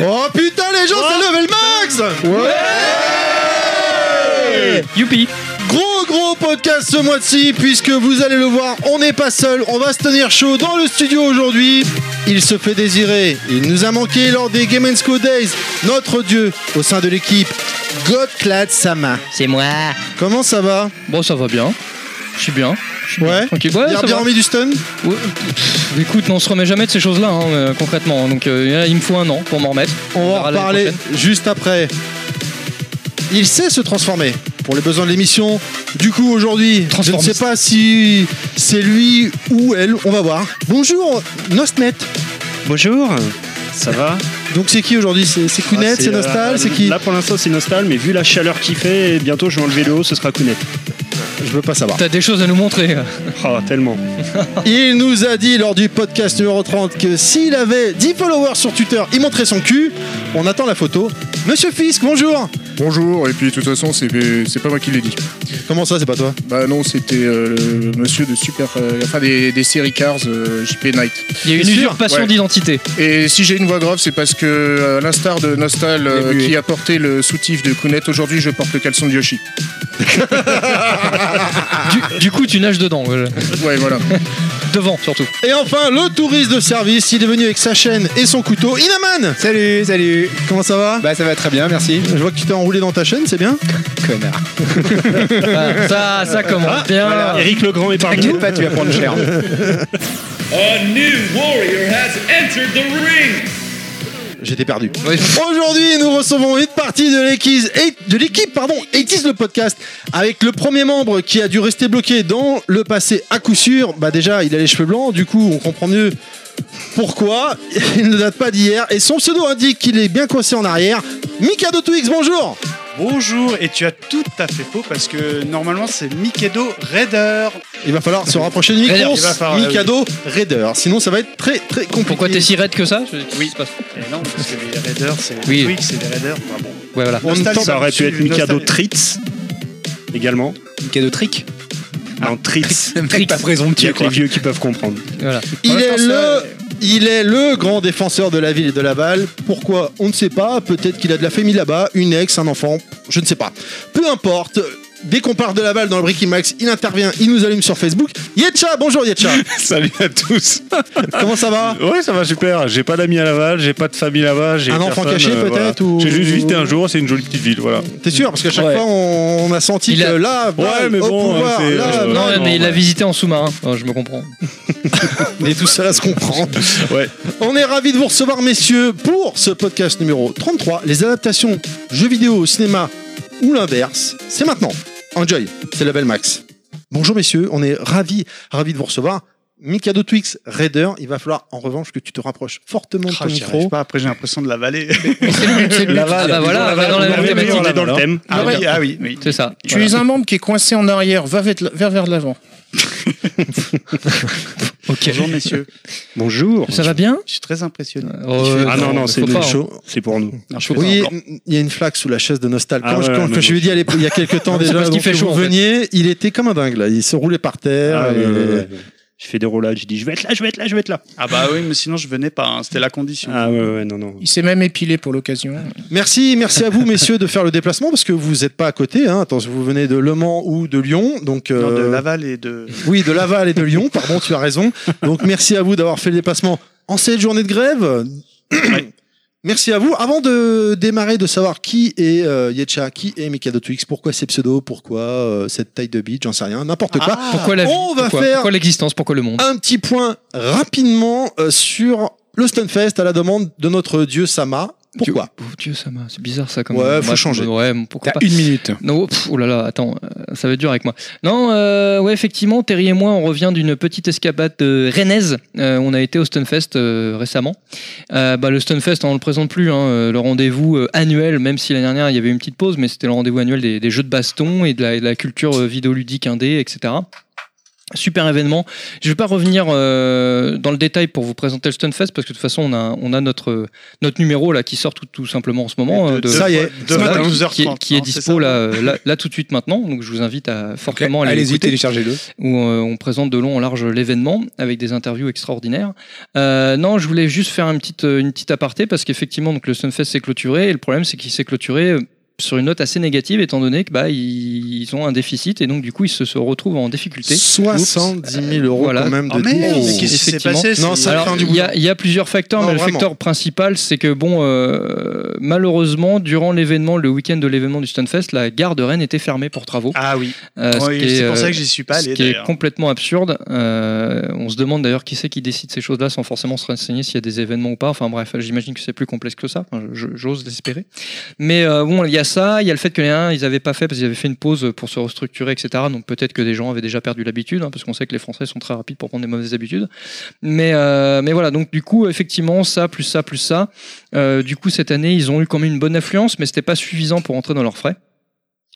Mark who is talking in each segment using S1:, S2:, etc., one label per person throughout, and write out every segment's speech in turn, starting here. S1: Oh putain, les gens,
S2: Oh,
S1: c'est level max
S2: Euh, Youpi
S1: Gros gros podcast ce mois-ci, puisque vous allez le voir, on n'est pas seul, on va se tenir chaud dans le studio aujourd'hui. Il se fait désirer, il nous a manqué lors des Game School Days, notre dieu au sein de l'équipe, Gotklad Sama.
S3: C'est moi.
S1: Comment ça va
S2: Bon, ça va bien. Je suis bien. Je suis
S1: Ouais.
S2: bien, Tranquille. Ouais,
S1: Bien
S2: ça
S1: bien
S2: va.
S1: remis du stun
S2: Ouais. Pff, écoute, non, on se remet jamais de ces choses-là, hein, euh, concrètement. Donc, euh, là, il me faut un an pour m'en remettre.
S1: On va en
S2: verra l'année
S1: reparler
S2: prochaine.
S1: juste après. Il sait se transformer pour les besoins de l'émission. Du coup, aujourd'hui, je ne
S2: Transformiste.
S1: sais pas si c'est lui ou elle, on va voir. Bonjour, Nostnet.
S4: Bonjour, ça va
S1: Donc, c'est qui aujourd'hui C'est c'est Kounet,
S4: Ah,
S1: c'est Nostal,
S4: euh,
S1: c'est qui
S4: Là pour l'instant c'est Nostal, mais vu la chaleur qu'il fait, bientôt je vais enlever le haut, ce sera Kounet.
S1: Je veux pas savoir.
S2: T'as des choses à nous montrer.
S4: Oh, tellement.
S1: Il nous a dit lors du podcast numéro 30 que s'il avait 10 followers sur Twitter, il montrait son cul. On attend la photo. Monsieur Fisk, bonjour.
S5: Bonjour, et puis de toute façon, c'est c'est pas moi qui l'ai dit.
S1: Comment ça, c'est pas toi
S5: Bah non, c'était euh, le monsieur de Super. euh, enfin, des, des séries Cars, euh, JP Knight.
S2: Il y a une
S1: Sûr,
S2: usurpation
S5: ouais.
S2: d'identité.
S5: Et si j'ai une voix grave, c'est parce que, euh, à l'instar de Nostal, euh, qui a porté le soutif de Kounet, aujourd'hui, je porte le caleçon de Yoshi.
S2: Du, du coup, tu nages dedans. ouais.
S5: Ouais, voilà.
S2: Devant, surtout.
S1: Et enfin, le touriste de service, il est venu avec sa chaîne et son couteau. Inaman
S6: Salut, salut.
S1: Comment ça va
S6: Bah ça va très bien, merci.
S1: Je vois que tu t'es enroulé dans ta chaîne, c'est bien
S6: Connard.
S2: Ah, ça, ça commence bien. là.
S4: Eric Legrand est parmi nous.
S6: T'inquiète pas, tu vas prendre cher.
S7: A new warrior has entered the ring.
S1: J'étais perdu.
S2: Ouais.
S1: Aujourd'hui, nous recevons une partie de l'équipe, de l'équipe, pardon, 80s le podcast, avec le premier membre qui a dû rester bloqué dans le passé à coup sûr. Bah déjà, il a les cheveux blancs, du coup, on comprend mieux pourquoi. Il ne date pas d'hier et son pseudo indique qu'il est bien coincé en arrière. Mikado Twix, bonjour.
S8: Bonjour, et tu as tout à fait faux parce que normalement c'est Mikado Raider.
S1: Il va falloir se rapprocher du micro,
S2: Raider,
S8: il va falloir,
S1: Mikado Raider. Sinon, ça va être très très compliqué.
S2: Pourquoi t'es si raide que ça Je- qu'est-ce qui se passe
S8: Et non, parce que les Raiders c'est
S2: Oui.
S8: oui. c'est des Raiders. Enfin, bon.
S2: Ouais, voilà.
S1: On ne
S8: Nostal,
S1: t'entend-
S4: Ça aurait pu être
S8: Nostal-
S4: Mikado Tritz également.
S6: Cadeau trick.
S4: Non, Tritz.
S6: Trick pas
S4: Il y
S6: présomptueux
S4: a que les
S6: quoi.
S4: vieux qui peuvent comprendre.
S2: voilà.
S1: Il est, le, il est le grand défenseur de la ville et de Laval. Pourquoi On ne sait pas. Peut-être qu'il a de la famille là-bas, une ex, un enfant, je ne sais pas. Peu importe. Dès qu'on parle de Laval dans le Bricky Max, il intervient, il nous allume sur Facebook. Yetcha, bonjour Yetcha.
S9: Salut à tous.
S1: Comment ça va
S9: Ouais, ça va super. J'ai pas d'amis à Laval, j'ai pas de famille là-bas, j'ai
S1: Un enfant
S9: personne,
S4: euh,
S1: caché, peut-être,
S9: voilà.
S1: ou-
S9: J'ai juste visité un jour. C'est une jolie petite ville, voilà.
S1: T'es sûr Parce qu'à chaque
S2: Ouais.
S1: fois, on a senti
S2: Il
S1: que
S2: a-
S1: là, Laval,
S9: mais
S1: au
S9: bon,
S1: pouvoir,
S9: c'est-
S1: là,
S9: euh,
S1: là,
S2: Non,
S9: non,
S2: mais il l'a
S9: ouais.
S2: visité en sous-marin. Oh, je me comprends.
S1: mais tout cela se comprend.
S9: Ouais.
S1: On est ravis de vous recevoir, messieurs, pour ce podcast numéro 33, les adaptations jeux vidéo au cinéma ou l'inverse. C'est maintenant. Enjoy, c'est Label Max. Bonjour, messieurs, on est ravis, ravis de vous recevoir. Mikado Twix, Raider, il va falloir en revanche que tu te rapproches fortement de ton
S8: Ah, j'y arrive
S1: micro.
S8: pas, après j'ai l'impression de la vallée.
S2: Ah bah voilà, bah, dans la même
S4: On est
S2: thématique.
S4: dans le thème.
S8: Ah, oui, ah oui, oui.
S2: C'est ça.
S9: Tu es un membre qui est coincé en arrière. Va vers vers l'avant.
S2: Ok.
S8: Bonjour messieurs,
S4: Bonjour.
S2: Ça va bien
S8: je suis très impressionné.
S2: Euh,
S4: Ah non, non, c'est
S2: faut pas,
S4: une
S2: hein.
S4: show. C'est pour nous.
S8: Non, je fais
S1: Oui,
S8: pas encore.
S1: il y a une flaque sous la chaise de Nostal. Quand,
S4: Ah
S1: je,
S4: ouais,
S1: quand-
S4: mais
S1: quand je lui ai dit à l'époque- il y a quelques temps
S2: C'est
S1: déjà,
S2: parce qu'il
S1: donc,
S2: fait
S1: que
S2: chaud,
S1: vous
S2: en fait.
S1: veniez, il était comme un dingue là. Il se roulait par terre.
S4: Ah,
S1: et-
S4: euh, Je fais des roulages, je dis je vais être là, je vais être là, je vais être là.
S8: Ah bah oui, mais sinon je venais pas, hein, c'était la condition.
S4: Ah ouais, ouais, non, non.
S9: Il s'est même épilé pour l'occasion.
S1: Merci, merci à vous, messieurs, de faire le déplacement parce que vous n'êtes pas à côté. Hein. Attends, vous venez de Le Mans ou de Lyon, donc
S8: Non, de
S1: euh,
S8: Laval et de.
S1: oui, de Laval et de Lyon. Pardon, tu as raison. Donc merci à vous d'avoir fait le déplacement en cette journée de grève.
S8: Ouais.
S1: Merci à vous. Avant de démarrer, de savoir qui est euh, Yetcha, qui est Mikado Twix, pourquoi ces pseudos, pourquoi euh, cette taille de bite, j'en sais rien, n'importe quoi.
S8: Ah,
S2: Pourquoi la vie
S1: On va
S2: Pourquoi,
S1: faire-
S2: pourquoi l'existence Pourquoi le monde
S1: Un petit point rapidement euh, sur le Stunfest à la demande de notre dieu Sama. Pourquoi
S2: Dieu, oh, Dieu, ça m'a. C'est bizarre ça comme.
S1: Ah. Ouais,
S2: Bref,
S1: faut changer.
S2: Ouais, bon, pourquoi
S9: T'as
S2: pas.
S9: une minute.
S2: Non, pff, oh là là, attends, euh, ça va être dur avec moi. Non, euh, ouais, effectivement, Terry et moi, on revient d'une petite escapade euh, rennaise. Euh, on a été au Stunfest euh, récemment. Euh, bah, le Stunfest, on le présente plus, hein, euh, le rendez-vous euh, annuel, même si l'année dernière il y avait une petite pause, mais c'était le rendez-vous annuel des, des jeux de baston et de la, et de la culture euh, vidéoludique indé, etc. Super événement. Je ne vais pas revenir euh, dans le détail pour vous présenter le Stunfest parce que de toute façon on a, on a notre, euh, notre numéro là qui sort tout, tout simplement en ce moment. euh, de-
S1: ça y est,
S8: de
S2: voilà, qui-
S8: 12h30.
S2: qui, est- qui est
S8: hein, c'est ça.
S2: dispo là, euh, là, là tout de suite maintenant. Donc je vous invite à fortement aller
S6: Allez-y,
S2: l'écouter
S6: téléchargez-le.
S2: où euh, on présente de long en large l'événement avec des interviews extraordinaires. Euh, non, je voulais juste faire une petite, euh, une petite aparté parce qu'effectivement, donc le Sunfest s'est clôturé et le problème c'est qu'il s'est clôturé euh, sur une note assez négative étant donné que bah ils ils ont un déficit et donc du coup ils se, se retrouvent en difficulté.
S1: 70 000 euros
S2: Voilà.
S1: quand même de
S8: Oh merde,
S1: dons.
S8: mais qu'est-ce qui s'est
S2: Effectivement.
S8: passé
S1: Non,
S8: c'est-
S1: ça-
S2: Alors,
S1: fin du
S2: il y, a- il y a plusieurs facteurs,
S1: Non,
S2: mais le
S1: vraiment.
S2: facteur principal, c'est que bon, euh, malheureusement, durant l'événement, le week-end de l'événement du Stunfest, la gare de Rennes était fermée pour travaux.
S8: Ah oui,
S2: Euh, ce
S8: Oui,
S2: qui
S8: c'est
S2: est,
S8: pour ça
S2: euh,
S8: que j'y suis pas
S2: ce
S8: allé
S2: qui est
S8: d'ailleurs.
S2: complètement absurde. Euh, on se demande d'ailleurs qui c'est qui décide ces choses-là sans forcément se renseigner s'il y a des événements ou pas. Enfin bref, j'imagine que c'est plus complexe que ça. Enfin, je- J'ose l'espérer. Mais euh, bon, il y a ça, il y a le fait que les uns, ils n'avaient pas fait parce qu'ils avaient fait une pause pour se restructurer, etc. Donc peut-être que des gens avaient déjà perdu l'habitude, hein, parce qu'on sait que les Français sont très rapides pour prendre des mauvaises habitudes. Mais, euh, mais voilà, donc du coup, effectivement, ça, plus ça, plus ça. Euh, du coup, cette année, ils ont eu quand même une bonne affluence, mais c'était pas suffisant pour entrer dans leurs frais.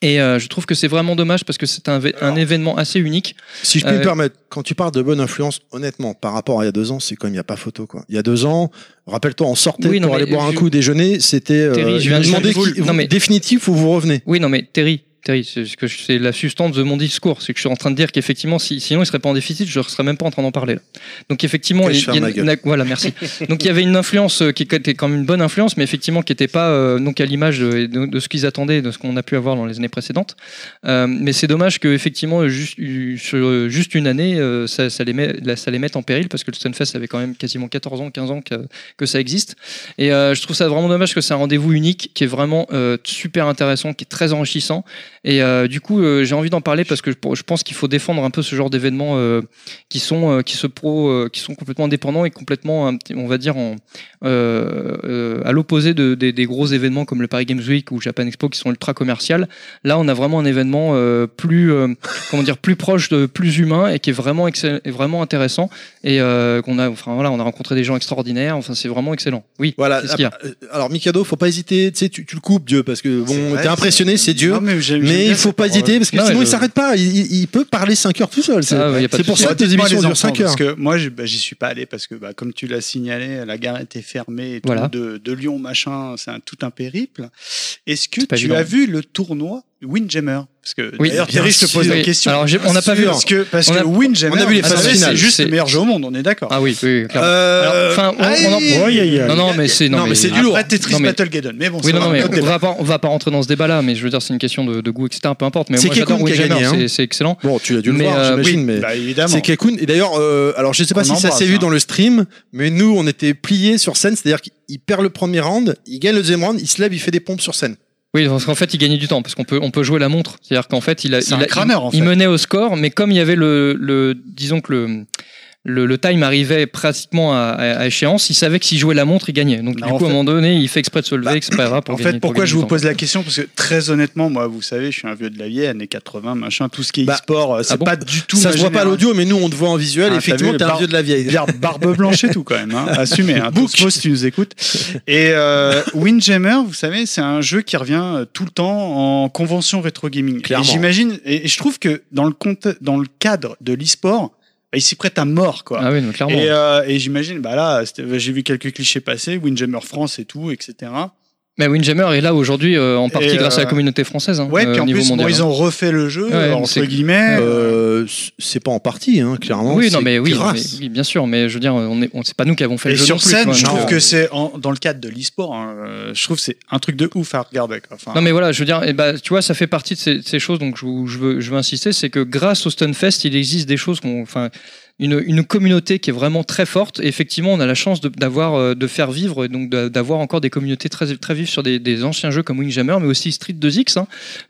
S2: Et euh, je trouve que c'est vraiment dommage parce que c'est un, vé- un événement assez unique.
S1: Si je puis
S2: Euh,
S1: me permettre, quand tu parles de bonne influence, honnêtement, par rapport à il y a deux ans, c'est comme il n'y a pas photo. quoi. Il y a deux ans, rappelle-toi, on sortait
S2: Oui, non,
S1: pour aller
S2: mais
S1: boire un
S2: je-
S1: coup déjeuner, c'était euh,
S2: Terry, je viens de
S1: demander
S2: changer de
S1: qui-
S2: boule. Non, mais-
S1: définitif ou vous revenez.
S2: Oui, non, mais Terry, Terry c'est ce que je- c'est la substance de mon discours. C'est que je suis en train de dire qu'effectivement, si, sinon il serait pas en déficit, je ne serais même pas en train d'en parler. Là. Donc effectivement,
S1: Et je
S2: il-
S1: ferme
S2: il y a-
S1: ma gueule.
S2: na- voilà, merci. donc il y avait une influence euh, qui était quand même une bonne influence, mais effectivement qui n'était pas euh, donc à l'image de, de- de ce qu'ils attendaient, de ce qu'on a pu avoir dans les années précédentes. Euh, mais c'est dommage que effectivement juste eu- sur euh, juste une année, euh, ça, ça les met, là, ça les mette en péril parce que le Stunfest avait quand même quasiment 14 ans, 15 ans que, que ça existe. Et euh, je trouve ça vraiment dommage que c'est un rendez-vous unique qui est vraiment euh, super intéressant, qui est très enrichissant. Et euh, du coup, euh, j'ai envie d'en parler parce que je, je pense qu'il faut défendre un peu ce genre d'événements euh, qui sont euh, qui se pro, euh, qui sont complètement indépendants et complètement, un petit- on va dire, en, euh, euh, à l'opposé de, des- des gros événements comme le Paris Games Week ou Japan Expo qui sont ultra commerciales. Là, on a vraiment un événement euh, plus, euh, comment dire, plus proche de plus humain et qui est vraiment excell- et vraiment intéressant. Et euh, qu'on a, enfin voilà, on a rencontré des gens extraordinaires. Enfin, c'est vraiment excellent. Oui.
S1: Voilà.
S2: Qu'est-ce qu'il y a
S1: Euh, Alors Mikado, faut pas hésiter. Tu sais, tu, tu le coupes Dieu parce que
S8: C'est
S1: bon,
S8: vrai,
S1: t'es impressionné, c'est Dieu.
S8: Non, mais j'aime- j'aime
S1: Mais
S8: bien
S1: il faut
S8: cette
S1: pas
S8: parole.
S1: hésiter parce que
S2: Non,
S1: sinon
S2: mais
S1: il
S2: je-
S1: s'arrête pas. Il, il- il peut parler 5 heures tout seul. C'est
S2: Ah ouais, y a pas
S1: c'est
S2: de
S1: pour
S2: souci.
S1: ça que tes
S8: Dites-moi
S1: émissions
S8: les
S1: durent
S8: enfants,
S1: 5 heures.
S8: Parce que moi, je- bah, j'y suis pas allé parce que, bah, comme tu l'as signalé, la gare était fermée et tout,
S2: Voilà.
S8: de, de Lyon, machin, c'est un, tout un périple. Est-ce que
S2: C'est pas
S8: tu
S2: évident.
S8: as vu le tournoi Windjammer Parce que
S2: Oui,
S8: d'ailleurs,
S1: bien
S8: Thierry, je te pose
S1: sûr.
S8: la question.
S2: Alors, j'ai- on n'a pas vu.
S8: Parce que, parce
S2: On a-
S8: que Windjammer,
S1: on a vu les
S8: attendez,
S1: phases finales.
S8: c'est juste
S2: C'est-
S8: le meilleur jeu au monde, on est d'accord.
S2: Ah oui, oui, oui, clairement.
S1: Euh,
S2: Alors, enfin, on- on en-
S9: Aïe, aïe, aïe.
S2: Non, non, mais c'est non,
S1: Non, mais c'est du
S8: Après,
S1: lourd.
S8: Tetris
S2: Ah, Non, mais-
S8: Battlegaden, mais bon,
S2: Oui,
S8: ça
S2: non,
S8: va, Bah,
S2: non, mais
S8: notre
S2: on
S8: débat.
S2: va, pas, on va pas rentrer dans ce débat-là, mais je veux dire, c'est une question de, de goût, etc. Peu importe, mais
S1: C'est
S2: moi j'adore
S1: Kekkoun qui a
S2: Windjammer,
S1: gagné, hein.
S2: c'est- c'est excellent.
S1: Bon, tu as dû le
S2: Mais,
S1: voir,
S2: euh,
S1: j'imagine. mais
S8: Bah, évidemment.
S1: C'est Kekun. Et d'ailleurs, euh, alors je sais pas
S8: On
S1: si ça
S8: embrasse,
S1: s'est vu
S8: hein.
S1: dans le stream, mais nous, on était pliés sur scène. C'est-à-dire qu'il perd le premier round, il gagne le deuxième round, il se lève, il fait des pompes sur scène.
S2: Oui, parce qu'en fait, il gagnait du temps, parce qu'on peut, on peut jouer la montre. C'est-à-dire qu'en fait, il, a,
S8: C'est
S2: il,
S8: un
S2: a-
S8: crâneur, en
S2: il
S8: fait.
S2: menait au score, mais comme il y avait le, le disons que le, le, le time arrivait pratiquement à, à- à échéance, il savait que s'il jouait la montre, il gagnait. Donc
S8: Non,
S2: du
S8: en
S2: coup, à un
S8: fait-
S2: moment donné, il fait exprès de se lever,
S8: Bah,
S2: etc. pour
S8: en
S2: gagner-
S8: fait,
S2: pour
S8: pourquoi
S2: gagner
S8: je
S2: du
S8: vous
S2: temps.
S8: pose la question Parce que très honnêtement, moi, vous savez, je suis un vieux de la vieille, années 80, machin, tout ce qui est
S1: Bah,
S8: e-sport, euh, c'est
S2: ah bon
S8: pas du tout.
S1: ça
S8: ma
S1: se voit pas à
S8: génération.
S1: l'audio, mais nous, on te voit en visuel.
S8: Ah,
S1: effectivement,
S8: t'as vu,
S1: t'es un
S8: par-
S1: vieux de la vieille.
S8: Barbe, barbe blanche et tout quand même, hein. assumé. Hein. Tosmo, si tu nous écoutes. Et euh, Windjammer, vous savez, c'est un jeu qui revient euh, tout le temps en convention rétro gaming.
S1: Clairement.
S8: Et j'imagine, et, et je trouve que dans le, conte- dans le cadre de l'e-sport, bah, il s'y prête à mort, quoi.
S2: Ah oui, non, clairement.
S8: et euh, et j'imagine, bah là, c'était- j'ai vu quelques clichés passer, Windjammer France et tout, etc.
S2: Mais Windjammer est là aujourd'hui euh, en partie
S8: Et,
S2: grâce à la
S8: euh,
S2: communauté française. Hein,
S8: Ouais,
S2: euh,
S8: puis en
S2: au niveau
S8: plus, bon,
S2: mondial.
S8: ils ont refait le jeu,
S2: Ouais, mais
S8: entre
S2: c'est-
S8: guillemets.
S1: Euh, c'est pas en partie, hein, clairement.
S2: Oui, non,
S1: c'est
S2: mais oui,
S1: grâce.
S2: mais- oui, bien sûr, mais je veux dire, on est, on, c'est pas nous qui avons fait
S8: Et
S2: le jeu.
S8: sur
S2: non plus,
S8: scène,
S2: quoi,
S8: je
S2: donc,
S8: trouve
S2: euh,
S8: que c'est en- dans le cadre de l'e-sport, hein, euh, je trouve que c'est un truc de ouf à regarder. quoi. Enfin,
S2: Non mais voilà, je veux dire, eh ben, tu vois, ça fait partie de ces, ces choses donc je, vous- je veux, je veux insister, c'est que grâce au Stunfest, il existe des choses, qu'on- enfin, une, une communauté qui est vraiment très forte. Et effectivement, on a la chance de- d'avoir, euh, de faire vivre, et donc d'a- d'avoir encore des communautés très, très vives sur des, des anciens jeux comme Windjammer, mais aussi Street 2X. hein.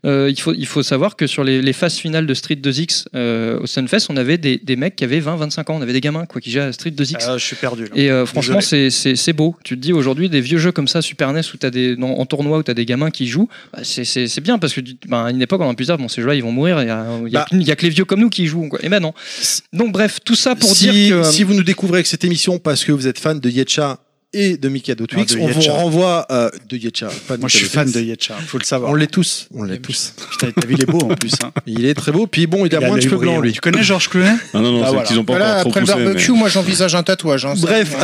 S2: Euh, il, faut, il faut savoir que sur les, les phases finales de Street 2X euh, au Stunfest, on avait des, des mecs qui avaient 20-25 ans, on avait des gamins quoi qui jouaient à Street 2X.
S8: Ah, je suis perdu. Là.
S2: Et euh, franchement, c'est- c'est c'est beau. Tu te dis aujourd'hui, des vieux jeux comme ça, Super NES, où t'as des, dans- en tournoi, où tu as des gamins qui jouent, bah, c'est- c'est c'est bien parce que tu- bah, à une époque, on a pu se dire, bon, ces jeux-là, ils vont mourir, il n'y a, il y a
S1: Bah.
S2: plus- il y a que les vieux comme nous qui y jouent. Quoi. Et ben non. Donc, bref, tout ça pour
S1: si,
S2: dire que. euh,
S8: euh,
S1: si vous nous découvrez avec cette émission parce que vous êtes fan de Yetcha et de Mikado
S8: Ah, de
S1: Twix. on vous
S8: Yetcha.
S1: renvoie euh, de Yetcha. pas de
S8: Moi, je suis
S1: Mikado
S8: fan
S1: Twix.
S8: de Yetcha, faut le savoir.
S1: On l'est tous. On l'est tous.
S8: Oh, Putain, t'as vu, il est beau en plus. hein.
S1: Il est très beau, puis bon, il a moins de
S8: l'œil
S1: cheveux
S8: brillant.
S1: blancs, lui.
S8: Tu connais Georges Clooney
S9: Ah non, non,
S8: Bah
S9: c'est
S8: voilà.
S9: qu'ils ont pas
S5: Voilà,
S9: encore
S5: après
S9: trop
S5: le
S9: poussé. mais-
S5: barbecue, moi j'envisage un tatouage. hein, ça-
S1: Bref,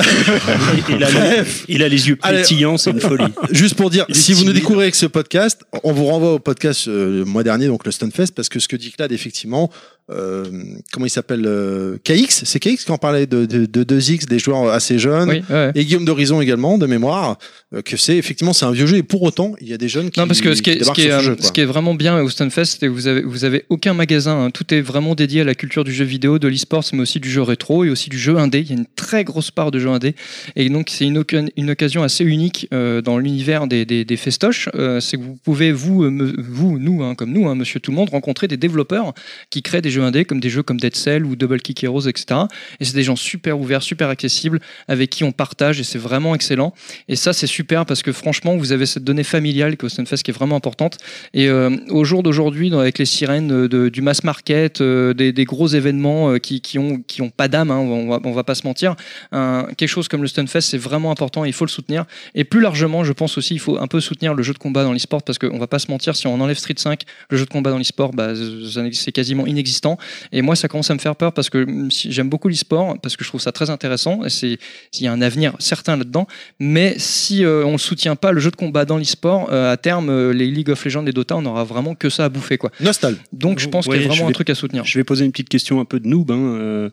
S3: Il a, il a les yeux
S1: Allez.
S3: pétillants, c'est une folie.
S1: juste pour dire,
S3: Il est
S1: si vous nous
S3: timide.
S1: découvrez avec ce podcast, on vous renvoie au podcast euh, le mois dernier, donc le Stunfest, parce que ce que dit Clad, effectivement, euh, comment il s'appelle euh, KX C'est KX quand on parlait de, de, de 2X, des joueurs assez jeunes.
S2: Oui, ouais.
S1: Et Guillaume d'Horizon également, de mémoire, euh, que c'est effectivement c'est un vieux jeu et pour autant il y a des jeunes qui
S2: Non, parce que ce qui, est, ce,
S1: débarquent
S2: qui est,
S1: sur
S2: euh,
S1: ce jeu,
S2: ce
S1: quoi.
S2: qui est vraiment bien au Stunfest, c'est que vous avez, vous avez aucun magasin. hein. Tout est vraiment dédié à la culture du jeu vidéo, de l'e-sport, mais aussi du jeu rétro et aussi du jeu indé. Il y a une très grosse part de jeux indé. Et donc, c'est une, oca- une occasion assez unique euh, dans l'univers des, des, des festoches. Euh, c'est que vous pouvez, vous, euh, me- vous nous, hein, comme nous, hein, monsieur tout le monde, rencontrer des développeurs qui créent des jeux indés, comme des jeux comme Dead Cell ou Double Kick Heroes, etc. Et c'est des gens super ouverts, super accessibles, avec qui on partage et c'est vraiment excellent. Et ça, c'est super parce que franchement, vous avez cette donnée familiale que Stunfest qui est vraiment importante. Et euh, au jour d'aujourd'hui, dans- avec les sirènes euh, de- du mass market, euh, des, des gros événements euh, qui, qui, ont, qui ont pas d'âme, hein, on, va, on va pas se mentir, un- quelque chose comme le Stunfest, c'est vraiment important, il faut le soutenir. Et plus largement, je pense aussi, il faut un peu soutenir le jeu de combat dans l'e-sport parce qu'on va pas se mentir, si on enlève Street 5, le jeu de combat dans l'e-sport, bah, ça n'existe- c'est quasiment inexistant. Et moi, ça commence à me faire peur parce que mm, si- j'aime beaucoup l'e-sport, parce que je trouve ça très intéressant, et c'est- il y a un avenir certain là-dedans. Mais si euh, on ne soutient pas le jeu de combat dans l'e-sport, euh, à terme, euh, les League of Legends et Dota, on aura vraiment que ça à bouffer. quoi.
S1: Nostal.
S8: Euh,
S2: Donc je pense
S3: Ouais,
S2: qu'il y a
S3: je
S2: vraiment
S3: vais-
S2: un truc à soutenir.
S3: Je vais poser une petite question un peu de noob, hein, euh,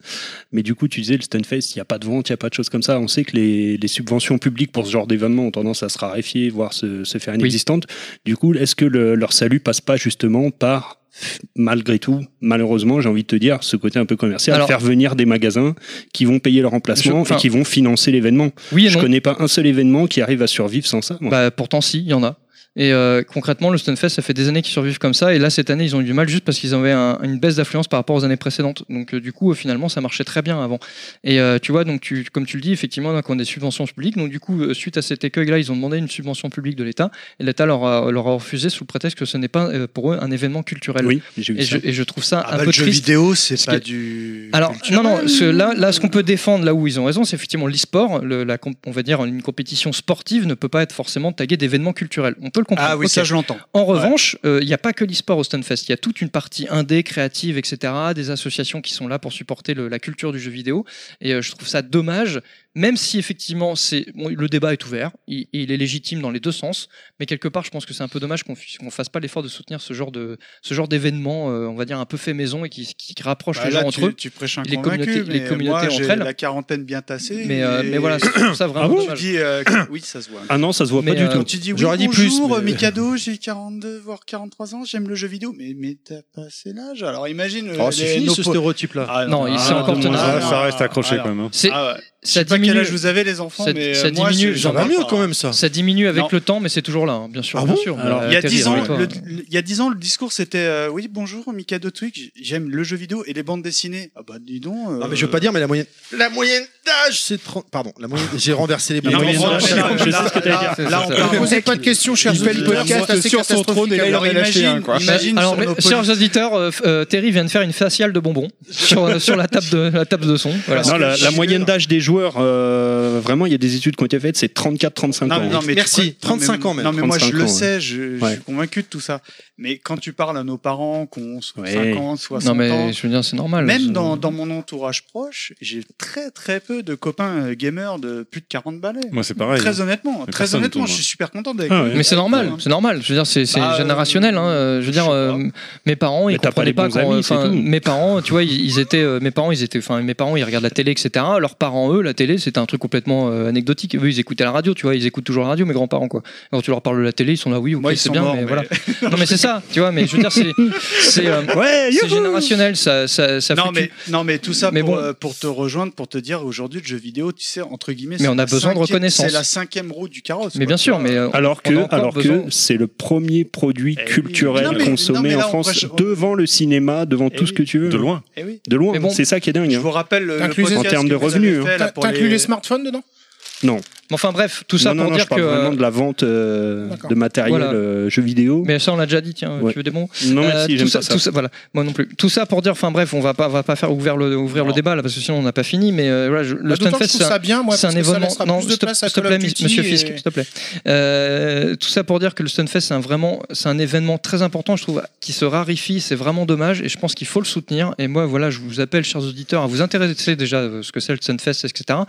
S3: mais du coup, tu disais le Stunfest, il n'y a pas de vente, il n'y a pas de choses comme ça. On sait que les, les subventions publiques pour ce genre d'événement ont tendance à se raréfier, voire se, se faire inexistantes. Du coup, est-ce que le- leur salut passe pas justement par malgré tout, malheureusement, j'ai envie de te dire, ce côté un peu commercial,
S2: Alors-
S3: faire venir des magasins qui vont payer leur emplacement
S2: Je- enfin-
S3: et qui vont financer l'événement.
S2: Oui et
S3: Je
S2: non.
S3: connais pas un seul événement qui arrive à survivre sans ça. moi.
S2: Bah, pourtant, si, il y en a. Et euh, concrètement, le Stunfest, ça fait des années qu'ils survivent comme ça. Et là, cette année, ils ont eu du mal juste parce qu'ils avaient un- une baisse d'affluence par rapport aux années précédentes. Donc, euh, du coup, euh, finalement, ça marchait très bien avant. Et euh, tu vois, donc, tu, comme tu le dis, effectivement, donc, on a des subventions publiques. Donc, du coup, euh, suite à cet écueil-là, ils ont demandé une subvention publique de l'État. Et l'État leur a, leur a refusé sous le prétexte que ce n'est pas euh, pour eux un événement culturel.
S3: oui, j'ai vu
S2: Bah, Et
S3: ça.
S2: je, et je trouve ça
S8: Ah
S2: un
S8: bah,
S2: peu
S8: le jeu
S2: triste.
S8: vidéo, c'est
S2: Ce
S8: pas
S2: qui est-
S8: du.
S2: Alors non non ce, là là ce qu'on peut défendre là où ils ont raison c'est effectivement l'e-sport le- la comp- on va dire une compétition sportive ne peut pas être forcément taguée d'événements culturels on peut le comprendre
S8: Ah oui,
S2: Ok.
S8: ça je l'entends.
S2: en revanche euh, il n'y a pas que l'e-sport au Stunfest il y a toute une partie indé créative etc des associations qui sont là pour supporter le- la culture du jeu vidéo et euh, je trouve ça dommage même si effectivement c'est bon, le débat est ouvert il, il est légitime dans les deux sens mais quelque part je pense que c'est un peu dommage qu'on f- qu'on fasse pas l'effort de soutenir ce genre de ce genre d'événement euh, on va dire un peu fait maison et qui, qui rapproche
S8: Bah,
S2: les
S8: là,
S2: gens
S8: tu,
S2: entre eux
S8: tu prêches un
S2: Les
S8: convaincu,
S2: communautés- les
S8: mais
S2: communautés
S8: moi, j'ai
S2: entre elles.
S8: la quarantaine bien tassée.
S2: Mais, euh,
S8: et-
S2: mais voilà, je trouve ça vraiment
S3: Ah bon
S8: Tu
S2: dommage.
S8: dis euh, oui, ça se voit.
S3: Ah non, ça se voit
S2: Mais,
S3: pas
S2: euh,
S3: du tout.
S8: Tu dis oui,
S1: J'aurais dit plus,
S8: bonjour,
S1: mais-
S8: Mikado, j'ai 42 voire 43 ans, j'aime le jeu vidéo. Mais, mais t'as passé l'âge. Alors imagine. euh,
S1: Oh, c'est
S8: les-
S1: fini
S8: nos
S1: ce
S8: po-
S1: stéréotype-là.
S8: Ah,
S2: Non, il s'est
S8: ah,
S2: encore
S8: non,
S2: tenu.
S8: non,
S9: Ah,
S8: non,
S9: ça
S8: non,
S9: reste accroché
S8: alors,
S9: quand même. hein.
S2: C'est-
S8: Ah ouais.
S2: ça
S8: Je sais pas quel
S2: diminue,
S8: âge vous avez les enfants,
S2: Ça-
S8: mais
S2: ça
S8: euh, moi,
S2: diminue,
S8: je-
S1: Ça
S2: j'en
S1: va
S8: j'en
S1: mieux
S8: parle.
S1: quand même ça.
S2: ça diminue avec
S8: Non.
S2: le temps, mais c'est toujours là, hein, bien sûr.
S1: Ah
S2: bien
S1: bon
S2: sûr.
S3: Alors,
S2: Euh,
S8: Il y a
S2: Terry,
S8: 10 ans,
S2: avec toi,
S8: le,
S2: hein.
S8: le- il y a 10 ans, le discours c'était euh, oui bonjour Mikado Twig, j'aime le jeu vidéo et les bandes dessinées. Ah bah dis donc. euh,
S1: Non, mais je veux pas dire, mais la moyenne, la moyenne d'âge, c'est 30. Pardon, la moyenne. J'ai renversé les
S3: La
S1: mots.
S3: moyenne d'âge, c'est-
S8: là,
S3: je sais ce que t'allais
S2: dire.
S8: là, là,
S2: C'est
S8: on
S2: ça.
S8: parle-
S5: Posez pas de questions, cher
S8: Il
S5: Jouet, le
S8: se
S5: podcast assez
S6: sur son trône et là, il
S5: catastrophique,
S6: aurait
S5: il en a lâché
S8: imagine-
S5: un, quoi.
S8: imagine
S2: Alors,
S8: sur nos
S2: mais, chers auditeurs, euh, f- euh, Terry vient de faire une faciale de bonbons sur, euh, sur la table de la table de son. Voilà.
S3: Non, la,
S8: je
S3: la
S8: suis
S3: moyenne
S8: d'accord.
S3: d'âge des joueurs, euh, vraiment, il y a des études qui ont été faites, c'est 34-35 ans.
S8: Non, non, mais tu
S1: Merci.
S8: crois- non,
S1: 35 ans, même.
S8: Non, mais moi, je
S3: 35
S8: le
S3: ans,
S8: sais, je, je
S3: Ouais.
S8: suis convaincu de tout ça. Mais quand tu parles à nos parents qui ont 50,
S3: Ouais.
S8: 60
S2: Non, mais
S8: Ah, ans,
S2: je veux dire, c'est normal.
S8: même
S2: C'est-
S8: dans, dans mon entourage proche, j'ai très très peu de copains euh, gamers de plus de 40 balais.
S9: Moi, c'est pareil.
S8: très honnêtement,
S9: Mais
S8: très
S9: personne,
S8: honnêtement,
S9: toi,
S8: je
S9: moi.
S8: suis super content d'être.
S3: Ah ouais.
S2: Mais c'est normal,
S8: Ouais.
S2: c'est normal. Je veux dire, c'est c'est
S8: Bah, euh,
S2: générationnel. hein. Euh, Je veux
S8: je
S2: dire,
S8: sais
S2: euh, mes parents, ils
S3: Mais t'as pas
S2: comprenaient
S3: les
S2: pas.
S3: bons
S2: quand, euh,
S3: amis,
S2: enfin,
S3: c'est tout.
S2: mes parents, tu vois, ils ils étaient, euh, mes parents, ils étaient, enfin, mes parents, ils regardent la télé, etc. Leurs parents, eux, la télé, c'était un truc complètement euh, anecdotique. Eux, ils écoutaient la radio, tu vois, ils écoutent toujours la radio, mes grands-parents, quoi. Quand tu leur parles de la télé, ils sont là, oui, ok,
S8: Moi, ils
S2: c'est
S8: sont
S2: bien,
S8: morts,
S2: mais,
S8: mais-
S2: voilà. non, mais c'est ça, tu vois. Mais je veux dire, c'est, c'est, euh,
S3: Ouais,
S2: c'est générationnel, ça, ça, ça
S8: Non
S2: fluctue.
S8: mais, non mais tout ça
S2: Mais
S8: pour,
S2: bon.
S8: euh, pour te rejoindre, pour te dire aujourd'hui le jeu vidéo, tu sais, entre guillemets,
S2: Mais
S8: c'est
S2: on a
S8: la
S2: besoin de
S8: cinquième-
S2: reconnaissance.
S8: C'est la cinquième roue du carrosse.
S2: Mais
S8: quoi,
S2: bien
S8: tu
S2: sûr,
S8: vois.
S2: mais euh,
S3: Alors
S2: on a
S3: que,
S2: encore
S3: alors
S2: besoin-
S3: que c'est le premier produit
S8: Eh oui.
S3: culturel
S8: Non, mais- non, mais
S3: consommé
S8: là, on
S3: en France
S8: prêche- on-
S3: devant le cinéma, devant
S8: Eh
S3: tout ce que tu veux.
S9: De loin.
S8: Eh oui.
S3: De loin,
S2: Mais bon.
S3: c'est ça qui est dingue.
S8: Je
S3: hein.
S8: vous rappelle euh, le
S5: T'inclus-
S8: podcast
S3: En termes de
S8: que vous
S3: revenus,
S8: avez fait, là, pour
S5: T'inclus
S8: les-
S5: les smartphones dedans
S2: Mais enfin bref, tout ça
S3: non, non,
S2: pour
S3: non,
S2: dire
S3: je parle
S2: que.
S3: vraiment de la vente euh,
S5: D'accord.
S3: de matériel
S2: Voilà.
S3: euh, jeux vidéo.
S2: Mais ça on l'a déjà dit, tiens,
S3: Ouais.
S2: tu veux des bons
S3: Non,
S2: Euh,
S3: merci,
S2: tout
S3: j'aime
S2: ça,
S3: pas ça.
S2: tout ça- voilà, moi non plus. Tout ça pour dire, enfin bref, on va pas, va pas faire ouvrir le, ouvrir le débat là parce que sinon on n'a pas fini. Mais euh, voilà, je- le
S5: Bah, d'autant que
S2: Stunfest,
S5: je trouve ça bien, moi,
S2: c'est un
S5: parce que ça
S2: événement.
S5: laissera
S2: non,
S5: plus de
S2: s'il te-
S5: place à
S2: s'il te
S5: Call
S2: plaît,
S5: of Duty
S2: Monsieur
S5: et-
S2: Fisk, s'il te plaît. Euh, tout ça pour dire que le Stunfest, c'est un vraiment, c'est un événement très important, je trouve, qui se raréfie. C'est vraiment dommage, et je pense qu'il faut le soutenir. Et moi, voilà, je vous appelle, chers auditeurs, à vous intéresser déjà à ce que c'est le Stunfest, etc.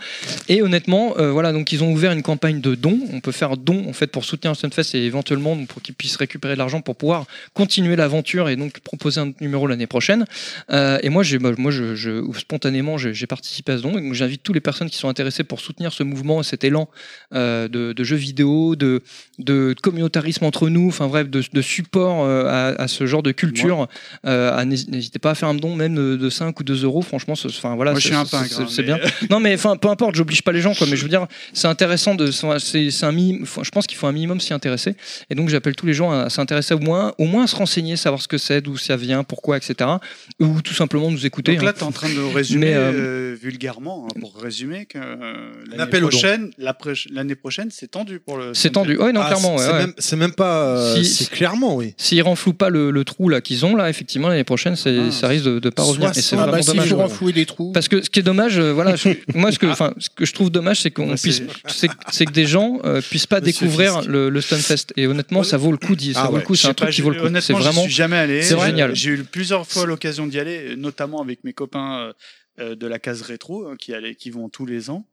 S2: Et honnêtement, euh, voilà, donc ils ont ouvert une campagne de dons. On peut faire don en fait pour soutenir le Stunfest et éventuellement donc, pour qu'ils puissent récupérer de l'argent pour pouvoir continuer l'aventure et donc proposer un numéro l'année prochaine. Euh, et moi, j'ai, bah, moi, je, je- spontanément, j'ai, j'ai participé à ce don. Et donc, j'invite toutes les personnes qui sont intéressées pour soutenir ce mouvement, cet élan euh, de, de jeux vidéo, de, de communautarisme entre nous, enfin bref, de, de support euh, à, à ce genre de culture. Euh, à n'hési- n'hésitez pas à faire un don, même euh, de, 5 ou 2 euros. Franchement, c'est- enfin voilà,
S8: Moi, je
S2: c'est,
S8: suis un
S2: c'est-
S8: pingre,
S2: c'est-
S8: hein,
S2: c'est
S8: mais-
S2: bien. Non, mais enfin, peu importe, j'oblige pas les gens, quoi. Mais je veux dire, c'est intéressant de, c'est, c'est un minimum. faut- Je pense qu'il faut un minimum s'y intéresser. Et donc j'appelle tous les gens à s'intéresser au moins, au moins à se renseigner, savoir ce que c'est, d'où ça vient, pourquoi, etc. Ou tout simplement nous écouter.
S8: Donc là,
S2: hein.
S8: tu es en train de résumer
S2: Mais, euh,
S8: euh, vulgairement, hein, pour résumer, que euh, l'année
S1: L'appel au don.
S8: prochaine, la pré- l'année prochaine, c'est tendu pour le.
S2: C'est tendu. Ouais, non,
S1: Ah,
S2: clairement.
S1: c'est-
S2: ouais,
S1: c'est
S2: ouais.
S1: même- C'est même pas. euh,
S2: Si-
S1: c'est clairement, oui.
S2: S'ils renflouent pas le, le trou là qu'ils ont là, effectivement l'année prochaine, c'est-
S8: Ah,
S2: ça risque de, de pas revenir. Et c'est
S5: Ah
S2: vraiment
S5: bah, s'il
S2: dommage.
S5: faut
S2: ouais.
S5: renflouer les trous.
S2: Parce que ce qui est dommage, euh, voilà, je- moi ce que, enfin, ce que je trouve dommage, c'est qu'on
S8: Ouais,
S2: puisse, c'est
S8: c'est-
S2: c'est que des gens euh, puissent pas
S1: Monsieur
S2: découvrir
S1: Fisk.
S2: le, le Stunfest. Et honnêtement, ça vaut le coup. d'y- Ça
S1: Ah
S2: vaut le
S1: ouais.
S2: coup.
S8: Je
S2: C'est
S8: sais
S2: un truc
S8: pas,
S2: qui vaut
S8: je-
S2: le coup. C'est
S8: Honnêtement,
S2: vraiment.
S8: je suis jamais allé.
S2: c'est
S8: J'ai-
S2: génial.
S8: J'ai eu plusieurs fois l'occasion d'y aller, euh, notamment avec mes copains euh, euh, de la case rétro hein, qui, allaient- qui vont tous les ans.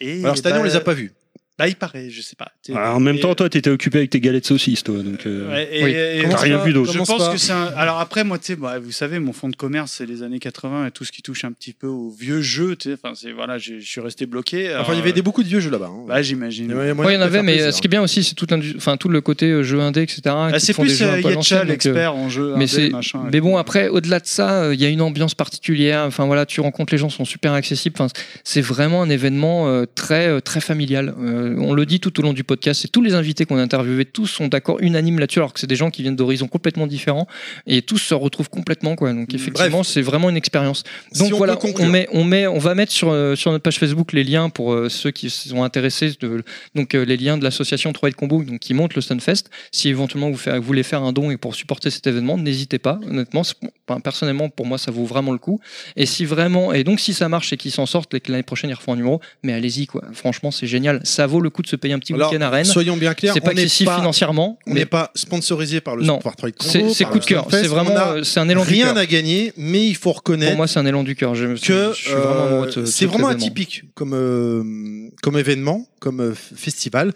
S8: Et
S1: Alors cette année,
S8: bah,
S1: on les a pas vus.
S8: Bah, il paraît, je sais pas. T'es-
S3: Ah, en même
S8: et-
S3: temps, toi, t'étais occupé avec tes galettes saucisses, toi. Donc, euh,
S8: Ouais, et-
S2: Oui.
S8: et-
S3: T'as
S1: Commence
S3: rien
S1: pas,
S3: vu d'autre.
S8: Je
S1: commence
S8: pense
S1: pas.
S8: que c'est un. Alors après, moi, tu sais, bah, vous savez, mon fond de commerce, c'est les années 80 et tout ce qui touche un petit peu aux vieux jeux. Tu sais, enfin, c'est voilà, je je suis resté bloqué. Euh,
S1: Enfin, il y avait des beaucoup de vieux jeux là-bas. hein.
S8: Bah,
S1: Il y
S8: j'imagine.
S1: avait moyen
S2: Ouais, il y en
S1: de
S2: avait,
S1: faire
S2: mais
S1: plaisir.
S2: euh, ce qui est bien aussi, c'est tout, l'indu- enfin, tout le côté euh, jeu indé, etc.
S8: Ah,
S2: qui
S8: c'est
S2: font des
S8: plus
S2: jeux un
S8: euh,
S2: peu à l'ancienne,
S8: Yetcha,
S2: donc, euh,
S8: l'expert en jeu.
S2: mais
S8: indé,
S2: c'est-
S8: machin,
S2: Mais
S8: et
S2: bon,
S8: tout.
S2: après, au-delà de ça, euh, il y a une ambiance particulière. Enfin voilà, tu rencontres les gens, sont super accessibles. Enfin, c'est vraiment un événement euh, très euh, très familial. Euh, on le dit tout au long du podcast. C'est tous les invités qu'on a interviewés, tous sont d'accord, unanimes là-dessus, alors que c'est des gens qui viennent d'horizons complètement différents et tous se retrouvent complètement quoi. Donc
S8: Mm,
S2: effectivement, c'est vraiment une expérience. Donc
S1: Si on
S2: voilà,
S1: peut
S2: on,
S1: conclure.
S2: met, on met, on va mettre sur euh, sur notre page Facebook les liens pour euh, ceux qui sont intéressés. De, donc euh, les liens de l'association 3 de Combo, donc qui monte le Stunfest. Si éventuellement vous, fa- vous voulez faire un don et pour supporter cet événement, n'hésitez pas. Honnêtement, c'est- enfin, personnellement, pour moi, ça vaut vraiment le coup. Et si vraiment, et donc si ça marche et qu'ils s'en sortent et que l'année prochaine ils refont un numéro, mais allez-y quoi. Franchement, c'est génial. Ça vaut le coup de se payer un petit
S1: Alors,
S2: week-end à Rennes.
S1: Soyons bien clairs,
S2: C'est pas
S1: on n'est
S2: excessif
S1: pas-
S2: financièrement,
S1: on
S2: mais
S1: n'est pas sponsorisé par le
S2: Non.
S1: par Trade Combo,
S2: c'est c'est
S1: par
S2: coup de
S1: le
S2: cœur.
S1: Stunfest.
S2: C'est
S1: On
S2: vraiment,
S1: a
S2: euh, c'est un élan du
S1: rien
S2: cœur.
S1: à gagner, mais il faut
S2: Pour
S1: reconnaître
S2: moi, c'est un élan du cœur. Je,
S1: que
S2: je suis vraiment
S1: euh,
S2: amoureux de ce-
S1: c'est
S2: de cet
S1: vraiment
S2: événement.
S1: atypique comme euh, comme événement, comme euh, f- festival.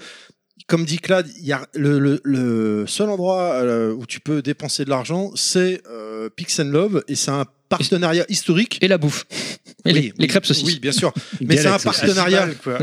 S1: Comme dit Clad, il y a le, le- le seul endroit euh, où tu peux dépenser de l'argent, c'est euh, Pix and Love, et c'est un partenariat historique.
S2: Et la bouffe. Et
S1: Oui,
S2: les,
S1: oui,
S2: les crêpes saucisses.
S1: Oui, bien sûr. Mais c'est un
S3: Galaxy.
S1: partenariat
S8: Animal, quoi.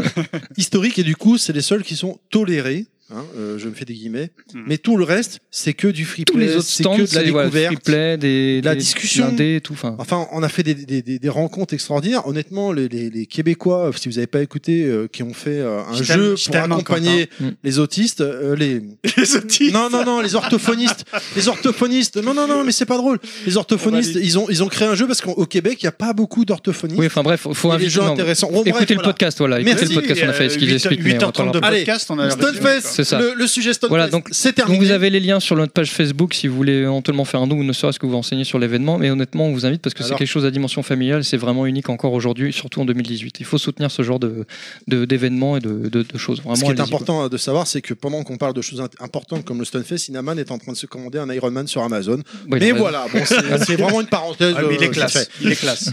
S1: historique et du coup, c'est les seuls qui sont tolérés. hein, euh, je me fais des guillemets.
S8: Hmm.
S1: Mais tout le reste, c'est que du free
S2: Tous
S1: play,
S2: les autres
S1: c'est
S2: stands,
S1: que de la
S2: c'est voilà, free
S1: découverte.
S2: play, des,
S1: de la
S2: des-
S1: discussion. Ah,
S2: l'indé et tout. Enfin,
S1: Enfin, on a fait des, des- des- des rencontres extraordinaires. Honnêtement, les, les- les Québécois, euh, si vous n'avez pas écouté, euh, qui ont fait euh, un
S8: Je t'aime-
S1: jeu
S8: je
S1: pour
S8: t'aime,
S1: accompagner
S2: Quentin. Mm.
S1: les autistes, euh, les...
S8: Les outils.
S1: non non non, les orthophonistes, les orthophonistes. Non non non, mais c'est pas drôle. Les orthophonistes, ils ont ils ont créé un jeu parce qu'au Québec, il y a pas beaucoup d'orthophonistes.
S2: oui, enfin bref, faut
S1: Il y a des
S2: inviter.
S1: jeux
S2: non,
S1: intéressants. Bon, bref,
S2: écoutez le
S1: voilà.
S2: podcast, voilà. Écoutez
S1: Merci, euh,
S2: le podcast, on a fait ce
S8: euh,
S2: qu'ils expliquent. mais on en
S8: 8h30 de
S2: parlera pas.
S1: Allez,
S8: podcast, on a résumé, quoi.
S1: Stunfest,
S2: C'est ça.
S1: le, le sujet Stunfest,
S2: Voilà, donc-
S1: c'est
S2: Donc
S1: terminé.
S2: vous avez les liens sur notre page Facebook si vous voulez éventuellement faire un don ou ne serait-ce que vous renseigner sur l'événement. Mais honnêtement, on vous invite parce que c'est
S1: Alors-
S2: quelque chose à dimension familiale. C'est vraiment unique encore aujourd'hui, surtout en 2018. Il faut soutenir ce genre de de- d'événements et de, de- de choses. Vraiment,
S1: Ce qui est
S2: allez-y,
S1: important de savoir, c'est que pendant qu'on parle de choses int- importantes comme le Stunfest, Inaman est en train de se commander un Ironman sur Amazon.
S2: quoi. Ouais, il a
S1: Mais
S2: raison.
S1: voilà, bon, c'est c'est vraiment une parenthèse.
S8: Ah, mais il est
S1: euh,
S8: classe.
S1: c'est
S8: Il est classe.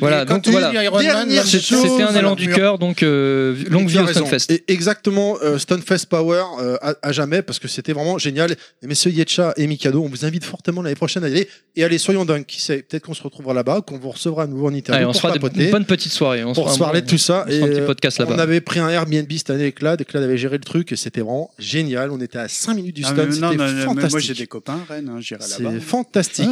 S2: Voilà,
S5: Quand
S2: donc
S5: tu
S2: voilà.
S5: lis Iron Man,
S1: Dernière
S5: là,
S2: C'est-
S1: chose,
S2: C'était un élan
S1: alors,
S2: du
S1: mur.
S2: cœur, donc euh,
S1: fait.
S2: longue vie
S1: Tu as
S2: au
S1: raison.
S2: Stunfest.
S1: Et exactement, euh, Stunfest Power euh, à, à jamais parce que c'était vraiment génial. Et messieurs Yetcha et Mikado, on vous invite fortement l'année prochaine à y aller. Et allez, soyons dingues, qui sait, peut-être qu'on se retrouvera là-bas, qu'on vous recevra à nouveau en interview
S2: Allez, on se
S1: pour
S2: fera
S1: papoter,
S2: des bonnes petites soirées. hein, On
S1: pour
S2: fera
S1: se
S2: un
S1: parler
S2: bon-
S1: de tout ça.
S2: on se fera un
S1: Et, euh,
S2: petit podcast
S1: On
S2: là-bas.
S1: avait pris un Airbnb cette année avec Clad, et Clad avait géré le truc, et c'était vraiment génial. On était à 5 minutes du
S8: Ah,
S1: stand,
S8: mais
S1: c'était
S8: non, mais- mais
S1: fantastique.
S8: moi j'ai des copains, Rennes, hein, j'irai là-bas.
S1: C'est fantastique.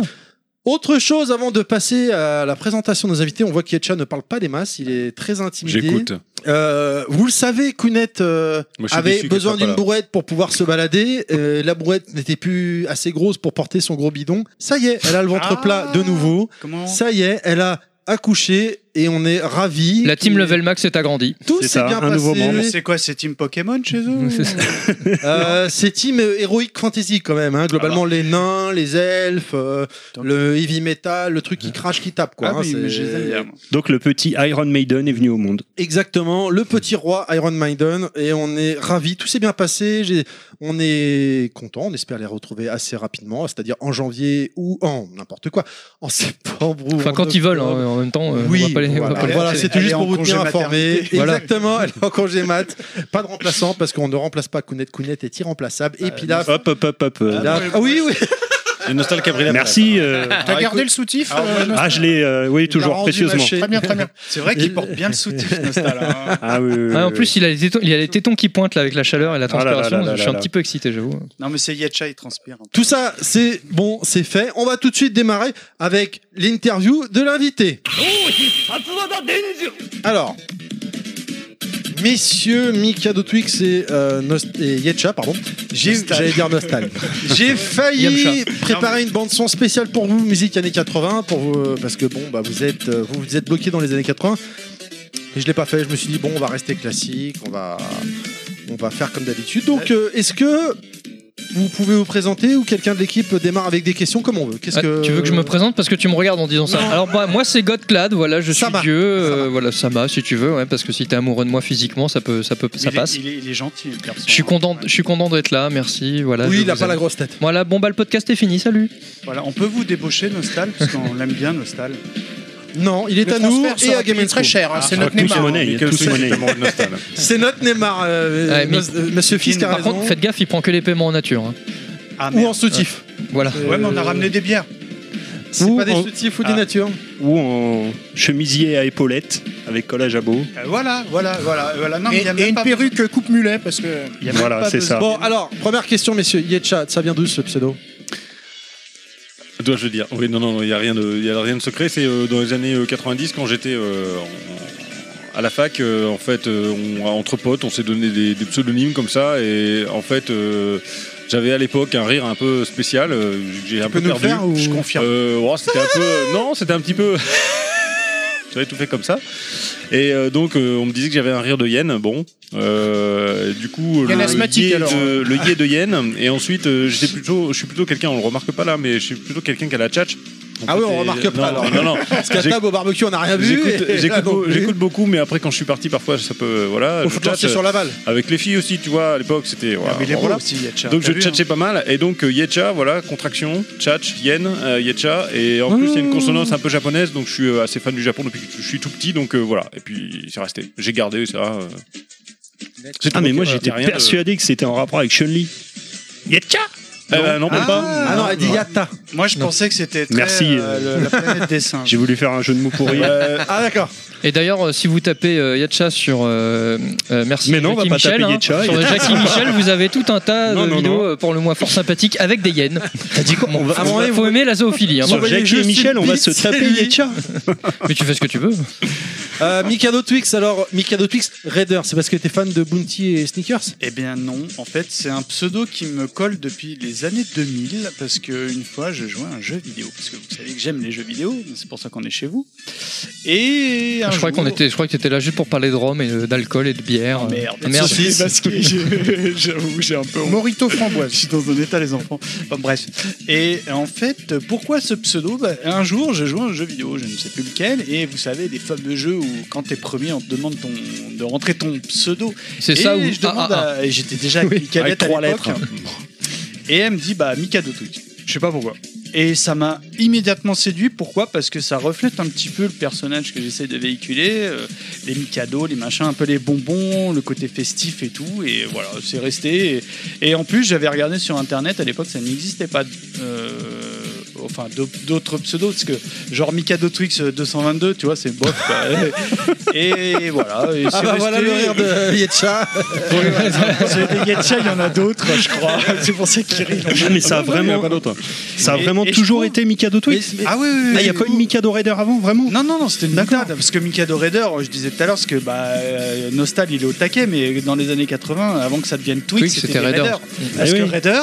S1: Autre chose avant de passer à la présentation de nos invités, on voit qu'Yetcha ne parle pas des masses, il est très intimidé.
S9: J'écoute.
S1: Euh, vous le savez, Kounet euh,
S9: Moi, je suis
S1: avait
S9: déçu qu'elle
S1: besoin
S9: soit pas
S1: d'une
S9: là.
S1: brouette pour pouvoir se balader. Euh, la brouette n'était plus assez grosse pour porter son gros bidon. Ça y est, elle a le ventre
S8: Ah.
S1: plat de nouveau.
S8: Comment
S1: Ça y est, elle a accouché et on est ravis.
S2: La team Level Max s'est agrandie.
S1: Tout
S3: C'est
S1: s'est
S3: ça,
S1: bien
S3: un
S1: passé.
S3: nouveau membre.
S8: C'est quoi, c'est Team Pokémon chez eux
S2: C'est ça.
S1: Euh, c'est team euh, Heroic Fantasy quand même. hein. Globalement,
S8: Ah bah.
S1: les nains, les elfes, euh, le heavy metal, le truc qui crache, qui tape. Quoi,
S8: Ah
S1: hein,
S8: oui, mais
S1: c'est-
S8: je les aime bien. moi.
S3: Donc le petit Iron Maiden est venu au monde.
S1: Exactement, le petit roi Iron Maiden et on est ravi, tout s'est bien passé, j'ai- on est content, on espère les retrouver assez rapidement, c'est-à-dire en janvier ou en n'importe quoi, en septembre ou
S2: Enfin,
S1: en
S2: quand ils veulent,
S1: octobre.
S2: hein, en même temps, euh,
S1: oui,
S2: on va pas les. on va
S1: voilà,
S2: pas les-
S1: Voilà,
S8: elle-
S1: c'était
S8: elle
S1: juste
S8: est
S1: pour
S8: en
S1: vous tenir
S8: congé
S1: informé.
S8: maternité. Voilà.
S1: Exactement, elle est en congé mat, pas de remplaçant parce qu'on ne remplace pas Kounet, Kounet est irremplaçable
S8: Bah,
S1: et Pilaf.
S3: Hop, hop, hop, hop. euh,
S1: Pilaf- Ah oui, oui,
S9: Le Nostal Cabrillet.
S3: Merci. euh,
S5: T'as gardé le soutif euh, Nostal
S3: Ah, je l'ai, euh, oui, toujours,
S1: rendu
S3: précieusement.
S1: mâché.
S5: Très bien, très bien.
S8: C'est vrai qu'il porte bien le soutif, Nostal. hein.
S3: Ah, oui,
S10: Euh,
S3: oui, oui,
S2: Ah, en
S3: oui.
S2: plus, il a, les tétons, il a les tétons qui pointent là avec la chaleur et la
S3: Ah là là
S2: transpiration.
S3: là là
S2: je suis un
S3: là.
S2: petit peu excité, j'avoue.
S8: Non, mais c'est Yetcha, il transpire.
S1: tout ça, c'est bon, c'est fait. On va tout de suite démarrer avec l'interview de l'invité. Alors, messieurs Mikado Twix et, euh, Nost- et Yetcha, pardon, j'ai-
S8: Nostal.
S1: j'allais dire Nostal. J'ai failli
S2: Yamcha.
S1: préparer une bande son spéciale pour vous, musique années 80, pour vous, parce que bon, bah, vous êtes, euh, vous, vous êtes bloqué dans les années 80. Et je l'ai pas fait. Je me suis dit bon, on va rester classique, on va, on va faire comme d'habitude. Donc, euh, est-ce que vous pouvez vous présenter ou quelqu'un de l'équipe démarre avec des questions comme on veut Qu'est-ce
S2: Ah,
S1: que
S2: Tu veux que je me présente parce que tu me regardes en disant ça. Alors bah, moi c'est Godclad, voilà, je suis
S1: Sama.
S2: Dieu, euh, voilà Sama si tu veux, ouais, parce que si t'es amoureux de moi physiquement, ça peut, ça peut,
S8: Mais
S2: ça
S8: il est-
S2: passe.
S8: Il est, il est gentil, le garçon.
S2: Je suis content,
S8: Ouais.
S2: je suis content d'être là, merci. Voilà.
S1: Oui,
S2: je
S1: il a
S2: vous
S1: pas
S2: aime.
S1: la grosse tête.
S2: Voilà, bon bah le podcast est fini, salut.
S8: Voilà, on peut vous débaucher, Nostal, parce qu'on l'aime bien, Nostal.
S1: Non, il est
S5: Le
S1: à nous
S5: transfert
S1: et
S5: sera
S1: à Game
S5: payé très cher, hein, c'est
S3: Ah,
S5: notre
S3: tous
S5: Neymar.
S3: monnaie, il y a
S9: Michael
S3: tous monnaie.
S9: Souvenez.
S1: C'est notre Neymar, euh,
S2: Ouais, mais-
S1: nos- euh, Monsieur Fisk a
S2: Par
S1: raison.
S2: contre, faites gaffe, il prend que les paiements en nature. hein.
S8: Ah,
S1: ou
S8: merde.
S1: en soutif.
S2: Voilà.
S8: Ouais, mais on a
S1: Euh,
S8: ramené des bières.
S1: C'est
S3: Ou
S1: pas des
S3: en-
S1: soutifs ou des
S3: Ah.
S1: natures.
S3: Ou en chemisier à épaulettes avec collage à beau.
S8: Euh, voilà, voilà, voilà. voilà. Non, mais
S5: Et,
S8: il y a
S5: et
S8: même
S5: une
S8: pas-
S5: perruque coupe mulet parce que.
S8: il y a même
S3: Voilà,
S8: pas
S3: Ah, c'est
S8: besoin.
S3: ça.
S1: Bon, alors, première question, messieurs. Yetcha, ça vient d'où ce pseudo
S9: Dois-je le dire Oui, non, non, non, il n'y a, rien de- il y a rien de secret. C'est euh, dans les années euh, 90, quand j'étais euh, en- à la fac, euh, en fait, euh, on, entre potes, on s'est donné des, des pseudonymes comme ça. Et en fait, euh, j'avais à l'époque un rire un peu spécial. euh, J'ai un
S1: Tu peux
S9: peu
S1: nous le
S9: perdu.
S1: faire ou...
S8: Je confirme.
S9: Euh, oh, c'était un peu. Non, c'était un petit peu. J'avais tout fait comme ça. Et euh, donc, euh, on me disait que j'avais un rire de Yen. Bon. Euh, du coup,
S5: Yen asthmatique,
S9: yé
S5: alors.
S1: hein.
S9: de, le yé de Yen. Et ensuite, euh, j'étais plutôt, je suis plutôt quelqu'un, on le remarque pas là, mais je suis plutôt quelqu'un qui a la tchatch. Donc,
S1: Ah oui, on
S9: c'était-
S1: remarque pas,
S9: Non,
S1: alors.
S9: non, non.
S1: Parce qu'à table, au barbecue, on n'a rien vu.
S9: J'écoute-
S1: et-
S9: J'écoute
S1: Ah, non,
S9: beau-
S1: mais-
S9: j'écoute beaucoup, mais après, quand je suis parti, parfois, ça peut. Voilà.
S1: Au
S9: je
S1: foot
S9: tchatche.
S1: lancé sur la balle.
S9: Avec les filles aussi, tu vois, à l'époque, c'était.
S8: Ah,
S9: voilà,
S8: mais il est beau
S9: voilà.
S8: aussi, Yetcha.
S9: Donc
S8: T'as
S9: je
S8: vu,
S9: tchatchais
S8: hein
S9: pas mal et donc euh, Yetcha voilà contraction tchatch yen euh, Yetcha et en plus il y a
S6: Oh.
S9: une consonance un peu japonaise donc je suis euh, assez fan du Japon depuis que je suis tout petit donc euh, voilà et puis c'est resté j'ai gardé ça euh. C'est tout,
S3: Ah, mais
S9: donc,
S3: moi,
S9: euh,
S3: j'étais
S9: y a rien de-
S3: persuadé que c'était en rapport avec Chun-Li. Yetcha
S9: Eh ben, non, même pas
S1: Ah non, elle dit Yatta.
S8: Moi, je pensais que c'était très,
S3: Merci,
S8: euh,
S3: euh,
S8: le- la planète des singes.
S3: J'ai voulu faire un jeu de mots pourri.
S1: Ah d'accord.
S2: Et d'ailleurs, euh, si vous tapez euh, Yatcha sur euh, euh, merci
S3: Mais non, on va
S2: Jackie
S3: pas
S2: Michel,
S3: taper
S2: hein,
S3: Yatcha,
S2: sur Jackie Michel, vous avez tout un tas
S3: Non,
S2: de
S3: non,
S2: vidéos
S3: non.
S2: euh, pour le moins fort sympathiques avec des yens. T'as dit comment
S1: va- on va-
S2: Faut aimer la zoophilie, hein,
S3: Sur
S1: Envoyez
S3: Jackie et
S1: juste
S3: Michel,
S1: une
S3: on va se
S1: bite,
S3: taper
S1: c'est
S3: Yetcha.
S2: mais tu fais ce que tu veux.
S1: Euh, Mikado Twix, alors Mikado Twix, Raider, c'est parce que t'es fan de Bounty et Sneakers
S3: Ah,
S8: Eh bien non, en fait c'est un pseudo qui me colle depuis les années 2000 parce que une fois je jouais à un jeu vidéo parce que vous savez que j'aime les jeux vidéo, c'est pour ça qu'on est chez vous. Et un
S2: je crois
S8: jour-
S2: qu'on était, je crois que t'étais là juste pour parler de rhum et euh, d'alcool et de bière.
S8: Oh,
S2: euh,
S8: merde.
S2: et merde.
S8: Je suis masqué, j'ai- j'avoue, j'ai un peu honte.
S5: Morito
S8: Je
S5: framboise.
S8: suis dans un état, les enfants. Enfin, bref. Et en fait, pourquoi ce pseudo Bah, Un jour, je jouais à un jeu vidéo, je ne sais plus lequel, et vous savez, des fameux jeux où quand t'es premier, on te demande ton, de rentrer ton pseudo.
S2: C'est
S8: Et
S2: ça où
S8: je demande
S2: Ah, ah,
S8: à- et J'étais déjà avec Mickaëlette à
S3: trois
S8: l'époque.
S3: lettres.
S8: Et elle me dit bah Mikado Twitch. Je sais pas pourquoi. Et ça m'a immédiatement séduit. Pourquoi Parce que ça reflète un petit peu le personnage que j'essaie de véhiculer, euh, les Mikado, les machins, un peu les bonbons, le côté festif et tout. Et voilà, c'est resté. Et, et en plus, j'avais regardé sur internet à l'époque, ça n'existait pas. euh, Enfin, d'au- d'autres pseudos, parce que genre Mikado Twix euh, 222, tu vois, c'est bof. quoi. et voilà. et c'est
S1: Ah bah
S8: resté.
S1: voilà le rire de Yetcha.
S8: C'est des Getcha, il y en a d'autres, je crois. C'est pour ça qu'ils rient.
S3: mais ça a vraiment, ça a
S8: Et-
S3: Ah, vraiment
S8: et je
S3: toujours
S8: trouve-
S3: été Mikado Twix.
S1: Mais- mais-
S8: Ah oui, oui,
S3: Ah, il n'y a pas eu Mikado Raider avant, vraiment
S8: Non, non, non, c'était une boutade. Parce que Mikado Raider, je disais tout à l'heure, parce que bah, euh, Nostal, il est au taquet, mais dans les années 80, avant que ça devienne Twix,
S2: Twix,
S8: c'était
S2: c'était
S8: des
S2: Raider.
S8: Raiders. Parce
S3: Eh
S8: que
S3: oui.
S8: Raider,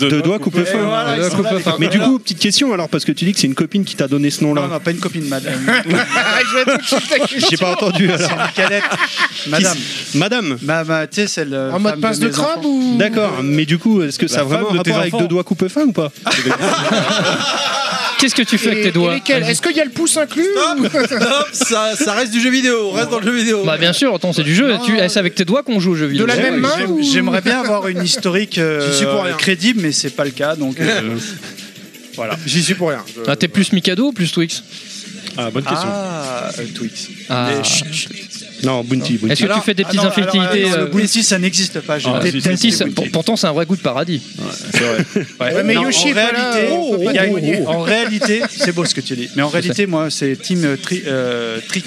S9: Deux,
S3: Deux doigts coupe feu.
S8: voilà,
S2: ils sont là, les copains.
S3: Mais du coup, petite question alors, parce que tu dis que c'est une copine qui t'a donné ce
S8: Non,
S3: nom-là.
S8: non, pas une copine, madame.
S3: J'ai pas entendu. alors.
S8: C'est une cadette. Madame.
S3: Madame.
S8: Bah, bah, tu sais, celle.
S5: En mode pince de crabe ou
S3: D'accord, mais du coup, est-ce que ça a vraiment
S9: femme de
S3: un
S9: tes
S3: rapport avec
S9: enfants.
S3: deux doigts coupe fin ou pas
S2: Qu'est-ce que tu fais avec
S5: Et-
S2: tes
S5: et
S2: doigts
S5: lesquels Est-ce qu'il y a le pouce inclus ou-
S4: Hop, ça, ça reste du jeu vidéo, on reste dans le jeu vidéo.
S2: Bah bien sûr, attends, c'est du jeu. tu- eh, C'est avec tes doigts qu'on joue aux jeux vidéo.
S5: la
S2: Ouais,
S5: même
S2: ouais.
S5: main
S8: J'aime-
S5: ou-
S8: J'aimerais bien avoir une historique euh,
S4: J'y suis pour rien.
S8: crédible, mais c'est pas le cas. Donc, euh,
S4: J'y suis pour rien.
S2: Ah, t'es plus Mikado ou plus Twix
S3: Ah, bonne
S8: ah, euh, Twix.
S2: Ah.
S8: Mais chut, chut.
S3: Non, Bounty, Bounty.
S2: Est-ce que tu
S8: Alors-
S2: fais des
S8: ah
S2: petites
S8: non,
S2: infértilités
S8: alors, euh, non,
S2: euh,
S8: Le Bounty, ça n'existe pas. j'ai
S9: Ah,
S8: détesté
S9: si, si,
S2: Même si
S8: le
S2: ça-
S8: Bounty.
S2: pour- pourtant, c'est un vrai goût de paradis.
S5: Ouais, mais
S8: Non,
S5: Yoshi,
S8: en
S5: voilà, Oh,
S8: réalité,
S5: on peut
S8: il
S5: pas
S8: y a-
S5: témoigner.
S8: en réalité, c'est beau ce que tu dis. Mais en réalité, moi, c'est Team euh, tri, euh, Trix.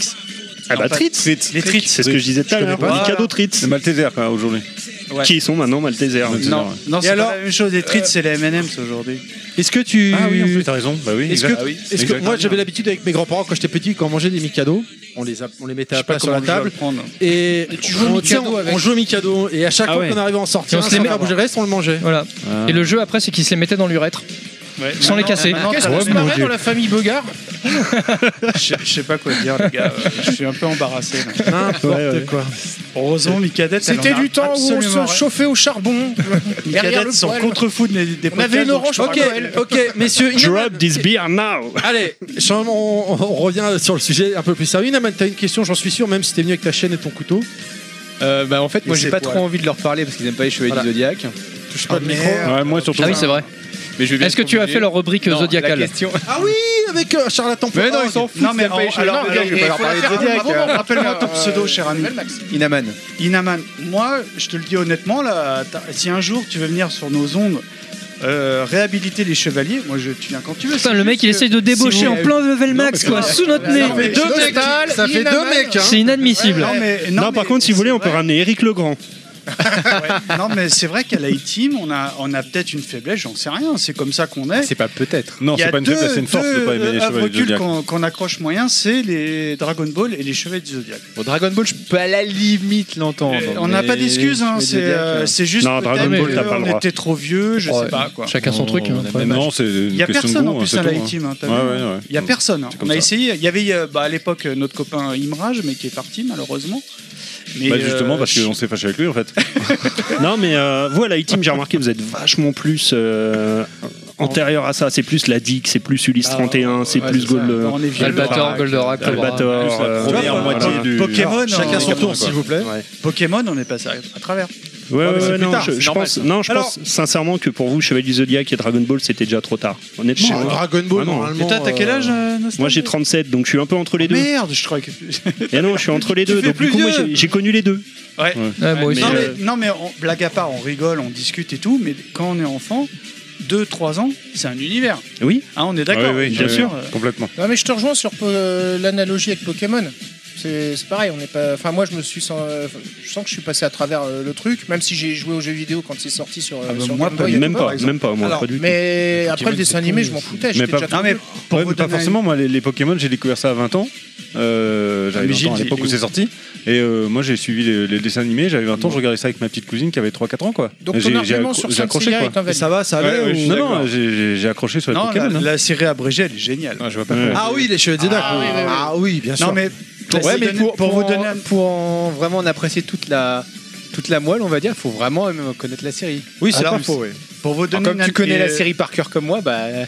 S3: Ah
S8: Non,
S3: bah,
S8: pas-
S3: Tritz.
S8: Les Trix.
S3: C'est ce que je disais tout à l'heure.
S8: pas.
S3: Mikado
S9: C'est
S3: Tritz.
S9: Malteser quand même aujourd'hui.
S8: Ouais.
S3: Qui sont maintenant Malteser.
S8: Non, non c'est
S4: alors
S8: pas la même chose. Les
S5: Euh,
S8: Trix, c'est les M&M's aujourd'hui.
S1: Est-ce que tu.
S9: t'as raison. Bah oui,
S1: Est-ce que,
S9: exact.
S1: est-ce que
S9: Exact.
S1: moi j'avais l'habitude avec mes grands-parents quand j'étais petit quand on mangeait des Mikado, on les, a- on les mettait
S8: Je
S1: à
S8: sais pas
S1: plat sur
S8: comment
S1: la
S8: je dois
S1: table
S8: le prendre.
S1: et on, tu sais, on- on jouait au Mikado et à chaque
S3: Ah
S1: fois
S3: ouais.
S1: qu'on arrivait à en sortir,
S2: Et on
S1: on
S2: se
S1: se
S2: les met-
S1: bouger le reste, on le mangeait.
S2: Voilà. Et le jeu après, c'est qu'ils se les mettaient dans l'urètre, sans les casser.
S8: maintenant,
S5: Qu'est-ce
S8: Ouais,
S5: qu'on se
S8: mon
S5: marrait
S8: Dieu.
S5: dans la famille Bogart
S8: Je je sais pas quoi dire, les gars. euh, Je suis un peu embarrassé. là.
S1: N'importe quoi.
S8: Heureusement, Micadette.
S5: Hein C'était du temps où on se chauffait au charbon. derrière le
S8: Micadette s'en
S5: poêle.
S8: contrefout des, des
S5: On avait une orange pour
S1: Ok,
S5: Noël.
S1: ok, messieurs. Inaman-
S3: Drop this beer now.
S1: Allez, changeons- on, on revient sur le sujet un peu plus sérieux. Inaman, t'as une question, j'en suis sûr, même si t'es venu avec ta chaîne et ton couteau.
S6: Euh, bah, en fait, moi,
S8: Et
S6: j'ai
S8: c'est Ah,
S6: pas
S8: quoi,
S6: trop envie de leur parler parce qu'ils aiment pas les chevaliers
S1: Voilà.
S6: du Zodiac.
S1: Touche pas de micro.
S9: Ouais, moi surtout.
S2: Ah oui, c'est vrai.
S6: Mais je vais bien
S2: Est-ce que tu as
S6: formuler.
S2: fait leur rubrique euh,
S6: Non,
S2: zodiacale
S6: la question-
S1: Ah oui, avec euh, charlatan.
S6: Mais non, ils s'en foutent.
S8: Non, mais
S6: ils aiment pas les
S8: en-
S6: chevaliers
S8: alors,
S6: du
S1: euh,
S6: Zodiac, je vais
S8: il
S6: pas leur
S8: faut
S6: parler
S8: la
S6: de
S8: faire
S6: Zodiac.
S8: vraiment. hein. Rappelle-moi ton pseudo, cher ami.
S6: Inaman.
S8: Inaman, moi, je te le dis honnêtement, là, t'as- si un jour tu veux venir sur nos ondes euh, réhabiliter les chevaliers, moi, je, tu viens quand tu veux.
S2: Putain,
S8: c'est
S2: le
S8: juste
S2: mec, il
S8: que-
S2: essaye de débaucher
S8: si
S2: en
S8: vous-
S2: plein level max, quoi, sous notre
S8: Non, mais
S2: nez.
S5: Deux mecs, ça fait deux mecs. hein.
S2: C'est inadmissible.
S8: Non, mais,
S3: Non, par
S8: mais
S3: contre, si vous
S8: c'est
S3: voulez, on
S8: vrai.
S3: peut ramener Eric Legrand.
S8: Ouais. Non, mais c'est vrai qu'à la team on a, on a peut-être une faiblesse, j'en sais rien. C'est comme ça qu'on est.
S6: C'est pas peut-être.
S9: Non,
S8: Il y
S9: c'est
S8: a
S9: pas une
S8: deux-
S9: faiblesse, c'est une force de
S8: deux
S9: pas aimer les
S8: œuvres
S9: chevaliers du
S8: cultes
S9: Zodiac.
S8: qu'on- qu'on accroche moyen, c'est les Dragon Ball et les Chevaliers du Zodiac.
S6: Bon, Dragon Ball, je peux à la limite l'entendre.
S8: Euh,
S1: Euh,
S8: on n'a
S6: mais
S8: pas d'excuses, hein,
S6: les
S8: c'est
S6: Zodiac,
S8: euh,
S6: euh,
S8: c'est juste
S3: Non, Dragon
S8: peut-être
S3: Ball, t'as pas le
S8: qu'on
S3: droit.
S8: était trop vieux, je
S2: Ouais.
S8: sais pas quoi.
S2: Chacun son truc. hein.
S9: Mais non, c'est une
S8: Il y a
S9: question de
S8: personne
S9: goût,
S8: en
S9: hein,
S8: plus
S9: c'est
S8: à la
S9: tout, hein.
S8: team. hein, t'as
S9: Ouais,
S8: vu
S9: ouais, ouais.
S8: Il y a personne. hein.
S9: C'est comme
S8: On a
S9: ça.
S8: essayé. Il y avait euh, bah, à l'époque euh, notre copain Imrage, mais qui est parti malheureusement. Mais,
S9: Bah, justement,
S8: euh,
S9: parce qu'on s'est fâché avec lui en fait.
S3: Non, mais euh, vous, à la team j'ai remarqué, vous êtes vachement plus euh, antérieur à ça. C'est plus la DIC, c'est plus Ulysse
S8: Ah,
S3: 31, c'est
S6: ouais,
S3: plus
S6: c'est ça.
S3: Gold.
S10: euh,
S3: euh,
S8: on est vieux.
S2: Albator, Goldorak, Cobra.
S9: Plus
S3: Albator.
S9: la
S3: euh,
S9: première
S3: voilà.
S9: moitié du.
S8: Pokémon,
S1: Chacun
S8: on-
S1: son tour, s'il vous plaît.
S8: Pokémon, on est passé à- à travers.
S3: Ouais, ouais,
S1: mais c'est
S3: ouais,
S1: plus
S3: non,
S1: tard,
S3: je,
S6: c'est
S3: je
S6: normal,
S3: pense,
S6: ça.
S3: non, je
S1: Alors-
S3: pense sincèrement que pour vous, Chevalier du Zodiac et Dragon Ball, c'était déjà trop tard.
S1: Chez
S3: Honnêtement, hein.
S1: Dragon Ball,
S3: Vraiment.
S1: normalement.
S8: Et toi, t'as quel
S1: euh,
S8: âge, euh, Nostal
S3: moi j'ai 37, donc je suis un peu entre les deux.
S8: Merde, je crois que.
S3: Et Eh non, je suis entre les deux.
S8: fais
S3: Donc,
S8: plus
S3: du coup, moi,
S8: vieux.
S3: j'ai- j'ai connu les deux.
S8: Ouais.
S2: Ouais, moi aussi.
S8: non, mais,
S3: euh,
S8: non, mais on- blague à part, on rigole, on discute et tout, mais quand on est enfant, 2-3 ans, c'est un univers.
S3: Oui.
S8: Hein, on est d'accord
S9: Oui, oui,
S3: bien
S9: oui,
S3: sûr.
S9: oui, Complètement.
S5: Non mais je te rejoins sur euh, l'analogie avec Pokémon. C'est c'est pareil, on n'est pas. Enfin moi je me suis sans- euh, je sens que je suis passé à travers euh, le truc, même si j'ai joué aux jeux vidéo quand c'est sorti sur. euh,
S8: Ah bah,
S5: sur
S8: moi,
S5: Game
S8: pas
S5: Boy
S8: du
S5: et
S3: Même
S5: tout,
S3: pas,
S5: par exemple.
S3: même pas, moi,
S8: Alors,
S3: pas du tout.
S5: Mais après le dessin animé, je m'en foutais. j'étais
S3: pas-
S5: déjà
S8: Non, mais pour
S9: Ouais,
S8: vous
S9: Ah, mais pas
S8: donner-
S9: forcément. Moi, les, les Pokémon, j'ai découvert ça à 20 ans. Euh, j'avais
S8: Mais
S9: 20 ans à
S8: Gilles,
S9: l'époque
S8: il est
S9: où c'est sorti. Et euh, moi, j'ai suivi les, les dessins animés. J'avais 20 ans, je regardais ça avec ma petite cousine qui avait 3-4 ans. Quoi.
S5: Donc
S9: Et
S5: ton
S9: j'ai- j'ai
S5: argument
S9: accro-
S5: sur
S9: j'ai
S5: Saint
S9: accroché.
S5: Seiya
S9: quoi.
S5: est invalide.
S4: Ça va,
S1: hein.
S4: ça
S9: Ouais,
S4: allait
S9: ouais, je
S4: ou-
S9: suis
S4: Non,
S9: d'accord. Non, non, j'ai- j'ai j'ai accroché sur les
S8: Non, la,
S9: Pokémon. hein.
S8: la série abrégée, elle est géniale.
S6: Ah, je vois pas.
S9: Ouais.
S4: Ah oui, les cheveux de Zodiac.
S5: Ah oui, oui, oui.
S4: Ah oui, bien sûr.
S8: non, mais pour,
S6: Ouais,
S8: vous
S6: mais
S8: donner-
S6: pour,
S8: pour vous
S6: en-
S8: donner.
S6: pour en vraiment en apprécier toute la toute la moelle, on va dire, faut vraiment euh, connaître la série.
S4: oui, c'est
S8: alors,
S4: pas faux. ouais.
S8: Pour vous
S6: Alors,
S8: donner
S6: comme
S8: une- euh,
S6: tu connais
S8: et-
S6: la série par cœur comme moi, bah la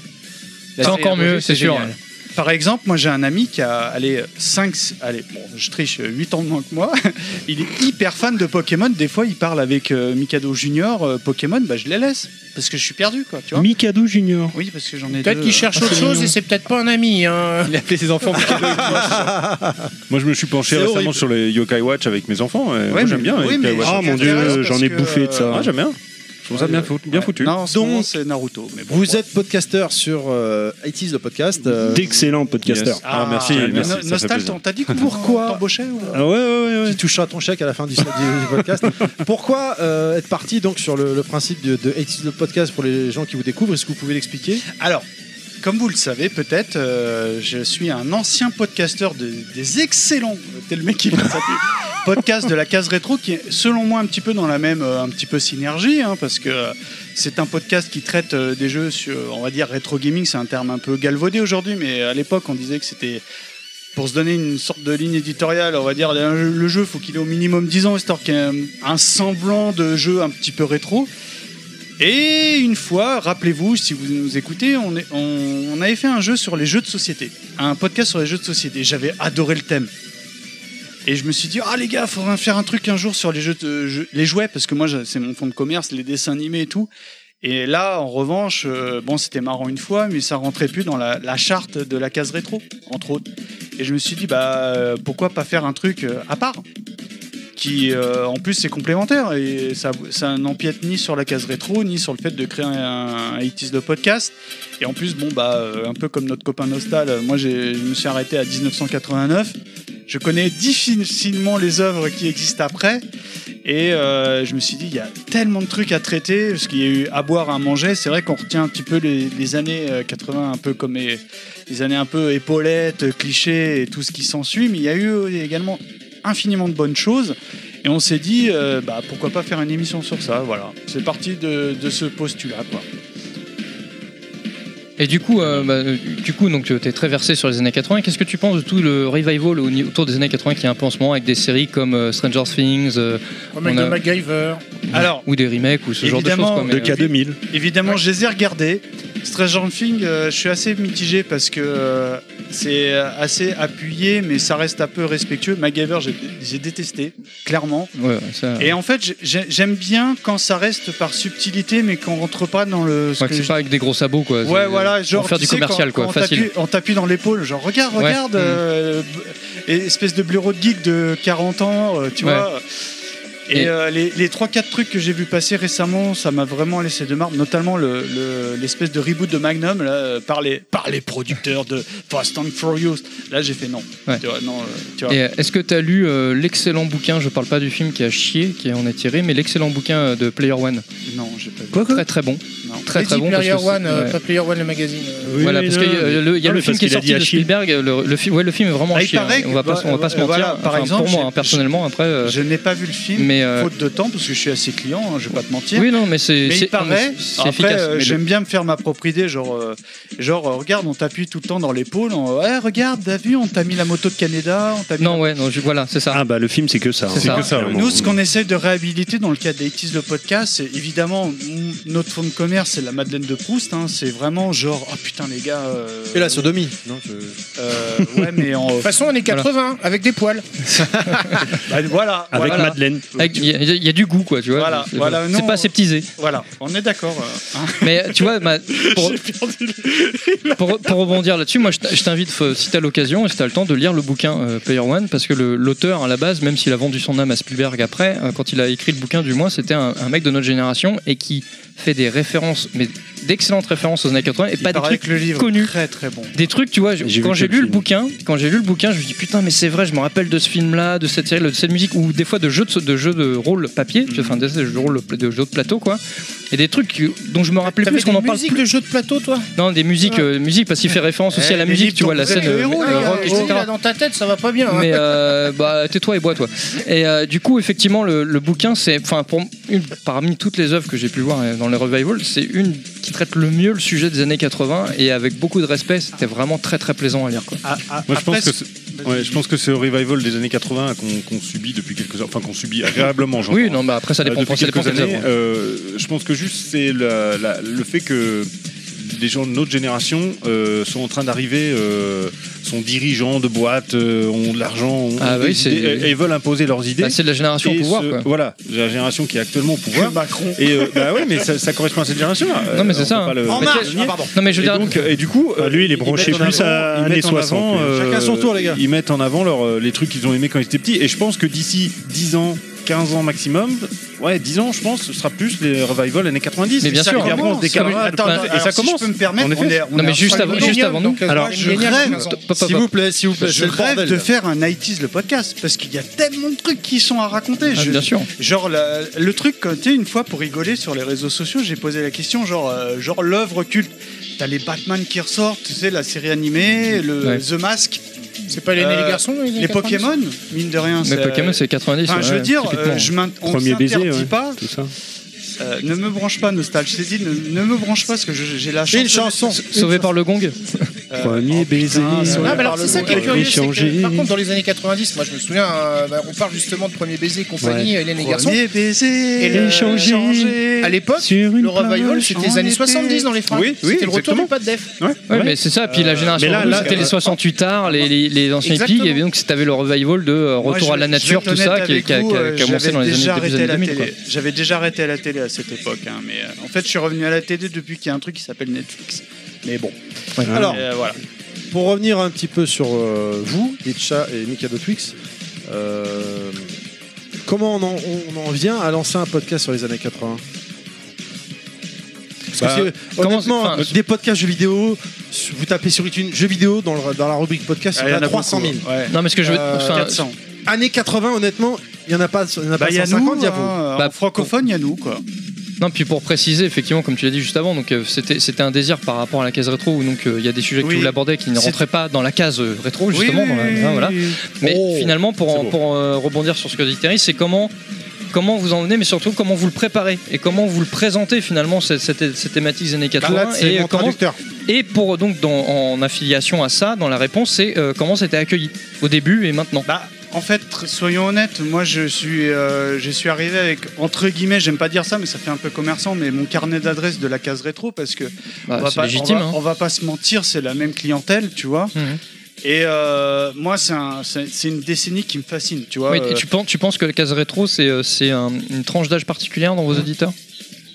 S2: C'est
S6: série
S2: encore
S6: abrégée,
S2: mieux, c'est sûr.
S6: génial.
S8: Par exemple, moi j'ai un ami qui a allez, 5 allez, bon, je triche 8 ans de moins que moi. Il est hyper fan de Pokémon, des fois il parle avec euh, Mikado Junior euh, Pokémon, bah je les laisse parce que je suis perdu quoi, tu vois.
S3: Mikado Junior.
S8: Oui, parce que j'en ai
S5: Peut-être
S8: deux,
S5: qu'il
S8: euh.
S5: cherche autre chose et c'est peut-être pas un ami. hein.
S6: Il a appelé ses enfants.
S9: Moi, je me suis penché
S4: C'est
S9: récemment
S4: horrible.
S9: sur les Yokai Watch avec mes enfants. et moi,
S8: mais-
S9: j'aime bien. les
S8: oui, mais
S9: Yokai Watch.
S3: Ah,
S8: chacun
S3: mon Dieu,
S8: intéresse parce
S3: j'en ai
S8: que,
S3: bouffé de ça.
S8: euh,
S9: Ah, j'aime bien. Je trouve ça bien, fou- bien foutu.
S8: Non, en ce
S4: Donc,
S8: moment, c'est Naruto. Mais bon,
S4: Vous
S8: voilà.
S4: êtes podcasteur sur euh, 80s, le podcast. euh,
S3: D'excellents podcasteurs.
S9: Yes. Ah, merci, merci, ça
S8: No-
S9: fait
S8: Nostal,
S9: plaisir.
S8: t'en- t'as dit qu'on t'embauchait ou-
S3: Ah ouais, ouais, ouais, ouais.
S4: qui touchera ton chèque à la fin du, du- du podcast. Pourquoi euh, être parti donc sur le, le principe de, de 80s, le podcast pour les gens qui vous découvrent Est-ce que vous pouvez l'expliquer
S8: Alors, comme vous le savez peut-être, euh, je suis un ancien podcasteur de- des excellents. T'es le mec qui l'a podcast de la case rétro qui est selon moi un petit peu dans la même euh, un petit peu synergie hein, parce que euh, c'est un podcast qui traite euh, des jeux sur on va dire rétro gaming c'est un terme un peu galvaudé aujourd'hui mais à l'époque on disait que c'était pour se donner une sorte de ligne éditoriale, on va dire le jeu- le jeu faut qu'il ait au minimum 10 ans histoire qu'il y ait un- un semblant de jeu un petit peu rétro. Et une fois, rappelez-vous, si vous nous écoutez, on, est- on- on avait fait un jeu sur les jeux de société, un podcast sur les jeux de société. J'avais adoré le thème. Et je me suis dit, ah les gars, faudrait faire un truc un jour sur les jeux, de- jeux- les jouets, parce que moi je- c'est mon fond de commerce, les dessins animés et tout. Et là, en revanche, euh, bon, c'était marrant une fois, mais ça rentrait plus dans la, la charte de la case rétro, entre autres. Et je me suis dit, bah euh, pourquoi pas faire un truc euh, à part qui euh, en plus c'est complémentaire et ça, ça n'empiète ni sur la case rétro ni sur le fait de créer un, un 80's de podcast et en plus bon bah euh, un peu comme notre copain Nostal euh, moi j'ai- je me suis arrêté à 1989 je connais difficilement les œuvres qui existent après et euh, je me suis dit il y a tellement de trucs à traiter parce qu'il y a eu à boire à manger c'est vrai qu'on retient un petit peu les, les années euh, 80 un peu comme les, les années un peu épaulettes clichés et tout ce qui s'ensuit mais il y a eu euh, également infiniment de bonnes choses et on s'est dit, euh, bah, pourquoi pas faire une émission sur ça Voilà, c'est parti de, de ce postulat. Quoi.
S2: Et du coup, euh, bah, euh, du coup, donc es très versé sur les années 80. Qu'est-ce que tu penses de tout le revival au ni- autour des années 80 qui est un peu en ce moment avec des séries comme euh, Stranger Things euh,
S5: Remake
S2: On a-
S5: de MacGyver.
S8: Alors,
S2: ou des remakes ou ce genre de choses
S8: Évidemment,
S2: quoi, mais,
S8: le
S2: euh,
S8: cas-
S3: 2000.
S8: évidemment, je les ai regardés. Stranger Things, euh, je suis assez mitigé parce que euh, c'est euh, assez appuyé, mais ça reste un peu respectueux. MacGyver, j'ai- j'ai détesté, clairement.
S2: ouais, ça-
S8: Et en fait, j'ai- j'ai- j'aime bien quand ça reste par subtilité, mais qu'on rentre pas dans le. ce
S2: ouais,
S8: que
S2: que c'est
S8: je-
S2: pas avec des gros sabots quoi.
S8: Ouais,
S2: C'est-
S8: voilà, genre.
S2: euh, pour faire
S8: tu
S2: du
S8: sais,
S2: commercial,
S8: quand-
S2: quoi,
S8: quand on
S2: facile.
S8: t'appuie- On t'appuie dans l'épaule, genre, regarde,
S2: Ouais.
S8: regarde,
S2: Mhm.
S8: euh, b- et espèce de bureau de geek de 40 ans, euh, tu
S2: Ouais.
S8: vois. Et,
S2: Et-
S8: euh, les, les 3-4 trucs que j'ai vu passer récemment, ça m'a vraiment laissé de marbre, notamment le- le- l'espèce de reboot de Magnum là, euh, par, les, par les producteurs de Fast and Furious. Là, j'ai fait non.
S2: Ouais.
S8: Tu vois, non, euh, tu vois.
S2: Et euh, est-ce que tu as lu euh, l'excellent bouquin, je parle pas du film qui a chié, qui en est tiré, mais l'excellent bouquin euh, de Player One
S8: Non, j'ai pas vu.
S2: Très très bon.
S8: Non.
S2: Très très
S5: Ready
S2: bon. parce
S5: Player
S2: que c'est-
S5: One, euh,
S2: ouais.
S5: pas Player One le magazine. euh.
S3: Oui,
S2: voilà,
S3: oui,
S2: parce
S3: non,
S2: qu'il y a le, il y a
S3: non,
S2: le
S3: mais
S2: film
S3: parce
S2: qui est
S3: qu'il a
S2: sorti
S3: dit
S2: de
S3: à chier.
S2: Spielberg. Le, le fi- ouais, le film est vraiment
S8: Ah, il
S2: chiant. hein.
S8: paraît
S2: On va
S8: que-
S2: pas, se- on va pas se mentir.
S8: voilà, par
S2: Enfin,
S8: exemple,
S2: pour moi,
S8: j'ai-
S2: hein, personnellement, après. euh,
S8: Je n'ai pas vu le film,
S2: mais euh,
S8: faute de temps, parce que je suis assez client, hein, je vais pas te mentir.
S2: oui, non, mais c'est
S8: Mais
S2: c'est-
S8: il paraît,
S2: c'est
S8: après,
S2: efficace.
S8: euh,
S2: mais le-
S8: j'aime bien me faire ma propre idée, genre, euh, genre euh, regarde, on t'appuie tout le temps dans l'épaule, on, ouais, regarde, t'as vu, on t'a mis la moto de Canada, on t'a mis...
S2: Non, ouais, non, je- voilà, c'est ça.
S3: Ah bah le film c'est que ça.
S2: C'est
S3: hein.
S2: ça.
S9: que ça.
S3: Clairement.
S8: Nous, ce qu'on essaie de réhabiliter dans le cadre d'Aitis le podcast, c'est évidemment m- notre fond de commerce, c'est la Madeleine de Proust. hein, c'est vraiment genre, ah putain les gars. euh,
S4: Et la sodomie. Non, je-
S8: euh, Ouais, mais en.
S5: De toute façon, on est 80 avec des poils.
S8: bah, voilà.
S3: Avec
S8: voilà,
S3: Madeleine.
S2: Avec- Il y, a- il y a du goût, quoi, tu vois.
S8: Voilà,
S2: c'est
S8: voilà,
S2: c'est
S8: non,
S2: pas
S8: on-
S2: aseptisé.
S8: voilà, on est d'accord. euh, hein.
S2: Mais tu vois, ma- pour, pour, pour rebondir là-dessus, moi je t- je t'invite, f- si t'as l'occasion et si t'as le temps, de lire le bouquin euh, Player One, parce que le- l'auteur, à la base, même s'il a vendu son âme à Spielberg après, euh, quand il a écrit le bouquin, du moins, c'était un, un mec de notre génération et qui fait des références, mais d'excellentes références aux années 80 et
S8: Il
S2: pas des
S8: paraît
S2: trucs
S8: que le livre
S2: connus.
S8: très très bon.
S2: des trucs tu vois je-
S3: J'ai
S2: quand
S3: vu
S2: j'ai
S3: que
S2: lu
S3: le
S2: le
S3: film.
S2: bouquin quand j'ai lu le bouquin je me dis putain mais c'est vrai je me rappelle de ce film là de cette série de cette musique ou des fois de jeux de, de jeux de rôle papier tu vois,
S3: Mhm.
S2: enfin des jeux de rôle de jeux de plateau quoi et des trucs que- dont je me rappelais
S5: T'avais
S2: plus qu'on
S5: des
S2: en parle
S5: musiques de jeux de plateau, toi
S2: plus. non des musiques euh, musique parce qu'il fait référence aussi
S8: Eh,
S2: à la
S8: les
S2: musique
S8: livres
S2: tu vois
S8: dont
S2: la
S8: vous êtes
S2: scène
S8: le
S2: euh,
S8: héros,
S2: euh,
S8: les gars.
S2: rock
S8: Et
S2: etc
S5: Aujourd'hui, là, dans ta tête, ça va pas bien. hein.
S2: mais euh, bah, tais-toi et bois toi et euh, du coup effectivement le, le bouquin c'est enfin pour une- parmi toutes les œuvres que j'ai pu voir euh, dans le revival c'est une qui traite le mieux le sujet des années 80 et avec beaucoup de respect c'était vraiment très très plaisant à lire quoi
S8: Ah, ah,
S9: Moi, je
S8: après,
S9: pense, que ce, ouais, je pense que ce revival des années 80 qu'on qu'on subit depuis quelques années, enfin qu'on subit agréablement, j'entends.
S2: Oui, non, mais après ça dépend.
S9: Euh, depuis
S2: ça dépend
S9: quelques
S2: quelles
S9: années,
S2: œuvres.
S9: euh, je pense que juste c'est la- la- le fait que les gens de notre génération euh, sont en train d'arriver, euh, sont dirigeants de boîtes, euh, ont de l'argent, ont
S2: Ah
S9: des
S2: oui, c'est-
S9: idées, et, et veulent imposer leurs idées.
S2: Bah, c'est de la génération au
S9: Et
S2: pouvoir.
S9: ce-
S2: Quoi.
S9: Voilà, la génération qui est actuellement au pouvoir.
S8: Macron.
S9: Et euh, bah oui, mais ça, ça correspond à cette génération-là.
S2: Non, mais
S9: Euh,
S2: c'est
S9: on
S2: ça,
S9: peut
S2: hein.
S9: pas le-
S4: En
S9: le
S4: marche
S9: nier.
S4: Ah, pardon.
S2: Non, mais je
S9: Et,
S2: veux dire,
S9: donc, euh, et du coup,
S3: Bah, lui, il est
S9: ils
S3: branché
S9: mettent en
S3: plus à
S9: ils
S3: années
S9: mettent en
S3: 60,
S9: avant,
S3: lui.
S9: euh,
S4: Chacun son tour, les gars.
S9: Ils mettent en avant leur, euh, les trucs qu'ils ont aimés quand ils étaient petits. Et je pense que d'ici 10 ans, 15 ans maximum, ouais, 10 ans, je pense, ce sera plus les revivals années 90.
S2: Mais bien
S9: Et ça,
S2: sûr.
S9: clairement,
S8: Ah
S9: on se
S2: Ça
S9: décalera
S2: commence.
S9: de-
S8: Attends,
S2: Bah,
S8: attends,
S9: et
S8: alors,
S9: ça
S8: si je
S9: commence.
S8: peux me permettre,
S9: En effet.
S8: on est- on
S2: Non,
S8: est
S2: mais
S8: à
S2: juste
S8: cinq
S2: avant-
S8: minutes.
S2: juste avant nous.
S5: Alors,
S8: euh, je rêve.
S2: Pop, pop,
S4: S'il
S2: pop.
S4: vous plaît, s'il vous plaît,
S8: Je
S4: c'est le
S8: rêve
S4: bordel,
S8: de
S4: là.
S8: faire un 90s le podcast parce qu'il y a tellement de trucs qui sont à raconter.
S2: Ah,
S8: Je-
S2: bien sûr.
S8: Genre la- le truc, quand tu sais, une fois pour rigoler sur les réseaux sociaux, j'ai posé la question genre euh, genre l'œuvre culte. T'as les Batman qui ressortent, tu sais la série animée, le
S2: Ouais.
S8: The Mask.
S5: C'est pas les, les
S8: Euh,
S5: garçons les,
S8: Les Pokémon, mine de rien.
S2: Mais Pokémon, c'est 90.
S8: Enfin, je
S2: ouais,
S8: veux dire,
S2: typiquement.
S8: euh, je m'int- on
S3: Premier baiser,
S8: s'interdit
S3: ouais.
S8: pas.
S3: Tout ça.
S8: euh, ne me branche pas, Nostal. Je t'ai dit, ne, ne me branche pas parce que je- j'ai la chance.
S4: Une chanson.
S2: Sauvé par le gong
S8: Euh,
S9: Oh,
S3: Premier baiser.
S8: sauvé
S5: Ah, mais alors
S8: par
S5: c'est
S8: le
S5: ça qui est
S8: monde.
S5: curieux. c'est
S3: Échanger.
S5: que, par contre, dans les années 90, moi je me souviens, euh, bah, on parle justement de premier baiser et compagnie, euh, Hélène et garçons.
S8: Premier baiser.
S5: Et le-
S3: Échanger.
S5: À l'époque,
S3: Sur une
S5: le revival,
S3: plage
S5: c'était les années
S8: été.
S5: 70 dans les fringues.
S9: Oui, oui,
S5: c'était le retour
S9: exactement.
S5: du pas de def.
S2: Ouais, mais c'est ça. Puis la génération
S3: mais là,
S2: rouge,
S3: là,
S2: c'était
S3: euh,
S2: les 68 ards, les, les, les anciens
S5: Exactement.
S2: hippies, et donc t'avais le revival de euh,
S8: Moi,
S2: Retour
S8: je-
S2: à la
S8: je vais
S2: nature,
S8: être
S2: tout ça,
S8: honnête
S2: qui,
S8: avec
S2: qui a,
S8: vous,
S2: qui a-
S8: euh,
S2: qui a commencé
S8: j'avais
S2: dans les
S8: déjà
S2: années, début
S8: arrêté
S2: des
S8: la
S2: années 2000.
S8: télé. J'avais déjà arrêté la télé à cette époque, hein, mais euh, en fait, je suis revenu à la télé depuis qu'il y a un truc qui s'appelle Netflix. Mais bon,
S4: Alors,
S8: euh, voilà.
S4: pour revenir un petit peu sur euh, vous, Itcha et Mikado Twix, euh, comment on en, on en vient à lancer un podcast sur les années 80 Parce que Bah, c'est-
S2: comment
S4: honnêtement,
S2: c'est- enfin,
S4: des podcasts jeux vidéo, su- vous tapez sur iTunes jeux vidéo dans, le- dans la rubrique podcast, Ah, il y en a 300 000.
S8: Ouais.
S2: Non, mais ce que je veux.
S4: Euh,
S2: enfin,
S8: 400.
S4: Années 80, honnêtement, il n'y en a pas, il y en a
S8: Bah,
S4: pas
S8: il y a
S4: 150,
S8: nous,
S4: il y a vous.
S8: hein,
S2: Bah,
S8: en francophone, il y a nous, quoi.
S2: Non, puis pour préciser, effectivement, comme tu l'as dit juste avant, donc euh, c'était c'était un désir par rapport à la case rétro, où donc euh, il y a des sujets que
S8: Oui.
S2: tu voulais aborder qui ne
S8: C'est-
S2: rentraient pas dans la case euh, rétro, justement.
S8: Oui,
S2: dans la-
S8: oui,
S2: hein, voilà.
S8: oui, oui.
S2: Mais
S4: Oh,
S2: finalement, pour, en-
S9: beau.
S2: pour euh, rebondir sur ce que dit Terry, c'est comment comment vous emmenez, mais surtout comment vous le préparez et comment vous le présentez finalement cette, cette, cette thématique des années 80
S4: Là, c'est
S2: et euh,
S4: mon
S2: comment
S4: traducteur.
S2: et pour donc dans- en affiliation à ça, dans la réponse, c'est euh, comment c'était accueilli au début et maintenant.
S8: Bah, en fait, tr- soyons honnêtes, moi je suis, euh, je suis arrivé avec, entre guillemets, j'aime pas dire ça, mais ça fait un peu commerçant, mais mon carnet d'adresse de la case rétro, parce que
S2: Bah,
S8: on, va
S2: c'est
S8: pas,
S2: légitime.
S8: on, va,
S2: hein.
S8: on va pas se mentir, c'est la même clientèle, tu vois.
S2: Mhm.
S8: Et euh, moi, c'est un- c'est c'est une décennie qui me fascine, tu vois.
S2: Oui,
S8: Euh,
S2: tu, penses, tu penses que la case rétro, c'est euh, c'est un- une tranche d'âge particulière dans vos auditeurs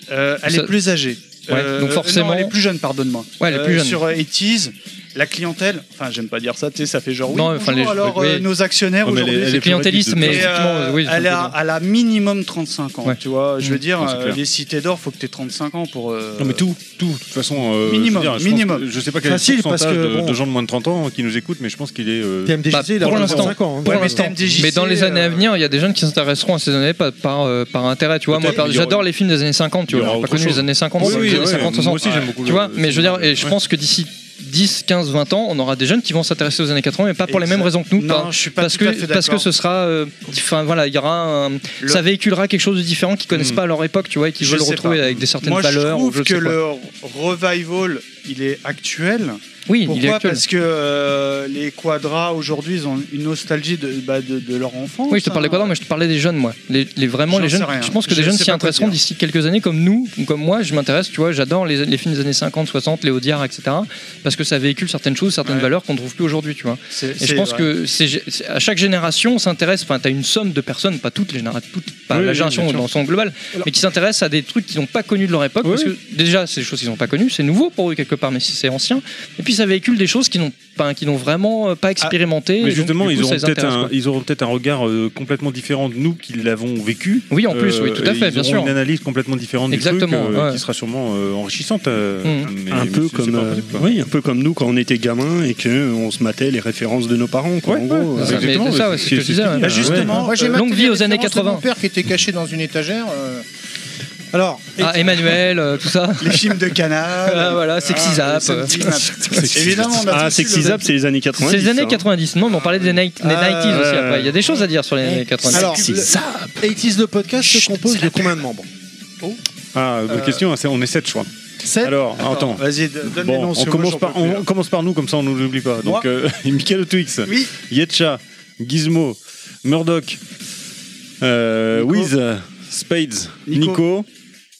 S8: euh, elle
S2: ça-
S8: est plus âgée. Euh,
S2: Ouais, donc
S8: non,
S2: forcément-
S8: elle est plus jeune, pardonne-moi.
S2: Ouais, elle est plus
S8: Euh,
S2: jeune.
S8: Sur euh, 80s, la clientèle, enfin, j'aime pas dire ça, tu sais, ça fait genre. Oui,
S2: Non, enfin,
S8: bonjour,
S2: les-
S8: alors,
S2: oui.
S8: euh, nos actionnaires
S9: Non, mais elle est-
S8: aujourd'hui,
S9: elle
S2: C'est
S9: est plus
S2: clientéliste,
S9: réduite de
S2: mais
S8: Et,
S2: effectivement,
S8: euh,
S2: oui, je
S8: elle, a,
S2: comprends.
S8: elle a minimum 35 ans,
S2: Ouais.
S8: tu vois. Je veux dire,
S9: Non, c'est
S8: euh,
S9: clair.
S8: les cités d'or, faut que t'aies 35 ans pour. euh,
S9: Non mais tout, tout, de toute façon. euh,
S8: Minimum,
S9: je veux dire, je pense
S8: minimum.
S9: que- Je sais pas quel est
S4: Facile,
S9: le
S4: parce
S9: pourcentage
S4: que,
S9: de,
S4: bon.
S9: de gens de moins de 30 ans qui nous écoutent, mais je pense qu'il est. euh,
S4: TMDJC, il
S2: Bah,
S4: a
S2: pour
S4: 35 ans. hein.
S2: Pour
S8: Ouais, mais
S2: l'instant.
S8: TMDJC,
S2: Mais dans les années à
S8: euh,
S2: venir, il y a des jeunes qui s'intéresseront à ces années par, par, euh, par intérêt. Tu vois, moi,
S9: Peut-être,
S2: par-
S9: il y aura-
S2: j'adore les films des années 50. Tu
S9: il y
S2: vois,
S9: aura
S2: j'ai pas
S9: autre
S2: connu
S9: chose.
S2: les années 50,
S9: Oui,
S2: les
S9: oui,
S2: années
S9: ouais,
S2: 50,
S9: moi aussi
S2: 60.
S9: j'aime beaucoup.
S2: Tu vois, mais je veux dire, et je pense que d'ici 10, 15, 20 ans, on aura des jeunes qui vont s'intéresser aux années 80, mais pas pour les
S8: Exact.
S2: mêmes raisons que nous.
S8: Non,
S2: pas-
S8: je suis pas
S2: parce
S8: tout à
S2: que
S8: fait
S2: parce que
S8: d'accord.
S2: ce sera, euh, diff- enfin voilà, il y aura, un-
S8: Le-
S2: ça véhiculera quelque chose de différent qu'ils connaissent
S9: Hmm.
S2: pas à leur époque, tu vois, et qu'ils
S8: Je
S2: veulent
S8: sais
S2: retrouver
S8: pas.
S2: avec des certaines
S8: Moi, je
S2: valeurs. ou
S8: trouve
S2: je
S8: que
S2: sais quoi.
S8: le revival, il est actuel.
S2: Oui, il est
S8: Pourquoi
S2: actuel.
S8: Parce que euh, les quadras, aujourd'hui, ils ont une nostalgie de, bah, de, de leur enfance.
S2: Oui, je te parlais
S8: hein.
S2: pas d'or, mais je te parlais des jeunes, moi. Les, les- vraiment,
S8: J'en
S2: les jeunes.
S8: sais rien.
S2: Je pense que
S8: Je
S2: les jeunes
S8: sais
S2: s'y
S8: pas quoi
S2: intéresseront
S8: dire.
S2: d'ici quelques années, comme nous, ou comme moi. Je m'intéresse, tu vois, j'adore les, les films des années 50, 60, les Audiards, etc. Parce que ça véhicule certaines choses, certaines
S8: Ouais.
S2: valeurs qu'on trouve plus aujourd'hui, tu vois.
S8: C'est-
S2: Et je
S8: c'est-
S2: pense
S8: ouais.
S2: que c'est c'est- à chaque génération, on s'intéresse. Enfin, t'as une somme de personnes, pas toutes les générations, toutes, pas
S9: Oui,
S2: la
S9: oui,
S2: génération
S9: bien sûr.
S2: dans son global, mais qui s'intéressent à des trucs qu'ils n'ont pas connus de leur époque.
S9: Oui,
S2: Parce que déjà, c'est des choses qu'ils n'ont pas connues, c'est nouveau pour eux quelque part, mais si c'est ancien. Et puis ça véhicule des choses qu'ils n'ont pas, qui n'ont vraiment euh, pas expérimenté.
S9: Ah, Mais justement, ils auront peut-être un,
S2: un.
S9: ils auront peut-être un regard euh, complètement différent de nous qui l'avons vécu. Euh,
S2: Oui, en plus, oui, tout à
S9: et
S2: fait,
S9: ils
S2: bien
S9: auront
S2: sûr.
S9: Une analyse complètement différente
S2: Exactement,
S9: du truc, euh,
S2: ouais.
S9: qui sera sûrement euh, enrichissante. euh,
S2: Mhm.
S9: mais-
S3: un
S9: mais
S3: peu
S9: c'est- c'est
S3: comme
S9: pas
S3: euh,
S9: possible, quoi.
S3: oui un peu comme nous quand on était gamin et que euh, on se matait les références de nos parents quoi
S9: Ouais,
S3: en gros
S9: ouais,
S3: Euh,
S2: C'est ça, mais
S9: Exactement,
S2: c'est ça, ouais,
S9: c'est-
S2: c'est ce que je
S9: c'est-
S2: disais,
S9: c'est-
S2: ouais.
S8: Bah, justement,
S5: Moi j'ai
S2: Euh,
S5: maté
S2: longue
S5: les
S2: vie aux années
S5: références de
S2: 80.
S5: Mon père qui était caché dans une étagère. euh,
S4: Alors,
S2: Ah, Emmanuel, euh, tout ça.
S8: les films de canal.
S2: Ah, voilà, Sexy Zap.
S8: Samedi Matin.
S3: Sexy
S8: Évidemment, on a
S3: ah
S8: tous eu le
S3: sexy
S8: même-
S3: zap c'est les années 90
S2: C'est les années
S3: ça, hein.
S2: 90. Non, mais on parlait des, ni- des 90s aussi
S3: ouais,
S2: après. Il y a des choses à dire sur les années 90.
S4: alors,
S3: Sexy
S4: le-
S3: Zap.
S4: 80s le podcast se compose de combien de membres
S9: Ah, bonne
S8: Euh,
S9: question. c'est- On est sept, je crois.
S4: 7
S9: Alors, attends.
S8: Vas-y, donne les
S9: Bon,
S8: noms.
S9: on commence par, on commence par nous comme ça, on ne l'oublie pas.
S8: Moi
S9: Donc, euh, Michael Twix,
S8: Oui.
S9: Yetcha, Gizmo, Murdoch, euh,
S8: Nico.
S9: Wiz, Spades,
S8: Nico.
S9: Nico,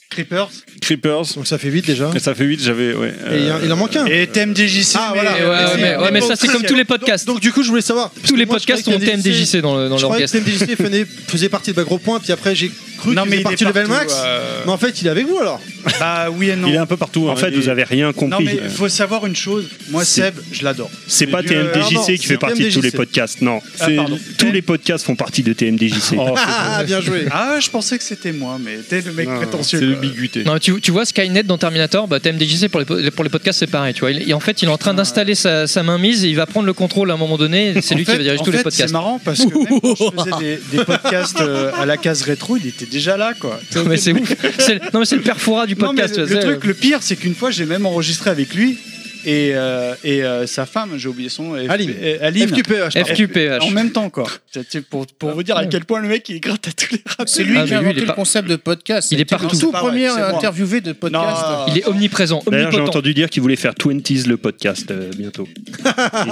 S8: Creepers.
S9: Creepers.
S4: Donc ça fait 8 déjà.
S9: Et ça fait 8, j'avais. Ouais,
S4: Et il y
S9: euh,
S4: en- il en manque un.
S8: Et TMDJC.
S4: Ah, voilà.
S2: Et ouais, ouais, mais, ouais, mais ça, c'est comme tous les podcasts.
S4: Donc du coup, je voulais savoir.
S2: tous les podcasts ont TMDJC dans, le, dans
S4: Je
S2: leur
S4: croyais que
S2: guest.
S4: TMDJC venait- faisait partie de ma gros point, puis après j'ai cru
S8: Non,
S4: qu'il faisait
S8: mais il est
S4: partie de level
S8: partout,
S4: max.
S8: euh,
S4: Mais en fait, il est avec vous alors.
S8: Bah oui et non.
S9: il est un peu partout.
S3: en fait vous avez rien
S8: Non
S3: compris
S8: mais il faut savoir une chose, moi Seb, je l'adore.
S3: c'est pas
S8: du- euh,
S4: pardon,
S3: TMDJC qui
S4: c'est
S3: fait partie de tous les
S4: TMDJC.
S3: podcasts non
S8: Ah,
S3: C'est-
S8: pardon.
S3: tous les podcasts font partie de TMDJC
S4: Ah, bien joué.
S8: Ah, je pensais que c'était moi, mais t'es le mec
S3: Non,
S8: prétentieux.
S9: C'est
S8: quoi.
S9: l'ubiguité.
S2: Non, tu, tu vois Skynet dans Terminator, bah, TMDJC pour les, po- pour les podcasts, c'est pareil. Tu vois. Il- et en fait, il est en train d'installer sa, sa mainmise et il va prendre le contrôle à un moment donné. et C'est
S8: En
S2: lui qui
S8: fait-
S2: va diriger
S8: en
S2: tous les
S8: fait, C'est
S2: podcasts.
S8: marrant parce que même quand je faisais des, des podcasts euh, à la case rétro, il était déjà là quoi.
S2: Non, mais c'est ouf. C'est le- Non, mais c'est le perfora du
S8: Non, mais
S2: podcast.
S8: le,
S2: tu
S8: le
S2: sais.
S8: truc, le pire, c'est qu'une fois, j'ai même enregistré avec lui. et, euh, et euh, sa femme, j'ai oublié son nom. F-
S4: Aline.
S8: euh, Aline.
S4: FQPH. pardon.
S8: En
S2: FQPH.
S8: même temps, quoi. C'est- c'est Pour, pour vous dire à quel point le mec il gratte à tous les rats.
S5: C'est lui
S2: Ah,
S5: qui
S2: mais
S5: a
S2: lui, il
S5: inventé
S2: est
S5: le
S2: pas-
S5: concept de podcast.
S2: Il est
S5: C'était le
S8: partout.
S5: tout
S8: C'est pas vrai,
S5: premier
S8: c'est moi.
S5: interviewé de podcast.
S2: Il est omniprésent,
S3: D'ailleurs, j'ai
S2: omnipotent.
S3: entendu dire qu'il voulait faire 20s le podcast euh, bientôt.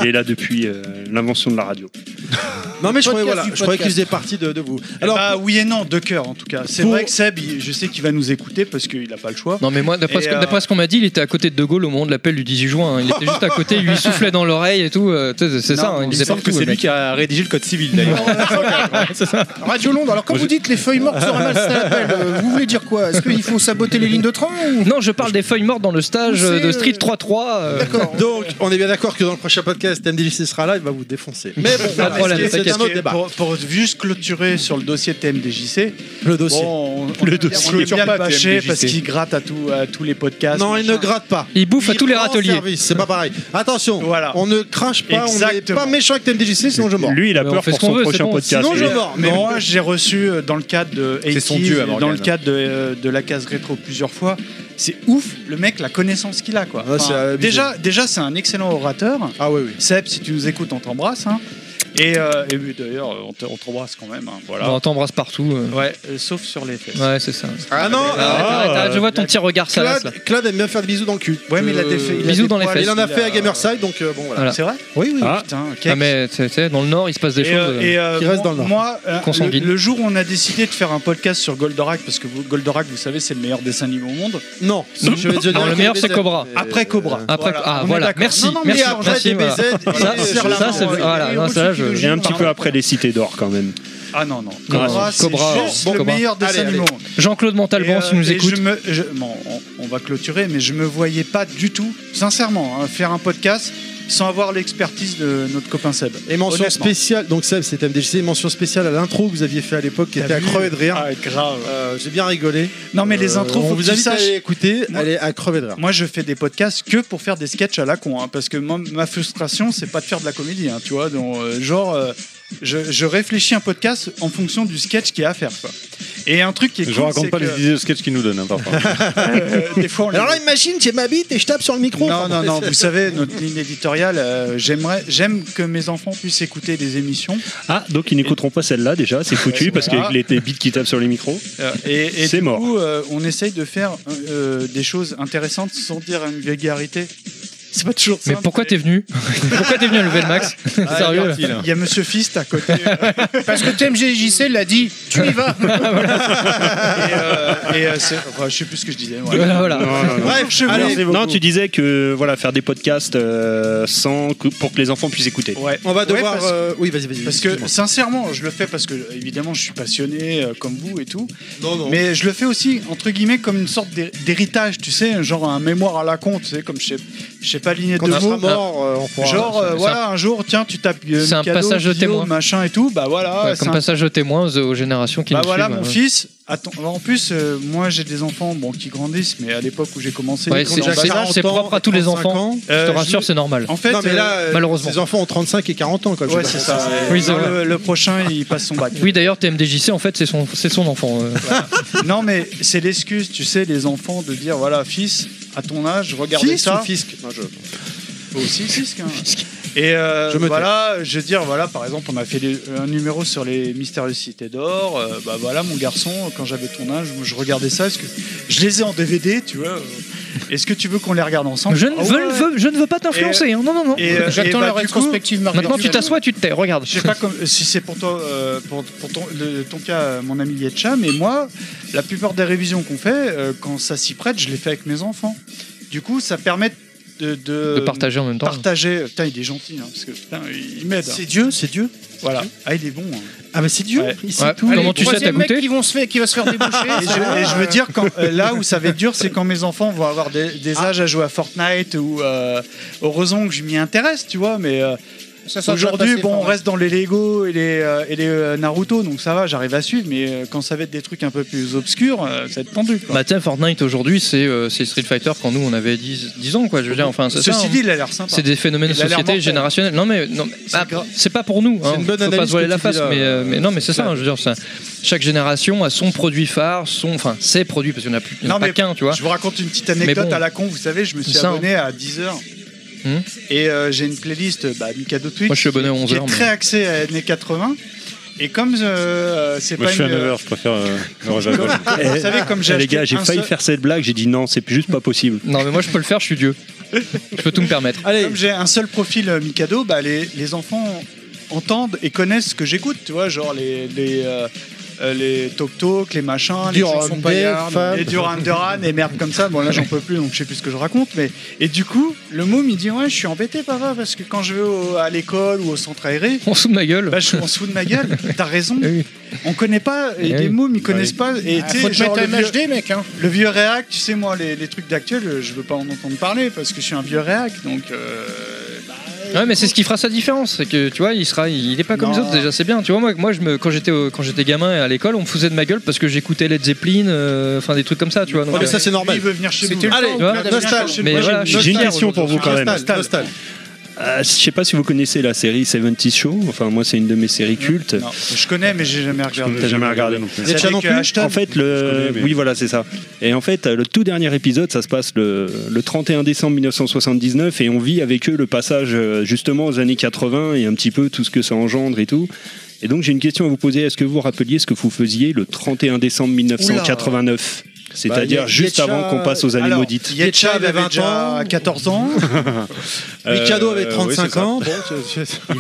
S3: Il est là depuis euh, l'invention de la radio.
S4: Non, mais je croyais,
S5: Podcast
S4: voilà,
S5: du
S4: je croyais
S5: podcast.
S4: qu'il faisait partie de, de vous.
S8: Alors,
S4: Alors,
S8: Eh bah, oui et non, de cœur en tout cas. C'est
S4: Pour-
S8: vrai que Seb, il- je sais qu'il va nous écouter parce qu'il n'a pas le choix.
S2: Non mais moi, d'après
S8: Et,
S2: ce, que-
S8: euh,
S2: d'après ce qu'on m'a dit, il était à côté de De Gaulle au moment de l'appel du 18 juin. hein. Il était juste à côté, il lui soufflait dans l'oreille et tout. euh, tu sais, C'est
S8: Non,
S2: ça, hein,
S8: il
S2: il faisait
S8: semble
S2: partout.
S6: que c'est
S2: le
S6: lui
S2: mec.
S6: qui a rédigé le code civil d'ailleurs.
S5: Radio Londres, alors quand vous dites les feuilles mortes sera mal, ça l'appelle, euh, vous voulez dire quoi Est-ce qu'il faut saboter les lignes de train ou...
S2: Non, je parle des feuilles mortes dans le stage euh,
S5: C'est, euh,
S2: de Street 3-3. euh,
S5: D'accord.
S4: donc, on est bien d'accord que dans le prochain podcast, TMDJC sera là, il va vous défoncer. Mais bon,
S8: bah,
S2: Pas de problème,
S4: c'est- c'est
S2: t'inquiète.
S4: un autre débat.
S8: Pour, pour juste clôturer sur le dossier TMDJC,
S4: Le dossier.
S8: bon, on, le
S6: dossier.
S8: on aime bien
S6: Clôture
S8: le
S6: pas,
S8: bâcher
S6: TMDJC.
S8: parce qu'il gratte à, tout, à tous les podcasts.
S4: non, il
S8: machin.
S4: ne gratte pas.
S2: Il bouffe à tous les
S4: prend
S2: râteliers.
S4: service, C'est pas pareil. Attention,
S8: Voilà.
S4: on ne crache pas, on n'est
S8: Exactement.
S4: pas méchant avec TMDJC, sinon je mords.
S3: Lui, il a
S2: Mais on
S3: peur
S2: fait
S3: pour
S2: ce qu'on
S3: son
S2: veut, c'est
S3: prochain
S2: bon.
S3: podcast.
S4: Sinon, je
S3: Et-
S4: mords.
S8: Mais
S4: Mais
S8: moi, j'ai reçu euh, dans le cadre de
S6: C'est son
S8: 80s,
S6: dieu, à Morgane.
S8: dans le cadre de, euh, de la case rétro plusieurs fois. C'est ouf, le mec, la connaissance qu'il a quoi.
S4: Ouais, c'est abusé.
S8: déjà, déjà, c'est un excellent orateur.
S4: Ah oui, oui.
S8: Seb, si tu nous écoutes, on t'embrasse. hein. Et, euh, et oui, d'ailleurs, on te- on t'embrasse quand même. hein, voilà.
S2: On t'embrasse partout. euh.
S8: Ouais, euh, sauf sur les fesses.
S2: Ouais, c'est ça.
S4: Ah non,
S2: Arrête,
S4: ah,
S2: arrête,
S8: euh,
S2: arrête, je vois ton petit regard salace là.
S4: Claude, Claude aime bien faire des bisous dans le cul. Euh,
S8: Ouais, mais il a des faits- il a
S2: Bisous
S8: des
S2: dans les
S8: poils,
S2: fesses.
S4: Il en a fait à Gamerside,
S8: Gamerside
S4: donc euh, bon voilà.
S2: Voilà.
S8: C'est vrai
S4: Oui, oui.
S3: Ah,
S8: Putain, ok.
S2: Ah mais tu sais, tu sais, dans le Nord, il se passe des
S8: Et,
S2: choses.
S8: euh, et, euh,
S4: qui restent dans le Nord.
S8: Moi, euh, le,
S2: Consanguine.
S8: le jour où on a décidé de faire un podcast sur Goldorak, parce que vous- Goldorak, vous savez, c'est le meilleur dessin animé au monde.
S4: Non, je vais te dire
S2: Non, le
S4: que
S2: meilleur,
S4: les
S2: c'est
S4: ailes.
S2: Cobra.
S8: Après Cobra.
S2: Après,
S8: Voilà, on
S2: ah
S8: est
S2: voilà,
S8: d'accord.
S2: merci,
S8: Non, non, mais
S2: merci,
S4: euh, après,
S2: merci.
S4: DBZ,
S2: Voilà. Ça,
S4: et
S2: ça,
S4: Serre la main.
S2: ça, c'est- voilà, non, ça, je-
S3: Et un petit peu après les cités d'or quand même.
S8: Ah non, non.
S2: Non,
S8: Cobra, c'est
S2: Cobra,
S8: juste
S2: bon,
S8: le
S2: Cobra.
S8: meilleur dessin
S4: Allez,
S8: animé
S4: allez.
S8: au monde.
S2: Jean-Claude Montalban,
S8: Et,
S2: si nous
S8: euh, et je
S2: écoute.
S8: me- je- bon, on, on va clôturer, mais je me voyais pas du tout, sincèrement, hein, faire un podcast sans avoir l'expertise de notre copain Seb.
S4: Et mention
S8: Honnêtement.
S4: spéciale, donc Seb, c'est MDJC, mention spéciale à l'intro que vous aviez fait à l'époque qui
S8: T'as
S4: était à
S8: vu
S4: crever de rire.
S8: Ah, grave.
S4: Euh, J'ai bien rigolé.
S8: Non, mais les
S4: Euh,
S8: intros,
S4: on
S8: faut que
S4: vous
S8: tu
S4: invite à
S8: saches.
S4: aller écouter,
S8: Moi-
S4: elle est à crever de rire.
S8: Moi, je fais des podcasts que pour faire des sketchs à la con, hein, parce que moi, ma frustration, c'est pas de faire de la comédie, hein, tu vois. Donc, euh, genre, euh, je, je réfléchis un podcast en fonction du sketch qu'il y a à faire. Quoi. Et un truc qui est
S9: Je
S8: cool,
S9: raconte
S8: c'est
S9: pas
S8: que,
S9: les idées de sketch qu'il nous donne, hein, parfois.
S8: euh, des fois, on les-
S4: Alors là, imagine, j'ai ma bite et je tape sur le
S3: Oh,
S4: micro.
S8: non,
S4: Enfin,
S8: non,
S4: bon,
S8: non,
S4: c'est-
S8: vous savez, notre ligne éditoriale, euh, j'aimerais, j'aime que mes enfants puissent écouter des émissions.
S3: Ah, donc ils n'écouteront pas celle-là déjà, c'est foutu parce
S8: Voilà.
S3: qu'avec les les beats qui tapent sur les micros.
S8: euh, et et
S3: C'est
S8: du
S3: mort.
S8: coup, euh, on essaye de faire euh, des choses intéressantes sans dire une vulgarité. C'est pas toujours
S2: Mais
S8: simple.
S2: pourquoi t'es venu Pourquoi t'es venu à lever le max
S8: Ah,
S2: Sérieux
S8: il y a- Il y a Monsieur Fist à côté. euh,
S5: Parce que TMGJC l'a dit, tu y vas.
S8: et euh, et, euh, c'est- enfin, je sais plus ce que je disais. ouais.
S2: Voilà, voilà.
S4: Bref, je
S3: Alors,
S4: allez,
S3: non, tu disais que voilà, faire des podcasts euh, sans que- pour que les enfants puissent écouter.
S8: Ouais.
S4: on va
S8: Ouais,
S4: devoir.
S8: parce,
S4: euh, Oui, vas-y, vas-y.
S8: parce que
S4: excuse-moi.
S8: sincèrement, je le fais parce que évidemment, je suis passionné euh, comme vous et tout.
S4: Non, non.
S8: Mais je le fais aussi entre guillemets comme une sorte d'hé- d'héritage, tu sais, genre un mémoire à la con, tu sais, comme je sais, je sais pas ligner
S4: Quand
S8: de
S4: tu seras
S8: mots.
S4: mort, euh, on pourra.
S8: Genre euh,
S2: c'est
S8: voilà, un jour, tiens, tu tapes euh,
S2: C'est un
S8: Mikado,
S2: passage de
S8: Guillaume,
S2: témoin.
S8: machin et tout. Bah voilà,
S2: Ouais,
S8: c'est
S2: Comme
S8: un-
S2: passage de témoin aux, aux générations qui
S8: bah
S2: nous
S8: voilà,
S2: suivent.
S8: mon
S2: ouais.
S8: fils. Attends, en plus, euh, moi j'ai des enfants bon, qui grandissent, mais à l'époque où j'ai commencé,
S2: Ouais,
S8: ils
S2: c'est-
S8: ont
S2: c'est-
S8: déjà
S2: c'est
S4: 40 ans,
S2: propre à tous les
S4: 35
S2: enfants.
S4: ans.
S8: Euh,
S2: je
S8: je
S2: te rassure,
S8: me-
S2: c'est normal.
S8: En fait,
S4: non, mais là, euh,
S2: malheureusement.
S4: ces enfants ont 35 et 40 ans. Quoi, je
S8: Ouais,
S4: sais
S8: c'est
S4: pas.
S8: ça.
S2: Oui,
S8: Euh,
S2: c'est
S8: non,
S2: vrai.
S8: le, le prochain, il passe son bac.
S2: Oui, d'ailleurs, TMDJC, en fait, c'est son, c'est son enfant. euh.
S8: Ah Non, mais c'est l'excuse, tu sais, les enfants, de dire voilà, fils, à ton âge, regardez
S4: Fils
S8: ça.
S4: ou fisc Non, je-
S8: Aussi, fisc, hein. Et euh,
S4: Je me tais.
S8: voilà, je veux dire, voilà, par exemple, on a fait les- un numéro sur les mystérieuses cités d'or. euh, bah voilà, mon garçon, quand j'avais ton âge, je regardais ça. Est-ce que je les ai en DVD, tu vois euh, Est-ce que tu veux qu'on les regarde ensemble
S2: Je ne
S8: Ah
S2: veux,
S8: ouais.
S2: veux- je ne veux pas t'influencer. hein. Non, non, non.
S8: Et, euh, et
S5: J'attends
S8: bah,
S5: la
S8: du coup,
S5: rétrospective, Marc.
S2: Maintenant, tu t'assois, tu te tais. Regarde.
S8: Je sais pas comme- si c'est pour toi, euh, pour, pour ton, le- ton cas, euh, mon ami Yetcha, mais moi, la plupart des révisions qu'on fait, euh, quand ça s'y prête, je les fais avec mes enfants. Du coup, ça permet de, de,
S2: De partager en même temps.
S8: partager. Putain, il est gentil, hein, parce que putain, il m'aide. hein.
S4: C'est Dieu, c'est Dieu.
S8: Voilà. Ah, il est bon. hein.
S4: Ah, mais c'est Dieu.
S8: Ouais.
S4: Il
S2: Ouais.
S4: sait tout.
S2: Allez,
S4: Comment
S2: tu sais, t'as
S5: mec
S2: goûté
S5: qui, vont se faire, qui va se faire déboucher.
S8: Et je, et je veux dire, quand, euh, là où ça va être dur, c'est quand mes enfants vont avoir des, des
S5: Ah.
S8: âges à jouer à Fortnite ou euh, heureusement que je m'y intéresse, tu vois, mais. euh,
S5: Ça sera
S8: Aujourd'hui,
S5: déjà passé,
S8: bon, on
S5: enfin,
S8: reste dans les Lego et les, euh, et les euh, Naruto, donc ça va, j'arrive à suivre, mais euh, quand ça va être des trucs un peu plus obscurs, euh, ça va être tendu. quoi.
S2: Bah, tiens, Fortnite aujourd'hui, c'est euh, c'est Street Fighter quand nous on avait 10, 10 ans, quoi. Je veux dire, enfin, c'est
S8: Ceci
S2: ça, hein.
S8: dit, il a l'air sympa.
S2: C'est des phénomènes de
S8: Il a l'air
S2: société
S8: mortel.
S2: générationnels. Non mais non, mais-
S8: C'est
S2: ah,
S8: grave.
S2: c'est pas pour nous. Hein.
S4: C'est une bonne
S2: Faut pas
S4: analyse
S2: se voiler
S4: que
S2: la
S4: tu
S2: face.
S4: dis là,
S2: Mais, euh, mais non mais c'est ça.
S4: là.
S2: hein, je veux dire, ça- chaque génération a son produit phare, son, enfin ses produits parce qu'il n'y en a plus, il y en a
S8: Non,
S2: pas
S8: mais
S2: qu'un, tu vois.
S8: Je vous raconte une petite
S2: Mais
S8: anecdote
S2: bon.
S8: à la con, vous savez, je me suis
S2: Ça, hein.
S8: abonné à 10 heures
S2: Mhm.
S8: Et euh, j'ai une playlist bah, Mikado Twitch
S2: Moi, je suis abonné à
S8: qui
S2: 11h.
S8: est très axée à années 80. Et comme euh, c'est
S9: Moi,
S8: pas
S9: je suis à
S8: une.
S9: 9h, je préfère euh, le Roger
S8: Comme-
S9: Alcool.
S8: Vous savez, comme j'ai
S3: Eh, les
S8: acheté
S3: gars, j'ai
S8: un
S3: failli
S8: seul-
S3: faire cette blague, j'ai dit non, c'est juste pas possible.
S2: Non, mais moi je peux le faire, je suis Dieu. Je peux tout me permettre.
S8: Comme j'ai un seul profil euh, Mikado, bah, les, les enfants entendent et connaissent ce que j'écoute, tu vois, genre les, les, euh, euh, les Tok Tok, les machins, les
S5: Durand
S8: chansons
S5: Day,
S8: paillardes,
S5: Fab.
S8: les Duran Duran, et merde comme ça. Bon, là, j'en peux plus, donc je sais plus ce que je raconte, mais. Et du coup, le môme, il dit Ouais, je suis embêté, papa, parce que quand je vais au- à l'école ou au centre aéré,
S2: On se de ma gueule.
S8: bah, je suis en dessous de ma gueule, t'as raison,
S2: Eh oui.
S8: on connaît pas, et
S2: Eh
S8: les
S2: oui.
S8: mômes ils connaissent pas, et
S5: Ah,
S8: tu
S5: faut
S8: sais,
S5: te
S8: genre
S5: mettre
S8: le
S5: un
S8: vieux,
S5: HD, mec. Hein.
S8: le vieux réac, tu sais, moi, les, les trucs d'actuel, euh, je veux pas en entendre parler parce que je suis un vieux réac, donc. euh, bah,
S2: Ouais, mais c'est ce qui fera sa différence, c'est que tu vois, il sera, il est pas comme les
S8: Non.
S2: autres. Déjà, c'est bien. Tu vois, moi, moi, je me, quand j'étais, au- quand j'étais gamin à l'école, on me faisait de ma gueule parce que j'écoutais Led Zeppelin, euh, enfin des trucs comme ça, tu vois. donc,
S1: Ouais, mais
S2: euh,
S1: ça, c'est normal.
S8: Il veut venir chez nous.
S5: C'était le
S1: Allez,
S5: temps,
S2: tu vois,
S5: là, d'avenir
S1: nostal.
S5: chez
S2: mais
S5: moi.
S2: voilà,
S3: J'ai une
S1: Nostal,
S3: question pour vous quand même.
S1: Nostal, nostal.
S3: Euh, je sais pas si vous connaissez la série 70 Show. Enfin, moi, c'est une de mes séries cultes.
S8: Non, je connais, mais j'ai jamais regardé.
S3: T'as jamais regardé
S9: non plus.
S8: C'est
S1: Yetcha non
S8: avec,
S1: plus
S8: euh, Ashton.
S3: En fait, le...
S9: Je connais, mais-
S3: oui, voilà, c'est ça. Et en fait, le tout dernier épisode, ça se passe le, le 31 décembre 1979 et on vit avec eux le passage euh, justement aux années 80 et un petit peu tout ce que ça engendre et tout. Et donc, j'ai une question à vous poser. Est-ce que vous vous rappeliez ce que vous faisiez le 31 décembre 1989 C'est-à-dire
S1: Bah, Ye-
S3: juste
S1: Yetcha-
S3: avant qu'on passe aux années
S8: Alors,
S3: maudites.
S1: Oh,
S8: Yetcha avait 20 ans, 14 ans.
S1: Mikado avait
S9: Euh,
S1: 35
S9: oui, c'est ça.
S1: ans. Bon,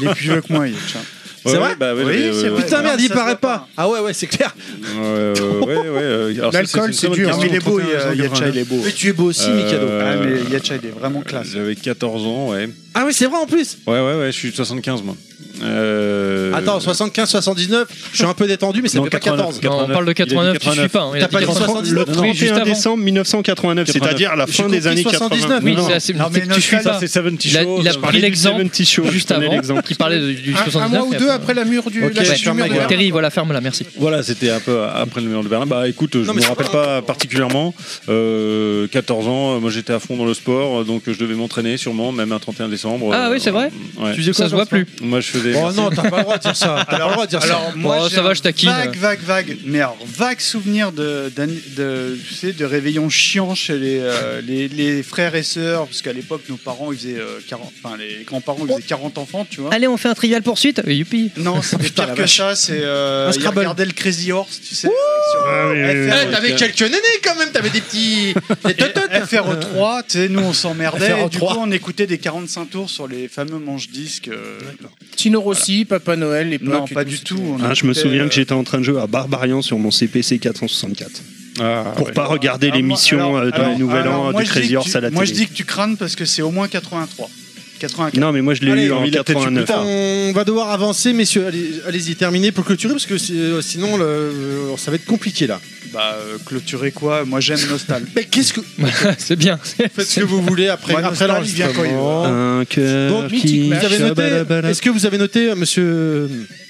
S8: Il est plus vieux que moi, Yetcha.
S1: C'est
S9: Ouais,
S1: vrai
S9: ouais, bah, ouais,
S8: Oui,
S9: ouais,
S8: c'est
S9: ouais,
S8: vrai.
S1: Putain,
S8: Ouais,
S1: merde,
S8: ça
S1: il
S8: se
S1: paraît
S8: voit
S1: pas.
S8: pas.
S1: Ah ouais, ouais, c'est clair.
S9: Euh, ouais, ouais, euh, alors,
S5: L'alcool,
S9: une très
S5: c'est
S9: bonne
S5: dur.
S8: Non,
S9: question.
S8: mais il est beau,
S9: 31,
S8: euh, Yetcha, il est beau.
S1: Mais tu es beau aussi,
S9: Euh,
S1: Mikado.
S8: Ah, mais Yetcha, il est vraiment classe.
S9: J'avais 14 ans, ouais.
S1: Ah oui, c'est vrai en plus.
S9: Ouais, ouais, ouais, je suis de 75, moi. Euh...
S1: Attends, 75, 79, je suis un peu détendu, mais ça
S9: Non,
S1: fait pas
S9: 89.
S1: 14.
S2: non, on parle de 89, tu
S9: 89.
S2: suis pas. hein, il a
S1: T'as
S2: dit
S1: pas dit
S2: 80.
S1: 79
S3: Le
S2: Non, non, juste
S3: 31
S2: avant.
S3: décembre 1989, c'est-à-dire la
S1: J'ai
S3: fin
S1: compris
S3: des années
S1: 79.
S3: 80.
S2: Oui,
S1: Non,
S2: c'est assez.
S8: non,
S2: c'est
S8: mais
S2: que tu suis
S8: Nostal,
S3: Ça,
S2: pas.
S3: c'est 70
S2: Il a-
S3: show.
S2: il a
S3: Je
S2: pris
S3: parlais du
S2: l'exemple
S3: 70 show, je
S2: Juste
S3: prenais
S2: avant,
S3: l'exemple.
S2: qui parlait de- du
S5: Un,
S2: 79.
S5: un mois ou
S2: et
S5: deux
S2: après-
S5: après la mur du, la
S1: je
S5: chute du
S1: ferme
S5: mur
S1: ma
S5: de
S1: gueule.
S5: Berlin.
S2: Terry, voilà, ferme-la, merci.
S9: Voilà, c'était un peu après le mur de Berlin. Bah écoute, je
S1: Non,
S9: ne
S1: mais
S9: me
S1: c'est
S9: rappelle
S1: pas-
S9: pas particulièrement. Euh, 14 ans, moi j'étais à fond dans le sport, donc euh, je devais m'entraîner sûrement, même un 31 décembre. euh,
S2: Ah oui, c'est vrai
S9: Ouais.
S1: Tu faisais quoi
S2: Ça se voit
S1: comme
S2: plus.
S9: Moi je faisais.
S1: Oh non, t'as pas le droit de dire ça. T'as pas le droit de dire ça.
S8: Alors, moi,
S2: Bon,
S8: j'ai
S2: ça va,
S8: un
S2: je taquine.
S8: Vague, vague, vague. Mais alors, vague souvenir de, d'années- de, tu sais, de réveillons chiants chez les, euh, les, les frères et sœurs. Parce qu'à l'époque, nos parents, ils faisaient euh, 40, enfin, les grands-parents, ils faisaient 40 enfants, tu vois.
S2: Allez, on fait un trivial poursuite. Et Youpi.
S8: Non, c'était pire que ça, c'est. Euh,
S1: Un
S8: ils
S1: Scrabble.
S8: regardaient le Crazy Horse, tu sais. sur,
S3: Ah
S8: euh,
S5: Eh,
S8: FR,
S5: T'avais quelques nénés quand même, t'avais des petits. des tototes.
S8: Et FRO3, E tu sais, nous on s'emmerdait. et Du coup,
S1: FRO3.
S8: on écoutait des 45 tours sur les fameux manches-disques. euh,
S5: Tino Rossi, Papa Noël, les
S8: non,
S5: plaques et
S8: pas du tout. on
S3: Ah, je me
S8: écoutait,
S3: souviens
S8: euh,
S3: que j'étais en train de jouer à Barbarian sur mon CPC 464
S9: Ah,
S3: pour
S9: ouais.
S3: pas regarder
S8: Alors,
S3: l'émission
S8: moi-
S3: euh,
S8: alors-
S3: du Nouvel
S8: alors,
S3: An
S8: moi,
S3: du
S8: je dis
S3: Crazy
S8: que
S3: Horse
S8: tu-
S3: à la
S8: Moi je
S3: télé.
S8: dis que tu cranes parce que c'est au moins 83. 84.
S3: Non, mais moi je l'ai
S1: Allez,
S3: eu en
S1: il
S9: a peut-être eu
S3: 89.
S9: plus tard.
S1: On va devoir avancer, messieurs. Allez- Allez-y, terminez pour clôturer, parce que si- euh, sinon, le- euh, ça va être compliqué là.
S8: Bah, euh, clôturer quoi Moi j'aime Nostal.
S1: Mais qu'est-ce que.
S2: c'est bien.
S1: Faites ce que vous voulez après,
S8: Moi,
S1: après
S8: Nostal, il vient quand il veut.
S1: l'enregistrement.
S3: Un cœur
S1: Donc,
S3: qui Ah
S1: Mythic, vous avez noté.
S3: chabalabala.
S1: Est-ce que vous avez noté, euh, monsieur euh,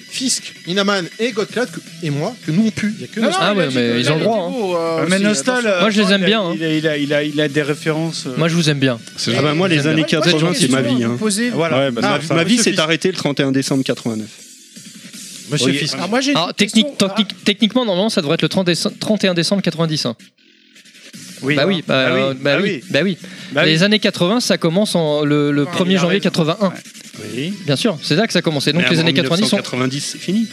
S1: Fisk, Inaman et Godclad que- et moi, que nous on pue Il y a que
S5: Non, non,
S1: Nostal.
S2: Ah
S5: il a
S2: ouais,
S5: dit
S2: mais
S5: que
S2: ils ont le droit, hein.
S5: les niveaux, euh,
S8: mais
S5: aussi,
S8: Nostal.
S5: attention.
S8: hein. euh,
S2: Moi, je les aime
S8: il a-
S2: bien, hein.
S8: Il a, il a, il a, il a des références. euh,
S2: Moi, je vous aime bien.
S9: C'est
S3: Ah bah moi les
S2: J'aime
S3: années
S2: bien.
S5: Moi, j'ai une
S3: 80 c'est ma
S5: question
S3: vie.
S5: à vous
S3: hein.
S5: poser.
S8: Voilà.
S9: Ouais, bah,
S10: Ah,
S3: Ma-
S9: ça-
S3: Ma vie s'est
S1: Fisk.
S3: arrêtée le 31 décembre 89.
S1: Monsieur
S9: Oui.
S1: Fisk.
S5: Alors, moi, j'ai une
S2: Alors,
S5: petite question.
S2: technique, technique- techniquement, normalement, ça devrait être le 30 déce- 31 décembre 90. hein.
S8: Oui.
S2: Bah
S1: hein.
S2: oui, bah,
S8: Bah
S2: euh, bah
S8: oui, bah
S2: oui,
S8: oui.
S2: bah oui.
S8: Bah oui.
S2: Les années 80, ça commence en, le, le
S5: Ah,
S2: 1er
S8: il a
S2: janvier
S8: raison.
S2: 81.
S3: Oui.
S2: Bien sûr, c'est là que ça a commencé. Donc les années 90 sont.
S3: 90 c'est fini.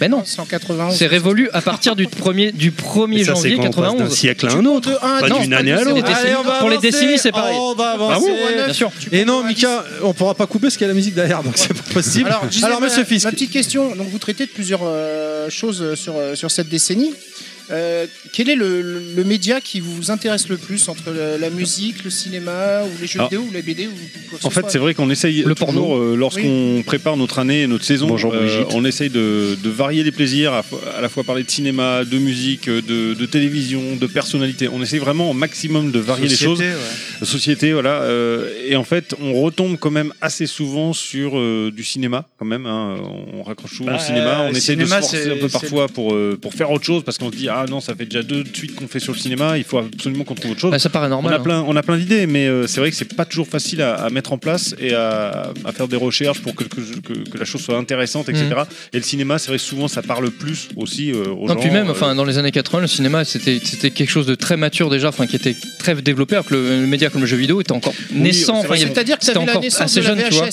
S2: Ben non,
S5: 191.
S2: c'est révolu à partir du 1er, du 1er
S3: Mais ça c'est
S2: janvier
S3: quand on passe d'un
S2: 91.
S3: siècle à un autre. Pas
S2: non,
S3: d'une année à
S2: c'est les
S3: l'autre.
S2: décennies.
S1: Allez, on va
S2: Pour les
S1: avancer.
S2: décennies, c'est pareil.
S1: On va
S2: Ah
S1: avancer.
S2: bon Bien sûr.
S1: et non, Mika, on pourra pas couper parce qu'il y a la musique derrière, donc c'est pas possible.
S5: Alors,
S1: Alors,
S5: je disais, ma-
S1: monsieur Fisk,
S5: Ma petite question. Donc, vous traitez de plusieurs euh, choses euh, sur, euh, sur cette décennie. Euh, quel est le, le- le média qui vous intéresse le plus entre le- la musique, le cinéma, ou les jeux
S9: Ah.
S5: vidéo, ou la BD, ou quoi que
S9: En
S5: ce
S9: fait,
S5: soit
S9: c'est vrai qu'on essaye
S2: Le
S9: toujours, euh, lorsqu'on prépare notre année et notre saison, euh,
S3: Bonjour, Brigitte.
S9: on essaye de, de varier les plaisirs, à, fo- à la fois parler de cinéma, de musique, euh, de, de télévision, de personnalité. On essaye vraiment au maximum de varier les choses.
S8: Société, ouais.
S9: société, voilà. euh, et en fait, on retombe quand même assez souvent sur euh, du cinéma, quand même. hein, on raccroche souvent
S8: Bah,
S9: au cinéma. On
S8: le
S9: essaie de se
S8: cinéma,
S9: forcer
S8: c'est-
S9: un peu
S8: c'est-
S9: parfois pour, euh, pour faire autre chose parce qu'on se dit, ah, ah non, ça fait déjà deux de suite qu'on fait sur le cinéma, il faut absolument qu'on trouve autre chose.
S2: Bah, ça paraît
S9: on, a
S2: normal. hein.
S9: plein, on a plein d'idées, mais euh, c'est vrai que c'est pas toujours facile à, à mettre en place et à, à faire des recherches pour que, que- que- que la chose soit intéressante, etc. Et le cinéma, c'est vrai que souvent ça parle plus aussi euh, aux
S2: Mm. Non,
S9: gens.
S2: puis même,
S9: euh,
S2: enfin, dans les années 80, le cinéma, c'était c'était quelque chose de très mature déjà, enfin, qui était très développé, alors que le, le média comme le jeu vidéo était encore naissant.
S9: c'est
S2: enfin,
S9: vrai,
S2: il y avait-
S5: C'est-à-dire que t'as
S2: c'était
S5: vu la
S2: encore
S5: naissance
S2: assez
S5: de la
S2: jeune, tu vois.
S5: VHS.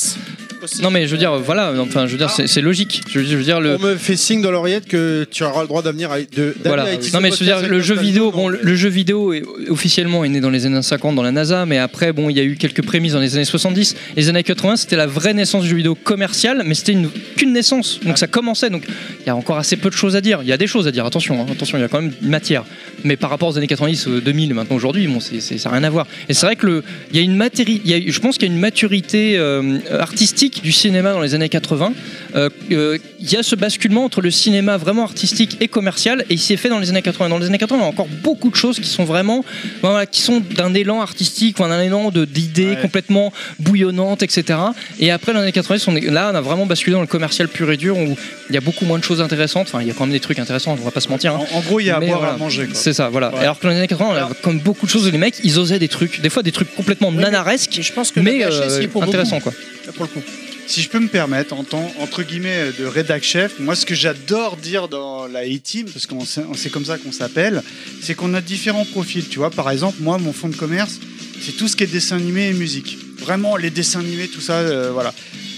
S5: aussi.
S2: Non, mais je veux dire, voilà, enfin, je veux dire, c'est c'est logique. Je veux dire- je veux dire, le,
S4: On me fait signe dans l'oreillette que tu auras le droit d'avenir à. de- d'amener
S2: Voilà.
S4: à utiliser
S2: Non mais
S4: ce
S2: je veux dire
S4: podcast
S2: le
S4: avec
S2: jeu
S4: Nostalgie.
S2: vidéo, bon le le jeu vidéo est, officiellement est né dans les années 50 dans la NASA, mais après bon il y a eu quelques prémices dans les années 70, les années 80 c'était la vraie naissance du jeu vidéo commercial, mais c'était une qu'une naissance, donc ça commençait, donc il y a encore assez peu de choses à dire, il y a des choses à dire, attention, hein, attention il y a quand même une matière, mais par rapport aux années 90, euh, 2000 maintenant aujourd'hui bon c'est c'est- ça n'a rien à voir, et c'est vrai que le il y a une matéri- il y a- je pense qu'il y a une maturité euh, artistique du cinéma dans les années 80 euh, euh, il y a ce basculement entre le cinéma vraiment artistique et commercial et il s'est fait dans les années 80 dans les années 80 on a encore beaucoup de choses qui sont vraiment ben voilà, qui sont d'un élan artistique ou d'un élan de- d'idées complètement bouillonnantes etc et après dans les années 90 on est- là on a vraiment basculé dans le commercial pur et dur où il y a beaucoup moins de choses intéressantes enfin il y a quand même des trucs intéressants on va pas se mentir hein.
S8: En, en gros, il y a à
S2: Mais
S8: boire et
S2: voilà.
S8: à manger. quoi.
S2: c'est ça voilà alors que dans les années 80 on a comme beaucoup de choses où les mecs ils osaient des trucs des fois des trucs complètement
S5: mais-
S2: nanaresques
S5: Je pense que
S2: mais
S5: la VHS y
S2: euh,
S5: est pour
S2: intéressants quoi
S5: beaucoup, pour le coup.
S8: Si je peux me permettre, en tant entre guillemets de rédac chef, moi ce que j'adore dire dans la E-Team, parce qu'on sait- on- c'est comme ça qu'on s'appelle, c'est qu'on a différents profils. Tu vois, par exemple, moi mon fonds de commerce, c'est tout ce qui est dessin animé et musique. Vraiment les dessins animés, tout ça, euh, voilà.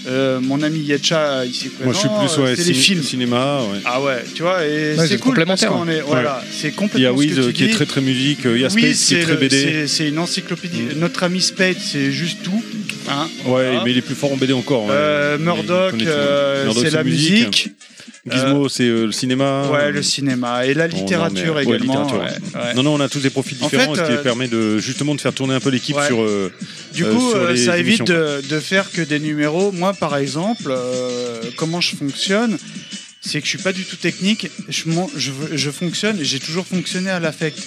S8: Euh, mon ami Yetcha ici présent,
S9: moi, je suis plus
S8: euh,
S9: ouais,
S8: c'est les
S9: cin-
S8: films.
S9: cinéma. ouais.
S8: Ah ouais, tu vois, et
S2: vous
S8: c'est hein.
S2: êtes
S8: cool parce
S2: complémentaires.
S8: qu'on est, voilà, c'est
S9: Il y
S8: complètement
S9: a
S8: ce que
S9: Wiz euh,
S8: tu
S9: qui est
S8: dis.
S9: très très musique, euh, il y a Space
S8: Oui,
S9: qui
S8: c'est
S9: est très
S8: le-
S9: BD.
S8: c'est- c'est une encyclopédie.
S9: Mm.
S8: Notre ami Spade, c'est juste tout. Hein,
S9: Ouais,
S8: voilà.
S9: mais il est plus fort en BD encore. ouais.
S8: Euh,
S9: Il- il
S8: Murdoch,
S9: connaît tout.
S8: euh,
S9: Murdoch,
S8: c'est la musique.
S9: Gizmo, c'est euh, le cinéma.
S8: Ouais, le cinéma et la
S9: Oh, non,
S8: littérature
S9: mais- ouais,
S8: également.
S9: littérature,
S8: ouais, ouais.
S9: Non, non, on a tous des profils
S8: En
S9: différents,
S8: fait,
S9: ce qui
S8: euh,
S9: permet de, justement de faire tourner un peu l'équipe
S8: Ouais.
S9: sur. euh,
S8: Du
S9: euh,
S8: coup,
S9: sur
S8: euh,
S9: les
S8: ça évite
S9: émissions,
S8: de, de faire que des numéros. Moi, par exemple, euh, comment je fonctionne c'est que je suis pas du tout technique, je, m'en- je, veux- je fonctionne et j'ai toujours fonctionné à l'affect.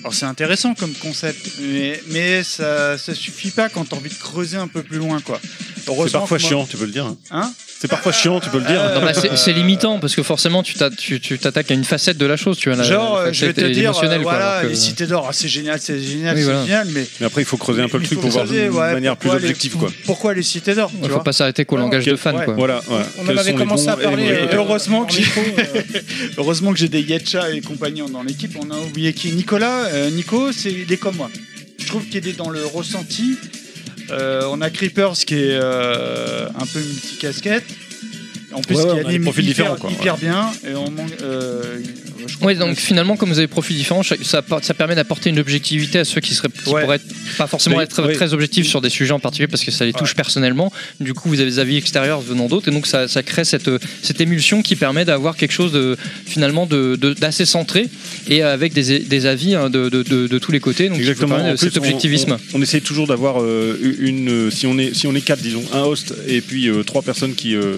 S8: Alors c'est intéressant comme concept, mais, mais ça, ça suffit pas quand t'as envie de creuser un peu plus loin quoi. Heureusement
S9: C'est parfois
S8: que moi-
S9: chiant, Ah, tu peux le dire.
S8: Hein
S9: C'est parfois chiant, tu peux le dire.
S8: Euh,
S2: Non, bah, c'est
S8: Euh,
S2: c'est limitant parce que forcément tu t'as- tu- tu t'attaques à une facette de la chose, tu vois. la-
S8: Genre,
S2: la
S8: euh, je vais
S2: facette
S8: te dire, euh,
S2: émotionnelle, quoi,
S8: voilà,
S2: alors que-
S8: les cités d'or, ah, c'est génial, c'est génial,
S2: Oui,
S8: c'est
S2: voilà.
S8: génial, mais
S9: Mais après, il faut creuser un peu le
S8: Il
S9: truc
S8: faut
S9: pour voir
S8: creuser,
S9: d'une
S8: ouais,
S9: manière plus
S8: pourquoi les-
S9: objective, quoi.
S8: Pourquoi les cités d'or tu
S2: Ouais, faut
S8: vois
S2: pas s'arrêter qu'au langage de fan,
S8: ouais.
S2: quoi.
S9: Voilà, ouais.
S5: On en
S9: Quels
S5: avait
S9: sont les
S5: commencé
S9: bons
S5: à
S9: et les
S5: parler.
S9: mauvais
S5: euh,
S9: auteurs
S8: Heureusement que
S5: en
S8: j'ai-
S5: micro, euh,
S8: Heureusement que j'ai des Yetcha et compagnons dans l'équipe. On a oublié qui est Nicolas. Euh, Nico, c'est, il est comme moi. Je trouve qu'il est dans le ressenti. Euh, on a Creepers qui est euh, un peu multicasquette. En plus,
S9: Ouais,
S8: qui
S9: ouais, on a des
S8: anime
S9: profils
S8: hyper,
S9: différents, quoi,
S8: hyper bien. Et on manque. euh, je crois
S2: Ouais,
S8: qu'on a-
S2: donc finalement, comme vous avez des profils différents, ça, ça apporte- ça permet d'apporter une objectivité à ceux qui, seraient, qui
S8: Ouais. Bah,
S2: pourraient être- pas forcément
S9: Mais-
S2: être
S9: ouais.
S2: très objectifs sur des sujets en particulier parce que ça les touche personnellement. Du coup, vous avez des avis extérieurs venant d'autres et donc ça, ça crée cette, euh, cette émulsion qui permet d'avoir quelque chose de finalement de- de- d'assez centré et avec des, des avis hein, de, de- de- de tous les côtés. Donc, qui vous
S9: Exactement.
S2: permet
S9: En
S2: de- cet
S9: plus, on-
S2: objectivisme.
S9: On, on essaie toujours d'avoir euh, une. euh, si on est si on est quatre, disons, un host et puis euh, trois personnes qui euh,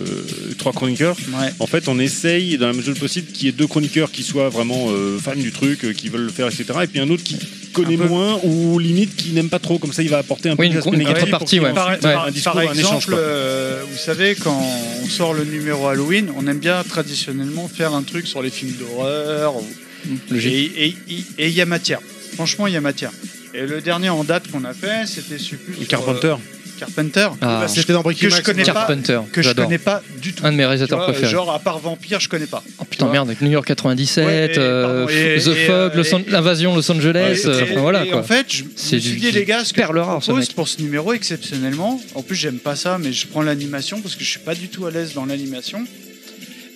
S9: trois chroniqueurs.
S8: Ouais.
S9: En fait, on essaye dans la mesure du possible qu'il y ait deux chroniqueurs qui soient vraiment euh, fans du truc, euh, qui veulent le faire, etc. Et puis un autre qui connaît
S8: Un peu.
S9: moins ou limite qui n'aime pas trop. Comme ça, il va apporter un peu
S2: Oui, une,
S9: d'aspect
S2: une
S9: négatif
S2: contrepartie,
S9: pour
S2: ouais.
S9: qu'il
S8: Par,
S9: ensuite,
S8: par-
S9: un discours,
S8: par
S9: un échange,
S8: exemple,
S9: quoi.
S8: euh, vous savez, quand on sort le numéro Halloween, on aime bien traditionnellement faire un truc sur les films d'horreur. ou-
S9: Hum,
S8: Et et- et- et il y a matière. Franchement, il y a matière. Et le dernier en date qu'on a fait, c'était je sais plus, sur,
S9: Carpenter.
S8: euh, Carpenter,
S2: Ah,
S4: Bah, C'était dans
S8: que
S4: Breaking
S8: je
S4: Max,
S8: connais pas,
S2: Carpenter,
S8: que je
S2: j'adore.
S8: connais pas du tout.
S2: Un de mes
S8: Tu
S2: réalisateurs
S8: vois,
S2: préférés.
S8: genre à part Vampire, je connais pas.
S2: Oh putain,
S8: Tu vois
S2: merde, avec New York 97,
S8: Ouais, et,
S2: euh,
S8: pardon, et-
S2: The
S8: et,
S2: Fog,
S8: euh,
S2: Los An-
S8: et-
S2: l'invasion Los Angeles,
S8: Et-
S2: euh,
S8: et-
S2: enfin, voilà
S8: et
S2: quoi.
S8: en fait, je
S2: C'est
S8: me suis
S2: du-
S8: dit, les gars, ce que
S2: perle
S8: je
S2: rare, ce
S8: propose
S2: mec.
S8: pour ce numéro exceptionnellement, en plus, j'aime pas ça, mais je prends l'animation parce que je suis pas du tout à l'aise dans l'animation.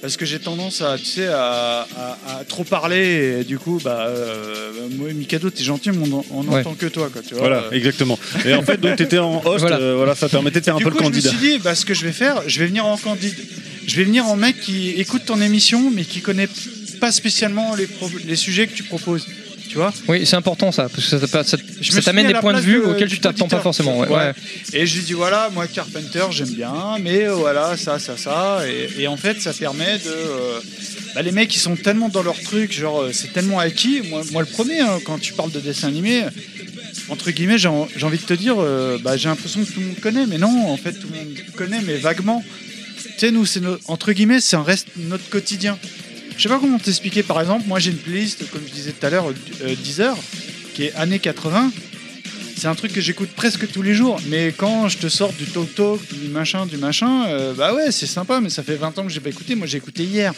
S8: Parce que j'ai tendance à, tu sais, à, à- à trop parler et du coup, bah, euh, moi, Mikado, t'es gentil, mais on, en- on
S2: Ouais.
S8: entend que toi, quoi, tu vois.
S9: Voilà,
S8: Euh,
S9: exactement. Et en fait, donc t'étais en host,
S2: Voilà.
S9: euh, voilà, ça permettait de faire un
S8: du
S9: peu
S8: coup,
S9: le candidat.
S8: je me suis dit, bah, ce que je vais faire, je vais venir en candide. Je vais venir en mec qui écoute ton émission, mais qui connaît pas spécialement les, pro- les sujets que tu proposes. Tu vois
S2: Oui, c'est important ça, parce que ça, t'a- ça-
S8: Je
S2: ça
S8: me suis
S2: t'amène
S8: mis à
S2: des
S8: la
S2: points de
S8: place
S2: vue
S8: de-
S2: auxquels
S8: du
S2: tu t'attends pas
S8: producteur.
S2: forcément. Ouais,
S8: Ouais.
S2: ouais.
S8: Et je lui dis voilà, moi Carpenter j'aime bien, mais euh, voilà ça, ça, ça. Et, et en fait, ça permet de. euh, bah, les mecs ils sont tellement dans leur truc, genre euh, c'est tellement acquis. Moi, moi le premier, hein, quand tu parles de dessin animé, entre guillemets, j'ai en- j'ai envie de te dire, euh, bah, j'ai l'impression que tout le monde connaît, mais non, en fait tout le monde connaît, mais vaguement. Tu sais, nous, c'est nos- entre guillemets, c'est un reste notre quotidien. Je sais pas comment t'expliquer, par exemple, moi j'ai une playlist, comme je disais tout à l'heure, euh, 10 heures, qui est années 80. C'est un truc que j'écoute presque tous les jours, mais quand je te sors du Tok Tok, du machin, du machin, euh, bah ouais, c'est sympa, mais ça fait 20 ans que j'ai pas écouté, moi j'ai écouté hier.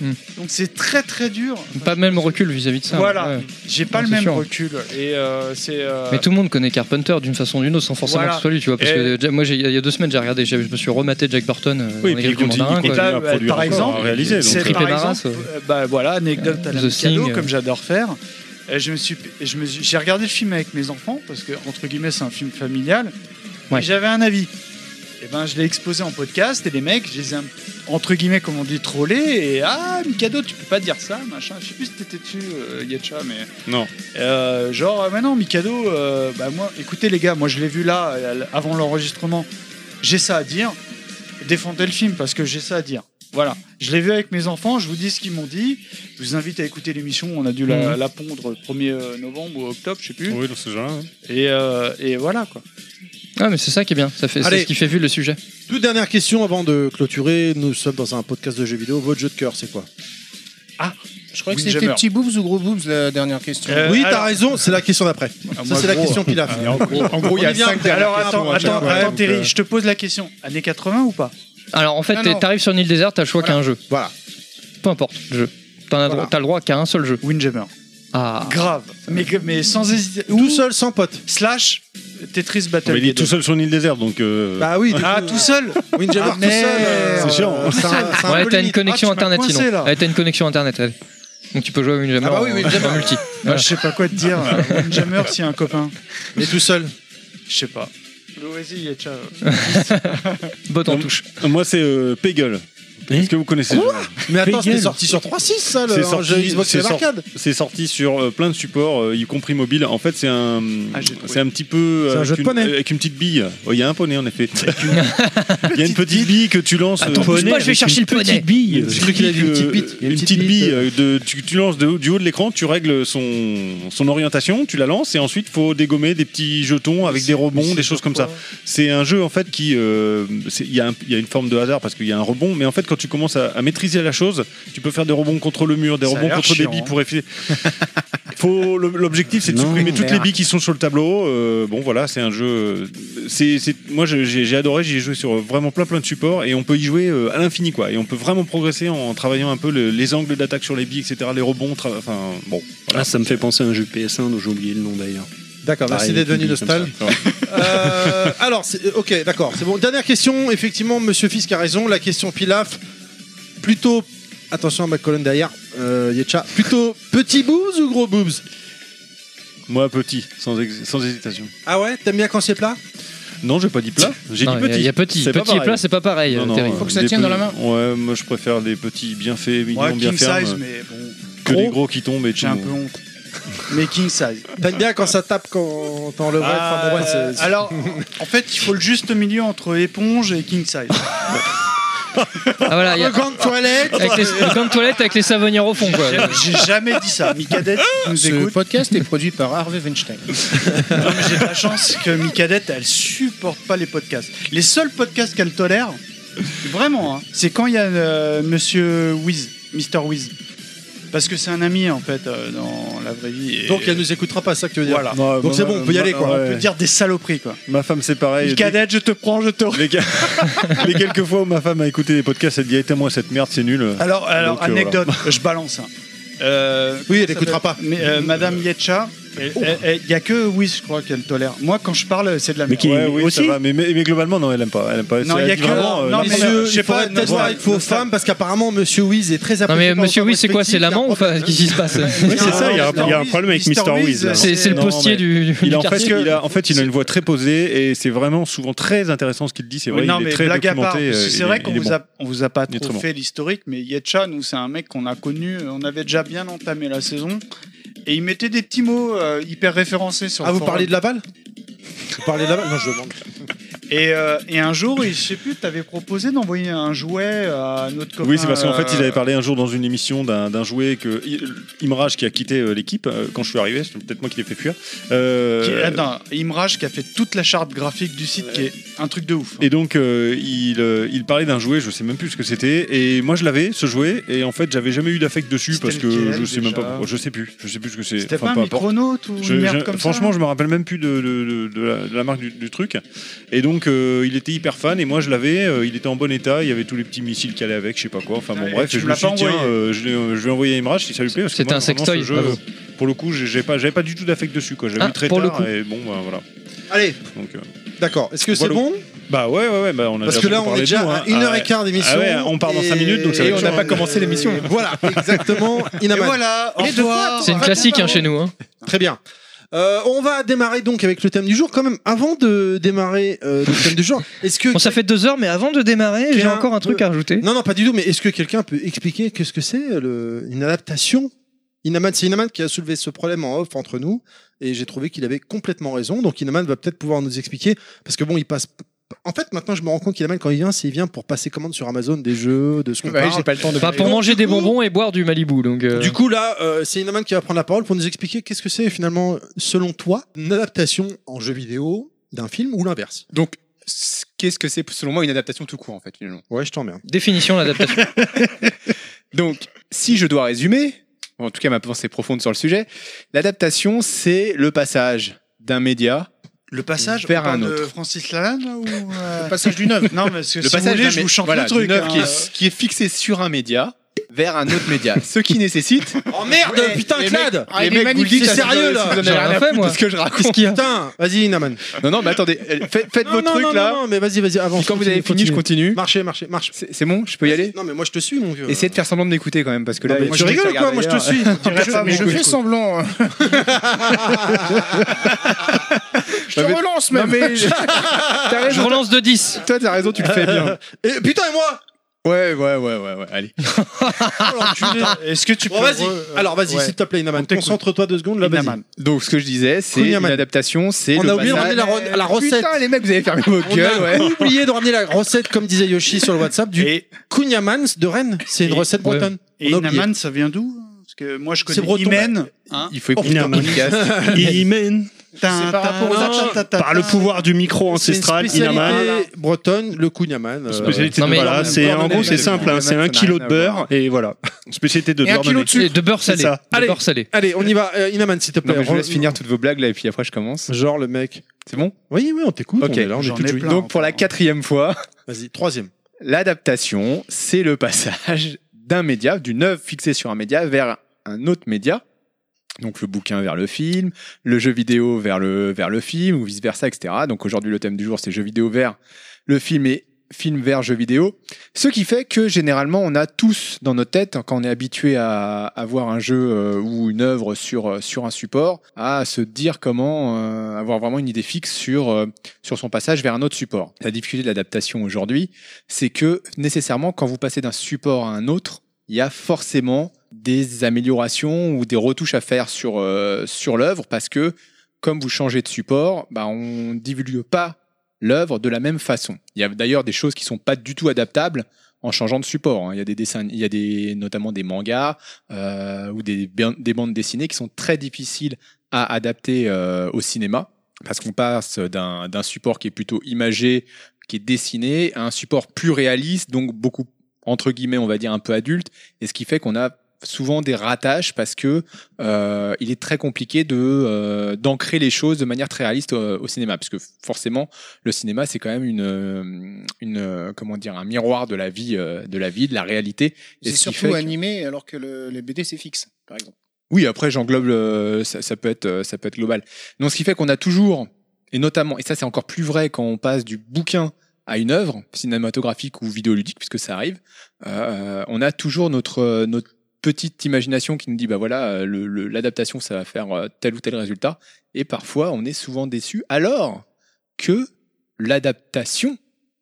S2: Hmm.
S8: Donc c'est très très dur.
S2: Pas le même recul vis-à-vis de ça.
S8: Voilà,
S2: ouais.
S8: j'ai pas
S2: Non,
S8: le
S2: c'est
S8: même
S2: sûr.
S8: recul. Et euh, c'est. euh,
S2: Mais tout le monde connaît Carpenter d'une façon ou d'une autre sans forcément
S8: Voilà.
S2: que ce soit lui, tu vois. Parce
S8: Et-
S2: que euh, moi, j'ai- il y a deux semaines, j'ai regardé, j'ai- je me suis rematé Jack Burton euh,
S9: Oui,
S2: dans les
S9: puis il
S2: griffes du
S9: continue,
S2: mandarin.
S9: il
S2: quoi.
S9: continue
S8: Là,
S9: à
S8: bah,
S9: produire,
S8: par
S9: encore,
S8: exemple,
S9: à réaliser. donc,
S8: C'est
S9: euh,
S2: Triple
S8: par exemple,
S2: Barras, euh,
S8: euh, bah voilà, anecdote à la
S2: The
S8: Mikado,
S2: Thing, euh.
S8: comme j'adore faire. Euh, Je me suis, je me suis- j'ai regardé le film avec mes enfants parce que entre guillemets c'est un film familial.
S2: Ouais.
S8: Et J'avais un avis. Et ben je l'ai exposé en podcast et les mecs, je les ai un- entre guillemets comme on dit trollés et ah Mikado tu peux pas dire ça machin. Je sais plus si t'étais dessus euh, Yetcha mais
S9: Non.
S8: Euh, genre ah, mais non Mikado, euh, bah moi écoutez les gars, moi je l'ai vu là euh, avant l'enregistrement, j'ai ça à dire. Défendez le film parce que j'ai ça à dire. Voilà, je l'ai vu avec mes enfants, je vous dis ce qu'ils m'ont dit. Je vous invite à écouter l'émission, on a dû
S4: Mhm.
S8: la, la pondre 1er novembre ou octobre, je sais plus.
S9: Oui, dans ce genre-là. hein.
S8: Et, euh, et voilà quoi.
S2: Ah, mais c'est ça qui est bien, ça fait, c'est
S4: Allez.
S2: ce qui fait vivre le sujet.
S4: Toute dernière question avant de clôturer. Nous sommes dans un podcast de jeux vidéo. Votre jeu de cœur, c'est quoi
S5: Je croyais que
S8: Windjammer.
S5: c'était petit boobs ou gros boobs la dernière question.
S8: Euh,
S4: Oui, t'as
S8: alors-
S4: raison. C'est la question d'après. Ça, c'est la question qu'il a. fait.
S6: En gros, il y a 5
S8: Alors attends, attends,
S4: ouais,
S8: attends,
S4: donc,
S8: Terry,
S4: euh,
S8: je te pose la question. Années 80 ou pas
S2: Alors en fait,
S5: Non,
S2: t'es-
S5: non.
S2: t'arrives sur une île déserte, t'as le choix
S5: Voilà.
S2: qu'à un jeu.
S4: Voilà.
S2: Peu importe le jeu. T'en as
S4: Voilà.
S2: t'as le droit qu'à un seul jeu.
S8: Windjammer.
S2: Ah.
S8: Grave. Mais, que- mais sans hésiter.
S4: Tout
S8: Ou
S4: seul, sans pote.
S8: slash Tetris Battle.
S9: Mais il
S8: les
S9: est tout
S8: deux.
S9: seul sur une île déserte, donc. euh,
S4: Bah oui.
S8: Ah, tout seul
S4: Windjammer
S8: Ah,
S4: tout seul. euh,
S8: merde.
S9: C'est chiant.
S4: c'est un- c'est un
S2: Ouais,
S4: peu
S2: t'as une
S4: limite.
S2: connexion
S8: Ah, tu m'as
S2: internet
S8: coincé,
S2: sinon.
S8: là.
S2: Ouais, t'as une connexion internet, allez. Donc tu peux jouer à Windjammer
S4: Ah bah oui,
S2: en-
S4: Windjammer.
S2: en multi.
S8: Bah,
S2: Voilà.
S8: Je sais pas quoi te dire. Windjammer, s'il y a un copain.
S4: Mais tout seul.
S8: Je sais pas. Vas-y, Yetcha.
S4: euh,
S2: Bot en
S9: Donc,
S2: touche.
S9: Moi, c'est euh, Peggle. Est-ce que vous connaissez ce jeu
S4: Mais attends,
S9: Fais
S4: c'était
S9: gaffe.
S4: sorti sur 3.6 ça, le
S9: C'est
S4: en
S9: sorti-
S4: jeu Xbox
S9: c'est
S4: Live
S9: sorti-
S4: Arcade.
S9: C'est sorti sur euh, plein de supports, euh, y compris mobile. En fait, c'est un,
S8: Ah, j'ai trouvé.
S9: c'est un petit peu euh,
S4: C'est un
S9: avec,
S4: jeu de
S9: une,
S4: poney.
S9: avec une petite bille. Oh, Il y a un poney en effet. Il y a une petite bille que tu lances.
S2: Attends,
S9: euh,
S2: bouge pas, je vais
S9: avec
S2: chercher
S9: une
S2: le poney.
S9: petite bille.
S4: J'ai cru qu'il a dit une petite bite.
S9: Une petite bille. euh, de- tu, tu lances de- du haut de l'écran, tu règles son, son orientation, tu la lances et ensuite faut dégommer des petits jetons avec des rebonds, des choses comme ça. C'est un jeu en fait qui, euh, c'est- il y, a un- il y a une forme de hasard parce qu'il y a un rebond, mais en fait quand tu commences à, à maîtriser la chose, tu peux faire des rebonds contre le mur, des
S8: Ça a
S9: rebonds
S8: l'air
S9: contre
S8: chiant,
S9: des billes
S8: hein.
S9: pour effi- Faut le- l'objectif c'est de
S6: Non,
S9: supprimer toutes
S6: merde.
S9: les billes qui sont sur le tableau. Euh, bon voilà, c'est un jeu. euh, C'est c'est- moi je- j'ai j'ai adoré, j'y ai joué sur euh, vraiment plein plein de supports et on peut y jouer euh, à l'infini quoi. Et on peut vraiment progresser en travaillant un peu le- les angles d'attaque sur les billes, etc. Les rebonds, tra- enfin bon.
S3: Ah, ça me fait penser à un jeu PS1 dont j'ai oublié le nom d'ailleurs.
S2: Ah
S3: Ah,
S4: D'accord,
S2: bah,
S10: Ah,
S4: merci
S3: Pareil,
S4: d'être venu
S3: une bille
S4: Nostal.
S3: comme ça.
S4: Euh, alors, c'est- ok, d'accord, c'est bon. Dernière question, effectivement, Monsieur Fisk a raison. La question Pilaf, plutôt, attention à ma colonne derrière, euh, Yetcha, plutôt petit boobs ou gros boobs
S9: Moi petit, sans, ex- sans hésitation.
S4: Ah ouais, t'aimes bien quand c'est plat
S9: Non, j'ai pas dit plat. J'ai dit
S2: Non, Il y a-
S9: petit.
S2: il y a petit.
S9: C'est pas
S2: Petit et
S9: pareil.
S2: plat, c'est pas pareil.
S9: Non, non,
S2: Terry.
S9: euh,
S5: Faut que ça
S9: des
S5: tienne dans la main.
S9: Ouais, moi je préfère les petits bien faits, mignons,
S8: Moi,
S9: bien
S8: king
S9: fermes,
S8: size, mais bon,
S9: que les
S8: gros,
S9: gros qui tombent et tout.
S8: j'ai un peu honte. Mais king size.
S4: T'aimes bien quand ça tape quand t'en le vrai enfin, bon, ouais,
S8: Euh,
S4: c'est- c'est-
S8: alors, en fait, il faut le juste milieu entre éponge et king size.
S2: Ah, voilà, il y a-
S4: Grande toilette
S2: avec les, le camp de toilette avec les savonnières au fond quoi.
S8: J'ai jamais dit ça. Micadette qui nous
S5: Ce
S8: écoute.
S5: podcast est produit par Harvey Weinstein.
S8: Non, mais J'ai de la chance que Micadette, elle supporte pas les podcasts. Les seuls podcasts qu'elle tolère, vraiment, hein, c'est quand il y a euh, Monsieur Wiz, Mr Wiz. Parce que c'est un ami, en fait, euh, dans la vraie vie. et-
S4: Donc elle nous écoutera pas, c'est ça que tu veux dire
S8: Voilà.
S4: Donc c'est bon, on peut y aller quoi.
S8: On peut dire des saloperies, quoi.
S9: Ma femme, c'est pareil.
S8: Micadette, je te prends, je te
S9: Les, gars- les quelques fois où ma femme a écouté des podcasts, elle dit Hey, moi cette merde, c'est nul.
S8: Alors, alors
S9: Donc, euh,
S8: anecdote, je balance. hein. Euh,
S4: Oui, elle
S8: ça
S4: écoutera
S8: s'appelle-
S4: pas.
S8: Mais, euh, Madame Yetcha, il n'y a que oui, je crois qu'elle tolère. Moi, quand je parle, c'est de la merde.
S9: Ouais, oui,
S8: aussi
S9: ça va, mais, mais- mais globalement, non, elle aime pas. Elle aime pas.
S8: Non,
S9: C'est-
S8: il y a
S9: elle dit
S8: que-
S9: vraiment, euh,
S1: Ah,
S8: non,
S9: n'importe-
S8: mais-
S4: Messieurs,
S8: je sais
S4: il faudrait
S8: pas,
S4: peut-être
S8: non,
S4: voir
S8: non,
S4: avec vos
S8: non,
S4: femmes parce qu'apparemment Monsieur Wiz est très
S2: Non
S4: apprécié.
S2: mais
S4: par
S2: monsieur
S4: vos
S2: oui c'est quoi C'est
S4: respectifs,
S2: l'amant ou
S4: car-
S2: enfin, qu'est-ce qui se passe
S9: Oui, c'est ça, il y a-
S8: Mr.
S9: il y a un
S8: Wiz,
S9: problème avec
S8: Mr.
S9: Mr. Wiz,
S8: Wiz,
S9: là.
S2: C'est c'est le
S9: Non,
S2: postier
S9: mais-
S2: du, du
S9: Il a, en, fait,
S2: quartier.
S9: il a, en fait, il a une voix très posée et c'est vraiment souvent très intéressant ce qu'il dit. C'est vrai,
S8: Oui, non,
S9: il est
S8: mais
S9: très
S8: blague à part,
S9: documenté.
S8: parce
S9: euh,
S8: que
S9: il
S8: c'est
S9: est-
S8: vrai qu'on
S9: il est
S8: vous,
S9: bon.
S8: a- on vous a pas
S9: Il est
S8: trop
S9: très bon.
S8: fait l'historique, mais Yetcha, nous, c'est un mec qu'on a connu, euh, on avait déjà bien entamé la saison, et il mettait des petits mots euh, hyper référencés sur
S4: Ah,
S8: le
S4: vous
S8: forum.
S4: parlez de la balle Vous parlez de la balle Non, je demande.
S8: Et, euh, et un jour, il- je sais plus, t'avais proposé d'envoyer un jouet à notre copain.
S9: Oui, c'est parce qu'en fait,
S8: euh,
S9: il avait parlé un jour dans une émission d'un d'un jouet que Imrage qui a quitté euh, l'équipe euh, quand je suis arrivé, c'est peut-être moi qui l'ai fait fuir. Euh,
S8: qui est- attends, Imrage qui a fait toute la charte graphique du site, qui est un truc de ouf.
S9: Et donc, euh, il, euh, il parlait d'un jouet, je sais même plus ce que c'était. Et moi, je l'avais, ce jouet, et en fait, j'avais jamais eu d'affect dessus
S8: C'était
S9: parce que
S8: lequel,
S9: je sais même
S8: déjà
S9: pas pourquoi. Je sais plus, je sais plus ce que c'est.
S8: C'était
S9: Enfin,
S8: pas
S9: peu
S8: un
S9: importe.
S8: micronaute ou
S9: Je-
S8: une merde
S9: je-
S8: comme
S9: franchement,
S8: ça
S9: je me rappelle même plus de, de- de- de la, de la marque du, du truc. Et donc, euh, il était hyper fan et moi je l'avais. euh, il était en bon état. Il y avait tous les petits missiles qui allaient avec, je sais pas quoi. Enfin bon,
S8: Allez,
S9: bref.
S8: tu
S9: et Je
S8: me
S9: me
S8: l'as
S9: suis
S8: pas
S9: dit, tiens,
S8: envoyé.
S9: euh, je, l'ai- euh, je vais envoyer à Imrage si ça lui plaît. parce que
S2: C'était
S9: moi,
S2: un
S9: vraiment,
S2: sextoy,
S9: ce jeu,
S2: bravo.
S9: euh, Pour le coup, j'ai- j'ai pas, j'avais pas du tout d'affect dessus. quoi. Je l'avais
S2: Ah,
S9: eu très
S2: pour le
S9: tard.
S2: coup.
S9: Et bon, bah, voilà.
S1: Allez,
S9: Donc, euh,
S1: d'accord. Est-ce que c'est
S9: Voilà.
S1: bon
S9: bah ouais, ouais, ouais. Bah, on a
S1: Parce
S9: déjà
S1: que là,
S9: beaucoup
S1: on est
S9: parlé de
S1: déjà
S9: nous, hein.
S1: à 1
S9: Ah
S1: h
S9: ouais.
S1: 15 d'émission.
S9: Ah ouais, on part dans cinq minutes, donc ça va
S1: et
S9: être
S1: on n'a
S9: chaud,
S1: pas
S9: hein.
S1: commencé l'émission. Voilà, exactement.
S8: Et
S1: Inaman.
S8: voilà, au
S1: Et de quoi
S8: revoir.
S2: C'est une classique hein, chez nous. hein.
S1: Très bien. Euh, on va démarrer donc avec le thème du jour. Quand même, avant de démarrer euh, le thème du jour, est-ce que
S2: Bon, ça fait deux heures, mais avant de démarrer, j'ai
S1: Quelqu'un
S2: encore un truc à rajouter.
S1: non, non, pas du tout. Mais est-ce que quelqu'un peut expliquer qu'est-ce que c'est euh, le... une adaptation Inaman, c'est Inaman qui a soulevé ce problème en off entre nous, et j'ai trouvé qu'il avait complètement raison. Donc Inaman va peut-être pouvoir nous expliquer, parce que bon, il passe. En fait, maintenant, je me rends compte qu'Inaman, quand il vient, c'est il vient pour passer commande sur Amazon des jeux, de ce qu'on
S5: Bah oui,
S1: parle.
S5: j'ai pas le temps de.
S2: Enfin, pour manger des bonbons et boire du Malibu. Donc, euh,
S1: Du coup, là, euh, c'est Inaman qui va prendre la parole pour nous expliquer qu'est-ce que c'est finalement, selon toi, une adaptation en jeu vidéo d'un film ou l'inverse.
S5: Donc, c- qu'est-ce que c'est selon moi une adaptation tout court en fait finalement
S1: Ouais, je t'emmerde.
S2: définition l'adaptation.
S5: Donc, si je dois résumer, en tout cas ma pensée profonde sur le sujet, l'adaptation c'est le passage d'un média.
S8: Le passage
S5: Vers
S8: on parle
S5: un
S8: de Francis Lalanne là, ou euh,
S11: Le passage d'une œuvre.
S8: Non, parce que
S5: Le
S8: si vous
S5: passage
S8: voulez,
S5: d'un
S8: je
S5: mé-
S8: vous chante
S5: voilà,
S8: le truc.
S5: d'une œuvre qui,
S8: hein.
S5: est, qui est fixée sur un média vers un autre média, ce qui nécessite.
S1: Oh merde, putain,
S5: les
S1: Clad
S11: Ah, il est
S5: mecs, vous le
S11: magnifique,
S5: dites,
S1: c'est
S5: ça,
S1: sérieux,
S5: vous-
S1: là.
S5: vous en avez
S2: J'ai
S5: rien
S2: rien
S5: à
S2: fait,
S5: foutre de
S2: moi.
S5: ce que je raconte.
S2: Qu'est-ce qu'il y a
S1: Putain, vas-y, Inaman.
S5: Non, non, mais attendez, euh, faites, faites votre truc là.
S1: Non, mais vas-y, vas-y, avance.
S5: Puis quand vous avez fini, je continue.
S1: Marchez, marchez, marche.
S5: C'est c'est bon, je peux y aller
S1: Non, mais moi, je te suis, mon vieux.
S5: Essayez de faire semblant de m'écouter quand même, parce que là,
S1: Non, mais
S5: moi,
S1: tu
S5: je
S1: rigoles ou
S5: regarde
S1: quoi Moi, je te
S5: ailleurs.
S1: suis.
S11: Je, mais je fais semblant. hein. je te
S5: Non, mais-
S11: relance
S5: Non,
S11: même.
S5: mais je- t'as
S2: Je
S5: raison,
S2: relance de 10.
S5: toi, t'as raison, tu le fais bien.
S1: Et, putain, et moi
S5: Ouais, ouais, ouais, ouais, ouais, allez.
S1: Oh, l'enculé.
S8: Est-ce que tu peux.
S1: Bon, vas-y.
S8: re-
S1: Alors, vas-y,
S8: ouais.
S1: s'il te plaît, Inaman.
S8: On t'écoute.
S1: Concentre-toi deux secondes, là, vas-y.
S8: Inaman.
S5: Donc, ce que je disais, c'est une
S1: Kunyaman.
S5: adaptation, c'est
S1: On
S5: le
S1: a oublié de
S5: passage-
S1: ramener la, re- la recette.
S5: Putain, les mecs, vous avez fermé vos
S1: On
S5: gueules, ouais.
S1: a oublié de ramener la recette, comme disait Yoshi sur le WhatsApp, du
S8: Et,
S1: Kunyamans de Rennes. C'est une
S8: Et-
S1: recette
S2: ouais.
S1: bretonne.
S8: et
S1: On a oublié.
S8: Inaman, ça vient d'où Parce que moi, je
S1: C'est breton.
S8: connais Imen. Hein
S5: Il faut écouter
S12: Putain,
S5: un
S12: man.
S5: podcast.
S12: Imen.
S8: Tin,
S11: par
S8: tin,
S11: rapport aux
S8: tin,
S11: achats.
S8: tin, tin,
S12: Par le
S8: tin.
S12: pouvoir du micro
S1: C'est une
S12: ancestral,
S1: spécialité
S12: Inaman.
S1: bretonne, le Kunyaman. euh,
S9: Spécialité Ah,
S2: Non,
S9: de
S2: mais-
S12: Voilà, c'est en gros c'est simple, hein, c'est un kilo de beurre et voilà. Spécialité de
S11: Et un
S12: beurre.
S11: kilo de
S2: Et
S11: sucre.
S2: De beurre salé.
S12: C'est ça.
S2: De
S1: Allez.
S2: beurre salé.
S1: Allez, on y va. Euh, Inaman, s'il te
S5: Non,
S1: plaît.
S5: mais je vous laisse
S1: Re-
S5: finir toutes vos blagues là, et puis après, je commence.
S1: Genre, le mec.
S5: C'est bon
S1: Oui, oui, on t'écoute.
S5: Ok.
S1: on est là, on est
S8: J'en
S1: tout
S8: ai
S1: joué.
S8: plein.
S5: Donc, pour la quatrième fois,
S1: Vas-y, troisième.
S5: l'adaptation, c'est le passage d'un média, d'une œuvre fixée sur un média vers un autre média. Donc le bouquin vers le film, le jeu vidéo vers le, vers le film, ou vice-versa, etc. Donc aujourd'hui, le thème du jour, c'est jeu vidéo vers le film et film vers jeu vidéo. Ce qui fait que généralement, on a tous dans nos têtes, quand on est habitué à, à voir un jeu euh, ou une œuvre sur, euh, sur un support, à se dire comment euh, avoir vraiment une idée fixe sur, euh, sur son passage vers un autre support. La difficulté de l'adaptation aujourd'hui, c'est que nécessairement, quand vous passez d'un support à un autre, il y a forcément des améliorations ou des retouches à faire sur, euh, sur l'œuvre parce que, comme vous changez de support, bah, on ne divulgue pas l'œuvre de la même façon. Il y a d'ailleurs des choses qui ne sont pas du tout adaptables en changeant de support. hein. Il y a des dessins, il y a des, notamment des mangas euh, ou des, ban- des bandes dessinées qui sont très difficiles à adapter euh, au cinéma parce qu'on passe d'un d'un support qui est plutôt imagé qui est dessiné, un support plus réaliste, donc beaucoup, entre guillemets, on va dire un peu adulte, et ce qui fait qu'on a souvent des ratages parce que euh, il est très compliqué de euh, d'ancrer les choses de manière très réaliste au, au cinéma parce que forcément le cinéma c'est quand même une euh, une euh, comment dire un miroir de la vie euh, de la vie de la réalité
S11: C'est
S5: Et ce qui
S11: surtout
S5: fait que-
S11: animé alors que le- les BD c'est fixe, par exemple.
S5: oui, après j'englobe le- ça, ça peut être euh, ça peut être global. Donc ce qui fait qu'on a toujours et notamment et ça c'est encore plus vrai quand on passe du bouquin à une œuvre cinématographique ou vidéoludique puisque ça arrive, euh, on a toujours notre euh, notre petite imagination qui nous dit bah voilà euh, le- le- l'adaptation ça va faire euh, tel ou tel résultat et parfois on est souvent déçu alors que l'adaptation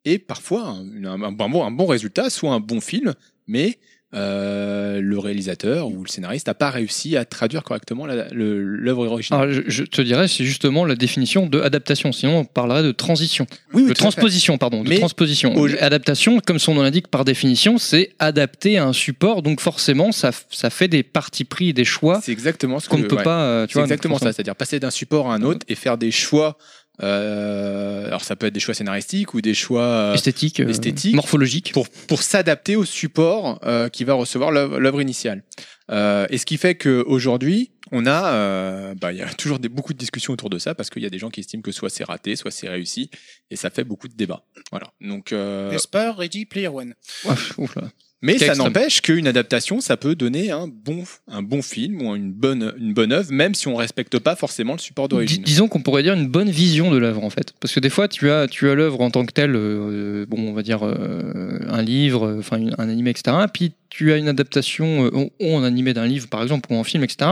S5: est parfois un, un- un bon un bon résultat soit un bon film mais
S6: euh, le réalisateur ou le scénariste n'a pas réussi à traduire correctement la- le- l'œuvre originale.
S2: Alors, je, je te dirais, c'est justement la définition de adaptation. Sinon, on parlerait de transition.
S6: oui,
S2: de
S6: tout à fait.
S2: transposition, pardon. De
S6: Mais
S2: transposition.
S6: au-
S2: Adaptation, comme son nom l'indique, par définition, c'est adapté à un support. Donc, forcément, ça, f- ça fait des partis pris et des choix
S6: C'est exactement ce que
S2: qu'on ne peut
S6: ouais.
S2: pas. euh, Tu
S6: C'est
S2: vois,
S6: exactement
S2: forcément.
S6: ça, c'est-à-dire passer d'un support à un autre et faire des choix. euh, alors ça peut être des choix scénaristiques ou des choix euh,
S2: Esthétique, euh,
S6: esthétique.
S2: morphologique.
S6: pour, pour s'adapter au support euh, qui va recevoir l'œuvre l'œuvre initiale. Euh, et ce qui fait qu'aujourd'hui, on a, euh, bah, il y a toujours des, beaucoup de discussions autour de ça parce qu'il y a des gens qui estiment que soit c'est raté, soit c'est réussi, et ça fait beaucoup de débats. Voilà. Donc, euh,
S5: N'est-ce pas Ready Player One
S2: Ah, ouf là.
S6: mais
S2: Quel
S6: ça
S2: extrême.
S6: n'empêche qu'une adaptation, ça peut donner un bon, un bon film ou une bonne, une bonne œuvre, même si on respecte pas forcément le support
S2: Dis-
S6: d'origine.
S2: disons qu'on pourrait dire une bonne vision de l'œuvre en fait, parce que des fois tu as tu as l'œuvre en tant que telle, euh, bon on va dire euh, un livre, euh, enfin une- un anime etc. Puis tu as une adaptation euh, en- en, animé d'un livre par exemple ou en film etc.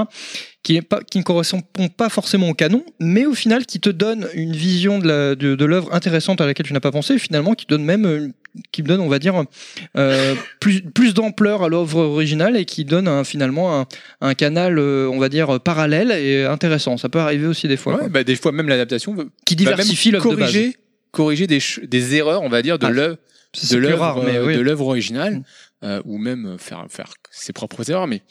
S2: qui est pas qui ne correspond pas forcément au canon, mais au final qui te donne une vision de la- de de l'œuvre intéressante à laquelle tu n'as pas pensé, et finalement qui te donne même euh, qui me donne on va dire euh, plus plus d'ampleur à l'œuvre originale et qui donne un- finalement un, un canal, euh, on va dire, euh, parallèle et intéressant. Ça peut arriver aussi des fois.
S6: Ouais,
S2: quoi.
S6: bah, des fois, même l'adaptation veut
S2: Qui
S6: va Bah, même
S2: diversifie l'œuvre de base.
S6: corriger, corriger des, ch- des erreurs, on va dire, de
S2: Ah,
S6: l'œuvre
S2: C'est
S6: de
S2: plus
S6: l'œuvre
S2: rare, mais
S6: euh,
S2: oui.
S6: de l'œuvre originale
S2: Mm.
S6: euh, ou même faire faire ses propres erreurs mais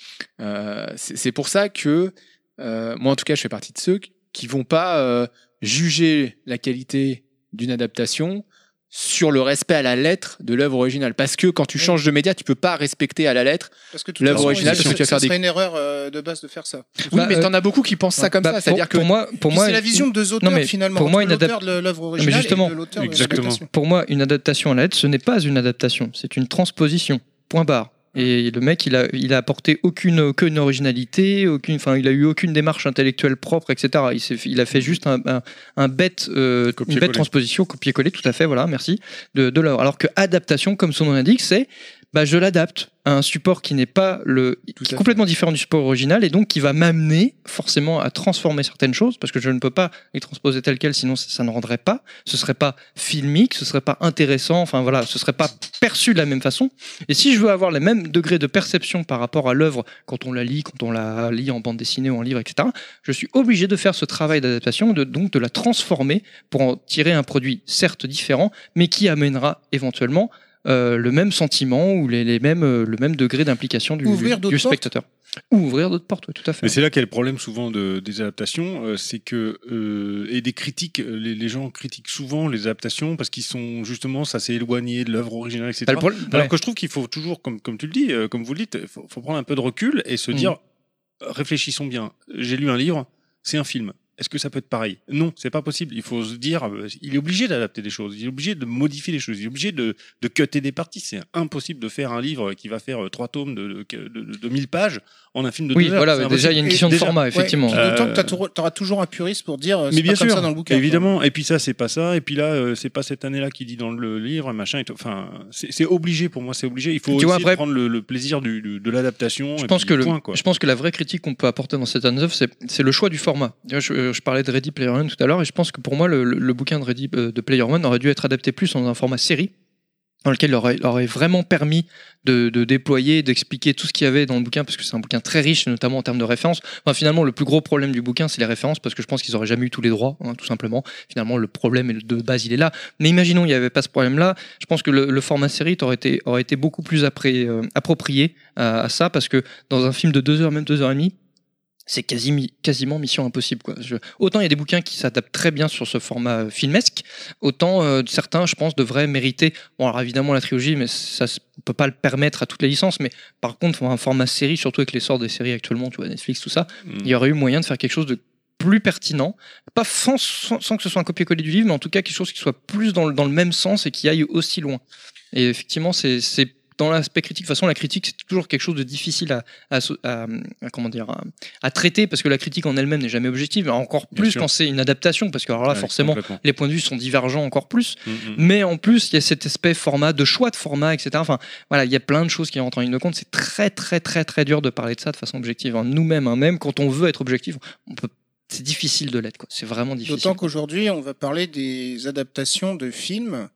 S6: euh, c'est c'est pour ça que euh, moi en tout cas je fais partie de ceux qui vont pas euh, juger la qualité d'une adaptation sur le respect à la lettre de l'œuvre originale parce que quand tu changes de média tu peux pas respecter à la lettre
S5: Parce que tout
S6: L'œuvre originale, parce que tu vas faire
S5: serait
S6: des-
S5: une erreur euh, de base de faire ça.
S6: oui
S2: Bah,
S6: mais
S2: euh,
S6: t'en as beaucoup qui pensent ça comme
S2: Bah,
S6: ça
S2: pour-
S6: c'est à dire que
S2: pour moi, pour
S5: Puis
S2: moi,
S5: c'est la vision de deux auteurs
S2: non, mais
S5: finalement.
S2: pour moi,
S5: entre
S2: une adap-
S5: l'auteur de l'œuvre originale
S2: justement.
S5: et de l'auteur de
S9: Exactement.
S5: l'adaptation.
S2: pour moi, une adaptation à la lettre, ce n'est pas une adaptation, c'est une transposition. Point barre. Et le mec, il a, il a apporté aucune, aucune originalité, aucune, enfin, il a eu aucune démarche intellectuelle propre, etc. Il, s'est fait- il a fait juste un, un, un bête, euh, une
S9: Copier-coller.
S2: bête transposition, copier-coller, tout à fait, voilà, merci, de, de l'œuvre. Alors que adaptation, comme son nom l'indique, c'est, bah, je l'adapte à un support qui n'est pas le,
S6: Tout
S2: qui
S6: à
S2: est complètement différent du support original et donc qui va m'amener forcément à transformer certaines choses parce que je ne peux pas les transposer telles quelles, sinon ça, ça ne rendrait pas. Ce serait pas filmique, ce serait pas intéressant, enfin voilà, ce serait pas perçu de la même façon. Et si je veux avoir les mêmes degrés de perception par rapport à l'œuvre quand on la lit, quand on la lit en bande dessinée ou en livre, etc., je suis obligé de faire ce travail d'adaptation, de, donc de la transformer pour en tirer un produit certes différent, mais qui amènera éventuellement euh, le même sentiment ou les, les mêmes, euh, le même degré d'implication du,
S5: Ouvrir
S2: du-
S5: d'autres
S2: du spectateur. Ou ouvrir d'autres portes, oui, tout à fait.
S9: Mais c'est là qu'est le problème souvent de- des adaptations, euh, c'est que euh, et des critiques, euh, les, les gens critiquent souvent les adaptations parce qu'ils sont justement ça s'est éloigné de l'œuvre originale, etc.
S2: Bah, le problème-
S9: Alors
S2: ouais.
S9: que je trouve qu'il faut toujours, comme, comme tu le dis, euh, comme vous le dites, faut, faut prendre un peu de recul et se
S2: Mhm.
S9: dire, euh, réfléchissons bien. J'ai lu un livre, c'est un film. Est-ce que ça peut être pareil Non, c'est pas possible. Il faut se dire, euh, il est obligé d'adapter des choses, il est obligé de modifier les choses, il est obligé de, de cutter des parties. C'est impossible de faire un livre qui va faire euh, trois tomes de, de, de- de 1000 pages en un film de
S2: oui,
S9: deux heures.
S2: voilà,
S9: C'est
S2: mais déjà il y a une
S5: Et
S2: question de
S9: déjà-
S2: format,
S5: Ouais,
S2: effectivement.
S5: puis D'autant
S9: Euh,
S5: que t'as tou- t'auras toujours un puriste pour dire euh,
S9: mais
S5: c'est
S9: bien
S5: pas comme
S9: sûr,
S5: ça dans le bouquin.
S9: évidemment. Et puis ça, c'est pas ça. Et puis là, euh, c'est pas cette année-là qui dit dans le livre, machin. Et tout. Enfin, c'est c'est obligé pour moi, c'est obligé. Il faut
S2: Tu vois,
S9: essayer
S2: après-
S9: de prendre le, le plaisir du, du- de l'adaptation.
S2: Je
S9: et
S2: pense,
S9: puis
S2: que le,
S9: point, quoi.
S2: je pense que la vraie critique qu'on peut apporter dans cette œuvre, c'est c'est le choix du format. Tu vois, Je, je parlais de Ready Player One tout à l'heure, et je pense que pour moi, le, le- le bouquin de Ready euh, de Player One aurait dû être adapté plus dans un format série, dans lequel il aurait, il aurait vraiment permis de, de déployer, d'expliquer tout ce qu'il y avait dans le bouquin, parce que c'est un bouquin très riche, notamment en termes de références. Enfin, finalement, le plus gros problème du bouquin, c'est les références, parce que je pense qu'ils auraient jamais eu tous les droits, hein, tout simplement. Finalement, le problème de base, il est là. Mais imaginons, il n'y avait pas ce problème-là. Je pense que le, le format série aurait été, aurait été beaucoup plus appré- euh, approprié à, à ça, parce que dans un film de deux heures, même deux heures et demie, c'est quasi mi- quasiment mission impossible. Quoi. Je- autant il y a des bouquins qui s'adaptent très bien sur ce format euh, filmesque, autant euh, certains, je pense, devraient mériter. Bon, alors évidemment la trilogie, mais ça se- on peut pas le permettre à toutes les licences. Mais par contre, pour un format série, surtout avec l'essor des séries actuellement, tu vois Netflix, tout ça,
S9: Mm.
S2: il y aurait eu moyen de faire quelque chose de plus pertinent, pas sans, sans, sans que ce soit un copier-coller du livre, mais en tout cas quelque chose qui soit plus dans le, dans le même sens et qui aille aussi loin. Et effectivement, c'est c'est dans l'aspect critique. De toute façon, la critique, c'est toujours quelque chose de difficile à, à so- à- à- comment dire, à, à traiter parce que la critique en elle-même n'est jamais objective. Alors, Encore
S9: Bien
S2: plus
S9: sûr.
S2: quand c'est une adaptation, parce que alors là,
S9: Ouais,
S2: forcément,
S9: complètement.
S2: les points de vue sont divergents encore plus.
S9: Mm, mm.
S2: Mais en plus, il y a cet aspect format, de choix de format, etc. Enfin, voilà, il y a plein de choses qui rentrent en ligne de compte. C'est très, très, très, très dur de parler de ça de façon objective. hein. Nous-mêmes, hein, même quand on veut être objectif, on peut. C'est difficile de l'être, quoi. C'est vraiment difficile.
S5: D'autant qu'aujourd'hui, on va parler des adaptations de films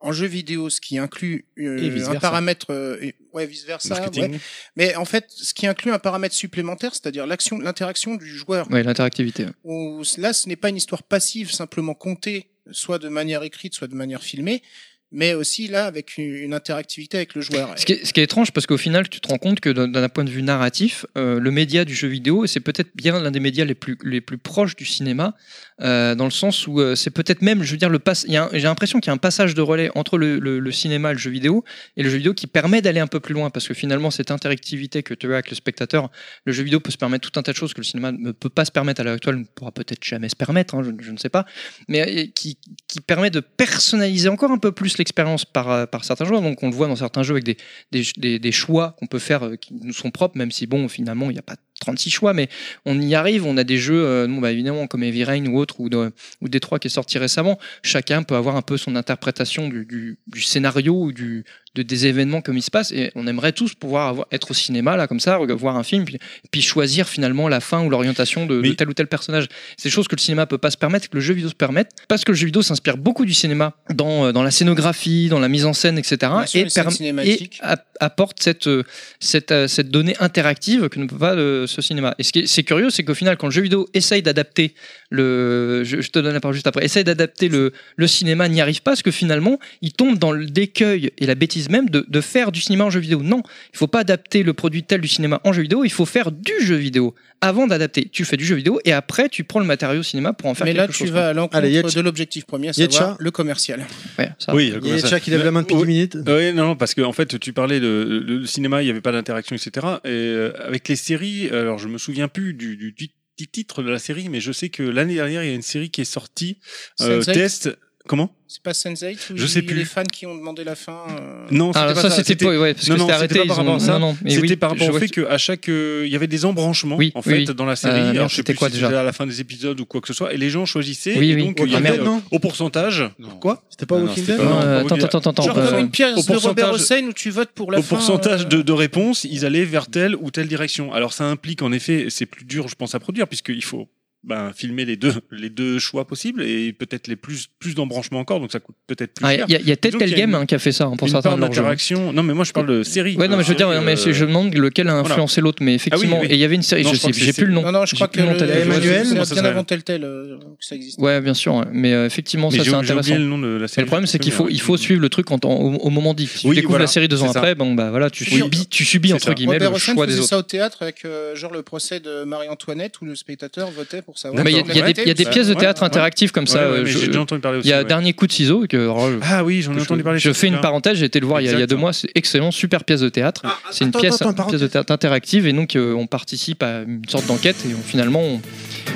S5: en jeu vidéo, ce qui inclut euh,
S6: Et vice-versa.
S5: un paramètre, euh, et- ouais, vice versa,
S9: Marketing.
S5: mais en fait, ce qui inclut un paramètre supplémentaire, c'est-à-dire l'action, l'interaction du joueur.
S2: Ouais, l'interactivité. ouais.
S5: Où, là, ce n'est pas une histoire passive simplement contée, soit de manière écrite, soit de manière filmée, mais aussi là avec une, une interactivité avec le joueur.
S2: Ce qui, est, ce qui est étrange parce qu'au final, tu te rends compte que d'un d'un point de vue narratif, euh, le média du jeu vidéo, c'est peut-être bien l'un des médias les plus, les plus proches du cinéma, euh, dans le sens où euh, c'est peut-être même, je veux dire, le pass- il y a un- j'ai l'impression qu'il y a un passage de relais entre le, le- le cinéma et le jeu vidéo, et le jeu vidéo qui permet d'aller un peu plus loin, parce que finalement, cette interactivité que tu as avec le spectateur, le jeu vidéo peut se permettre tout un tas de choses que le cinéma ne peut pas se permettre à l'heure actuelle, ne pourra peut-être jamais se permettre, hein, je, je ne sais pas, mais euh, qui, qui permet de personnaliser encore un peu plus l'expérience par, euh, par certains joueurs. Donc on le voit dans certains jeux avec des des, des- des choix qu'on peut faire euh, qui nous sont propres, même si bon, finalement, il n'y a pas 36 choix, mais on y arrive. On a des jeux, euh, non, bah, évidemment, comme Heavy Rain ou autre, ou, de- ou Détroit qui est sorti récemment. Chacun peut avoir un peu son interprétation du, du- du scénario ou du, de, des événements comme il se passe. Et on aimerait tous pouvoir avoir- être au cinéma, là, comme ça, reg- voir un film, puis, puis choisir finalement la fin ou l'orientation de, de
S9: Mais-
S2: tel ou tel personnage. C'est des choses que le cinéma peut pas se permettre, que le jeu vidéo se permette, parce que le jeu vidéo s'inspire beaucoup du cinéma dans, euh, dans la scénographie, dans la mise en scène, etc.
S5: Bien sûr,
S2: et
S5: les scènes
S2: perm-
S5: cinématiques.
S2: et app- apporte cette, euh, cette, euh, cette donnée interactive que ne peut pas euh, ce cinéma. Et ce qui est, c'est curieux, c'est qu'au final, quand le jeu vidéo essaye d'adapter le. Je, je te donne la parole juste après. Essaye d'adapter le, le cinéma, n'y arrive pas, parce que finalement, il tombe dans le décueil et la bêtise même de, de faire du cinéma en jeu vidéo. Non, il faut pas adapter le produit tel du cinéma en jeu vidéo, il faut faire du jeu vidéo avant d'adapter. Tu fais du jeu vidéo et après, tu prends le matériau cinéma pour en faire
S5: Mais
S2: quelque
S5: là,
S2: chose.
S5: tu vas à
S1: Allez,
S5: l'encontre
S1: Yetcha.
S5: de l'objectif premier, à
S1: Yetcha.
S5: savoir le commercial.
S2: Ouais, ça.
S9: Oui,
S1: Il y a Tcha qui lève la main depuis
S9: Oui.
S1: 10 minutes.
S9: Oui, non, parce que en fait, tu parlais de le, le cinéma, il n'y avait pas d'interaction, etc. Et euh, avec les séries, alors je me souviens plus du, du, du- du titre de la série, mais je sais que l'année dernière, il y a une série qui est sortie, euh,
S5: Sense8,
S9: test. Comment
S5: C'est pas Sensei où
S9: Je
S5: il
S9: sais
S5: y a eu
S9: plus.
S5: les fans qui ont demandé la fin. euh,
S9: Non, c'était
S2: Alors
S9: pas
S2: Ah, ça, c'était pas, ouais, parce
S9: non,
S2: que
S9: non,
S2: c'était arrêté.
S9: c'était pas par
S2: ils
S9: rapport à ça.
S2: non, non, mais
S9: C'était
S2: oui,
S9: par rapport
S2: je
S9: au
S2: vois-
S9: fait qu'à chaque. euh, Il y avait des embranchements,
S2: Oui,
S9: en
S2: oui,
S9: fait,
S2: oui.
S9: dans la série.
S2: Euh, merde,
S9: alors, je sais
S2: c'était
S9: plus
S2: quoi
S9: si
S2: déjà
S9: c'était à la fin des épisodes ou quoi que ce soit. Et les gens choisissaient.
S2: Oui,
S9: et
S2: oui.
S9: donc, il y
S2: Ah,
S9: avait,
S2: merde.
S9: euh, au pourcentage. Quoi
S1: C'était pas
S9: Non, non,
S1: Walking
S9: c'était
S1: Dead
S9: pas-
S1: non
S2: Euh, Attends, attends, attends, attends.
S5: Genre
S2: euh,
S5: comme une pièce
S9: au
S5: de Robert
S9: pourcentage-
S5: Hossein où tu votes pour la
S9: au
S5: fin,
S9: pourcentage
S5: euh,
S9: de, de réponses, ils allaient vers telle ou telle direction. Alors ça implique en effet, c'est plus dur, je pense, à produire, puisqu'il faut ben, filmer les deux, les deux choix possibles et peut-être les plus, plus d'embranchements encore, donc ça coûte peut-être plus
S2: Ah, Il
S9: cher.
S2: y a, il y a Ted
S9: Disons qu'il y a
S2: Pelgam
S9: une-
S2: hein, qui a fait ça hein, pour
S9: Une
S2: certains
S9: part
S2: de leurs jeux.
S9: d'interaction. Non, mais moi je parle de série.
S2: Ouais, non, mais je veux dire,
S9: Série,
S2: non, mais
S9: euh, Ah
S2: c'est- je me demande lequel a influencé l'autre, mais effectivement,
S9: oui, oui.
S2: et il y avait une série,
S9: Non,
S2: je
S9: je crois
S2: sais,
S9: que
S2: j'ai
S9: c'est-
S2: plus le nom.
S5: Non, non, je
S2: J'ai
S5: crois que
S2: plus le nom,
S5: le,
S2: t'as dit.
S5: Emmanuel,
S9: Comment ça
S5: c'est bien
S9: s'appelle
S5: avant tel tel euh, que ça existe.
S2: Ouais, bien sûr, ouais. mais euh, effectivement,
S9: mais
S2: ça
S9: j'ai-
S2: c'est
S9: j'ai
S2: intéressant.
S9: oublié le nom de la
S2: Mais
S9: série.
S2: le problème, c'est qu'il faut, il faut suivre le truc en temps- au, au moment dit. Si tu
S9: Oui,
S2: découvres
S9: voilà,
S2: la série deux ans
S9: c'est ça.
S2: après, bon, bah voilà, tu
S5: Oui,
S2: subis, tu subis
S9: c'est
S2: entre
S9: ça.
S2: guillemets
S5: Robert
S2: le
S5: Hossein
S2: choix
S5: faisait
S2: des autres.
S5: ça au théâtre avec euh, genre le procès de Marie-Antoinette où le spectateur votait pour savoir.
S2: Mais il y a,
S9: D'accord.
S2: il y a des, il y a des
S9: Ouais,
S2: pièces de
S9: ouais,
S2: théâtre
S9: ouais.
S2: interactives comme ça.
S9: Ouais, ouais,
S2: euh,
S9: mais
S2: je-
S9: j'ai déjà entendu parler
S2: Il y a
S9: aussi, ouais.
S2: Dernier coup de ciseau que. alors, je-
S9: Ah oui, j'en ai entendu parler.
S2: je
S9: ce
S2: fais une
S9: truc-là.
S2: parenthèse, j'ai été le voir il y a- il y a deux
S9: Exact.
S2: mois, c'est excellent, super pièce de théâtre.
S9: Ah,
S2: C'est une
S1: attends,
S2: pièce,
S1: attends, attends,
S2: pièce de théâtre interactive et donc euh, on participe à une sorte d'enquête et on- finalement on-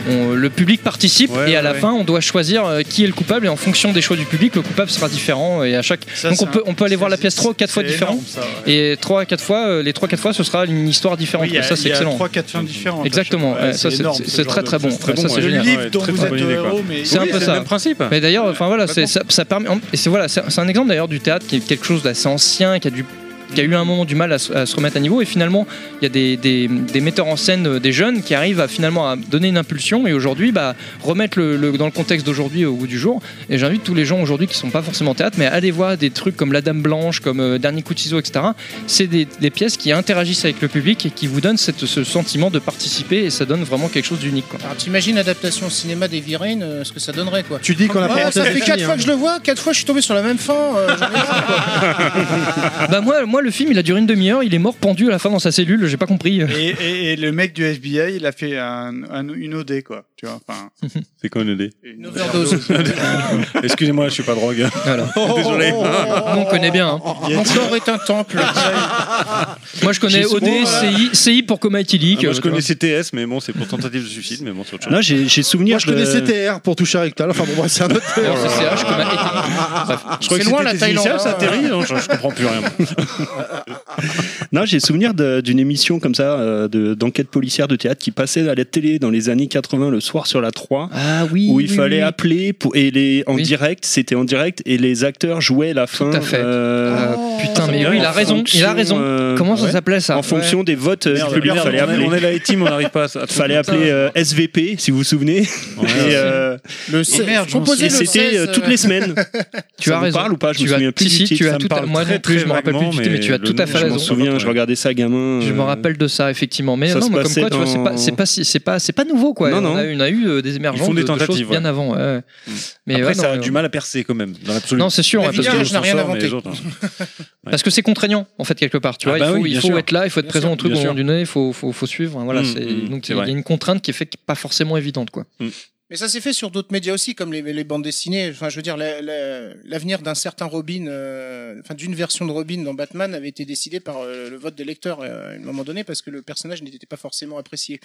S2: on- euh, le public participe
S9: Ouais,
S2: et à
S9: ouais,
S2: la
S9: ouais.
S2: fin on doit choisir euh, qui est le coupable et en fonction des choix du public le coupable sera différent et à chaque
S8: Ça,
S2: donc on
S8: c'est
S2: peut
S8: un-
S2: on peut aller voir la
S8: c'est-
S2: pièce trois ou quatre
S8: c'est
S2: fois
S8: énorme,
S2: différente
S8: ça, ouais.
S2: et trois à quatre fois euh, les trois quatre fois ce sera une histoire différente
S8: Oui, il y a-
S2: ça c'est
S8: il y a
S2: excellent.
S8: trois, quatre fins différentes.
S2: Exactement,
S8: Ouais,
S2: ouais, ça, c'est-
S8: énorme,
S2: c'est
S8: ce
S2: très,
S8: genre
S2: très
S8: de-
S2: bon.
S8: c'est très
S2: Ça,
S8: bon,
S2: c'est
S8: ouais.
S2: génial.
S8: Le livre dont
S9: très,
S8: vous
S9: très
S8: êtes
S9: bonne idée,
S8: le
S9: quoi.
S8: héros, mais
S2: C'est un
S9: Oui,
S2: peu
S9: le
S2: ça.
S9: même principe.
S2: Mais d'ailleurs, enfin voilà, c'est- ça, ça permet. Et c'est voilà, c'est c'est un exemple d'ailleurs du théâtre qui est quelque chose d'assez ancien, qui a du qui a eu un moment du mal à se, à se remettre à niveau et finalement il y a des, des- des metteurs en scène euh, des jeunes qui arrivent à finalement à donner une impulsion et aujourd'hui bah, remettre le, le- dans le contexte d'aujourd'hui au goût du jour et j'invite tous les gens aujourd'hui qui sont pas forcément théâtre mais à aller voir des trucs comme La Dame Blanche comme euh, Dernier coup de ciseau etc c'est des, des pièces qui interagissent avec le public et qui vous donnent cette- ce sentiment de participer et ça donne vraiment quelque chose d'unique quoi.
S5: Alors t'imagines l'adaptation au cinéma des Rain, euh, ce que ça donnerait quoi.
S1: Tu dis qu'on
S6: Ah,
S1: a
S2: Ah,
S5: Ouais,
S1: pas
S5: ça fait quatre
S1: hein.
S5: fois que je
S2: hein.
S5: le vois, quatre fois je suis tombé sur la même fin. euh, j'en ai marre, quoi.
S2: Bah moi, moi le film il a duré une demi-heure, il est mort pendu à la fin dans sa cellule, j'ai pas compris.
S8: Et, et- et le mec du FBI, il a fait un- un- une OD, quoi. Tu vois, enfin.
S9: C'est quoi une idée
S8: Une
S5: overdose.
S9: Excusez-moi, je suis pas drogue.
S2: Voilà.
S10: Oh.
S9: Désolé.
S2: On connaît bien. hein.
S5: Mon corps est un temple.
S2: Moi je connais
S8: J'y suis
S2: OD,
S8: bon, voilà.
S2: CI, CI pour coma
S10: Ah,
S2: éthylique.
S9: Moi, je
S2: euh, tu vois.
S9: connaissais TS, mais bon, c'est pour tentative de suicide, mais bon, c'est autre chose.
S3: Là, j'ai j'ai souvenir.
S1: Moi, je connaissais
S3: de-
S1: TR pour toucher avec toi. Enfin, bon, moi, c'est un autre.
S2: Alors, CCH, coma éthylique.
S9: Je
S5: C'est
S9: crois que
S5: loin,
S9: c'était
S5: la
S9: tes
S5: Thaïlande,
S9: initiales, ça
S5: hein.
S9: atterrit, non, je, je comprends plus rien.
S3: Non, j'ai souvenir de- d'une émission comme ça, euh, de- d'enquête policière de théâtre qui passait à la télé dans les années 80 le soir sur la 3.
S2: Ah oui.
S3: Où
S2: oui,
S3: il fallait
S2: oui.
S3: appeler pour, et les, en
S2: Oui.
S3: direct, c'était en direct et les acteurs jouaient la fin.
S2: à fait.
S3: euh,
S2: Ah, putain, mais
S3: en
S2: oui, il a raison.
S3: fonction,
S2: Il a raison.
S3: euh,
S10: euh,
S2: Comment ça
S10: ouais.
S2: s'appelait ça
S10: En fonction des votes euh,
S9: Merde,
S10: du public,
S9: merde,
S10: fallait
S9: on est-
S10: appeler.
S9: On est la team, on n'arrive pas à. à
S10: Fallait appeler
S9: trouver.
S10: euh, SVP, si vous vous souvenez. et euh,
S5: Le se-
S8: merde, j'en
S5: composez
S10: et
S5: le
S10: c'était
S5: 16,
S10: euh, toutes les semaines.
S2: Tu
S10: Ça
S2: as
S10: vous
S2: raison.
S10: parle ou pas Je
S2: Tu
S10: me
S2: as-
S10: souviens plus
S2: si,
S10: du
S2: si,
S10: titre,
S2: tu as
S10: ça me
S2: tout à-
S10: parle
S2: moi non
S9: très,
S2: plus,
S9: très
S2: je me rappelle plus
S9: vaguement,
S2: du titre, mais
S9: mais
S2: tu as
S9: le
S2: tout à fait
S9: nom, je m'en
S10: Je
S2: raison.
S10: m'en souviens, je regardais ça gamin.
S2: Je me
S10: euh,
S2: rappelle de ça, effectivement. Mais
S10: ça
S2: non,
S10: se
S2: mais comme quoi,
S10: passait
S2: tu vois, c'est
S10: dans-
S2: pas, c'est pas, si- c'est pas, c'est pas nouveau, quoi.
S10: Non, non.
S2: On, a, on a eu euh, des émergences
S9: font des
S2: de- de, choses
S9: tentatives,
S2: bien
S9: ouais. Mm.
S2: avant. ouais, ouais. Mais
S9: Après,
S2: ouais,
S9: ça
S2: non,
S9: a
S2: mais-
S9: du mal à percer quand même, dans l'absolu.
S2: Non, c'est sûr,
S5: La
S2: hein, parce,
S5: vidéo,
S2: que,
S5: je n'ai rien inventé.
S2: parce que c'est contraignant, en fait, quelque part. Tu
S9: Ah
S2: vois,
S9: bah
S2: il faut,
S9: oui,
S2: il
S9: bien
S2: faut
S9: sûr.
S2: être là, il faut être
S9: Bien
S2: présent
S9: sûr,
S2: au truc au
S9: bien
S2: moment
S9: sûr.
S2: donné, il faut, faut, faut suivre. hein, Voilà,
S9: Mm,
S2: c'est-
S9: mm,
S2: donc
S9: c'est
S2: il y a
S9: vrai.
S2: une contrainte qui fait que pas forcément évidente, quoi.
S5: Mais ça s'est fait sur d'autres médias aussi, comme les, les bandes dessinées. Enfin, je veux dire, la- la- l'avenir d'un certain Robin, euh, enfin d'une version de Robin dans Batman avait été décidé par euh, le vote des lecteurs euh, à un moment donné parce que le personnage n'était pas forcément apprécié.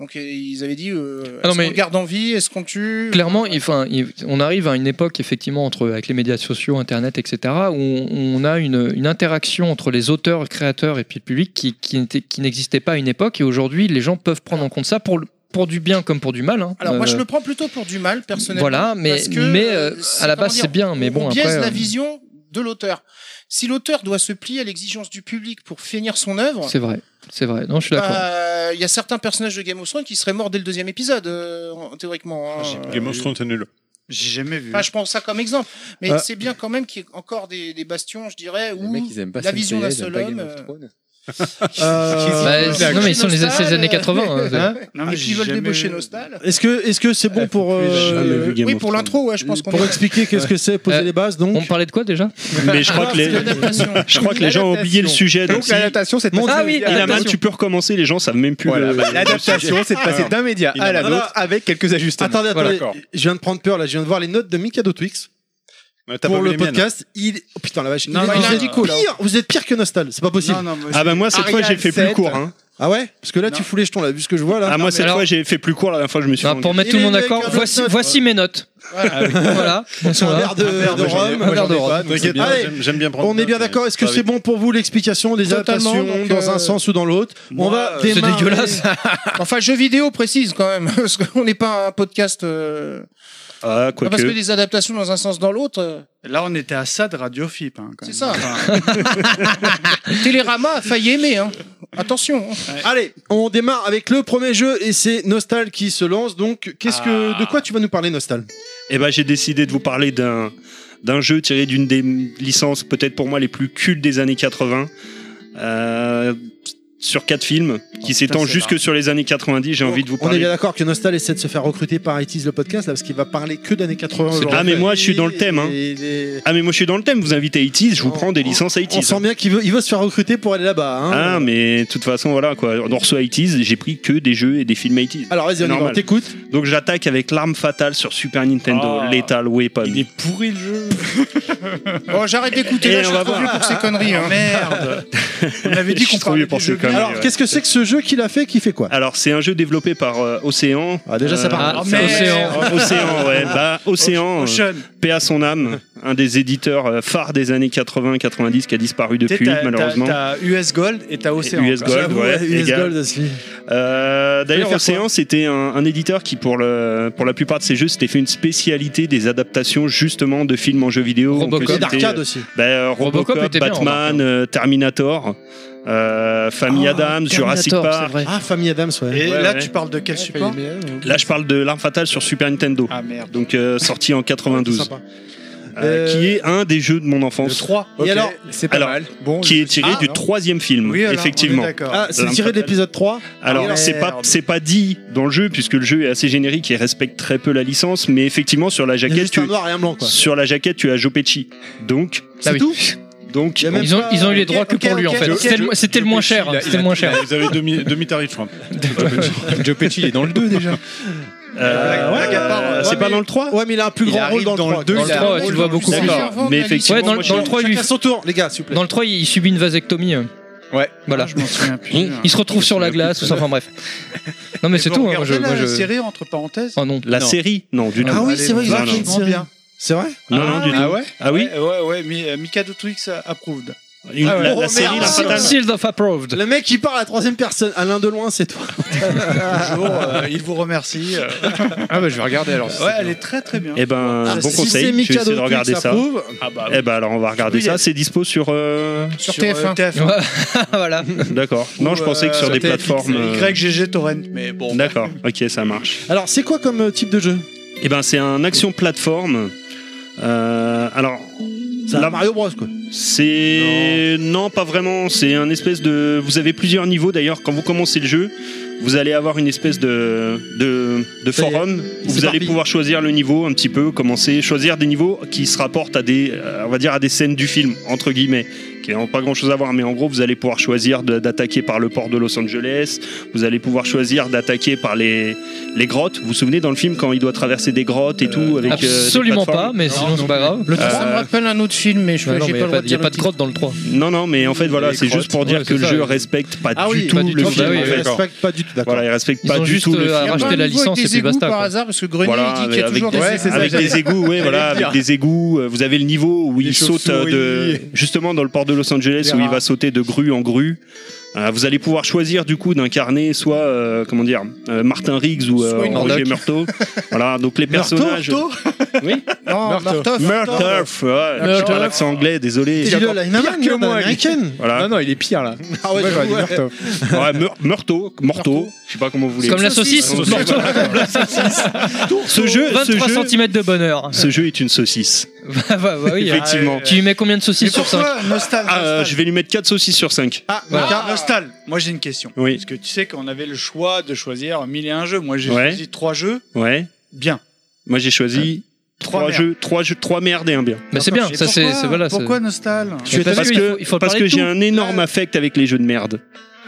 S5: Donc euh, ils avaient dit, euh,
S2: Ah non,
S5: est-ce qu'on
S2: mais-
S5: le garde en vie, est-ce qu'on le tue
S2: Clairement, il- enfin, il- on arrive à une époque, effectivement, entre, avec les médias sociaux, Internet, etc., où on, on a une, une interaction entre les auteurs, créateurs et puis le public qui, qui n'était- qui n'existait pas à une époque. Et aujourd'hui, les gens peuvent prendre en compte ça pour, le- pour du bien comme pour du mal. hein.
S5: Alors moi je
S2: Euh,
S5: le prends plutôt pour du mal personnellement.
S2: Voilà, mais-
S5: parce que,
S2: mais, euh,
S5: c'est-
S2: à la
S5: comment
S2: base,
S5: dire,
S2: c'est bien, mais
S5: on-
S2: bon,
S5: on
S2: après,
S5: biaise
S2: euh,
S5: la vision de l'auteur. Si l'auteur doit se plier à l'exigence du public pour finir son œuvre,
S2: C'est vrai, c'est vrai. Non, je suis d'accord.
S5: bah, il y a certains personnages de Game of Thrones qui seraient morts dès le deuxième épisode euh, en- théoriquement. hein.
S9: Game of Thrones, c'est nul.
S8: J'ai jamais vu.
S5: Enfin, Ah, je prends ça comme exemple, mais
S10: Euh.
S13: Ah.
S5: c'est bien quand même qu'il y ait encore des, des bastions, je dirais,
S13: Les
S5: où
S13: mecs, ils aiment pas
S5: Mmh. la
S13: Saint
S5: vision d'un
S13: Seiya, ils aiment
S5: seul
S13: pas
S5: homme,
S13: Game of
S5: euh,
S13: Thrones.
S1: Euh,
S2: Bah,
S5: c'est-
S2: non, mais ils sont les,
S5: Nostal,
S2: c'est les années
S5: euh,
S2: 80. hein.
S8: Non,
S5: et
S8: mais
S5: qui
S8: j'ai
S5: veulent
S8: jamais-
S5: débaucher nos stalles.
S1: Est-ce que est-ce que c'est bon pour
S8: plus
S1: euh,
S10: Jamais vu Game
S5: Oui,
S10: of
S5: pour
S10: Thrones.
S5: l'intro, ouais, je pense qu'on
S1: pour
S5: est-
S1: expliquer qu'est-ce que c'est, poser
S2: Euh,
S1: les bases donc
S2: on parlait de quoi déjà
S10: Mais je crois que les,
S5: L'adaptation.
S10: je crois que les gens ont oublié le sujet. Donc,
S13: Donc
S10: si-
S13: l'adaptation, c'est de
S2: Mon
S13: passer-
S2: Dieu. Ah oui,
S13: à la
S10: Inaman,
S2: l'adaptation.
S10: tu peux recommencer, les gens savent même plus.
S13: Voilà,
S10: le-
S13: bah, l'adaptation, c'est de passer d'un média à la
S1: Inaman.
S13: nôtre avec quelques ajustements.
S1: Attendez,
S13: Voilà.
S1: attendez, je viens de prendre peur là, je viens de voir les notes de Mikado Twix
S9: Mais t'as
S1: pour
S9: pas
S1: le
S9: vu les miennes. hein.
S1: podcast. Il... oh, putain la vache,
S8: Non,
S1: il est-
S8: non,
S1: vous,
S8: non,
S1: êtes
S8: non.
S1: pire, vous êtes pire que Nostal, c'est pas possible.
S8: Non, non, moi,
S10: Ah bah moi cette fois j'ai fait plus
S13: Arial
S10: court.
S13: sept.
S10: hein.
S1: Ah ouais Parce que là tu
S8: Non.
S1: fous les jetons là, vu ce que je vois là.
S10: Ah moi cette
S2: alors-
S10: fois j'ai fait plus court la dernière fois je me suis.
S2: Non,
S10: rendu-
S2: Pour mettre
S1: Et
S2: tout le
S1: les
S2: monde
S1: mecs
S2: d'accord,
S1: avec leur
S2: voici,
S1: note,
S2: voici mes notes. Voilà.
S1: un verre de,
S13: Ah,
S1: de
S13: moi, j'en ai-
S1: rhum.
S13: moi, j'en ai
S2: de Rome.
S13: pas, donc
S9: T'inquiète,
S13: c'est bien.
S9: bien,
S1: Allez,
S9: j'aime- euh, j'aime bien prendre.
S1: On est bien d'accord, est-ce que c'est bon pour vous l'explication des
S5: Totalement,
S1: adaptations
S5: donc,
S1: dans
S5: euh,
S1: un sens ou dans l'autre On va
S2: C'est
S1: démarrer.
S2: dégueulasse.
S5: Enfin, jeux vidéo précise quand même, parce qu'on n'est pas un podcast. euh,
S10: Ah quoi
S5: parce que
S10: que.
S5: des adaptations dans un sens dans l'autre, euh,
S8: Là, on était à ça de Radio FIP. hein, quand
S5: c'est
S8: même.
S5: ça.
S8: Enfin,
S5: Télérama a failli aimer, hein. Attention. hein.
S1: Allez, on démarre avec le premier jeu et c'est Nostal qui se lance. Donc, qu'est-ce que,
S10: Ah.
S1: de quoi tu vas nous parler, Nostal
S10: Eh ben j'ai décidé de vous parler d'un d'un jeu tiré d'une des licences peut-être pour moi les plus cultes des années 80. Euh, sur quatre films
S2: Oh,
S10: qui s'étendent
S8: c'est
S10: jusque sur les années 90, j'ai envie de vous
S1: On est bien
S10: parler.
S1: d'accord que Nostal essaie de se faire recruter par IT's le podcast là parce qu'il va parler que d'années 80.
S10: Ah, mais moi, je suis dans le thème, hein.
S1: Et les-
S10: Ah mais moi je suis dans le thème, vous invitez 80 je vous
S1: On-
S10: prends des licences 80
S1: On sent bien qu'il veut, il veut se faire recruter pour aller là-bas. hein.
S10: Ah mais de toute façon voilà quoi, on reçoit 80 j'ai pris que des jeux et des films 80
S1: Alors vas-y, on y va, on
S10: normal.
S1: t'écoute.
S10: Donc j'attaque avec l'arme fatale sur Super Nintendo,
S8: Ah.
S10: Lethal Weapon.
S9: Il est pourri le jeu.
S5: Bon, j'arrête d'écouter
S10: Et
S5: là, je
S10: on
S5: suis
S10: va
S5: trop
S10: voir.
S5: vieux pour ces conneries. hein.
S8: Merde On avait
S10: Je
S8: dit
S10: suis
S8: qu'on
S10: trop vieux
S8: parlait
S10: pour
S8: des
S10: ce
S8: jeux
S10: con.
S8: vidéo.
S1: Alors,
S10: ouais.
S1: qu'est-ce que c'est que ce jeu qu'il a fait, qui fait quoi
S10: Alors c'est un jeu développé par euh, Océan.
S1: Ah, déjà, ça part.
S2: Ah,
S8: merde.
S2: Océan.
S10: Euh, Océan, ouais. Bah, Océan, euh,
S8: Ocean,
S10: paix à son âme, un des éditeurs euh, phares des années 80-90 qui a disparu
S8: t'es-
S10: depuis,
S8: t'as-
S10: malheureusement.
S8: T'as t'as US Gold et t'as Océan.
S10: US
S8: quoi.
S10: Gold, ouais, les
S1: US
S10: gars.
S1: Gold aussi.
S10: Euh,
S1: Fallait
S10: D'ailleurs,
S1: faire
S10: Océan, c'était un, un éditeur qui, pour, le, pour la plupart de ses jeux, s'était fait une spécialité des adaptations justement de films en jeux vidéo. Donc,
S2: Robocop.
S10: c'était,
S1: Et d'arcade aussi.
S10: bah, euh,
S2: Robocop
S10: Robocop,
S2: était bien,
S10: Batman,
S2: remarque.
S10: euh, Terminator, euh, Famille
S2: Ah,
S10: Adams, Jurassic
S2: Terminator, c'est
S10: Park.
S2: vrai.
S1: Ah, Famille Adams, ouais.
S8: Et
S10: Ouais,
S8: là,
S10: ouais.
S8: tu parles de quel support
S10: Là, je parle de l'arme fatale sur Super Nintendo.
S8: Ah merde.
S10: Donc euh, sorti en 92,
S1: Sympa.
S10: euh, qui est un des jeux de mon
S8: Le
S10: enfance,
S8: 3.
S1: Et alors
S13: c'est pas
S10: alors,
S13: mal. Bon,
S10: qui
S13: je-
S10: est tiré
S8: Ah,
S10: du
S8: non.
S10: troisième film,
S8: Oui, alors,
S10: effectivement.
S8: on est D'accord.
S1: Ah, c'est tiré de l'épisode 3.
S10: Alors
S1: Merde.
S10: c'est pas c'est pas dit dans le jeu puisque le jeu est assez générique et respecte très peu la licence, mais effectivement sur la
S1: Il y a
S10: jaquette
S1: juste un
S10: tu
S1: noir et un blanc, quoi.
S10: sur la jaquette tu as Jopechi. Donc
S2: Ah oui.
S1: tout
S10: donc
S1: Il y a même
S2: Ils ont,
S1: pas-
S2: ils ont eu les
S1: Ok,
S2: droits que
S1: ok,
S2: pour lui
S1: ok,
S2: en fait.
S1: ok.
S2: C'était le- C'était le moins cher.
S13: il a-
S2: C'était
S13: il
S2: le
S13: a-
S2: moins cher.
S9: Vous avez demi, demi-tarif, je crois.
S13: Joe Pesci, il est dans le 2 déjà.
S10: euh,
S8: ouais, à part, euh,
S10: c'est
S1: ouais,
S10: pas
S1: mais-
S10: dans le 3
S1: Ouais, mais il a un plus
S13: Il
S1: grand rôle
S13: arrive
S1: dans le
S13: dans
S1: 3.
S13: le deux,
S2: Dans le
S13: il a-
S5: Ah,
S2: 3, tu le vois beaucoup.
S5: D'accord.
S2: plus.
S5: Avant,
S10: Mais
S5: la
S10: effectivement,
S2: Ouais, dans,
S10: moi,
S2: dans le 3, il lui-
S1: Chacun son tour, les gars, s'il vous plaît.
S2: dans le 3, il subit une vasectomie. euh.
S13: Ouais.
S2: Voilà.
S8: Je m'en souviens plus.
S2: Il se retrouve sur la glace, ou ça, enfin bref. Non, mais c'est tout. hein, moi, je- moi,
S8: la
S2: je-
S8: série entre parenthèses.
S2: Oh non.
S10: La
S13: Non.
S10: série Non, du tout.
S1: Ah oui, c'est vrai,
S10: ils ont fait une
S1: série.
S8: bien.
S1: C'est vrai
S10: Non, non, du tout.
S13: Ah ouais
S10: Ah oui
S8: Ouais, ouais, ouais, mais euh, Mikado Twix approved.
S10: Une-
S1: Ah ouais.
S10: la,
S1: Oh,
S10: la série
S1: merde.
S10: La Fatale.
S2: Seals of Approved.
S1: Le mec qui parle à la troisième personne, Alain Deloin, c'est toi.
S8: Bonjour, euh, il vous remercie. euh.
S14: Ah bah je vais regarder alors.
S8: Ouais, elle est très très bien.
S10: Eh ben,
S1: Ah,
S10: bon
S1: si
S10: conseil.
S1: c'est
S10: Je vais
S1: Mikado
S10: essayer de
S1: Twix,
S10: regarder ça.
S1: approuve.
S8: Ah bah,
S10: Eh ben alors on va regarder
S8: Oui,
S10: ça.
S8: elle-
S10: C'est dispo sur. euh,
S5: Sur
S8: euh,
S5: TF1.
S2: voilà.
S10: D'accord. Non, je
S8: ou,
S10: pensais que sur
S8: euh,
S10: des
S8: TFX,
S10: plateformes. euh,
S8: YGG Torrent, mais bon.
S10: D'accord. Ok, ça marche.
S1: Alors, c'est quoi comme euh, type de jeu
S10: Eh ben, c'est un action plateforme. Euh, alors.
S1: C'est
S10: là-
S1: un Mario Bros, quoi.
S10: c'est non. pas vraiment. C'est un espèce de. Vous avez plusieurs niveaux d'ailleurs. Quand vous commencez le jeu, vous allez avoir une espèce de de, de
S1: Ça y est,
S10: forum où vous allez
S1: s'éparpille.
S10: pouvoir choisir le niveau un petit peu, commencer, choisir des niveaux qui se rapportent à des, euh, on va dire à des scènes du film entre guillemets, qui n'ont pas grand chose à voir. Mais en gros, vous allez pouvoir choisir de- d'attaquer par le port de Los Angeles. Vous allez pouvoir choisir d'attaquer par les les grottes. Vous vous souvenez dans le film quand il doit traverser des grottes et tout avec euh, des
S2: Absolument pas,
S10: plateformes
S2: mais sinon c'est pas grave.
S5: Le trois, ça me
S10: Euh,
S5: rappelle un autre film, mais je
S2: Ouais,
S5: n'ai
S2: non, mais
S5: pas le droit de
S2: il n'y a
S5: dire
S2: pas
S5: le
S2: de
S5: titre.
S2: grotte dans le 3.
S10: Non, non, mais en fait, voilà,
S14: Les
S10: c'est juste pour
S14: crottes,
S10: dire
S2: ouais,
S10: que
S2: c'est
S10: le
S2: ça,
S10: jeu
S2: ouais.
S10: respecte pas
S1: Ah
S10: du
S1: oui,
S10: tout
S2: pas du
S10: le
S2: tout,
S10: film.
S2: bah oui,
S1: Je
S2: ouais.
S1: respecte pas du tout, d'accord.
S10: Voilà, il respecte
S2: Ils
S10: pas
S2: ont
S10: du
S2: juste
S10: tout le
S2: euh, à
S10: film.
S5: Il y a pas
S2: racheter
S5: un
S2: la
S5: niveau avec
S2: licence et
S5: des
S2: puis
S5: égouts
S2: basta.
S5: par
S2: quoi.
S5: hasard, parce que Grenier
S10: Voilà,
S5: il dit qu'il y a
S10: avec
S5: toujours
S10: des-
S5: des
S14: ouais,
S5: égouts.
S14: c'est ça,
S10: Avec
S14: j'allais-
S10: des égouts, oui, voilà,
S14: j'allais
S10: avec des égouts. euh, Vous avez le niveau où
S14: Les
S10: il saute euh,
S14: chauves-souris.
S10: de, justement dans le port de Los Angeles
S14: Les
S10: où il
S14: rats.
S10: va sauter de grue en grue. Euh, vous allez pouvoir choisir du coup d'incarner soit euh, comment dire euh, Martin Riggs ou euh,
S5: Soit une
S10: Roger Murtaugh. voilà, donc les personnages. Oui.
S5: Non, Martov.
S10: Murtaugh. ouais, j'ai pas l'accent anglais, désolé.
S1: Il a la même
S14: pire que
S1: que
S14: moi,
S1: moi, américaine.
S10: Voilà.
S14: Non non, il est pire là.
S1: Ah ouais,
S14: Moi, j'aurais dit
S1: ouais.
S14: Murtaugh.
S10: Ouais, Mur- Murtaugh, Morto, je sais pas comment vous voulez.
S2: C'est comme la saucisse.
S10: Saucisse,
S2: morceau.
S10: Ce jeu, ce
S2: 23
S10: jeu,
S2: cm de bonheur.
S10: ce jeu est une saucisse.
S2: Bah, bah, bah oui, hein.
S10: Effectivement.
S2: Tu lui mets combien de saucisses sur 5
S8: Pourquoi Nostal,
S10: Ah, euh,
S8: Nostal.
S10: je vais lui mettre 4 saucisses sur 5.
S8: Ah,
S2: Voilà.
S8: regarde, Nostal, moi j'ai une question.
S10: Oui.
S8: Parce que tu sais qu'on avait le choix de choisir mille et un jeux. Moi j'ai
S10: Ouais.
S8: choisi trois jeux.
S10: Ouais.
S8: Bien.
S10: Moi j'ai choisi
S8: Trois
S10: 3
S8: merdes.
S10: jeux, 3 jeux, 3 merdes et un bien.
S2: Bah c'est
S8: D'accord,
S2: bien,
S8: je sais
S2: ça c'est
S8: pourquoi-
S2: c'est- voilà. c'est-
S8: Pourquoi Nostal
S2: Tu es
S10: Parce
S2: parce
S10: que,
S2: que- il faut
S10: parce
S2: parler
S10: que
S2: de
S10: j'ai
S2: tout.
S10: un énorme affect avec les jeux de merde.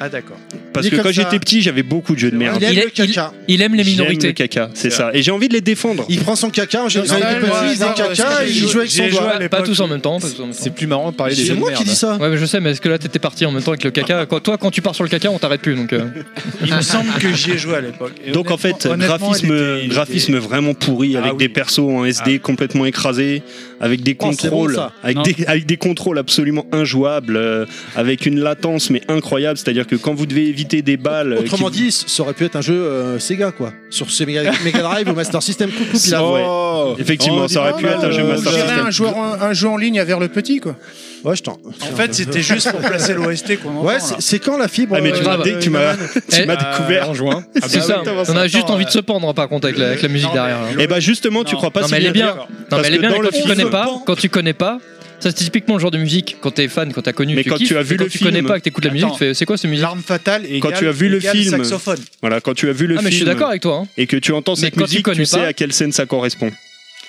S8: Ah d'accord.
S1: Il
S10: Parce
S1: est
S10: que
S1: comme
S10: quand
S1: ça.
S10: j'étais petit, j'avais beaucoup de jeux de
S1: Il aime
S10: merde.
S2: Il est-
S1: le caca.
S2: Il aime les
S10: J'aime le
S2: minorités.
S10: caca, c'est ça. Et j'ai envie de les défendre.
S1: Il prend son caca, en général,
S5: Ouais,
S1: il est
S5: moi,
S1: petit, il
S5: j'adore,
S1: dit caca,
S5: parce que
S1: il
S5: j'ai
S1: joue avec son
S8: joué- j'ai
S1: doigt.
S8: joué à
S2: Pas, pas
S8: l'époque.
S2: tous en même temps. pas tous en même temps.
S14: C'est plus marrant de parler des
S1: C'est
S14: jeux de
S1: moi qui
S14: merde.
S1: dis ça.
S2: Ouais, mais je sais, mais est-ce que là t'étais parti en même temps avec le caca quoi, Toi, quand tu pars sur le caca, on t'arrête plus donc. euh.
S8: Il me semble que j'y ai joué à l'époque. Et
S10: Donc en fait,
S8: honnêtement- honnêtement,
S10: graphisme,
S8: il était- il était-
S10: graphisme vraiment pourri,
S8: Ah
S10: avec
S8: oui.
S10: des persos en SD complètement écrasés, avec des
S1: Oh, c'est bon,
S10: contrôles,
S1: ça.
S10: avec,
S8: Non.
S10: des, avec des contrôles absolument injouables, euh, avec une latence mais incroyable. C'est-à-dire que quand vous devez éviter des balles, euh,
S1: Autrement
S10: qui-
S1: dit, ça aurait pu être un jeu euh, Sega, quoi. Sur ce Mega Mega Drive ou Master System, coucou, puis là.
S10: Oh,
S2: Oh,
S10: effectivement, ça aurait pu être
S2: euh,
S10: un jeu Master
S5: J'irais
S10: System. Ah,
S5: un, joueur en- un jeu en ligne à vers le petit, quoi.
S1: Ouais, je t'en.
S8: En fait, c'était juste pour placer l'OST qu'on entend.
S1: Ouais,
S8: là.
S1: c'est c'est quand la fibre
S10: Ah mais tu
S1: euh,
S10: m'as
S2: grave.
S10: dé- tu m'as tu
S2: Eh,
S10: m'as découvert.
S2: c'est ça. On a juste
S8: Attends,
S2: envie de se pendre par contre avec la, avec la musique
S8: Non,
S2: derrière. là.
S8: mais-
S10: Et bah justement, tu
S8: Non.
S10: crois pas
S2: euh, Non,
S10: si
S2: mais elle est bien.
S10: d'accord.
S2: Non,
S10: Parce
S2: mais elle est
S10: que
S2: bien, mais
S10: dans
S2: quand
S10: le
S2: tu
S10: film-
S2: connais pas, quand tu connais pas, ça c'est typiquement le genre de musique quand t'es fan, quand t'as connu,
S10: Mais
S2: tu
S10: quand
S2: kiffes,
S10: tu as
S2: et
S10: vu
S2: quand
S10: le
S2: tu
S10: film-
S2: connais pas, que t'écoutes la musique,
S8: Attends.
S2: tu fais c'est quoi ce musique
S8: L'arme fatale et
S10: Quand tu as vu le film-
S8: saxophone. Bah
S10: Voilà, quand tu as vu le
S2: Ah mais je suis
S10: film
S2: d'accord avec toi. hein.
S10: et que tu entends cette
S2: quand tu
S10: musique, tu
S2: connais
S10: sais
S2: pas- Ah,
S10: à quelle scène ça correspond.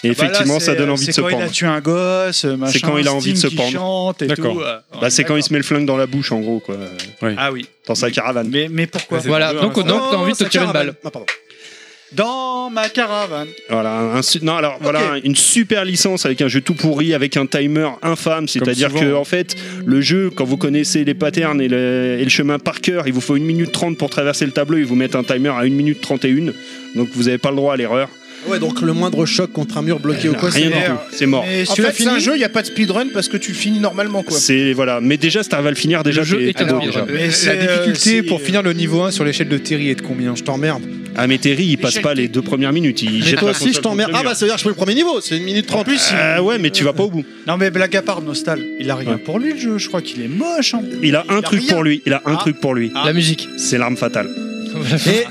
S10: Et
S8: Bah là,
S10: effectivement, ça
S8: c'est-
S2: euh,
S10: donne envie de se
S8: C'est quand il a
S10: pendre.
S8: tué un gosse, euh, machin.
S10: quand il a envie de
S8: Sting
S10: se
S8: qui
S10: pendre.
S8: chante et
S9: D'accord.
S8: tout, euh, ouais,
S10: Bah c'est quand il
S8: d'accord.
S10: se met le flingue dans la bouche en gros quoi,
S8: Ah oui.
S10: dans sa caravane.
S8: Mais, mais pourquoi
S14: Ouais, c'est-
S2: Voilà,
S14: jeu, hein,
S2: donc
S14: ça.
S2: donc t'as envie de te
S1: sa
S2: tirer une
S1: caravane.
S2: balle.
S1: Ah, pardon.
S8: Dans ma caravane.
S10: Voilà, un su- non, alors voilà, une super licence avec un jeu tout pourri, avec un timer infâme. C'est-à-dire
S9: souvent.
S10: que en fait, le jeu, quand vous connaissez les patterns et le, et le chemin par cœur, il vous faut 1 minute 30 pour traverser le tableau. Ils vous mettent un timer à 1 minute 31, donc vous n'avez pas le droit à l'erreur.
S1: Ouais, donc le moindre choc contre un mur bloqué ou quoi,
S10: Rien
S1: c'est
S10: du
S1: mort.
S10: tout, c'est mort.
S8: Mais
S5: En
S8: celui-là,
S5: fait, c'est un jeu, il n'y a pas de speedrun parce que tu finis normalement, quoi.
S10: C'est voilà, mais déjà, si t'arrives à le finir, déjà,
S2: Le jeu
S10: t'es
S2: est un
S10: ado,
S2: speedrun.
S8: Mais
S14: La
S8: c'est,
S14: difficulté
S8: euh,
S14: pour
S8: c'est,
S14: finir le niveau 1 sur l'échelle de Terry est de combien
S1: Je t'emmerde.
S10: déjà. Ah mais Terry, il passe pas les deux premières minutes. Il
S1: Mais
S10: jette
S1: toi
S10: la
S1: aussi, je
S10: console contre
S1: t'emmerde.
S10: le
S1: Ah
S10: mur.
S1: bah, ça veut dire que je fais le premier niveau, c'est une minute trente.
S10: Ah ouais, mais tu vas pas au bout.
S8: Non mais blague à part, Nostal, il a rien
S10: Ouais.
S8: pour lui le jeu, je crois qu'il est moche. hein.
S10: Il a un truc
S8: rien.
S10: pour lui. Il a un
S8: Ah.
S10: truc pour lui.
S8: Ah.
S2: La musique.
S10: C'est l'arme fatale.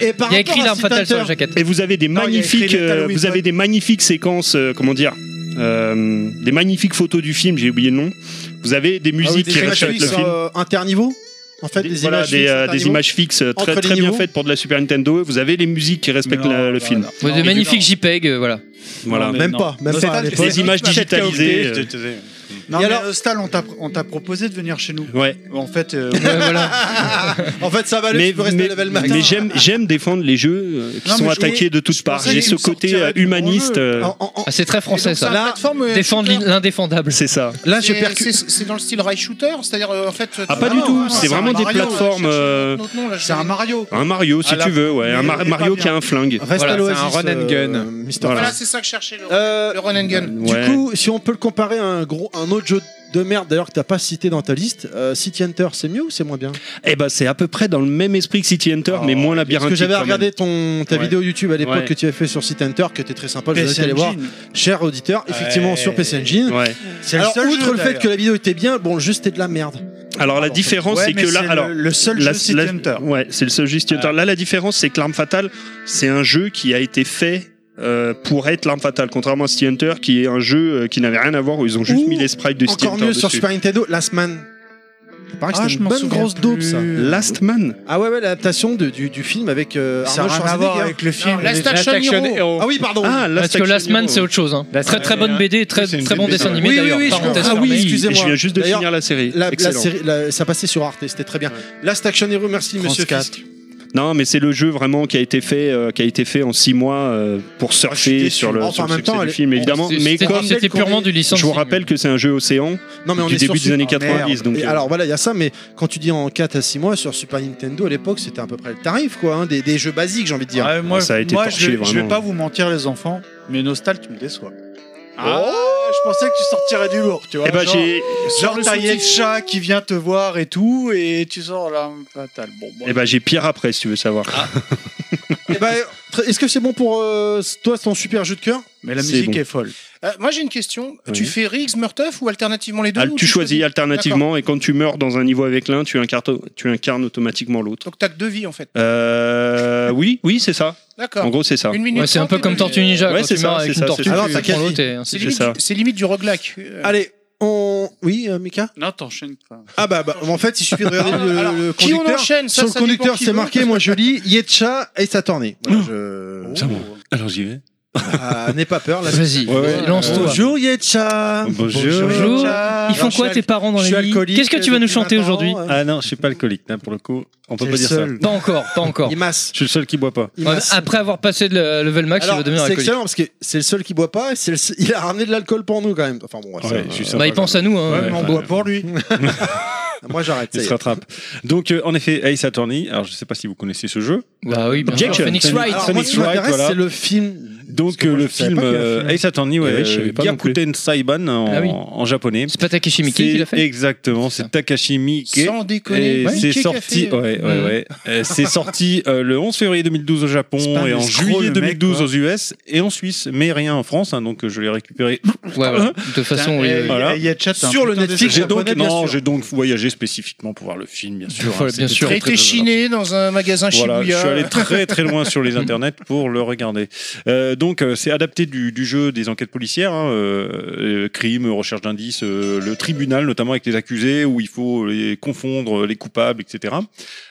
S1: Et, et par
S2: Il y
S1: rapport
S2: a écrit
S1: à
S2: l'arme
S1: Street
S2: fatale sur la
S1: Hunter,
S2: jaquette.
S10: Et vous avez des
S8: Non, il y a
S10: magnifiques,
S8: écrit Lethal
S10: euh, vous
S8: Weapon.
S10: avez des magnifiques séquences, euh, comment dire, euh, des magnifiques photos du film. J'ai oublié le nom. Vous avez des
S1: Ah oui,
S10: musiques
S1: des
S10: qui
S1: images
S10: reflètent le
S1: fixes,
S10: film.
S1: euh, interniveau En fait,
S10: Des-
S1: des,
S10: voilà,
S1: images
S10: des,
S1: fixes,
S10: euh, des
S1: interniveau
S10: images fixes euh, très,
S1: Entre les
S10: très bien
S1: niveaux.
S10: faites pour de la Super Nintendo. Vous avez les musiques qui respectent
S8: Non,
S10: la- le
S8: non,
S10: film.
S8: non,
S2: Ouais,
S8: non,
S2: de
S8: mais
S2: magnifiques
S8: non.
S2: JPEG, euh, voilà.
S10: Voilà.
S8: Non, mais
S1: Même
S8: non.
S1: pas, même pas à l'époque.
S10: Des images digitalisées. euh,
S8: Non
S1: Et
S8: mais
S1: alors-
S8: Nostal, on t'a- on t'a proposé de venir chez nous.
S10: Ouais,
S8: En fait, euh,
S2: Ouais, voilà.
S1: En fait, ça va aller,
S10: mais,
S1: tu peux rester
S10: mais-
S1: level max.
S10: mais j'aime j'aime défendre les jeux euh, qui
S8: Non,
S10: sont
S8: mais je
S10: attaqués
S8: voulais-
S10: de toutes parts.
S8: pensais
S10: J'ai
S8: qu'il
S10: ce
S8: me
S10: côté
S8: sortirait
S10: euh,
S8: du
S10: humaniste. euh,
S1: En- en- en-
S2: Ah, c'est très français ça.
S1: Là-
S5: plateforme. euh,
S2: Défendre
S5: shooter.
S2: l'indéfendable.
S10: C'est ça.
S1: Là, je
S5: C'est-
S1: percute.
S5: c'est- C'est dans le style rail shooter, c'est-à-dire euh, en fait.
S10: Ah,
S5: tu-
S10: pas du
S5: non,
S10: tout.
S5: non,
S10: C'est
S5: un
S10: vraiment des
S5: Mario, euh,
S10: plateformes.
S5: cherche
S10: euh,
S5: un autre nom, là, je
S8: c'est un
S5: sais.
S8: Mario.
S10: Un Mario, si
S8: Ah, là,
S10: tu veux, ouais. Un
S8: mais
S10: Mar-
S8: il est pas
S10: Mario
S8: bien.
S10: qui a un flingue.
S1: Reste
S2: Voilà,
S1: à l'Oasis,
S14: c'est un run and gun.
S1: euh, Mister
S10: Voilà.
S5: Voilà, c'est ça que cherchait le,
S1: Euh,
S5: le run and gun.
S1: Du
S10: Ouais.
S1: coup, si on peut le comparer à un, gros, un autre jeu de merde d'ailleurs que t'as pas cité dans ta liste. euh, City Hunter, c'est mieux ou c'est moins bien
S10: Eh ben, c'est à peu près dans le même esprit que City Hunter, mais moins
S1: Oh, Parce
S10: labyrinthique.
S1: que j'avais
S10: quand même.
S1: regardé ton, ta
S10: Ouais.
S1: vidéo YouTube à l'époque
S10: Ouais.
S1: que tu as fait sur City Hunter, que t'es très sympa, je vous invite à
S8: PC
S1: aller voir.
S8: Engine.
S1: Cher auditeur, effectivement
S8: Ouais.
S1: sur PC Engine.
S10: Ouais.
S8: C'est le
S1: Alors,
S8: seul
S1: outre
S8: jeu,
S1: le fait
S8: d'ailleurs.
S1: que la vidéo était bien, bon, juste c'était de la merde.
S10: Alors, la différence,
S8: Ouais,
S10: c'est
S8: mais
S10: que là.
S8: le-
S10: alors,
S8: le seul
S10: la- Ah,
S8: jeu City
S10: la-
S8: Hunter.
S10: Ouais, c'est le seul jeu City Hunter. Là, la différence, c'est que l'arme fatale, c'est un jeu qui a été fait. euh, pour être l'arme fatale, contrairement à City Hunter, qui est un jeu euh, qui n'avait rien à voir, où ils ont juste
S1: Ou,
S10: mis les sprites de City
S1: Encore
S10: Hunter
S1: mieux sur
S10: dessus.
S1: Super Nintendo, Last Man. Il paraît que
S8: Ah,
S1: c'était
S8: je
S1: une
S8: m'en
S1: bonne
S8: souviens
S1: grosse dope ça.
S8: plus.
S10: Last Man.
S1: Ah ouais, ouais, l'adaptation de- du, du film avec euh,
S8: Ça n'a
S1: Arnold
S8: rien à voir
S1: Schwarzenegger.
S8: avec le film.
S5: Last Action Hero.
S1: Ah oui, pardon.
S10: Ah,
S2: Parce que Last Man, c'est autre chose. hein.
S15: Last
S2: Très très bonne BD, très
S9: C'est une
S2: très bon
S9: bonne BD,
S2: dessin
S9: ouais.
S2: animé
S1: Oui, oui,
S2: d'ailleurs.
S1: oui, je
S2: Parenthèse
S1: comprends. Ah oui,
S2: fermée.
S1: excusez-moi.
S10: Et je viens juste de
S1: D'ailleurs,
S10: finir la série.
S1: La, la
S10: Excellent.
S1: série, la- ça passait sur Arte, c'était très bien. Last Action Hero, merci monsieur Fisk.
S10: Non, mais c'est le jeu vraiment qui a été fait, euh, qui a été fait en six mois euh,
S1: Ah,
S10: pour surfer sur le,
S1: Enfin,
S10: sur
S1: en
S10: le
S1: même
S10: succès
S1: temps,
S10: du
S1: elle-
S10: film, évidemment.
S2: C'est-
S10: Mais
S2: c'était-
S10: comme
S2: C'était
S1: qu'on
S2: purement
S1: est-
S2: du licence.
S10: je vous rappelle que c'est un jeu océan
S1: Non mais on
S10: du
S1: est sur
S10: début des
S1: Super-
S10: années
S8: Ah, merde.
S10: 90. Donc,
S1: Et
S10: euh,
S1: alors voilà, il y a ça, mais quand tu dis en 4 à 6 mois sur Super Nintendo à l'époque, c'était à peu près le tarif, quoi, hein, des, des jeux basiques, j'ai envie de dire.
S8: Ouais, moi,
S10: Ça a été
S8: moi,
S10: torché,
S8: je, vais- je vais
S10: vraiment.
S8: pas vous mentir, les enfants, mais Nostal, tu me déçois. Ah, je pensais que tu sortirais du lourd, tu vois.
S10: eh ben,
S8: genre-
S10: j'ai,
S8: Genre
S5: le
S8: t'as
S5: sous-titre.
S8: Yetcha qui vient te voir et tout, et tu sors l'arme fatale. Bon, bon.
S10: eh ben, j'ai pire après, si tu veux savoir.
S1: Eh ben, tr- Est-ce que c'est bon pour euh, toi, ton super jeu de cœur
S8: mais la
S10: c'est
S8: musique
S10: bon.
S8: est folle.
S5: Euh, moi j'ai une question.
S10: Oui.
S5: Tu fais Riggs, Murtaugh ou alternativement les deux
S10: Ah,
S5: ou
S10: tu choisis alternativement, et quand tu meurs dans un niveau avec l'un, tu incarnes, tu incarnes automatiquement l'autre.
S5: Donc t'as que deux vies en fait.
S10: Euh, oui, oui, c'est ça. En
S5: D'accord.
S10: gros, c'est ça.
S5: Une minute.
S2: Ouais, c'est un peu
S5: trente et
S2: comme
S5: deux
S2: Tortue
S5: minutes.
S2: Ninja.
S10: Ouais,
S2: Quand
S10: c'est
S2: tu
S10: ça,
S2: meurs
S10: c'est
S2: avec une
S10: ça,
S2: tortue,
S10: c'est
S1: ça.
S2: tu
S1: Alors, t'as
S2: prends
S1: quatre
S2: l'autre et ainsi
S5: C'est
S2: de
S10: C'est
S5: limite,
S10: ça.
S5: du- c'est limite du roguelike.
S8: Ah,
S5: Euh,
S1: Allez, on... Oui, euh, Mika
S8: Non, t'enchaînes pas.
S1: Ah bah, bah, en fait, il suffit de regarder
S5: Alors,
S1: le,
S5: alors,
S1: le
S5: qui on
S1: conducteur.
S5: enchaîne Ça,
S1: sur le
S5: ça dépend
S1: conducteur,
S5: qui
S1: c'est
S5: veut.
S1: marqué, moi je lis, Yetcha et sa tournée. Voilà, je-
S9: C'est bon. Alors j'y vais.
S1: Ah, N'aie pas peur, là.
S2: Vas-y,
S9: Ouais, ouais.
S2: lance-toi.
S1: Bonjour Yetcha
S9: Bonjour.
S2: Bonjour. Ils
S1: Alors,
S2: font
S1: je
S2: quoi
S1: suis
S2: tes
S1: al-
S2: parents dans
S1: je suis
S2: la vie
S1: alcoolique
S2: Qu'est-ce que tu vas nous
S1: depuis
S2: chanter
S1: 20 ans,
S2: aujourd'hui
S1: euh,
S9: Ah non, je suis pas alcoolique, hein, pour le coup. On peut
S1: T'es
S9: pas
S1: le
S9: dire ça.
S1: seul.
S2: Pas encore, pas encore.
S1: Il masse.
S9: Je suis le seul qui boit pas.
S1: Il
S2: Ouais,
S1: masse.
S2: Après avoir passé le level max, il
S1: Alors,
S2: va devenir
S1: c'est
S2: alcoolique.
S1: excellent parce que c'est le seul qui boit pas. et c'est le seul- Il a ramené de l'alcool pour nous quand même. Enfin bon, ça,
S9: Ouais,
S1: euh,
S9: je suis sympa,
S2: Bah, il pense à nous. hein.
S9: Ouais, mais on boit
S8: pour lui.
S1: moi j'arrête.
S9: Il
S1: ça y
S9: se
S1: est.
S9: rattrape. Donc, euh, en effet, Ace Attorney. Alors, je sais pas si vous connaissez ce jeu.
S2: Bah oui, bien sûr.
S9: Jack,
S2: Phoenix
S9: Phoenix-
S2: Wright.
S1: Alors,
S9: Sonic
S1: moi, ce qui m'intéresse,
S9: Strike, voilà.
S1: c'est le film.
S9: Donc,
S1: Parce que
S9: euh,
S1: moi,
S9: le
S1: je savais
S9: film
S1: pas qu'il y avait un
S9: euh,
S1: film.
S9: Ace Attorney, ouais,
S10: Eh oui, je savais
S9: euh,
S10: pas non plus.
S9: Gyakuten Saiban en,
S2: Ah oui.
S9: en japonais.
S2: C'est pas Takeshi Miike qui l'a
S9: C'est
S2: fait
S9: Exactement,
S2: C'est ça.
S9: c'est Takashi Miike.
S5: Sans déconner.
S9: Et
S5: Ouais.
S9: c'est
S5: Qui a
S9: sorti,
S5: fait, euh,
S9: ouais, ouais,
S2: Mhm.
S9: ouais. Euh, c'est sorti euh, le 11 février 2012 au
S8: C'est pas
S9: Japon
S8: un
S9: et en
S8: escroc,
S9: juillet
S8: le mec,
S9: 2012
S8: quoi.
S9: aux US et en Suisse, mais rien en France. hein, donc euh, je l'ai récupéré.
S2: Ouais, voilà. De façon,
S8: eh,
S2: oui, oui.
S9: Voilà.
S8: Yetcha, t'es un
S1: Sur le
S8: putain de
S1: Netflix,
S9: J'ai
S8: déçoit.
S9: donc
S1: japonais, bien
S9: non,
S1: sûr.
S9: j'ai donc voyagé spécifiquement pour voir le film, bien sûr. hein,
S2: Voilà, bien
S9: c'était
S2: sûr.
S5: T'as
S9: très,
S5: été
S9: très, très
S5: chiné dans un magasin
S9: euh, voilà, je
S5: Shibuya.
S9: suis allé très très loin sur les internets pour le regarder. Euh, donc euh, c'est adapté du, du jeu des enquêtes policières, hein, euh, euh, crimes, recherche d'indices, euh, le tribunal notamment avec les accusés où il faut les confondre les coupables, etc.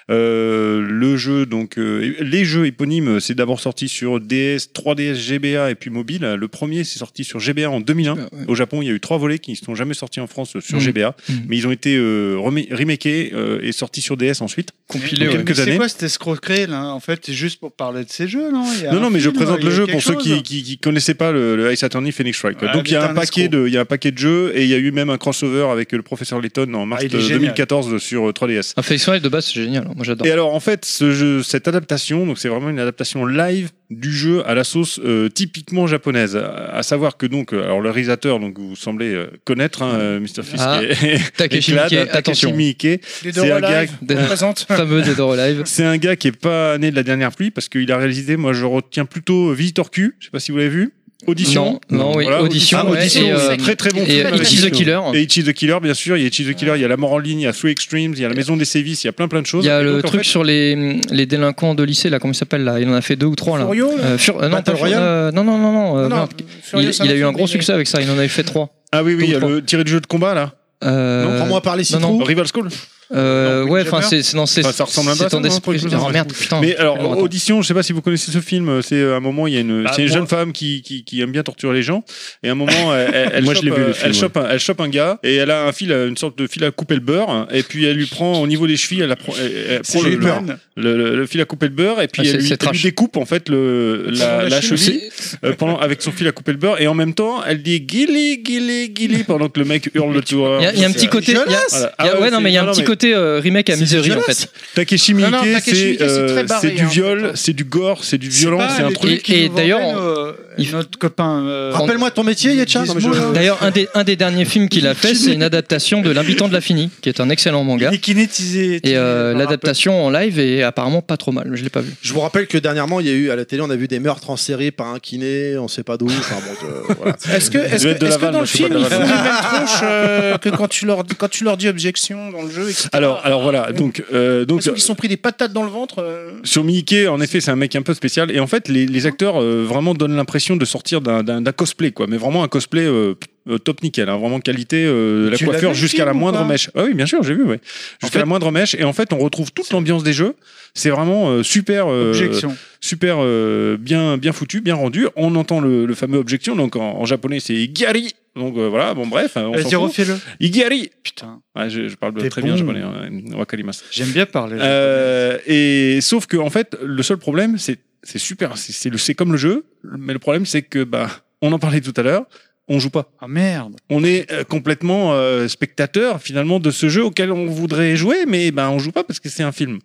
S9: Euh, le jeu donc euh, les jeux éponymes c'est d'abord sorti sur DS, 3DS, GBA et puis mobile. Le premier c'est sorti sur GBA en 2001.
S2: Ouais, Ah, ouais.
S9: Au Japon, il y a eu trois volets qui ne sont jamais sortis en France sur
S2: Mhm.
S9: GBA,
S2: Mhm.
S9: mais ils ont été euh, remé- remakés euh, et sortis sur DS ensuite.
S2: Compilé,
S9: Donc,
S2: ouais.
S9: quelques
S8: Mais C'est
S9: années.
S8: quoi cette escroquerie là En fait, c'est juste pour parler de ces jeux, non Il y a
S9: Non,
S8: un
S9: non, mais je
S8: film,
S9: présente
S8: il y a
S9: le jeu
S8: quelque
S9: pour ceux qui,
S8: chose.
S9: qui, qui connaissaient pas le, le Ace Attorney Phoenix Strike.
S8: Ouais,
S9: Donc il y a
S8: putain,
S9: un paquet
S8: l'escroc.
S9: de, il y a un paquet de jeux et il y a eu même un crossover avec le professeur Layton en mars
S8: Ah, il est
S9: euh,
S8: génial.
S9: 2014 sur euh, 3DS.
S2: Un Phoenix Wright de base, c'est génial. Moi, j'adore.
S9: Et alors en fait, ce jeu, cette adaptation, donc c'est vraiment une adaptation live du jeu à la sauce euh, typiquement japonaise. À, à savoir que donc, euh, alors le réalisateur, donc vous semblez euh, connaître, hein, euh, Mr. Fisk
S2: Ah.
S9: et, et
S2: Takeshi
S9: Clad,
S2: Miike, attention.
S9: Takeshi Miike.
S5: Les
S9: C'est
S5: deux euh,
S9: un
S5: Alive,
S2: gag.
S5: on présente.
S2: Fameux Dead or Alive.
S9: C'est un gars qui est pas né de la dernière pluie parce qu'il a réalisé, moi je retiens plutôt euh, Visitor Q, je sais pas si vous l'avez vu. Audition.
S2: Non, non, oui, Audition,
S9: Ah,
S2: ouais, et, euh,
S9: très très bon
S2: Et
S9: film avec
S2: Itchy the
S9: Audition.
S2: Killer.
S9: Et Itchy the Killer, bien sûr, il y a Itchy the Killer, il y a La Mort en ligne, il y a Three Extremes, il y a La Maison des Sévices, il y a plein plein de choses.
S2: Il y a
S9: Et
S2: le
S9: donc, en
S2: truc
S9: fait,
S2: sur les, les délinquants de lycée, là, comment il s'appelle là Il en a fait deux ou trois, là.
S5: Furio, là
S2: Euh, Fur- euh, non,
S1: Battle
S2: pas Fur-
S1: Royale
S2: euh, non, non, non, non. euh,
S5: Non,
S2: merde.
S5: Furious,
S2: il,
S5: ça
S2: il a
S5: m'a
S2: eu un
S5: fait
S2: gros
S5: des-
S2: succès avec ça, il en avait fait trois.
S9: Ah oui, oui, il y a
S2: Tout
S9: le tiré de jeu de combat là.
S2: Euh,
S1: Non, prends-moi par les
S2: non,
S1: citrons.
S9: Rival School.
S2: euh,
S9: non,
S2: ouais,
S9: Windjammer
S2: enfin, c'est, c'est, non, c'est,
S9: Enfin, ça ressemble un peu à
S2: c'est
S9: ça,
S2: en
S9: non,
S2: esprit-
S9: pour une chose,
S2: oh,
S9: ouais.
S2: merde, putain.
S9: Mais alors,
S2: attends.
S9: Audition, je sais pas si vous connaissez ce film, c'est euh, à un moment, il y a une,
S8: Bah,
S9: c'est une
S8: moi-
S9: jeune femme qui, qui, qui aime bien torturer les gens, et à un moment, elle, elle- elle
S10: Moi, je
S9: chope,
S10: l'ai vu, le
S9: euh,
S10: film,
S9: elle,
S10: ouais.
S9: chope un, elle chope un gars, et elle a un fil, à- une sorte de fil à couper le beurre, et puis elle lui prend au niveau des chevilles, elle, la prend- elle- elle prend le,
S8: J'ai eu
S9: le,
S8: peur.
S9: le- le- le fil à couper le beurre, et puis
S2: Ah, c'est-
S9: elle, lui,
S2: c'est
S9: elle lui
S2: trash.
S9: découpe en fait le, la, la cheville
S2: C'est-
S9: euh, pendant, avec son fil à couper le beurre, et en même temps, elle dit Gilly, Gilly, Gilly, pendant que le mec hurle le tour.
S2: Il y a, il y a un petit côté. il y a-
S9: Voilà.
S2: il y a-
S9: Ah
S2: ouais, non,
S9: c'est-
S2: mais il y a un
S9: non,
S2: petit
S9: mais
S2: côté euh, remake à Misery en fait.
S9: Takeshi
S5: Non, non,
S9: Miike,
S5: Takeshi
S9: c'est
S5: Miike, c'est
S9: euh,
S5: très barré,
S9: c'est du
S5: hein,
S9: viol,
S5: franchement.
S9: c'est du gore, c'est du violent, c'est un truc.
S2: truc qui nous vendait,
S8: il... euh, notre copain. euh,
S2: Ah,
S4: Rappelle-moi ton métier, Yetcha Non, mais je-
S2: D'ailleurs, un des, un des derniers films qu'il a fait, c'est une adaptation de L'habitant de la finie, qui est un excellent manga.
S8: Il est kinétisé.
S2: Et euh, l'adaptation en live est apparemment pas trop mal, je l'ai pas vu.
S4: Je vous rappelle que dernièrement, il y a eu à la télé, on a vu des meurtres en série par un kiné, on sait pas d'où. Enfin, bon, je- voilà.
S5: Est-ce que, est-ce
S9: devez
S5: que,
S9: être de
S5: est-ce
S9: la
S5: que dans
S9: vanne, moi,
S5: le
S9: je suis
S5: film,
S9: pas de
S5: ils
S9: la
S5: font les mêmes tronches euh, que quand tu, leur, quand tu leur dis objection dans le jeu etc.
S9: Alors, alors voilà, donc, euh, donc
S5: Parce qu'ils se sont pris des patates dans le ventre. euh,
S9: Sur Miike, en effet, c'est un mec un peu spécial. Et en fait, les, les acteurs euh, vraiment donnent l'impression de sortir d'un- d'un d'un cosplay, quoi. Mais vraiment un cosplay euh, euh, top nickel, hein. vraiment qualité, euh, la
S8: Tu l'as
S9: coiffure
S8: vu, le
S9: jusqu'à
S8: film,
S9: la
S8: ou
S9: moindre
S8: pas
S9: mèche. Ah oui, bien sûr, j'ai vu, ouais. Jusqu'à
S8: fait-
S9: la moindre mèche. Et en fait, on retrouve toute l'ambiance des jeux. C'est vraiment euh, super. euh,
S8: Objection.
S9: super euh, bien, bien foutu, bien rendu. On entend le, le fameux objection, donc en, en japonais c'est Igari. Donc euh, voilà, bon bref, euh, on
S8: Vas-y,
S9: s'en fout.
S8: refais-le.
S9: Igari
S8: Putain,
S9: Ouais, je, je parle
S8: T'es
S9: très
S8: bon.
S9: bien japonais, hein. wakarimasu.
S8: j'aime bien parler.
S9: Euh, et sauf que en fait, le seul problème, c'est c'est super, c'est- c'est le- c'est comme le jeu, mais le problème c'est que bah on en parlait tout à l'heure, on joue pas.
S8: Ah merde.
S9: On est euh, complètement euh, spectateur finalement de ce jeu auquel on voudrait jouer, mais ben on joue pas parce que c'est un film.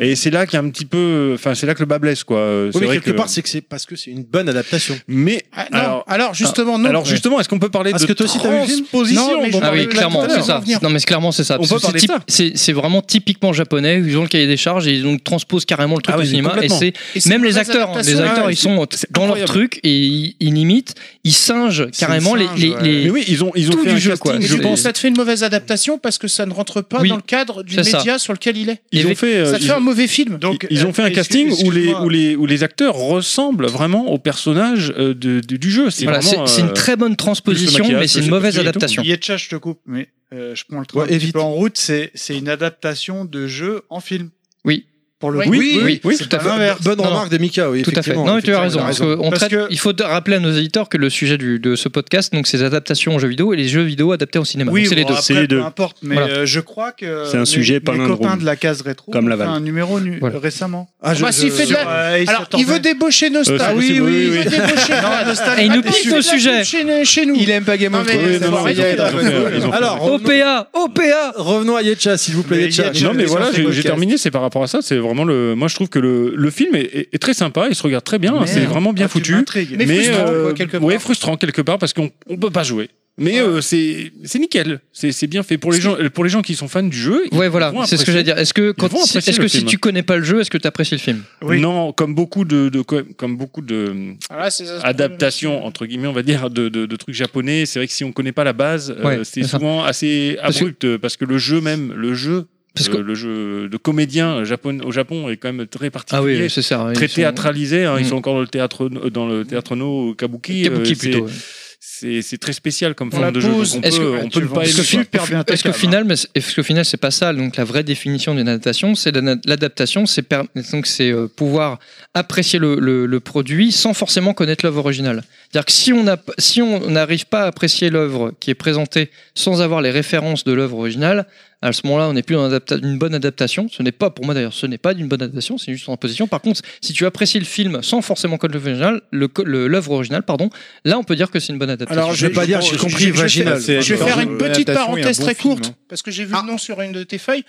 S9: Et c'est là qu'il y a un petit peu, enfin c'est là que le bas blesse quoi. Euh, c'est
S4: Oui, mais
S9: vrai
S4: quelque
S9: que-
S4: part, c'est que c'est parce que c'est une bonne adaptation.
S9: mais
S5: ah, non.
S9: alors ah,
S5: Alors, justement, non.
S9: alors justement, est-ce qu'on peut parler
S4: Parce
S9: de
S4: que toi aussi, t'as vu le film
S9: transposition
S5: Non, mais
S9: dont
S5: je-
S9: on
S2: Ah
S9: parlait
S2: oui,
S9: tout à
S2: clairement,
S9: l'heure
S2: c'est ça. Non, mais c'est clairement, c'est ça.
S9: On
S2: Parce
S9: peut
S2: que c'est
S9: parler de
S2: typ-
S9: ça.
S2: C'est c'est vraiment typiquement japonais. Ils ont le cahier des charges et ils donc transposent carrément le truc
S9: Ah
S2: au
S9: oui,
S2: cinéma. Et
S9: complètement.
S2: c'est
S5: Et c'est
S2: même
S5: une
S2: les
S5: mauvaise
S2: acteurs, hein, les
S5: adaptation. Ah,
S2: acteurs, ils sont
S9: c'est
S2: dans leur
S9: incroyable.
S2: truc et ils, ils imitent, ils singent carrément les-
S8: singe,
S2: les,
S8: ouais.
S2: les-
S9: Mais oui, ils ont ils ont
S2: Tout
S9: fait
S2: du
S9: un
S2: jeu,
S9: casting,
S2: quoi.
S5: Et
S9: je
S5: tu
S2: C'est-
S9: pense.
S5: penses, ça te fait une mauvaise adaptation parce que ça ne rentre pas
S2: Oui.
S5: dans le cadre du
S2: C'est ça.
S5: média sur lequel il est.
S9: Ils ont
S2: Effect-
S9: fait euh,
S5: ça te
S9: ils-
S5: fait un mauvais film.
S8: Donc,
S9: ils ont fait un
S8: excuse-
S9: casting où les,
S8: excuse-moi.
S9: où, les, où les acteurs ressemblent vraiment aux personnages euh, de- de- du jeu. C'est
S2: Voilà, c'est
S9: vraiment,
S2: c'est
S9: euh,
S2: une très bonne transposition,
S9: maquillage,
S2: mais c'est une
S9: je sais pas
S2: mauvaise
S8: Et donc,
S2: adaptation.
S8: Yetcha, je te coupe, mais euh, je prends le train un petit peu en route. C'est c'est une adaptation de jeu en film.
S2: Oui.
S8: Pour le
S5: Oui.
S8: coup.
S2: Oui, oui,
S8: oui,
S2: tout
S8: c'est
S2: à
S8: pas
S2: fait.
S8: l'inverse.
S4: Bonne
S2: Non, non.
S4: remarque de Mika, oui.
S2: Tout à fait.
S4: effectivement,
S2: Non, mais tu as raison.
S4: effectivement,
S2: Parce qu'on
S8: Parce
S2: traite,
S8: que-
S2: Il faut de- rappeler à nos éditeurs que le sujet du, de ce podcast, donc, c'est les adaptations aux jeux vidéo et les jeux vidéo adaptés au cinéma.
S8: Oui,
S2: Donc, c'est les
S8: bon,
S2: deux.
S8: après,
S9: C'est les deux.
S8: peu importe, mais
S2: Voilà.
S8: euh, je crois que
S9: C'est un
S8: mes-
S9: sujet
S8: mes
S9: palindrome.
S8: copains de la case rétro
S9: Comme
S8: ont
S9: la
S8: fait
S9: vanne.
S8: un numéro nu- euh,
S2: Voilà.
S8: récemment.
S4: Ah, je-
S5: bah, s'il
S4: je-
S5: fait de la-
S8: Euh, Ace
S5: Alors,
S8: Attorney.
S5: il veut débaucher
S9: Euh, ça,
S5: Nostal.
S9: c'est possible, oui,
S5: Il
S9: oui.
S5: veut débaucher Ah,
S8: Non, Nostal,
S2: Et il nous
S8: attends,
S2: pique
S8: tu-
S2: le
S5: Nostal.
S2: sujet.
S5: Chez, chez nous.
S6: Il aime pas Game
S5: Non,
S6: of
S5: mais-
S6: Thrones.
S9: oui, non, non,
S5: va
S9: ils ont fait-
S5: arrêter, là.
S9: ils ont fait- euh, ils ont fait-
S4: Alors, revenons-
S2: OPA, OPA
S4: revenons à Yetcha, s'il vous plaît,
S8: Mais
S4: Yetcha.
S8: Yetcha,
S9: Non
S8: Mais
S9: mais voilà,
S8: ça, c'est
S9: j'ai- j'ai
S8: podcast.
S9: terminé, c'est par rapport à ça, c'est vraiment le moi je trouve que le, le film est, est- est très sympa, il se regarde très bien,
S8: Merde.
S9: c'est vraiment bien
S8: Ah, tu
S9: foutu. euh,
S8: m'intrigues.
S5: Mais frustrant,
S8: euh,
S5: quoi, quelque part.
S9: Ouais, frustrant quelque part parce qu'on on peut pas jouer. Mais euh, c'est c'est nickel, c'est c'est bien fait pour les gens pour les gens qui sont fans du jeu. ils
S2: Ouais, voilà,
S9: vont
S2: c'est ce que
S9: apprécier.
S2: j'allais dire. Est-ce que, quand,
S9: vont
S2: si-
S9: apprécier
S2: est-ce
S9: le
S2: que si
S9: film.
S2: tu connais pas le jeu, est-ce que tu apprécies le film
S8: Oui.
S9: Non, comme beaucoup de, de comme beaucoup de
S5: Ah, là, c'est ça, c'est
S9: adaptation entre guillemets on va dire de, de- de trucs japonais c'est vrai que si on connaît pas la base euh,
S2: Ouais, c'est
S9: c'est
S2: ça.
S9: souvent assez
S2: Parce que-
S9: abrupt euh, parce que, le jeu même le jeu
S2: Parce
S9: euh,
S2: que-
S9: le jeu de comédien euh, japon, au Japon est quand même très particulier
S2: Ah oui, c'est ça. ils
S9: très
S2: sont-
S9: théâtralisé hein, ils
S2: Mm.
S9: sont encore dans le théâtre dans le théâtre no au kabuki, euh,
S2: Kabuki
S9: c'est-
S2: plutôt. ouais.
S9: c'est c'est très spécial comme
S5: Pour la
S9: forme de jeu
S5: pause,
S9: donc on
S2: est-ce
S9: peut,
S2: que-
S9: on peut
S8: tu
S9: ne
S8: vends
S9: pas aimer, quoi.
S8: super bien ta
S2: Parce qu'au
S8: cave,
S2: final, mais c'est- parce qu'au final, c'est pas ça. Donc la vraie définition d'une adaptation, c'est la- l'adaptation, c'est per- donc c'est euh, pouvoir apprécier le, le- le produit sans forcément connaître l'œuvre originale. C'est-à-dire que si on a- si on n'arrive pas à apprécier l'œuvre qui est présentée sans avoir les références de l'œuvre originale, à ce moment-là, on n'est plus dans adapta- une bonne adaptation. Ce n'est pas, pour moi d'ailleurs, ce n'est pas d'une bonne adaptation, c'est juste en position. Par contre, si tu apprécies le film sans forcément connaître l'œuvre originale, le co- le- l'œuvre originale, pardon, là, on peut dire que c'est une bonne adaptation.
S5: Alors,
S4: Je vais pas dire, j'ai compris,
S5: je- je-
S4: vaginal.
S6: c'est-
S5: Je vais
S6: Dans
S5: faire
S6: une
S5: une
S6: bonne
S5: petite
S6: adaptation, il y a un
S5: parenthèse
S6: bon
S5: très
S6: film,
S5: courte,
S6: hein.
S5: parce que j'ai vu le nom sur une de tes feuilles.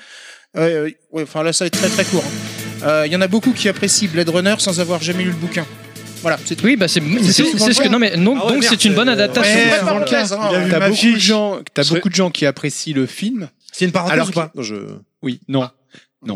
S5: Euh, euh, ouais, enfin là, ça va être très très court. hein. Euh, Il y en a beaucoup qui apprécient Blade Runner sans avoir jamais lu le bouquin. Voilà, c'est tout.
S2: Oui, bah c'est c'est-
S5: souvent
S2: c'est ce que
S5: le cas.
S2: non mais donc
S4: Ah ouais,
S2: donc
S4: merde,
S2: c'est une bonne
S4: c'est-
S2: adaptation.
S5: Ouais,
S8: Merde.
S5: vraiment le cas, hein.
S8: Il a vu
S6: T'as
S8: ma
S6: beaucoup de
S8: fiche.
S6: gens, t'as beaucoup de gens qui apprécient le film.
S4: C'est une parenthèse
S6: Alors
S4: ou pas Non, je-
S6: Oui, non. Non.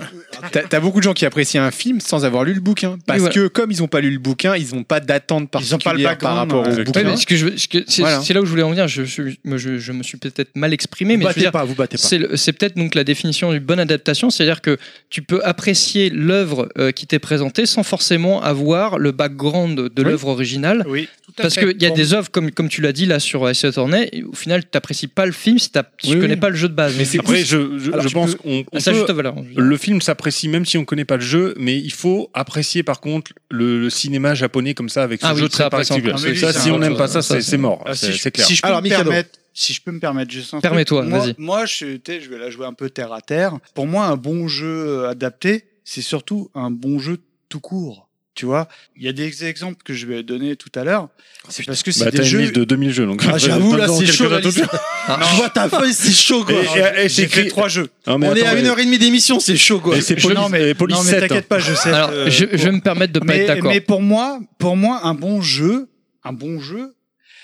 S6: T'as t'as beaucoup de gens qui apprécient un film sans avoir lu le bouquin. Parce
S2: voilà.
S6: que comme ils n'ont pas lu le bouquin, ils n'ont pas d'attente
S8: Ils ont pas le
S6: particulière par
S8: background,
S6: rapport
S8: ouais.
S6: au
S9: Exactement.
S2: Ouais,
S6: bouquin.
S2: mais ce que je veux- ce que- c'est
S6: Voilà.
S2: c'est là où je voulais en venir. Je, je, moi, je- je me suis peut-être mal exprimé,
S4: Vous
S2: mais je veux
S4: battez
S2: dire,
S4: pas, vous battez pas.
S2: c'est le- c'est peut-être donc la définition d'une bonne adaptation, c'est-à-dire que tu peux apprécier l'œuvre euh, qui t'est présentée sans forcément avoir le background de l'œuvre originale.
S8: Oui.
S5: Tout à
S2: Parce
S5: fait.
S2: qu'il y a
S5: Bon.
S2: des œuvres, comme, comme tu l'as dit là sur Ace Attorney, et au final, tu n'apprécies pas le film si t'as- tu
S6: Oui,
S2: connais
S6: oui.
S2: pas le jeu de base.
S6: Mais c'est
S9: après je, je,
S6: Alors,
S9: je
S6: tu
S9: pense qu'on on
S2: Ah, ça
S9: peut-
S2: juste valeur.
S9: le film s'apprécie même si on connaît pas le jeu, mais il faut apprécier par contre le, le cinéma japonais comme ça avec ce
S2: Ah oui,
S9: jeu très
S2: ça, après, c'est
S9: particulier.
S8: encore- Ah, mais lui,
S9: Ça,
S8: c'est
S9: si
S8: un
S9: on
S8: autre
S9: n'aime
S2: chose.
S9: pas ça,
S2: Ça,
S9: c'est
S2: c'est-
S9: c'est mort.
S8: Ah, si
S9: C'est
S8: je-
S9: c'est clair.
S8: Si je peux
S4: Alors,
S8: me
S4: Mikado.
S8: permettre, si je peux me permettre, juste un truc.
S2: Permets-toi,
S8: Moi-
S2: vas-y.
S8: Moi, je, tu sais, je vais la jouer un peu terre à euh, terre. Pour moi, un bon jeu adapté, c'est surtout un bon jeu tout court. Tu vois, il y a des exemples que je vais donner tout à l'heure. C'est parce que c'est
S9: Bah,
S8: des
S9: t'as une
S8: jeux. Ah,
S9: liste de 2000 jeux, donc.
S4: Ah, j'avoue, là,
S9: Dans
S4: c'est
S9: quelques
S4: chaud, la
S9: atouts.
S4: liste. Je vois ta feuille, c'est chaud, quoi.
S9: Et- et- et
S8: euh, J'ai
S9: c'est
S8: fait
S9: écrit-
S8: trois jeux.
S9: Non, mais
S4: On est
S9: attends,
S4: à une heure et demie d'émission, c'est chaud, quoi.
S9: Et c'est
S8: Je- non,
S9: police,
S8: mais,
S9: et police hein.
S8: non, mais
S9: 7.
S8: t'inquiète pas, je sais.
S2: Alors,
S8: euh,
S2: je, je vais me permettre de pas être
S8: mais,
S2: d'accord.
S8: mais pour moi, pour moi, un bon jeu, un bon jeu,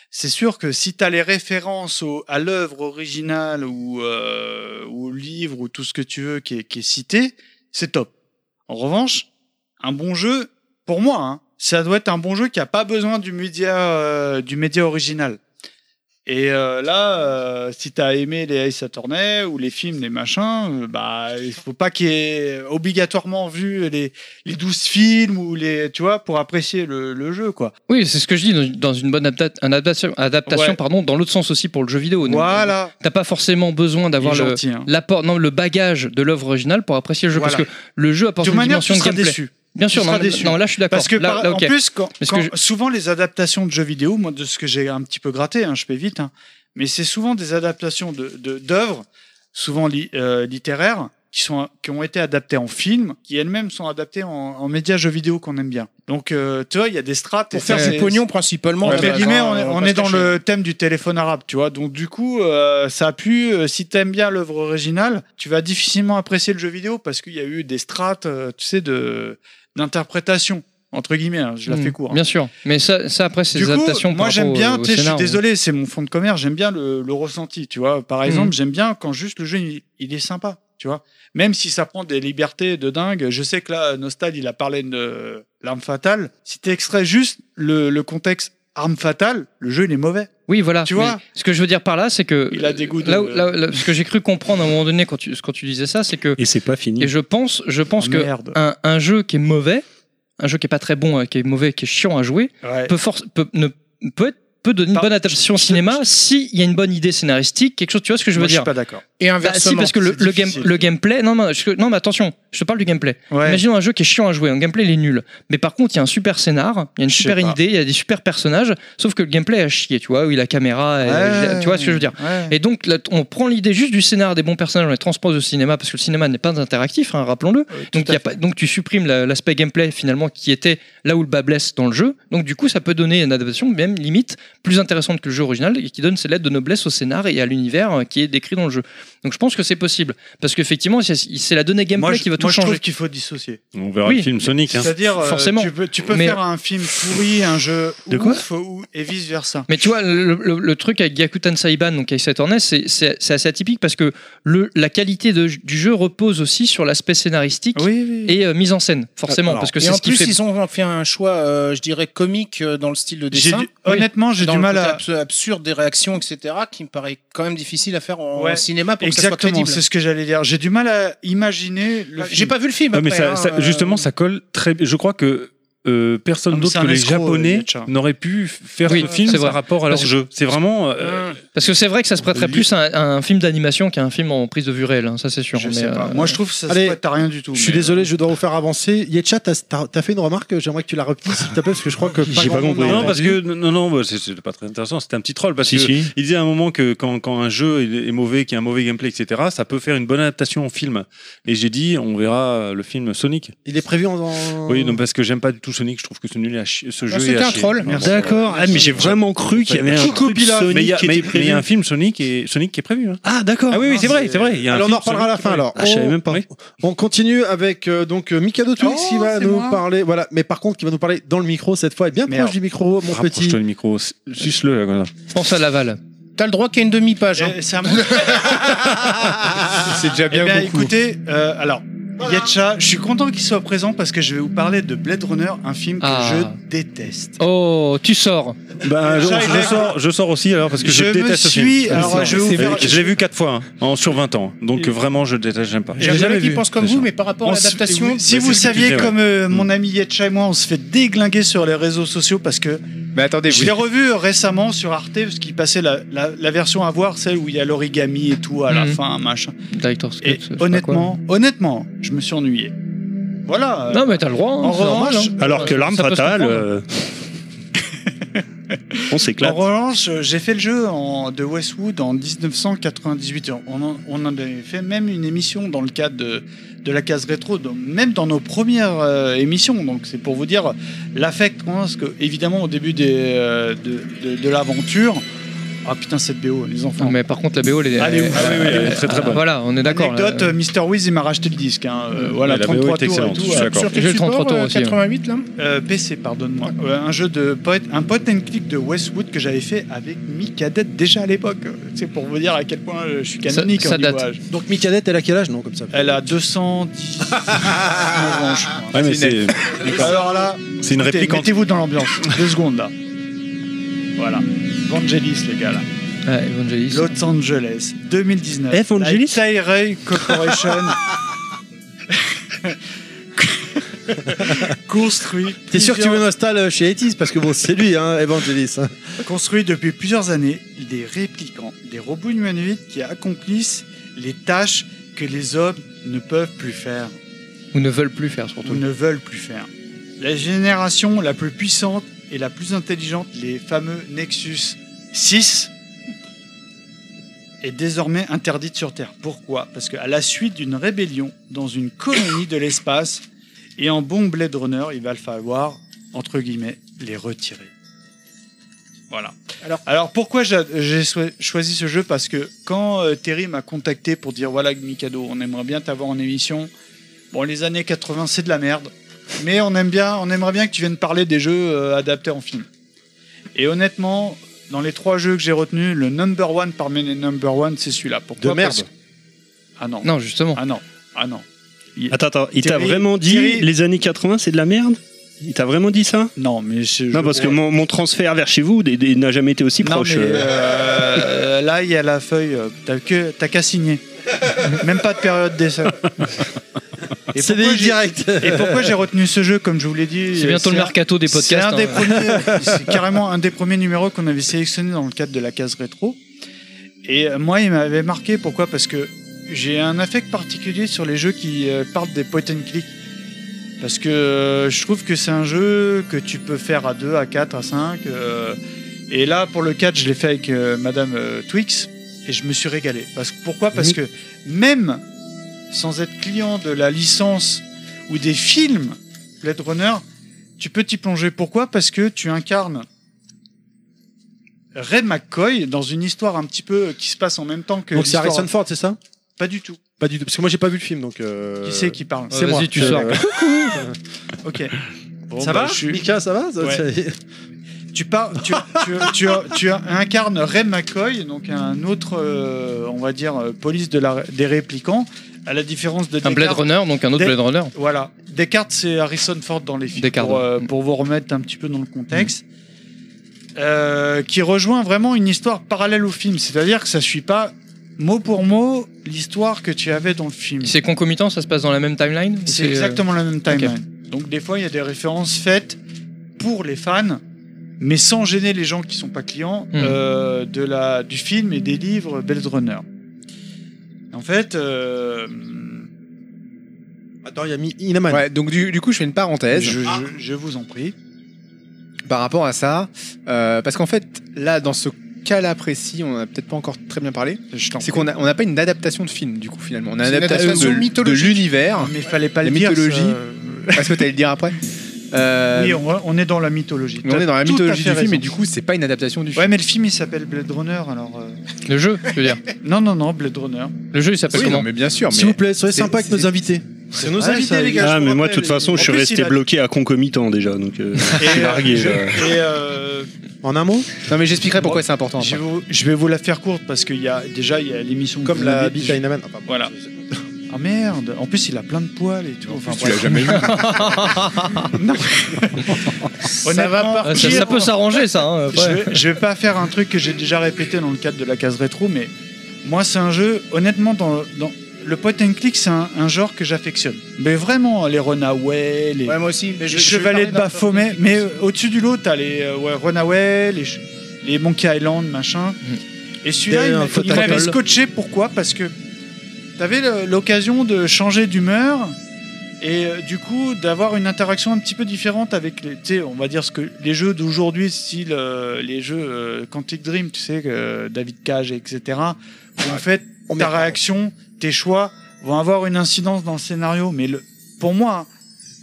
S8: c'est sûr que si tu as les références au- à l'œuvre originale ou euh, au livre ou tout ce que tu veux qui est, qui est cité, c'est top. En revanche, un bon jeu, pour moi, hein, ça doit être un bon jeu qui a pas besoin du média, euh, du média original. Et euh, là, euh, si t'as aimé les Ace Attorney ou les films, les machins, euh, bah, il faut pas qu'il y ait obligatoirement vu les, les 12 films ou les, tu vois, pour apprécier le, le jeu, quoi.
S2: Oui, c'est ce que je dis dans- dans une bonne adapta- un adaptation, adaptation
S8: Ouais.
S2: pardon, dans l'autre sens aussi pour le jeu vidéo. Donc,
S8: Voilà.
S2: T'as pas forcément besoin d'avoir
S8: Il est
S2: le
S8: gentil, hein.
S2: l'apport, non, le bagage de l'œuvre originale pour apprécier le jeu,
S8: Voilà.
S2: parce que le jeu
S8: De
S2: apporte
S8: toute
S2: une
S8: manière, tu
S2: dimension de
S8: seras
S2: gameplay.
S8: déçu.
S2: Bien sûr,
S8: seras
S2: non,
S8: déçu.
S2: non, là je suis d'accord.
S8: Parce que
S2: Là-
S8: par-
S2: là, ok.
S8: en plus, quand,
S2: Parce
S8: quand-
S2: que je-
S8: souvent les adaptations de jeux vidéo, moi de ce que j'ai un petit peu gratté, hein, je fais vite, hein, mais c'est souvent des adaptations de de- d'œuvres, souvent li- euh, littéraires, qui sont qui ont été adaptées en film, qui elles-mêmes sont adaptées en, en médias jeux vidéo qu'on aime bien. Donc euh, tu vois, il y a des strates.
S5: Pour
S8: et
S5: faire
S8: c'est-
S5: du pognon principalement.
S8: entre
S5: Ouais,
S8: guillemets,
S5: bah,
S8: on, est-
S5: va
S8: on
S5: pas
S8: est
S5: se
S8: dans
S5: cacher.
S8: le thème du téléphone arabe, tu vois. Donc du coup, euh, ça a pu. euh, si t'aimes bien l'œuvre originale, tu vas difficilement apprécier le jeu vidéo parce qu'il y a eu des strates, euh, tu sais, de d'interprétation entre guillemets. hein, je la
S2: Hmm,
S8: fais court. hein.
S2: Bien sûr, mais ça, ça après c'est
S8: Du
S2: des
S8: coup,
S2: adaptations. par
S8: moi j'aime
S2: rapport
S8: bien.
S2: au- au
S8: tu sais, je suis
S2: scénar,
S8: désolé, c'est mon fond de commerce. J'aime bien le, le ressenti, tu vois. Par
S2: Mm.
S8: exemple, j'aime bien quand juste le jeu il, il est sympa, tu vois. Même si ça prend des libertés de dingue. Je sais que là, Nostal, il a parlé de l'arme fatale. Si tu extrais juste le, le contexte arme fatale, le jeu il est mauvais.
S2: Oui, voilà.
S8: Tu
S2: mais
S8: vois
S2: ce que je veux dire par là, c'est que
S8: Il a des goûts de-
S2: Là, où- là où- là- ce que j'ai cru comprendre à un moment donné quand tu quand tu disais ça, c'est que
S3: Et c'est pas fini.
S2: et je pense, je pense
S8: Ah,
S2: que
S8: merde.
S2: un, un jeu qui est mauvais, un jeu qui est pas très bon, euh, qui est mauvais, qui est chiant à jouer,
S8: Ouais.
S2: peut, force- peut, ne, peut être peut donner une
S8: Par-
S2: bonne adaptation cinéma s'il y a une bonne idée scénaristique, quelque chose, tu vois ce que je veux
S8: Moi,
S2: dire
S8: suis pas d'accord.
S5: Et
S2: Bah, si,
S5: inversement.
S2: parce que le,
S8: c'est
S2: le game,
S8: difficile.
S2: le gameplay. Non, non, je- non, mais attention, je te parle du gameplay.
S8: Ouais.
S2: Imaginons un jeu qui est chiant à jouer, un gameplay il est nul. Mais par contre, il y a un super scénar, il y a une
S8: Je sais
S2: super
S8: pas.
S2: idée, il y a des super personnages, sauf que le gameplay a chier, tu vois, où il a caméra, et-
S8: Ouais.
S2: euh, tu vois ce que je veux dire.
S8: Ouais.
S2: Et donc, là, on prend l'idée juste du scénar des bons personnages, on les transpose au cinéma, parce que le cinéma n'est pas interactif, hein, rappelons-le.
S8: Euh, tout
S2: Donc, il
S8: à
S2: y a pas, donc tu supprimes la- l'aspect gameplay finalement qui était là où le bas blesse dans le jeu. Donc du coup ça peut donner une adaptation même limite plus intéressante que le jeu original et qui donne ses lettres de noblesse au scénar et à l'univers euh, qui est décrit dans le jeu. Donc je pense que c'est possible parce qu'effectivement c'est- c'est la donnée gameplay
S8: Moi, je,
S2: qui va tout
S8: moi, je
S2: changer.
S8: trouve qu'il faut dissocier.
S9: On verra
S2: Oui.
S9: le film Sonic. hein.
S8: C'est-à-dire, euh,
S2: Forcément.
S8: tu peux, tu peux
S2: Mais-
S8: faire un film pourri, un jeu
S2: De quoi
S8: ouf, ou- et vice versa.
S2: Mais tu vois, le, le- le truc avec Gyakuten Saiban, donc avec cette Hornet, c'est c'est- c'est assez atypique parce que le, la qualité de- du jeu repose aussi sur l'aspect scénaristique
S8: Oui, oui.
S2: et euh, mise en scène, forcément,
S8: Alors,
S2: parce que
S5: Et
S2: c'est
S5: en
S2: ce qui
S5: plus,
S2: fait.
S5: ils ont fait un choix, euh, je dirais, comique euh, dans le style de
S8: J'ai
S5: dessin.
S8: du- Honnêtement, j'ai
S5: dans
S8: du
S5: le
S8: mal
S5: côté
S8: à.
S5: abs- absurde des réactions, etc., qui me paraît quand même difficile à faire en
S8: Ouais,
S5: cinéma pour que ça soit
S8: Exactement, c'est
S5: crédible. Ah, Euh,
S8: ce que j'allais dire. J'ai du mal à imaginer le.
S5: J'ai
S8: film.
S5: pas vu le film.
S9: Ouais, mais
S5: après,
S9: ça-
S5: hein,
S9: ça-
S5: euh,
S9: justement, ça colle très. Je crois que euh,
S8: Ah,
S9: personne
S8: mais c'est
S9: d'autre
S8: un
S9: que les
S8: escroc, euh,
S9: Japonais
S8: Yatcha.
S9: n'aurait pu faire
S2: Oui,
S9: ce film
S2: c'est
S9: par
S2: vrai.
S9: rapport à leur
S2: Parce que- Hum.
S9: jeu. C'est vraiment. euh,
S2: Parce que c'est vrai que ça se prêterait plus à un, à un film d'animation qu'à un film en prise de vue réelle, hein, ça c'est sûr.
S8: Je
S2: mais,
S8: sais pas.
S2: euh,
S8: Moi, je trouve que ça
S4: Allez,
S8: se prête à rien du tout.
S4: Je suis
S8: mais, euh,
S4: désolé, je dois vous faire avancer. Yetcha, t'as- t'as t'as fait une remarque, j'aimerais que tu la replies s'il te plaît, parce que je crois que. euh,
S3: J'ai
S4: grand
S3: pas
S4: monde
S3: compris.
S4: l'a
S9: Non, parce
S4: entendu.
S9: que non, non, bah, c'est- c'est pas très intéressant. C'était un petit troll parce
S3: Si,
S9: que
S3: si.
S9: il disait à un moment que quand, quand un jeu est- est mauvais, qu'il y a un mauvais gameplay, etc., ça peut faire une bonne adaptation en film. Et j'ai dit, on verra le film Sonic.
S4: Il est prévu en. en-
S2: Oh.
S9: Oui, non, parce que j'aime pas du tout Sonic. Je trouve que ce nul est à chier-
S2: Ah,
S9: ce jeu. est
S5: c'était
S9: à
S5: bah, un
S9: chier.
S5: troll.
S9: Enfin, bon,
S3: D'accord. Ah, mais j'ai vraiment cru qu'il y
S1: Bah,
S3: avait un
S4: Coucou,
S3: truc
S4: Pilaf.
S9: Mais
S3: Sonic
S9: il y a-
S3: qui
S9: mais-
S3: était
S9: mais il y
S3: prévu.
S9: a un film Sonic et Sonic qui est prévu. hein.
S3: Ah, d'accord.
S9: Ah oui, oui, c'est
S8: Non,
S9: vrai,
S8: c'est-
S9: c'est vrai. Il y a un
S4: Alors on
S9: film
S4: en reparlera à la
S9: Sonic
S4: fin alors.
S3: Ah, je savais
S4: On-
S3: même pas.
S9: Oui.
S4: On continue avec euh, donc euh, Mikado Twix
S8: Oh,
S4: qui va
S8: c'est
S4: nous
S8: moi.
S4: parler. Voilà, mais par contre qui va nous parler dans le micro cette fois et bien
S8: Merde.
S4: proche du micro, mon
S9: Rapproche-toi
S4: petit.
S9: le micro, suce-le. là, voilà.
S2: Pense à Laval.
S5: T'as le droit qu'à une demi-page. hein.
S8: euh, c'est un- c'est déjà Eh
S4: Eh
S8: bien.
S4: ben,
S8: écoutez, euh, alors. Yetcha, je suis content qu'il soit présent parce que je vais vous parler de Blade Runner, un film que
S2: Ah.
S8: je déteste.
S2: Oh, tu sors.
S9: Ben, je,
S8: Chat, il
S9: je
S8: est-
S9: sors, je sors aussi alors parce que je,
S8: me
S9: déteste ce
S8: suis-
S9: film.
S8: alors, je vais vous
S9: Et
S8: faire-
S9: je l'ai vu quatre fois hein, en sur 20 ans. Donc vraiment je le déteste, j'aime pas.
S5: J'ai jamais qui pense comme
S9: Bien
S5: vous,
S9: sûr.
S5: mais par rapport à
S8: On se-
S5: l'adaptation.
S8: Si
S9: Bah,
S8: vous
S9: c'est ce que
S8: saviez,
S9: tu disais,
S8: comme euh, mon ami Yetcha et moi, on se fait déglinguer sur les réseaux sociaux parce que
S6: Mais attendez,
S8: je
S6: vous,
S8: l'ai revu euh, récemment sur Arte parce qu'il passait la, la- la version à voir, celle où il y a l'origami et tout à la
S2: Mhm.
S8: fin, machin.
S2: Director Scott.
S8: Et
S2: je sais pas
S8: honnêtement, honnêtement, je me suis ennuyé.
S2: quoi.
S8: Voilà. euh,
S2: Non, mais t'as le droit. hein,
S8: En
S2: c'est normal,
S8: revanche,
S2: hein.
S8: euh,
S3: Alors que l'arme
S2: Ça peut se
S3: fatale.
S2: comprendre.
S3: euh, On s'éclate.
S8: En revanche, euh, j'ai fait le jeu en- de Westwood en 1998. On en, on en avait fait même une émission dans le cadre de, de la case rétro, donc même dans nos premières euh, émissions. Donc c'est pour vous dire l'affect qu'on a, parce que évidemment au début des, euh, de, de- de l'aventure. Ah putain cette BO, les enfants.
S2: Non, mais par contre, la BO, elle est.
S8: Allez,
S2: elle-
S8: ouf.
S9: Ah oui, oui, elle est très très bonne.
S2: Voilà, on est d'accord. là.
S8: Anecdote, euh, Mister Wiz il m'a racheté le disque. hein, euh, voilà,
S9: euh, Mm. la BO
S8: 33 tours
S9: est
S8: et
S9: excellente,
S8: tout.
S9: je suis
S8: euh,
S9: d'accord.
S5: Sur quel
S2: J'ai le
S5: support
S2: 33 tours
S5: euh,
S2: aussi, hein.
S5: 88 là
S8: Euh, PC, pardonne-moi. Euh, un jeu de poète, un pot and click de Westwood que j'avais fait avec Mikadette déjà à l'époque. C'est pour vous dire à quel point euh, je suis canonique.
S2: Ça- ça
S8: en niveau
S2: date.
S8: âge.
S1: Donc Micadette, elle a quel âge Non, comme ça.
S8: Elle a 210 ans, je crois.
S9: Ouais, mais c'est
S8: Alors là,
S9: c'est une
S8: écoutez,
S9: réplique en
S8: mettez-vous dans l'ambiance. Deux secondes là. Voilà. Vangelis, les gars là.
S2: Ouais, Evangelis.
S8: Los Angeles, 2019.
S1: Eh, Vangelis
S8: La Tyrell Corporation. construit.
S1: T'es sûr que tu
S8: plusieurs-
S1: veux installer chez Etis Parce que bon, c'est lui, hein, Evangelis. hein.
S8: Construit depuis plusieurs années, des réplicants, des robots humanoïdes qui accomplissent les tâches que les hommes ne peuvent plus faire
S2: Ou ne veulent plus faire,
S8: ou
S2: surtout.
S8: ne veulent plus faire. La génération la plus puissante et la plus intelligente, les fameux Nexus 6, est désormais interdite sur Terre. Pourquoi Parce qu'à la suite d'une rébellion dans une colonie de l'espace, et en bon Blade Runner, il va le falloir, entre guillemets, les retirer. Voilà.
S5: Alors-
S8: Alors, pourquoi j'a- j'ai soi- choisi ce jeu Parce que quand euh, Terry m'a contacté pour dire voilà Mikado, on aimerait bien t'avoir en émission. Bon, les années 80, c'est de la merde, mais on aime bien, on aimerait bien que tu viennes parler des jeux euh, adaptés en film. Et honnêtement, dans les trois jeux que j'ai retenus, le number one parmi les number one, c'est celui-là. Pourquoi
S1: De merde.
S8: Parce que- Ah non.
S2: Non, justement.
S8: Ah non. Ah non.
S3: Attends, attends, il t'a
S8: Thierry-
S3: vraiment dit
S8: Thierry-
S3: les années 80 c'est de la merde Il t'a vraiment dit ça
S8: Non, mais je-
S3: Non, parce que mon, mon transfert vers chez vous d- d- n'a jamais été aussi
S8: Non,
S3: proche.
S8: mais,
S3: euh.
S8: euh, là, il y a la feuille. euh, T'as que- t'as qu'à signer. Même pas de période d'essai. Et
S1: C'est
S8: pourquoi
S1: des
S8: j'ai-
S1: direct.
S8: Et pourquoi j'ai retenu ce jeu, comme je vous l'ai dit
S2: C'est bientôt le
S8: un-
S2: mercato des
S8: C'est
S2: podcasts.
S8: un des
S2: hein.
S8: premiers- c'est carrément un des premiers numéros qu'on avait sélectionné dans le cadre de la case rétro. Et euh, moi, il m'avait marqué. Pourquoi Parce que j'ai un affect particulier sur les jeux qui euh, parlent des point and click. Parce que euh, je trouve que c'est un jeu que tu peux faire à 2, à 4, à 5. euh, et là, pour le 4, je l'ai fait avec euh, Madame euh, Twix. Et je me suis régalé. Parce, pourquoi Parce que même sans être client de la licence ou des films Blade Runner, tu peux t'y plonger. Pourquoi Parce que tu incarnes Ray McCoy dans une histoire un petit peu qui se passe en même temps que.
S1: Donc c'est
S8: l'histoire-
S1: Harrison Ford, c'est ça
S8: Pas du tout.
S1: Pas du tout. Parce que moi, j'ai pas vu le film, donc. euh,
S8: Qui c'est qui parle
S2: Ouais, Vas-y, tu sors.
S8: Ok.
S1: Bon,
S8: Ça
S1: bah,
S8: va
S1: je suis- Mika, ça va ça-
S8: Ouais.
S1: c'est-
S8: Tu pars, tu, tu, tu, tu incarnes Ray McCoy, donc un autre, euh, on va dire, euh, police de la, des réplicants, à la différence de
S2: Un Blade
S8: Descartes.
S2: Runner, donc un autre
S8: Des-
S2: Blade Runner.
S8: Voilà. Descartes, c'est Harrison Ford dans les films.
S2: Descartes,
S8: Pour, euh,
S2: ouais.
S8: pour vous remettre un petit peu dans le contexte.
S2: Mm.
S8: Euh, qui rejoint vraiment une histoire parallèle au film. C'est-à-dire que ça suit pas mot pour mot l'histoire que tu avais dans le film.
S2: C'est concomitant, ça se passe dans la même timeline ou
S8: C'est
S2: euh,
S8: exactement la même timeline. Donc des fois, il y a des références faites pour les fans, mais sans gêner les gens qui sont pas clients
S2: Mhm.
S8: euh, de la, du film et des livres Blade Runner. En fait, euh,
S1: Attends, il y a Mi- Inaman.
S6: Ouais, donc du, du coup, je fais une parenthèse.
S8: je-
S2: Ah.
S8: je- je vous en prie.
S6: par rapport à ça, euh, parce qu'en fait, là, dans ce cas-là précis, on en a peut-être pas encore très bien parlé,
S8: Je t'en
S6: c'est qu'on a- on n'a pas une adaptation de film, du coup, finalement. On a
S5: C'est
S6: une
S5: une
S6: adaptation,
S5: adaptation
S6: de- de,
S5: mythologique.
S6: l'univers.
S8: Ah, Mais fallait pas
S6: La
S8: le dire.
S6: mythologie.
S8: ça-
S6: Est-ce que tu allais le dire après Euh,
S8: Oui, on, on est dans la mythologie.
S6: mais on est dans la
S8: Tout à
S6: mythologie
S8: fait
S6: du film,
S8: raison.
S6: et du coup, c'est pas une adaptation du film.
S8: Ouais, mais le film il s'appelle Blade Runner, alors. euh,
S2: Le jeu, je veux dire.
S8: Non, non, non, Blade Runner.
S2: Le jeu, il s'appelle
S6: Oui, non,
S2: comment
S6: mais bien sûr.
S1: S'il
S6: mais-
S1: vous plaît, soyez
S6: c'est-
S1: sympa avec
S6: c'est-
S1: nos invités. C'est nos
S8: Ouais, ça,
S1: invités, les
S8: il-
S1: gars.
S3: Ah,
S1: je vous
S3: mais moi, de
S1: rappelle,
S3: toute façon,
S1: les-
S3: je suis
S8: En plus,
S3: resté
S8: il a-
S3: bloqué à concomitant déjà, donc euh, je suis
S8: Et, euh,
S3: largué.
S8: je-
S3: là.
S8: et, euh,
S1: En un mot
S6: Non, mais j'expliquerai pourquoi c'est important.
S8: je,
S6: après.
S8: vais vous- je vais vous la faire courte parce qu'il y a déjà il y a l'émission.
S1: Comme
S8: que vous
S1: la
S8: avez-
S1: bite à Inaman. Ah, pardon.
S8: Voilà. Ah merde. En plus, il a plein de poils et tout. Enfin,
S6: Tu l'as
S8: bref.
S6: jamais vu.
S8: Honnêtement,
S5: va partir.
S2: Ah, ça, ça peut s'arranger, ça. hein, après.
S8: Je vais, je vais pas faire un truc que j'ai déjà répété dans le cadre de la case rétro, mais moi, c'est un jeu, honnêtement, dans, dans le point and click, c'est un, un genre que j'affectionne. Mais vraiment, les Runaway, les
S5: Ouais, moi aussi. Mais je, je vais
S8: Chevaliers
S5: parler
S8: de
S5: d'un-
S8: Baphomet, mais euh, au-dessus du lot, t'as les euh, ouais, Runaway, les, ch- les Monkey Island, machin. Et celui-là,
S1: Derrière
S8: il
S1: un
S8: m'a-
S1: fauteuil.
S8: il m'avait scotché. Pourquoi Parce que t'avais le- l'occasion de changer d'humeur Et euh, du coup, d'avoir une interaction un petit peu différente avec les, tu sais, on va dire ce que les jeux d'aujourd'hui, style euh, les jeux euh, Quantic Dream, tu sais, euh, David Cage, etc. Où en fait,
S1: on met
S8: ta
S1: pas.
S8: réaction, tes choix vont avoir une incidence dans le scénario. Mais le, pour moi,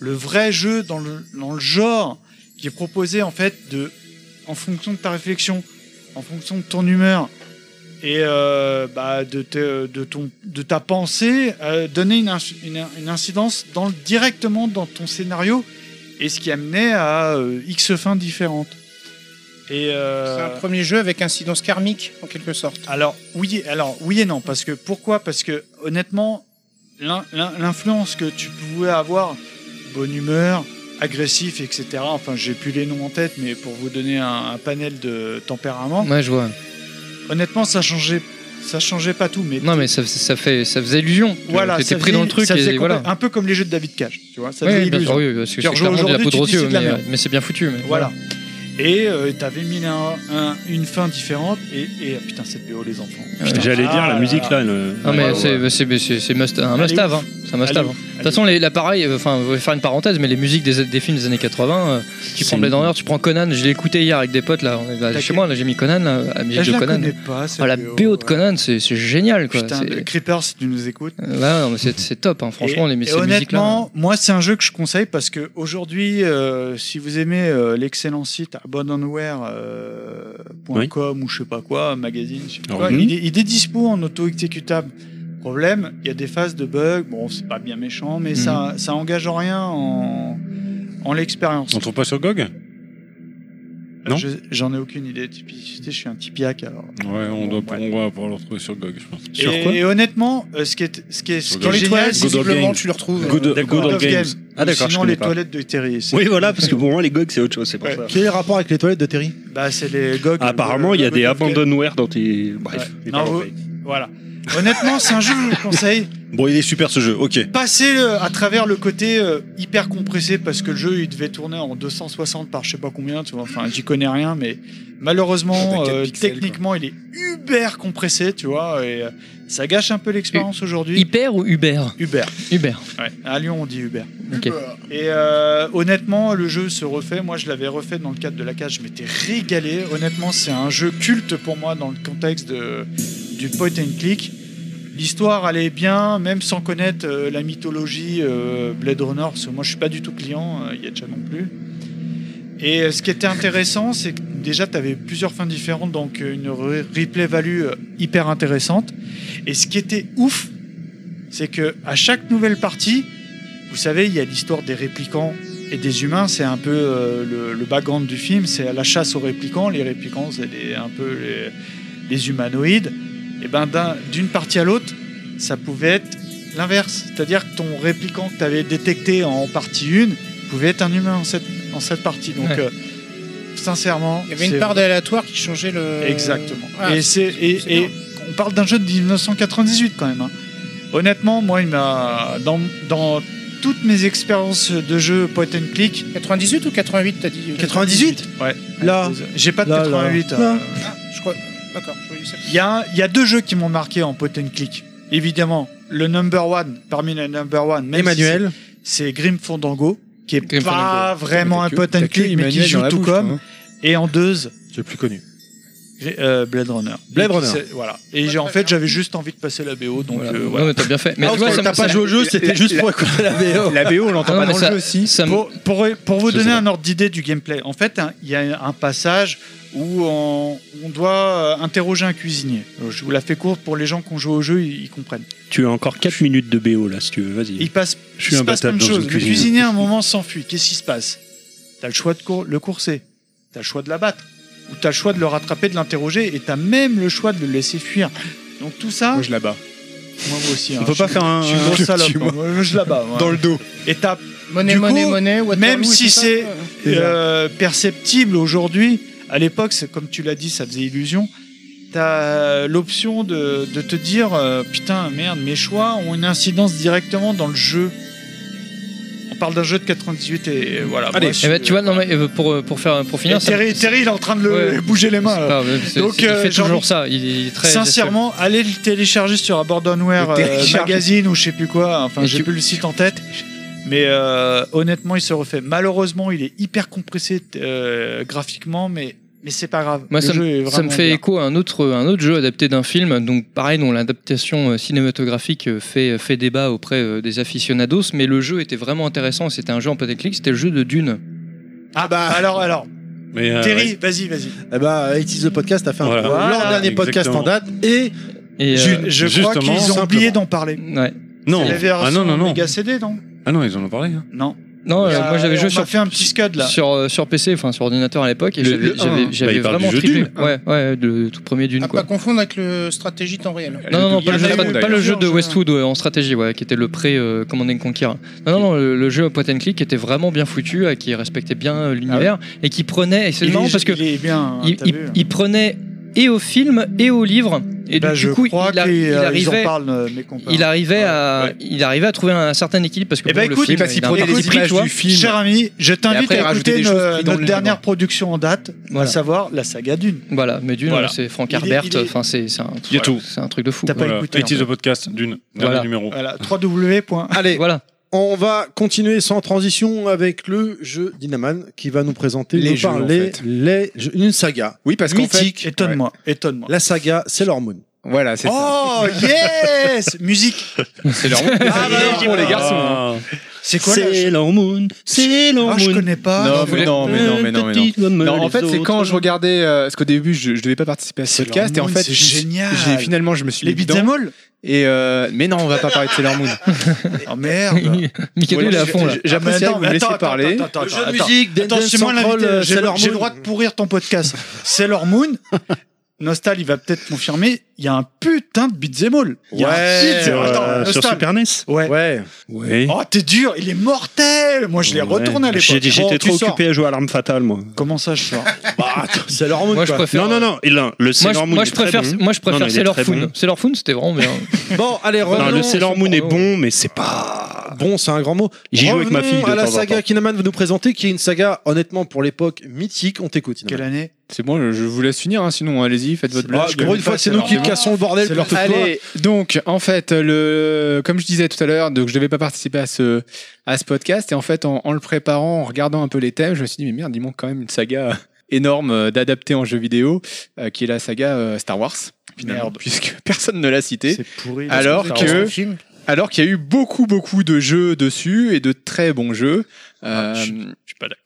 S8: le vrai jeu dans le, dans le genre qui est proposé en fait de, en fonction de ta réflexion, en fonction de ton humeur et euh, bah, de, te- de, ton, de ta pensée, euh, donner une, ins- une, une incidence dans, le- directement dans ton scénario et ce qui amenait à euh, X fins différentes. Et euh,
S5: C'est un premier jeu avec incidence karmique, en quelque sorte.
S8: alors oui, alors oui et non parce que pourquoi Parce que honnêtement, l'in- l'in- l'influence que tu pouvais avoir, bonne humeur, agressif, etc. Enfin, j'ai plus les noms en tête, mais pour vous donner un, un panel de tempérament,
S2: Ouais, je vois.
S8: honnêtement, ça changeait, ça changeait pas tout, mais
S2: Non, mais ça, ça fait, ça faisait illusion.
S8: voilà,
S2: T'étais
S8: ça
S2: pris dans le
S8: faisait-
S2: truc
S8: ça faisait
S2: et voilà.
S8: complet- un peu comme les jeux de David Cage, tu vois, ça
S2: Oui,
S8: faisait
S2: bien
S8: illusion.
S2: sûr, oui, parce que
S8: Tu
S2: c'est
S8: rejoues
S2: clairement de la
S8: aujourd'hui,
S2: poudre
S8: tu
S2: aux
S8: dis
S2: yeux,
S8: c'est de la
S2: mais, euh,
S8: merde.
S2: mais c'est bien foutu. mais
S8: Voilà. Et euh, t'avais mis un- un- une fin différente et, et- ah, putain cette BO les enfants. Putain.
S3: J'allais
S8: Ah
S3: dire la
S8: là
S3: musique
S8: là.
S3: là. le-
S2: Non,
S3: Ouais,
S2: mais
S3: ouais,
S2: c'est
S3: ouais.
S2: c'est- c'est- c'est must- un
S8: Ah, bah, Elle est
S2: must-have.
S8: ouf.
S2: hein. C'est un must-have.
S8: Elle est
S2: hein.
S8: ouf.
S2: De toute façon, les- là, pareil, euh, enfin, je vais faire une parenthèse, mais les musiques des, des films des années 80, euh, tu
S3: C'est
S2: prends Blade
S3: une-
S2: Runner, tu prends Conan, je l'ai écouté hier avec des potes, là, on est- là,
S8: T'as
S2: chez
S8: quel-
S2: moi, là, j'ai mis Conan, là, la
S8: Ah,
S2: musique
S8: je
S2: de
S8: la
S2: Conan.
S8: connais pas. cette
S2: Ah, la BO de
S8: ouais.
S2: Conan, c'est c'est génial, quoi.
S8: Putain,
S2: C'est-
S8: le Creeper, si tu nous écoutes.
S2: Ouais, non, mais c'est c'est top, hein. franchement,
S8: Et-
S2: les,
S8: et
S2: ces musiques-là.
S8: honnêtement, moi, c'est un jeu que je conseille parce que aujourd'hui, euh, si vous aimez euh, l'excellent site abandonware.com ou je sais pas quoi, magazine, je sais pas
S3: Mhm.
S8: quoi, il, est, il est dispo en auto-exécutable. Problème, il y a des phases de bugs. Bon, c'est pas bien méchant, mais ça,
S9: Mhm.
S8: ça engage en rien en, en l'expérience.
S9: On trouve pas sur GOG Ouais, non
S8: Je- J'en ai aucune idée. Tipeee, tu sais, je suis un typiaque alors.
S9: on, doit,
S8: Ouais.
S9: on va pouvoir le retrouver sur GOG, je pense.
S8: et, et honnêtement, euh, ce qui est, ce qui est, ce qui
S9: Dans
S8: est
S9: les
S8: génial,
S9: toilettes,
S8: c'est
S9: Good Old
S5: Visiblement,
S9: Games.
S5: tu le retrouves.
S9: Good,
S5: euh,
S9: Good
S8: Good
S9: Old
S8: Old
S9: Games.
S8: Games.
S9: Ah d'accord, je
S8: sinon
S9: connais
S8: les
S9: pas.
S8: toilettes de Terry. c'est-
S9: Oui, voilà, parce que pour moi, les GOG, c'est autre chose, c'est pour
S8: Ouais.
S9: ça.
S4: Quel est le rapport avec les toilettes de Terry
S8: Bah, c'est les GOG.
S10: Ah,
S3: Apparemment,
S8: le-
S3: il y a
S8: le
S3: des
S8: God of Game.
S3: abandonware dans tes. Bref.
S8: Ouais.
S3: les
S8: Non,
S3: parents
S8: vous-
S3: payent.
S8: Voilà. Honnêtement, c'est un jeu que je vous conseille.
S9: Bon, il est super ce jeu, ok.
S8: Passez euh, à travers le côté euh, hyper compressé parce que le jeu il devait tourner en 260 par je sais pas combien, tu vois. Enfin, j'y connais rien, mais malheureusement,
S5: Avec Ah, quatre
S8: euh,
S5: pixels,
S8: techniquement, il est hyper compressé, tu vois. Et euh, ça gâche un peu l'expérience aujourd'hui.
S2: Hyper ou Uber
S8: Uber.
S2: Uber.
S8: À Lyon, on dit Uber.
S2: Ok.
S8: Et euh, honnêtement, le jeu se refait. Moi, je l'avais refait dans le cadre de la cage. Je m'étais régalé. Honnêtement, c'est un jeu culte pour moi dans le contexte de, du point and click. L'histoire, elle est bien, même sans connaître euh, la mythologie euh, Blade Runner, parce que moi, je suis pas du tout client, euh, Yatcha non plus. Et euh, ce qui était intéressant, c'est que déjà, tu avais plusieurs fins différentes, donc euh, une re- replay value euh, hyper intéressante. Et ce qui était ouf, c'est que à chaque nouvelle partie, vous savez, il y a l'histoire des réplicants et des humains, c'est un peu euh, le, le background du film, c'est la chasse aux réplicants. Les réplicants, c'est les- un peu les, les humanoïdes. Et ben d'un- d'une partie à l'autre, ça pouvait être l'inverse. C'est-à-dire que ton réplicant que tu avais détecté en partie 1 pouvait être un humain en cette, en cette partie. Donc,
S2: Ouais.
S8: euh, sincèrement.
S5: Il y avait une
S8: c'est-
S5: part d'aléatoire qui changeait le.
S8: Exactement.
S5: Ah,
S8: et c'est et,
S5: c'est
S8: et
S5: bien.
S8: on parle d'un jeu de 1998 quand même. hein. Honnêtement, moi, il m'a dans, dans toutes mes expériences de jeu point and click.
S5: 98 ou 88, t'as dit euh,
S4: 98
S8: Ouais.
S4: Là.
S8: j'ai pas de
S4: Là, là.
S8: 88.
S4: Là.
S8: hein.
S5: Ah, je crois. D'accord, je voyais ça.
S8: Il y a il y a deux jeux qui m'ont marqué en point and click. Évidemment, le number one parmi les number one. même si
S4: Emmanuel
S8: c'est c'est Grim Fandango qui est
S2: Grim
S8: pas vraiment un
S6: T'as que-
S8: point
S6: t'as
S8: and
S6: que
S8: click mais qui
S6: Emmanuel dans
S8: joue
S6: la
S8: tout
S6: bouche,
S8: comme.
S6: toi, hein.
S8: Et en deux
S4: J'ai plus connu.
S8: Euh, Blade Runner.
S4: Blade
S8: Et
S4: Runner.
S8: c'est- Voilà. Et
S5: Ouais,
S8: j'ai en
S5: très
S8: fait,
S5: bien.
S8: j'avais juste envie de passer la BO, donc
S2: Voilà.
S8: euh,
S2: Non,
S8: voilà.
S2: mais t'as bien fait. Mais
S4: Ah,
S2: tu vois,
S4: ok,
S2: ça
S4: t'as
S2: me-
S4: pas
S2: ça-
S4: joué au jeu, c'était juste pour écouter la BO.
S6: La BO, on
S2: Ah
S6: l'entend
S2: non,
S6: pas
S2: mais
S6: dans le
S2: ça-
S6: jeu aussi.
S2: ça me-
S8: Pour, pour, pour vous
S6: Je
S8: donner
S6: sais
S8: un ordre d'idée du gameplay, en fait, un- il y a un passage où on, on doit euh, interroger un cuisinier. Euh, Je vous la fais courte pour les gens qui ont joué au jeu, ils, ils comprennent.
S3: Tu as encore 4 minutes de BO là, si tu veux,
S8: Et
S3: vas-y.
S8: Il passe,
S3: Je suis
S8: il se
S3: un
S8: passe
S3: bâtard
S8: plein de
S3: dans une
S8: choses. Le
S3: cuisine.
S8: cuisinier, à un moment, s'enfuit. Qu'est-ce qui se passe T'as le choix de cour- le courser, t'as le choix de l'abattre, ou t'as le choix de le rattraper, de l'interroger, et t'as même le choix de le laisser fuir. Donc tout ça,
S6: Moi, je la bats.
S8: moi aussi. hein,
S6: On peut
S8: je-
S6: pas faire un.
S8: Je suis une grosse
S6: un-
S8: salope,
S6: tu vois,
S8: hein. Moi, je la bats. moi.
S6: Dans le dos.
S8: Et t'as
S5: Monnaie,
S8: Du
S5: monnaie,
S8: coup,
S5: monnaie, Waterloo
S8: même
S5: et tout
S8: si
S5: ça,
S8: c'est-
S5: ouais.
S8: euh, perceptible aujourd'hui. À l'époque, c'est- comme tu l'as dit, ça faisait illusion. T'as euh, l'option de, de te dire euh, putain merde, mes choix ont une incidence directement dans le jeu. On parle d'un jeu de 98 et, et voilà.
S4: Allez.
S8: moi, je
S2: Eh ben,
S8: suis-
S2: tu vois, non, mais euh, pour, euh, pour, faire, pour finir,
S8: Et Terry,
S2: ça,
S8: Terry, il est en train de le-
S2: Ouais.
S8: bouger les mains.
S2: C'est
S8: là.
S2: pas grave, c'est-
S8: Donc,
S2: c'est- il
S8: euh,
S2: fait
S8: j'ai
S2: toujours
S8: envie-
S2: ça. Il est très
S8: Sincèrement, allez le télécharger sur Abandonware
S6: Le
S8: euh,
S6: télécharger.
S8: Magazine ou je sais plus quoi. Enfin,
S2: Et
S8: j'ai
S2: tu-
S8: plus le site en tête. Mais euh, honnêtement, il se refait. Malheureusement, il est hyper compressé euh, graphiquement, mais, mais c'est pas grave.
S2: Moi,
S8: Le
S2: ça,
S8: jeu est
S2: me, ça me
S8: vraiment
S2: fait
S8: bien.
S2: écho à un autre, un autre jeu adapté d'un film, donc pareil, dont l'adaptation euh, cinématographique euh, fait, fait débat auprès euh, des aficionados, mais le jeu était vraiment intéressant, c'était un jeu en pâté clic, c'était le jeu de Dune.
S8: Ah bah alors, alors,
S9: Mais, euh,
S8: Terry,
S9: ouais.
S8: vas-y, vas-y.
S1: Eh bah, It is the podcast a fait un
S9: Voilà.
S1: programme. leur
S8: Voilà,
S1: dernier podcast
S9: exactement.
S1: en date et
S2: Et, euh,
S8: je je crois
S9: justement,
S8: qu'ils ont
S1: simplement.
S8: oublié d'en parler.
S2: ouais.
S9: Non.
S8: C'est la version
S9: Ah non, non, non.
S8: Mega CD, non
S9: Ah non, ils en ont parlé. hein.
S8: Non.
S2: Non, euh,
S8: Ah,
S2: moi j'avais
S8: on
S2: joué
S8: m'a
S2: sur
S8: fait un petit scud là.
S2: sur, euh, sur PC, enfin sur ordinateur à l'époque, et
S9: Le-
S2: j'avais-
S9: le un, hein.
S2: j'avais j'avais
S9: Bah, il parle
S2: vraiment
S9: du jeu
S2: triplé.
S9: Dune.
S2: Ouais, ouais, le tout premier
S8: Ah,
S2: Dune
S5: À
S2: quoi.
S5: pas confondre avec le stratégie temps réel.
S2: Non, non, non,
S8: Il y
S2: pas le
S8: en
S2: jeu,
S8: a
S2: pas,
S8: eu,
S2: pas
S8: d'ailleurs.
S2: le jeu de
S8: Plusieurs,
S2: Westwood ouais, en stratégie, ouais, qui était le pré euh, Command and Conquer. Non, non, non, le, le jeu point and click était vraiment bien foutu, euh, qui respectait bien euh, l'univers et qui prenait. Et c'est
S8: Ah Il
S2: marrant
S8: est-
S2: parce que
S8: il est bien.
S2: il,
S8: t'as
S2: il-
S8: vu.
S2: il prenait et au film et au livre. Et
S8: hein. Bah,
S2: du,
S8: je
S2: du coup,
S8: crois
S2: il, a-
S8: qu'ils,
S2: il
S8: euh, ils en
S2: arrivait.
S8: parlent, euh, mes compères.
S2: il arrivait,
S8: Ouais,
S2: à,
S8: ouais.
S2: il arrivait à trouver un certain équilibre parce que
S8: Eh ben,
S2: bon,
S8: écoute,
S2: le film,
S6: parce qu'il
S2: il a un
S6: prenait
S2: parti
S6: les
S2: pris,
S6: images
S2: tu vois.
S6: du film.
S8: Cher ami, je t'invite
S6: après,
S8: à
S6: rajouter
S8: écouter
S6: des
S8: no-
S6: choses prises dans
S8: notre
S6: le
S8: dernière
S6: livre.
S8: production en date, à
S2: Voilà.
S8: savoir la saga Dune.
S2: Voilà, mais d'une,
S9: Voilà.
S2: c'est Frank
S8: Il est-
S2: Herbert,
S8: il est-
S2: enfin c'est c'est un,
S9: Il y a tout.
S2: c'est un truc de fou.
S8: T'as
S2: quoi.
S8: pas
S9: Voilà.
S8: écouté,
S9: Euh, It is
S8: en fait.
S9: the podcast d'une.
S2: Voilà.
S9: Dernier numéro.
S8: Voilà, www.
S1: allez,
S2: Voilà.
S1: on va continuer sans transition avec le jeu Dynaman qui va nous présenter
S6: Les
S1: nous
S6: jeux, en
S1: parler
S6: fait.
S1: les jeux- une saga.
S6: Oui, parce qu'en fait.
S8: Mythique, étonne-moi, étonne-moi.
S1: La saga Sailor Moon.
S6: Voilà, c'est ça.
S8: Oh yes Musique
S6: C'est leur
S1: Ah,
S6: montre
S1: bah,
S6: pour les garçons. hein.
S9: Ah.
S8: C'est quoi la chanson
S9: Moon, c'est
S8: Ah, je connais pas.
S6: Non, mais non, mais non, mais non, mais non. Non, en fait, c'est quand je regardais. euh, parce qu'au début, je, je devais pas participer à ce
S8: Sailor
S6: podcast. Et en
S8: Moon,
S6: fait,
S8: c'est
S6: j'ai-
S8: génial.
S6: j'ai- Finalement, je me suis
S8: Les
S6: mis dedans.
S8: beat'em all
S6: Et euh, mais non, on va pas parler de Sailor Moon.
S8: Oh merde
S2: Mikado,
S6: Ouais,
S2: il est à
S6: j'ai-
S2: fond là.
S6: j'ai- J'apprécie
S8: Ah, mais
S6: que vous me
S8: attends,
S6: laissiez
S8: attends,
S6: parler.
S8: attends, attends,
S1: Le jeu de
S8: attends.
S1: musique, Dance
S8: Attends, c'est moi
S1: Central,
S8: l'invité,
S1: euh,
S8: j'ai
S1: Sailor
S8: j'ai le
S1: Moon.
S8: droit de pourrir ton podcast. Sailor Moon, Nostal, il va peut-être confirmer, il y a un putain de beat'em all. Il y a un beat'em- Attends,
S10: sur
S8: Nostal.
S10: Super NES.
S8: Ouais.
S1: Ouais.
S9: Oui.
S8: Oh, t'es dur, il est mortel Moi, je l'ai retourné à l'époque.
S10: J'ai-
S8: Bon,
S10: J'étais
S8: tu
S10: trop
S8: sors.
S10: occupé à jouer à l'arme fatale, moi.
S8: Comment ça, je sors
S1: Sailor Moon.
S2: Moi je
S1: quoi.
S2: préfère. euh,
S10: Non, non, non. et là, le
S2: Moi je,
S10: Sailor Moon
S2: moi,
S10: est
S2: je
S10: très
S2: préfère,
S10: bon.
S2: moi je préfère
S10: Non, non, il est
S2: Sailor
S10: très
S2: Foon.
S10: bon.
S2: Sailor Foon c'était vraiment bien.
S1: Bon, allez,
S10: Non,
S1: revenons.
S10: le Sailor Moon est bon, mais c'est pas.
S1: Bon, c'est un grand mot.
S10: J'y joue avec ma fille de
S1: Revenons à la
S10: temps en
S1: saga
S10: temps.
S1: qu'Inaman va nous présenter, qui est une saga, honnêtement, pour l'époque, mythique. On t'écoute, Inaman.
S8: Quelle année
S6: C'est bon, je- je vous laisse finir. hein, sinon, allez-y, faites votre
S8: C'est-
S6: blague.
S8: Ah,
S1: Pour une fois, c'est nous qui cassons le bordel. plutôt que toi.
S6: Allez, donc en fait, le, comme je disais tout à l'heure, donc je devais pas participer à ce à ce podcast et en fait, en, en le préparant, en regardant un peu les thèmes, je me suis dit mais merde, il manque quand même une saga énorme euh, d'adapter en jeu vidéo, euh, qui est la saga euh, Star Wars, finalement,
S8: Merde.
S6: puisque personne ne l'a cité.
S8: C'est pourri.
S6: Alors
S8: Star
S6: que-
S8: Wars, film.
S6: Alors qu'il y a eu beaucoup beaucoup de jeux dessus et de très bons jeux.
S1: Ah,
S6: Euh,
S10: Je suis pas d'accord.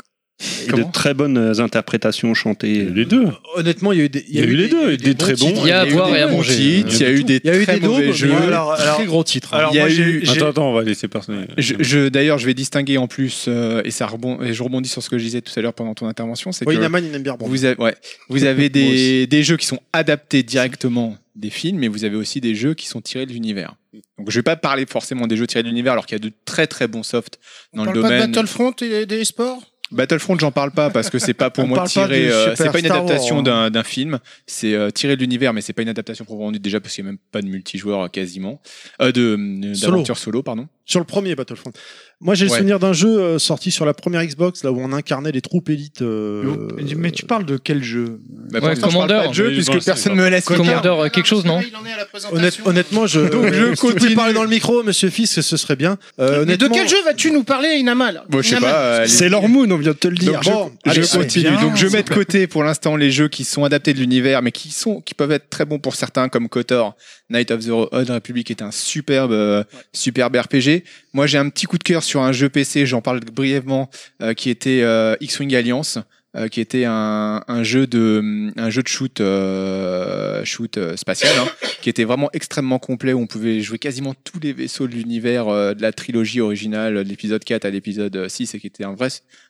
S10: Et
S6: Comment
S10: de très bonnes euh, interprétations chantées. Les deux.
S1: Honnêtement, il y a eu des,
S9: Il y a eu les
S1: des-
S9: deux, et des très bons.
S2: Il y a à
S6: eu
S2: boire
S6: des
S2: et à
S6: bons
S2: manger.
S6: titres, Il y a eu des
S1: Euh, Il y a eu
S6: très
S1: des
S6: mauvais
S1: daubes,
S6: jeux.
S1: mais
S8: Alors,
S1: des
S8: alors-
S1: très gros titres.
S8: Alors,
S6: Il y a
S8: moi, j'ai-
S6: eu-
S8: j'ai-
S9: Attends, attends, on va laisser personne.
S6: Je, je- d'ailleurs, je vais distinguer en plus, euh, et ça rebond, et je rebondis sur ce que je disais tout à l'heure pendant ton intervention, c'est
S1: Oui,
S6: que
S1: Inaman, il aime bien rebondir.
S6: vous avez, ouais, vous avez des, des jeux qui sont adaptés directement des films, mais vous avez aussi des jeux qui sont tirés de l'univers. Donc, je vais pas parler forcément des jeux tirés de l'univers, alors qu'il y a de très très bons softs dans
S5: On
S6: le
S5: parle pas de
S6: domaine.
S5: Battlefront et des sports
S6: Battlefront, j'en parle pas parce que c'est pas pour
S8: On
S6: moi
S8: parle pas
S6: tiré.
S8: du
S6: euh,
S8: Super
S6: c'est pas une
S8: Star
S6: adaptation
S8: Wars,
S6: d'un,
S8: hein.
S6: d'un film. C'est euh, tiré de l'univers, mais c'est pas une adaptation proprement dite déjà parce qu'il y a même pas de multijoueur euh, quasiment. Euh, de euh,
S1: Solo.
S6: d'aventure solo, pardon.
S1: Sur le premier Battlefront. Moi, j'ai le
S6: Ouais.
S1: souvenir d'un jeu euh, sorti sur la première Xbox, là où on incarnait les troupes élites. euh,
S8: Mais tu parles de quel jeu
S6: Bah, pour
S2: Ouais,
S6: l'instant, je parle
S2: Commander.
S6: pas de jeu
S9: Oui,
S6: puisque
S9: bon, c'est
S6: personne
S9: pas-
S6: me laisse.
S2: Commander euh, quelque chose, non
S5: Il en est à la
S1: honnête-
S5: présentation.
S8: euh,
S1: honnêtement, je.
S6: Donc, je
S4: euh,
S1: si vous pouvez
S6: continue.
S1: parler dans le micro, monsieur Fisk, ce serait bien. Euh,
S5: Mais de
S1: honnêtement-
S5: quel jeu vas-tu nous parler, Inamal
S6: Bon, je sais pas. euh, allez-y.
S10: Sailor Moon, on vient de te le
S6: Donc,
S10: dire.
S6: je,
S1: bon,
S6: je
S1: allez,
S6: continue.
S8: bien.
S6: Donc je mets de côté pour l'instant les jeux qui sont adaptés de l'univers, mais qui sont qui peuvent être très bons pour certains, comme Kotor, Night of the Old Republic est un superbe euh, superbe RPG. Moi j'ai un petit coup de cœur sur un jeu PC, j'en parle brièvement, euh, qui était euh, X-wing Alliance. euh, qui était un, un jeu de un jeu de shoot euh, shoot euh, spatial hein, qui était vraiment extrêmement complet où on pouvait jouer quasiment tous les vaisseaux de l'univers euh, de la trilogie originale de l'épisode 4 à l'épisode euh, 6 et qui était un vrai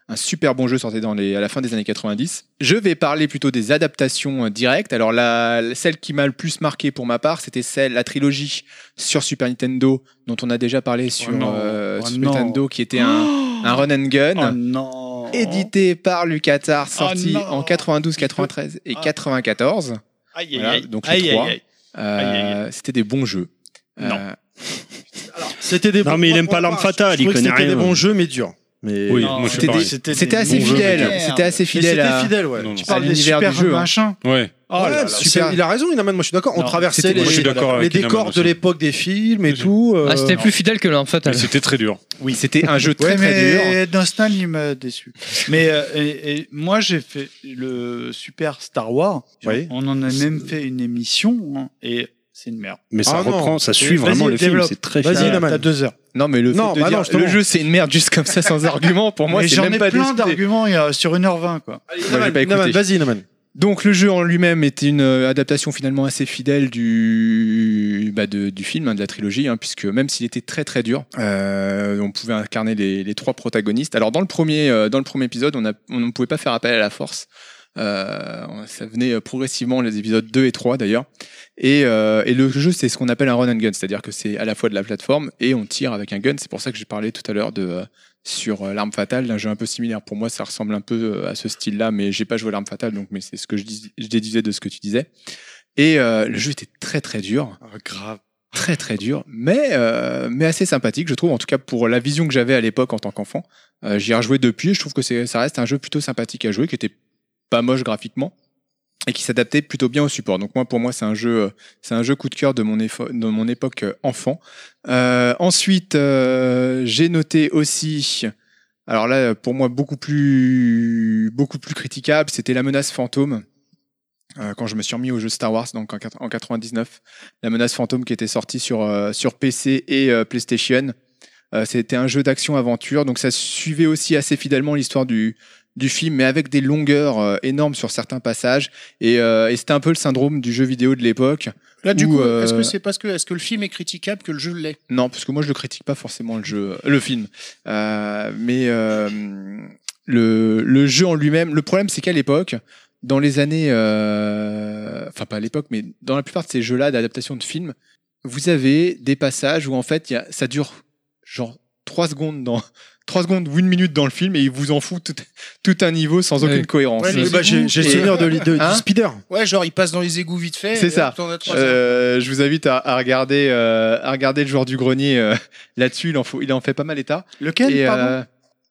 S6: un super bon jeu sorti dans les, à la fin des années 90. Je vais parler plutôt des adaptations euh, directes. Alors la, celle qui m'a le plus marqué pour ma part, c'était celle la trilogie sur Super Nintendo dont on a déjà parlé sur
S8: non.
S6: euh,
S8: Oh
S6: Super
S8: non.
S6: Nintendo qui était un, un run and gun.
S8: Oh non
S6: Édité par LucasArts, sorti
S8: Oh non.
S6: en 92, 93 et
S8: Ah.
S6: 94.
S8: Aïe, aïe,
S6: Voilà,
S8: aïe.
S6: donc les
S8: aïe,
S6: trois.
S8: aïe, aïe.
S6: Euh,
S8: Aïe,
S6: C'était des bons jeux.
S10: Non.
S6: Euh,
S1: C'était des
S10: Non,
S1: bons-
S10: mais il
S1: moi,
S10: aime
S1: pour
S10: pas
S1: ma
S10: l'arme
S1: part, je
S10: fatale, il
S1: trouvais que
S10: connaît
S1: C'était
S10: rien.
S1: des bons jeux, mais durs.
S4: Mais
S9: Oui,
S8: Non,
S9: moi je suis
S6: c'était
S9: pareil.
S8: c'était
S6: C'était
S8: des-
S6: assez
S9: Bon jeu,
S8: mais
S6: fidèle.
S8: merde.
S6: C'était assez
S4: Mais
S6: fidèle.
S4: C'était
S6: à-
S4: fidèle, ouais.
S9: Non, non,
S8: Tu
S9: c'est-
S8: parles des
S6: l'univers
S8: super
S6: du jeu,
S8: jeux,
S6: hein.
S8: machin.
S9: Ouais.
S8: Oh là
S4: Ouais,
S8: là.
S4: Ah, super.
S6: super.
S4: Il a raison, Inaman, moi je suis d'accord. On
S8: Non,
S4: traversait
S6: c'était-
S4: les,
S9: moi, je suis d'accord
S4: les
S9: avec Inaman
S4: décors de
S9: aussi.
S4: l'époque des films et
S9: Oui.
S4: tout. euh,
S2: Ah, c'était plus fidèle que l'Arme
S9: Mais
S2: Fatale.
S9: C'était très dur.
S6: Oui, c'était un jeu très
S8: Ouais,
S6: très dur.
S8: mais Dunstan, il m'a déçu. Mais euh, et- et moi, j'ai fait le Super Star Wars.
S4: Oui.
S8: On en a même fait une émission. hein, et c'est une merde.
S3: Mais ça
S4: Ah non.
S3: reprend, ça
S4: Vas-y,
S3: suit vraiment le film,
S8: développe.
S3: c'est très
S4: Vas-y,
S3: fidèle.
S8: T'as-
S4: Inaman.
S8: T'as deux heures.
S6: Non, mais le fait
S4: Non,
S6: de
S4: bah non,
S6: dire
S4: justement.
S6: le jeu c'est une merde juste comme ça sans argument, pour moi
S8: Mais
S6: c'est
S8: j'en
S6: même
S8: ai
S6: pas
S8: plein
S6: discuté.
S8: d'arguments. Il y a sur 1h20, quoi.
S6: Moi, j'ai pas
S4: Inaman,
S6: écouté.
S4: vas-y, Inaman.
S6: Donc le jeu en lui-même était une euh, adaptation finalement assez fidèle du, bah, de- du film, hein, de la trilogie, hein, puisque même s'il était très très dur, euh, on pouvait incarner les, les trois protagonistes. Alors dans le premier, euh, dans le premier épisode, on a- on ne pouvait pas faire appel à la force. Euh, ça venait euh, progressivement les épisodes 2 et 3 d'ailleurs. Et, euh, et le jeu c'est ce qu'on appelle un run and gun, c'est-à-dire que c'est à la fois de la plateforme et on tire avec un gun. C'est pour ça que j'ai parlé tout à l'heure de... euh, sur euh, l'arme fatale, d'un jeu un peu similaire. Pour moi, ça ressemble un peu euh, à ce style-là, mais j'ai pas joué à l'arme fatale, donc mais c'est ce que je, dis- je déduisais de ce que tu disais. Et euh, le jeu était très très dur,
S4: grave.
S6: très très dur, mais euh, mais assez sympathique, je trouve. En tout cas pour la vision que j'avais à l'époque en tant qu'enfant, Euh, j'y ai rejoué depuis. et Je trouve que c'est ça reste un jeu plutôt sympathique à jouer, qui était pas moche graphiquement et qui s'adaptait plutôt bien au support. Donc moi, pour moi, c'est un jeu, euh, c'est un jeu coup de cœur de mon, effo- de mon époque euh, enfant. Euh, ensuite, euh, j'ai noté aussi, alors là, pour moi, beaucoup plus, beaucoup plus critiquable, c'était la menace fantôme. Euh, quand je me suis remis au jeu Star Wars, donc en, quat- en 99, la menace fantôme qui était sortie sur, euh, sur PC et euh, PlayStation. Euh, c'était un jeu d'action-aventure, donc ça suivait aussi assez fidèlement l'histoire du, du film, mais avec des longueurs euh, énormes sur certains passages. Et, euh, et c'était un peu le syndrome du jeu vidéo de l'époque.
S5: Là, du
S6: Ou,
S5: coup,
S6: euh,
S5: est-ce que c'est parce que, est-ce que le film est critiquable que le jeu l'est
S6: Non, parce que moi je le critique pas forcément le jeu, euh, le film, Euh, mais euh, le, le jeu en lui-même. Le problème c'est qu'à l'époque, dans les années, euh, enfin pas à l'époque, mais dans la plupart de ces jeux-là d'adaptation de films, vous avez des passages où en fait il y a- ça dure genre 3 secondes dans 3 secondes ou une minute dans le film et ils vous en foutent tout, tout un niveau sans
S2: Ouais.
S6: aucune cohérence.
S5: Ouais,
S2: c'est-
S5: les
S4: Bah, J'ai
S5: égouts,
S4: j'ai le
S5: et-
S4: souvenir de, li- de,
S6: Hein
S4: du speeder.
S5: Ouais, genre il passe dans les égouts vite fait.
S6: C'est
S5: et
S6: ça.
S5: hop, t'en as trois heures.
S6: Euh, je vous invite à, à regarder, euh, à regarder le joueur du grenier euh, là-dessus. Il en, faut, il en fait pas mal état.
S8: Lequel,
S6: Et,
S8: pardon
S6: euh,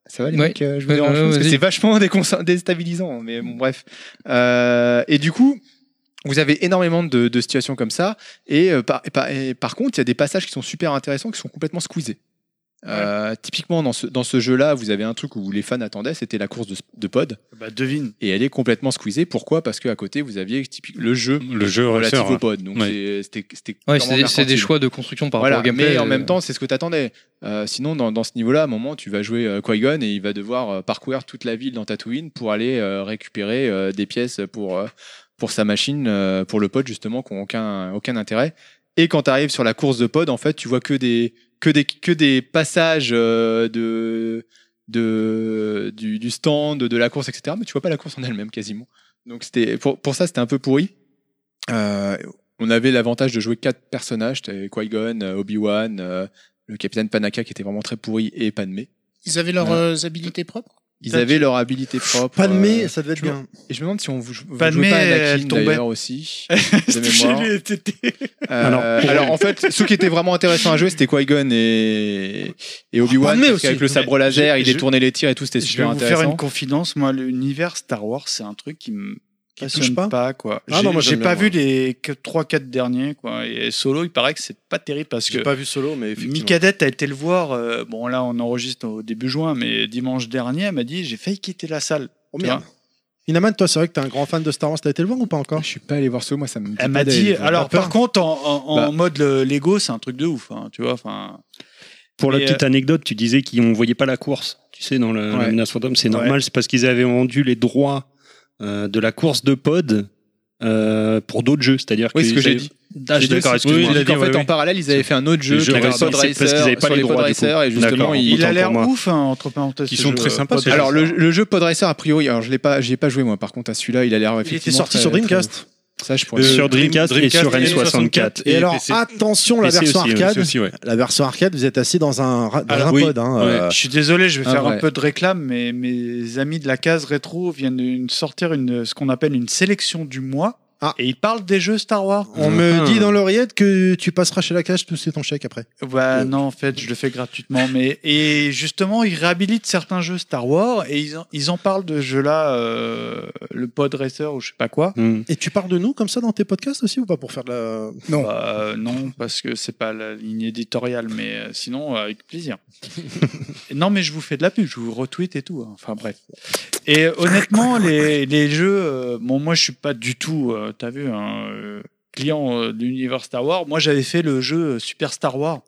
S6: ça va les
S2: Ouais.
S6: mecs, euh, je vous
S2: Ouais,
S6: dérange
S2: ouais,
S6: pas, parce que
S2: vas-y.
S6: c'est vachement déconcent- déstabilisant, mais bon, bref. Euh, et du coup, vous avez énormément de, de situations comme ça, et, euh, par, et par- et par contre, il y a des passages qui sont super intéressants, qui sont complètement squeezés. Euh, typiquement dans ce, dans ce jeu-là, vous avez un truc où les fans attendaient, c'était la course de, de pod,
S8: Bah, devine.
S6: et elle est complètement squeezée. Pourquoi Parce qu'à côté, vous aviez typique- le jeu
S9: Le jeu
S6: relatif
S9: racer.
S6: au
S9: hein.
S6: pod, donc
S9: Ouais.
S6: c'est- c'était c'était
S2: Ouais,
S6: purement
S2: c'est c'est des
S6: mercantile.
S2: choix de construction par
S6: Voilà,
S2: rapport au gameplay.
S6: mais en
S2: euh,
S6: même temps, c'est ce que t'attendais. Euh, sinon, dans, dans ce niveau-là, à un moment, tu vas jouer euh, Qui-Gon et il va devoir euh, parcourir toute la ville dans Tatooine pour aller euh, récupérer euh, des pièces pour, euh, pour sa machine, euh, pour le pod, justement, qui n'ont aucun, aucun intérêt. Et quand tu arrives sur la course de pod, en fait, tu vois que des, que des, que des passages euh, de, de, du, du stand, de la course, etc. Mais tu vois pas la course en elle-même quasiment. Donc c'était pour, pour ça, c'était un peu pourri. Euh, on avait l'avantage de jouer quatre personnages, t'avais Qui-Gon, euh, Obi-Wan, euh, le capitaine Panaka qui était vraiment très pourri et Padmé.
S5: Ils avaient leurs
S6: Voilà.
S5: euh, habilités propres.
S6: Ils
S8: Putain,
S6: avaient
S8: tu-
S6: leur habilité propre.
S4: Padmé,
S6: euh,
S4: ça devait être
S6: tu vois.
S4: bien.
S6: et je me demande si on vous, vous
S8: Padmé,
S6: jouez pas Anakin
S8: elle tombait.
S6: d'ailleurs aussi. de mémoire. Euh,
S3: Alors, pour-
S6: alors en fait, ce qui était vraiment intéressant à jouer, c'était Qui-Gon et, et Obi-Wan.
S4: Padmé
S6: parce
S4: aussi.
S6: qu'avec le sabre laser, il
S8: Ah, je-
S6: détournait les tirs et tout, c'était
S8: Je vais
S6: super
S8: vous faire
S6: intéressant.
S8: une confidence. Moi, l'univers Star Wars, c'est un truc qui me
S4: Qui te
S8: passionne
S4: touche pas
S8: quoi.
S4: Ah
S8: J'ai-
S4: non, moi,
S8: J'ai
S4: j'aime
S8: pas
S4: bien,
S8: vu les 3-4 derniers, quoi. Et Solo, il paraît que c'est pas terrible parce que
S4: J'ai pas vu solo, mais effectivement.
S8: Micadette a été le voir. euh, bon, là, on enregistre au début juin, mais dimanche dernier, elle m'a dit j'ai failli quitter la salle.
S4: Oh, merde. Inaman, toi, c'est vrai que t'es un grand fan de Star Wars, t'as été le voir ou pas encore
S6: Ah, Je suis pas allé voir ce moi, ça me.
S3: Ah,
S6: dit
S8: Elle
S6: pas
S8: m'a
S6: d'aller
S8: dit.
S6: le voir.
S8: Alors, par contre, en, en- en
S6: Bah.
S8: mode le- Lego, c'est un truc de ouf, hein, tu vois. Enfin,
S3: Pour la
S8: Et,
S3: petite anecdote, tu disais qu'on voyait pas la course. Tu sais, dans le,
S6: euh, Ouais.
S3: la menace fantôme, c'est normal, c'est parce qu'ils avaient vendu les droits euh, de la course de pod euh, pour d'autres jeux. C'est-à-dire
S6: Oui, ce
S3: qu'ils
S6: que j'ai
S3: avaient-
S6: dit.
S3: Ah, je suis d'accord,
S6: Oui,
S3: excuse-moi.
S6: il a dit qu'en fait, en parallèle, ils avaient fait un autre jeu,
S3: Les
S6: qui
S3: jeux
S6: était
S3: racer,
S6: Pod
S3: c'est parce qu'ils avaient
S6: Racer,
S3: pas
S6: sur
S3: les
S6: les Pod
S3: droits, du coup.
S6: Racer, et justement,
S3: D'accord.
S6: ils-
S8: il a
S3: pour
S8: l'air
S3: moi.
S8: ouf, hein, entre parenthèses.
S9: Qui
S8: ce
S9: sont
S8: jeu.
S3: euh,
S9: très sympas.
S8: Pas
S9: ces
S8: terrible.
S6: Alors le, le jeu Podracer a priori, alors je l'ai pas, j'y ai pas joué moi. Par contre à celui-là, il a l'air
S4: Il
S6: effectivement.
S4: était sorti
S6: très-
S4: sur
S6: très
S4: Dreamcast.
S6: bon. Ça je pourrais.
S3: Euh, sur Dreamcast, et sur
S9: Dreamcast
S3: N64.
S4: Et, alors,
S9: PC. ah,
S4: attention, la
S3: PC
S4: version
S3: aussi, ouais,
S4: arcade.
S9: C'est aussi, ouais.
S4: La version arcade, vous êtes assis dans un, ra- dans
S3: Alors,
S4: un
S3: oui,
S4: pod. Hein,
S9: ouais.
S4: euh,
S8: Je suis désolé, je vais
S6: Ah,
S8: faire un
S6: ouais.
S8: peu de réclame, mais mes amis de la case rétro viennent de sortir une, ce qu'on appelle une sélection du mois.
S1: Ah. Mmh.
S8: Et il parle des jeux Star Wars.
S1: On me dit dans l'oreillette que tu passeras chez la cache pousser ton chèque après.
S8: Bah non, en fait, je le fais gratuitement. Mais et justement, ils réhabilitent certains jeux Star Wars et ils en, ils en parlent de jeux là, euh, le Pod Racer ou je sais pas quoi.
S1: Et tu parles de nous comme ça dans tes podcasts aussi ou pas pour faire de la.
S5: Non.
S8: Bah, euh, non, parce que c'est pas la ligne éditoriale, mais euh, sinon euh, avec plaisir. non, mais je vous fais de la pub, je vous retweet et tout. hein. Enfin bref. Et euh, honnêtement, les, les jeux, euh, bon, moi je suis pas du tout, euh, t'as vu, hein, euh, client euh, de l'univers Star Wars. Moi j'avais fait le jeu Super Star Wars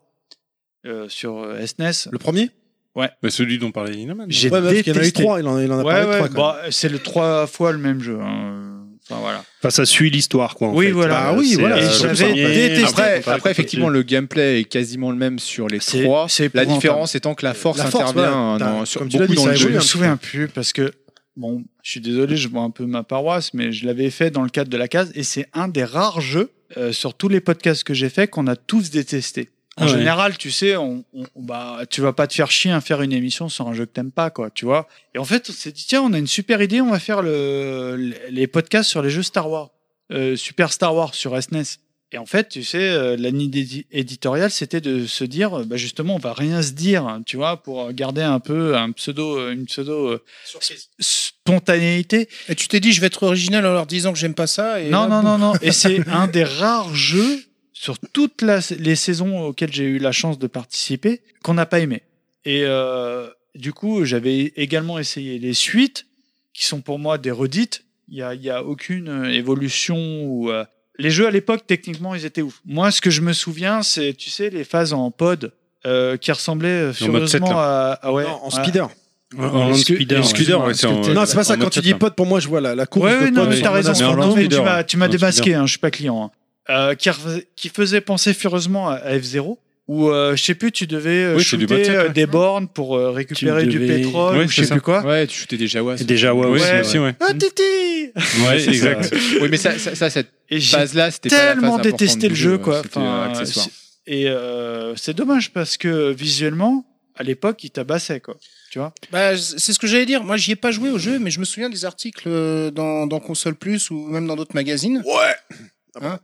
S8: euh, sur euh, SNES.
S1: Le premier
S9: Mais celui dont parlait Inaman.
S8: J'ai
S1: Ouais, bah, parce qu'il y en a eu
S8: détesté.
S1: trois, il en, il en a
S8: Ouais,
S1: parlé
S8: ouais,
S1: trois. quand
S8: bah, c'est le trois fois le même jeu. hein. Enfin voilà.
S3: Enfin, ça suit l'histoire, quoi. en
S8: Oui,
S3: fait.
S8: voilà.
S6: Ah
S3: Bah,
S1: oui,
S3: c'est,
S1: voilà,
S3: euh,
S8: Et
S3: sur le
S8: j'avais
S3: premier,
S8: détesté.
S3: après,
S6: Après,
S3: comparé
S6: après
S3: au
S6: effectivement,
S3: premier.
S6: le gameplay est quasiment le même sur les
S8: C'est-
S6: trois.
S8: c'est
S6: La
S8: épouvantable.
S6: différence étant que la force,
S1: La force,
S6: intervient
S1: voilà.
S6: dans-
S1: T'as-
S6: sur
S1: comme tu l'as
S6: beaucoup
S1: dit,
S6: dans
S1: ça
S6: le
S8: Je
S1: évolue
S6: jeu.
S8: me souviens plus parce que bon, je suis désolé, je vois un peu ma paroisse, mais je l'avais fait dans le cadre de la case et c'est un des rares jeux euh, sur tous les podcasts que j'ai fait qu'on a tous détesté. En
S3: Ah ouais.
S8: général, tu sais, on, on- bah, tu vas pas te faire chier à faire une émission sur un jeu que t'aimes pas, quoi, tu vois. Et en fait, on s'est dit, tiens, on a une super idée, on va faire le, les podcasts sur les jeux Star Wars. Euh, super Star Wars sur E SNES. Et en fait, tu sais, euh, la ligne édi- éditoriale, c'était de se dire, euh, bah, justement, on va rien se dire, hein, tu vois, pour garder un peu un pseudo, euh, une pseudo euh, s- spontanéité.
S5: Et tu t'es dit, je vais être original en leur disant que j'aime pas ça. Et
S8: non,
S5: là,
S8: non,
S5: boum.
S8: non, non. Et c'est un des rares jeux sur toutes la- les saisons auxquelles j'ai eu la chance de participer qu'on n'a pas aimé. Et euh, du coup, j'avais également essayé les suites, qui sont pour moi des redites. Il n'y a, il y a aucune euh, évolution ou. euh, Les jeux à l'époque, techniquement, ils étaient ouf. Moi, ce que je me souviens, c'est, tu sais, les phases en pod euh, qui ressemblaient euh,
S9: mode sept,
S8: furieusement à, à- ouais,
S1: même. Non, en
S8: à-
S1: speeder.
S3: En- en
S8: Est-ce que-
S3: speeder,
S8: est-ce
S3: ouais.
S8: que- excuse-moi,
S9: ouais, c'est en-
S1: Non, c'est pas ça.
S9: en
S1: Quand tu dis
S9: mode
S1: pod, pour moi, je vois la, la course
S8: Ouais,
S1: de
S8: ouais, non,
S1: pod
S8: mais
S1: sur
S8: t'as
S1: un
S8: raison.
S1: assaut.
S9: en
S8: Non,
S9: lancer
S8: mais tu
S9: leader,
S8: m'as,
S9: ouais.
S8: tu m'as
S9: Lancer
S8: démasqué, hein, je suis pas client. hein. Euh, qui, refais- qui faisait penser furieusement à- à F0, où euh, je sais plus, tu devais euh,
S9: Oui, c'est du
S8: shooter
S9: basket,
S8: euh,
S9: ouais.
S8: des bornes pour euh, récupérer du
S3: devais-
S8: pétrole
S9: Ouais,
S8: ou je
S9: c'est
S8: sais
S9: ça.
S8: plus quoi.
S6: Ouais, tu shootais déjà ouais.
S3: Déjà, ouais,
S9: Ouais,
S3: aussi,
S9: ouais,
S3: ouais.
S9: aussi, ouais.
S8: Ah, titi
S9: Ouais, exact.
S6: Oui, mais ça, ça, ça, cette
S8: Et j'ai
S6: phase-là, c'était pas la phase
S8: tellement
S6: importante
S8: détesté le
S6: du
S8: jeu, quoi.
S6: C'était
S8: Enfin,
S6: euh, accessoire.
S8: c'est- Et euh, c'est dommage parce que visuellement, à l'époque, il tabassait, quoi. Tu vois
S5: Bah, c'est ce que j'allais dire. Moi, j'y ai pas joué au jeu, mais je me souviens des articles euh, dans, dans Console Plus ou même dans d'autres magazines. Ouais.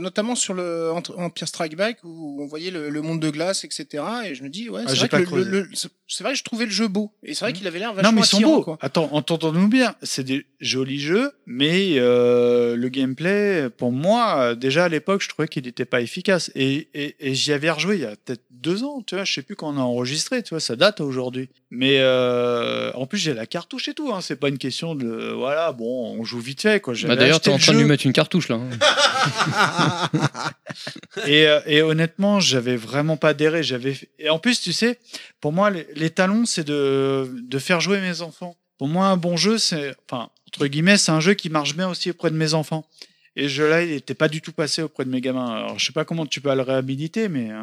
S5: notamment sur le Ent- Empire Strike Back où on voyait le, le monde de glace, etc. Et je me dis, ouais, c'est
S8: Ah, j'ai
S5: vrai que
S8: pas
S5: le-
S8: creusé.
S5: le- le- c'est- c'est vrai que je trouvais le jeu beau. Et c'est vrai
S8: Mhm.
S5: qu'il avait l'air
S8: Non,
S5: vachement
S8: mais ils sont
S5: attirant,
S8: beaux.
S5: quoi.
S8: Attends, entendons-nous bien. C'est des jolis jeux, mais euh, le gameplay, pour moi, euh, déjà à l'époque, je trouvais qu'il n'était pas efficace. Et, et, et j'y avais rejoué il y a peut-être deux ans, tu vois. Je sais plus quand on a enregistré, tu vois. Ça date aujourd'hui. Mais euh, en plus, j'ai la cartouche et tout. Hein, c'est pas une question de. Voilà, bon, on joue vite fait, quoi.
S2: Bah,
S8: J'avais
S2: D'ailleurs,
S8: acheté
S2: t'es en
S8: le
S2: train de
S8: jeu.
S2: lui mettre une cartouche là. hein.
S8: et, euh, et honnêtement, j'avais vraiment pas adhéré. J'avais et en plus, tu sais, pour moi, les, les talons, c'est de, de faire jouer mes enfants. Pour moi, un bon jeu, c'est enfin entre guillemets, c'est un jeu qui marche bien aussi auprès de mes enfants. Et je là, il était pas du tout passé auprès de mes gamins. Alors, je sais pas comment tu peux le réhabiliter, mais euh,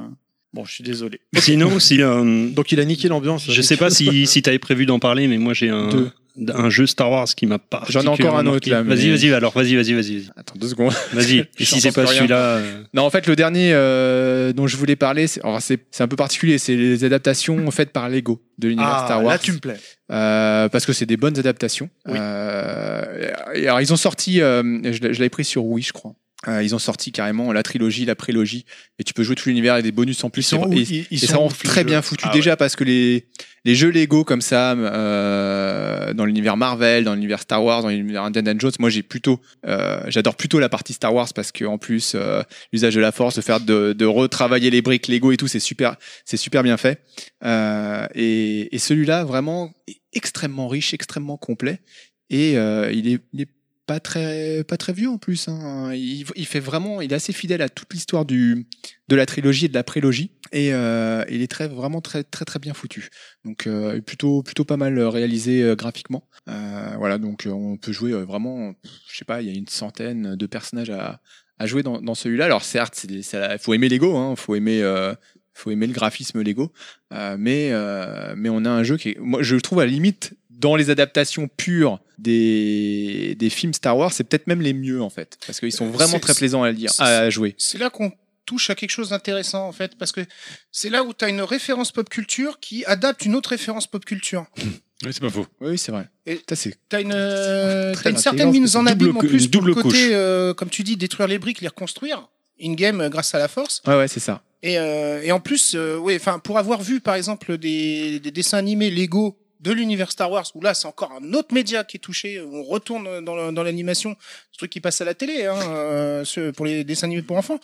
S8: bon, je suis désolé.
S3: Sinon, si, euh,
S1: Donc il a niqué l'ambiance.
S3: je sais pas si, si t'avais prévu d'en parler, mais moi j'ai un,
S6: Deux.
S3: un jeu Star Wars qui m'a pas.
S6: J'en ai encore un autre, là, mais-
S3: Vas-y, vas-y, alors, vas-y, vas-y, vas-y.
S6: Attends deux secondes.
S3: Vas-y. Et
S6: J'en
S3: si c'est
S6: pense
S3: pas
S6: rien.
S3: celui-là. euh,
S6: Non, en fait, le dernier euh, dont je voulais parler, c'est alors, c'est- c'est un peu particulier, c'est les adaptations faites par Lego de l'univers
S8: Ah,
S6: Star Wars.
S8: là, tu me plais.
S6: Euh, parce que c'est des bonnes adaptations.
S8: Oui.
S6: Euh, et alors, ils ont sorti, euh, je l'ai- je l'avais pris sur Wii, je crois. Euh, ils ont sorti carrément la trilogie, la prélogie, et tu peux jouer tout l'univers et des bonus en plus.
S8: Ils sont
S6: Et-
S8: où
S6: et-
S8: Ils- ils
S6: et
S8: sont
S6: ça rend
S8: où, les
S6: très
S8: jeux
S6: bien foutu
S8: Ah ouais.
S6: déjà parce que les, les jeux Lego comme ça, euh, dans l'univers Marvel, dans l'univers Star Wars, dans l'univers Indiana Jones, moi j'ai plutôt, euh, j'adore plutôt la partie Star Wars parce que en plus euh, l'usage de la Force, de faire de, de retravailler les briques Lego et tout, c'est super, c'est super bien fait. Euh, et et celui-là vraiment est extrêmement riche, extrêmement complet et euh, il est, il est pas très pas très vieux en plus hein. il, il fait vraiment il est assez fidèle à toute l'histoire du de la trilogie et de la prélogie et euh, il est très vraiment très très très bien foutu donc euh, plutôt plutôt pas mal réalisé euh, graphiquement Euh, voilà donc euh, on peut jouer euh, vraiment pff, je sais pas il y a une centaine de personnages à, à jouer dans, dans celui-là alors certes c'est des- ça- faut aimer Lego hein, faut aimer euh, faut aimer le graphisme Lego euh, mais euh, mais on a un jeu qui est, moi je le trouve à la limite dans les adaptations pures des, des films Star Wars, c'est peut-être même les mieux en fait, parce qu'ils sont vraiment
S5: C'est-
S6: très plaisants à lire,
S5: c'est-
S6: à jouer.
S5: c'est là qu'on touche à quelque chose d'intéressant en fait parce que c'est là où tu as une référence pop culture qui adapte une autre référence pop culture
S9: Oui, c'est pas faux.
S6: Oui, c'est vrai.
S5: Et-
S6: Putain, c'est-
S5: T'as une, euh,
S6: Très
S5: t'as une
S6: intelligent,
S5: certaine mise en
S9: double
S5: abîme en
S9: cou-
S5: plus
S9: une
S5: pour
S9: double
S5: le côté,
S9: couche.
S5: euh, comme tu dis, détruire les briques, les reconstruire in-game euh, grâce à la force.
S6: Ouais, ouais, c'est ça.
S5: Et, euh, et en plus, euh, ouais, enfin, pour avoir vu par exemple des, des dessins animés Lego de l'univers Star Wars, où là c'est encore un autre média qui est touché, où on retourne dans le- dans l'animation, ce truc qui passe à la télé, hein, euh, ce- pour les dessins animés pour enfants.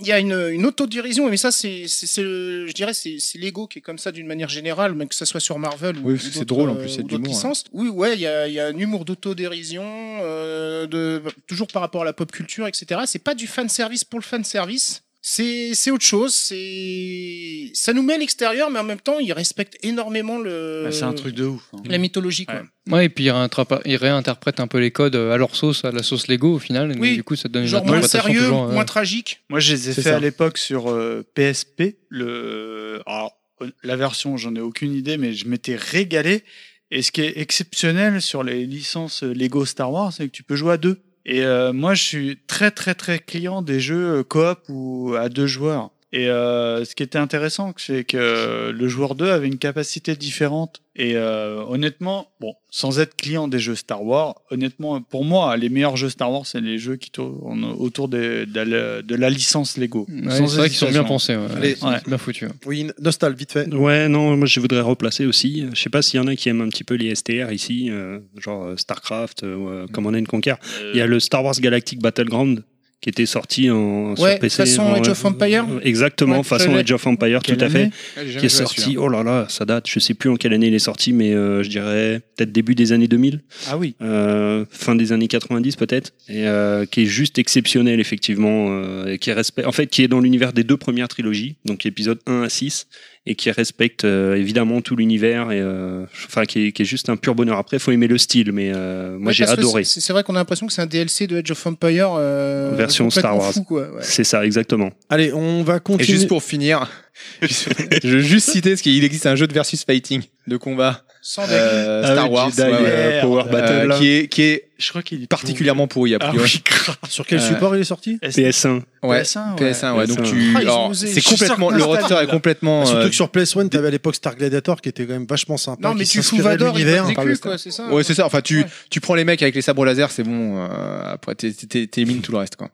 S5: Il y a une, une autodérision, mais ça c'est, c'est, c'est le- je dirais, c'est, c'est Lego qui est comme ça d'une manière générale, mais que ça soit sur Marvel ou,
S6: Oui,
S5: ou
S6: c'est
S5: d'autres,
S6: drôle, en plus, hein.
S5: euh,
S6: c'est
S5: ou
S6: de
S5: d'autres
S6: l'humour,
S5: licences. Oui, ouais, il y a, il y a un humour d'autodérision, euh, de toujours par rapport à la pop culture, etc. C'est pas du fan service pour le fan service. C'est, c'est autre chose. C'est, ça nous met à l'extérieur, mais en même temps, ils respectent énormément le.
S8: Ah, c'est un truc de ouf. hein.
S3: Mm.
S5: La mythologie, quoi.
S8: Ouais.
S2: Ouais, et puis ils réintrapa- ils réinterprètent un peu les codes euh, à leur sauce, à la sauce Lego au final. et
S5: Oui.
S2: Du coup, ça donne une
S5: Genre moins
S2: interprétation
S5: sérieux,
S2: toujours, euh,
S5: moins tragique.
S8: Moi, je les ai
S6: C'est
S8: fait
S6: ça.
S8: à l'époque sur euh, PSP. Le... Alors, la version, j'en ai aucune idée, mais je m'étais régalé. Et ce qui est exceptionnel sur les licences Lego Star Wars, c'est que tu peux jouer à deux. Et euh, moi, je suis très, très, très client des jeux euh, coop ou à deux joueurs. Et euh, ce qui était intéressant, c'est que euh, le joueur 2 avait une capacité différente. Et euh, honnêtement, bon, sans être client des jeux Star Wars, honnêtement, pour moi, les meilleurs jeux Star Wars, c'est les jeux qui tournent autour des- de, la, de la licence Lego.
S2: ouais,
S8: Sans
S2: c'est vrai qu'ils sont bien
S8: hésitation.
S2: pensés. ouais.
S1: Allez.
S2: C'est
S8: Ouais.
S2: bien foutu. ouais.
S1: Oui, Nostal, vite fait.
S3: Ouais, non, moi je voudrais replacer aussi. Je sais pas s'il y en a qui aiment un petit peu les STR ici, euh, genre euh, StarCraft, euh, ou,
S5: Mm.
S3: euh, Command and Conquer. Il y a le Star Wars Galactic Battleground qui était sorti en
S5: Ouais,
S3: sur PC.
S5: façon
S3: en-
S5: Age of Empire.
S3: Exactement,
S5: Ouais,
S3: façon
S5: je l'ai.
S3: Age of Empire, tout
S8: Quelle
S3: à fait.
S8: année
S3: Qui est sorti, oh là là, ça date, je sais plus en quelle année il est sorti, mais euh, je dirais peut-être début des années 2000.
S8: Ah oui.
S3: euh, fin des années 90 peut-être, et euh, qui est juste exceptionnel effectivement, euh, et qui respecte, en fait, qui est dans l'univers des deux premières trilogies, donc épisode 1 à 6, et qui respecte euh, évidemment tout l'univers, et euh, enfin qui est, qui est juste un pur bonheur. Après, faut aimer le style, mais euh, moi
S5: Ouais,
S3: j'ai
S5: parce que
S3: adoré.
S5: C'est c'est vrai qu'on a l'impression que c'est un DLC de Age of Empire. euh,
S3: Version
S5: complètement
S3: Star Wars.
S5: Fou, quoi. ouais.
S3: C'est ça, exactement.
S1: Allez, on va
S6: Et
S1: continuer.
S6: juste pour finir, je veux juste citer ce qu'il existe un jeu de versus fighting, de combat
S5: Sans dinguerie.
S6: euh,
S3: Ah
S6: Star
S3: oui,
S6: Wars,
S3: Jedi,
S6: ouais, ouais,
S3: euh, Power
S6: euh,
S3: Battle, là.
S6: qui est qui est
S8: Je crois qu'il est
S6: particulièrement pourri a
S8: Ah
S6: priori.
S8: oui, grave.
S1: Sur quel
S6: Euh,
S1: support il est sorti
S3: PS1.
S6: ouais.
S8: PS1, ouais.
S6: PS1, ouais. Donc
S3: PS1.
S5: Ah,
S6: tu,
S5: ils ont
S6: alors,
S5: osé.
S6: c'est
S5: Je suis
S6: complètement,
S5: certain
S6: le
S5: que ça
S6: roster est complètement.
S1: Ah, Surtout
S6: euh,
S1: que sur PS1, t'avais à l'époque Star Gladiator qui était quand même vachement sympa.
S5: Non, mais
S1: qui
S5: tu fous
S1: s'inspirait de
S5: Vador, il
S1: l'univers.
S5: pète des
S1: Par le
S5: culs,
S1: Star-
S5: quoi, c'est ça hein.
S6: Ouais, c'est ça. Enfin, tu,
S5: Ouais.
S6: tu prends les mecs avec les sabres laser, c'est bon. euh, après, t'é- t'é- t'élimines tout le reste, quoi.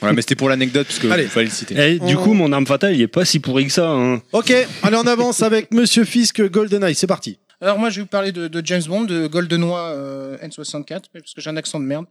S6: voilà, mais c'était pour l'anecdote parce que
S1: Allez.
S6: fallait le citer.
S10: Eh,
S3: Et du
S1: On-
S5: Oh.
S3: coup, mon arme fatale, il est pas si pourri que ça. hein.
S1: Ok, allez, on avance avec Monsieur Fisk GoldenEye, c'est parti.
S5: Alors moi, je vais vous parler de, de James Bond, de Goldenoy euh, N64, mais parce que j'ai un accent de merde.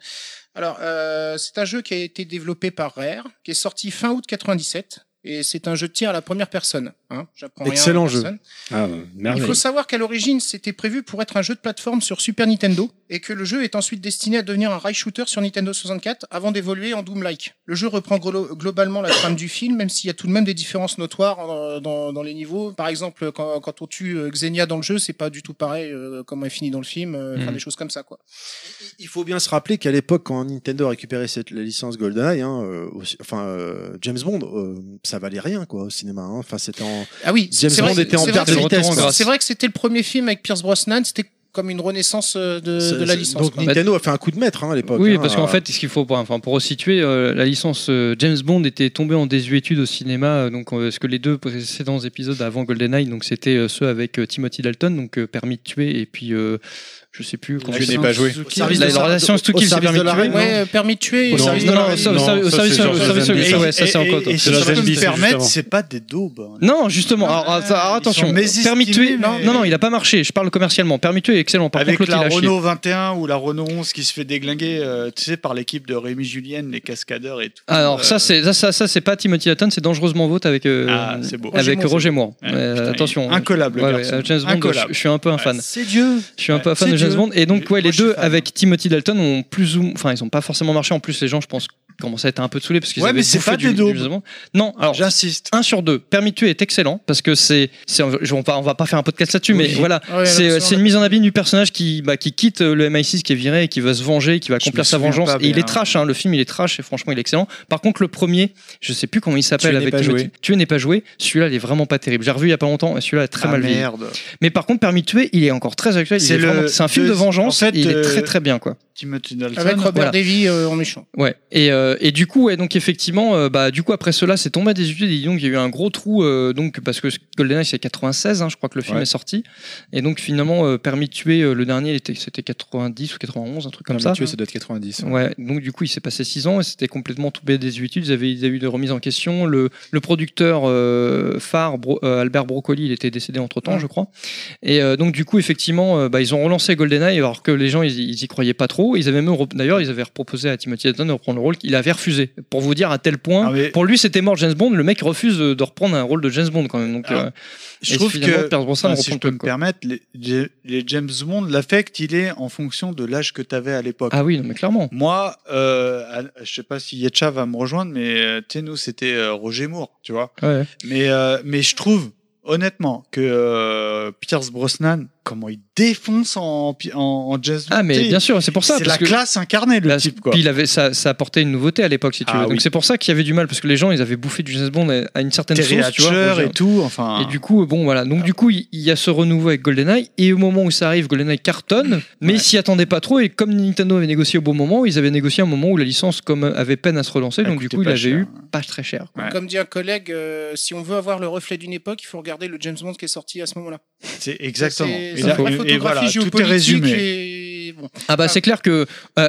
S5: Alors, euh, c'est un jeu qui a été développé par Rare, qui est sorti fin août 97, et c'est un jeu de tir à la première personne. Hein, J'apprends rien à
S1: Excellent jeu.
S5: personne.
S3: Ah,
S5: Il
S3: merveille.
S5: faut savoir qu'à l'origine, c'était prévu pour être un jeu de plateforme sur Super Nintendo et que le jeu est ensuite destiné à devenir un rail shooter sur Nintendo 64 avant d'évoluer en Doom-like. Le jeu reprend glo- globalement la trame du film, même s'il y a tout de même des différences notoires euh, dans, dans les niveaux. Par exemple, quand, quand on tue euh, Xenia dans le jeu, c'est pas du tout pareil euh, comme elle finit dans le film, euh, enfin
S1: Hmm.
S2: Mhm.
S5: des choses comme ça quoi.
S1: Il faut bien se rappeler qu'à l'époque, quand Nintendo a récupéré cette, la licence GoldenEye, hein, euh, aussi- enfin euh, James Bond, euh, ça valait rien quoi au cinéma. hein. Enfin, c'était en
S5: Ah oui,
S1: James
S5: c'est
S1: Bond
S5: vrai que-
S1: était en
S5: c'est
S1: perte
S5: vrai
S1: de
S5: que-
S2: retour en
S1: vitesse. quoi.
S2: grâce.
S5: C'est vrai que c'était le premier film avec Pierce Brosnan, c'était comme une renaissance euh, de,
S1: C'est-
S5: de la
S1: c'est-
S5: licence.
S1: Donc
S5: quoi.
S1: Nintendo a fait un coup de maître hein, à l'époque.
S2: Oui,
S1: hein,
S2: parce qu'en
S1: euh,
S2: fait, ce qu'il faut, pour- enfin, pour resituer, euh, la licence euh, James Bond était tombée en désuétude au cinéma. euh, donc, euh, parce que les deux précédents épisodes avant GoldenEye, donc c'était euh, ceux avec euh, Timothy Dalton, donc euh, permis de tuer, et puis euh, je sais plus. comment
S6: Je n'ai
S2: ça-
S6: pas joué.
S1: au service
S2: la-
S1: de
S2: la
S1: Sar-
S2: relation
S1: au-
S2: Stukill,
S1: au
S2: c'est
S1: service
S2: permis
S1: de
S2: de
S1: la
S2: tuer,
S1: reine,
S5: Ouais, euh, permis de tuer au
S2: Non,
S5: service de
S2: non,
S5: la
S2: non,
S5: reine.
S2: ça,
S9: Non,
S2: ça,
S9: ça,
S2: ça,
S9: c'est
S2: ça,
S9: genre
S2: ça,
S9: James
S2: ça,
S9: Bond.
S2: ouais,
S8: Et-
S2: ouais, ça,
S8: et-
S2: c'est encore
S8: et-
S2: toi.
S8: Et
S9: C'est
S8: si
S9: la
S8: je peux
S9: Gen
S8: me
S9: Beast,
S8: permettre,
S9: justement.
S8: c'est pas des daubes. hein.
S2: Non, justement,
S8: Ils
S2: alors,
S8: sont
S2: attends, alors, attention,
S8: mésestimés,
S2: permis de tuer,
S8: mais-
S2: non, non, il a pas marché, je parle commercialement, permis de tuer est excellent, par
S8: Avec
S2: contre l'autre il
S8: la
S2: a chié.
S8: Renault 21 ou la Renault 11 qui se fait déglinguer, euh, tu sais, par l'équipe de Rémi Julienne, les cascadeurs et tout.
S2: Alors
S8: Euh,
S2: ça c'est ça, ça, ça, c'est pas Timothy Dalton, c'est dangereusement vote avec euh,
S8: Ah, c'est beau.
S2: avec
S5: Roger
S2: Roger Moore.
S8: Ouais,
S2: Euh,
S8: putain,
S2: attention.
S8: Incollable,
S2: Ouais,
S8: le
S2: ouais,
S8: garçon.
S2: James Bond,
S8: Incollable.
S2: je, je suis un peu un
S8: Ouais,
S2: fan.
S8: C'est Dieu.
S2: Je suis un peu un
S8: Ouais,
S2: fan
S8: c'est
S2: de James
S8: Dieu.
S2: Bond et donc
S8: Moi,
S2: ouais les
S8: je suis
S2: deux
S8: fan.
S2: avec Timothy Dalton ont plus ou enfin ils ont pas forcément marché en plus les gens je pense commençaient à être un peu saoulés parce qu'ils
S8: Ouais,
S2: avaient
S8: mais c'est
S2: bouffé
S8: pas
S2: du,
S8: des
S2: du
S8: daubes.
S2: James Bond. Non, alors
S8: J'insiste.
S2: 1 sur 2, permis de tuer est excellent parce que c'est c'est- je- on va on va pas faire un podcast là-dessus mais voilà,
S8: Ah
S5: Ouais,
S2: c'est
S5: absolument.
S2: euh, c'est une mise en abîme du personnage qui, bah, qui quitte euh, le MI6, qui est viré, et qui va se venger, qui va
S8: Je
S2: accomplir
S8: me
S2: sa
S8: souviens
S2: vengeance.
S8: pas
S2: et il
S8: bien.
S2: est trash, hein, le film, il est trash, et franchement, il est excellent. Par contre, le premier, je sais plus comment il s'appelle
S6: Tuer
S2: avec
S6: n'est pas
S2: Timothy.
S6: joué.
S2: Tuer n'est pas joué. Celui-là, il est vraiment pas terrible. J'ai revu il y a pas longtemps, et celui-là, est très
S8: Ah,
S2: mal vieilli.
S8: merde.
S2: Mais par contre, Permis de tuer, il est encore très actuel. il
S8: C'est
S2: est
S8: le-
S2: vraiment- C'est un film
S8: le-
S2: de vengeance,
S8: en fait,
S2: et il est
S8: euh,
S2: très très bien, quoi.
S8: Timothy Dalton.
S5: Avec Robert
S2: Voilà.
S5: Davy euh, en méchant.
S2: Ouais. Et, euh, Euh, et du coup, ouais, donc effectivement, euh, bah, du coup, après cela, c'est tombé à des études. Et dis donc, il y a eu un gros trou, euh, donc, parce que GoldenEye, c'est 96, hein, je crois que le film
S6: Ouais.
S2: est sorti. Et donc, finalement, euh, Permis de tuer, euh, le dernier, il était- c'était 90 ou 91, un truc comme
S6: Comme
S2: ça.
S6: ça, ça doit être 90.
S2: Ouais, donc du coup, il s'est passé 6 ans et c'était complètement tombé des études. Ils avaient, ils avaient eu des remises en question. Le, le producteur euh, phare, Bro- euh, Albert Broccoli, il était décédé entre temps, je crois. Et euh, donc, du coup, effectivement, euh, bah, ils ont relancé GoldenEye alors que les gens, ils, ils y croyaient pas trop. Ils avaient même, rep- d'ailleurs, ils avaient proposé à Timothy Dalton de reprendre le rôle qu'il avait refusé. Pour vous dire à tel point,
S8: Ah, mais-
S2: pour lui, c'était mort James Bond. Le mec refuse de de reprendre un rôle de James Bond quand même. Donc,
S8: Ah,
S2: euh,
S8: Je
S2: et
S8: trouve
S2: finalement,
S8: que,
S2: Pierce Brosnan
S8: enfin,
S2: reprend
S8: si je
S2: le
S8: peux
S2: truc,
S8: me
S2: quoi.
S8: permettre, les, les- les James Bond, l'affect, il est en fonction de l'âge que tu avais à l'époque.
S2: ah oui, non, mais clairement.
S8: Moi, euh, à- je sais pas si Yetcha va me rejoindre, mais euh, tu sais, nous, c'était euh, Roger Moore, tu vois.
S2: Ouais.
S8: Mais, euh, mais je trouve, honnêtement, que euh, Pierce Brosnan, comment il défonce en, en, en James Bond.
S2: Ah, mais
S8: tu sais,
S2: bien sûr, c'est pour ça.
S8: C'est
S2: parce
S8: la
S2: que-
S8: classe incarnée, le
S2: Là,
S8: type, quoi.
S2: Puis il avait, ça, ça apportait une nouveauté à l'époque, si tu
S8: Ah
S2: veux. Donc
S8: oui.
S2: c'est pour ça qu'il y avait du mal, parce que les gens, ils avaient bouffé du James Bond à- à une certaine
S8: Terry
S2: sauce, tu vois.
S8: Hatcher
S2: Roger.
S8: et tout, enfin.
S2: Et du coup, bon voilà. Donc du coup, il il y a ce renouveau avec GoldenEye, et au moment où ça arrive, GoldenEye cartonne, mais ils s'y attendaient pas trop, et comme Nintendo avait négocié au bon moment, ils avaient négocié un moment où la licence comme, avait peine à se relancer,
S8: Elle
S2: donc du
S8: coûtait
S2: coup, il
S8: pas
S2: avait
S8: cher.
S2: eu pas très cher. quoi.
S8: Ouais.
S5: Comme dit un collègue, euh, si on veut avoir le reflet d'une époque, il faut regarder le James Bond qui est sorti à ce moment-là.
S8: c'est exactement.
S5: C'est-
S8: Et
S5: c'est
S8: là-
S5: la vraie
S8: et- et
S5: photographie
S8: voilà, tout est
S5: géopolitique
S8: résumé.
S5: et- bon.
S2: Ah bah
S5: Ah.
S2: c'est clair que euh,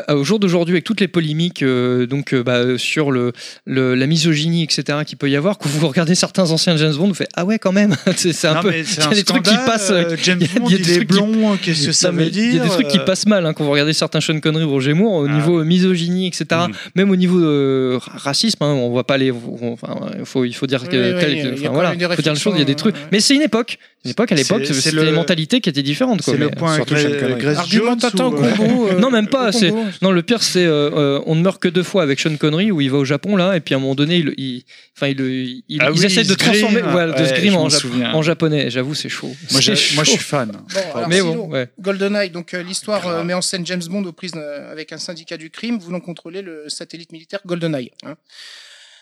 S2: euh, au jour d'aujourd'hui avec toutes les polémiques euh, donc euh, bah, euh, sur le, le- la misogynie etc qui peut y avoir quand vous regardez certains anciens James Bond vous faites ah ouais quand même c'est c'est un
S8: Non,
S2: peu
S8: mais c'est
S2: il y a
S8: un
S2: des trucs qui
S8: scandale,
S2: passent,
S8: euh,
S2: euh,
S8: James
S2: il y a-
S8: Bond,
S2: il y a
S8: il
S2: des
S8: est
S2: trucs qui-
S8: blond. Qu'est-ce que ça
S2: Non, mais
S8: veut dire
S2: Il y a des trucs qui
S8: euh,
S2: passent mal hein, quand vous regardez certains Sean Connery ou Roger Moore au
S8: Ah. Mm.
S2: niveau euh, misogynie, etc.
S9: Mhm.
S2: Même au niveau euh, ra- racisme, hein, on voit pas les. on- enfin, il faut, il faut dire que.
S5: Oui, oui,
S2: tel-
S5: il y a- il y a
S2: enfin,
S5: quand
S2: voilà,
S5: même des
S2: faut dire les choses, il y a des
S5: réflexions,
S2: trucs.
S5: ouais.
S2: Mais c'est une époque. Une époque à l'époque,
S8: C'est- c'est
S2: c'était
S8: le-
S2: des mentalités qui étaient différentes. quoi,
S8: C'est le
S2: mais- euh,
S8: point
S6: surtout Sean Connery.
S8: Gra- Grace
S5: Argument
S8: Jones
S5: t'attends
S8: ou,
S5: au
S8: euh,
S5: Congo. euh,
S2: Non, même pas,
S5: au
S2: c'est-
S5: Congo.
S2: Non, le pire, c'est euh, euh, on ne meurt que deux fois avec Sean Connery où il va au Japon là, et puis à un moment donné, il, il- enfin, il, il, il-
S8: Ah
S2: ils
S8: oui,
S2: essaient
S8: il
S2: de
S8: se grime.
S2: transformer, voilà, de
S8: Ouais,
S2: se grimer
S8: je
S2: en,
S8: m'en
S2: jap-
S8: souviens.
S2: en japonais. J'avoue, c'est chaud.
S8: Moi, j'ai-
S2: C'est
S8: moi, je
S2: chaud.
S8: suis hein. fan.
S5: Bon, alors,
S2: Mais
S5: sinon,
S2: bon, ouais.
S5: GoldenEye, donc euh, l'histoire euh, met en scène James Bond aux prises euh, avec un syndicat du crime voulant contrôler le satellite militaire GoldenEye. hein.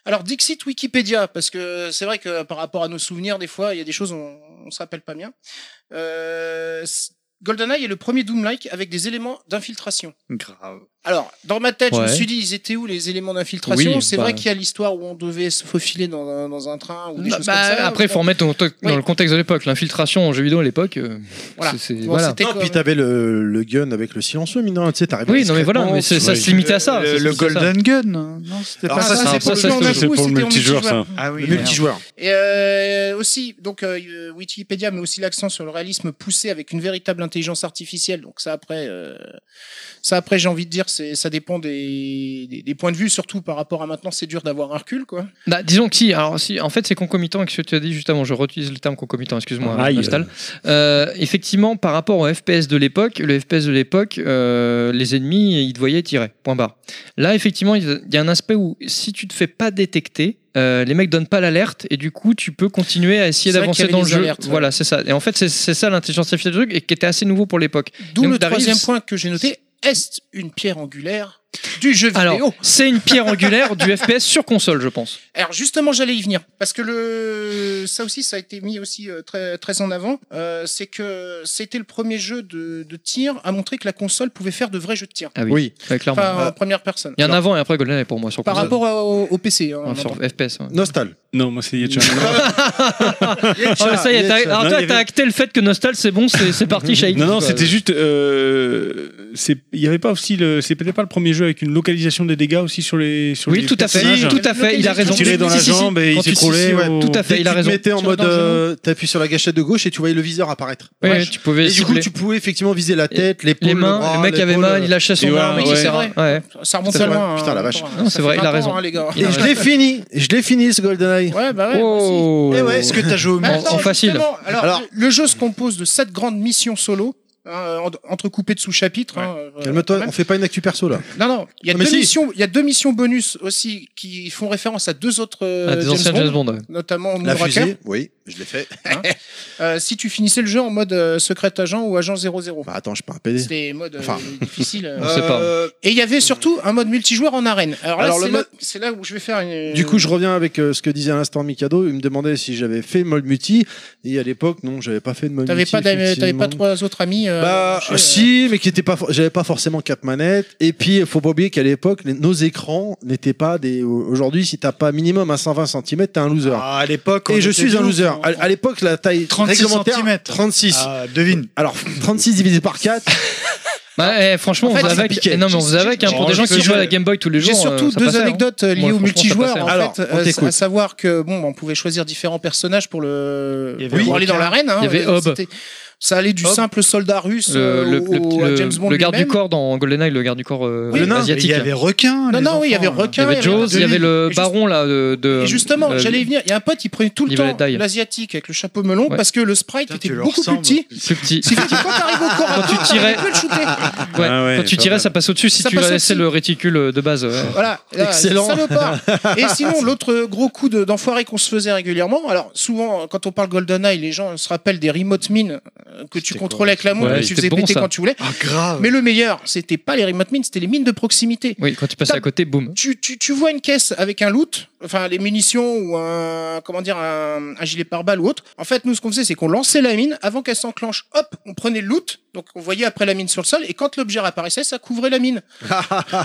S5: Alors Dixit Wikipédia, parce que c'est vrai que euh, par rapport à nos souvenirs, des fois, il y a des choses on, on se rappelle pas bien. Euh, c- GoldenEye est le premier Doom-like avec des éléments d'infiltration.
S8: Grave.
S5: Alors, dans ma tête, je me
S2: Ouais.
S5: suis dit, ils étaient où les éléments d'infiltration
S2: Oui,
S5: C'est
S2: bah-
S5: vrai qu'il y a l'histoire où on devait se faufiler dans un, dans un train ou des
S2: Bah,
S5: choses
S2: bah,
S5: comme ça.
S2: après, il faut
S5: Bon,
S2: remettre dans, dans
S5: Oui.
S2: le contexte de l'époque. L'infiltration en jeu vidéo à l'époque, euh,
S5: Voilà.
S2: c'est- c'est-
S5: bon,
S2: voilà.
S5: c'était
S4: Non,
S5: quoi,
S4: puis t'avais le, le gun avec le silencieux, mais non, tu sais, t'arrivais
S2: Oui, non, mais voilà, mais c'est- ça se limitait à ça. c'est-
S8: Le, le
S2: c'est ça.
S8: Golden Gun. hein. Non, c'était
S4: Alors
S8: pas
S4: ça,
S8: ça.
S2: c'est
S5: pour
S2: ça,
S5: le
S2: c'est-
S5: jeu en
S9: c'est
S5: avou,
S9: pour le
S5: c'était en
S9: multijoueur, ça.
S8: Ah oui,
S4: Le
S8: merde.
S4: multijoueur.
S5: Et euh, aussi, donc euh, Wikipédia met aussi l'accent sur le réalisme poussé avec une véritable intelligence artificielle. Donc ça après, euh, ça après j'ai envie de dire, c'est ça dépend des, des, des points de vue, surtout par rapport à maintenant, c'est dur d'avoir un recul quoi.
S2: Bah, disons que si, alors si, en fait, c'est concomitant avec ce que tu as dit juste avant. Je réutilise le terme concomitant, excuse-moi,
S3: Aïe.
S2: Nostal. Euh, effectivement, par rapport au FPS de l'époque, le FPS de l'époque, euh, les ennemis, ils te voyaient tirer, point barre. Là, effectivement, il y a un aspect où si tu te fais pas détecter, euh, les mecs donnent pas l'alerte et du coup tu peux continuer à essayer
S5: C'est vrai
S2: d'avancer
S5: qu'il y avait
S2: dans le
S5: des
S2: jeu.
S5: alertes, ouais.
S2: Voilà, c'est ça. Et en fait, c'est c'est ça l'intelligence artificielle du truc et qui était assez nouveau pour l'époque.
S5: D'où
S2: Donc,
S5: le
S2: t'arrives-
S5: troisième point que j'ai noté est une pierre angulaire du jeu vidéo.
S2: Alors, c'est une pierre angulaire du FPS sur console, je pense.
S5: Alors justement, j'allais y venir parce que le ça aussi ça a été mis aussi euh, très très en avant. Euh, c'est que c'était le premier jeu de, de tir à montrer que la console pouvait faire de vrais jeux de tir,
S2: Ah oui,
S6: Oui.
S2: Ouais, clairement.
S5: enfin en première personne.
S2: Il y a un avant et après GoldenEye pour moi sur
S5: Par
S2: console.
S5: rapport à- au, au PC. hein, on
S2: Enfin, sur
S5: entend.
S2: FPS. ouais.
S4: Nostal.
S9: Non, moi c'est Yetcha.
S2: Ah, mais ça y est, t'as- alors
S9: Non,
S2: toi,
S9: il y
S2: t'as
S9: avait-
S2: acté le fait que Nostal, c'est bon, c'est c'est parti, Shahid.
S9: Non, non,
S2: quoi.
S9: c'était juste. euh, c'est- Il n'y avait pas aussi. le- C'est peut-être pas le premier jeu avec une localisation des dégâts aussi sur les. Sur
S2: Oui,
S9: les
S2: tout à fait,
S9: personnages.
S2: tout à fait. Il a raison.
S9: Tirer dans la
S2: Si, si, si.
S9: jambe et il
S2: Quand tu-
S9: s'écroulait
S2: si, si, ouais,
S9: ou-
S2: Tout à fait, il a raison.
S4: Tu te mettais en
S2: Tirer
S4: mode.
S2: dans la jambe.
S4: euh, T'appuies sur la gâchette de gauche et tu voyais le viseur apparaître.
S2: Ouais,
S4: Ouais.
S2: tu pouvais
S4: Et du coup,
S2: cibler
S4: tu pouvais effectivement viser la
S2: Et
S4: tête, l'épaule,
S2: les mains.
S4: bras,
S2: le mec avait
S4: l'épaule,
S2: mal,
S4: euh,
S2: il lâchait son
S9: et ouais,
S2: arme,
S9: ouais.
S2: etc.
S5: C'est vrai.
S2: Ouais.
S5: Ça remonte
S4: C'est
S5: seulement.
S4: vrai.
S5: hein,
S4: Putain, la
S5: on
S4: vache.
S5: entend, hein.
S2: Non,
S5: Ça
S2: c'est
S5: fait
S2: vrai, il a
S5: 20 ans,
S2: raison.
S5: hein, les gars.
S2: Il a
S4: Et je l'ai fini. Je l'ai fini ce GoldenEye.
S5: Ouais, bah ouais. moi aussi.
S2: Oh.
S4: Eh ouais,
S8: Est-ce que t'as joué au
S5: Mais
S2: En-
S5: attends,
S2: en facile.
S5: justement, Alors,
S4: Alors-
S5: le, le jeu se compose de sept grandes missions solo. hein, en- entrecoupées de sous-chapitres. hein, euh, quand
S4: Calme-toi,
S5: même.
S4: on fait pas une actu perso là.
S5: Non, non. Il y, a
S4: Ah, mais
S5: deux
S4: si.
S5: missions, il y a deux missions bonus aussi qui font référence à deux autres euh,
S2: Ah, des
S5: James
S2: anciens
S5: Bond,
S2: James Bond. ouais.
S5: notamment
S4: La
S5: Moonraker.
S4: fusée, oui.
S16: Je l'ai fait.
S5: Euh, si tu finissais le jeu en mode euh, secret agent ou agent 00.
S16: Bah, attends, je suis pas un PD.
S5: C'était mode euh,
S16: Enfin.
S5: difficile. euh.
S2: On sait pas.
S16: Euh,
S5: Et il y avait surtout un mode multijoueur en arène. Alors, là,
S4: Alors, le
S5: c'est là-
S4: mode-
S5: c'est là, où je vais faire une.
S4: Du coup, je reviens avec euh, ce que disait à l'instant Mikado. Il me demandait si j'avais fait Mold Muti. Et à l'époque, non, j'avais pas fait de Mold
S5: T'avais
S4: Muti.
S5: pas, d'am- t'avais
S4: effectivement.
S5: pas trois autres amis. euh,
S4: Bah,
S5: dans le jeu, euh.
S4: si, mais qui était pas, for- j'avais pas forcément quatre manettes. Et puis, il faut pas oublier qu'à l'époque, les- nos écrans n'étaient pas des. Aujourd'hui, si t'as pas minimum un 120 cm, t'es un loser.
S8: Ah, à l'époque. on
S4: Et je
S8: était
S4: suis un
S8: lourd,
S4: loser.
S8: on-
S4: À, à l'époque, la taille
S8: 36
S4: réglementaire,
S8: centimètres.
S4: 36.
S8: Ah, devine.
S4: Alors, 36 divisé par 4.
S2: Bah, eh, franchement,
S5: En
S2: on
S5: fait,
S2: faisait
S5: ça
S2: avec.
S4: piquait.
S2: eh, Non, mais on faisait avec. hein,
S5: J'ai-
S2: pour des gens qui
S8: j'ai-
S2: jouent à la Game Boy tous les jours.
S5: J'ai surtout
S2: euh, ça
S5: deux
S2: passait, hein.
S5: anecdotes euh, liées
S2: Moi,
S5: au
S2: franchement, ça
S5: multijoueur.
S2: passait, hein.
S5: en
S4: Alors,
S5: fait,
S4: on
S5: euh,
S4: t'écoute.
S5: à savoir que bon, bah, on pouvait choisir différents personnages pour le
S8: Il y
S5: pour
S8: avait-
S5: aller dans l'arène. hein.
S2: Il y avait
S5: Euh,
S2: Hob.
S5: c'était- Ça allait du
S8: Hob.
S5: simple soldat russe
S2: Le,
S5: euh,
S2: le,
S5: au-
S2: le-
S5: à
S2: le-
S5: James Bond
S2: le garde du
S5: lui-même.
S2: corps hein, dans GoldenEye, le garde du corps euh,
S5: Oui, le nain.
S8: Mais Il
S2: asiatique.
S8: y
S2: là.
S8: avait requin.
S5: Non,
S8: les
S5: non, oui, il y avait
S8: enfants,
S2: Il y
S5: requin.
S2: avait Jaws, il y avait le baron là de. de-
S5: Et justement,
S2: euh,
S5: j'allais y venir. Il y a un pote, il prenait tout le
S2: Il valait
S5: temps
S2: taille.
S5: l'asiatique avec le chapeau melon
S2: Ouais.
S5: parce que le sprite
S8: euh, Putain,
S5: était
S8: tu leur
S5: beaucoup plus
S8: ressembles.
S5: petit.
S2: plus petit.
S5: C'est fait que quand t'arrives au corps à
S2: Quand tu
S5: corps,
S2: tirais-
S5: tu peux le shooter.
S2: Ouais.
S9: Ah ouais,
S2: Quand tu
S9: pas
S2: tirais,
S9: mal.
S2: ça passe au-dessus si
S5: Ça
S2: tu
S5: passe
S2: laissais
S5: au-dessus.
S2: le réticule euh, de base. ouais.
S5: Voilà, là,
S4: Excellent.
S5: salopard. Et sinon, l'autre gros coup de- d'enfoiré qu'on se faisait régulièrement, alors souvent, quand on parle GoldenEye, les gens se rappellent des remote mines euh, que tu contrôlais avec la montre
S2: Ouais,
S5: et tu
S2: c'était
S5: faisais
S2: bon,
S5: péter
S2: ça.
S5: quand tu voulais.
S8: Ah, grave.
S5: Mais le meilleur, c'était pas les remote mines, c'était les mines de proximité.
S2: Oui, quand tu passais à côté, boum.
S5: Tu, tu, tu vois une caisse avec un loot, enfin les munitions ou un comment dire un, un gilet pare-balles ou autre. En fait, nous ce qu'on faisait, c'est qu'on lançait la mine avant qu'elle s'enclenche. Hop, on prenait le loot, donc on voyait après la mine sur le sol et quand l'objet apparaissait, ça couvrait la mine.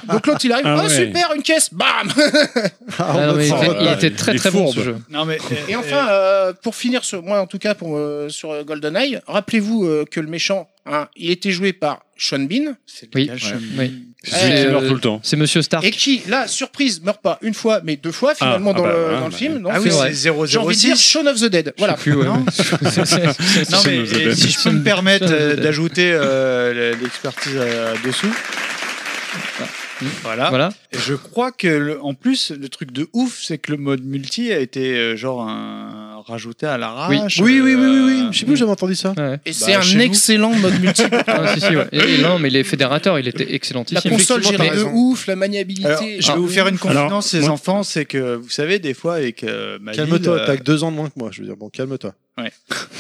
S5: donc l'autre il arrive,
S9: Ah
S5: oh
S9: ouais.
S5: super, une caisse, bam.
S2: Ah, non, mais il,
S9: fort,
S2: était,
S9: là,
S2: il
S9: là,
S2: était
S9: il-
S2: très
S9: il
S2: très bon
S9: fonce.
S2: ce jeu.
S8: Non, mais,
S5: Et enfin, euh, pour finir sur moi, en tout cas pour euh, sur euh, GoldenEye, rappelez-vous euh, que le méchant, hein, il était joué par Sean Bean
S8: euh,
S2: Oui,
S8: lequel, Sean
S2: oui.
S9: C'est celui qui
S2: Euh,
S9: meurt tout le temps.
S2: C'est Monsieur Stark.
S5: et qui, là, surprise, meurt pas une fois mais deux fois finalement
S9: Ah, ah
S5: dans,
S9: bah,
S5: le,
S9: voilà,
S5: dans le
S9: bah,
S5: film. non
S8: ah
S5: C'est-
S8: oui,
S2: vrai.
S8: c'est
S5: J'ai envie de dire
S8: 006.
S5: Shaun of the Dead. Voilà.
S2: Plus, ouais,
S8: Non.
S2: ouais. C'est- c'est- c'est-
S8: Non, mais
S9: Shaun of the
S8: et
S9: Dead.
S8: si je peux me permettre
S2: Shaun of the
S8: euh,
S2: Dead.
S8: d'ajouter euh, l'expertise euh, dessous. Voilà.
S2: Voilà.
S8: Et Je crois que, le- en plus, le truc de ouf, c'est que le mode multi a été euh, genre un- rajouté à l'arrache.
S4: Oui, oui, oui, oui, oui.
S8: euh,
S4: Je sais plus, où j'avais entendu ça.
S2: Ouais.
S5: Et
S8: Bah,
S5: c'est un
S8: chez nous.
S5: excellent mode multi.
S2: Ah, si, si, ouais. Et- et non, mais les fédérateurs, il était
S5: La
S2: excellentissime.
S5: console
S8: effectivement,
S5: gérait
S8: t'as
S5: de
S8: raison.
S5: ouf, la maniabilité.
S8: Alors, je vais
S5: Ah.
S8: vous faire une confidence,
S9: Alors,
S8: les
S9: moi-
S8: enfants, c'est que vous savez, des fois, avec euh, ma
S4: Calme-toi,
S8: ville, euh,
S4: t'as que deux ans de moins que moi. Je veux dire, bon, calme-toi.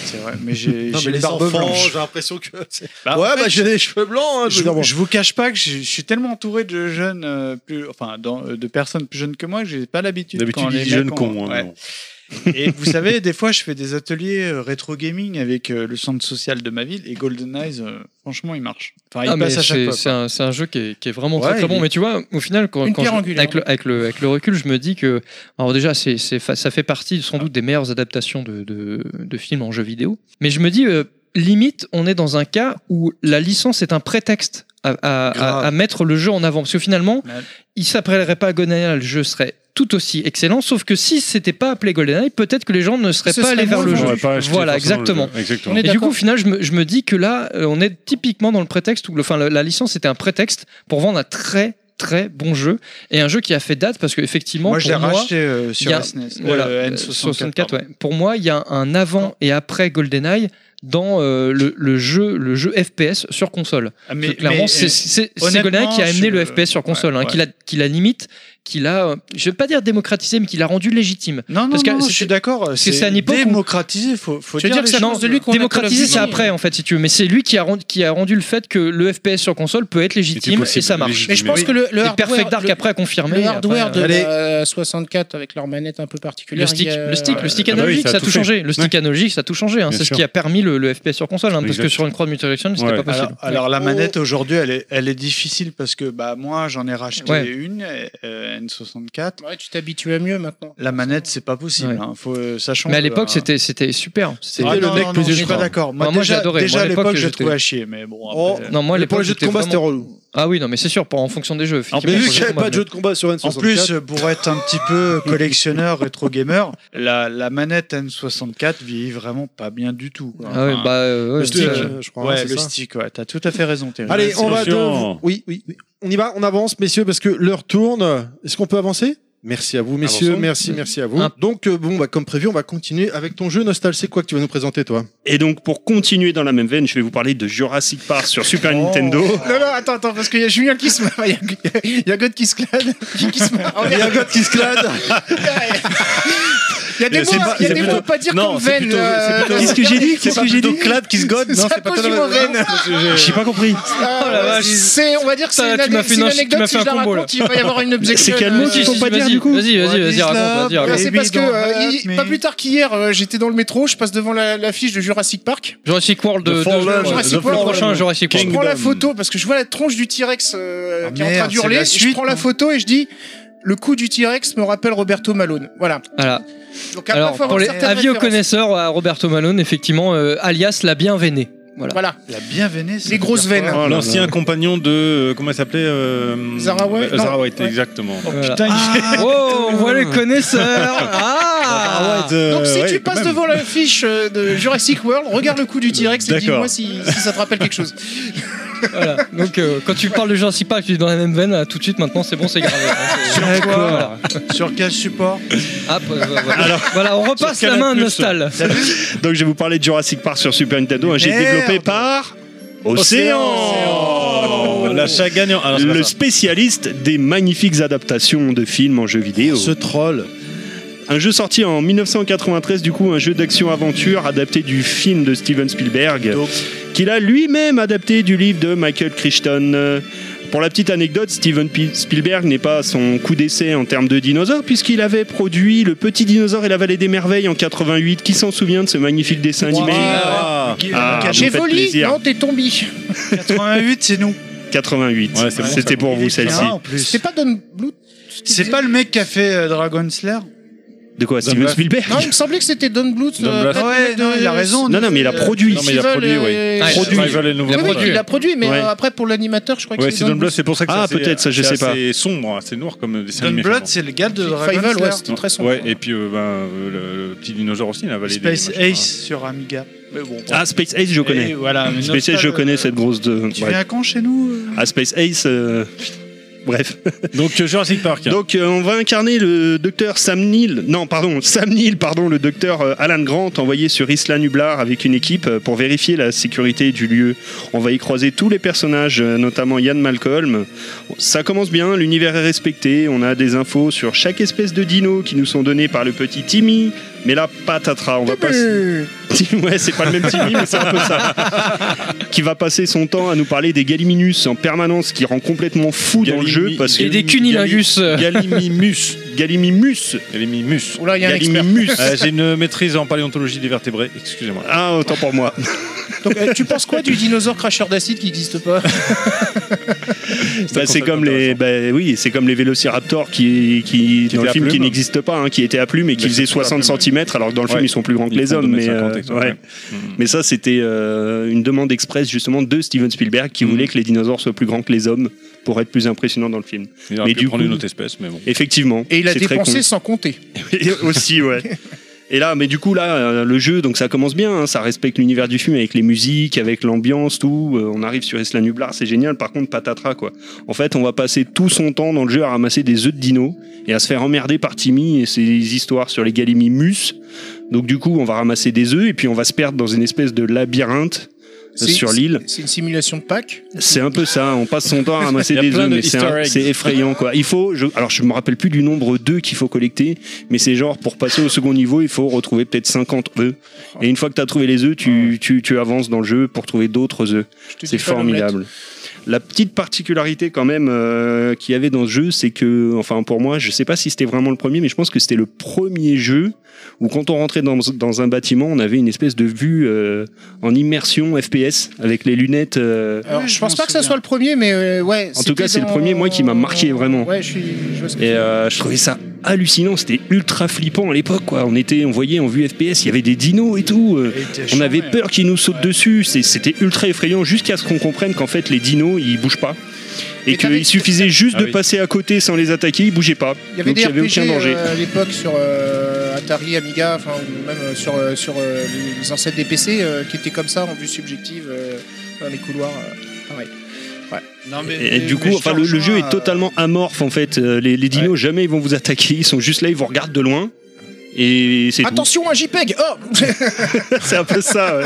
S8: c'est vrai, mais j'ai
S4: Non,
S8: j'ai
S4: mais
S8: une
S4: les
S8: barbe
S4: enfants,
S8: blanche.
S4: j'ai l'impression que. c'est-
S8: Bah,
S4: ouais,
S8: en fait,
S4: bah j'ai des cheveux blancs. hein, je
S8: je,
S4: veux dire, bon.
S8: je vous cache pas que je, je suis tellement entouré de jeunes, euh, plus, enfin, dans- euh, de personnes plus jeunes que moi que j'ai pas l'habitude.
S9: D'habitude,
S8: quand
S9: il
S8: les
S9: dit jeune
S8: mecs
S9: con.
S8: ont-
S9: hein,
S8: ouais.
S9: bon.
S8: Et vous savez, des fois, je fais des ateliers euh, rétro gaming avec euh, le centre social de ma ville et Golden Eyes. euh, franchement, il marche. Enfin, il
S2: Ah, mais
S8: passe à chaque
S2: c'est
S8: fois.
S2: c'est un, c'est un jeu qui est, qui est vraiment
S8: Ouais,
S2: très très
S8: il
S2: bon.
S8: est-
S2: Mais tu vois, au final, quand,
S5: Une
S2: quand
S5: pierre
S2: je-
S5: angulaire.
S2: avec, le, avec, le, avec le recul, je me dis que, alors déjà, c'est c'est fa- ça fait partie
S8: Ah.
S2: sans doute des meilleures adaptations de, de, de films en jeu vidéo. Mais je me dis, euh, limite, on est dans un cas où la licence est un prétexte à, à- à-
S8: Grave.
S2: à mettre le jeu en avant. Parce que finalement,
S8: Ouais.
S2: il s'appellerait pas GoldenEye, le jeu serait tout aussi excellent, sauf que si c'était pas appelé GoldenEye, peut-être que les gens ne seraient
S5: Ce
S2: pas
S5: serait
S2: allés vers
S5: moins
S2: le
S5: vendu.
S2: jeu.
S9: On va pas acheter
S2: Voilà,
S9: forcément le
S2: exactement.
S9: jeu.
S5: On
S9: Exactement.
S5: est
S2: Et du
S5: d'accord.
S2: coup, au final, je me, je me dis que là, euh, on est typiquement dans le prétexte où le, enfin, le- la licence était un prétexte pour vendre un très très bon jeu et un jeu qui a fait date parce que effectivement
S8: Moi, je l'ai
S2: pour moi,
S8: racheté euh, sur
S2: il y a-
S8: la SNES.
S2: voilà,
S8: euh,
S2: euh,
S8: N64.
S2: 64, ouais. Pour moi, il y a un avant et après GoldenEye dans euh, le, le jeu le jeu FPS sur console.
S8: Ah,
S2: Mais, clairement, c'est c'est- c'est
S8: honnêtement,
S2: GoldenEye qui a amené
S8: je-
S2: le FPS sur console,
S8: ouais,
S2: hein,
S8: ouais.
S2: qui la qui la limite, qui l'a euh, je vais pas dire démocratisé, mais qui l'a rendu légitime.
S8: Non, non,
S2: Parce que
S8: non,
S2: c'est-
S8: je suis d'accord.
S2: que c'est à une époque où-
S8: démocratisé. Faut, faut
S5: Tu veux
S8: dire
S5: dire que
S8: les
S5: ça
S8: choses.
S5: change de lui qu'on a
S2: Démocratiser,
S5: Call of
S2: euh, c'est
S5: Duty.
S2: après, en fait, si tu veux. Mais c'est lui qui a rendu, qui a rendu le fait que le FPS sur console peut être légitime et,
S9: possible,
S2: ça marche.
S9: légitime.
S5: Mais je pense
S9: Oui.
S5: que le, le
S2: et
S5: hardware,
S2: Perfect Dark
S5: le,
S2: après a confirmé.
S5: le hardware
S2: après,
S5: de
S2: euh,
S5: la 64 avec leur manette un peu particulière.
S2: le stick,
S5: il y a-
S2: le stick, le stick
S9: Ah bah oui,
S2: analogique,
S9: ça a
S2: ça a
S9: tout
S2: tout
S9: fait.
S2: changé. Le stick analogique, ça a tout changé. hein.
S9: Bien
S2: C'est ce
S9: sûr.
S2: qui a permis le, le FPS sur console, hein, parce que
S9: Exact.
S2: sur une Croix Mutation, c'était
S9: Ouais.
S2: pas possible.
S8: Alors, alors, la manette aujourd'hui, elle est, elle est difficile parce que bah, moi, j'en ai racheté
S2: Ouais.
S8: une, euh, N64.
S5: Ouais, tu t'habitues à mieux maintenant.
S8: La manette, c'est pas possible.
S2: Ouais.
S8: hein. Faut, euh, ça change.
S2: Mais à l'époque,
S8: hein.
S2: c'était, c'était super.
S8: Ah,
S4: le
S8: non,
S4: mec
S8: non,
S4: plus
S8: non, Je suis
S2: ultra.
S8: pas d'accord. Moi,
S2: Moi, moi,
S8: déjà,
S2: j'adorais.
S8: déjà
S2: Moi,
S8: à
S2: à l'époque,
S8: l'époque, je
S2: j'étais-
S8: trouvais à chier. Mais bon,
S4: Oh,
S8: après,
S2: Non, moi, à
S4: Mais pour
S2: l'époque,
S4: les jeux de
S2: j'étais
S4: combat, c'était
S2: vraiment-
S4: relou.
S2: Ah oui, non, mais c'est sûr, pour, en euh, fonction des jeux.
S4: Mais
S2: effectivement,
S4: vu
S2: pour
S4: qu'il n'y
S2: les
S4: avait pas de
S2: jeux
S4: jeu de combat sur N64.
S8: En plus, euh, pour être un petit peu collectionneur, rétro gamer, la, la manette N64 vieillit vraiment pas bien du tout. quoi.
S2: Ah ouais,
S8: Enfin,
S2: bah, euh, ouais,
S8: le stick,
S2: euh,
S4: je crois. hein,
S8: ouais,
S4: c'est
S8: le
S4: ça.
S8: stick, ouais, t'as tout à fait raison, Thierry.
S4: Allez, on va.
S9: Attention.
S4: dev- Oui, oui, oui. On y va, on avance, messieurs, parce que l'heure tourne. Est-ce qu'on peut avancer Merci à vous, messieurs.
S9: Avançons.
S4: Merci, merci à vous.
S2: Un-
S4: Donc, euh, bon, bah, comme prévu, on va continuer avec ton jeu Nostal. C'est quoi que tu vas nous présenter, toi
S10: Et donc, pour continuer dans la même veine, je vais vous parler de Jurassic Park sur Super
S5: Oh.
S10: Nintendo.
S5: Non, non, attends, attends, parce qu'il y a Julien qui se marre, il y a- il y a God qui se clade, qui, qui se marre.
S4: Il y a un god qui se clade.
S5: Il y a des mots,
S9: C'est
S5: il y a des
S9: c'est
S5: mots
S9: plutôt-
S5: à pas dire
S9: non,
S5: comme
S9: c'est
S5: veine.
S9: plutôt- c'est plutôt-
S5: Qu'est-ce que j'ai dit
S9: C'est pas plutôt clap qui se gode
S5: C'est
S9: Non,
S5: à
S9: c'est pas
S5: cause
S9: toi
S5: du
S9: la-
S5: mot reine.
S9: J'ai pas compris.
S5: Ah,
S2: Oh la vache.
S5: C'est, on va dire que
S2: Ça,
S5: c'est une,
S2: tu
S5: ane-
S2: m'as fait
S5: c'est une
S2: une- tu
S5: anecdote.
S2: m'as
S5: Si
S2: fait
S5: je
S2: un
S5: la
S2: combo, là.
S5: raconte, il va y avoir une objection.
S9: c'est quel
S2: Ah,
S9: mot
S5: euh,
S9: qu'il faut pas dire,
S2: vas-y,
S9: du coup
S2: Vas-y, vas-y, vas-y, raconte, vas-y,
S5: Ah,
S2: raconte.
S5: c'est parce que euh, il-
S8: mais-
S5: pas plus tard qu'hier, euh, j'étais dans le métro, je passe devant la, la fiche de Jurassic Park.
S2: Jurassic World de,
S9: The
S2: de-
S9: Fallen,
S5: Jurassic
S2: le
S5: World.
S2: prochain Jurassic
S5: Je
S2: World.
S5: prends la photo parce que je vois la tronche du T-Rex euh,
S8: Ah,
S5: qui est en train
S8: merde, c'est
S5: d'hurler.
S8: la
S5: et Je
S8: suite,
S5: prends la
S8: non
S5: photo et je dis le coup du T-Rex me rappelle Roberto Malone. Voilà.
S2: Voilà.
S5: Donc après,
S2: Alors,
S5: faut avoir
S2: pour les
S5: certaines
S2: avis aux
S5: références.
S2: connaisseurs, à Roberto Malone, effectivement, euh, alias la bien veinée. Voilà.
S5: Voilà.
S8: La bienvenue. ça
S5: Les
S8: veut
S5: grosses
S8: dire
S5: veines.
S8: quoi
S9: Oh, L'ancien compagnon de. euh, comment elle s'appelait euh,
S5: Zara White,
S9: euh,
S5: non.
S9: Zara White,
S5: Ouais.
S9: exactement.
S2: Voilà.
S8: Putain,
S2: Oh, on voit les connaisseurs. Ah
S9: euh,
S5: Donc si
S8: Euh,
S5: tu passes
S9: devant
S5: devant la fiche euh, de Jurassic World, regarde le coup du T-Rex et
S9: D'accord.
S5: dis-moi si, si ça te rappelle quelque chose.
S2: Voilà. Donc euh, quand tu parles de Jurassic Park, tu es dans la même veine. là, Tout de suite, maintenant, c'est bon, c'est grave.
S8: Sur quoi Sur quel support
S2: Ah, bah, bah, voilà. voilà, on repasse la
S9: Canal+.
S2: main à Nostal.
S10: Donc je vais vous parler de Jurassic Park sur Super Nintendo. hein, J'ai
S8: Merde.
S10: développé par Océan.
S9: La chatte gagnant. Alors, c'est pas
S10: Le
S9: ça.
S10: spécialiste des magnifiques adaptations de films en jeux vidéo.
S4: Ce troll.
S10: Un jeu sorti en 1993, du coup, un jeu d'action-aventure adapté du film de Steven Spielberg,
S4: Donc.
S10: qu'il a lui-même adapté du livre de Michael Crichton. Euh, Pour la petite anecdote, Steven P- Spielberg n'est pas à son coup d'essai en termes de dinosaures, puisqu'il avait produit Le Petit Dinosaure et la Vallée des Merveilles en 88. Qui s'en souvient de ce magnifique dessin animé
S9: Ah,
S10: Ah, vous
S5: J'ai
S10: me faites
S5: volé,
S10: plaisir.
S5: non, t'es tombé.
S8: Ah, 88, c'est nous.
S10: 88.
S9: Ouais, c'est bon,
S10: C'était pour vous celle-ci.
S8: Ah, en plus.
S5: C'est pas Don Bluth
S8: C'est pas le mec qui a fait euh, Dragon Slayer
S10: De quoi
S9: Don
S10: Steven
S9: Bluth.
S10: Spielberg
S5: Non, il me semblait que c'était Don Bluth.
S9: Don Bluth.
S5: peut-être
S8: Ouais,
S5: de-
S8: non, il a raison.
S10: Non, non, mais il a produit.
S9: Non, mais il a
S5: Steven,
S9: produit, oui.
S5: euh,
S2: Ah, il a
S9: Produit.
S2: produit.
S9: Rival et Nouveau
S5: Oui, oui,
S9: Monde.
S5: il a produit, mais
S10: Ouais.
S5: euh, après pour l'animateur, je crois
S9: Ouais,
S5: que c'est
S9: c'est
S5: Don
S9: Don Blood,
S5: Bluth.
S9: c'est pour ça que
S10: Ah,
S9: c'est assez-
S10: peut-être, ça, je
S9: c'est
S10: sais pas.
S9: assez sombre, hein, c'est noir comme dessin
S8: Don
S9: animé.
S8: Blood, c'est le gars de Dragon
S5: Five ouais,
S8: Slayer.
S5: c'était très sombre.
S9: Ouais, et puis euh, ben, euh, le, le petit dinosaure aussi, la vallée
S8: Space
S9: des machins,
S8: Ace sur Amiga. Mais bon.
S10: Ah, Space Ace, je connais.
S8: Et voilà, Eh mais
S10: Space Ace,
S8: Nostal,
S10: je connais cette grosse de.
S8: Tu
S10: ouais.
S8: viens quand chez nous euh
S10: Ah, Space Ace. euh, Bref.
S9: hein. Donc euh, Jurassic Park.
S10: Donc euh, on va incarner le docteur Sam Neill, non pardon, Sam Neill, pardon, le docteur euh, Alan Grant envoyé sur Isla Nublar avec une équipe euh, pour vérifier la sécurité du lieu. On va y croiser tous les personnages, euh, notamment Ian Malcolm. Ça commence bien, l'univers est respecté, on a des infos sur chaque espèce de dino qui nous sont données par le petit Timmy, mais là patatras, on va pas... Ouais, c'est pas le même Timmy, mais c'est un peu ça. Qui va passer son temps à nous parler des Galiminus en permanence, qui rend complètement fou dans le jeu
S9: Galimi-
S10: parce que...
S2: Et des cunilingus. euh,
S9: Gallimimus.
S10: Gallimimus.
S9: Gallimimus.
S5: Oula, il y a un expert.
S10: Gallimimus.
S9: Euh, J'ai une maîtrise en paléontologie des vertébrés, excusez-moi.
S10: Ah, autant pour moi.
S5: Donc, euh, tu penses quoi du dinosaure cracheur d'acide qui n'existe pas
S10: Bah, c'est
S9: concept
S10: comme les, bah, oui, c'est comme les vélociraptors qui, qui,
S9: hein. Qui
S10: dans le
S9: étaient à
S10: film qui
S9: plumes.
S10: n'existent pas, hein, qui étaient à plumes et qui
S9: Mais
S10: faisaient
S9: c'est pas à
S10: 60
S9: plumes, ouais.
S10: cm, alors que dans le film
S9: Ouais.
S10: ils sont plus grands que
S9: Ils
S10: les
S9: font
S10: hommes. Mais,
S9: 2m50,
S10: euh,
S9: exactement.
S10: ouais. mais ça, c'était euh, une demande express justement de Steven Spielberg qui
S9: Mhm.
S10: voulait que les dinosaures soient plus grands que les hommes pour être plus impressionnants dans le film.
S9: Il aurait
S10: Mais
S9: pu
S10: du
S9: prendre
S10: coup-
S9: une autre espèce, mais bon.
S10: Effectivement.
S5: Et il a
S10: c'est très
S5: dépensé sans compter.
S10: Et aussi, ouais. Et là, mais du coup, là, euh, le jeu, donc ça commence bien, hein, ça respecte l'univers du film avec les musiques, avec l'ambiance, tout. euh, on arrive sur Isla Nublar, c'est génial. Par contre, patatras, quoi. En fait, on va passer tout son temps dans le jeu à ramasser des œufs de dinos et à se faire emmerder par Timmy et ses histoires sur les Gallimimus. Donc, du coup, on va ramasser des œufs et puis on va se perdre dans une espèce de labyrinthe euh,
S5: C'est-
S10: sur l'île.
S5: C'est une simulation de Pâques.
S10: C'est un peu ça, on passe son temps à ramasser
S9: Il y a
S10: des
S9: plein
S10: œufs,
S9: de
S10: mais c'est,
S9: easter
S10: un-
S9: eggs.
S10: c'est effrayant quoi. Il faut, je, alors je me rappelle plus du nombre d'œufs qu'il faut collecter, mais c'est genre pour passer au second niveau, il faut retrouver peut-être 50 œufs. Et une fois que tu as trouvé les œufs, tu, tu, tu avances dans le jeu pour trouver d'autres œufs.
S5: Je te
S10: C'est
S5: dis pas l'omelette.
S10: formidable. La petite particularité quand même euh, qu'il y avait dans ce jeu, c'est que, enfin pour moi, je sais pas si c'était vraiment le premier, mais je pense que c'était le premier jeu où quand on rentrait dans, dans un bâtiment, on avait une espèce de vue euh, en immersion FPS avec les lunettes. euh,
S5: Alors,
S8: Ouais,
S5: Ah, je
S8: je
S5: pense
S8: m'en
S5: pas que ça
S8: souviens.
S5: soit le premier, mais euh, ouais.
S10: En tout cas,
S5: c'était
S10: c'est le
S5: dans-
S10: premier, moi, qui m'a marqué, vraiment.
S5: Ouais, je suis. je vois ce que
S10: Et
S5: tu veux
S10: euh, je trouvais ça hallucinant, c'était ultra flippant à l'époque quoi. On était, on voyait en vue FPS, il y avait des dinos et tout. euh,
S8: Et t'es
S10: on
S8: charmé,
S10: avait
S8: hein.
S10: peur qu'ils nous sautent
S8: Ouais.
S10: dessus. C'est- C'était ultra effrayant jusqu'à ce qu'on comprenne qu'en fait les dinos ils bougent pas. Et
S5: Mais t'avais-
S10: qu'il suffisait juste
S9: Ah
S10: de
S9: oui.
S10: passer à côté sans les attaquer, ils bougeaient pas.
S5: Il y avait
S10: Donc il y avait
S5: des
S10: aucun
S5: RPG
S10: danger.
S5: euh, à l'époque sur euh, Atari, Amiga, enfin ou même euh, sur euh, sur euh, les- les ancêtres des PC euh, qui étaient comme ça en vue subjective euh, dans les couloirs. euh.
S8: Non, mais-
S10: Et,
S8: mais-
S10: du coup,
S8: euh mais je
S10: enfin,
S8: te
S10: le, le jeu
S8: rejoins, euh,
S10: est totalement amorphe en fait. Euh, Les, les dinos jamais ils vont vous attaquer, ils sont juste là, ils vous regardent de loin. Et c'est tout.
S5: Attention un JPEG. Oh,
S10: c'est un peu ça. ouais.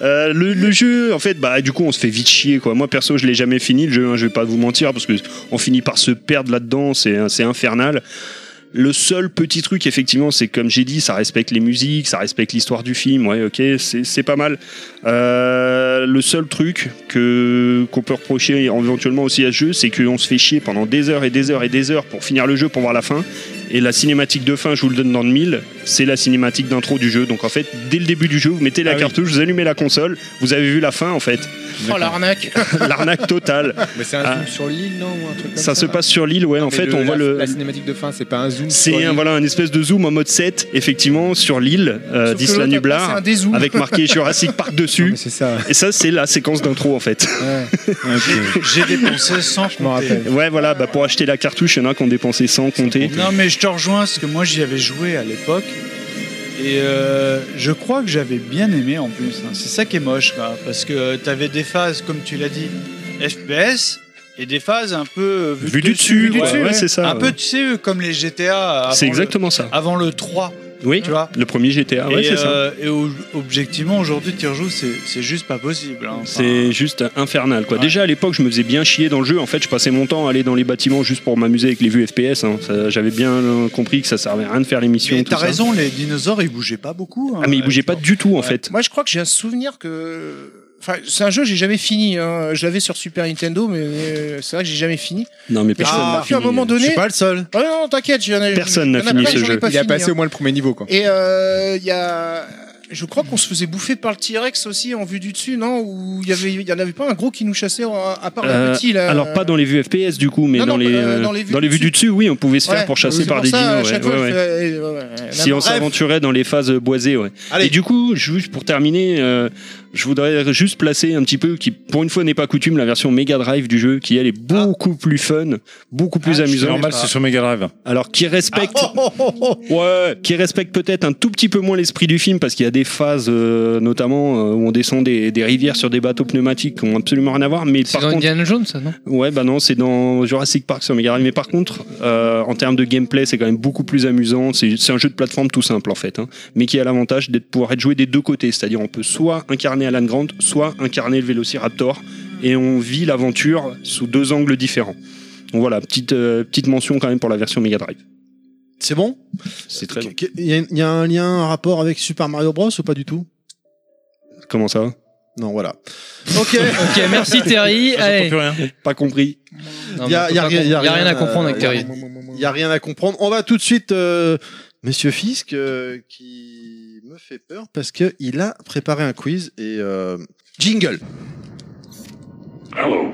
S10: Euh, le, le jeu, en fait, bah du coup, on se fait vite chier quoi. Moi perso, je l'ai jamais fini le jeu. hein, je vais pas vous mentir parce que on finit par se perdre là-dedans. C'est c'est hein, infernal. Le seul petit truc, effectivement, c'est que, comme j'ai dit, ça respecte les musiques, ça respecte l'histoire du film. Ouais, ok, c'est c'est pas mal. Euh, le seul truc que qu'on peut reprocher éventuellement aussi à ce jeu, c'est qu'on se fait chier pendant des heures et des heures et des heures pour finir le jeu, pour voir la fin. Et la cinématique de fin, je vous le donne dans le mille, c'est la cinématique d'intro du jeu. Donc en fait, dès le début du jeu, vous mettez la cartouche, vous allumez la console, vous avez vu la fin en fait.
S5: Oh l'arnaque
S10: Euh, L'arnaque totale.
S6: Mais c'est un
S10: Ah.
S6: zoom sur l'île, non ou un truc comme
S10: Ça se passe sur l'île, ouais.
S6: Non,
S10: en
S6: mais
S10: fait,
S6: le-
S10: on
S6: la-
S10: voit le.
S6: La cinématique de fin, c'est pas un zoom. sur
S10: C'est un,
S6: l'île.
S10: voilà, un espèce de zoom en mode 7, effectivement, sur l'île euh,
S5: Sauf que
S10: d'Isla
S5: l'autre, après, C'est
S10: Nublar,
S5: un dézoom.
S10: avec marqué Jurassic Park
S6: Non,
S10: dessus.
S6: mais C'est ça.
S10: Et ça, c'est la séquence d'intro, en fait.
S8: J'ai dépensé 100
S6: Je m'en rappelle.
S10: Ouais, voilà, bah, pour acheter la cartouche, il y en a qui ont dépensé 100, compter.
S8: Non, mais je te rejoins parce que moi j'y avais joué à l'époque. Et euh, je crois que j'avais bien aimé en plus. hein. C'est ça qui est moche, quoi, parce que euh, t'avais des phases, comme tu l'as dit, FPS et des phases un peu euh,
S10: Vu du dessus,
S8: vue
S10: ouais, ouais, c'est ça.
S8: un
S10: ouais.
S8: peu, tu sais, euh, comme les GTA. avant
S10: C'est
S8: le-
S10: exactement ça.
S8: Avant le 3,
S10: Oui,
S8: tu vois.
S10: le premier GTA, ouais,
S8: et,
S10: c'est ça.
S8: euh, et au- objectivement, aujourd'hui, tu y rejoues, c'est c'est juste pas possible. hein. Enfin,
S10: C'est juste infernal quoi.
S8: Ouais.
S10: Déjà à l'époque, je me faisais bien chier dans le jeu. En fait, je passais mon temps à aller dans les bâtiments juste pour m'amuser avec les vues FPS. hein. Ça, J'avais bien euh, compris que ça servait à rien de faire l'émission.
S8: Mais
S10: tout
S8: t'as
S10: ça.
S8: raison, les dinosaures, ils bougeaient pas beaucoup. hein.
S10: Ah, mais il bougeait pas du tout en
S8: Ouais.
S10: fait.
S5: Moi, je crois que j'ai un souvenir que. Enfin, c'est un jeu que j'ai jamais fini. Hein. Je l'avais sur Super Nintendo, mais euh, c'est vrai que j'ai jamais fini.
S10: Non, mais
S5: Mais je
S10: personne
S5: crois
S10: n'a
S5: qu'à Ah, un
S10: fini. euh, hein.
S5: moment
S4: Je
S5: donné.
S4: suis pas le seul.
S5: Ah non, non, t'inquiète, j'en ai-
S10: Personne n'a
S5: il y en a
S10: fini
S5: plein
S10: ce
S5: que j'en ai
S10: jeu.
S5: pas
S6: Il a
S5: fini,
S6: passé
S5: hein.
S6: au moins le premier niveau, quoi.
S5: Et euh, il y a. Je crois qu'on se faisait bouffer par le T-Rex aussi en vue du dessus, non Où il y avait, il y en avait pas un gros qui nous chassait en- à part
S10: Euh,
S5: le petit là.
S10: Alors pas dans les vues FPS du coup, mais
S5: Non,
S10: dans,
S5: non,
S10: les,
S5: euh,
S10: euh,
S5: dans les vues
S10: dans les
S5: du
S10: vues du dessus, oui, on pouvait se
S5: Ouais.
S10: faire pour chasser
S5: C'est
S10: par
S5: pour
S10: des
S5: ça, à
S10: dinos. ouais,
S5: chaque fois,
S10: ouais,
S5: je
S10: ouais.
S5: fais, euh, ouais, ouais,
S10: Si on
S5: n'importe-
S10: s'aventurait dans les phases boisées, ouais.
S4: Allez.
S10: Et du coup, juste pour terminer, euh, je voudrais juste placer un petit peu, qui pour une fois n'est pas coutume, la version Mega Drive du jeu, qui elle est beaucoup plus fun, beaucoup plus
S9: Ah, C'est
S10: amusante. Ah.
S9: normal, c'est sur Mega Drive.
S10: Alors qui respecte, ouais, qui respecte peut-être un tout petit peu moins l'esprit du film parce qu'il y a des phases, euh, notamment euh, où on descend des, des rivières sur des bateaux pneumatiques qui ont absolument rien à voir. Mais
S2: C'est
S10: par
S2: dans
S10: contre,
S2: Indiana Jones, ça, non
S10: Ouais, bah non, c'est dans Jurassic Park sur Mega Drive. Mais par contre, euh, en termes de gameplay, c'est quand même beaucoup plus amusant. C'est c'est un jeu de plateforme tout simple en fait, hein, mais qui a l'avantage d'être pouvoir être joué des deux côtés. C'est-à-dire, on peut soit incarner Alan Grant, soit incarner le Vélociraptor, et on vit l'aventure sous deux angles différents. Donc voilà, petite euh, petite mention quand même pour la version Mega Drive.
S4: C'est bon
S10: C'est très bon.
S4: Il y, a- il y a un lien, un rapport avec Super Mario Bros ou pas du tout
S10: Comment ça
S4: Non, voilà. Ok.
S2: Ok, merci Terry. Allez.
S10: Pas compris.
S2: Non,
S4: Y a-
S2: mais on
S4: y a
S2: peut
S4: rien-
S2: pas-
S4: y a
S2: y a rien à
S4: rien,
S2: comprendre
S4: euh,
S2: avec
S4: y a
S2: Terry.
S4: Il n'y a rien à comprendre. On va tout de suite, euh, Monsieur Fisk, euh, qui me fait peur parce que il a préparé un quiz et euh, jingle.
S7: Hello.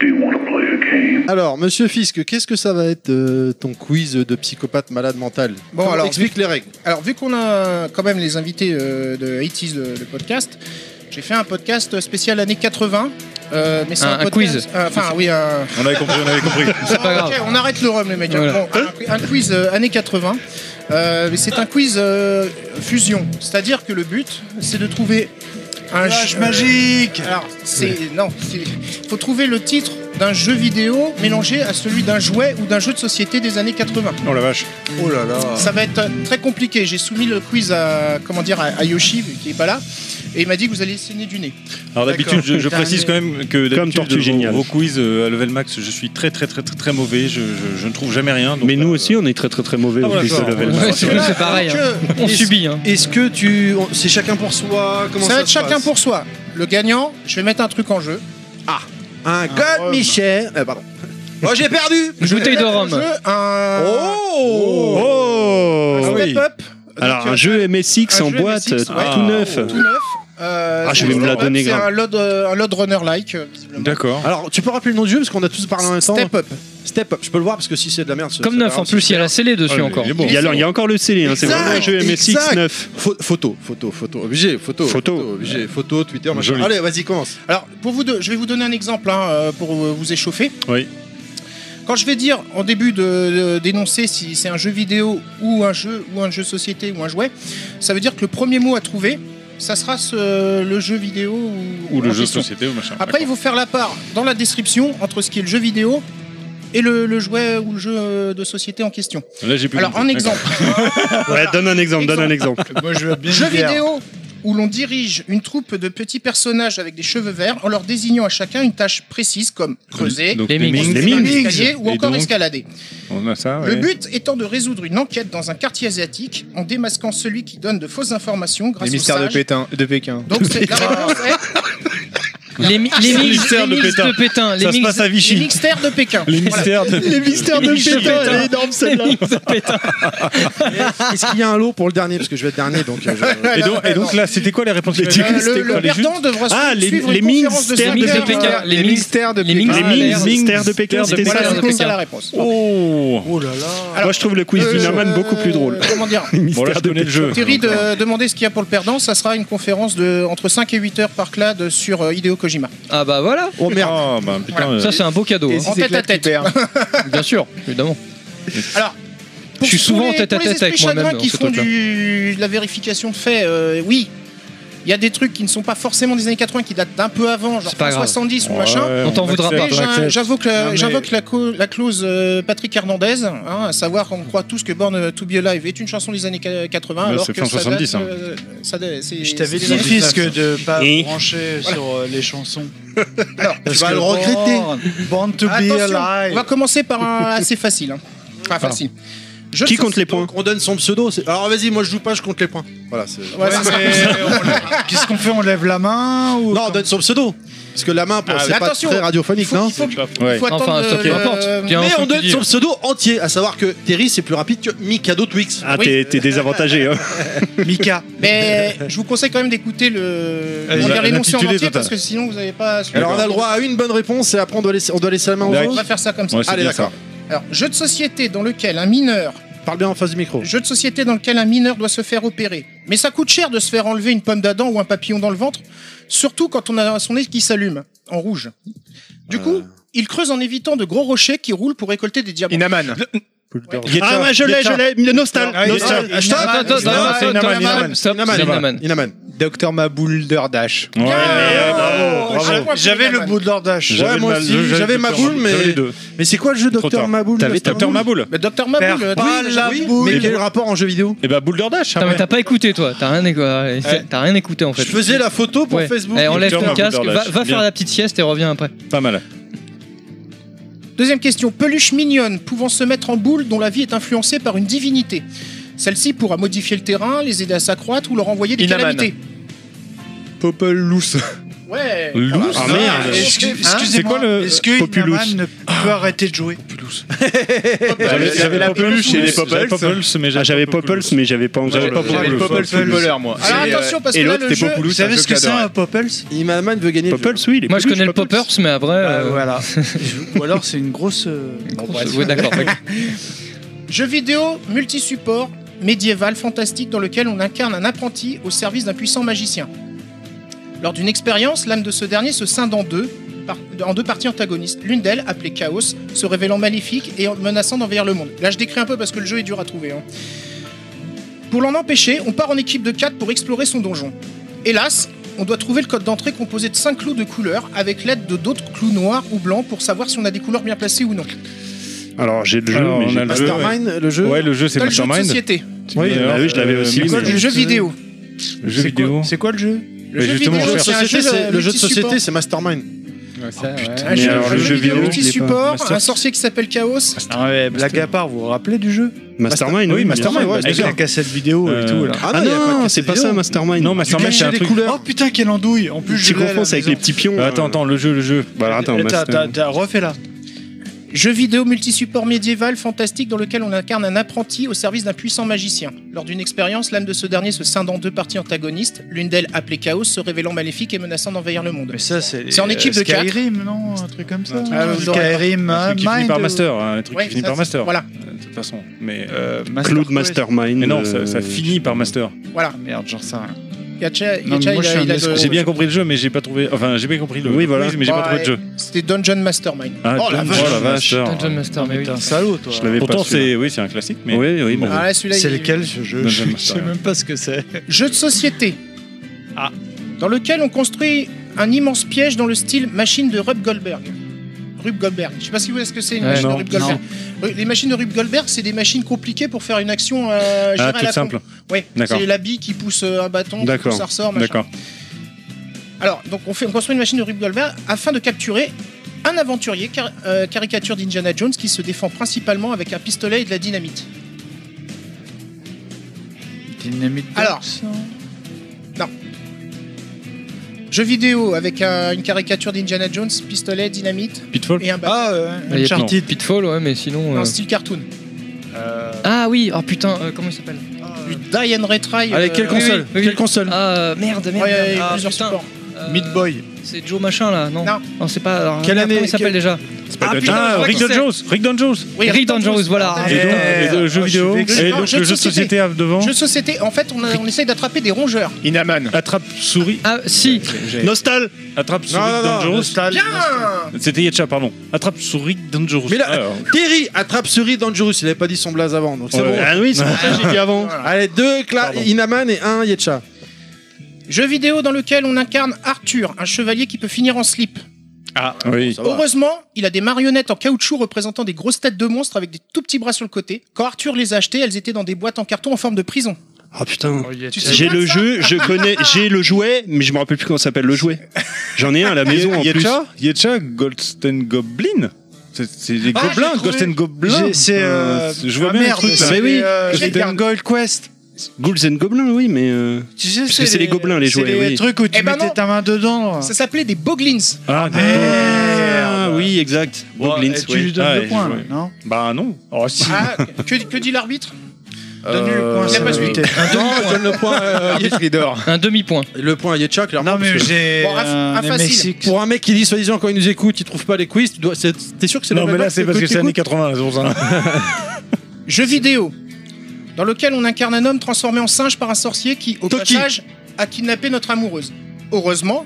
S7: Do you want to play a game?
S4: Alors, Monsieur Fisk, qu'est-ce que ça va être euh, ton quiz de psychopathe malade mental
S5: Bon, alors,
S4: explique les règles.
S5: Alors, vu qu'on a quand même les invités euh, de 80s, le, le podcast, j'ai fait un podcast spécial années 80. euh, mais c'est
S2: Un-
S5: un,
S2: un
S5: podcast-
S2: quiz.
S5: euh, Enfin, oui, un.
S9: On avait compris, on avait compris.
S2: C'est pas
S5: Ok,
S2: grave.
S5: on arrête le rhum, les mecs.
S2: Voilà.
S5: Bon, un, un quiz euh, années 80. Euh, mais c'est un quiz euh, fusion. C'est-à-dire que le but, c'est de trouver un
S8: Flash
S5: jeu- Euh,
S8: magique
S5: Alors, c'est. Non, il faut trouver le titre d'un jeu vidéo mélangé à celui d'un jouet ou d'un jeu de société des années 80.
S9: Oh la vache.
S4: Oh là là.
S5: Ça va être très compliqué. J'ai soumis le quiz à, comment dire, à- à Yoshi, qui est pas là, et il m'a dit que vous allez saigner du nez.
S9: Alors d'habitude, je, je
S8: Putain,
S9: précise
S8: mais-
S9: quand même que
S10: Comme Tortue
S9: d'habitude, vos,
S10: Géniale.
S9: vos quiz euh, à level max, je suis très très très très, très mauvais. Je, je- je ne trouve jamais rien. donc,
S10: mais nous
S9: euh,
S10: aussi, on est très très très mauvais
S9: Ah,
S10: au
S9: voilà,
S10: quiz de
S9: d'accord.
S10: level.
S2: Ouais, c'est c'est pareil. hein.
S4: Que-
S2: On subit. Hein.
S4: Est-ce que tu, on- c'est chacun pour soi Comment
S5: Ça,
S4: ça,
S5: va être
S4: se
S5: chacun
S4: passe
S5: pour soi. Le gagnant, je vais mettre un truc en jeu.
S4: Un
S5: rhum.
S4: God Michel.
S5: bah.
S4: Eh, pardon. Oh, j'ai perdu.
S2: Une bouteille de
S5: Un
S2: rhum.
S5: jeu, un.
S4: Oh.
S10: Oh Ah,
S5: Step Up.
S10: Alors
S5: Donc,
S10: un
S5: euh,
S10: jeu MSX en
S5: jeu
S10: boîte,
S5: MSX, ouais.
S9: ah,
S10: tout neuf.
S5: Tout neuf. Euh,
S10: Ah, je
S5: c'est
S10: vais
S5: un
S10: me la
S5: step up,
S10: donner
S5: C'est
S10: grave.
S5: un load, euh, un load runner like, visiblement.
S9: D'accord.
S4: Alors, tu peux rappeler le nom du jeu parce qu'on a tous parlé en même temps.
S5: Step up.
S4: Step up. Je peux le voir parce que si c'est de la merde. c'est-
S2: Comme
S4: c'est
S2: neuf,
S4: pas
S2: en
S4: grave.
S2: plus, il y a la scellée
S9: Ah,
S2: dessus
S9: il est-
S2: encore.
S9: il est bon.
S10: Il y, a, alors, il y a encore le CD, hein, c'est
S4: Exact,
S10: vraiment un jeu MSX
S4: exact.
S10: 9.
S4: Pho- photo, photo, photo, obligé, photo,
S10: Photo.
S4: obligé, photo, Twitter, machin.
S9: Joli.
S4: Allez, vas-y, commence.
S5: Alors, pour vous deux, je vais vous donner un exemple hein, euh, pour euh, vous échauffer.
S9: Oui.
S5: Quand je vais dire en début de- de- d'énoncer si c'est un jeu vidéo ou un jeu ou un jeu société ou un jouet, ça veut dire que le premier mot à trouver, ça sera ce- le jeu vidéo ou,
S9: Ou le
S5: en
S9: jeu de
S5: Ah, question.
S9: société ou machin.
S5: Après, il
S9: D'accord.
S5: faut faire la part dans la description entre ce qui est le jeu vidéo et le, le jouet ou le jeu euh, de société en question.
S9: Là, j'ai plus
S5: Alors,
S9: compris.
S5: en exemple,
S10: Ouais, donne un exemple, donne un exemple.
S8: Moi, je veux bien
S5: jeu
S8: une bière.
S5: vidéo, où l'on dirige une troupe de petits personnages avec des cheveux verts en leur désignant à chacun une tâche précise comme creuser,
S9: Donc,
S2: Les
S9: les
S2: Mings.
S9: Mings.
S5: construire un
S9: Les Mings.
S5: escalier ou
S9: Et
S5: encore
S9: donc,
S5: escalader.
S9: On a ça.
S5: Le
S9: ouais.
S5: but étant de résoudre une enquête dans un quartier asiatique en démasquant celui qui donne de fausses informations grâce
S6: Les
S5: aux
S6: mystères de,
S5: sages.
S6: Pétain, de Pékin.
S5: Donc c'est la réponse est
S2: Les, mi- les mix,
S10: mystère
S2: les
S10: de
S2: mix
S10: Pétain.
S2: de Pétain. Les
S10: Ça se
S2: mix-
S10: passe à
S5: les
S10: Vichy.
S5: mixtères de Pékin.
S9: Les mystères de-
S6: Les mystères
S2: de Mings de Pétain, Pétain. elle est
S6: énorme
S2: les mix de Pétain.
S4: Est-ce qu'il y a un lot pour le dernier Parce que je vais être dernier, donc. euh, je-
S9: Et donc, et donc là, c'était quoi les réponses qu'il
S5: Euh,
S9: fallait
S5: le le
S9: C'était quoi, les
S5: perdant devra
S10: Ah, les-
S5: suivre
S10: les
S5: une conférence de
S10: mystères
S2: Les mix de
S5: cinq heures.
S2: Pékin.
S6: Les mystères de
S2: les
S6: Pékin.
S2: mix-
S10: Les
S2: les
S10: mix,
S2: mix-
S10: mystères de Pékin, c'était
S2: Mystères
S10: ça.
S2: de
S5: C'est
S2: Pékin.
S5: ça la réponse.
S9: Oh
S10: Moi, je trouve le quiz
S5: Euh,
S10: d'Inaman beaucoup plus drôle.
S5: Comment dire
S9: Bon, là, je connais le jeu.
S5: Thierry, de demander ce qu'il y a pour le perdant, ça sera une conférence de entre 5 et 8 heures par clade sur euh, Hideo Kojima.
S2: Ah bah voilà.
S9: Oh merde. Ah, bah, putain, euh,
S2: Ça, c'est un beau cadeau.
S6: Et
S2: hein.
S6: si
S5: En
S6: c'est
S5: tête à
S6: Claude
S5: tête.
S6: qui perd
S2: Bien sûr, évidemment.
S5: Alors. pour-
S2: Je suis
S5: pour
S2: souvent en
S5: les-
S2: tête à
S5: pour les
S2: tête avec
S5: esprits
S2: moi-même
S5: chagrins
S2: dans
S5: qui
S2: ce
S5: font
S2: truc-là.
S5: du- de la vérification de faits, euh, oui. Il y a des trucs qui ne sont pas forcément des années 80, qui datent d'un peu avant, genre
S2: C'est pas
S5: fin
S2: grave.
S5: 70 ou
S9: ouais,
S5: machin.
S2: On t'en voudra
S9: accepte,
S5: Mais
S9: on
S5: j'in-
S9: accepte.
S5: J'invoque
S6: Non,
S5: la,
S6: mais-
S5: j'invoque la, co- la clause euh, Patrick Hernandez, hein, à savoir qu'on croit tous que Born to Be Alive est une chanson des années qua- 80,
S9: Ouais,
S5: alors
S9: c'est
S5: que
S9: fin
S5: ça
S9: 70,
S5: date,
S9: hein.
S5: euh, ça date- c'est-
S8: Je t'avais
S5: c'est-
S8: dit, fils, que de pas
S10: Et-
S8: brancher sur euh, les chansons.
S5: Alors,
S8: Parce
S4: vas
S8: que
S4: le regretter.
S8: Born, Born to be
S5: Attention, on
S8: alive.
S5: va commencer par un assez facile. hein. Enfin, facile. Je
S10: Qui compte les points
S4: Donc, on donne son pseudo. c'est- Alors vas-y, moi je joue pas, je compte les points. Voilà, c'est.
S5: Ouais, c'est ça.
S8: Qu'est-ce qu'on fait On lève la main ou...
S4: Non, on donne son pseudo. Parce que la main, pour-
S5: Ah,
S4: c'est
S5: mais
S4: pas
S5: attention.
S4: très
S5: Il
S4: radiophonique,
S5: faut,
S4: non
S5: il faut,
S9: Ouais.
S5: il faut attendre euh,
S2: Enfin, ça,
S5: le-
S2: peu importe. Tiens,
S4: Mais
S2: faut
S4: on
S2: que tu
S4: donne
S2: dises.
S4: son pseudo entier, à savoir que Terry c'est plus rapide que Mikado Twix.
S10: Ah,
S5: Oui.
S10: t'es t'es désavantagé. hein.
S8: Mika.
S5: Mais je vous conseille quand même d'écouter le.
S10: Allez,
S5: on va
S10: la-
S5: les l'énoncé en
S10: l'intitulé
S5: entier
S10: total.
S5: parce que sinon vous n'avez pas. suivi.
S4: Alors on a le droit à une bonne réponse et après on doit laisser, on doit laisser la main aux
S9: D'accord.
S5: On
S4: autres.
S5: va faire ça comme ça.
S9: Ouais, c'est
S4: Allez,
S9: bien ça.
S4: d'accord.
S5: Alors, jeu de société dans lequel un mineur,
S4: Parle bien en face du micro.
S5: jeu de société dans lequel un mineur doit se faire opérer. Mais ça coûte cher de se faire enlever une pomme d'Adam ou un papillon dans le ventre, surtout quand on a son nez qui s'allume en rouge. Du coup, il creuse en évitant de gros rochers qui roulent pour récolter des diamants.
S6: Inaman.
S10: Ah, moi, je l'ai, je l'ai. Le Nostal.
S8: Ah,
S10: Nostal.
S2: Attends, attends,
S10: Inaman,
S2: attends, attends,
S10: c'est
S2: attends,
S10: Inaman, Inaman.
S2: stop,
S4: Inaman,
S2: c'est
S4: Inaman.
S2: Inaman.
S4: Inaman.
S6: Dr. Maboulder Dash.
S9: Ouais, mais, euh,
S5: bravo, bravo.
S8: J'avais le bout de leur dash.
S9: j'avais
S4: Ouais, moi
S9: le mal-
S4: aussi,
S9: j'avais
S4: j'avais
S9: le
S4: ma
S9: docteur
S4: boule,
S9: Maboul,
S4: mais-
S9: j'avais les deux.
S4: Mais c'est quoi le jeu
S9: Trop
S4: Docteur
S9: tard.
S4: Maboul
S9: T'avais
S4: Docteur
S9: Docteur Maboul
S5: Le docteur Maboul,
S8: Perds
S5: euh,
S8: pas
S5: oui,
S8: la
S5: oui.
S8: boule.
S4: Mais quel est le rapport en jeu vidéo
S9: Et bah Boulder Dash. hein,
S2: Putain, mais
S9: ouais.
S2: t'as pas écouté toi, t'as rien, écou- t'as rien écouté en fait.
S4: Je faisais la photo pour
S2: Ouais.
S4: Facebook.
S2: Eh, enlève
S9: Victor
S2: ton
S9: Marble
S2: casque,
S9: Dash.
S2: va, va
S9: Bien.
S2: faire la petite sieste et reviens après.
S9: Pas mal.
S5: Deuxième question. Peluche mignonne pouvant se mettre en boule dont la vie est influencée par une divinité. Celle-ci pourra modifier le terrain, les aider à s'accroître ou leur envoyer des
S6: Inaman.
S5: calamités.
S6: Popelous.
S5: Ouais.
S9: Loose.
S10: Ah, merde.
S8: Excuse-
S10: C'est
S8: Excusez-moi,
S10: quoi le
S8: est-ce que
S10: Populous
S8: Inaman ne peut arrêter de jouer
S10: J'avais- J'avais
S6: la
S10: la peluche
S6: peluche
S10: et les
S6: Populous.
S10: Populous.
S9: mais
S10: Ah, j'avais Populous, mais j'avais pas
S9: J'avais
S10: encore.
S9: Populous.
S6: J'avais le Popelous Footballer, moi.
S5: Alors
S6: Et, euh,
S5: attention parce que
S10: et
S5: là
S10: l'autre,
S5: le
S10: c'était
S5: jeu.
S10: Populous.
S8: Vous savez
S6: un
S8: ce
S6: jeu
S8: que
S6: que
S8: c'est un
S6: j'adorais.
S8: Popels
S4: Inaman veut gagner. le jeu.
S10: Populous, oui. les
S2: Moi je
S10: peluches,
S2: connais le
S10: Populous.
S2: poppers, mais après. euh,
S8: Voilà. Ou alors c'est une grosse. euh,
S2: ouais, d'accord.
S5: Jeu vidéo multi-support médiéval fantastique dans lequel on incarne un apprenti au service d'un puissant magicien. Lors d'une expérience, l'âme de ce dernier se scinde en deux, par- en deux parties antagonistes. L'une d'elles, appelée Chaos, se révélant maléfique et en- menaçant d'envahir le monde. Là, je décris un peu parce que le jeu est dur à trouver. hein. Pour l'en empêcher, on part en équipe de 4 pour explorer son donjon. Hélas, on doit trouver le code d'entrée composé de 5 clous de couleur avec l'aide de d'autres clous noirs ou blancs pour savoir si on a des couleurs bien placées ou non.
S10: Alors, j'ai le jeu,
S9: Alors,
S10: mais
S9: on
S10: j'ai
S9: a
S10: pas-
S9: jeu,
S4: Mastermind, le jeu.
S9: Ouais, le jeu c'est
S5: Dans le jeu de
S9: Mastermind.
S5: société,
S10: Oui, ah oui, je l'avais aussi.
S5: dans
S10: mais-
S5: le jeu vidéo.
S9: Le jeu
S8: C'est quoi-
S9: vidéo.
S8: C'est quoi le jeu
S5: Le
S9: Mais
S5: jeu
S9: justement,
S5: vidéo,
S9: je
S5: c'est
S4: Le
S5: un
S4: jeu de
S5: jeu,
S4: société,
S5: euh,
S4: c'est- le jeu de
S5: multi-support.
S4: société, c'est Mastermind.
S5: Un
S6: Oh,
S10: Mais
S5: jeu,
S10: alors,
S5: un
S10: le
S5: jeu
S10: jeu
S5: vidéo
S10: vidéo,
S5: multi-support, un sorcier qui s'appelle Chaos.
S8: Ah ouais, blague à part, vous vous rappelez du jeu
S10: Mastermind,
S4: Oui,
S10: oui.
S4: Mastermind,
S10: bien
S4: ouais,
S10: sûr.
S8: bah, Avec la cassette vidéo et
S9: Euh,
S8: tout là.
S10: Ah
S4: il y a
S10: non,
S4: de
S10: c'est pas
S4: vidéo.
S10: ça, Mastermind.
S9: Non,
S10: Tu
S9: Mastermind c'est un
S4: les
S9: truc.
S4: couleurs.
S8: Oh putain, quelle andouille En plus, je l'ai à la
S10: confonds ça avec
S8: maison.
S10: les petits pions.
S9: Ah, Attends, Bah, attends, le jeu, le jeu.
S10: Voilà, attends,
S8: T'as-
S10: Master-
S8: T'as t'as refait là.
S5: Jeu vidéo multi-support médiéval fantastique dans lequel on incarne un apprenti au service d'un puissant magicien. Lors d'une expérience, l'âme de ce dernier se scinde en deux parties antagonistes, l'une d'elles appelée Chaos, se révélant maléfique et menaçant d'envahir le monde.
S8: Mais ça, c'est.
S5: C'est en équipe
S8: euh,
S5: de quatre.
S8: Skyrim, non Un truc comme ça.
S5: Ah, vous aurez-
S8: Skyrim,
S9: Un
S8: euh,
S9: truc qui finit
S8: Mind,
S9: par
S8: euh,
S9: Master. hein, Un truc
S5: Ouais,
S9: qui finit
S5: ça,
S9: par
S5: c'est-
S9: Master.
S5: Voilà,
S9: Euh, De toute façon. Mais. euh,
S8: euh, Master
S10: Claude
S8: Quest.
S10: Mastermind.
S9: Mais non, ça
S10: euh,
S9: ça finit par Master.
S5: voilà.
S8: Ah, Merde, j'en sais rien.
S5: Yatcha,
S8: Non, mais
S5: Yatcha,
S8: moi,
S5: il
S8: je
S5: a,
S8: suis un
S5: il a de-
S8: escroc.
S9: J'ai bien compris le jeu, mais j'ai pas trouvé. Enfin, j'ai bien compris le.
S10: Oui,
S9: le
S10: voilà.
S9: quiz, Mais j'ai pas
S5: Bah,
S9: trouvé de jeu.
S5: C'était Dungeon Mastermind.
S9: Ah,
S10: Oh, la
S9: Dungeon
S10: vache.
S9: Master.
S2: Dungeon Master, mais oui.
S8: T'es un salaud, toi.
S10: Je l'avais pas.
S9: Pourtant,
S10: celui-là.
S9: c'est hein. oui, c'est un classique, mais
S10: Oui, oui,
S9: Bon.
S10: bon.
S5: Ah là, celui-là,
S8: C'est
S5: il-
S8: lequel ce jeu
S9: Dungeon
S8: Je
S9: Master,
S8: sais même pas ce que c'est.
S5: Jeu de société.
S8: Ah.
S5: Dans lequel on construit un immense piège dans le style machine de Rube Goldberg. Rube Goldberg. Je sais pas si vous voyez ce que c'est une
S2: Ouais,
S5: machine
S2: non,
S5: de Rube Goldberg. Euh, Les machines de Rube Goldberg, c'est des machines compliquées pour faire une action euh, je
S9: Ah,
S5: dirais, à la
S9: tout simple.
S5: pompe. Oui,
S9: D'accord.
S5: c'est la bille qui pousse euh, un bâton, qui
S9: D'accord.
S5: pousse, ça ressort, machin.
S9: D'accord.
S5: Alors, donc on, fait, on construit une machine de Rube Goldberg afin de capturer un aventurier, car- euh, caricature d'Indiana Jones, qui se défend principalement avec un pistolet et de la dynamite.
S8: Dynamite
S5: Alors. Jeu vidéo avec un- une caricature d'Indiana Jones, pistolet, dynamite
S9: Pitfall
S5: et un bâton.
S8: Ah,
S2: Il y a Uncharted, Pitfall, ouais, mais sinon. euh,
S5: Un style cartoon.
S8: Euh,
S2: Ah oui, oh putain, euh, comment il s'appelle
S5: Du die and retry.
S1: Allez,
S5: euh,
S1: quelle
S5: ouais,
S1: console
S2: oui, oui.
S1: Quelle console
S2: Ah euh, merde, merde.
S5: ouais,
S2: merde.
S5: ouais,
S2: Ah,
S5: plusieurs
S2: putain,
S5: supports.
S2: euh,
S8: Meat Boy.
S2: C'est Joe machin là, non
S5: Non.
S2: c'est pas. alors,
S1: Quelle
S2: merde,
S1: année-
S2: Comment il s'appelle
S1: quelle-
S2: déjà
S9: Ah,
S2: putain, je vois
S9: Rick
S2: qui c'est.
S9: Dangerous Rick Dangerous
S5: Oui,
S2: Rick Dangerous, voilà.
S5: Ah,
S9: Et donc,
S8: Eh,
S9: et
S8: oh,
S9: de jeux
S8: je suis
S9: vidéo,
S8: vexé.
S9: et
S5: Non,
S9: donc
S5: jeu de
S9: le jeu de
S5: société.
S9: société à- devant,
S5: Jeu de société, en fait, on, a- on essaye d'attraper des rongeurs.
S6: Inaman.
S9: attrape souris,
S2: Ah si,
S9: Nostal, attrape souris Dangerous.
S5: Bien
S9: C'était Yetcha, pardon. Attrape souris Dangerous.
S1: Mais là-
S9: Alors,
S1: Terry attrape souris Dangerous, il avait pas dit son blaze avant, donc c'est
S9: euh, Ouais.
S1: bon.
S10: Ah oui, c'est pour ça que j'ai dit avant.
S1: Allez, deux Cla- Inaman et un Yetcha.
S5: Jeu vidéo dans lequel on incarne Arthur, un chevalier qui peut finir en slip.
S1: Ah,
S9: oui.
S5: Heureusement, il a des marionnettes en caoutchouc représentant des grosses têtes de monstres avec des tout petits bras sur le côté. Quand Arthur les a achetées, elles étaient dans des boîtes en carton en forme de prison.
S10: Ah putain.
S5: Tu sais
S10: J'ai
S5: pas
S10: le
S5: ça
S10: jeu, je connais, j'ai le jouet, mais je me rappelle plus comment s'appelle le jouet. J'en ai un à la maison en plus.
S9: Yetcha, Yetcha, Golden Goblin. C'est- C'est des
S8: Ah,
S9: gobelins,
S8: j'ai trouvé.
S9: Golden Goblins.
S8: J'ai- C'est. euh,
S9: je vois
S8: ah,
S9: bien
S8: merde,
S9: le truc. là.
S8: c'est, euh,
S9: Golden-
S8: Golden Gold Quest.
S10: Ghouls and Goblins, oui, mais. euh,
S8: Tu sais,
S10: Parce que c'est les gobelins, les
S8: c'est
S10: jouets,
S8: les
S10: oui.
S8: trucs où tu
S5: Eh ben
S8: mettais
S5: non.
S8: ta main dedans.
S5: Ça s'appelait des Boglins.
S9: Ah,
S8: Merde.
S10: Ah, oui, exact. Goblins,
S8: Eh, tu
S10: oui.
S8: lui donnes
S9: Ah,
S8: le
S9: ouais,
S8: point,
S9: ouais.
S8: non
S9: Bah non.
S8: Oh, si.
S5: Ah, que, que dit l'arbitre
S8: Donne-lui le point,
S5: il a
S8: ça
S5: pas
S8: va
S5: suivi.
S8: éviter.
S1: Non, Oh, je donne le point, euh, Yetcha.
S2: un demi-point.
S1: le point à Yetcha, clairement.
S8: Ah, Non, mais
S1: parce que
S8: j'ai.
S5: Bon, un-
S8: euh,
S5: un
S8: des
S5: facile.
S8: Mexiques.
S1: Pour un mec qui dit soi-disant quand il nous écoute, il trouve pas les quiz, tu dois- c'est- t'es sûr que c'est
S9: bah Non,
S1: le
S9: mais
S1: même
S9: là,
S1: mec
S9: c'est parce que c'est années 80, c'est pour ça. hein.
S5: Jeu vidéo dans lequel on incarne un homme transformé en singe par un sorcier qui, au
S1: Toki.
S5: passage, a kidnappé notre amoureuse. Heureusement,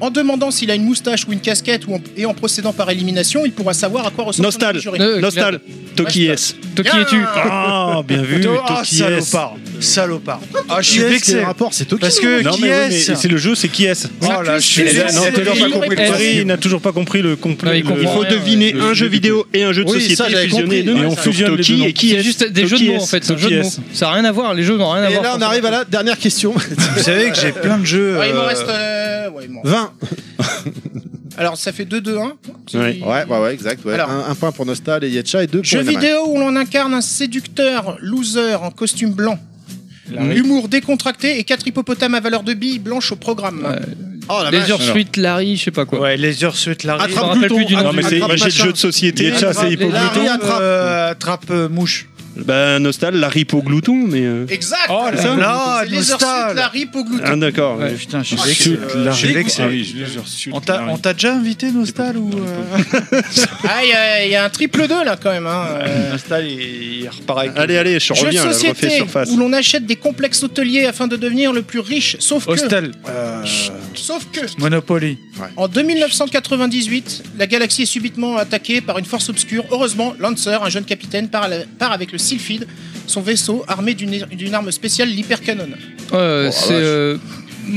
S5: en demandant s'il a une moustache ou une casquette ou en- et en procédant par élimination, il pourra savoir à quoi ressemble son
S10: Nostal.
S5: juré.
S2: Euh,
S10: Nostal, Toki
S5: Ouais,
S10: S.
S2: Toi qui
S5: Bien.
S2: es-tu
S10: Ah, bien vu,
S8: Oh,
S10: Toki S.
S8: salopard. Salopard. Ah, je suis
S1: le
S8: vexé.
S1: rapport, c'est Toki.
S8: Parce que
S9: Non,
S8: qui
S9: mais oui, mais
S8: est-ce
S9: c'est le jeu, c'est qui est-ce
S8: Oh là, je suis
S5: Et là,
S8: vexé.
S5: non,
S9: t'as toujours
S5: pas compris le principe.
S9: Paris n'a toujours pas compris le
S2: Non,
S9: complet.
S2: il comprend
S10: Il faut
S2: Ouais, ouais,
S10: deviner
S9: le
S10: un
S9: jeu
S10: jeu vidéo et un jeu de
S1: Oui, ça,
S10: société
S1: j'avais
S10: fusionnés.
S1: compris.
S10: deux.
S9: Et on
S10: Donc,
S9: fusionne les
S10: Toki
S9: deux noms.
S10: et qui
S2: C'est
S10: est
S2: juste des
S10: Toki
S2: jeux de mots
S10: S,
S2: en fait, c'est un jeu
S10: Toki
S2: de
S10: S.
S2: mots. Ça a rien à voir, les jeux n'ont rien à
S1: Et
S2: voir.
S1: là, on arrive à la dernière question.
S8: Vous savez que j'ai plein de jeux.
S5: Ouais, Ah, il m'en
S8: euh,
S5: reste. euh, ouais, il m'en reste.
S1: 20.
S5: Alors, ça fait 2-2-1.
S10: Ouais.
S1: Ouais, ouais, ouais, exact. ouais.
S5: Alors.
S1: un, un point pour Nostal et Yetcha et deux
S5: Jeu
S1: pour Inaman.
S5: vidéo où l'on incarne un séducteur, loser en costume blanc. Humour décontracté et quatre hippopotames à valeur de billes blanches au programme.
S1: Oh la
S2: Les
S1: vache.
S2: Suite, Larry, je sais pas quoi.
S8: Ouais, les heures suite la
S2: Je me
S1: Attrape
S2: rappelle
S1: Pluton.
S2: plus du nom
S10: Ah,
S1: Non,
S9: Non, mais c'est
S1: Attrape
S9: moi, j'ai le
S1: machin.
S9: jeu de société. Yetcha, c'est Hippo
S1: Larry,
S9: Pluton.
S1: attrape.
S8: attrape euh, mouche.
S10: Bah, Nostal, la ripe au glouton, mais. euh,
S5: Exact
S10: Oh, là,
S5: C'est
S8: là,
S5: les heures
S8: Nostal.
S5: suite, la rip au glouton.
S10: Ah, d'accord.
S2: Ouais.
S10: ouais.
S8: Putain, je suis
S10: Ah,
S8: vexé.
S10: shoot, la
S8: Je suis
S10: ripe.
S8: vexé.
S9: Ah oui, je l'ai je l'ai reçu.
S8: On t'a on t'a déjà invité, Nostal ou euh,
S5: Ah, il y, a- il y a un triple 2 là quand même. hein. Euh,
S8: Nostal, il repart avec.
S10: Allez, allez, je
S5: Jeu de
S10: reviens, là, je refais
S5: société
S10: surface.
S5: où l'on achète des complexes hôteliers afin de devenir le plus riche, sauf que, Euh,
S8: Hostel.
S5: sauf que,
S8: Monopoly.
S5: en 2998, la galaxie est subitement attaquée par une force obscure. Heureusement, Lancer, un jeune capitaine, part, à la- part avec le Sylphide, son vaisseau armé d'une d'une arme spéciale, l'hypercanon.
S2: Euh, c'est. euh,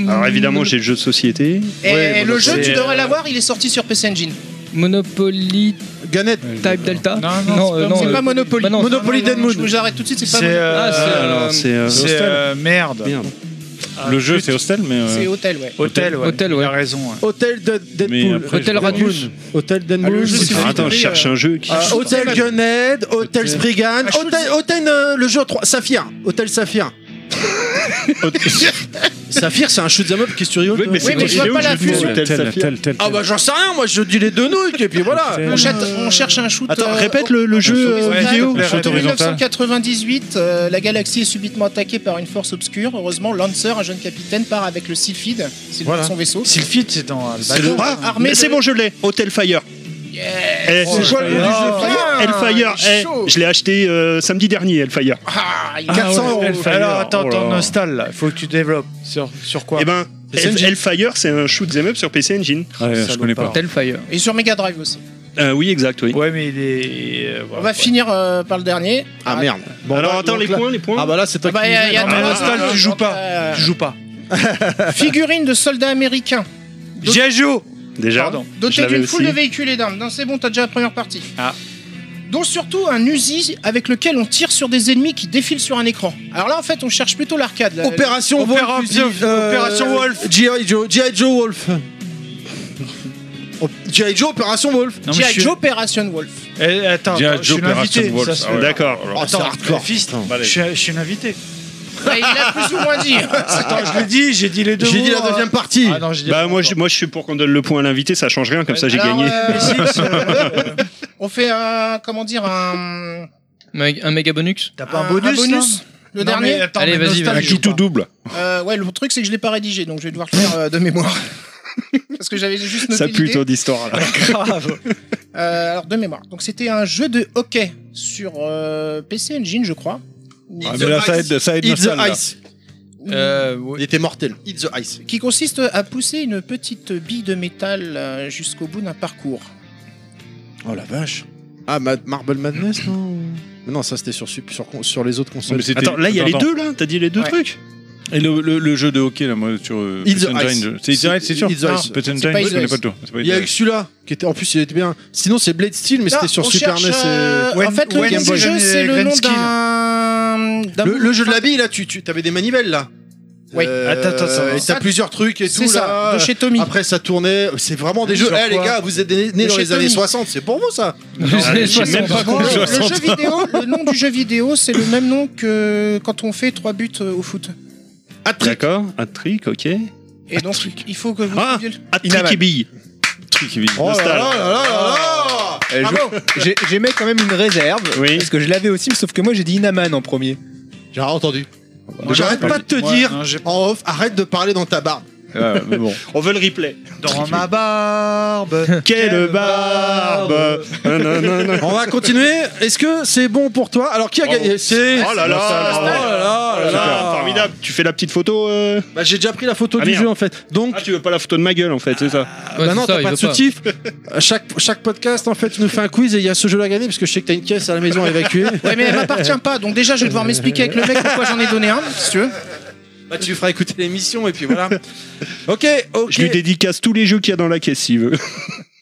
S10: Alors, évidemment, j'ai le jeu de société.
S5: Et le jeu,
S8: c'est,
S5: tu
S8: euh,
S5: devrais l'avoir, il est sorti sur PC Engine.
S2: Monopoly
S1: Gannett.
S2: Type Delta.
S8: Non, non,
S2: euh,
S8: c'est pas-
S5: C'est
S2: euh,
S5: pas Monopoly.
S2: bah non,
S1: Monopoly
S5: Non, non, non,
S1: Deadmoon.
S5: Je vous arrête tout de suite, c'est
S8: C'est.
S5: pas Monopoly.
S2: Ah, c'est,
S8: euh,
S10: Alors, c'est. euh,
S8: C'est euh, merde.
S10: Merde.
S8: Ah,
S9: Le jeu,
S8: zut.
S9: c'est Hostel, mais. euh,
S5: C'est Hôtel, ouais.
S8: Hôtel, ouais.
S2: Hôtel, ouais.
S8: T'as raison. ouais.
S1: Hôtel de Deadpool.
S9: Mais après,
S2: Hôtel
S9: je vois
S2: Radius.
S9: bien.
S1: Hôtel
S5: Ah, le
S1: Deadpool.
S5: jeu, c'est
S10: Ah, attends, je cherche un jeu qui.
S1: Euh, Hôtel Gunhead, Hôtel Spriggan, Hôtel, hôtel euh, le jeu 3, Saphir, Hôtel Saphir. Saphir, c'est un shoot 'em up, qu'est-ce que tu rigoles toi
S5: mais je vois pas la fusion.
S9: Tel, tel, tel, tel.
S1: Ah bah j'en sais rien, moi je dis les deux nouilles et puis voilà.
S5: On, chatte- on cherche un shoot.
S10: Attends,
S5: euh,
S10: répète le, le jeu euh,
S5: Ouais,
S10: vidéo.
S5: donc,
S8: Le shoot
S5: en
S9: horizontal.
S5: 1998, euh, la galaxie est subitement attaquée par une force obscure. Heureusement, Lancer, un jeune capitaine, part avec le Sylphide, c'est
S8: Voilà.
S5: son vaisseau.
S8: Sylphide, c'est dans. euh, le
S10: C'est le-
S8: bateau.
S10: Ah,
S5: armé
S10: mais
S5: de-
S10: c'est bon, je l'ai. Hotel Fire. Eh,
S5: Oh,
S10: c'est quoi le nom du jeu
S5: Hellfire.
S10: Fire Hellfire.
S5: il est
S10: eh,
S5: chaud.
S10: je l'ai acheté euh, samedi dernier, Hellfire.
S5: Ah, il-
S8: 400 euros.
S10: Hellfire.
S8: Alors attends,
S10: Oh là
S8: ton
S10: là.
S8: nostal là, faut que tu développes. Sur, sur quoi
S10: Eh ben, Hell- Hellfire, c'est un shoot 'em up sur PC Engine.
S9: Ouais, je connais pas.
S2: Hôtel Fire.
S5: Et sur Mega Drive aussi.
S10: Euh, oui, exact, oui.
S8: Ouais, mais il est. euh,
S5: On
S8: voilà,
S5: va
S8: quoi.
S5: finir euh, par le dernier.
S1: Ah merde. Bon,
S10: Alors
S1: bah,
S10: attends,
S1: donc
S10: les
S1: là-
S10: points, les points.
S1: Ah bah là c'est toi
S5: Ah bah,
S1: qui
S5: y a- y a
S1: Ah,
S8: Ah,
S5: trois-
S8: Nostal,
S5: euh,
S8: tu joues pas.
S5: euh,
S8: Tu joues pas.
S5: Figurine de soldats américains,
S8: G.I. Joe
S10: Déjà.
S8: Pardon.
S10: Je
S5: dotée
S10: l'avais
S5: d'une foule de
S10: aussi.
S5: véhicules et d'armes. Non, c'est bon, t'as déjà la première partie.
S8: Ah.
S5: dont surtout un Uzi avec lequel on tire sur des ennemis qui défilent sur un écran. Alors là, en fait, on cherche plutôt l'arcade. là.
S1: Opération
S6: Opéra-
S1: Wolf. Uzi, euh,
S6: Opération Wolf.
S1: G.I. Joe, G.I. Joe Wolf. Op- G.I. Joe, Opération Wolf.
S8: Non, mais
S5: G.I.
S8: je suis-
S5: Joe Operation Wolf.
S8: Eh, attends,
S9: G.I.
S8: attends, je
S9: Joe
S8: suis l'invité.
S9: Operation Wolf.
S8: ça,
S9: Ah ouais.
S10: Euh, D'accord.
S1: Oh, c'est
S8: Attends,
S1: hardcore.
S8: fils, Je suis, je suis l'invité.
S5: Ouais, il a plus ou moins dit. Ah,
S8: Attends, je l'ai dit, j'ai dit les deux.
S1: J'ai dit la
S8: mots,
S1: deuxième
S8: hein.
S1: partie.
S8: Ah non, j'ai dit
S10: Bah
S8: la
S10: moi
S8: deuxième
S10: je, moi je suis pour qu'on donne le point à l'invité, ça change rien, comme ça j'ai
S5: Alors,
S10: gagné.
S5: euh,
S8: fois.
S5: on fait un. Comment dire Un,
S2: Meg- Un méga bonus
S8: T'as pas un bonus là
S5: Le
S8: Non,
S5: dernier
S8: mais euh, attends,
S2: Allez,
S8: mais
S2: vas-y,
S8: nostalgie,
S2: vas-y.
S8: je crois.
S10: double.
S5: Euh, ouais, le truc c'est que je l'ai pas rédigé, donc je vais devoir le faire euh, de mémoire. Parce que j'avais juste noté
S10: Ça pue
S5: l'idée.
S10: ton histoire là.
S8: Grave.
S5: Euh, alors de mémoire. Donc c'était un jeu de hockey sur euh, PC Engine, je crois. Ou-
S9: Ah, mais là, ça aide, ça aide
S1: It's
S9: Nostal,
S1: the
S9: là.
S1: Ice.
S8: Euh, ouais.
S1: Il était mortel. It's the Ice.
S5: Qui consiste à pousser une petite bille de métal euh, jusqu'au bout d'un parcours.
S1: Oh la vache. Ah, Mad- Marble Madness, non Mais Non, ça c'était sur, sup- sur, con- sur les autres
S9: Non,
S1: consoles.
S9: mais c'était-
S10: Attends, là il y a les
S9: attends.
S10: deux là, t'as dit les deux
S5: Ouais.
S10: trucs.
S9: Et le, le- le jeu de hockey là, moi, sur euh,
S1: It's
S9: Pet
S1: the
S9: and
S1: Ice.
S9: Giant, je- C'est It's the Ice, c'est sûr
S1: It's the Ice.
S9: Pet and
S5: C'est
S9: Giant,
S5: pas
S9: je
S5: It's the
S9: connais
S5: Ice.
S9: pas tout. C'est pas
S1: Il y a eu
S9: It's the
S1: celui-là, qui était, en plus il était bien. Sinon c'est Blade Steel, mais
S6: Ah,
S5: Non,
S1: c'était sur
S5: on
S1: Super
S5: cherche,
S1: NES.
S5: euh,
S1: et- Ouais,
S5: en fait, le
S1: ouais,
S5: nom
S1: Game
S5: du
S1: Boy.
S5: jeu, c'est le
S8: Grand
S5: nom
S8: Skill.
S5: d'un. d'un
S1: Le,
S5: bouc-
S1: le jeu de la bille, là, tu, tu avais des manivelles, là.
S5: Oui.
S1: Euh,
S8: Attends, attends, ça va.
S1: et T'as
S6: Ah,
S5: Ça-
S1: plusieurs trucs et
S5: C'est
S1: tout,
S5: ça,
S1: là.
S5: de chez Tommy.
S1: Après, ça tournait. C'est vraiment des jeux.
S8: Sur
S1: Eh, les
S8: quoi
S1: gars, vous êtes nés
S5: De
S1: dans
S5: chez
S1: les années
S5: Tommy.
S1: 60, c'est pour vous, ça.
S2: Les années
S10: j'ai
S2: 60.
S10: même pas
S5: Non,
S10: compris.
S5: le, jeu vidéo, le nom du jeu vidéo, c'est le même nom que quand on fait trois buts euh, au foot.
S10: D'accord, un trick, ok.
S5: Et donc, il faut que vous.
S10: Ah.
S5: trouviez le-
S10: Un trick et bille.
S9: Trick, évidemment.
S1: Oh là
S10: Nostal.
S1: là là là là
S6: Euh, je- j'ai- J'émets quand même une réserve.
S10: Oui.
S6: Parce que je l'avais aussi, sauf que moi j'ai dit Inaman en premier.
S1: J'ai rien entendu.
S8: Moi,
S1: J'arrête
S8: j'ai-
S1: pas de te
S8: Ouais,
S1: dire
S8: non, j'ai-
S1: en off, arrête de parler dans ta barbe.
S6: Ouais, mais bon.
S10: On veut le replay.
S8: Dans ma barbe.
S10: Quelle barbe Ah, non, non, non.
S1: On va continuer. Est-ce que c'est bon pour toi Alors, qui a
S10: Bravo.
S1: gagné C'est.
S10: Oh là là,
S1: Oh là là, oh là
S10: Super,
S1: là.
S10: Formidable. Tu fais la petite photo. euh
S1: Bah, j'ai déjà pris la photo
S10: Ah,
S1: du
S10: merde.
S1: jeu en fait. Donc,
S10: Ah, tu veux pas la photo de ma gueule en fait, c'est ça
S2: Ah, Ouais,
S1: bah
S2: c'est
S1: non,
S2: ça,
S1: t'as
S2: il
S1: pas de
S2: veut pas.
S1: soutif. À chaque, chaque podcast, en fait, tu nous fais un quiz et il y a ce jeu-là à gagner parce que je sais que t'as une caisse à la maison à évacuer.
S5: Ouais, mais elle m'appartient pas, donc déjà, je vais devoir m'expliquer avec le mec pourquoi j'en ai donné un, si tu veux.
S1: Bah, tu lui feras écouter l'émission et puis voilà. ok, ok.
S10: Je lui dédicace tous les jeux qu'il y a dans la caisse s'il veut.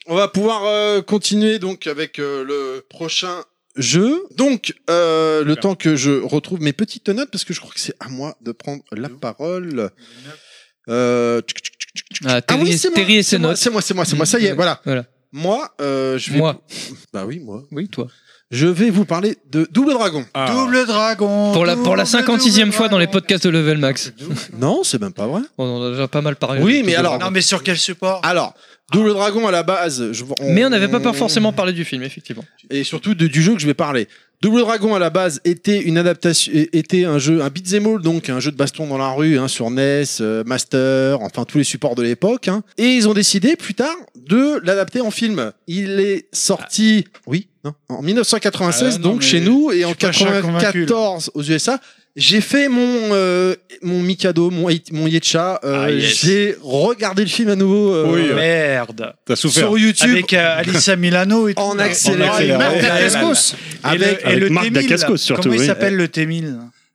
S1: On va pouvoir euh, continuer donc avec euh, le prochain jeu. Donc, euh, le temps que je retrouve mes petites notes, parce que je crois que c'est à moi de prendre la parole. Euh, tchik, tchik, tchik, tchik.
S2: Ah,
S1: Ah oui,
S2: Terry
S1: c'est moi,
S2: Terry et ses
S1: c'est moi,
S2: notes.
S1: c'est moi, c'est moi, c'est moi, ça y est, voilà.
S2: Voilà.
S1: Moi, euh, je vais...
S2: Moi.
S1: Bah oui, moi.
S2: Oui, toi.
S1: Je vais vous parler de Double Dragon.
S8: Double dragon.
S2: Pour la, pour la
S8: double,
S2: 56e
S8: double
S2: fois dans les
S8: dragon.
S2: podcasts de Level Max.
S1: Non, c'est même pas vrai.
S2: On en a déjà pas mal parlé.
S1: Oui,
S2: de
S1: mais
S2: Double
S1: alors-
S2: Dragon.
S8: Non, mais sur quel
S10: Ah,
S8: support
S1: Alors, Double Dragon à la base... Je...
S2: Mais on n'avait pas, pas forcément parlé du film, effectivement.
S1: et surtout de- du jeu que je vais parler. Double Dragon à la base était une adaptation, é- était un jeu, un beat'em all donc un jeu de baston dans la rue hein, sur NES, euh, Master, enfin tous les supports de l'époque. hein. Et ils ont décidé plus tard de l'adapter en film. Il est sorti, oui, non, en 1996
S8: Ah, non,
S1: donc
S8: mais
S1: chez nous et
S8: je
S1: en
S8: suis pas chat convaincu,
S1: 94 aux USA. J'ai fait mon euh, mon Mikado, mon Hit- mon Yetcha. euh,
S8: Ah, yes.
S1: J'ai regardé le film à nouveau euh,
S9: Oui, euh,
S8: Merde.
S9: T'as souffert.
S1: sur YouTube
S8: Avec euh, Alissa Milano et tout.
S1: en
S8: là.
S1: accéléré.
S8: Et Marc
S1: Ouais, ouais,
S8: Dacascos.
S1: ouais.
S8: Et le-
S1: Avec-
S8: et le
S10: avec Marc
S8: T1000, là.
S10: Dacascos, surtout,
S8: Comment
S10: oui.
S8: il s'appelle le T1000 là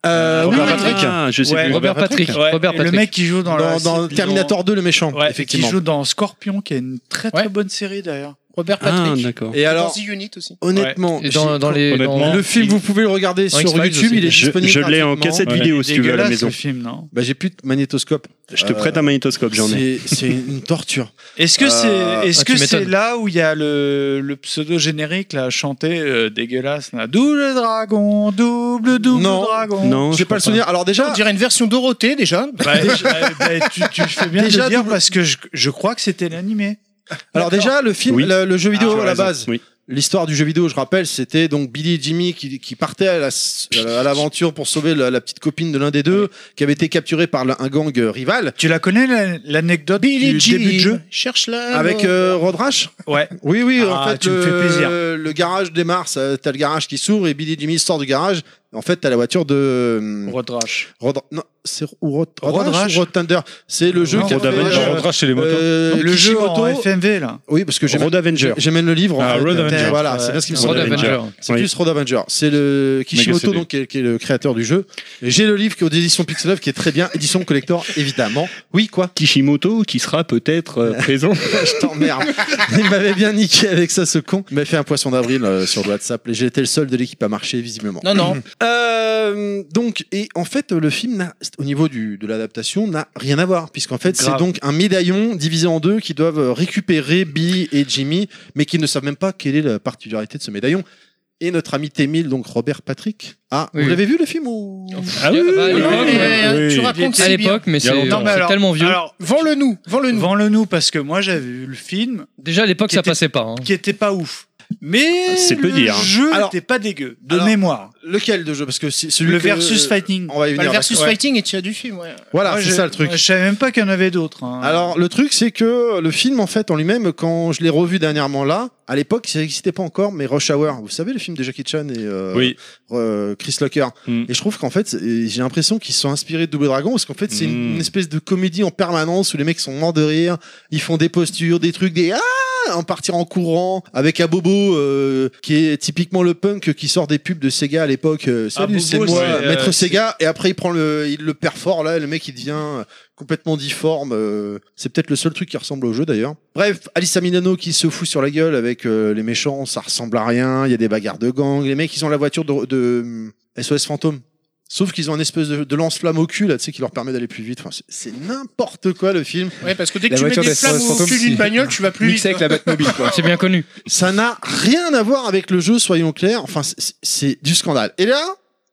S1: Euh,
S8: Robert
S1: oui,
S8: Patrick.
S10: Ah, je sais
S8: Ouais.
S10: plus.
S2: Robert Patrick.
S8: Ouais,
S2: Robert
S8: et Le
S2: Patrick.
S8: mec qui joue
S1: dans,
S8: dans, la-
S1: dans
S8: dans-
S1: Terminator 2, le méchant,
S8: Ouais,
S1: effectivement.
S8: Qui joue dans Scorpion, qui est une très très
S5: Ouais.
S8: bonne série d'ailleurs.
S5: Robert
S10: Ah,
S5: Patrick.
S10: d'accord.
S1: Et
S5: dans
S1: alors,
S5: The Unit aussi.
S1: honnêtement,
S2: Et dans, dans les, dans-
S9: Honnêtement,
S1: le film, vous pouvez le regarder
S2: dans
S1: sur
S2: X-Files
S1: YouTube,
S2: aussi.
S1: il est
S10: Je,
S1: disponible.
S10: je l'ai en
S1: gratuitement.
S10: cassette
S9: Ouais.
S10: vidéo si tu veux à la
S8: Dégueulasse,
S10: maison.
S8: le film, non
S1: Bah, j'ai plus de magnétoscope.
S10: Je te
S1: Euh,
S10: prête un magnétoscope, j'en ai.
S1: C'est c'est une torture.
S8: Est-ce que
S1: Euh,
S8: c'est est-ce
S2: ah,
S8: que
S2: tu
S8: c'est
S2: m'étonnes.
S8: là où il y a le, le pseudo générique là chanté euh, dégueulasse là double dragon double double
S1: Non.
S8: dragon
S10: Non,
S1: J'ai
S10: je
S1: pas
S10: crois
S1: le souvenir. Alors
S5: On
S1: déjà,
S5: dirait une version Dorothée déjà.
S8: Bah, bah, bah, tu, tu fais bien de
S1: Déjà,
S8: le dire
S1: double-
S8: parce que je, je crois que c'était l'animé.
S1: alors déjà, le film,
S10: Oui.
S1: le, le jeu vidéo
S10: Tu as
S1: à la
S10: raison.
S1: base.
S10: Oui.
S1: L'histoire du jeu vidéo, je rappelle, c'était donc Billy et Jimmy qui, qui partaient à la- à l'aventure pour sauver la, la petite copine de l'un des deux, qui avait été capturée par la- un gang euh, rival,
S8: Tu la connais la- l'anecdote
S5: Billy
S8: du début de jeu
S5: Jean, cherche
S2: Ah,
S5: la.
S1: avec euh, Rod Rash.
S8: Ouais.
S1: Oui, oui,
S8: Ah,
S1: en fait,
S8: tu me
S1: le,
S8: fais plaisir.
S1: le garage démarre, ça- t'as le garage qui s'ouvre et Billy Jimmy sort du garage En fait, t'as la voiture de. euh,
S8: Road Rash.
S1: Road... Non, c'est ou Road, Road
S8: Road
S1: Rash
S8: Rash
S1: ou Road Thunder. C'est le jeu
S8: Non,
S1: qui a
S8: Road
S1: fait,
S8: Avenger.
S1: euh,
S9: On rentre chez les motos.
S1: euh,
S8: Le jeu
S1: Kishimoto.
S8: en FMV là.
S1: Oui, parce que j'aime
S10: Road Avenger.
S1: j'aime le livre. en
S9: Ah,
S1: fait.
S9: Road Avenger.
S1: Voilà, c'est bien ce qu'il me
S2: Road
S1: semble.
S2: Avenger.
S1: C'est
S10: Oui.
S1: plus Road Avenger. C'est le Kishimoto
S9: CD.
S1: donc, qui, est, qui est le créateur du jeu. Et J'ai le livre qui est aux éditions Pixel Love qui est très bien, édition collector évidemment. Oui quoi
S10: Kishimoto qui sera peut-être euh, présent.
S1: Je t'emmerde. Il m'avait bien niqué avec ça ce con. Il m'a fait un poisson d'avril euh, sur le WhatsApp. Et J'étais le seul de l'équipe à marcher visiblement.
S5: Non, non.
S1: Euh, donc, et en fait, le film, n'a- au niveau du, de l'adaptation, n'a rien à voir, puisqu'en fait, c'est
S8: Grave.
S1: donc un médaillon divisé en deux qui doivent récupérer Bill et Jimmy, mais qui ne savent même pas quelle est la particularité de ce médaillon. Et notre ami Témil, donc Robert Patrick. Ah,
S2: Oui,
S1: vous
S2: oui.
S1: l'avez vu le film ou
S9: Ah oui,
S2: bah, à
S5: Non,
S2: l'époque,
S5: mais,
S2: ouais.
S5: euh, Tu
S9: Oui.
S5: racontes
S2: à
S5: si bien.
S2: l'époque, mais
S9: Il y a
S2: c'est
S9: longtemps.
S2: c'est tellement vieux.
S8: Alors,
S5: Vends-le nous, vends-le nous.
S8: vends-le nous parce que moi j'avais vu le film
S2: Déjà à l'époque,
S8: qui
S2: ça
S8: était-
S2: passait pas. hein.
S8: qui était pas ouf. Mais
S10: C'est peu
S8: le
S10: dire.
S8: jeu
S1: Alors-
S8: était pas dégueu, de
S1: Alors-
S8: mémoire.
S1: Lequel de jeu Parce que c'est celui
S8: Le
S1: que-
S8: versus Ah, fighting.
S1: On va y
S5: Bah, le
S1: venir.
S5: versus
S1: d'accord.
S5: fighting est tiré du film, ouais.
S1: Voilà,
S8: Moi,
S1: c'est
S8: je-
S1: ça le truc.
S8: Je savais même pas qu'il y en avait d'autres. hein.
S1: Alors le truc c'est que le film en fait en lui-même quand je l'ai revu dernièrement là à l'époque ça n'existait pas encore mais Rush Hour vous savez le film de Jackie Chan et euh,
S9: Oui.
S1: euh, Chris Locker
S9: Mm.
S1: et je trouve qu'en fait c'est- j'ai l'impression qu'ils se sont inspirés de Double Dragon parce qu'en fait c'est une,
S9: Mm.
S1: une espèce de comédie en permanence où les mecs sont morts de rire ils font des postures des trucs des ah en partir en courant avec Abobo euh, qui est typiquement le punk qui sort des pubs de Sega à l'époque euh, salut
S8: Abobo,
S1: c'est moi
S8: c'est, euh,
S1: maître
S8: c'est-
S1: Sega et après il prend le il le perd fort là et le mec il devient complètement difforme. euh, c'est peut-être le seul truc qui ressemble au jeu d'ailleurs. Bref, Alissa Milano qui se fout sur la gueule avec euh, les méchants, ça ressemble à rien. Il y a des bagarres de gang. Les mecs, ils ont la voiture de, de, hum, SOS Fantôme. Sauf qu'ils ont un espèce de, de lance-flamme au cul là, tu sais, qui leur permet d'aller plus vite. Enfin, c'est- c'est n'importe quoi le film.
S5: Ouais, parce que dès que
S17: La
S5: tu mets
S17: voiture
S5: des
S17: des
S5: flammes
S17: SOS
S5: au
S17: fantômes,
S5: cul
S17: si.
S5: d'une bagnole, tu vas plus vite.
S17: Mixé avec la Batmobile, quoi.
S2: C'est bien connu.
S1: Ça n'a rien à voir avec le jeu, soyons clairs. Enfin, c'est- c'est du scandale. Et là,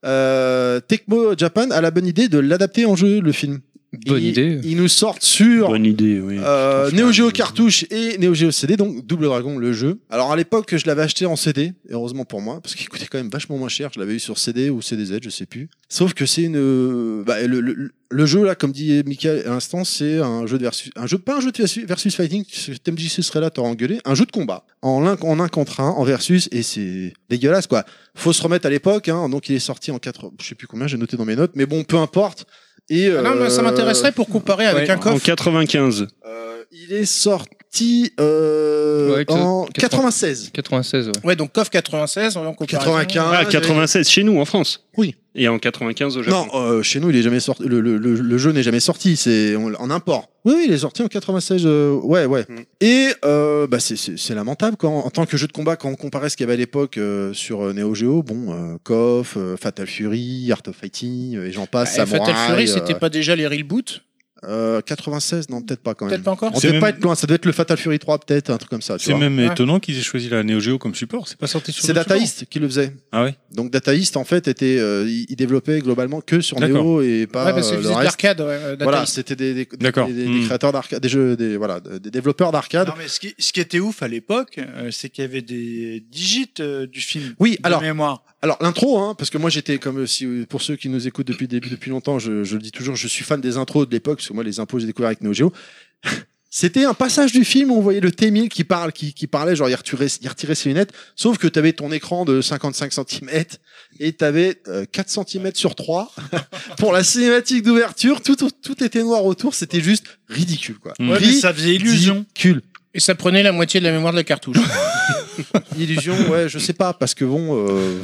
S1: euh, Tecmo Japan a la bonne idée de l'adapter en jeu, le film.
S2: Bonne
S1: Ils-
S2: idée.
S1: Ils nous sortent sur
S10: Bonne idée, oui.
S1: Euh,
S10: Putain,
S1: Neo
S10: je-
S1: Geo cartouche et Neo Geo CD, donc Double Dragon le jeu. Alors à l'époque, je l'avais acheté en CD, et heureusement pour moi, parce qu'il coûtait quand même vachement moins cher. Je l'avais eu sur CD ou CDZ, je sais plus. Sauf que c'est une, euh, bah, le, le, le jeu là, comme dit Mika à l'instant, c'est un jeu de versus, un jeu pas un jeu de versus, versus fighting. Si TMDJC serait là, t'aurais engueulé. Un jeu de combat en un, en un contre un, en versus, et c'est dégueulasse quoi. Faut se remettre à l'époque, hein, donc il est sorti en 4 je sais plus combien, j'ai noté dans mes notes, mais bon, peu importe. Et
S5: Ah Non,
S1: euh,
S5: mais ça m'intéresserait pour comparer avec
S10: Ouais,
S5: un
S10: en
S5: coffre.
S10: 95.
S1: euh, il est sorti euh,
S2: Ouais,
S1: en
S2: 80.
S1: 96.
S2: 96, ouais.
S5: Ouais, donc coffre 96, on est en comparaison.
S1: 95.
S10: Ah, 96 chez nous en France.
S1: Oui.
S10: Et en 95 au Japon.
S1: Non, euh, chez nous, il est jamais sorti. Le, le- le- le jeu n'est jamais sorti. C'est on- en import. Oui, oui, il est sorti en 96. euh, ouais, ouais.
S5: Mm.
S1: Et euh, bah, c'est- c'est c'est lamentable quand, en tant que jeu de combat, quand on comparait ce qu'il y avait à l'époque euh, sur euh, Neo Geo, bon, euh, KOF, euh, Fatal Fury, Art of Fighting, euh, et j'en passe.
S5: Ah, et
S1: Samurai,
S5: Fatal Fury,
S1: euh,
S5: c'était pas déjà les Real Boot
S1: euh, 96, non, peut-être pas quand même.
S5: Peut-être pas encore
S1: On
S9: C'est
S1: devait
S9: même-
S1: pas être loin. Ça devait être le Fatal Fury 3, peut-être un truc comme ça. tu
S9: C'est
S1: vois.
S9: même
S5: Ouais.
S9: étonnant qu'ils aient choisi la Neo Geo comme support. C'est pas sorti sur.
S1: C'est
S9: d'autres supports.
S1: Dataist qui le faisait.
S9: Ah ouais.
S1: Donc Data East en fait était, euh, il il développait globalement que sur
S9: D'accord.
S1: Neo et pas
S5: Ouais,
S1: euh,
S5: parce que c'est
S1: le
S5: visite
S1: reste.
S5: d'arcade, ouais, euh, Data
S1: Voilà,
S5: East.
S1: c'était des, des, des,
S9: D'accord.
S1: des- des
S9: Hmm.
S1: créateurs d'arcade, des jeux, des voilà, des développeurs d'arcade.
S8: Non, mais ce qui, ce qui était ouf à l'époque, euh, c'est qu'il y avait des digits euh, du film.
S1: Oui,
S8: de
S1: alors
S8: mémoire.
S1: Alors l'intro, hein, parce que moi j'étais comme euh, si euh, pour ceux qui nous écoutent depuis le début- depuis longtemps, je, je le dis toujours, je suis fan des intros de l'époque, parce que moi les impôts j'ai découvert avec Neo Geo. C'était un passage du film où on voyait le T1000 qui parle, qui, qui parlait, genre il retirait, il retirait ses lunettes, sauf que t'avais ton écran de 55 cm et t'avais euh, 4 cm sur 3 pour la cinématique d'ouverture, tout, tout, tout était noir autour, c'était juste ridicule quoi.
S9: Mm.
S8: Ouais, mais ça faisait illusion.
S1: Ridicule.
S5: Et ça prenait la moitié de la mémoire de la cartouche.
S1: Illusion, ouais, je sais pas, parce que bon. euh,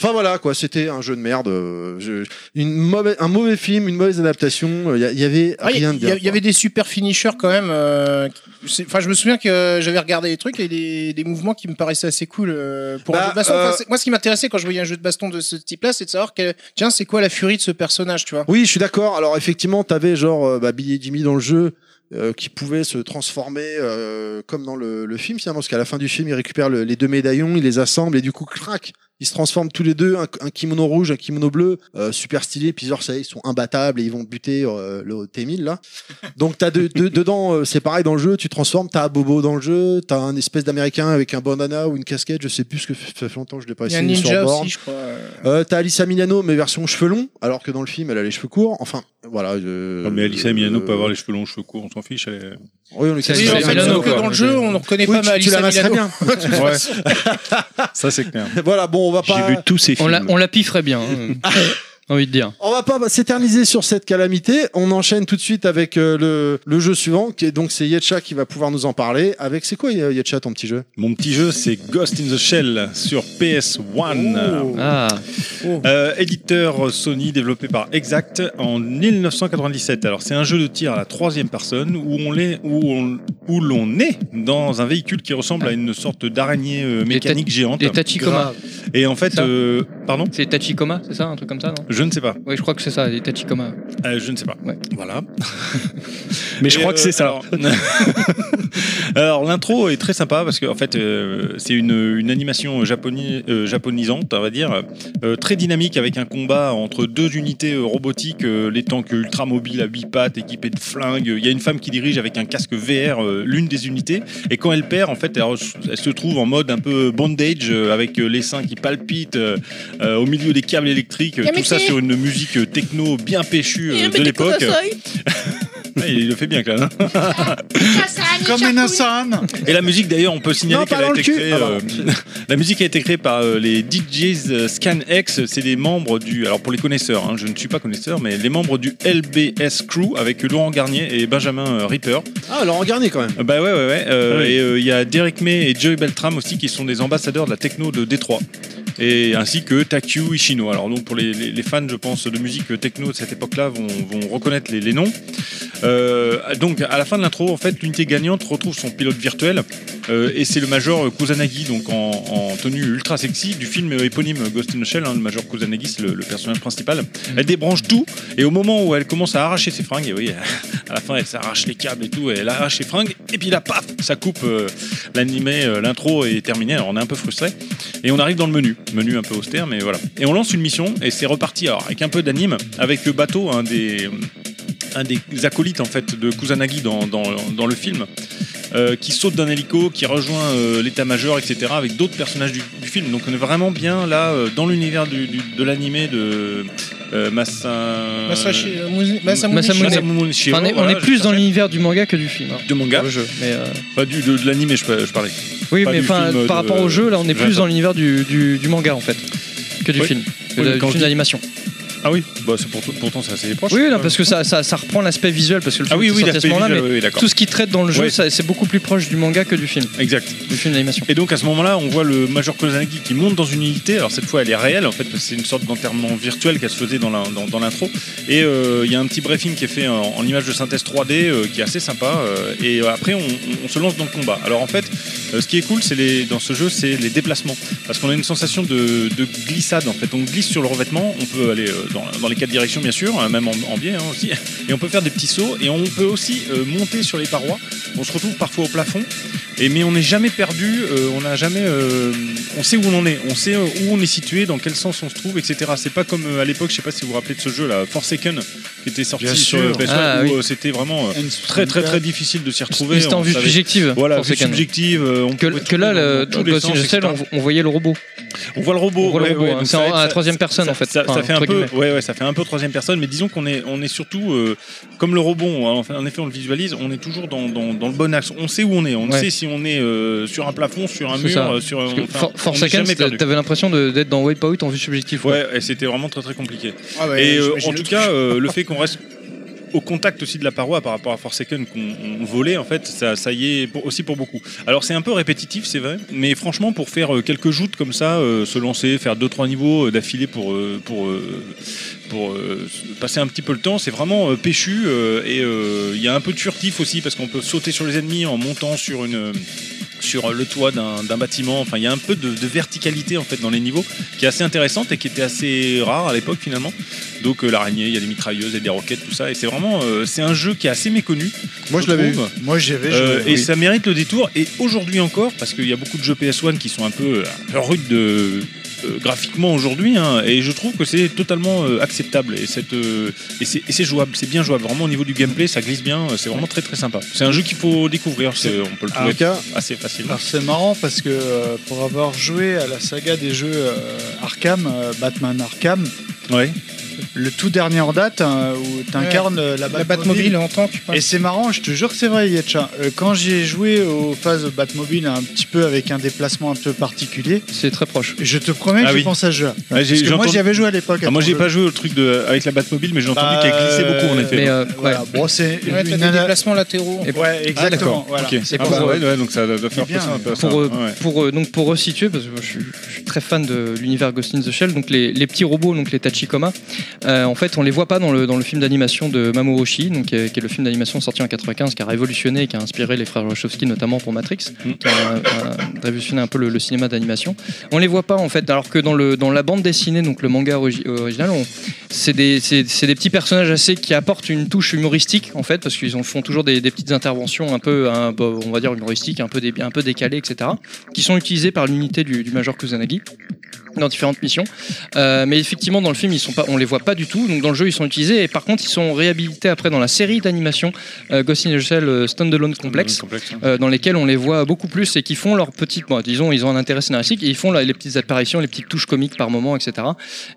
S1: Enfin voilà quoi, c'était un jeu de merde, euh, je- une mauvaise, un mauvais film, une mauvaise adaptation. euh, Il y, a- il y avait
S5: Ah, Il y,
S1: rien de bien.
S5: a- il y avait des super finishers quand même. euh, c'est- Enfin, je me souviens que euh, j'avais regardé les trucs et des, des mouvements qui me paraissaient assez cool euh, pour
S1: Bah,
S5: un jeu de baston.
S1: euh,
S5: Enfin, c'est- moi, ce qui m'intéressait quand je voyais un jeu de baston de ce type-là, c'est de savoir que tiens, c'est quoi la furie de ce personnage, tu vois
S1: Oui, je suis d'accord. Alors effectivement, t'avais genre euh, bah, Billy et Jimmy dans le jeu euh, qui pouvait se transformer euh, comme dans le, le film finalement, parce qu'à la fin du film, il récupère le- les deux médaillons, il les assemble et du coup, crac, ils se transforment tous les deux, un, un kimono rouge, un kimono bleu, euh, super stylé. Puis genre ça, y est, ils sont imbattables et ils vont buter euh, le T1000 là. Donc t'as de, de- dedans, euh, c'est pareil dans le jeu, tu transformes, t'as Bobo dans le jeu, t'as un espèce d'américain avec un bandana ou une casquette, je sais plus ce que ça fait longtemps que je l'ai pas
S5: Il y a
S1: essayé
S5: un
S1: sur
S5: ninja
S1: borne.
S5: aussi, je crois. euh.
S1: Euh, t'as Alissa Milano, mais version cheveux longs, alors que dans le film, elle a les cheveux courts. Enfin, voilà. euh,
S9: Non, mais Alissa Milano
S1: euh,
S9: peut avoir les cheveux longs, cheveux courts, on s'en fiche. elle est-
S1: Oui, on lui
S2: C'est
S1: casse
S5: Oui,
S2: Alissa
S5: mais
S1: les
S5: sauf
S1: cheveux.
S2: Milano,
S5: que
S2: quoi.
S5: dans le jeu, on ne reconnaît
S1: Oui,
S5: pas
S1: tu, tu
S5: Malissa
S1: la masserais
S5: Milano.
S1: bien.
S9: Ouais. Ça c'est clair.
S1: voilà, bon, on va
S10: J'ai
S1: Ah. pas.
S10: vu tous ces
S2: On la,
S10: films.
S2: on la pifferait bien, hein. J'ai envie de dire.
S1: On va pas s'éterniser sur cette calamité. On enchaîne tout de suite avec euh, le, le jeu suivant. Qui est, donc c'est Yetcha qui va pouvoir nous en parler. Avec c'est quoi euh, Yetcha ton petit jeu
S9: Mon petit jeu, c'est Ghost in the Shell sur
S1: Oh.
S9: PS1.
S2: Ah,
S9: Euh, éditeur Sony développé par Exact en 1997. Alors c'est un jeu de tir à la troisième personne où on est où on- où l'on est dans un véhicule qui ressemble à une sorte d'araignée euh,
S2: Des
S9: mécanique géante.
S2: des Tachikoma.
S9: Et en fait,
S2: Ça
S9: euh, pardon,
S2: C'est Tachikoma, c'est ça Un truc comme ça, non
S9: je ne sais pas.
S2: Oui, je crois que c'est ça, des Tachikoma.
S9: Euh, je ne sais pas.
S2: Ouais.
S9: Voilà.
S10: Mais je
S9: Et,
S10: crois que
S9: euh,
S10: c'est ça.
S9: Alors, alors, l'intro est très sympa parce que en fait euh, c'est une, une animation japoni- euh, japonisante, on va dire, euh, très dynamique avec un combat entre deux unités euh, robotiques, euh, les tanks ultra mobiles à huit pattes équipés de flingues. Il y a une femme qui dirige avec un casque VR euh, l'une des unités et quand elle perd en fait elle, re- elle se trouve en mode un peu bondage euh, avec euh, les seins qui palpitent euh, euh, au milieu des câbles électriques, euh, tout ça sur une musique euh, techno bien péchue euh, de l'époque. Ouais, il le fait bien quand même. hein.
S8: Comme une insane
S9: Et la musique d'ailleurs, on peut signaler
S1: Non, pas
S9: qu'elle a
S1: dans
S9: été
S1: le cul.
S9: créée.
S1: Ah,
S9: euh, la musique a été créée par euh, les DJs euh, ScanX. C'est des membres du. Alors pour les connaisseurs, hein, je ne suis pas connaisseur, mais les membres du LBS Crew avec Laurent Garnier et Benjamin euh, Ripper.
S1: Ah Laurent Garnier quand même.
S9: Euh, Bah ouais, ouais, ouais. euh,
S10: Ah oui.
S9: Et euh, il y a Derek May et Joey Beltram aussi qui sont des ambassadeurs de la techno de Détroit. Et ainsi que Takyu Ishino. Alors donc pour les, les- les fans, je pense, de musique techno de cette époque-là vont, vont reconnaître les, les noms. Euh, donc à la fin de l'intro, en fait, l'unité gagnante retrouve son pilote virtuel euh, et c'est le major Kusanagi, donc en, en tenue ultra sexy du film éponyme Ghost in the Shell. hein, le major Kusanagi, c'est le, le personnage
S10: Mm.
S9: principal. Elle débranche tout et au moment où elle commence à arracher ses fringues, et oui, à la fin elle s'arrache les câbles et tout, elle arrache les fringues, et puis là, paf, ça coupe euh, l'animé, euh, l'intro est terminée, alors on est un peu frustré, et on arrive dans le menu, menu un peu austère, mais voilà. Et on lance une mission, et c'est reparti, alors avec un peu d'anime, avec le bateau, un des, un des acolytes en fait de Kusanagi dans, dans, dans le film. euh, qui saute d'un hélico, qui rejoint euh, l'état-major, etc., avec d'autres personnages du, du film. Donc on est vraiment bien là euh, dans l'univers du- du- de l'animé de euh, Masa...
S5: Masashi- euh, Musi- Masamune.
S2: Masamune.
S9: Masamune Shiro,
S2: Enfin, on est, on
S9: oh, voilà,
S2: est plus
S9: je
S2: dans
S9: cherchais.
S2: l'univers du manga que du film. hein,
S9: de manga,
S2: pour le jeu, mais, euh,
S9: pas du, de, de l'animé je, par- je parlais.
S2: Oui,
S9: Pas
S2: mais
S9: du
S2: enfin,
S9: film euh,
S2: par
S9: de-
S2: rapport au jeu, là, on est
S9: J'attends.
S2: plus dans l'univers du, du, du manga en fait que du
S9: Oui.
S2: film, que
S9: Oui,
S2: de-
S9: mais quand
S2: du film
S9: je dis-
S2: d'animation.
S9: Ah oui, bah, c'est pour, pourtant c'est assez proche. euh,
S2: Oui, non, parce que ça, ça, ça reprend l'aspect visuel parce que le
S9: ah
S2: film
S9: oui,
S2: était
S9: oui,
S2: sorti à ce
S9: l'aspect
S2: moment-là, mais
S9: visuel, oui, oui, d'accord.
S2: tout ce qui traite dans le jeu,
S9: Ouais.
S2: ça- c'est beaucoup plus proche du manga que du film,
S9: Exact.
S2: du film d'animation.
S9: Et donc à ce moment-là, on voit le Major Kusanagi qui monte dans une unité. Alors cette fois, elle est réelle en fait, parce que c'est une sorte d'enterrement virtuel qu'elle se faisait dans la- dans- dans l'intro. et euh, il y a un petit briefing qui est fait en, en image de synthèse 3D euh, qui est assez sympa. euh, et euh, après, on, on- on se lance dans le combat. Alors en fait, euh, ce qui est cool, c'est les, dans ce jeu, c'est les déplacements, parce qu'on a une sensation de, de glissade. En fait, on glisse sur le revêtement. On peut aller euh, dans, dans les quatre directions, bien sûr, euh, même en, en biais hein, aussi. Et on peut faire des petits sauts. Et on peut aussi euh, monter sur les parois. On se retrouve parfois au plafond. Et mais on n'est jamais perdu, euh, on n'a jamais, euh, on sait où on en est, on sait euh, où on est situé, dans quel sens on se trouve, etc. C'est pas comme euh, à l'époque, je sais pas si vous vous rappelez de ce jeu là, Forsaken, qui était sorti
S8: Bien
S9: sur
S8: sûr.
S9: euh, PS1,
S2: Ah,
S9: où
S2: oui.
S9: euh, c'était vraiment euh, très très très difficile de s'y retrouver.
S2: Mais c'était en
S9: on
S2: vue
S9: savait-
S2: subjective.
S9: Voilà,
S2: pour
S9: vue
S2: Second.
S9: subjective. euh, on
S2: Que,
S9: pouvait
S2: que là,
S9: trouver
S2: le,
S9: dans tous les
S2: dans Ghost in the
S9: sens,
S2: Shell,
S9: etc.
S2: on, on voyait le robot.
S9: On voit le robot.
S2: On voit le
S9: ouais,
S2: robot,
S9: ouais,
S2: hein.
S9: donc
S2: C'est en-
S9: ça-
S2: à la
S9: ça-
S2: troisième
S9: ça-
S2: personne, en fait.
S9: Ça, ça
S2: Enfin,
S9: fait un
S2: entre
S9: peu,
S2: guillemets.
S9: ouais, ouais, ça fait un peu troisième personne, mais disons qu'on est, on est surtout, euh, comme le robot, on- en fait- en effet, on le visualise, on est toujours dans, dans- dans le bon axe. On sait où on est, on
S2: Ouais.
S9: sait si on est euh, sur un plafond, sur un
S2: C'est
S9: mur,
S2: ça.
S9: euh, sur.
S2: Parce que
S9: enfin,
S2: For-
S9: on est
S2: Forsaken,
S9: jamais
S2: c'était-
S9: perdu.
S2: t'avais l'impression de- d'être dans Wipeout en vue subjective. quoi.
S9: Ouais, et c'était vraiment très très compliqué.
S5: Ah ouais,
S9: et euh,
S5: j'imagine
S9: en
S5: le
S9: tout
S5: truc.
S9: cas, euh, le fait qu'on reste au contact aussi de la paroi par rapport à Forsaken qu'on on volait en fait ça, ça y est pour- aussi pour beaucoup alors c'est un peu répétitif c'est vrai mais franchement pour faire euh, quelques joutes comme ça euh, se lancer faire deux trois niveaux euh, d'affilée pour euh, pour euh, pour euh, passer un petit peu le temps c'est vraiment euh, péchu euh, et euh, il y a un peu de furtif aussi parce qu'on peut sauter sur les ennemis en montant sur une sur le toit d'un d'un bâtiment enfin il y a un peu de, de verticalité en fait dans les niveaux qui est assez intéressante et qui était assez rare à l'époque finalement donc euh, l'araignée il y a des mitrailleuses et des roquettes tout ça et c'est vraiment euh, c'est un jeu qui est assez méconnu
S8: Moi, je l'avais
S9: trouve.
S8: Moi, j'y vais.
S9: Euh, et ça mérite le détour. Et aujourd'hui encore, parce qu'il y a beaucoup de jeux PS1 qui sont un peu, un peu rudes de- euh, graphiquement aujourd'hui, hein, et je trouve que c'est totalement euh, acceptable. Et, cette, euh, et c'est et c'est jouable, c'est bien jouable. Vraiment au niveau du gameplay, ça glisse bien, euh, c'est vraiment très très sympa. C'est un jeu qu'il faut découvrir, c'est- on peut le
S8: Ah,
S9: trouver
S8: cas,
S9: assez facilement.
S8: Alors c'est marrant parce que euh, pour avoir joué à la saga des jeux euh, Arkham, euh, Batman Arkham,
S9: Ouais.
S8: le tout dernier en date hein, où tu incarnes la,
S5: La Batmobile en tant que.
S8: Et c'est marrant, je te jure que c'est vrai, Yetcha. Euh, Quand j'y ai joué aux phases Batmobile un petit peu avec un déplacement un peu particulier,
S2: C'est très proche.
S8: je te promets que
S9: Ah
S8: je
S9: oui.
S8: pense à ce jeu.
S9: Ouais,
S8: Parce
S9: j'ai-
S8: que
S9: j'ai
S8: moi,
S9: entendu-
S8: j'y avais joué à l'époque.
S9: Ah, moi,
S8: à
S9: j'ai
S8: ton
S9: pas
S8: jeu.
S9: joué au truc de, avec la Batmobile, mais j'ai entendu
S8: Bah,
S9: qu'elle glissait beaucoup en effet. Ah,
S2: Mais euh, ouais.
S8: Voilà, bon, c'est
S5: Ouais, t'as
S8: une
S5: des
S8: ana-
S5: déplacements latéraux. en fait.
S8: Ouais, exactement. voilà.
S9: Ok.
S2: C'est
S9: Ah,
S2: pour,
S9: bah,
S2: euh,
S9: ouais, ouais, donc ça doit faire
S8: bien,
S9: penser un peu à ça.
S2: pour, euh,
S9: Ouais.
S2: pour, euh, donc pour resituer, parce que moi, je, suis, je suis très fan de l'univers Ghost in the Shell, donc les, les petits robots, donc les Tachikoma, euh, en fait on les voit pas dans le, dans le film d'animation de Mamoru Oshii, donc, euh, qui, est, qui est le film d'animation sorti en 95 qui a révolutionné et qui a inspiré les frères Wachowski notamment pour Matrix,
S9: Mm.
S2: qui a, euh, a révolutionné un peu le, le cinéma d'animation. On les voit pas en fait, alors que dans, le, dans la bande dessinée, donc le manga origi- original, on- c'est des, c'est- c'est des petits personnages assez qui apportent une touche humoristique en fait, parce qu'ils en font toujours des, des petites interventions un peu, hein, bah, on va dire humoristiques, un peu, dé- un peu décalées, etc qui sont utilisés par l'unité du, du Major Kusanagi dans différentes missions. Euh, mais effectivement, dans le film, ils sont pas, on les voit pas du tout. Donc dans le jeu, ils sont utilisés et par contre, ils sont réhabilités après dans la série d'animation euh, Ghost in the Shell euh, Standalone Complex. euh, dans lesquels on les voit beaucoup plus et qui font leurs petites, bon, disons, ils ont un intérêt scénaristique et ils font la- les petites apparitions, les petites touches comiques par moment, etc.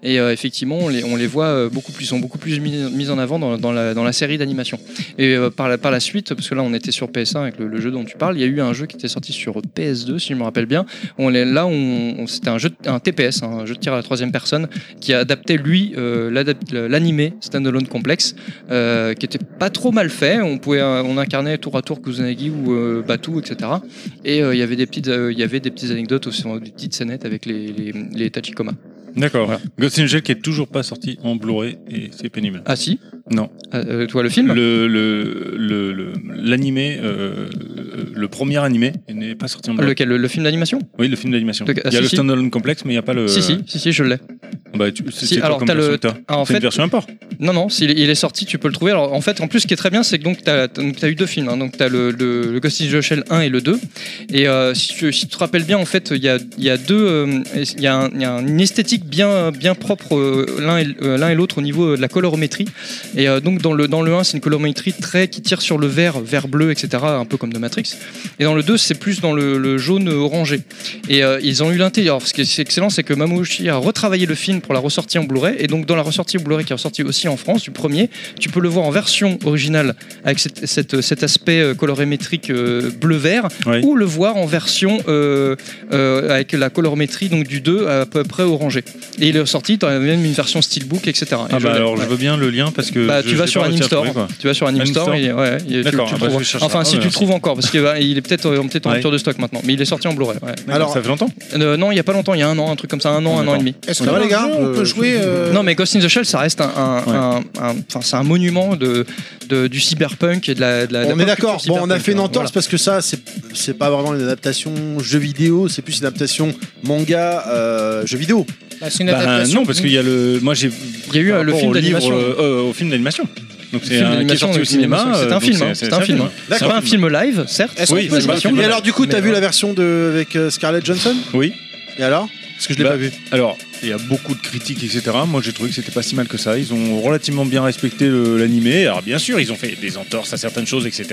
S2: Et euh, effectivement, on les, on les voit euh, beaucoup plus, sont beaucoup plus mis, mis en avant dans, dans la, dans la série d'animation. Et euh, par, la, par la suite, parce que là on était sur PS1 avec le, le jeu dont tu parles, il y a eu un jeu qui était sorti sur PS2, si je me rappelle bien. On est, là, on, on- c'était un jeu, de- un TPS, hein, un jeu de tir à la troisième personne, qui a adapté lui euh, l'adap- l'animé standalone complexe, euh, qui était pas trop mal fait. On pouvait, euh, on incarnait tour à tour Kusanagi ou euh, Batu, etc. Et euh, il y avait des petites, euh, il y avait des petites anecdotes aussi, euh, des petites scénettes avec les, les, les Tachikoma.
S9: D'accord.
S2: Voilà.
S9: Ghost in the Shell qui est toujours pas sorti en Blu-ray et c'est pénible.
S2: Ah si,
S9: Non.
S2: Euh, euh, toi le film.
S9: Le le- le- le- l'animé, euh, le premier animé n'est pas sorti en Blu-ray.
S2: Lequel, le, le film d'animation
S9: Oui, le film d'animation.
S2: Le-
S9: Il
S2: ah,
S9: y a
S2: si,
S9: le
S2: si.
S9: standalone complexe, mais il n'y a pas le.
S2: Si si, si si, je l'ai.
S9: Bah, tu- c'est
S2: Si,
S9: c'est quoi
S2: alors,
S9: comme
S2: t'as
S9: version
S2: le-
S9: que t'as
S2: Ah, en
S9: C'est une
S2: fait-
S9: version import.
S2: Non, non, s'il est- il est sorti, tu peux le trouver. Alors, en fait, en plus, ce qui est très bien, c'est que donc, tu as, eu deux films. hein. Donc, tu as le, le- le Ghost in the Shell 1 et le 2. Et euh, si, tu, si tu te rappelles bien, en fait, il y a, il y a deux. euh, Il y, a un- il y a une esthétique bien, bien propre euh, l'un et, euh, l'un et l'autre au niveau euh, de la colorimétrie. Et euh, donc, dans le, dans le 1, c'est une colorimétrie très qui tire sur le vert, vert bleu, etc., un peu comme de Matrix. Et dans le 2, c'est plus dans le, le jaune euh, orangé. Et euh, ils ont eu l'intérieur. Ce qui est excellent, c'est que Mamouchi a retravaillé le film pour la ressortie en Blu-ray. Et donc, dans la ressortie en Blu-ray qui est ressortie aussi en France, du premier, tu peux le voir en version originale avec cette- cette- cet aspect euh, colorimétrique euh, bleu-vert,
S9: Ouais.
S2: ou le voir en version euh, euh, avec la colorimétrie donc, du 2 à peu près orangé. Et il est ressorti, tu as même une version steelbook, etc. Et
S9: Ah
S2: je
S9: bah
S2: l'ai.
S9: alors
S2: Ouais.
S9: je veux bien le lien parce que.
S2: Bah,
S9: je-
S2: tu vas
S9: j'ai
S2: sur
S9: pas
S2: Anime
S9: réussi à
S2: Store.
S9: trouver, quoi.
S2: Tu vas sur Anime
S9: Anime
S2: Store.
S9: Store
S2: il est- ouais, il est- tu-
S9: D'accord,
S2: tu le
S9: ah bah, je
S2: trouves.
S9: vais chercher
S2: enfin,
S9: ça.
S2: si tu
S9: Ouais,
S2: le
S9: merci.
S2: trouves encore, parce qu'il va- il est peut-être euh, peut-être en
S9: Ouais.
S2: rupture de stock maintenant, mais il est sorti en Blu-ray. ouais.
S9: Alors ça fait longtemps.
S2: Euh, non, il y a pas longtemps, il y a un an, un truc comme ça,
S9: Ah,
S2: un an, un an et demi.
S5: Est-ce
S4: Ça
S5: que
S4: va,
S5: dans
S4: les
S5: le
S4: gars,
S5: jeu,
S4: on
S5: on
S4: peut-
S5: peut jouer. euh,
S2: Non, mais Ghost in the Shell, ça reste un, un,
S9: Ouais.
S2: un- un- enfin, c'est un monument de, de- du cyberpunk et de la. de la- de
S4: on
S2: la pop
S4: est d'accord.
S2: culture
S4: Bon, on a
S2: cyberpunk, hein,
S4: fait une
S2: alors,
S4: entorse parce que ça, c'est c'est pas vraiment une adaptation jeu vidéo, c'est plus une adaptation manga euh, jeu vidéo.
S5: bah, c'est une
S9: Bah,
S5: adaptation.
S9: non, parce qu'il y a le. Moi j'ai.
S2: voilà. Il y a eu
S9: par
S2: euh, le
S9: rapport
S2: film
S9: au livre,
S2: d'animation.
S9: euh, euh, Au film d'animation. Donc
S2: Le
S9: c'est
S2: film
S9: un qui est
S2: d'animation,
S9: sorti au
S2: le film
S9: cinéma.
S2: d'animation. C'est
S9: euh,
S2: un
S9: donc
S2: film, hein, c'est un film. C'est
S4: D'accord.
S2: pas un film live, certes.
S5: Est-ce
S2: c'est
S5: qu'on
S2: une
S5: peut jouer
S2: animation,
S9: Oui,
S4: Et
S2: mais-
S4: alors, du coup, t'as
S2: mais euh,
S4: vu
S2: ouais.
S4: la version de avec euh, Scarlett Johansson
S9: Oui.
S4: Et alors Parce que je l'ai
S9: Bah,
S4: pas vu.
S9: Alors, il y a beaucoup de critiques, etc. Moi, j'ai trouvé que c'était pas si mal que ça. Ils ont relativement bien respecté le- l'animé. Alors, bien sûr, ils ont fait des entorses à certaines choses, etc.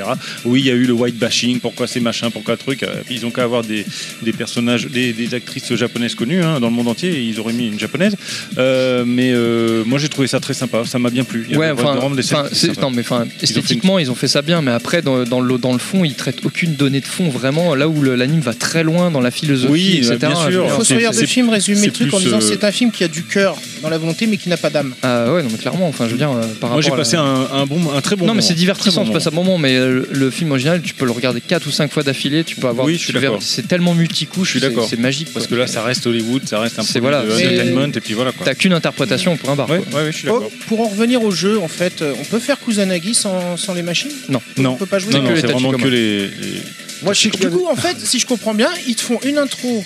S9: Oui, il y a eu le white bashing. Pourquoi c'est machin Pourquoi truc Euh, Ils ont qu'à avoir des, des personnages, des, des actrices japonaises connues hein, dans le monde entier. et ils auraient mis une japonaise. Euh, mais euh, moi, j'ai trouvé ça très sympa. Ça m'a bien plu. Il y
S2: Ouais,
S9: avait
S2: enfin,
S9: vraiment des scènes
S2: enfin,
S9: qui étaient
S2: c'est-
S9: sympas.
S2: non, mais enfin,
S9: fait une-
S2: esthétiquement, ils ont fait ça bien, mais après, dans, dans le, dans le fond, ils traitent aucune donnée de fond, vraiment, là où le- l'anime va très loin dans la philosophie,
S9: Oui,
S2: etc.
S9: bien sûr.
S2: Je veux dire,
S5: Il faut se
S9: c'est-
S5: regarder
S9: c'est-
S5: le film, résumer
S9: c'est
S5: le truc en
S9: plus,
S5: disant
S9: euh,
S5: c'est un film qui a du cœur dans la volonté mais qui n'a pas d'âme.
S2: Ah ouais, non, mais clairement, enfin, je veux dire, euh, par rapport
S9: Moi, j'ai
S2: à la-
S9: passé un, un bon, un très bon
S2: non mais
S9: moment.
S2: c'est divertissant,
S9: Très
S2: tu
S9: bon
S2: passes un moment, mais euh, le, le film original, tu peux le regarder 4 ou 5 fois d'affilée, tu peux avoir...
S9: Oui, je suis
S2: tu verras-
S9: d'accord.
S2: C'est tellement multicouche,
S9: Je suis
S2: c'est-
S9: d'accord.
S2: c'est magique.
S9: Parce que
S2: quoi.
S9: là, ça reste Hollywood, ça reste un
S2: C'est
S9: peu
S2: voilà,
S9: de
S5: c'est-
S9: entertainment, et puis voilà quoi.
S2: T'as qu'une interprétation pour un bar.
S9: Ouais,
S2: quoi.
S9: ouais, ouais, je suis d'accord.
S5: Oh, pour en revenir au jeu, en fait, euh, on peut faire Kusanagi sans, sans les machines
S9: non,
S5: On peut pas jouer
S9: non,
S5: avec
S9: non,
S2: les
S9: c'est vraiment que
S2: Tachikoma.
S9: les- les,
S4: Moi, je sais que
S5: Du coup, en fait, si je comprends bien, ils te font une intro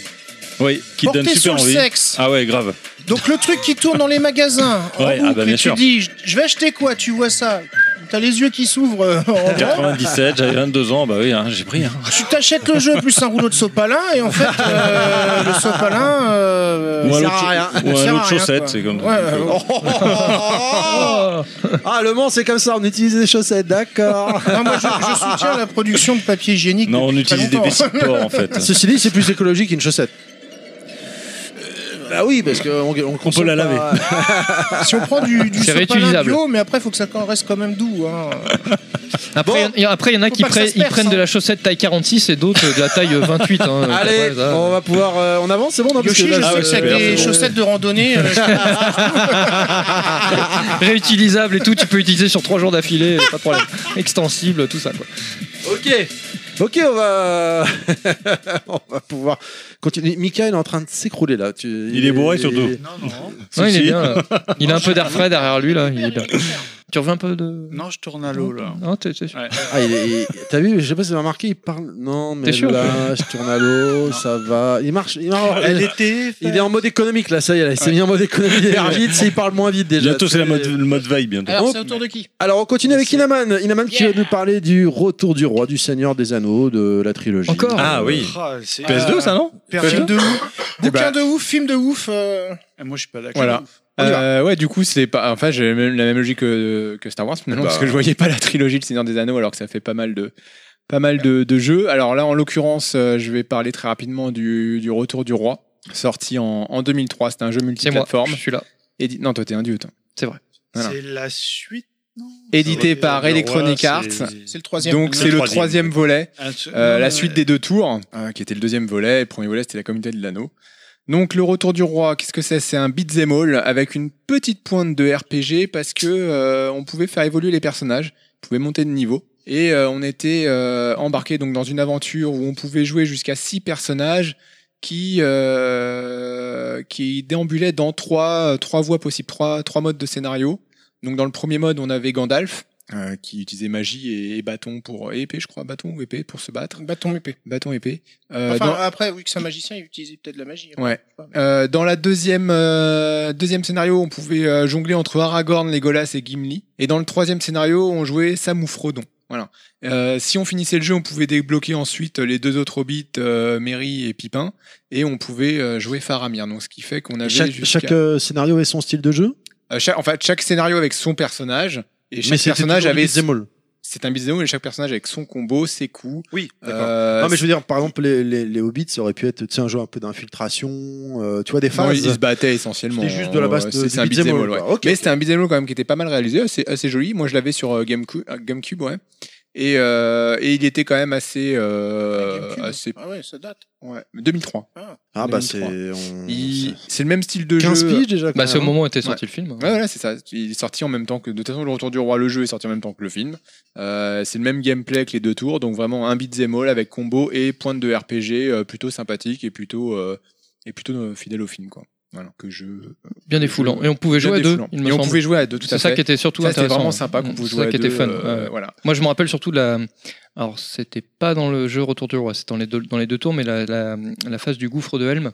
S9: Oui, qui te donne
S5: portée sur
S9: super
S5: le
S9: envie.
S5: sexe.
S9: Ah ouais, grave.
S5: Donc le truc qui tourne dans les magasins, en
S9: Ouais, ah bah,
S5: boucle, et
S9: bien
S5: tu
S9: sûr.
S5: dis, je- je vais acheter quoi Tu vois ça T'as les yeux qui s'ouvrent euh, en vrai.
S9: 97, j'avais 22 ans, bah oui, hein, j'ai pris. hein.
S5: Tu t'achètes le jeu plus un rouleau de sopalin et en fait euh, le sopalin euh,
S9: Ou un
S5: sert
S9: autre cho-
S5: à rien.
S9: ou un
S5: Sert à
S9: autre
S5: rien,
S9: chaussette,
S5: quoi.
S9: c'est comme-
S5: Ouais, ouais, ouais.
S4: Ah, le Mans, c'est comme ça, on utilise des chaussettes, d'accord.
S5: Non, moi, je, je soutiens la production de papier hygiénique.
S9: Non, on
S5: depuis très hein.
S9: utilise des
S5: longtemps.
S9: vestes de porc en fait.
S4: Ceci dit, c'est plus écologique qu'une chaussette. Bah oui, parce qu'on on,
S9: On peut la laver.
S5: Si on prend du, du
S2: C'est
S5: sopalin
S2: réutilisable.
S5: bio, mais après, il faut que ça quand- reste quand même doux. hein.
S2: Après, il y en- après, il y en a
S5: Faut
S2: qui
S5: pas que ça
S2: prennent-
S5: se
S2: ils
S5: perce,
S2: prennent de
S5: hein.
S2: la chaussette taille 46 et d'autres euh, de la taille 28. hein.
S4: Allez,
S2: Ouais, ça.
S4: on va pouvoir. euh, on avance, c'est bon non, parce
S5: Yoshi,
S4: que
S5: je
S4: là,
S1: ah
S5: sais que
S4: c'est-
S5: c'est avec
S4: c'est
S5: des
S4: bon.
S5: chaussettes de randonnée. euh,
S2: réutilisable et tout, tu peux utiliser sur trois jours d'affilée, euh, pas de problème. Extensible, tout ça quoi.
S4: Ok, ok, on va, on va pouvoir continuer. Mika, il est en train de s'écrouler là. Tu-
S9: Il est bourré, surtout.
S8: Non, non.
S2: Ouais, il est
S9: Si.
S2: bien. là. Il a un peu d'air frais derrière lui là. il est bien. Tu reviens un peu de.
S8: Non, je tourne à l'eau là.
S2: Non, t'es- t'es sûr.
S4: Ah, il est- il- T'as vu, je sais pas si t'as remarqué, il parle. Non, mais
S2: T'es sûr
S4: là, je tourne à l'eau, ça va. Il marche, il
S9: Ah,
S4: marche.
S8: Elle
S9: euh,
S8: était.
S4: Il est en mode économique là, ça y est, là, il s'est mis en mode économique d'énergie, tu sais, il parle moins vite déjà.
S9: Bientôt, c'est la mode, le mode veille, bientôt.
S5: Alors, c'est autour de qui
S4: Alors on continue avec Inaman, Inaman qui va nous parler du retour du roi, du Seigneur des Anneaux, de la trilogie.
S2: Encore
S9: Ah oui.
S8: PS2
S9: ça, non
S8: Période de ouf.
S5: Bouquin de ouf, film de ouf. euh,
S8: Et Eh, Moi, je suis pas d'accord.
S6: Voilà. Euh, ouais, du coup, c'est pas. Enfin, j'ai même- la même logique que, que Star Wars finalement, parce que je voyais pas la trilogie Le Seigneur des Anneaux, alors que ça fait pas mal de pas mal de, de jeux. Alors là, en l'occurrence, euh, je vais parler très rapidement du, du Retour du Roi, sorti en, en 2003. C'était un jeu
S2: C'est moi,
S6: multiplateforme.
S2: je suis là.
S6: Édi- Non, toi, t'es un dieu, toi. Voilà.
S8: C'est la suite.
S6: Édité
S8: Ça aurait
S6: par
S8: été le
S6: Electronic
S8: roi,
S6: Arts.
S8: c'est-
S5: C'est le troisième.
S6: Donc c'est le
S9: troisième.
S6: troisième volet,
S8: Un truc-
S6: euh,
S8: non,
S6: la
S8: mais-
S6: suite des deux tours, euh, qui était le deuxième volet. Le premier volet, c'était la communauté de l'anneau. Donc le retour du roi, qu'est-ce que c'est C'est un beat'em all avec une petite pointe de RPG parce que euh, on pouvait faire évoluer les personnages, on pouvait monter de niveau et euh, on était euh, embarqué donc dans une aventure où on pouvait jouer jusqu'à six personnages qui euh, qui déambulaient dans trois trois voies possibles, trois trois modes de scénario. Donc dans le premier mode, on avait Gandalf euh, qui utilisait magie et, et bâton pour et épée, je crois, bâton ou épée pour se battre,
S5: Bâton épée.
S6: bâton épée. Euh,
S5: Enfin,
S6: dans-
S5: après, vu que c'est un magicien, il utilisait peut-être de la magie. hein.
S6: Ouais. Euh, dans la deuxième, euh, deuxième scénario, on pouvait euh, jongler entre Aragorn, Legolas et Gimli. Et dans le troisième scénario, on jouait Sam ou Frodon. Voilà. Euh, si on finissait le jeu, on pouvait débloquer ensuite les deux autres hobbits, euh, Merry et Pipin, et on pouvait euh, jouer Faramir. Donc, ce qui fait qu'on avait
S4: Chaque,
S6: jusqu'à-
S4: chaque, euh, scénario et son style de jeu,
S6: euh, chaque- en fait, chaque scénario avec son personnage, et
S4: mais
S6: chaque
S4: c'était
S6: personnage
S4: toujours du
S6: avait
S4: beat'em all.
S6: c'est un beat'em up, et chaque personnage avec son combo, ses coups.
S4: Oui,
S6: Euh,
S4: non mais je veux dire, par exemple, les, les, les hobbits, ça aurait pu être tu sais, un jeu un peu d'infiltration, euh, tu vois, des
S6: Non,
S4: phases.
S6: ils se battaient essentiellement.
S4: C'était juste de la base
S6: Ouais,
S4: de-
S6: c'est-
S4: du
S6: C'est un
S4: beat'em
S6: beat'em all,
S4: all,
S6: ouais.
S4: quoi. Ok,
S6: Mais
S4: ok.
S6: c'était un beat'em all quand même qui était pas mal réalisé, assez, assez joli. Moi, je l'avais sur euh, GameCube, euh, GameCube, ouais. Et, euh, et il était quand même assez, euh, assez,
S5: Ah ouais, ça date.
S6: ouais, 2003.
S4: ah bah
S6: 2003.
S4: c'est... on-
S6: Il- C'est le même style de
S4: 15
S6: jeu.
S4: piges déjà quand
S2: Bah, c'est au
S4: même.
S2: moment où était sorti le film. hein.
S6: Ouais, voilà, c'est ça. Il est sorti en même temps que. De toute façon, Le Retour du Roi, le jeu est sorti en même temps que le film. Euh, c'est le même gameplay que les deux tours, donc vraiment un beat'em all avec combo et pointe de RPG euh, plutôt sympathique et plutôt, euh, et plutôt euh, fidèle au film, quoi. Voilà, que je.
S2: Bien défoulant. Et on pouvait jouer à deux, il me
S6: Et on
S2: semble.
S6: pouvait jouer à deux, tout Mm. à
S2: C'est ça
S6: fait.
S2: qui était surtout
S6: Ça, c'était
S2: intéressant.
S6: vraiment sympa qu'on pouvait
S2: C'est
S6: jouer
S2: ça
S6: à
S2: qui
S6: deux.
S2: était fun.
S6: euh,
S2: ouais.
S6: Voilà.
S2: Moi, je me rappelle surtout de la. Alors, c'était pas dans le jeu Retour du Roi, c'était dans les deux, dans les deux tours, mais la, la, la phase du gouffre de Helm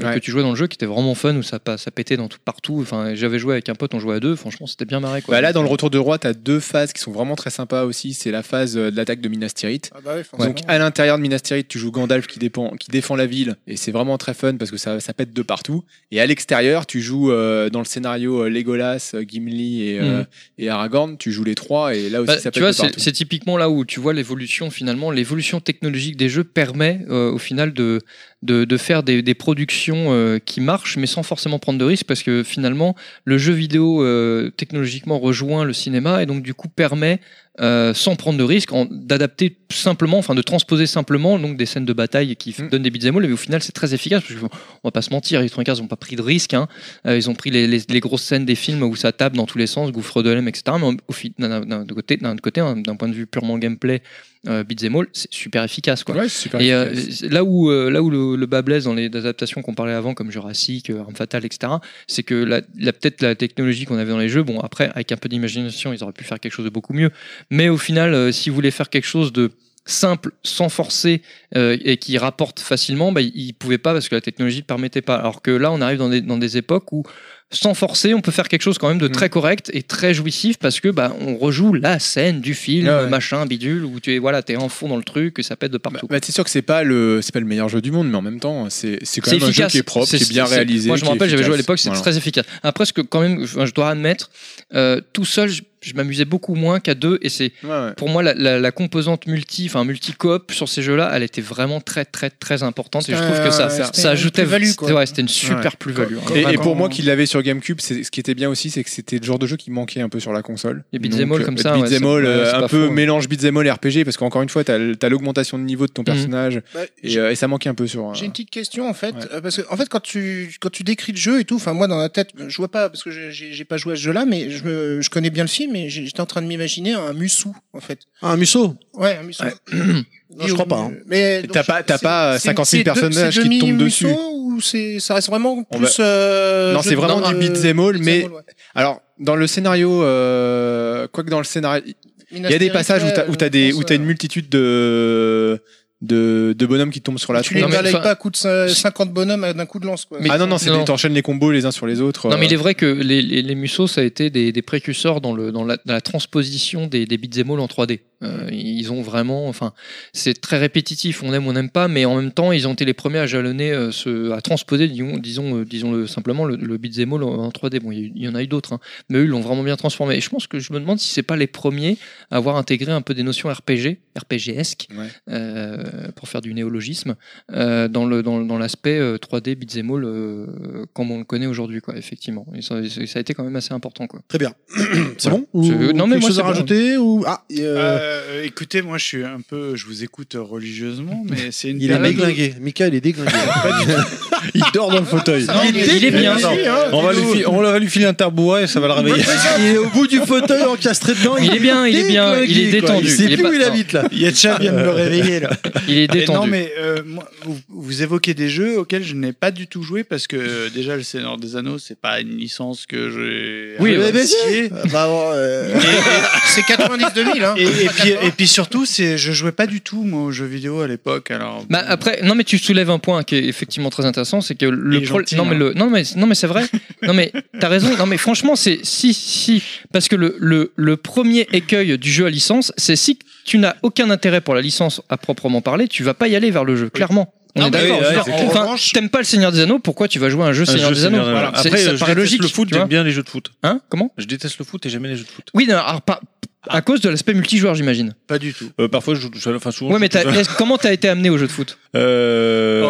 S2: euh,
S6: Ouais.
S2: que tu jouais dans le jeu qui était vraiment fun où ça, pa- ça pétait dans tout, partout. Enfin, j'avais joué avec un pote, on jouait à deux. Franchement, c'était bien marré. Quoi.
S6: Bah là, dans le retour de roi, tu as deux phases qui sont vraiment très sympas aussi. C'est la phase euh, de l'attaque de Minas Tirith.
S5: Ah bah ouais, forcément.
S6: Donc à l'intérieur de Minas Tirith, tu joues Gandalf qui, dépend, qui défend la ville et c'est vraiment très fun parce que ça, ça pète de partout. Et à l'extérieur, tu joues euh, dans le scénario euh, Legolas, euh, Gimli et, euh,
S2: Mhm.
S6: et Aragorn. Tu joues les trois et là aussi
S2: Bah,
S6: ça pète
S2: tu vois,
S6: de partout.
S2: c'est c'est typiquement là où tu vois l'évolution finalement, l'évolution technologique des jeux permet euh, au final de, de, de faire des, des productions euh, qui marchent mais sans forcément prendre de risques parce que finalement le jeu vidéo euh, technologiquement rejoint le cinéma et donc du coup permet euh, sans prendre de risques en- d'adapter simplement, enfin de transposer simplement donc des scènes de bataille qui f-
S6: Mm.
S2: donnent des beat'em all mais au final c'est très efficace parce qu'on va pas se mentir, Electronic Arts n'ont pas pris de risques, hein. Euh, ils ont pris les, les- les grosses scènes des films où ça tape dans tous les sens, gouffre de l'âme, etc. Mais au- au fi- d'un d'un- d'un côté, d'un autre côté, hein, d'un point de vue purement gameplay, euh, beat'em all, c'est super efficace quoi.
S6: Ouais, c'est super
S2: Et euh,
S6: efficace.
S2: c'est- là où euh, là où le, le bas blesse dans les adaptations qu'on parlait avant comme Jurassic, euh, Arme fatale, etc. C'est que la, la- peut-être la technologie qu'on avait dans les jeux, bon après avec un peu d'imagination, ils auraient pu faire quelque chose de beaucoup mieux. Mais au final, euh, s'ils voulaient faire quelque chose de simple, sans forcer euh, et qui rapporte facilement, bah, ils- ils pouvaient pas parce que la technologie ne permettait pas. Alors que là, on arrive dans des, dans des époques où sans forcer, on peut faire quelque chose quand même
S6: Mm.
S2: de très correct et très jouissif parce que bah on rejoue la scène du film,
S6: Ah ouais.
S2: machin, bidule, où tu es voilà, t'es en fond dans le truc, et ça pète de
S6: Bah,
S2: partout.
S6: bah, c'est sûr que c'est pas le c'est pas le meilleur jeu du monde, mais en même temps c'est c'est quand
S2: C'est
S6: même un jeu
S2: efficace.
S6: qui est propre, qui est bien réalisé.
S2: Moi, je
S6: qui
S2: me
S6: est
S2: rappelle, j'avais joué à
S6: efficace.
S2: l'époque, c'était
S6: Voilà.
S2: très efficace. Après, ce que quand même, je, je dois admettre, euh, tout seul, je- je m'amusais beaucoup moins qu'à deux. Et c'est
S6: Ouais, ouais.
S2: pour moi la, la- la composante multi, enfin multi-coop sur ces jeux-là, elle était vraiment très très très importante. Et je trouve
S5: Euh,
S2: que ça,
S5: c'était
S2: ça,
S5: une
S2: ajoutait.
S5: plus-value,
S2: c'était-
S5: quoi. Bah,
S2: ouais, c'était une super
S6: Ouais.
S2: plus-value. hein.
S6: Et, et
S2: Vraiment.
S6: pour moi qui l'avais sur GameCube, c'est- ce qui était bien aussi, c'est que c'était le genre de jeu qui manquait un peu sur la console.
S2: Les beat'em all
S6: Donc,
S2: comme
S6: euh,
S2: ça, ouais,
S6: beat'em
S2: c'est-
S6: all,
S2: ouais,
S6: euh,
S2: c'est
S6: un
S2: pas
S6: peu
S2: faux, hein. ouais.
S6: mélange beat'em all et RPG, parce qu'encore une fois, t'as as, l'augmentation de niveau de
S2: Mhm.
S6: ton personnage
S5: Bah,
S6: et, euh, et ça manquait un peu sur. euh,
S5: J'ai une petite question en fait,
S6: Ouais.
S5: euh, parce que en fait quand tu quand tu décris le jeu et tout, enfin moi dans la tête, je vois pas parce que j'ai- j'ai j'ai pas joué à ce jeu-là, mais je me- je connais bien le film et j'ai- j'étais en train de m'imaginer un Musou en fait.
S4: Ah, un musso
S5: Ouais, un Musou.
S4: Non, je crois pas, hein.
S5: Mais donc,
S6: T'as pas- t'as
S5: c'est-
S6: pas, euh,
S5: c'est-
S6: 50
S5: c'est
S6: 000
S5: deux-
S6: personnages
S5: c'est
S6: qui te tombent
S5: demi-Musou
S6: dessus.
S5: Ou c'est ça reste vraiment
S6: On
S5: plus. euh,
S6: Non,
S5: jeu
S6: c'est
S5: de-
S6: vraiment du
S5: euh,
S6: beat'em all, mais-
S5: ouais.
S6: Alors dans le scénario, euh, quoi que dans le scénario, il y a des passages où t'as- où t'as des où
S9: euh,
S6: t'as une multitude de de, de bonhommes qui tombent sur la
S5: Tu
S6: tronche.
S5: les
S2: Non, mais
S5: balayes
S2: enfin-
S5: pas à coups de cin- 50 bonhommes d'un coup de lance quoi.
S6: Ah non non, c'est
S2: Non.
S6: des- t'enchaînes les combos les uns sur les autres.
S2: Non, mais il
S6: euh,
S2: est vrai que les, les, les Musso, ça a été des, des précurseurs dans, le, dans, la, dans la transposition des, des beat'em all en 3D. Euh, ils ont vraiment. Enfin, c'est très répétitif, on aime, on n'aime pas, mais en même temps, ils ont été les premiers à jalonner, euh, ce, à transposer, disons, disons, euh, disons-le simplement, le, le beat'em all en 3D. Bon, il y, a eu- il y en a eu d'autres, hein, mais eux, ils l'ont vraiment bien transformé. Et je pense que je me demande si c'est pas les premiers à avoir intégré un peu des notions RPG, RPGesque,
S6: Ouais.
S2: euh, pour faire du néologisme, euh, dans le dans, dans l'aspect euh, 3D beat'em all euh, comme on le connaît aujourd'hui, quoi. Effectivement, et ça, et ça a été quand même assez important, quoi.
S4: Très bien. c'est bon Ou
S2: C'est- non, mais
S4: quelque
S2: moi,
S4: chose
S2: c'est
S4: à
S2: bon.
S4: rajouter ou ah et, euh,
S8: Euh, écoutez, moi je suis un peu, je vous écoute religieusement, mais c'est une
S4: il est
S8: période-
S4: déglingué. Mika, il est déglingué.
S9: Il dort dans le fauteuil.
S2: il, est, il est bien.
S9: Attends,
S8: hein.
S9: on, va lui fi- on va lui filer un tabouret et ça va le réveiller.
S4: il est au bout du fauteuil encastré dedans.
S2: Il est bien, il est bien, il est
S4: déglingué, quoi.
S2: détendu.
S4: Il sait
S2: Il est
S4: plus
S2: pas-
S4: où il
S2: non.
S4: habite là.
S8: Yetcha vient de me réveiller là.
S2: Il est
S8: Euh, Et non,
S2: détendu.
S8: mais euh, moi, vous, vous évoquez des jeux auxquels je n'ai pas du tout joué parce que euh, déjà, Le Seigneur des Anneaux, c'est pas une licence que j'ai.
S2: Oui,
S8: appréciée.
S4: mais si. Bah, bon, euh,
S5: C'est 90 2000 hein.
S8: Et, et puis, et puis surtout, c'est, je jouais pas du tout moi aux jeux vidéo à l'époque. Alors,
S2: Bah après, non mais tu soulèves un point qui est effectivement très intéressant, c'est que le
S8: Il est
S2: pro-
S8: gentil,
S2: non mais
S8: hein.
S2: le non mais non mais c'est vrai, non mais t'as raison, non mais franchement c'est si si parce que le le, le premier écueil du jeu à licence, c'est si tu n'as aucun intérêt pour la licence à proprement parler, tu vas pas y aller vers le jeu, clairement. On
S8: Non,
S2: est
S8: mais
S2: d'accord. je
S9: oui,
S2: veux
S9: ouais,
S2: dire,
S9: c'est
S2: enfin, t'aimes pas le Seigneur des Anneaux, pourquoi tu vas jouer à un jeu Seigneur
S9: jeu
S2: des Anneaux
S9: Seigneur des Anneaux.
S2: Voilà. C'est-
S9: Après,
S2: ça
S9: euh, je
S2: paraît
S9: déteste
S2: logique.
S9: le foot,
S2: tu vois.
S9: j'aime bien les jeux de foot.
S2: Hein Comment
S9: Je déteste le foot et j'aime bien les jeux de foot.
S2: Oui, non, alors pas à cause de l'aspect multijoueur, j'imagine.
S8: pas du tout.
S9: Euh, parfois, je joue tout seul. Enfin, souvent.
S2: Ouais,
S9: je
S2: mais
S9: joue tout
S2: t'as-
S9: seul.
S2: est-ce- comment t'as été amené au jeu de foot
S9: Euh,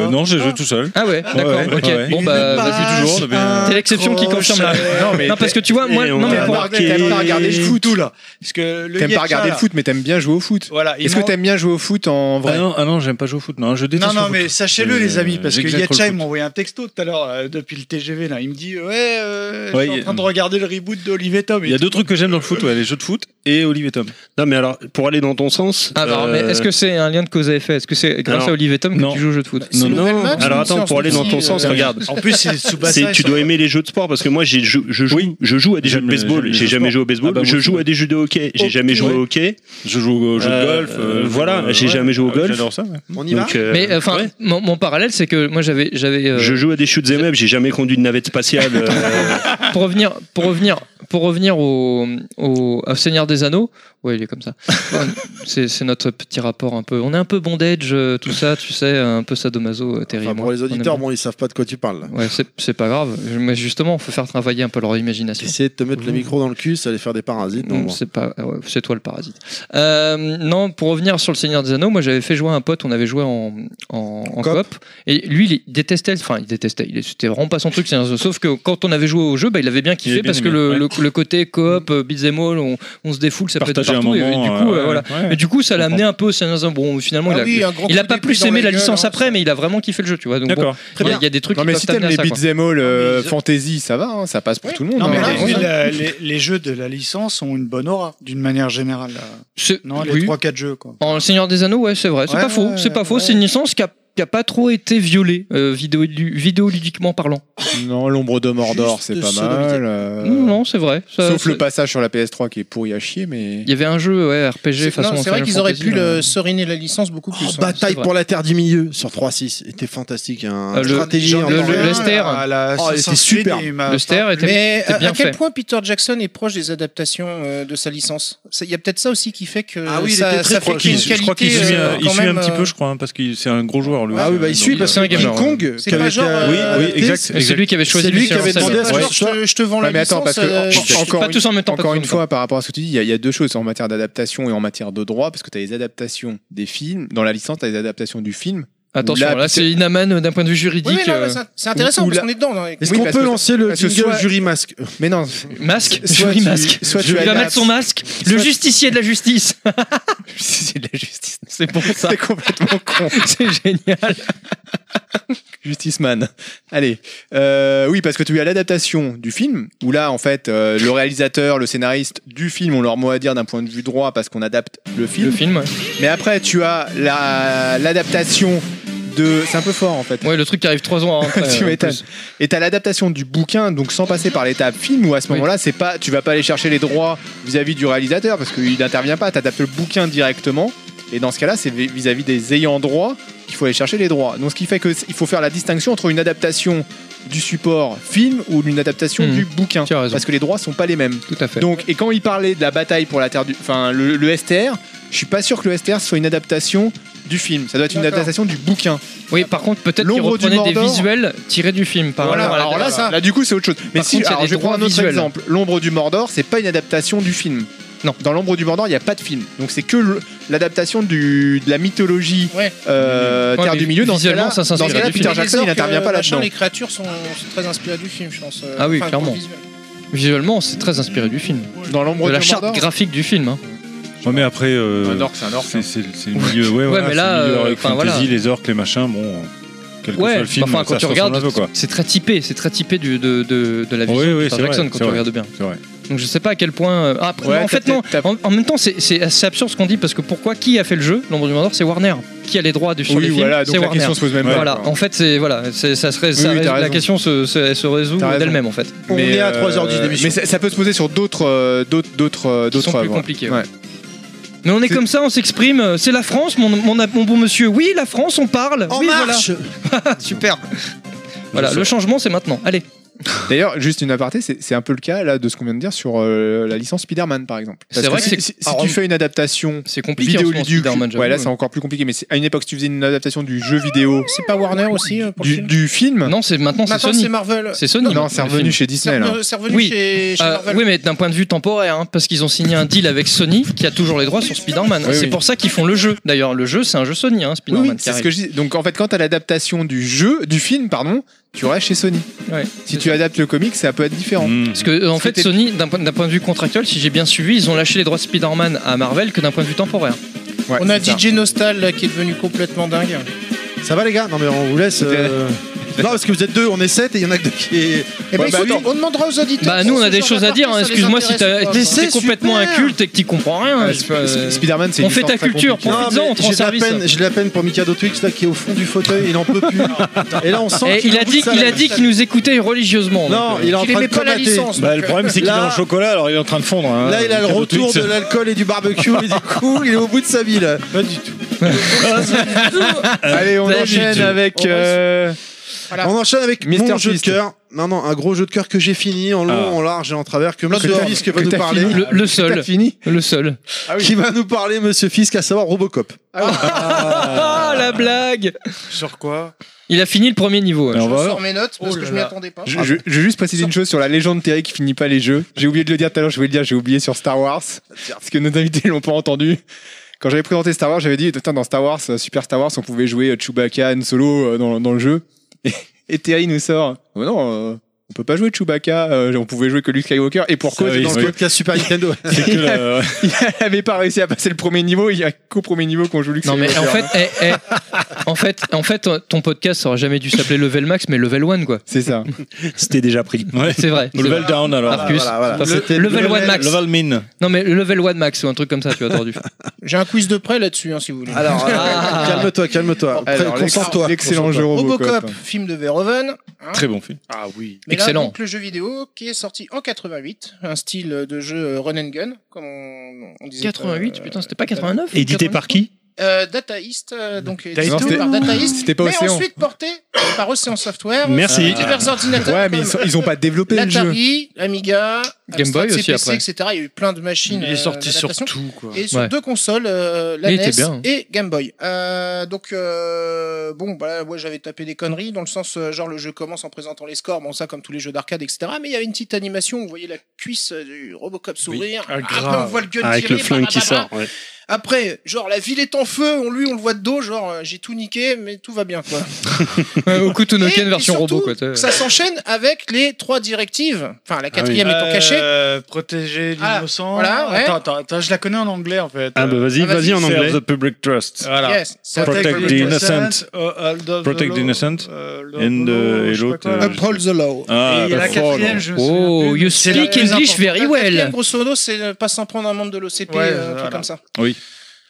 S9: euh, non, j'ai joué tout seul.
S2: Ah ouais, d'accord.
S9: ouais,
S2: ok.
S9: ouais.
S2: Bon bah, vas-y,
S9: Depuis toujours. eh depuis-
S8: Euh,
S2: c'est l'exception qui confirme la.
S6: Non mais
S2: Non, parce que tu vois, moi,
S9: Et
S2: non,
S9: on
S2: mais
S9: a
S2: pour-
S6: marqué- t'aimes pas regarder le foot.
S8: tout là. Parce que le
S6: t'aimes
S8: Yetcha,
S6: pas regarder
S8: là,
S6: le foot, mais t'aimes bien jouer au foot.
S8: Voilà. il
S6: Est-ce que
S8: m'en-
S6: t'aimes bien jouer au foot en
S9: Ah
S6: vrai
S9: non, ah non j'aime pas jouer au foot. Non, je déteste
S8: Non, non,
S9: le
S8: mais
S9: foot.
S8: sachez-le, les amis, parce
S9: Euh,
S8: que
S9: j'exagère
S8: Yatcha,
S9: le
S8: il
S9: foot.
S8: m'a envoyé un texto tout à l'heure euh, depuis le TGV. Là. Il me dit Ouais, euh, je
S9: Ouais,
S8: suis
S9: il-
S8: en train de regarder le reboot d'Olivier Tom.
S9: Il y a deux trucs que j'aime dans le foot, ouais, les jeux de foot et Olivier Tom.
S10: Non, mais alors, pour aller dans ton sens.
S2: Ah, bah,
S10: euh,
S2: mais est-ce que c'est un lien de cause à effet Est-ce que c'est grâce
S9: Alors,
S2: à Olivier Tom que
S9: non.
S2: tu joues au jeu de foot
S9: Non, non.
S5: match,
S10: Alors
S5: une
S10: attends,
S5: séance
S10: pour aller dans
S5: aussi,
S10: ton
S5: euh,
S10: sens,
S5: euh,
S10: regarde.
S8: En plus, c'est
S2: bah,
S10: C'est-
S8: Tsubasa.
S10: tu dois aimer les jeux de sport parce que moi j'ai jou- je joue je joue à des
S9: J'aime
S10: jeux de
S9: les- j'aime
S10: baseball
S9: les
S10: j'ai
S9: jeux
S10: jamais
S9: de
S10: joué au baseball
S9: Ah bah, moi
S10: je
S9: aussi,
S10: joue
S9: ouais.
S10: à des jeux de hockey j'ai
S9: Oh,
S10: jamais joué
S9: ouais.
S10: au hockey
S9: Je joue au jeu de
S10: Euh,
S9: golf.
S10: euh, voilà, j'ai jamais joué au
S9: Ah oui,
S10: golf.
S9: J'adore ça. ouais.
S4: On y va.
S10: donc euh,
S2: Mais enfin, mon, mon parallèle, c'est que moi j'avais, j'avais euh,
S10: je joue à des shoots em up j'ai jamais conduit de navette spatiale euh,
S2: pour revenir, pour revenir, pour revenir au, au, au Seigneur des Anneaux. Ouais, il est comme ça. Enfin, c'est, c'est notre petit rapport un peu. On est un peu bondage, euh, tout ça, tu sais, un peu sadomaso, euh, Terry
S4: Enfin,
S2: et moi.
S4: pour les
S2: On aime
S4: auditeurs,
S2: bien.
S4: bon, ils savent pas de quoi tu parles. là.
S2: Ouais, c'est, c'est pas grave. Mais justement, faut faire travailler un peu leur imagination.
S4: Essayer de te mettre le micro dans le cul, ça allait faire des parasites. non,
S2: Mm,
S4: bon.
S2: Mmh. C'est pas, euh, ouais, c'est toi le parasite. Euh, non, pour revenir sur le Seigneur des Anneaux, moi j'avais fait jouer à un pote, on avait joué en, en, en coop. et lui il détestait, enfin il détestait, il c'était vraiment pas son truc. Seigneur des Anneaux. Sauf que quand on avait joué au jeu, bah, il avait bien kiffé
S9: avait bien
S2: parce que
S9: aimé,
S2: le,
S9: ouais.
S2: le- le côté coop, euh, beat'em all, on, on se défoule, ça
S9: Partager
S2: peut
S9: un
S2: être partout. et,
S9: moment.
S2: du coup,
S9: euh,
S2: euh, voilà.
S9: ouais.
S2: Mais du coup, ça l'a amené un peu au Seigneur des Anneaux. Bon, finalement, il
S5: Ah
S2: a,
S5: oui, un grand
S2: il a
S5: coup
S2: pas
S5: d'épée
S2: plus
S5: dans
S2: aimé la
S5: gueule,
S2: licence
S5: hein.
S2: après, mais il a vraiment kiffé le jeu, tu vois. Donc, bon,
S9: D'accord.
S2: il y a- il y, a des trucs
S6: Non
S2: qui
S6: mais
S2: peuvent
S6: si
S2: t'amener
S6: t'aimes
S2: à
S6: les
S2: ça, quoi.
S6: beat'em all euh,
S8: Non, mais-
S6: fantasy ça va hein, ça passe pour
S5: Ouais.
S6: tout le monde.
S8: Non,
S6: hein.
S8: mais
S5: Ah,
S8: les,
S5: ouais.
S8: la- les- les jeux de la licence ont une bonne aura, d'une manière générale. euh.
S2: C'est-
S8: Non, les
S2: oui.
S8: 3-4 jeux, quoi.
S2: En Seigneur des Anneaux, ouais, c'est vrai. C'est
S8: Ouais,
S2: pas faux.
S8: ouais,
S2: C'est pas faux.
S8: ouais.
S2: C'est une licence qui a, qui a pas trop été violée, euh, vidéo, vidéoludiquement parlant.
S6: Non, l'ombre de Mordor, c'est
S4: Juste
S6: pas
S4: sodomité.
S6: mal. euh,
S2: Non, non, c'est vrai. Ça,
S6: Sauf
S2: c'est-
S6: le passage sur la PS3 qui est pourri à chier, mais.
S2: Il y avait un jeu ouais, RPG
S5: C'est
S2: façon.
S5: non, c'est vrai
S2: Final
S5: qu'ils auraient pu
S2: Fantasy,
S5: le
S2: euh,
S5: seriner la licence beaucoup
S4: Oh,
S5: plus. hein.
S4: bataille
S2: vrai.
S4: pour la terre du milieu sur 3-6. C'était fantastique. Hein.
S2: Euh, le-
S4: Stratégie.
S2: Jean-
S4: en
S2: le-
S4: temps
S2: le-
S4: réel.
S2: Lester.
S8: Ah, la
S4: Oh, il était
S8: Assassin's Creed,
S4: superbe.
S8: il m'a-
S2: Le Ster était.
S5: Mais
S2: c'était
S5: à,
S2: bien
S5: à quel
S2: fait.
S5: point Peter Jackson est proche des adaptations euh, de sa licence Ça- Il y a peut-être ça aussi qui fait que
S4: Ah oui, il
S5: ça,
S4: était très
S5: ça fait
S4: proche.
S5: qu'il y a une
S9: Je crois qu'il
S5: qualité.
S9: suit,
S5: euh,
S9: un- il
S5: quand
S9: suit un
S5: même,
S9: petit
S5: euh,
S9: peu, je crois, hein, parce que c'est un gros joueur. dans le.
S1: Ah oui, bah il
S9: dans
S1: suit
S9: le-
S1: parce que
S2: un gamer,
S1: Kong, qui
S5: C'est pas
S1: avait
S5: genre,
S1: été-
S9: Oui,
S5: euh,
S9: oui,
S1: adapté,
S9: exact.
S2: C'est lui qui avait choisi
S1: C'est lui
S2: le
S1: qui avait
S2: silence à
S1: demandé à
S2: la
S1: ce
S2: fin.
S1: Ouais.
S5: Ouais, genre, je, te, je te vends
S6: Ouais,
S5: la
S6: mais attends,
S5: licence,
S6: parce que
S5: euh,
S6: en-
S5: je-
S2: je-
S6: encore,
S2: pas
S6: une,
S2: tous en même temps, pas
S6: encore
S2: tous en
S6: une
S2: même
S6: fois, par rapport à ce que tu dis, il y, a- il y a deux choses en matière d'adaptation et en matière de droit, parce que tu as les adaptations des films. Dans la licence, tu as les adaptations du film.
S2: Attention,
S6: Là,
S2: là, c'est Inaman euh, d'un point de vue
S5: Oui,
S2: juridique.
S5: mais non, mais
S2: euh,
S5: c'est- c'est intéressant
S6: ou
S5: parce
S6: la-
S5: qu'on est dedans. non, et-
S1: Est-ce
S6: Oui,
S1: qu'on
S6: parce
S1: peut
S6: que-
S1: lancer le
S6: parce que
S1: jingle
S6: soit-
S1: jury masque
S6: Mais non,
S2: Masque,
S6: soit
S2: jury
S6: tu-
S2: masque.
S6: soit tu
S2: Il va
S6: adaptes-
S2: mettre son masque. Le
S6: soit-
S2: justicier de la justice.
S6: c'est de la justice.
S2: C'est pour ça.
S6: C'est complètement con.
S2: C'est génial.
S6: Justice Man. Allez. Euh, oui, parce que tu as l'adaptation du film, où là, en fait, euh, le réalisateur, le scénariste du film ont leur mot à dire d'un point de vue droit, parce qu'on adapte le film.
S2: Le film. ouais.
S6: Mais après, tu as la- l'adaptation de. C'est un peu fort, en fait. hein.
S2: Ouais, le truc qui arrive trois ans après.
S6: tu
S2: euh, en
S6: m'étonnes.
S2: plus.
S6: Et t'as l'adaptation du bouquin, donc sans passer par l'étape film, où à ce
S2: Oui.
S6: moment-là, c'est pas, tu vas pas aller chercher les droits vis-à-vis du réalisateur parce qu'il n'intervient pas. T'adaptes le bouquin directement. Et dans ce cas-là, c'est vis- vis-à-vis des ayants droit qu'il faut aller chercher les droits. Donc ce qui fait que c- il faut faire la distinction entre une adaptation du support film ou une adaptation
S2: Mhm.
S6: du bouquin,
S2: Tu as raison.
S6: parce que les droits sont pas les mêmes.
S2: Tout à fait.
S6: Donc, et quand il parlait de la bataille pour la terre du, enfin le, le STR, je suis pas sûr que le STR soit une adaptation du film. Ça doit être une
S5: D'accord.
S6: adaptation du bouquin.
S2: oui, par contre, peut-être qu'il
S6: L'ombre du
S2: reprenait des
S6: Mordor.
S2: visuels tirés du film. Par
S6: Voilà,
S2: rapport à la-
S6: alors là,
S5: ça-
S6: Là, du coup, c'est autre chose. Mais
S2: Par
S6: si,
S2: contre, il y a
S6: alors,
S2: des
S6: je prends
S2: droits
S6: un autre
S2: visuels.
S6: exemple. L'ombre du Mordor, c'est pas une adaptation du film.
S2: Non.
S6: Dans l'ombre du Mordor, il n'y a pas de film. Donc c'est que le- l'adaptation du- de la mythologie
S5: Ouais.
S6: euh,
S2: Ouais,
S6: Terre
S2: mais
S6: du Milieu. Dans ce
S2: visuellement,
S6: cas-là,
S2: ça s'inspire
S6: dans ce cas-là,
S2: du film.
S6: Peter
S5: les
S6: Jackson, il
S5: orques,
S6: n'intervient pas
S5: euh, machin,
S6: là-dedans.
S5: Les créatures sont sont très inspirées du film, je pense. euh,
S2: Ah oui,
S5: enfin,
S2: clairement.
S5: pour le visuel.
S2: Visuellement, c'est très inspiré du film.
S6: Dans l'ombre
S2: De
S6: du
S2: la
S6: Mordor.
S2: charte graphique du film. hein.
S9: Ouais, mais après. euh,
S6: Un orc, c'est un orc.
S9: C'est c'est- c'est le milieu. Ouais, voilà,
S2: mais
S9: c'est
S2: là,
S9: le milieu
S2: euh,
S9: avec
S2: enfin,
S9: fantasy,
S2: voilà.
S9: les orques, les machins, bon. Quel que soit
S2: Ouais, bah,
S9: le film,
S2: enfin, quand
S9: ça
S2: tu
S9: se ressemble
S2: regardes,
S9: un peu, quoi.
S2: c'est très typé. C'est très typé du- de, de, de la vision
S9: Oui, oui,
S2: de Peter
S9: c'est vrai,
S2: Jackson quand
S9: c'est
S2: tu
S9: vrai.
S2: regardes bien.
S9: C'est vrai.
S2: Donc je sais pas à quel point. euh, ah, après,
S6: Ouais,
S2: non, en fait,
S6: t'as-
S2: non.
S6: t'as-
S2: En, en même temps, c'est- c'est assez absurde ce qu'on dit parce que pourquoi Qui a fait le jeu L'ombre du Mordor, c'est Warner. Qui a les droits du sur les
S6: Oui,
S2: films
S6: voilà.
S2: C'est
S6: Donc la
S2: Warner.
S6: question se pose même pas.
S2: voilà.
S6: quoi.
S2: En fait, c'est voilà. c'est- Ça serait.
S6: Oui, oui, t'as
S2: la
S6: raison.
S2: question se, se- elle se résout
S6: T'as raison.
S2: d'elle-même en fait.
S1: On
S6: Mais,
S1: est à
S6: euh,
S1: 3h10 d'émission.
S6: Mais ça, ça peut se poser sur d'autres, euh, d'autres, d'autres, euh,
S2: Qui
S6: d'autres
S2: sont plus
S6: œuvres.
S2: compliquées.
S6: Ouais.
S2: Mais on est
S6: C'est-
S2: comme ça, on s'exprime. euh, C'est la France, mon, mon, mon bon monsieur. Oui, la France, on parle.
S1: En
S2: oui,
S1: marche
S2: voilà. Super. Voilà, le changement, c'est maintenant. Allez.
S6: D'ailleurs, juste une aparté, c'est c'est un peu le cas là de ce qu'on vient de dire sur euh, la licence Spider-Man par exemple.
S2: C'est
S6: Parce
S2: vrai que
S6: si,
S2: c'est-
S6: si- si
S2: alors,
S6: tu fais une adaptation
S2: C'est compliqué.
S6: vidéo
S2: en ce moment,
S6: ludique,
S2: Spider-Man, j'avoue.
S6: ouais là c'est encore plus compliqué. Mais c'est- à une époque, si tu faisais une adaptation du jeu vidéo
S5: C'est pas Warner aussi euh, pour le
S6: du,
S5: film
S6: du film,
S2: Non, c'est maintenant, c'est
S5: Maintenant, c'est
S2: Sony.
S5: Marvel.
S2: C'est Sony.
S6: Non, c'est
S2: le
S6: revenu
S2: film.
S6: chez
S5: C'est
S6: Disney. là.
S5: revenu- c'est revenu
S2: Oui.
S5: chez chez
S2: Euh,
S5: Marvel.
S2: oui, mais d'un point de vue temporaire, hein, parce qu'ils ont signé un deal avec Sony qui a toujours les droits sur Spider-Man.
S6: Oui,
S2: c'est
S6: oui.
S2: pour ça qu'ils font le jeu. D'ailleurs, le jeu, c'est un jeu Sony, hein,
S6: Oui, oui,
S2: Spider-Man. qui
S6: c'est ce
S2: arrive.
S6: que je dis. Donc en fait, quand t'as l'adaptation du jeu, du film, pardon, tu restes chez Sony.
S2: Ouais,
S6: Si tu adaptes le comic, ça peut être différent.
S9: Mmh.
S2: Parce que, euh, en
S6: Parce que
S2: fait,
S6: t'es-
S2: Sony, d'un point, d'un point de vue contractuel, si j'ai bien suivi, ils ont lâché les droits de Spider-Man à Marvel que d'un point de vue temporaire.
S6: Ouais,
S5: On a
S6: c'est ça.
S5: DJ Nostal là, qui est devenu complètement dingue.
S1: Ça va les gars Non mais on vous laisse. euh, Non parce que vous êtes deux, on est sept et il y en a que deux qui est.
S5: Eh ben,
S1: bah
S5: écoute,
S1: oui.
S5: on demandera aux auditeurs.
S2: Bah,
S5: si
S2: nous, on
S5: ce
S2: a des
S5: genre
S2: choses à dire. hein.
S5: d'aparté, ça les
S2: Excuse-moi si
S5: intéresse
S2: t'as-
S5: ou
S2: si
S5: pas.
S1: c'est
S2: t'es complètement
S1: super. Ah,
S2: inculte et que t'y comprends rien.
S6: Euh,
S2: c'est pas-
S6: Sp- Spider-Man, c'est
S2: On
S6: une hein,
S2: fait
S6: licence
S2: ta
S6: très
S2: culture,
S6: compliquée.
S2: Profites-en,
S1: mais
S2: on te rend
S1: j'ai de la
S2: service.
S1: peine, j'ai de la peine pour Mikado Twix là qui est au fond du fauteuil, il en peut plus. et là on sent.
S2: Eh,
S1: qu'il
S2: il
S1: a
S2: a
S1: envie
S2: dit,
S1: de
S2: il a
S1: s'arrêter.
S2: dit qu'il nous écoutait religieusement. donc,
S1: Non,
S2: euh,
S1: il est en
S5: Il
S1: train de
S5: aimait pas la
S1: comater.
S5: licence.
S9: Bah,
S5: donc,
S9: le problème, c'est qu'il est
S1: Là-
S9: en chocolat, alors il est en train de fondre. hein.
S1: Là, il a le
S9: Cadeau
S1: retour
S9: Twix.
S1: de l'alcool et du barbecue, et du coup, il est au bout de sa vie là. Pas du tout.
S6: Allez, on
S2: Salut,
S6: enchaîne
S2: Dieu.
S6: avec.
S5: On
S6: euh,
S5: Ah.
S1: On enchaîne avec
S6: Mr.
S1: mon jeu
S6: Fist.
S1: de cœur. Non, non, un gros jeu de cœur que j'ai fini en long,
S9: Ah.
S1: en large et en travers, que
S6: que
S1: Monsieur
S6: t'as-
S1: Fisk va
S6: que
S1: nous
S6: t'as
S1: parler.
S6: fini.
S2: Le- le
S6: T'as
S2: seul.
S6: fini
S2: Le seul.
S6: oui.
S1: Qui va nous parler, Monsieur Fisk, à savoir Robocop.
S2: Ah, la blague
S8: Sur quoi
S2: Il a fini le premier niveau. hein.
S9: Alors, on va
S5: Je
S9: voir.
S5: sors mes notes parce
S2: Oh
S5: que
S2: là
S5: je m'y
S2: là.
S5: attendais pas.
S8: Ah.
S6: Je, je- je veux juste préciser une chose sur la légende Terry qui finit pas les jeux. J'ai oublié de le dire tout à l'heure, je voulais le dire, j'ai oublié sur Star Wars. Parce que nos invités l'ont pas entendu. Quand j'avais présenté Star Wars, j'avais dit, putain, dans Star Wars, euh, Super Star Wars, on pouvait jouer euh, Chewbacca, Han Solo euh, dans, dans le jeu. Et, et Terry nous sort, Oh non, euh, on peut pas jouer Chewbacca, euh, on pouvait jouer que Luke Skywalker. Et pour
S9: Ça,
S6: cause,
S9: oui,
S6: dans
S1: Dans
S6: le
S1: le
S9: oui.
S1: podcast Super Nintendo.
S9: C'est que le-
S6: jeu, il avait pas réussi à passer le premier niveau, il y a qu'au premier niveau qu'on joue Luke
S2: Non mais en
S6: Skywalker.
S2: fait, eh, eh, en fait, en fait, euh, ton podcast aurait jamais dû s'appeler Level Max, mais Level One quoi.
S6: C'est ça.
S10: C'était déjà pris.
S9: Ouais.
S2: C'est vrai. c'est
S9: Level
S2: vrai.
S9: down, alors.
S2: Marcus.
S1: Voilà, voilà.
S2: Enfin,
S1: Le-
S2: c'était level, One Max.
S9: Level min.
S2: Non mais Level One Max ou un truc comme ça, tu as entendu.
S5: J'ai un quiz de près là-dessus hein, si vous voulez.
S1: Alors, euh,
S2: Ah.
S1: calme-toi, calme-toi. Après,
S6: Alors, l'ex-
S1: Concentre-toi.
S6: L'excellent jeu Robocop.
S5: Robocop, film de Verhoeven. hein.
S9: Très bon film.
S8: Ah
S5: Mais
S2: Excellent.
S5: Là, donc, le jeu vidéo qui est sorti en 88, un style de jeu euh, run and gun, comme on, on disait.
S2: 88,
S5: euh,
S2: putain, c'était pas 89
S10: Édité par qui
S5: Euh, Data East, euh, donc
S2: Bah,
S5: édité
S6: Non, c'était-
S5: par Data
S2: hein.
S5: East,
S6: C'était pas
S5: mais
S6: Océan.
S5: ensuite porté par Océan Software
S10: Merci.
S5: sur divers ordinateurs.
S6: Ouais, mais ils, sont- ils ont pas développé le jeu.
S5: L'Atari, l'Amiga,
S2: Game
S5: Amstrad
S2: Boy aussi,
S5: CPC,
S2: après.
S5: etc. Il y a eu plein de machines.
S8: Il est sorti
S5: euh,
S8: sur
S5: d'adaptation.
S8: tout, quoi.
S5: Et sur
S2: Ouais.
S5: deux consoles, euh, la
S2: Il
S5: NES
S2: était bien.
S5: et Game Boy. Euh, donc, euh, bon, bah, ouais, j'avais tapé des conneries, dans le sens, euh, genre, le jeu commence en présentant les scores, bon, ça, comme tous les jeux d'arcade, etc. Mais il y avait une petite animation, on voyait la cuisse euh, du Robocop sourire.
S8: Ah,
S5: Après, on
S8: grave.
S5: voit le gun
S10: Avec
S5: tirer,
S10: le flingue qui
S5: blablabla.
S10: sort. ouais.
S5: Après, genre, la ville est en feu, on lui, on le voit de dos, genre, euh, j'ai tout niqué, mais tout va bien, quoi.
S2: Ouais, au coup,
S5: Et-
S2: Tonoken
S5: et
S2: version
S5: surtout,
S2: robot, quoi. t'as-
S5: Ça s'enchaîne avec les trois directives, enfin, la quatrième étant cachée.
S8: Euh, protéger
S5: Ah,
S8: l'innocent.
S5: voilà, ouais.
S8: attends, attends, attends, je la connais en anglais en fait. Euh,
S10: Ah bah vas-y,
S5: Ah, vas-y,
S10: vas-y en anglais.
S9: Serve the public trust.
S8: Voilà.
S5: Yes, ça
S9: Protect the innocent.
S8: uh, uh, the-
S9: Protect the
S8: law,
S9: innocent.
S8: euh, the
S9: And,
S8: law,
S9: euh,
S8: je
S9: et
S8: sais pas
S9: l'autre,
S8: quoi.
S9: euh,
S8: Et
S5: Uphold the law.
S9: Ah,
S8: la
S9: bah,
S8: quatrième, je me souviens
S2: Oh,
S8: plus,
S2: you
S8: mais c'est la
S2: speak
S8: plus
S2: English
S8: importante.
S2: very
S5: La quatrième,
S2: well.
S5: grosso modo, c'est euh, pas s'en prendre un membre de l'OCP,
S8: Ouais,
S5: euh, un truc
S8: voilà.
S5: comme ça.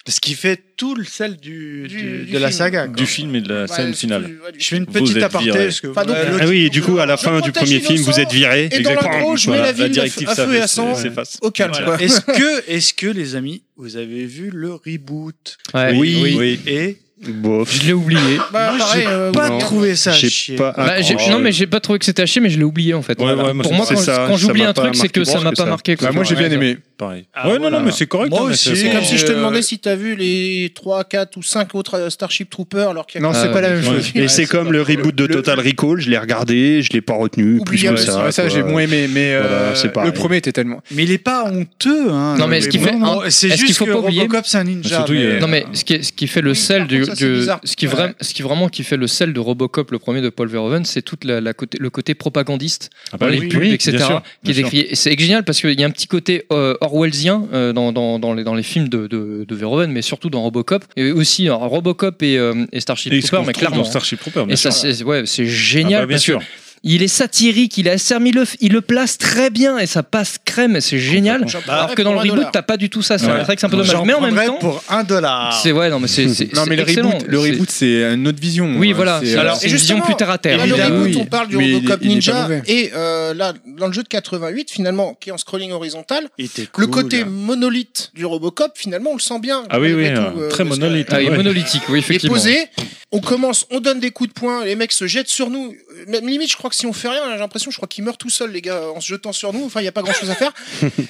S8: Ce qui fait tout le sel du,
S5: Du-
S8: du-
S5: du
S8: de la
S5: film.
S8: saga. quoi.
S9: Du film et de la
S5: Ouais,
S9: scène
S5: du-
S9: finale.
S5: du- ouais, du-
S8: Je fais une
S9: Vous
S8: petite
S9: êtes
S8: aparté
S9: viré.
S8: parce que
S5: Pas donc,
S8: voilà,
S5: le-
S10: Ah oui, et du coup, à la
S5: Je
S10: fin du
S5: protège
S10: premier film,
S5: l'innocent,
S10: vous êtes viré.
S5: et dans
S10: Exactement.
S5: l'intro, je mets
S10: Voilà,
S5: la ville
S9: directive
S5: à feu et à
S9: s'afface-
S5: sang.
S9: s'efface.
S5: Au calme,
S8: Voilà.
S5: quoi.
S8: Est-ce que, est-ce que les amis, vous avez vu le reboot
S2: Ouais.
S9: Oui, oui.
S8: Et
S10: Bof.
S2: Je l'ai oublié.
S5: Bah,
S8: Moi,
S5: pareil,
S8: j'ai
S5: euh,
S8: pas
S5: ouais.
S8: trouvé ça.
S10: J'ai
S8: chier.
S10: pas
S2: Bah, j'ai-
S9: oh,
S2: non,
S9: ouais.
S2: mais j'ai pas trouvé que c'était haché, mais je l'ai oublié en fait.
S9: Ouais, ouais, moi,
S2: Pour
S9: c'est-
S2: moi,
S10: c'est
S2: quand,
S10: ça,
S2: quand
S10: ça
S2: j'oublie
S10: m'a
S2: un
S10: pas
S2: truc, c'est que
S10: marqué
S2: ça
S10: plus
S2: m'a
S10: que
S2: pas
S10: ça.
S2: marqué. quoi.
S6: Bah, moi j'ai bien
S8: Ouais,
S6: aimé.
S9: Pareil.
S8: Ah,
S9: ouais, non,
S8: voilà.
S9: non, mais c'est correct.
S8: Moi
S9: hein, mais
S8: aussi,
S9: c'est-
S5: C'est comme si je te
S8: Euh,
S5: demandais si t'as vu les 3, 4 ou 5 autres euh, Starship Troopers alors qu'il y a
S6: Non,
S2: Ah,
S6: c'est pas la
S2: ouais.
S6: même
S9: Ouais.
S6: chose.
S10: Et c'est comme le reboot de
S6: Le-
S10: Total Recall, je l'ai regardé, je l'ai pas retenu, plus que
S5: Oubliable,
S10: ça.
S6: Ouais, ça
S10: quoi.
S6: j'ai moins aimé, mais euh,
S10: Voilà, c'est pareil.
S6: le premier était tellement.
S8: Mais il est pas honteux. Hein,
S2: Non, mais est-ce qu'il fait-
S8: Non,
S2: hein,
S8: C'est
S2: est-ce
S8: juste
S2: qu'il faut
S8: que
S2: pas oublier-
S8: Robocop, c'est un ninja.
S9: Surtout, il y a-
S2: Non mais ce qui, est- ce qui fait le
S5: Oui,
S2: sel
S5: par
S2: du,
S5: contre, ça, c'est
S2: du-
S5: bizarre.
S2: ce qui vraiment ce qui vraiment qui fait le sel de Robocop le premier de Paul Verhoeven c'est toute la, la côté le côté propagandiste
S9: Ah, bah
S2: dans les
S9: oui,
S2: pubs
S9: oui,
S2: etc
S9: bien sûr,
S2: qui est
S9: bien sûr.
S2: décrié Et c'est génial parce qu'il y a un petit côté euh, orwellsien euh, dans, dans, dans les dans les films de, de, de Verhoeven mais surtout dans Robocop et aussi alors, Robocop et, euh, et Starship
S9: Et ce qu'on
S2: Troopers mais
S9: retrouve
S2: clairement hein.
S9: dans Starship Trooper, bien
S2: et ça
S9: sûr.
S2: c'est ouais c'est
S9: Ah, bah,
S2: génial
S9: bien
S2: parce que
S9: sûr.
S2: il est satirique il a servi le il le place très bien et ça passe crème c'est génial
S5: J'en parlerai
S2: alors que dans le
S5: Ah, pour un
S2: reboot
S5: dollar.
S2: t'as pas du tout ça c'est
S9: Ouais.
S2: vrai que c'est un peu dommage
S8: J'en
S2: mais en même
S8: prendrais
S2: temps
S8: pour un dollar.
S2: c'est ouais non mais c'est c'est-
S6: Non mais
S2: c'est
S6: le
S2: excellent.
S6: reboot, le
S2: C'est-
S6: reboot c'est une autre vision.
S2: oui,
S6: Euh,
S2: voilà.
S6: c'est-
S2: Alors,
S5: Et
S2: c'est une vision
S5: justement,
S2: plus terre à terre. Euh,
S5: Là, le
S6: Évidemment,
S5: reboot,
S2: Ah
S6: oui.
S5: on parle du
S6: Mais il est-
S5: Robocop
S6: il est pas
S5: Ninja.
S6: mauvais.
S5: Et euh, là, dans le jeu de 88, finalement, qui est en scrolling horizontal,
S8: Il était
S5: le
S8: cool.
S5: côté monolithe du Robocop, finalement, on le sent bien.
S9: Ah oui, oui,
S5: malgré
S9: euh,
S5: tout, euh,
S9: très
S5: parce que-
S9: monolithe.
S2: Ah, il est
S9: Ouais.
S2: monolithique, oui,
S5: Il est
S2: effectivement.
S5: posé, on commence, on donne des coups de poing, les mecs se jettent sur nous. Même limite, je crois que si on fait rien, j'ai l'impression, je crois qu'ils meurent tout seuls, les gars, en se jetant sur nous. Enfin, il n'y a pas grand chose à faire.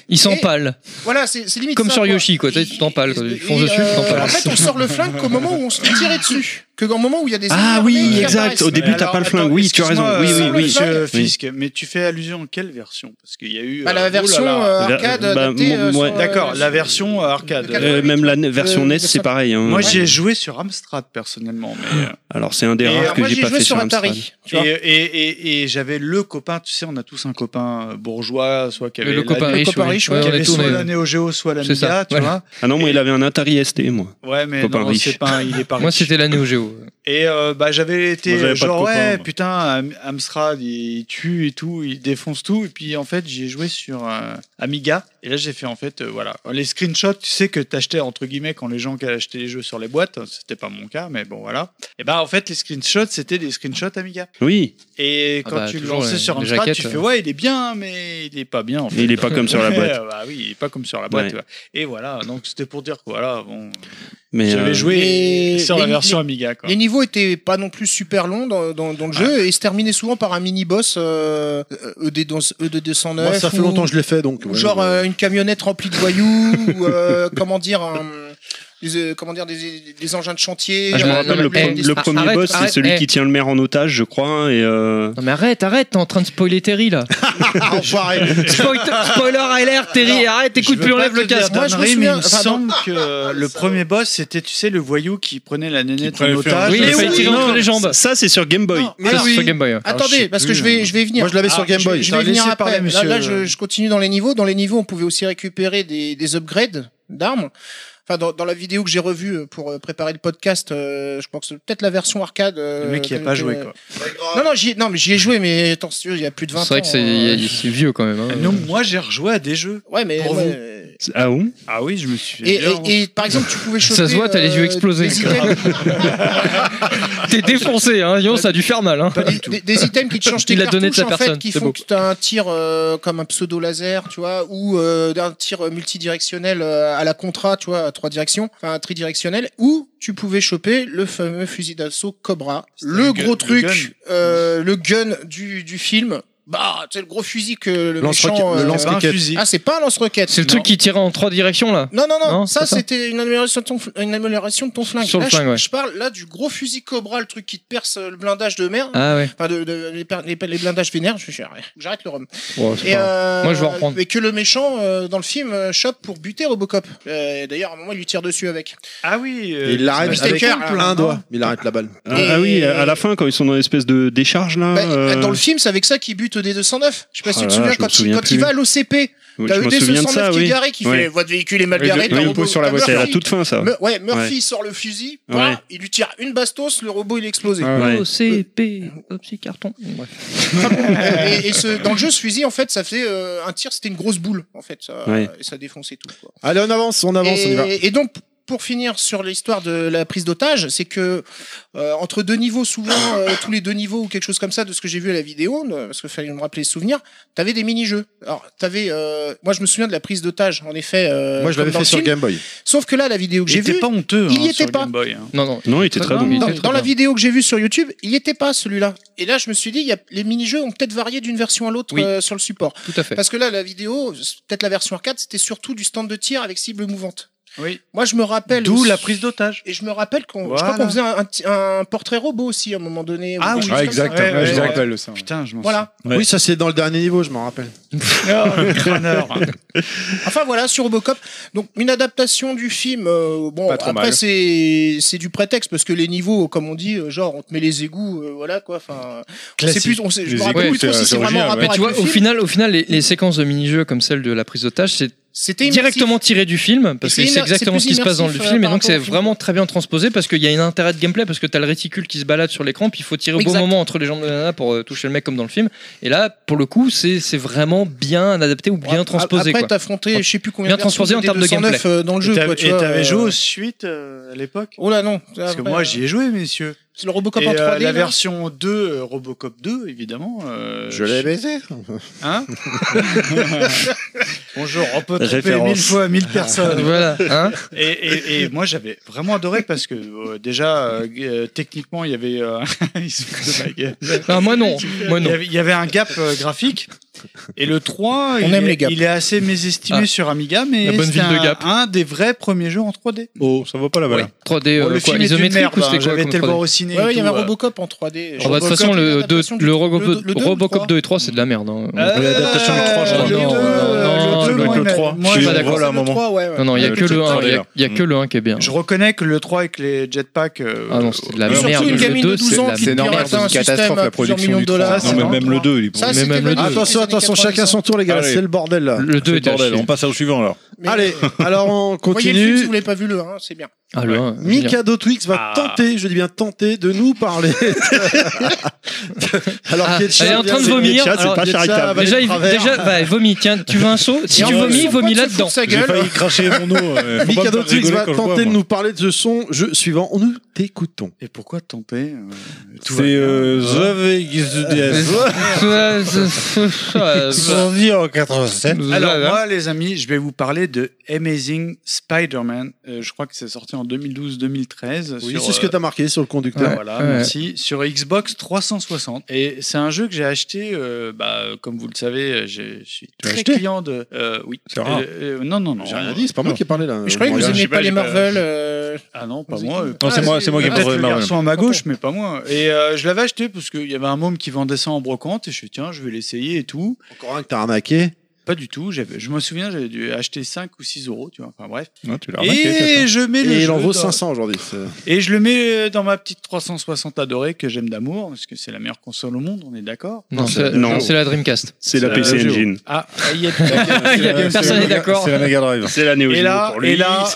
S2: Il s'empale.
S5: Voilà, c'est c'est limite.
S2: Comme
S5: ça,
S2: sur Yoshi, quoi. Tu sais, tu t'empales, quoi. Ils foncent
S5: Et, euh,
S2: dessus, tu t'empales.
S5: En fait, on sort le flingue qu'au moment où on se fait tirer dessus. Que au moment où il y a des.
S10: Ah
S5: ennemis armés
S10: oui,
S5: qui
S10: exact.
S5: apparaissent. Bah,
S10: Au début,
S8: Mais
S10: t'as
S8: alors,
S10: pas le flingue.
S8: attends,
S10: Oui, tu as raison.
S8: excuse-moi,
S10: Oui, oui,
S8: euh,
S10: oui.
S5: Sans le
S8: Monsieur Fisk, mais tu fais allusion à quelle version Parce qu'il y a eu.
S5: Bah,
S8: euh,
S5: la version
S8: oulala.
S5: euh, arcade.
S10: Bah,
S5: adaptée,
S10: mon-
S5: euh,
S10: ouais.
S5: sur, euh,
S8: D'accord, la version euh, arcade.
S5: Euh,
S10: Euh, même la n- version
S5: Euh,
S10: NES, c'est pareil. hein.
S8: Moi, j'y ai joué sur Amstrad personnellement. Mais, euh,
S10: Alors, c'est un des
S8: Et,
S10: rares
S8: euh,
S10: que
S5: moi,
S10: j'ai
S5: j'y
S10: pas
S5: jouais
S10: fait
S5: sur
S10: sur Amstrad.
S5: Atari. tu
S8: et,
S5: vois.
S8: et, et, et j'avais le copain, tu sais, on a tous un copain euh, bourgeois, soit qui
S2: Le
S8: avait la-
S2: copain riche,
S8: copain
S2: oui.
S8: riche,
S2: Ouais,
S8: qui
S2: on
S8: avait
S2: est
S8: soit
S2: tourné.
S8: la Neo Geo, soit la
S2: C'est ça,
S8: Mega, tu
S2: voilà.
S10: Ah non, moi, il avait un Atari ST, moi.
S8: vois. Ouais, mais
S10: Copain
S8: non,
S10: riche.
S8: c'est pas, un- il est pas
S2: Moi,
S8: riche.
S2: c'était la Neo Geo.
S8: Et euh, bah, j'avais été
S9: Moi, j'avais pas de
S8: genre,
S9: copain,
S8: ouais,
S9: moi.
S8: putain, Am- Amstrad, il tue et tout, il défonce tout. Et puis, en fait, j'ai joué sur euh, Amiga. Et là, j'ai fait, en fait, euh, voilà. Les screenshots, tu sais, que t'achetais, entre guillemets, quand les gens qui achetaient les jeux sur les boîtes, hein, c'était pas mon cas, mais bon, voilà. Et bah, en fait, les screenshots, c'était des screenshots Amiga.
S10: Oui,
S8: Et
S2: Ah
S8: quand
S2: bah,
S8: tu le
S2: toujours
S8: lançais
S2: les-
S8: sur
S2: les
S8: Amstrad,
S2: jaquettes,
S8: tu
S2: euh.
S8: fais, ouais, il est bien, mais il est pas bien, en fait.
S10: il est pas comme sur la boîte.
S8: bah oui, il est pas comme sur la boîte.
S10: Ouais.
S8: tu vois. Et voilà, donc c'était pour dire que voilà, bon,
S10: Mais
S8: j'avais
S10: euh,
S8: joué
S5: les-
S8: sur la
S5: les-
S8: version Amiga. Quoi.
S5: Les niveaux étaient pas non plus super longs dans, dans, dans le jeu et se terminaient souvent par un mini-boss euh, ED209.
S4: Moi, ça fait longtemps que je l'ai fait, donc.
S5: Ou
S4: ouais,
S5: genre
S4: ouais.
S5: euh, une camionnette remplie de voyous, ou euh, comment dire, un- des, euh, comment dire des, des engins de chantier.
S2: Ah,
S10: je me
S2: Euh,
S10: rappelle,
S2: non, mais-
S10: le, pre-
S2: eh,
S10: le
S2: ah,
S10: premier
S2: arrête,
S10: boss, c'est
S2: arrête,
S10: celui
S2: eh.
S10: qui tient le maire en otage, je crois. Et euh,
S2: Non, mais arrête, arrête, t'es en train de spoiler Terry, là.
S4: Enfoiré.
S2: Spoil- Spoiler alert, Terry, arrête, écoute, plus enlève le casque.
S5: Moi,
S8: Moi,
S5: je
S8: je
S5: me souviens-
S8: mais il me
S5: enfin,
S8: semble que le premier boss, c'était, tu sais, le voyou ah, qui prenait la nénette en
S9: prenait le fer-
S8: otage.
S2: Oui, il
S8: Et
S2: le fait
S8: oui,
S2: tirer
S8: non,
S2: entre les jambes.
S10: ça, c'est sur Game Boy.
S5: Non, mais
S2: Ça,
S5: alors,
S2: c'est Ah sur Game Boy. hein. ouais.
S8: Alors, je
S5: Attendez,
S8: sais
S5: parce que
S8: plus,
S5: je vais, je vais y venir.
S4: Moi, je l'avais
S8: Ah,
S4: sur Game
S8: je-
S4: Boy.
S5: Je
S8: Attends,
S5: vais venir
S8: laissez
S5: après.
S8: parler,
S5: là,
S8: monsieur.
S5: là, je, je continue dans les niveaux. Dans les niveaux, on pouvait aussi récupérer des, des upgrades d'armes. Enfin, dans, dans la vidéo que j'ai revue euh, pour euh, préparer le podcast, euh, je pense que c'est peut-être la version arcade. euh,
S8: Le mec, il a
S5: que-
S8: pas
S5: que-
S8: joué, quoi.
S5: Non, non, j'y ai- non, mais j'y ai joué, mais attention, il y a plus de 20 ans.
S2: C'est vrai que c'est
S5: euh,
S2: il- il- c'est vieux quand même. hein.
S8: Non, moi, j'ai rejoué à des jeux.
S5: Ouais, mais
S8: Pour
S5: ouais,
S8: vous.
S5: euh,
S10: Ah bon
S8: Ah oui, je me suis fait
S5: Et,
S8: bien-
S5: et- et, par exemple, tu pouvais choper.
S2: se voit, t'as les yeux
S5: euh,
S2: explosés.
S5: Des items,
S2: T'es défoncé, hein, Lyon, ça a dû faire mal.
S8: Ah,
S2: Hein.
S5: des- des items qui te changent tes
S2: Il a
S5: cartouches
S2: donné de sa
S5: en fait,
S2: personne,
S5: qui
S2: c'est
S5: font
S2: beau.
S5: que t'as un tir euh, comme un pseudo laser, tu vois, ou euh, d'un tir euh, multidirectionnel euh, à la contrat, tu vois, à trois directions, enfin un tridirectionnel, ou tu pouvais choper le fameux fusil d'assaut Cobra, le gros
S8: le gun- le
S5: truc, euh, le gun du, du film. Bah, c'est le gros fusil que le
S1: Lance-roquette-
S5: méchant.
S1: le
S5: euh,
S8: Pas un
S1: lance-roquette.
S8: fusil.
S5: Ah, c'est pas un lance-roquette.
S2: C'est le truc qui tirait en trois directions là.
S5: Non, non, non,
S2: Non,
S5: ça
S2: c'est ça.
S5: c'était une amélioration, de ton fl- une amélioration de ton flingue.
S2: Sur le
S5: Là, je-
S2: flingue, ouais.
S5: je, parle là du gros fusil Cobra, le truc qui te perce euh, le blindage de merde.
S2: Ah ouais.
S5: Enfin, de, de- les, per- les, per- les blindages vénères, je- je- j'arrête le rhum.
S2: Bon, Oh, c'est
S5: Et
S2: pas grave.
S5: euh,
S2: Moi, je vais en reprendre.
S5: Et que le méchant euh, dans le film euh, chope pour buter Robocop. Euh, et D'ailleurs, à un moment, il lui tire dessus avec.
S8: Ah oui. euh,
S1: Et il l'arrête
S5: Mister
S1: avec
S5: Kerr,
S1: un
S5: là.
S1: doigt. Il arrête la balle.
S10: Ah, ah oui, à la fin, quand ils sont dans l'espèce de décharge là.
S5: Bah,
S10: euh,
S5: Dans le film, c'est avec ça qu'il bute au D209. Je sais pas si
S10: Oh
S5: tu te
S10: là là,
S5: souviens,
S10: je me
S5: quand, il,
S10: souviens
S5: quand il
S10: plus.
S5: va à l'OCP,
S10: oui,
S5: t'as
S10: je
S5: le
S10: me souviens de
S5: D209
S10: ça,
S5: qui est
S10: oui.
S5: garé, qui
S10: Ouais.
S5: fait votre véhicule est mal garé.
S6: Oui,
S5: t'as
S6: il
S5: un robot-
S6: pose sur la
S5: t'as
S6: voiture.
S10: C'est à la
S5: Murphy.
S10: toute fin ça.
S5: Me- ouais, Murphy sort le fusil, bam,
S10: Ouais.
S5: il lui tire une bastos, le robot il est explosé.
S10: Ouais.
S2: O, C, P, hop, c'est carton. Bref.
S5: Euh, et, et ce, dans le jeu, ce fusil, en fait, ça fait euh, un tir, c'était une grosse boule, en fait. Ça,
S10: Ouais.
S5: et ça défonçait tout. Quoi.
S1: Allez, on avance, on avance, on Ah y va.
S5: et, et donc, pour finir sur l'histoire de la prise d'otage, c'est que euh, entre deux niveaux, souvent euh, tous les deux niveaux ou quelque chose comme ça, de ce que j'ai vu à la vidéo, euh, parce que fallait me rappeler les souvenirs, t'avais des mini-jeux. Alors, t'avais, euh, moi, je me souviens de la prise d'otage, en effet. euh,
S1: Moi, je
S5: comme
S1: l'avais fait
S5: dans le
S1: sur
S5: film.
S1: Game Boy.
S5: Sauf que là, la vidéo que
S8: il
S5: j'ai
S8: était
S5: vue,
S8: pas honteux.
S5: il y
S8: hein,
S5: était
S8: sur
S5: pas.
S8: Game Boy, hein.
S2: Non, non.
S10: Non, il était
S2: Ah,
S10: très
S2: non,
S10: bon.
S2: mais-
S5: dans,
S2: C'est très
S5: dans la
S2: bien.
S5: vidéo que j'ai vue sur YouTube, il était pas celui-là. Et là, je me suis dit, il y a, les mini-jeux ont peut-être varié d'une version à l'autre
S2: Oui.
S5: euh, sur le support.
S2: Tout à fait.
S5: Parce que là, la vidéo, c'est peut-être la version arcade, c'était surtout du stand de tir avec cible mouvante.
S8: Oui.
S5: Moi, je me rappelle.
S8: D'où la prise d'otage.
S5: Et je me rappelle qu'on, je
S8: Voilà.
S5: crois qu'on faisait un, un ti- un portrait robot aussi à un moment donné. ou
S8: Ah
S5: quelque
S8: oui.
S5: chose
S8: Ouais,
S5: comme ça.
S8: exact. Ouais, ouais,
S6: je
S8: ouais.
S6: me rappelle ça. ouais.
S8: Putain, je m'en
S5: Voilà.
S1: Oui, ça c'est dans le dernier niveau, je m'en rappelle.
S8: souviens. Oh, le crâneur.
S5: Enfin voilà sur Robocop. Donc une adaptation du film. euh, bon
S6: Pas trop
S5: après
S6: mal.
S5: c'est c'est du prétexte parce que les niveaux, comme on dit, euh, genre on te met les égouts, euh, voilà quoi. Enfin, on sait
S8: Classique.
S5: plus. On sait, je
S9: Les
S5: me rappelle
S9: égouts,
S5: plus trop
S9: c'est-
S5: si c'est
S9: c'est
S5: vraiment un
S9: original, ouais.
S5: rapport
S9: Mais
S2: Mais tu vois,
S5: avec le
S2: au
S5: film.
S2: final, au final, les, les séquences de mini-jeux comme celle de la prise d'otage, c'est
S5: C'était immersif.
S2: directement tiré du film parce
S5: Et
S2: que c'est
S5: c'est immer-
S2: exactement
S5: c'est
S2: ce qui se passe dans le
S5: plus immersif,
S2: film
S5: euh,
S2: et donc
S5: par rapport
S2: c'est
S5: au film.
S2: vraiment très bien transposé parce qu'il y a un intérêt de gameplay parce que t'as le réticule qui se balade sur l'écran puis il faut tirer au
S5: Exact.
S2: bon moment entre les jambes de la nana pour euh, toucher le mec comme dans le film et là pour le coup c'est c'est vraiment bien adapté ou bien
S5: Ouais,
S2: transposé
S5: Après
S2: quoi.
S5: t'as affronté, je sais plus combien.
S2: Bien
S5: de versions
S2: transposé en termes de
S5: des 209, euh, dans le jeu.
S8: Et t'avais-
S5: quoi, tu
S8: et
S5: vois,
S8: t'avais
S5: euh,
S8: joué aux suites euh, à l'époque
S5: Oh là non.
S8: Parce que moi, j'y ai joué, messieurs.
S5: C'est le Robocop
S8: Et,
S5: en hein.
S8: euh,
S5: 3D.
S8: la
S5: là.
S8: version 2, euh, Robocop 2, évidemment. euh,
S1: Je l'ai baisé.
S8: Hein Bonjour, on peut tromper
S10: Référence.
S8: mille fois mille personnes.
S2: Voilà, hein
S8: Et, et- et moi, j'avais vraiment adoré parce que euh, déjà, euh, euh, techniquement, il y avait. euh, ils se foutent de ma gueule.
S2: Non, moi non, moi
S8: Il y
S2: non.
S8: avait- il y avait un gap euh, graphique. Et le 3,
S5: On
S8: il,
S5: aime
S8: est,
S5: les gaps.
S8: il est assez mésestimé
S2: Ah.
S8: sur Amiga, mais
S2: La bonne
S8: c'est
S2: ville de
S8: un,
S2: Gap.
S8: un des vrais premiers jeux en 3D.
S9: Oh, ça vaut pas la valeur.
S2: Ouais. 3D
S8: Bon,
S2: euh, quoi,
S8: le film est une
S2: isométrique
S8: merde,
S2: ou
S8: hein,
S2: c'était quoi
S8: j'avais
S2: comme
S8: été le voir
S2: 3D
S8: au ciné.
S5: Ouais, ouais,
S8: et
S5: il y avait
S8: tout,
S5: un
S8: euh.
S5: Robocop en 3D.
S2: Oh, bah, de toute façon, le, deux- le Robocop,
S5: le deux ou le
S2: Robocop
S5: trois
S2: 2 et 3, c'est de la merde. hein.
S8: L'adaptation
S9: du trois, je crois.
S2: Non, non,
S8: le
S9: non,
S8: deux,
S9: le
S8: moi,
S9: trois.
S8: il m'a- moi,
S9: Je
S8: je-
S2: pas d'accord.
S9: Voilà, un moment.
S2: Non, non, il n'y a
S9: Euh,
S2: que
S9: le
S2: le 1, il y a-
S9: 3D,
S2: il y a que le 1 qui est bien.
S8: Je reconnais que le 3 avec les jetpacks. euh,
S2: Ah non, c'était de la
S9: Mais surtout
S2: merde.
S5: une
S2: Le
S5: gamine de
S2: 2,
S5: 12
S2: c'est de
S5: ans
S2: la
S5: qui
S6: C'est
S2: merde.
S6: normal,
S5: pirate
S6: c'est
S5: un
S6: une
S5: système
S6: catastrophe
S5: à
S6: la
S5: plusieurs
S6: production
S5: millions
S6: du
S5: de dollars.
S8: Ah,
S9: Non,
S8: c'est
S9: mais
S8: marrant.
S9: même le 2, il est
S5: Ça,
S2: Mais
S5: c'était
S2: même le deux.
S5: le début des
S1: Attention,
S5: années
S1: attention, chacun
S5: 90.
S1: son tour, Oh, les gars.
S9: Allez.
S1: C'est le bordel là.
S2: Le 2
S9: C'est le
S2: est à
S9: bordel,
S2: chier.
S9: on passe au suivant alors.
S5: Mais,
S1: Allez,
S5: euh,
S1: alors on
S5: Voyez le film si
S1: continue.
S5: vous l'avez pas vu le 1, c'est bien.
S2: Ah, le 1.
S1: Mikado Twix va
S8: Ah.
S1: tenter, je dis bien tenter, de nous parler. Alors,
S2: Ah,
S1: Ketchup
S2: elle est en
S1: vient
S2: train de
S1: de-
S2: vomir.
S10: Ketchup, c'est
S2: alors,
S10: pas
S2: Ketchup,
S10: charitable.
S1: va
S2: Déjà,
S1: aller
S2: il,
S1: de travers.
S2: déjà bah, vomis. Tiens, tu veux un seau Si
S5: Et
S2: tu
S5: en plus,
S2: vomis,
S5: son pote
S2: vomis
S5: se fout de
S2: là-dedans.
S5: Sa
S9: J'ai
S5: gueule.
S9: failli cracher mon eau. euh, faut pas me
S1: Mikado
S9: faire
S1: Twix
S9: rigoler
S1: va
S9: quand je bois,
S1: tenter de
S9: moi.
S1: nous parler de son jeu suivant. On nous t'écoutons.
S8: Et pourquoi tomber euh, tout va
S9: C'est
S8: bien.
S9: euh, The Vegas
S2: Alors,
S9: en 87.
S8: Alors moi, les amis, je vais vous parler de Amazing Spider-Man. Euh, je crois que c'est sorti en 2012-2013.
S1: Oui,
S8: sur,
S1: c'est ce que
S8: euh,
S1: t'as marqué sur le conducteur.
S2: Ouais.
S8: Voilà, merci. Sur Xbox 360. Et c'est un jeu que j'ai acheté, euh, bah, euh, comme vous le savez, euh, je je suis très
S1: acheté
S8: client de. euh, oui.
S9: C'est rare.
S8: Euh, euh, non, non, non.
S1: J'ai rien dit, c'est pas moi qui ai parlé là.
S5: Je croyais que vous
S8: Regarde,
S5: aimiez
S8: j'ai
S5: pas
S8: pas
S5: les
S8: les-
S5: Marvel. euh,
S8: Ah non, pas
S5: Vous
S8: moi.
S5: écoutez-
S9: Non, c'est
S8: Ah,
S9: moi- c'est moi qui ai
S8: peut-être
S9: posé
S8: le
S9: Marvel.
S8: garçon à ma gauche, mais pas moi. Et euh, je l'avais acheté parce qu'il y avait un môme qui vendait ça en brocante et je suis tiens, je vais l'essayer et tout.
S1: Encore un que t'as arnaqué.
S8: Pas du tout. j'avais- Je me souviens, j'avais dû acheter 5 ou 6 euros, tu vois. Enfin bref.
S9: Non, tu l'as
S8: Et je mets le
S1: Et il
S8: jeu
S1: en vaut
S8: dans-
S1: 500 aujourd'hui. c'est-
S8: Et je le mets euh, dans ma petite 360 adorée que j'aime d'amour parce que c'est la meilleure console au monde, on est d'accord.
S2: Non, c'est
S10: non.
S2: non, c'est la Dreamcast.
S10: C'est la
S8: C'est
S10: PC
S1: la Geo.
S10: Engine.
S8: Ah, il y a de la-
S2: Personne n'est d'accord.
S9: C'est la Mega Drive.
S10: C'est la Neo
S8: Et
S10: Geo
S8: là,
S10: pour lui.
S8: et là,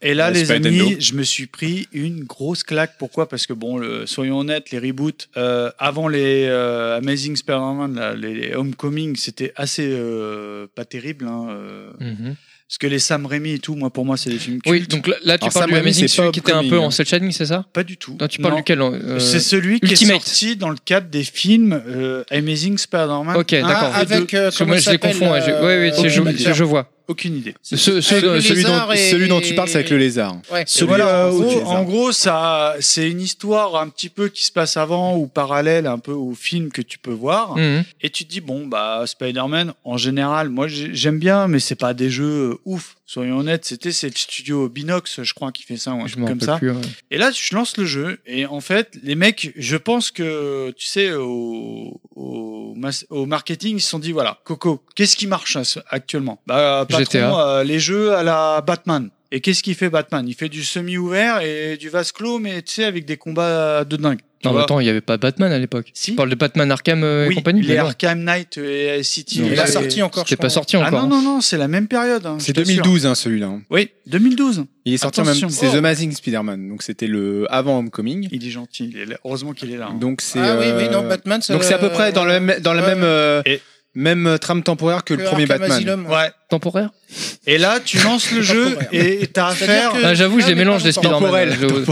S8: et là,
S10: Ouais,
S8: les
S10: c'est pas
S8: amis,
S10: Nintendo.
S8: je me suis pris une grosse claque. Pourquoi Parce que bon, le- soyons honnêtes, les reboots euh, avant les euh, Amazing Spider-Man, là, les, les Homecoming, c'était assez euh, euh, pas terribles. hein, euh,
S2: Mhm.
S8: parce que les Sam Raimi et tout, moi pour moi, c'est des films.
S2: Oui,
S8: cultes.
S2: donc là, là, tu parles
S6: Alors, Sam
S2: du
S6: Raimi,
S2: Amazing,
S6: c'est
S2: celui
S6: pas
S2: qui était un peu
S6: upcoming,
S2: en cell shading, c'est ça
S8: pas du tout.
S2: Non, tu parles
S8: Non.
S2: duquel euh,
S8: C'est celui qui
S2: Ultimate.
S8: est sorti dans le cadre des films euh, Amazing Spider-Man. hein,
S2: Ok,
S5: Ah,
S2: d'accord.
S5: avec euh,
S2: Parce que
S5: comment
S2: moi,
S5: il
S2: je les
S5: s'appelle
S2: confonds. ouais, je-
S5: euh,
S2: ouais, ouais, c'est- je,
S5: l'acteur.
S2: je vois.
S8: Aucune idée.
S2: Ce- ce-
S5: Avec le
S2: celui dont-
S5: lézard et-
S6: Celui dont tu parles, c'est avec le lézard.
S5: Ouais.
S8: Et
S6: Celui
S8: voilà,
S6: où-
S8: en
S6: où tu
S8: gros,
S6: les as.
S8: en gros, ça, c'est une histoire un petit peu qui se passe avant ou parallèle un peu au film que tu peux voir.
S2: Mhm.
S8: Et tu te dis, bon, bah, Spider-Man, en général, moi, j'ai- j'aime bien, mais c'est pas des jeux euh, ouf. Soyons honnêtes, c'était c'est le studio Binox, je crois, qui fait ça, ou un
S2: Je
S8: truc
S2: m'en
S8: comme
S2: rappelle
S8: ça.
S2: plus. ouais.
S8: Et là, je lance le jeu. Et en fait, les mecs, je pense que, tu sais, au, au, mas- au marketing, ils se sont dit, voilà, Coco, qu'est-ce qui marche à ce- actuellement Bah, patron,
S2: GTA.
S8: euh, les jeux à la Batman. Et qu'est-ce qu'il fait Batman Il fait du semi-ouvert et du vase clos, mais tu sais, avec des combats de dingue. Tu
S2: Non, mais
S8: vois
S2: attends, il n'y avait pas Batman à l'époque.
S8: Si.
S2: Tu parles de Batman Arkham euh, et
S8: oui,
S2: compagnie
S8: les
S2: mais non,
S8: Arkham Knight et City.
S5: Il
S2: Non,
S5: est
S2: mais
S5: pas
S2: c'est-
S5: sorti encore. je
S2: C'était pas
S5: crois.
S2: sorti
S8: Ah non,
S2: encore.
S8: non, non, c'est la même période. hein,
S6: C'est
S8: je t'assure.
S6: 2012 hein, celui-là. hein.
S8: Oui, 2012.
S6: Il est sorti en même
S8: Attention.
S6: c'est
S8: Oh.
S6: The Amazing Spider-Man, donc c'était le avant Homecoming.
S8: Il est gentil. il est là. Heureusement qu'il est là. hein.
S2: Mm.
S6: Donc c'est
S5: Ah oui,
S6: euh,
S5: oui, non, Batman.
S6: donc c'est à peu près dans la même dans la
S5: ouais.
S6: même euh,
S8: Et-
S6: même trame temporaire que le premier Batman.
S8: ouais.
S2: Temporaire
S8: Et là, tu lances le jeu et t'as
S5: C'est-à-dire
S8: affaire.
S5: que-
S2: Ah, J'avoue, je les
S5: mais
S2: mélange, les Spider-Man.
S6: Temporel,
S2: Je-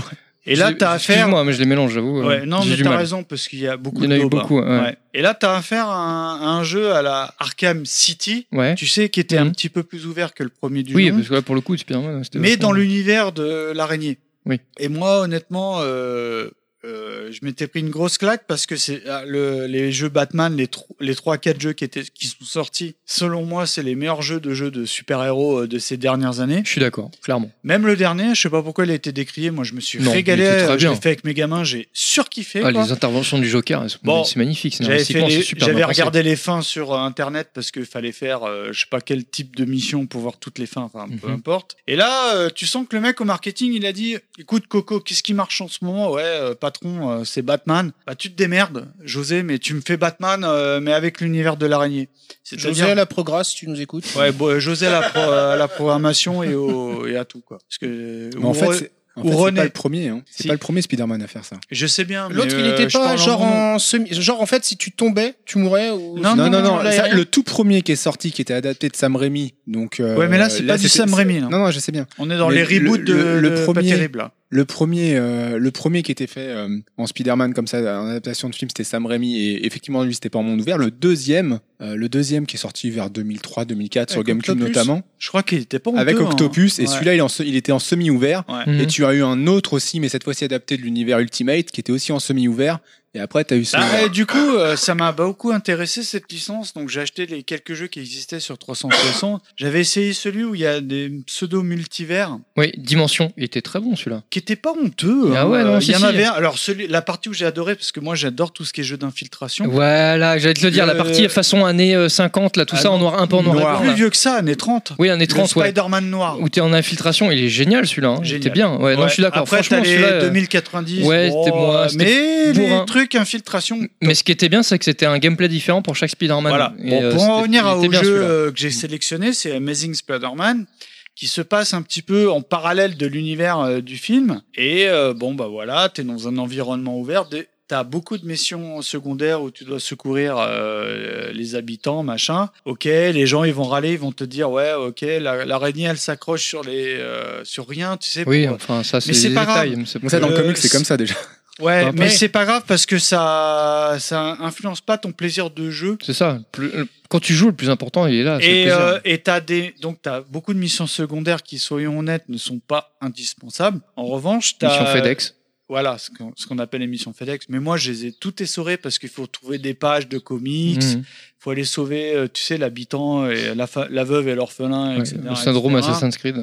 S8: Et là,
S2: je-
S8: t'as affaire.
S2: Excuse-moi, mais je les mélange, j'avoue. euh,
S8: Ouais, non,
S2: j'ai
S8: mais
S2: du
S8: t'as
S2: mal.
S8: raison parce qu'il y a
S2: Il
S8: beaucoup
S2: y en
S8: de
S2: a eu
S8: daubes, hein.
S2: beaucoup, ouais.
S8: Et là, t'as affaire à un, à un jeu à la Arkham City,
S2: Ouais.
S8: tu sais, qui était un
S2: Mhm.
S8: petit peu plus ouvert que le premier du
S2: Oui,
S8: nom,
S2: parce que là, pour le coup, Spider-Man, c'était.
S8: mais dans
S2: vachement-
S8: l'univers de l'araignée.
S2: Oui.
S8: Et moi, honnêtement, euh, euh, je m'étais pris une grosse claque parce que c'est ah, le- les jeux Batman, les, tro- les 3-4 jeux qui, étaient, qui sont sortis, selon moi, c'est les meilleurs jeux de jeux de super-héros euh, de ces dernières années.
S2: Je suis d'accord, clairement.
S8: Même le dernier, je sais pas pourquoi il a été décrié. Moi, je me suis
S2: Non,
S8: régalé.
S2: il était très
S8: euh, Je l'ai
S2: bien.
S8: fait avec mes gamins. J'ai surkiffé.
S2: Ah,
S8: quoi.
S2: les interventions du Joker, elles sont-
S8: Bon,
S2: c'est magnifique. c'est
S8: J'avais, fait
S2: narcissiquement,
S8: les-
S2: c'est hein, super
S8: j'avais
S2: bien pensé.
S8: regardé les fins sur euh, internet parce qu'il fallait faire euh, je sais pas quel type de mission pour voir toutes les fins, enfin peu
S2: Mhm.
S8: importe. Et là, euh, tu sens que le mec au marketing, il a dit écoute Coco, qu'est-ce qui marche en ce moment Ouais, euh, patron, euh, c'est Batman. Bah tu te démerdes, José, mais tu me fais Batman, euh, mais avec l'univers de l'araignée.
S5: José à la progresse, tu nous écoutes.
S8: Ouais, bon, euh, José à la, pro- à la programmation et, au- et à tout quoi. Parce que
S6: Mais en fait,
S8: Re-
S6: c'est en
S8: ou
S6: fait, c'est
S8: René.
S6: pas le premier. hein. C'est
S8: Si.
S6: pas le premier Spider-Man à faire ça.
S8: je sais bien. mais,
S5: L'autre, il
S8: euh,
S5: était
S8: je
S5: pas
S8: parle en
S5: genre
S8: mon nom.
S5: en semi. Genre, en fait, si tu tombais, tu mourais ou.
S8: Non,
S6: Non, non, non.
S5: là,
S6: ça,
S5: rien.
S6: le tout premier qui est sorti, qui était adapté de Sam Raimi. Donc, euh,
S8: Ouais, mais là, c'est pas du
S6: c'était-
S8: Sam Raimi, hein. là.
S6: Non, non, je sais bien.
S8: On est dans
S6: Mais
S8: les
S6: le-
S8: reboots de
S6: le- le
S8: de
S6: premier-
S8: pas terrible là.
S6: Le premier, euh, le premier qui était fait euh, en Spider-Man comme ça, en adaptation de film, c'était Sam Raimi et effectivement lui c'était pas en monde ouvert. Le deuxième, euh, le deuxième qui est sorti vers 2003-2004 sur
S5: Avec
S6: GameCube
S5: Octopus.
S6: notamment,
S8: Je crois qu'il était pas en
S6: avec
S8: deux, hein.
S6: Octopus et
S8: Ouais.
S6: celui-là il, est en se- il était en semi ouvert.
S2: Mhm.
S6: Et tu as eu un autre aussi, mais cette fois-ci adapté de l'univers Ultimate qui était aussi en semi ouvert. Et après tu as eu celui
S8: Ah, et du coup, euh, ça m'a beaucoup intéressé cette licence. Donc, j'ai acheté les quelques jeux qui existaient sur 360. J'avais essayé celui où il y a des pseudo multivers
S2: Oui, Dimension, il était très bon celui-là.
S8: qui n'étaient pas honteux.
S2: Ah
S8: hein.
S2: ouais, non,
S8: Euh,
S2: si,
S8: il y en
S2: si.
S8: avait un. Alors, celui, la partie où j'ai adoré, parce que moi, j'adore tout ce qui est jeu d'infiltration.
S2: Voilà, j'allais te le dire, la
S8: Le-
S2: partie façon années euh, 50, là, tout
S8: Ah
S2: ça en
S8: non,
S2: noir, un peu en noir, et
S6: noir.
S2: blanc.
S8: Plus
S2: là.
S8: vieux que ça, années 30.
S2: Oui, années
S8: Le
S2: 30, ouais.
S8: Spider-Man noir.
S2: Où t'es en infiltration, il est génial celui-là. Hein.
S8: Génial.
S2: C'était bien. Ouais, non,
S8: Ouais.
S2: je suis d'accord.
S8: Après,
S2: Franchement,
S8: t'as les
S2: celui-là. euh,
S8: 2090.
S2: ouais, c'était moins- c'était
S8: Oh, Mais
S2: bourrin.
S8: les trucs infiltration,
S2: Mais ce qui était bien, c'est que c'était un gameplay différent pour chaque Spider-Man.
S8: Voilà.
S2: Et,
S8: Bon,
S2: euh,
S8: pour
S2: c'était-
S8: en
S2: il
S8: revenir
S2: était
S8: au
S2: bien,
S8: jeu
S2: celui-là. Mm.
S8: euh, que j'ai sélectionné, c'est Amazing Spider-Man qui se passe un petit peu en parallèle de l'univers euh, du film. Et euh, bon, bah voilà, t'es dans un environnement ouvert. Des- T'as beaucoup de missions secondaires où tu dois secourir euh, les habitants, machin. Ok, les gens ils vont râler, ils vont te dire ouais, ok, la- l'araignée elle s'accroche sur les euh, sur rien, tu sais. pour-
S2: Oui, enfin, ça, c'est
S8: Mais c'est
S2: des
S8: pas grave.
S2: détails. mais c'est-
S6: Donc ça dans le
S8: Euh,
S6: comics c'est comme ça déjà.
S8: Ouais,
S2: Bah,
S8: mais
S2: après-
S8: c'est pas grave parce que ça ça influence pas ton plaisir de jeu.
S2: C'est ça. Plus- euh, Quand tu joues, le plus important, il est là. c'est le
S8: Et
S2: Ah, plaisir.
S8: euh, et t'as des donc t'as beaucoup de missions secondaires qui soyons honnêtes ne sont pas indispensables. En revanche t'as
S2: Mission FedEx.
S8: voilà ce qu'on ce qu'on appelle les missions FedEx. Mais moi je les ai toutes essorées parce qu'il faut trouver des pages de comics,
S2: Mhm.
S8: faut aller sauver euh, tu sais l'habitant et la, fa- la veuve et l'orphelin
S2: Ouais,
S8: etc.,
S2: le syndrome
S8: etc..
S2: Assassin's Creed.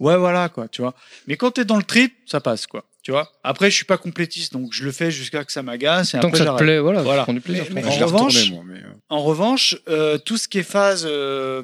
S8: Ouais voilà quoi tu vois. Mais quand t'es dans le trip ça passe quoi tu vois. Après je suis pas complétiste donc je le fais jusqu'à que ça m'agace et
S2: Tant que
S8: après
S2: ça te
S8: j'arrête.
S2: plaît, voilà,
S8: Voilà.
S2: tu prends du plaisir.
S5: Mais-
S8: En
S6: Je l'ai retourné,
S8: revanche-
S6: moi, mais, euh,
S8: En revanche, euh, tout ce qui est phase euh,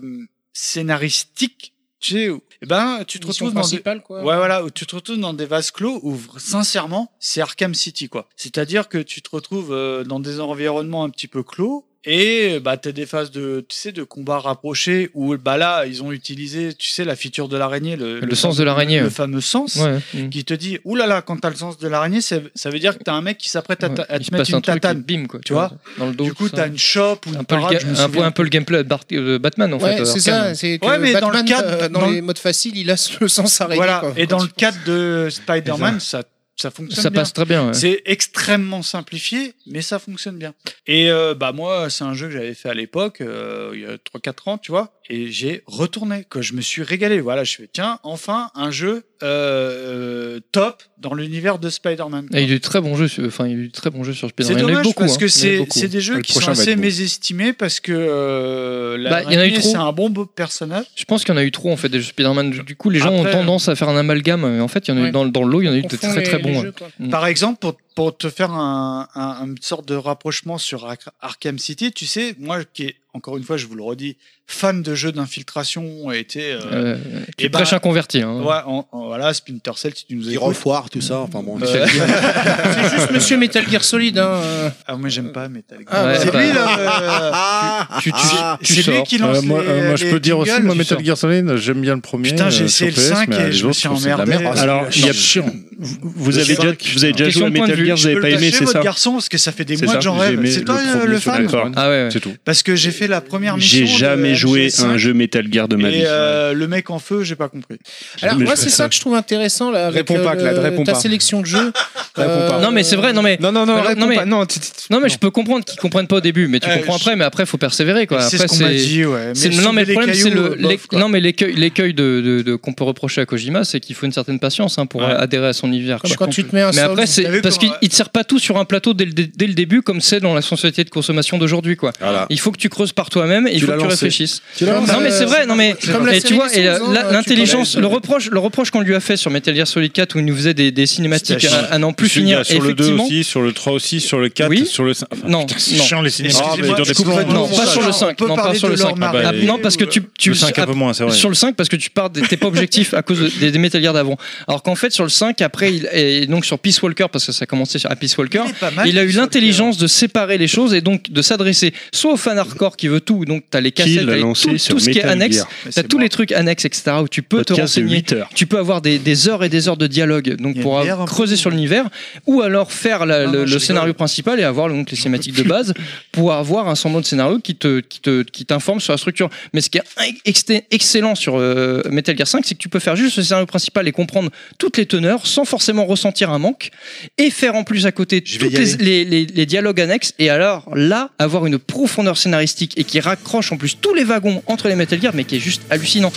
S8: scénaristique, tu sais, où- eh ben, tu te retrouves dans des...
S5: principal, quoi.
S8: Ouais, voilà, où tu te retrouves dans des vases clos où, v- sincèrement, c'est Arkham City, quoi. C'est-à-dire que tu te retrouves euh, dans des environnements un petit peu clos Et euh, bah, tu as des phases de, tu sais, de combat rapprochés où bah, là, ils ont utilisé tu sais, la feature de l'araignée, le,
S2: Le sens de l'araignée,
S8: le
S2: ouais.
S8: fameux sens,
S2: Ouais. Mm.
S8: qui te dit Ouh là là, quand tu as le sens de l'araignée, ça, ça veut dire que tu as un mec qui s'apprête à, ta- à
S2: Il se
S8: te
S2: passe
S8: mettre
S2: un
S8: une
S2: truc,
S8: tatane.
S2: bim, quoi.
S8: tu vois.
S2: Dans le dos.
S8: Du coup,
S2: tout
S8: tu as
S2: ça.
S8: une chope ou une
S2: un peu, le
S8: parade,
S2: ga-
S8: je me
S2: un, peu,
S8: souviens.
S2: un peu le gameplay de Bar- euh, Batman en
S5: Ouais,
S2: fait.
S5: c'est
S2: Arkham.
S5: ça. C'est que
S8: Ouais, mais dans le
S5: Batman,
S8: cadre-
S5: euh, dans,
S8: dans-
S5: les modes faciles, il a le sens arrêté.
S8: Voilà.
S5: quoi.
S8: Et dans le cadre de Spider-Man, ça, ça fonctionne
S2: Ça
S8: bien.
S2: passe très bien. ouais.
S8: C'est extrêmement simplifié, mais ça fonctionne bien. Et euh, bah moi, c'est un jeu que j'avais fait à l'époque, euh, il y a 3-4 ans, tu vois, et j'ai retourné, que je me suis régalé. Voilà, je fais, tiens, enfin, un jeu euh, euh, top dans l'univers de Spider-Man. quoi.
S2: Et il y a eu très bon jeu sur, enfin, il y a eu très bon jeu sur
S8: C'est
S2: Spider-Man. Il y en a eu
S8: dommage
S2: beaucoup,
S8: parce
S2: hein.
S8: que
S2: Il y en a eu
S8: c'est
S2: beaucoup.
S8: c'est des jeux
S6: Le
S8: qui sont
S6: prochain va
S8: assez
S6: être beau.
S8: mésestimés parce que euh, la
S2: Bah, il y en a eu
S8: araignée,
S2: trop.
S8: c'est un bon beau personnage.
S2: Je pense qu'il y en a eu trop en fait des jeux Spider-Man. Du du coup, les gens
S8: Après-
S2: ont tendance à faire un amalgame. En fait, il y en a eu
S5: Ouais.
S2: dans, dans le lot, il y en a eu de
S5: Confond
S2: très
S5: les-
S2: très
S5: les
S2: bons.
S5: jeux,
S2: ouais.
S5: quoi.
S2: Mm.
S8: Par exemple, pour, pour te faire un, un- une sorte de rapprochement sur Ar- Arkham City, tu sais, moi qui est, encore une fois, je vous le redis, fan de jeux d'infiltration, a été... euh,
S2: Euh,
S8: et
S2: qui prêche
S8: bah,
S2: un converti. hein.
S8: ouais, en- en- voilà, Splinter Cell, si tu nous écoutes.
S4: Girofoire, tout ça. Enfin bon.
S8: Euh,
S5: C'est juste Monsieur Metal Gear Solid. Hein. euh.
S8: ah, moi j'aime pas Metal Gear.
S2: Ah, ouais,
S8: c'est
S2: bah,
S8: lui, là, euh,
S2: Tu, tu, tu
S8: c'est lui
S2: sors.
S8: qui lance
S16: Euh, moi,
S8: les-
S16: euh, moi, je
S8: les
S16: peux dire aussi,
S8: jingles.
S16: moi,
S2: tu
S16: Metal
S2: sors.
S16: Gear Solid, j'aime bien le premier.
S8: Putain, j'ai
S16: euh,
S8: essayé
S16: sur
S8: le
S16: PS,
S8: 5
S16: mais, euh,
S8: et
S16: les
S8: je me
S16: autres,
S8: suis
S16: trouve que c'est de la
S8: emmerdé.
S16: merde.
S10: Alors, il y a-
S16: chiant.
S10: vous avez déjà, vous avez déjà
S2: Question
S10: joué à
S2: de point de
S10: Metal
S2: vue.
S10: Gear, vous
S8: Je
S10: avez
S8: peux
S10: pas
S8: le
S10: aimé,
S8: lâcher,
S10: c'est
S8: votre
S10: ça
S8: garçon, parce que ça fait des
S16: C'est
S8: mois
S16: ça,
S8: que j'en
S16: j'ai
S8: rêve.
S16: aimé
S8: C'est
S16: le
S8: toi euh,
S16: premier
S8: le
S16: sur
S8: fan
S16: PS1.
S2: Ah ouais. ouais.
S16: C'est tout.
S8: Parce que j'ai fait la première mission.
S10: J'ai
S8: de
S10: jamais joué
S8: MGS5,
S10: à un jeu Metal Gear de ma
S8: Et
S10: vie.
S8: euh, le mec en feu, j'ai pas compris.
S5: Alors
S10: Mais
S5: moi,
S10: je-
S5: c'est ça que je trouve intéressant là. Avec,
S6: Réponds pas,
S5: euh,
S6: Claude, réponds
S5: ta
S6: pas.
S5: sélection de jeux. Euh,
S6: Réponds pas.
S2: Non mais c'est vrai. Non mais.
S6: Non, non, non,
S2: Alors,
S6: réponds
S2: non, mais-
S6: pas. Non, t- t- t-
S2: Non mais je peux comprendre qu'ils comprennent pas au début, mais tu
S8: Euh,
S2: comprends
S8: je-
S2: après. Mais après, faut persévérer quoi.
S8: C'est
S2: Après,
S8: ce qu'on m'a dit, ouais.
S2: C'est-
S8: soulever
S2: non mais
S8: les
S2: le problème
S8: cailloux,
S2: c'est
S8: euh,
S2: le
S8: bof,
S2: l'éc-
S8: quoi.
S2: non mais l'écueil l'écueil de, de- de- qu'on peut reprocher à Kojima c'est qu'il faut une certaine patience hein, pour
S8: Ouais.
S2: euh, adhérer à son univers
S5: Comme
S2: quoi.
S5: quand tu te mets un
S2: mais
S5: Souls.
S2: après c'est
S8: T'as vu
S2: parce qu'il
S8: comment-
S2: il te sert pas tout sur un plateau dès le, dé- dès le début comme c'est dans la société de consommation d'aujourd'hui quoi
S9: Voilà.
S2: il faut que tu creuses par toi-même et il
S4: Tu
S2: faut
S4: l'as
S2: que tu
S4: lancé.
S2: réfléchisses
S4: Tu l'as
S5: Comme,
S4: lancé
S2: non mais
S5: euh,
S2: c'est vrai, non mais
S5: comme la
S2: et tu
S5: série
S2: vois et la-
S5: Souls, hein,
S2: la-
S5: tu
S2: l'intelligence,
S5: connais.
S2: le reproche, le reproche qu'on lui a fait sur Metal Gear Solid 4 où il nous faisait des, des cinématiques
S10: Bah,
S8: C'était
S2: à, à n'en plus
S9: Sur- il y
S2: finir
S9: a Sur le 2
S2: effectivement.
S9: aussi, sur le 3 aussi, sur le 4,
S2: Oui.
S9: sur le 5. Enfin,
S2: Non,
S9: putain, c'est
S2: non.
S9: chiant les cinématiques.
S8: Excusez-moi,
S9: c'est dur
S8: je
S9: de
S8: coupe
S9: comprendre.
S8: votre
S2: non,
S8: mon
S2: pas
S8: chat.
S2: sur le
S8: On
S2: 5,
S8: peut
S2: non pas
S8: parler
S2: sur
S8: de Euh,
S2: le 5.
S8: Laure
S9: Ah bah,
S2: Ah,
S9: et-
S2: non parce que tu tu ah,
S9: Le 5 un peu moins, c'est vrai.
S2: Sur le 5, parce que tu pars, des- t'es pas objectif à cause de- des, des Metal Gear d'avant. Alors qu'en fait, sur le 5, après, il, et donc sur Peace Walker, parce que ça a commencé sur- à Peace Walker,
S8: Il est pas mal,
S2: il a eu
S8: ce
S2: l'intelligence de séparer les choses et donc de s'adresser soit au fan hardcore qui veut tout, donc t'as les cassettes,
S10: Kill
S2: t'as les-
S10: lancé
S2: tout,
S10: sur
S2: tout ce qui est
S10: Metal
S2: annexe,
S10: Gear.
S8: Mais
S2: t'as
S8: c'est
S2: tous
S8: mort.
S2: les trucs annexes, etc., où tu peux te
S10: Podcast de
S2: renseigner
S10: 8 heures.
S2: tu peux avoir des, des heures et des heures de dialogue donc
S8: Il y a
S2: pour
S8: une
S2: avoir-
S8: bière un peu
S2: creuser
S8: plus.
S2: sur l'univers ou alors faire la-
S8: Non, non,
S2: le,
S8: je
S2: le
S8: rigole.
S2: scénario principal et avoir donc les cinématiques de base pour avoir un semblant de scénario qui te qui te qui t'informe sur la structure mais ce qui est ex- excellent sur euh, Metal Gear 5 c'est que tu peux faire juste le scénario principal et comprendre toutes les teneurs sans forcément ressentir un manque et faire en plus à côté
S4: Je
S2: tous
S4: vais y
S2: les, les- les- les dialogues annexes et alors là avoir une profondeur scénaristique et qui raccroche en plus tous les wagons entre les Metal Gear mais qui est juste hallucinant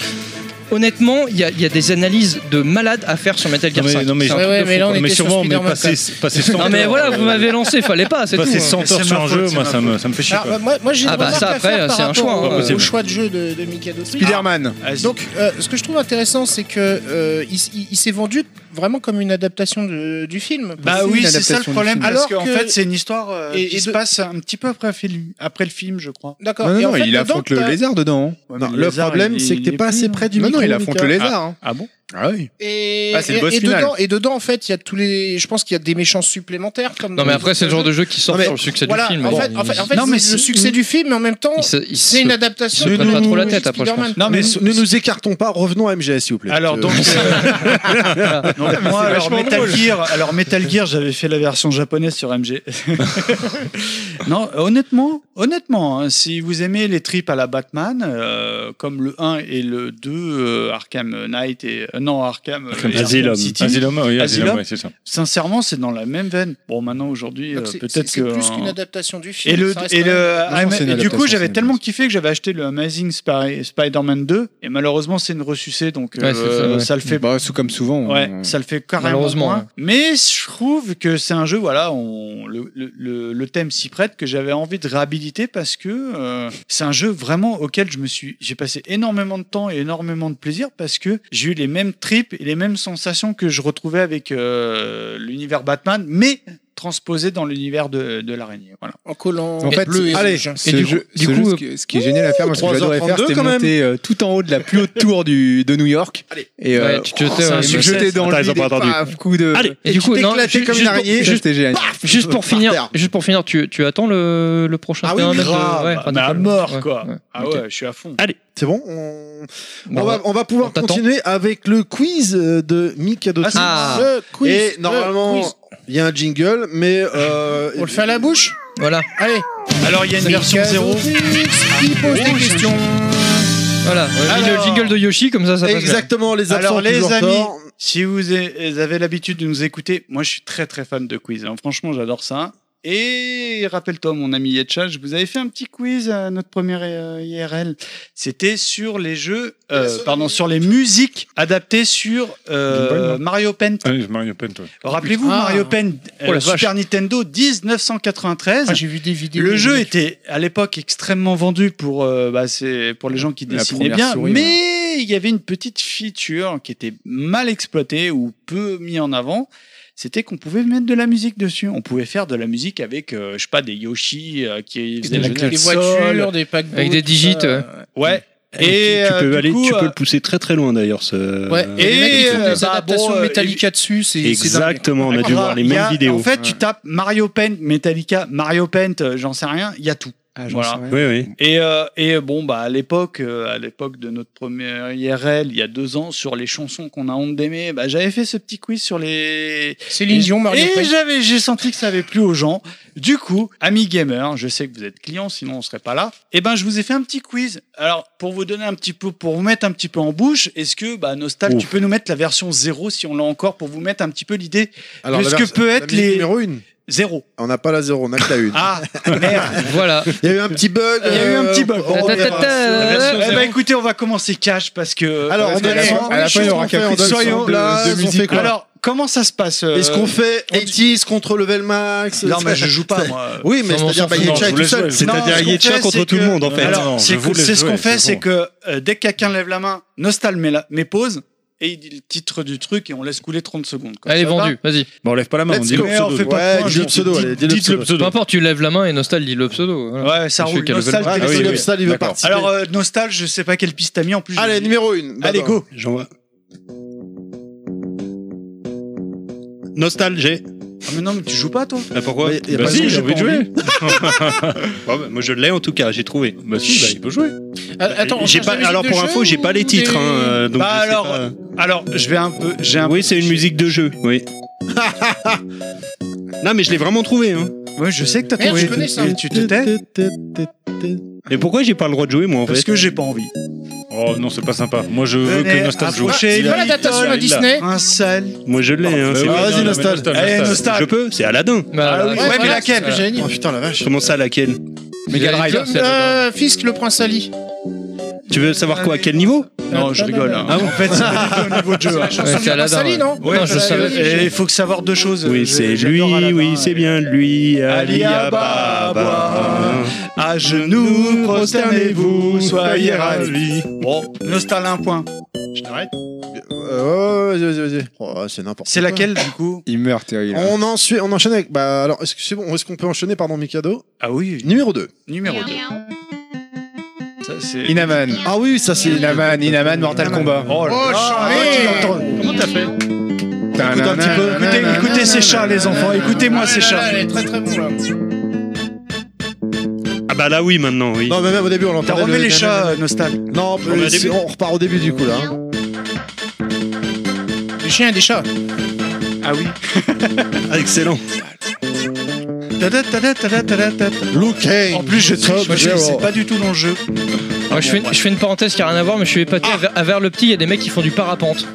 S2: honnêtement il y, a- il y a des analyses de malades à faire sur Metal
S16: Non,
S2: Gear
S16: mais,
S2: 5
S16: non, mais,
S2: C'est un
S5: Ouais,
S2: truc de
S5: ouais,
S2: fou,
S5: mais là,
S2: quoi.
S5: on
S16: non, mais
S5: était sur
S16: sûrement, mais
S5: Spider-Man,
S16: passer, passer 100
S2: non mais voilà vous m'avez lancé fallait pas c'est tout
S16: passer 100
S2: hein.
S8: C'est
S16: heures sur
S8: ma
S16: un
S8: faute,
S16: jeu,
S8: c'est
S16: moi,
S8: ma
S16: ça me, ça me fait chier.
S5: Alors,
S16: quoi.
S5: bah, moi, moi, j'ai une
S2: Ah bah,
S5: remarque
S2: ça,
S5: à
S2: après,
S5: faire par
S2: c'est un
S5: rapport
S2: choix, hein.
S5: au-
S2: Pas
S5: au
S2: possible.
S5: choix de jeu de, de Mikado Twitch.
S6: Spider-Man.
S8: Vas-y.
S5: Donc, euh, ce que je trouve intéressant, c'est que euh, il, s- il- il s'est vendu vraiment comme une adaptation de- du film.
S8: Bah
S6: C'est
S8: oui,
S6: une
S8: c'est ça le
S6: adaptation du
S8: problème.
S6: film.
S8: Parce
S5: Alors
S8: qu'en
S5: que-
S8: fait, c'est une histoire euh,
S5: Et-
S8: qui
S5: et
S8: se
S5: de-
S8: passe un petit peu après, le film- après le film, je crois.
S5: D'accord.
S6: Non, non,
S5: Et en
S6: non,
S5: fait,
S6: il
S5: dedans,
S6: affronte le
S5: t'as-
S6: lézard dedans. hein.
S8: Ouais,
S4: Non,
S8: mais
S4: le
S8: lézard,
S4: problème,
S8: il-
S4: c'est que
S8: il
S4: t'es
S8: est
S4: pas assez
S8: plus, hein.
S4: près du
S6: Bah Non, non,
S4: micro.
S6: il affronte le
S4: Mika.
S6: lézard. hein.
S10: Ah bon
S6: Ah oui.
S5: Et,
S6: Ah, c'est le
S5: et-
S6: boss
S5: et
S6: final.
S5: dedans, et dedans, en fait, il y a tous les. Je pense qu'il y a des méchants supplémentaires. Comme
S2: non mais après c'est le genre de jeu qui sort
S4: Non, mais
S2: sur le succès
S5: Voilà.
S2: du film
S5: en,
S2: Bon,
S5: fait, en fait, en
S2: il-
S5: fait,
S8: Non,
S5: c'est
S8: mais
S5: le
S8: c'est-
S5: succès du film, mais en même temps,
S2: il se- il
S5: c'est
S2: se-
S5: une adaptation.
S2: se prennent pas
S5: de-
S2: trop la tête, hein, après, je
S5: Spider-Man.
S4: Ah,
S8: Non, mais
S4: Ne nous écartons pas, revenons à MGS, s'il vous plaît.
S8: Alors
S4: Euh,
S8: donc, euh, donc, moi, alors
S2: Ah, vachement
S8: Metal
S2: drôle.
S8: Gear, alors Metal Gear, j'avais fait la version japonaise sur MG. non, honnêtement, honnêtement, hein, si vous aimez les tripes à la Batman, euh, comme le 1 et le 2, euh, Arkham Knight et euh, non Arkham, euh, et
S10: Asylum.
S8: Arkham City,
S9: Asylum, oui,
S8: Asylum.
S9: Asylum, oui, c'est ça.
S8: sincèrement, c'est dans la même veine. Bon, maintenant aujourd'hui,
S5: Donc,
S8: euh,
S5: c'est-
S8: peut-être
S5: c'est-
S8: que
S5: c'est plus
S8: un-
S5: qu'une adaptation du film.
S8: et le,
S5: ça reste
S8: et
S5: quand même-
S8: le,
S6: Non, non, c'est une
S8: et du coup,
S6: adaptation,
S8: j'avais
S6: c'est
S8: tellement
S6: une
S8: kiffé que j'avais acheté le Amazing Spy- Spider-Man 2 et malheureusement, c'est une ressucée donc
S2: Ouais, c'est
S8: euh,
S2: ça, ouais.
S8: ça le fait
S6: Bah, c'est comme souvent.
S8: Ouais,
S6: on-
S8: ça le fait carrément
S2: Malheureusement,
S8: moins.
S2: ouais.
S8: Mais je trouve que c'est un jeu, voilà, on, le, le- le- le thème s'y prête, que j'avais envie de réhabiliter parce que euh, c'est un jeu vraiment auquel je me suis, j'ai passé énormément de temps et énormément de plaisir parce que j'ai eu les mêmes tripes et les mêmes sensations que je retrouvais avec euh, l'univers Batman, mais transposé dans l'univers de, de l'araignée. Voilà.
S5: En collant
S6: En fait,
S5: bleu et
S6: allez,
S5: rouge.
S6: ce, jeu- ce jeu, ce, qui, ce qui est génial à faire, moi, ce que j'adorais faire,
S4: 3h32
S6: c'était
S4: quand même.
S6: monter euh, tout en haut de la plus haute tour du, de New York. Et euh,
S2: Ouais, tu te jetais,
S6: oh,
S2: ouais,
S6: je
S2: je
S6: me
S2: sais.
S6: jetais dans
S2: Attends,
S6: le
S2: ils ont
S6: vide
S2: pas
S6: et
S2: entendu.
S6: paf, coup de...
S2: Allez, et du coup, non,
S6: t'éclatais
S2: ju-
S6: comme une
S2: juste pour-
S6: araignée,
S2: juste-
S6: c'était génial.
S2: Juste pour finir, juste pour finir, tu, tu attends le, le prochain.
S8: Ah oui,
S2: paramètre de-
S8: grave,
S2: ouais,
S8: bah,
S2: radical.
S8: à mort,
S2: Ouais,
S8: quoi.
S2: ouais.
S8: Ah
S2: Ok.
S8: ouais, je suis à fond.
S10: Allez,
S4: C'est bon on...
S2: Bon, bah,
S4: on va, on va pouvoir
S2: on t'attend.
S4: continuer avec le quiz euh, de Mikado.
S8: Ah, c'est-
S2: Ah.
S5: Le quiz,
S4: Et
S5: le
S4: normalement,
S5: quiz.
S4: il y a un jingle, mais. euh,
S5: On le fait à la bouche
S2: Voilà,
S5: Allez
S8: Alors, il y a une version zéro.
S5: Il pose des questions.
S2: voilà. On a mis le
S8: Alors-
S2: jingle de Yoshi, comme ça, ça passe. bien.
S4: Exactement, les absents
S8: Alors, les
S4: toujours
S8: amis,
S4: torts.
S8: si vous a- euh, avez l'habitude de nous écouter, moi, je suis très, très fan de quiz. hein. Franchement, j'adore ça. Et rappelle-toi, mon ami Yetcha, je vous avais fait un petit quiz à notre première euh, IRL. C'était sur les jeux, euh, pardon, sur les musiques adaptées sur euh,
S9: Game Boy, non
S8: Mario Paint.
S9: Allez, Mario Paint, ouais.
S8: Rappelez-vous,
S5: Ah.
S8: Mario Paint, euh,
S2: Oh la vache.
S8: Super Nintendo 1993.
S5: Ah, J'ai vu des vidéos.
S8: Le jeu
S5: des
S8: était à l'époque extrêmement vendu pour, euh, bah, c'est- pour les gens qui
S6: La
S8: dessinaient
S6: première
S8: bien,
S6: souris,
S8: mais il y avait une petite feature qui était mal exploitée ou peu mise en avant. C'était qu'on pouvait mettre de la musique dessus. On pouvait faire de la musique avec, euh, je sais pas, des Yoshi euh, qui faisaient la clé
S5: Des
S8: de sol.
S5: voitures, des paquebots.
S2: Avec des
S5: tout
S2: digits, euh.
S5: ça.
S2: ouais.
S8: Ouais.
S10: Et, tu,
S8: euh,
S10: peux
S8: du
S10: aller,
S8: coup,
S10: tu peux
S8: euh,
S10: le pousser très très loin d'ailleurs. Ce...
S5: Ouais,
S8: Et,
S5: et les mecs, ils font
S8: euh,
S5: des
S8: bah,
S5: adaptations
S8: bon, euh,
S5: Metallica dessus, c'est c'est dingue.
S10: Exactement, on a dû
S8: Voilà,
S10: voir les
S8: il y
S10: mêmes
S8: a-
S10: vidéos.
S8: En fait, tu tapes Mario Paint, Metallica, Mario Paint, euh, j'en sais rien, il y a tout.
S6: Ah,
S8: Voilà.
S6: j'en sais rien.
S10: Oui, oui.
S8: Et, euh, et euh, bon, bah, à l'époque, euh, à l'époque de notre première IRL, il y a deux ans, sur les chansons qu'on a honte d'aimer, bah, j'avais fait ce petit quiz sur les.
S5: Céline Dion, Mario
S8: et
S5: Paint.
S8: j'avais, j'ai senti que ça avait plu aux gens. Du coup, amis gamers, je sais que vous êtes clients, sinon on serait pas là. Et ben, je vous ai fait un petit quiz. Alors, pour vous donner un petit peu, pour vous mettre un petit peu en bouche, est-ce que, bah, Nostal,
S10: Ouf.
S8: tu peux nous mettre la version zéro si on l'a encore pour vous mettre un petit peu l'idée
S4: Alors,
S8: de
S4: la
S8: ce que
S4: version-
S8: peut
S4: la
S8: être
S4: minute
S8: les
S4: numéro 1.
S8: zéro.
S4: On n'a pas la 0, on n'a que la 1.
S8: Ah, merde.
S2: Voilà.
S4: Il y a eu un petit bug.
S8: Il y a eu un
S4: euh,
S8: petit bug.
S4: on
S2: Ta- ta-
S4: reviendra
S2: ta-
S4: sur la
S2: ta-
S4: version
S8: Eh ben,
S4: zéro.
S8: écoutez, on va commencer cash parce que. euh,
S4: Alors,
S8: parce
S4: on
S8: que
S4: est
S8: la-
S4: allé-
S6: fin- à la
S4: les
S6: fin, il y
S4: choses
S6: aura
S4: qu'on fait,
S6: qu'à
S4: on donne
S6: fixer
S4: son
S6: soyons-
S4: place,
S6: de
S4: on
S6: musique,
S4: fait quoi
S8: Alors, comment ça se passe euh,
S4: Est-ce qu'on fait
S8: on-
S4: 80s contre level max
S8: Non, mais je joue pas, moi.
S4: Oui, mais
S2: Non, on
S4: c'est-à-dire
S2: s'en
S4: bah,
S2: fout,
S4: Yetcha
S2: non, je
S4: est
S2: vous
S4: tout
S9: laisse
S4: seul.
S9: jouer.
S10: C'est-à-dire
S8: ce qu'on
S10: Yetcha
S8: fait,
S10: contre
S8: c'est
S10: tout le
S8: que-
S10: monde, en fait.
S8: Alors,
S9: Non,
S8: c'est
S9: je vous
S8: que-
S9: laisse
S8: c'est ce qu'on
S9: jouer,
S8: fait,
S9: c'est
S8: c'est
S9: bon.
S8: que euh, dès que quelqu'un lève la main, Nostal met, la, met pause et il dit le titre du truc et on laisse couler 30 secondes. quoi.
S2: Allez,
S8: Ça va
S2: vendu, vas-y.
S9: Bon, on lève pas la main, on
S4: Let's
S9: dit
S4: go.
S9: le
S8: Mais on
S9: pseudo.
S8: fait pas de
S4: Ouais,
S8: point,
S4: dis le
S8: je-
S4: pseudo,
S8: dis-
S4: allez, dis le
S9: Dites le
S4: pseudo.
S2: Peu
S9: pseudo.
S2: importe, tu lèves la main et Nostal dit le pseudo. voilà.
S8: Ouais, ça
S2: Je sais
S8: roule.
S2: qu'elle veut
S8: Nostal,
S2: le
S4: Ah,
S8: t'es
S9: Ah
S4: oui,
S8: désolé.
S4: oui, ça, il veut
S9: D'accord.
S4: participer.
S8: Alors, euh, Nostal, je sais pas quelle piste t'as mis en plus.
S4: Allez, numéro 1.
S8: Allez, go.
S10: J'en vois. Nostal, j'ai.
S8: Ah, mais non, mais tu joues pas, toi
S10: Ah, pourquoi
S4: Mais y a
S9: Bah
S4: pas de
S9: si,
S4: raison,
S9: j'ai
S4: j'ai
S9: envie de
S4: pas
S9: jouer.
S10: Bon, bah, Moi, je l'ai en tout cas, j'ai trouvé.
S9: Bah si, bah, il peut jouer.
S5: Ah, Attends, on
S10: J'ai
S5: cherche
S10: pas-
S5: la musique
S10: alors
S5: de
S10: pour
S5: jeu
S10: info, j'ai pas
S5: ou
S10: les titres.
S5: des-
S10: hein, euh, donc
S8: Bah
S10: je sais
S8: alors,
S10: pas.
S8: Alors, je vais un peu. J'ai un
S10: oui, c'est une musique de jeu. Oui. non, mais je l'ai vraiment trouvé. Hein.
S8: Ouais, je sais que t'as
S5: Merde,
S8: trouvé.
S5: je connais ça.
S8: Et tu te tais
S10: Et pourquoi j'ai pas le droit de jouer moi en
S8: Parce
S10: fait
S8: que j'ai pas envie. Euh,
S9: Oh non, c'est pas sympa. Moi, je veux
S8: Venez,
S9: que Nostal joue.
S8: approchez,
S9: Il
S5: Pas
S9: a-
S5: l'adaptation
S9: il a-
S5: à
S9: il a-
S5: Disney
S8: Un seul.
S10: Moi je l'ai. hein,
S9: Bah
S10: c'est
S9: oui,
S10: vrai.
S9: non,
S4: vas-y,
S9: mais
S4: Nostal.
S8: Allez,
S9: Nostal.
S8: Nostal.
S10: Je peux C'est Aladdin.
S2: Bah,
S8: Ah oui, ouais, mais
S5: voilà,
S8: laquelle
S5: c'est ce que j'allais dire.
S4: Oh putain, la vache.
S10: Comment ça, laquelle
S2: Mega
S6: Mega
S2: Drive. c'est la-
S5: Euh, Fisk, le prince Ali.
S10: Tu veux savoir quoi À quel niveau Ah
S8: Non, je rigole. hein. En fait, c'est pas du tout au niveau de jeu. hein.
S2: Ouais, c'est
S5: le prince
S2: Aladdin,
S5: Ali,
S2: ouais.
S5: non
S2: Ouais, non, je
S5: Euh,
S2: savais.
S8: Et il faut que savoir deux choses.
S10: Oui,
S8: Je-
S10: c'est
S8: j'adore
S10: lui.
S8: Aladdin,
S10: Oui,
S8: hein.
S10: c'est bien lui. Ali
S8: Ali Ababa.
S10: Ababa.
S8: À genoux, prosternez-vous, soyez ravis. Bon, Nostal un point. Je t'arrête.
S4: Euh, ouais, ouais, vas-y, vas-y, vas-y. Oh, c'est n'importe
S8: C'est
S4: quoi.
S8: laquelle du coup
S6: Il meurt, Terry. là.
S4: on, ensuite- on enchaîne avec. Bah alors, est-ce que c'est bon Est-ce qu'on peut enchaîner, pardon, Mikado
S8: Ah oui,
S4: Numéro 2.
S8: numéro 2. Ça, c'est.
S6: Inaman.
S4: Ah oui, ça c'est.
S6: Inaman, Inaman, Mortal Kombat.
S8: Oh, là là, tu l'entends. Comment t'as fait
S6: Écoute
S8: un petit peu. Écoutez, écoutez ces chats, les enfants. Écoutez-moi ces chats.
S5: Elle est très très bon là.
S10: Ah bah là oui maintenant oui.
S4: Non, mais même au début, on
S8: T'as
S4: l'entendait.
S8: remis
S4: le-
S8: les chats, euh, Nostal.
S4: Non,
S10: remet au
S4: mais si,
S10: début.
S4: on repart au début du coup là. hein.
S5: Des chiens et des chats.
S8: Ah oui.
S10: Ah, excellent.
S8: Tada, tada, tada, tada, tada.
S4: Looking.
S8: En plus, je triche,
S4: Top
S8: moi, je
S4: Zero.
S8: sais pas du tout dans le jeu.
S2: Moi, je, fais une, je fais une parenthèse qui a rien à voir, mais je suis épaté. À, vers, à vers le petit, il y a des mecs qui font du parapente.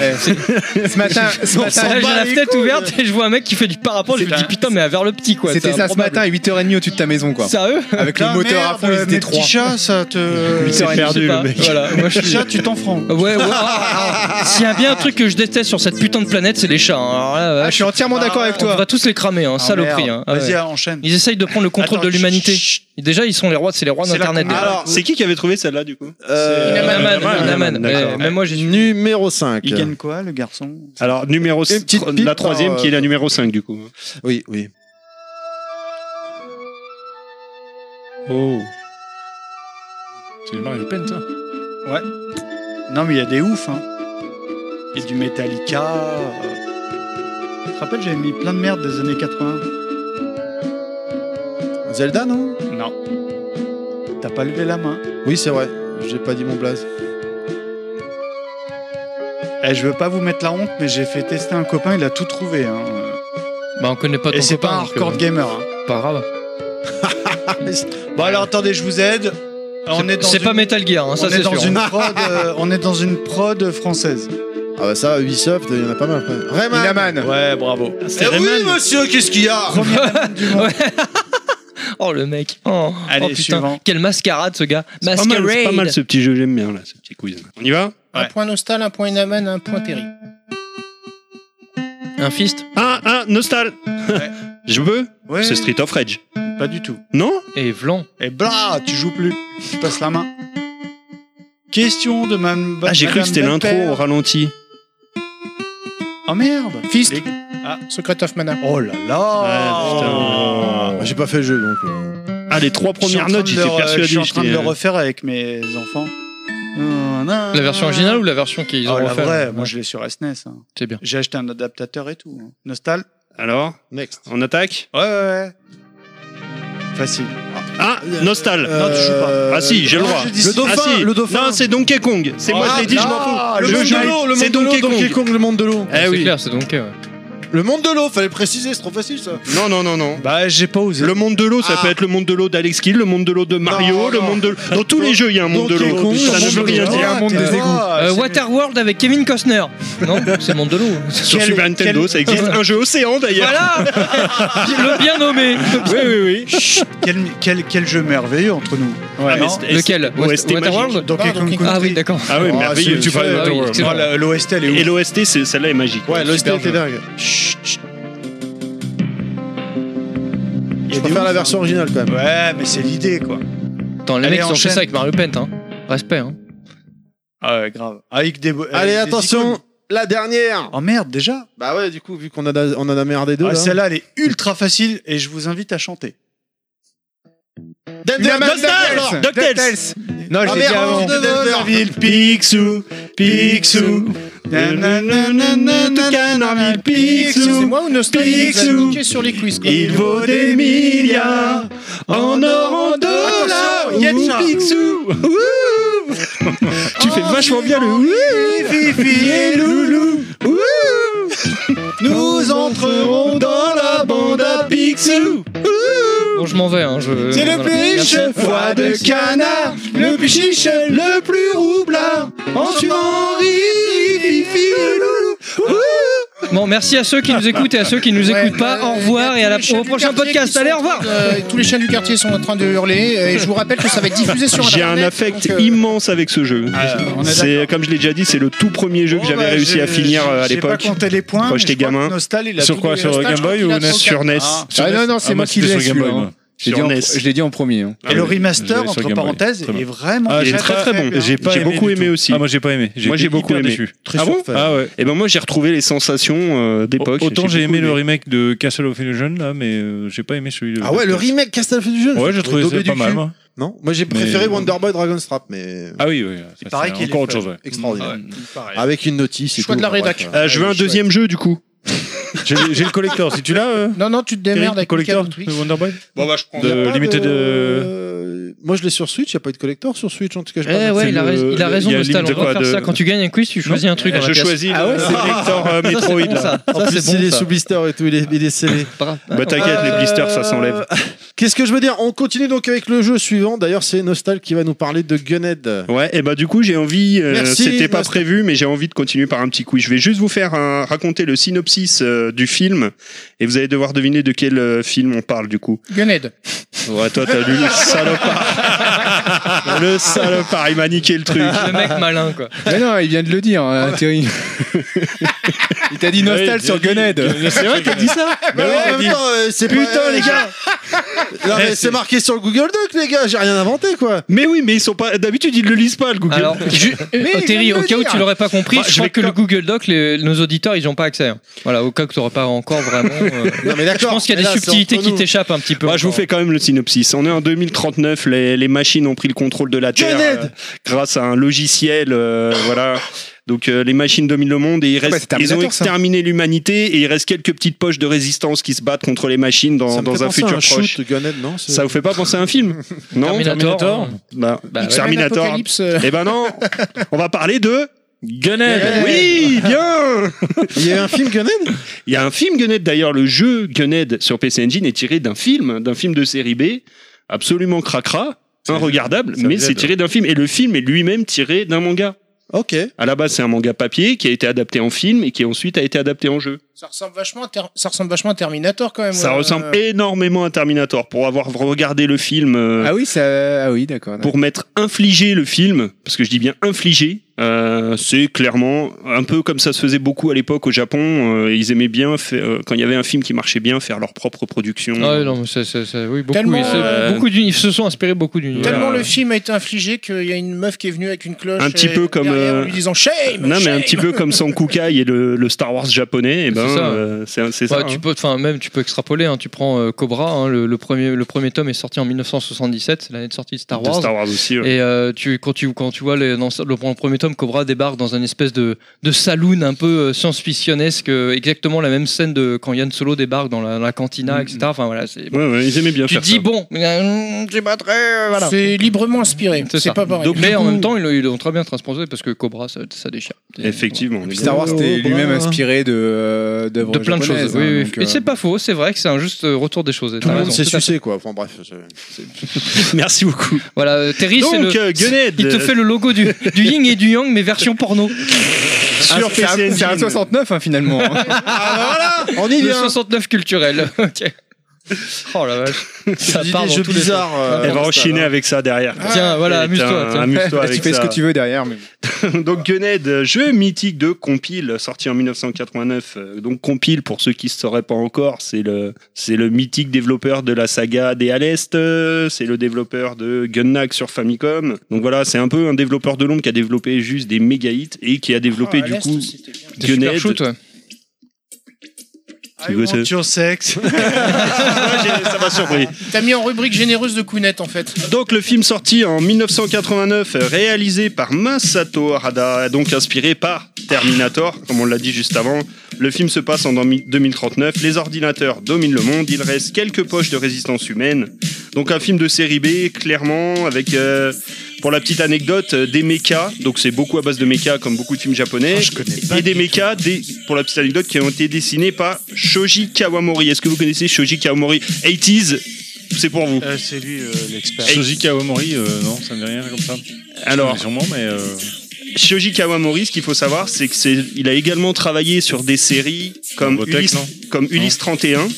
S6: Ce matin, ce
S2: Là,
S6: matin,
S2: j'ai la fenêtre ouverte et je vois un mec qui fait du parapente. Je me dis putain, mais à vers le petit quoi.
S6: c'était
S2: c'est
S6: ça ce
S2: improbable.
S6: matin à 8h30 au-dessus de ta maison, quoi.
S2: Sérieux
S6: Avec le
S8: Ah,
S6: moteur à
S8: merde,
S6: fond, ils étaient
S8: mes petits
S6: trois.
S8: chats, ça te.
S6: Huit heures et demie.
S2: Je sais pas. Voilà, moi je
S8: Petit
S2: suis.
S8: chat, tu t'en francs.
S2: Ouais, ouais. ah, ah. S'il y a bien un truc que je déteste sur cette putain de planète, c'est les chats. hein. Alors là,
S6: Ah,
S2: ouais,
S6: je suis entièrement d'accord avec
S2: on
S6: toi.
S2: va tous les cramer, hein, saloperie. hein. Ah ouais.
S8: Oh, Vas-y, enchaîne.
S2: Ils essayent de prendre le contrôle
S8: Attends,
S2: de l'humanité. Ah,
S8: chut, chut,
S2: Déjà, ils sont les rois, c'est les rois
S10: C'est la-
S2: d'internet.
S10: Alors, c'est qui qui avait trouvé celle-là du coup
S2: Euh,
S10: C'est-
S2: Inaman,
S10: Inaman,
S2: Inaman,
S10: Inaman, d'accord.
S2: ouais, même moi, j'ai su.
S1: Numéro 5.
S8: Il gagne quoi, le garçon
S10: Alors numéro
S1: Une petite
S10: tro-
S1: pipe
S10: la
S1: par,
S10: troisième qui est la numéro 5 du coup.
S1: Oui, oui.
S10: Oh.
S9: C'est Mario Pen, ça.
S8: Ouais. Non, mais il y a des oufs, hein. Il y a du Metallica. euh. Tu te rappelles, j'avais mis plein de merde des années 80
S1: Zelda, non
S8: Non. T'as pas levé la main.
S1: Oui, c'est vrai. J'ai pas dit mon blaze.
S8: Eh, je veux pas vous mettre la honte, mais j'ai fait tester un copain, il a tout trouvé. Hein.
S2: Bah, on connaît pas ton
S8: Et c'est
S2: copain,
S8: pas un
S2: donc,
S8: hardcore
S2: euh,
S8: gamer. hein.
S2: Pas grave.
S8: Bon, alors attendez, je vous aide. On est dans
S2: C'est
S8: une-
S2: pas Metal Gear, hein, Eh ça
S8: on est
S2: c'est
S8: dans
S2: sûr.
S8: une prod, euh, on est dans une prod française.
S1: Ah bah ça, Ubisoft, il y en a pas mal. après. Rayman
S6: Inaman.
S8: Ouais, bravo.
S10: C'est Rayman.
S1: monsieur, qu'est-ce qu'il y a
S2: Oh le mec. Oh,
S8: Allez,
S2: oh, putain,
S8: suivant.
S2: quelle mascarade ce gars.
S10: C'est pas mal,
S2: Masquerade.
S10: c'est pas mal ce petit jeu, j'aime bien là, ce petit quiz. On y va
S5: Un
S8: Ouais.
S5: point Nostal, un point Inaman, un point Terry.
S2: Un fist.
S10: 1 1 Ah, Nostal. Je veux
S8: Ouais,
S10: C'est Street of Rage.
S8: pas du tout.
S10: Non
S2: Et Vlan.
S8: Et blah, tu joues plus. Tu passes la main. Question de madame.
S10: Ah, j'ai cru que c'était
S8: madame
S10: l'intro
S8: Belper.
S10: au ralenti.
S8: Oh merde.
S5: Fist.
S8: Les-
S5: Secret of Mana.
S8: Oh là là.
S10: Ouais,
S1: Ah, J'ai pas fait le jeu, donc... euh.
S10: Ah, les trois
S8: Je suis en
S10: premières
S8: train
S10: notes,
S8: de
S10: j'étais
S8: le-
S10: persuadé.
S8: Je suis en train de
S10: j'étais- euh,
S8: le refaire avec mes enfants.
S2: La version originale ou la version qu'ils ont
S8: Ah. Oh, la
S2: refaite
S8: vraie, moi je l'ai sur SNES. hein.
S2: C'est bien.
S8: J'ai acheté un adaptateur et tout. hein. Nostal
S10: Alors,
S1: Next.
S10: on attaque
S8: Ouais, ouais, ouais. Facile.
S10: Ah,
S1: Euh,
S10: Nostal.
S8: non, tu joues pas.
S10: Ah si, j'ai le
S8: non,
S10: droit.
S8: j'ai dit Le si.
S10: Ah,
S1: dauphin,
S10: si.
S1: le dauphin.
S10: Non, c'est Donkey Kong. C'est moi,
S8: Ah,
S10: je l'ai dit, je m'en
S8: là,
S10: fous.
S8: le
S10: Je
S8: monde de
S10: joue.
S1: l'eau, le
S10: C'est
S1: monde de
S10: Donkey
S1: l'eau, Donkey
S10: Kong.
S1: Kong, le monde de l'eau.
S10: Eh
S2: c'est
S10: oui.
S2: clair, c'est donc. euh,
S1: Le monde de l'eau, fallait préciser, c'est trop facile ça.
S10: Non, non, non, non.
S8: Bah, j'ai pas osé.
S10: Le monde de l'eau, ça
S1: Ah.
S10: peut être le monde de l'eau d'Alex Kidd, le monde de l'eau de Mario,
S8: Non,
S10: le
S8: non.
S10: monde de l'eau. Dans tous les jeux, il y a un monde de
S1: Donkey
S10: l'eau.
S1: Kong,
S10: Ça
S1: le
S10: ne veut
S1: monde de
S10: rien
S1: l'eau.
S10: dire.
S8: hein.
S1: un
S8: Ah,
S1: monde des égouts.
S2: euh, Waterworld avec Kevin Costner. Non, c'est le monde de l'eau.
S10: Sur
S8: Quel-
S10: Super Nintendo,
S8: quel-
S10: ça existe. Un jeu océan d'ailleurs.
S2: voilà Le bien nommé.
S10: Oui, oui, oui.
S8: Quel, quel, quel jeu merveilleux entre nous. Ah,
S10: Ouais, mais
S8: non.
S10: c'était-
S2: Lequel
S10: Ouais,
S2: West-
S10: c'était
S2: Waterworld
S8: Donkey
S5: Ah,
S8: Kong
S5: Donkey
S8: Country.
S2: Ah oui, d'accord.
S10: Ah oui,
S1: Ah,
S10: merveilleux.
S1: c'est- tu vois,
S10: Ouais,
S2: Ah oui,
S10: ouais.
S2: excellent.
S8: Oh, la- L'OST, elle
S10: Et
S8: est ouf.
S10: l'OST, c'est- celle-là est magique.
S1: Ouais, le
S10: Super
S1: était
S10: jeu.
S1: dingue.
S8: Il y a
S1: Je
S8: des
S1: préfère
S8: ouf,
S1: la version originale quand
S8: hein.
S1: même.
S8: Ouais, mais c'est l'idée, quoi.
S2: Attends, les
S8: Allez,
S2: mecs ils ont fait
S8: enchaîne.
S2: ça avec Mario Pent. Hein. Respect. Hein.
S8: Ah ouais, grave. Avec des.
S1: Allez,
S8: avec des
S1: attention,
S8: icônes.
S1: la dernière.
S8: Oh merde, déjà
S1: Bah ouais, du coup, vu qu'on en a, on en a merdé deux.
S8: Ah,
S1: là.
S8: Celle-là, elle est ultra facile et je vous invite à chanter.
S1: Denzel-
S6: Inaman,
S1: Denzel-
S6: DuckTales. DuckTales. Non,
S1: Ah,
S6: je l'ai
S1: merde,
S6: dit avant.
S1: de Denver.
S8: ville, Picsou, Picsou. Nananana, Toucanarville,
S5: C'est
S8: Picsou.
S5: moi ou Nostal qui nous a
S8: Picsou.
S5: niqué sur les quiz quoi.
S8: Il vaut des milliards en or, en dollars.
S1: Attention,
S8: Ouh,
S1: Yetcha.
S8: Picsou.
S10: Tu fais vachement bien le.
S8: Fifi et Loulou. Nous entrerons dans la bande à Picsou.
S2: Bon, je m'en vais. Hein, je...
S8: C'est le
S2: voilà.
S8: plus
S2: Merci.
S8: riche foie de canard, le plus chiche, le plus roublard. En suivant Henri, Fifi, Loulou.
S2: Bon, merci à ceux qui nous écoutent et à ceux qui nous
S5: Ouais,
S2: écoutent pas.
S5: euh,
S2: Au revoir
S5: il y
S2: et
S5: a
S2: à la,
S5: tous les chiens
S2: au
S5: du
S2: prochain
S5: quartier qui
S2: podcast.
S5: sont
S2: Allez,
S5: en
S2: au revoir
S5: train de- tous les chiens du quartier sont en train de hurler euh, et je vous rappelle que ça va être diffusé sur
S10: J'ai un
S5: Internet,
S10: affect
S5: donc, euh,
S10: immense avec ce jeu.
S8: on est bah,
S10: C'est comme je l'ai déjà dit, c'est le tout premier jeu que j'avais réussi à finir euh, à l'époque.
S8: J'ai pas compté les points.
S10: quand
S8: mais
S10: j'étais
S8: je crois
S10: gamin.
S8: que Nostal, il a
S9: Sur
S8: tout
S9: quoi
S8: donné.
S9: Sur
S5: Nostal,
S9: Game
S5: je crois
S9: Boy
S5: qu'il
S9: ou
S5: a
S9: NES
S5: trop
S10: Sur NES.
S8: Ah.
S6: Ah non, non, c'est
S9: Ah,
S6: moi qui
S9: c'était
S6: l'ai
S9: sur Game Boy,
S6: celui-là. hein.
S9: moi.
S6: Je l'ai
S10: Sur
S6: dit en-
S10: NES.
S6: Je l'ai dit en premier. hein.
S10: Ah
S8: Et le
S10: oui, je
S8: remaster,
S9: l'avais sur
S8: entre
S9: Game Boy.
S8: parenthèses,
S9: Très bien.
S8: est vraiment
S10: Ah,
S8: très,
S10: j'ai
S8: très,
S10: très,
S8: bien.
S10: J'ai pas J'ai
S9: aimé
S10: beaucoup
S9: du
S10: aimé
S9: tout.
S10: aussi.
S9: Ah, moi j'ai pas aimé.
S10: Moi, j'ai
S9: été
S10: beaucoup
S9: hyper
S10: aimé.
S9: déçu.
S1: Très
S10: Ah bon
S1: surfait.
S9: Ah ouais.
S10: Et ben moi j'ai retrouvé les sensations euh, d'époque.
S9: Autant j'ai aimé le
S10: beaucoup
S9: remake de Castle of Illusion là, mais euh, j'ai pas aimé celui de.
S1: Ah ouais, le remake Castle du jeu.
S9: Ouais, j'ai trouvé ça
S1: Daubé du
S9: pas mal.
S1: cul.
S9: moi.
S1: Non, moi j'ai préféré
S9: Mais-
S1: Wonder Boy Dragonstrap, mais
S9: Ah oui, oui.
S8: Il
S9: ça,
S8: paraît
S9: c'est
S8: qu'il est
S9: encore autre
S8: fun.
S9: chose. ouais.
S1: extraordinaire.
S8: Pareil.
S1: Avec une notice. et
S5: Choix de
S1: tout,
S5: la
S1: enfin, bref,
S5: rédac.
S1: euh,
S10: Euh, je veux un deuxième jeu du coup.
S9: J'ai j'ai le collector. Si tu l'as, euh,
S5: Non, non, tu te
S9: Eric,
S5: démerdes
S9: le
S5: avec le
S9: collector
S5: cadre
S9: de Wonder Boy
S10: Bon bah je prends.
S1: y a
S9: de
S1: pas
S9: Limited. euh,
S1: euh, Moi je l'ai sur Switch, il a pas eu de collector sur Switch en tout cas. je
S2: Eh
S1: pense.
S2: ouais, il a,
S10: le-
S2: rais- il a raison,
S10: il y a
S2: de
S10: limite de
S2: on
S10: quoi,
S2: va faire
S10: de-
S2: ça. Quand tu gagnes un quiz, tu choisis un truc. dans la
S10: je
S2: pièce.
S10: choisis
S2: Ah
S10: le-
S2: ouais,
S10: le
S2: c'est-
S10: collector euh,
S2: Ça, c'est
S10: Metroid.
S2: bon,
S10: là.
S2: ça.
S1: En
S2: Ça,
S1: plus,
S2: c'est
S1: il est
S2: bon, ça.
S1: sous blister et tout, il est, il est scellé.
S2: Bravo.
S10: Bah t'inquiète, les blisters ça s'enlève.
S1: Qu'est-ce que je veux dire On continue donc avec le jeu suivant. D'ailleurs, c'est Nostal qui va nous parler de Gunhead.
S10: Ouais, et bah du coup j'ai envie, euh,
S1: Merci,
S10: c'était pas
S1: Nostal.
S10: prévu, mais j'ai envie de continuer par un petit quiz. Je vais juste vous faire un- raconter le synopsis euh, du film, et vous allez devoir deviner de quel euh, film on parle du coup.
S5: Gunhead.
S10: Ouais, toi t'as lu le salopard. le salopard, il m'a niqué le truc.
S2: Le mec malin, quoi.
S6: Mais non, il vient de le dire, hein, Thierry. Il t'a dit Nostal sur Gunhead.
S1: C'est vrai, t'as dit ça Mais
S4: ouais,
S1: en même temps, euh, c'est
S4: Putain,
S1: pas-
S4: les gars Non, mais c'est marqué sur le Google Doc, les gars, j'ai rien inventé, quoi
S10: Mais oui, mais ils sont pas. D'habitude, ils le lisent pas, le Google.
S2: Alors, ju- euh, Terry,
S6: vient de
S2: au
S6: le
S2: cas où
S6: dire.
S2: tu l'aurais pas compris,
S10: Bah,
S2: je,
S10: je
S2: crois
S10: vais
S2: que le Google Doc, les- nos auditeurs, ils n'ont pas accès. hein. Voilà, au cas où tu n'auras pas encore vraiment. euh,
S4: Non, mais
S2: Je pense qu'il y a
S4: mais
S2: des
S4: là, c'est
S2: subtilités
S4: entre
S2: qui
S4: nous.
S2: t'échappent un petit peu.
S10: Bah, je vous
S2: encore.
S10: fais quand même le synopsis. On est en 2039, les, les machines ont pris le contrôle de la Terre
S4: Gunhead
S10: euh, grâce à un logiciel. euh, voilà. Donc euh, les machines dominent le monde et il
S6: bah,
S10: reste,
S6: c'est
S10: ils ont
S6: Terminator, ça.
S10: exterminé l'humanité et il reste quelques petites poches de résistance qui se battent contre les machines dans,
S4: Ça me
S10: dans
S4: fait
S10: un
S4: penser à
S10: futur proche.
S4: shoot, Gunhead, non c'est-
S10: Ça vous fait pas penser à un film Non
S2: Terminator.
S16: Terminator.
S2: hein.
S10: Bah,
S2: Bah, ouais.
S10: Terminator.
S5: Ah Apocalypse, euh,
S10: Eh ben non, on va parler de.
S16: Gunhead.
S10: Oui, bien
S4: Il y a eu un film Gunhead
S10: Il y a un film Gunhead d'ailleurs, le jeu Gunhead sur PC Engine est tiré d'un film, d'un film de série B, absolument cracra, inregardable,
S16: ça
S10: mais
S16: faisait
S10: c'est
S16: de-
S10: tiré d'un film et le film est lui-même tiré d'un manga.
S4: Ok.
S10: À la base, c'est un manga papier qui a été adapté en film et qui ensuite a été adapté en jeu.
S5: Ça ressemble vachement à, Ter- ça ressemble vachement à Terminator quand même.
S10: Ça
S5: euh,
S10: ressemble énormément à Terminator pour avoir regardé le film euh,
S6: Ah oui, ça. Ah oui, d'accord.
S10: pour m'être infligé le film, parce que je dis bien infligé, euh, c'est clairement un peu comme ça se faisait beaucoup à l'époque au Japon. euh, ils aimaient bien, faire- euh, quand il y avait un film qui marchait bien, faire leur propre production.
S2: Ah ouais, non, mais ça, ça- ça- oui, beaucoup,
S5: Tellement,
S2: ils, se-
S10: euh,
S2: beaucoup d'uni- ils se sont inspirés beaucoup d'univers.
S5: Tellement
S10: Voilà.
S5: le film a été infligé qu'il y a une meuf qui est venue avec une cloche.
S10: Un petit
S5: et
S10: peu comme,
S5: derrière,
S10: euh,
S5: En lui disant shame.
S10: Non, mais un
S5: shame
S10: petit peu comme Sankukai et le, le Star Wars japonais, et ben,
S2: C'est ça.
S10: euh, c'est c'est ça.
S2: Bah, tu
S10: hein.
S2: peux, enfin même tu peux extrapoler. hein. tu prends euh, Cobra, hein, le, le premier le premier tome est sorti en 1977, c'est l'année de sortie de Star
S10: De
S2: Wars.
S10: Star Wars aussi. ouais.
S2: Et euh, tu, quand, tu, quand tu vois les- dans le, dans le premier tome, Cobra débarque dans un espèce de, de saloon un peu euh, science-fictionnesque, euh, exactement la même scène de quand Yann Solo débarque dans la, la cantina, etc. Enfin voilà, c'est.
S10: Ouais, ouais, ils aimaient bien
S2: Tu
S10: faire
S2: dis
S10: ça.
S2: bon, euh, c'est pas très. euh, voilà.
S5: C'est librement inspiré.
S2: C'est ça.
S5: C'est pas pareil.
S2: Donc, mais en même temps, ils l'ont- ils l'ont très bien transposé parce que Cobra, ça, ça déchire.
S10: Effectivement.
S6: Puis Star Wars était lui-même inspiré de euh, d'œuvres
S2: De plein de
S6: japonaises,
S2: choses.
S6: hein,
S2: oui, oui.
S6: donc,
S2: Et c'est
S6: euh,
S2: pas faux, c'est vrai que c'est un juste euh, retour des choses. et
S4: Tout
S2: t'as
S4: le monde
S2: raison,
S4: s'est
S2: tout à fait.
S4: sucé, quoi. Enfin bref. je-
S10: Merci beaucoup.
S2: Voilà, euh, Terry, c'est
S10: Donc,
S2: le-
S10: euh, Gunhead.
S2: il te fait le logo du, du yin et du yang, mais version porno.
S6: ah,
S10: Sur
S6: c'est un-
S10: PC
S6: C'est un
S10: Engine.
S6: 69 hein, finalement.
S4: On y
S2: Le
S4: vient
S2: 69 culturel. Ok. Oh la vache. Ça
S4: J'ai
S2: part
S4: des
S2: dans
S4: jeux
S2: tous les sens.
S4: bizarres. euh,
S10: Elle va
S4: dans ce
S10: enchaîner
S4: stade,
S10: avec ça derrière.
S2: Tiens, voilà,
S10: Putain,
S2: amuse-toi. tiens.
S10: Amuse-toi avec
S6: tu fais ce
S10: ça.
S6: que tu veux derrière. Mais...
S10: Donc Gunhead, euh, jeu mythique de compile sorti en 1989. Euh, Donc compile pour ceux qui ne sauraient pas encore, c'est le c'est le mythique développeur de la saga des à l'est, euh, c'est le développeur de Gunnak sur Famicom. Donc voilà, c'est un peu un développeur de l'ombre qui a développé juste des méga hits et qui a développé
S5: Ah,
S10: du
S5: l'Est,
S10: coup
S5: c'était bien.
S2: T'es super
S10: Gunhead.
S2: shoot, ouais.
S10: Tu veux ça
S8: Sur sexe.
S10: Ah, j'ai- ça m'a surpris.
S5: T'as mis en rubrique généreuse de Kounet en fait. Ah,
S10: Donc le film sorti en 1989, euh, réalisé par Masato Harada, donc inspiré par Terminator, comme on l'a dit juste avant. Le film se passe en 2039, les ordinateurs dominent le monde, il reste quelques poches de résistance humaine. Donc un film de série B, clairement, avec, euh, pour la petite anecdote, euh, des mechas, donc c'est beaucoup à base de mechas comme beaucoup de films japonais,
S8: Ah,
S10: et des mechas, des, pour la petite anecdote, qui ont été dessinés par Shoji Kawamori. Est-ce que vous connaissez Shoji Kawamori 80s c'est pour vous.
S8: Euh, c'est lui euh, l'expert.
S9: Shoji Kawamori, euh, non, ça me dit rien comme ça.
S10: Alors,
S9: Mais sûrement, mais. euh,
S10: Shoji Kawamori, ce qu'il faut savoir, c'est que c'est, il a également travaillé sur des séries comme
S9: Robotech,
S10: Ulysse,
S9: non
S10: comme Ulysse 31,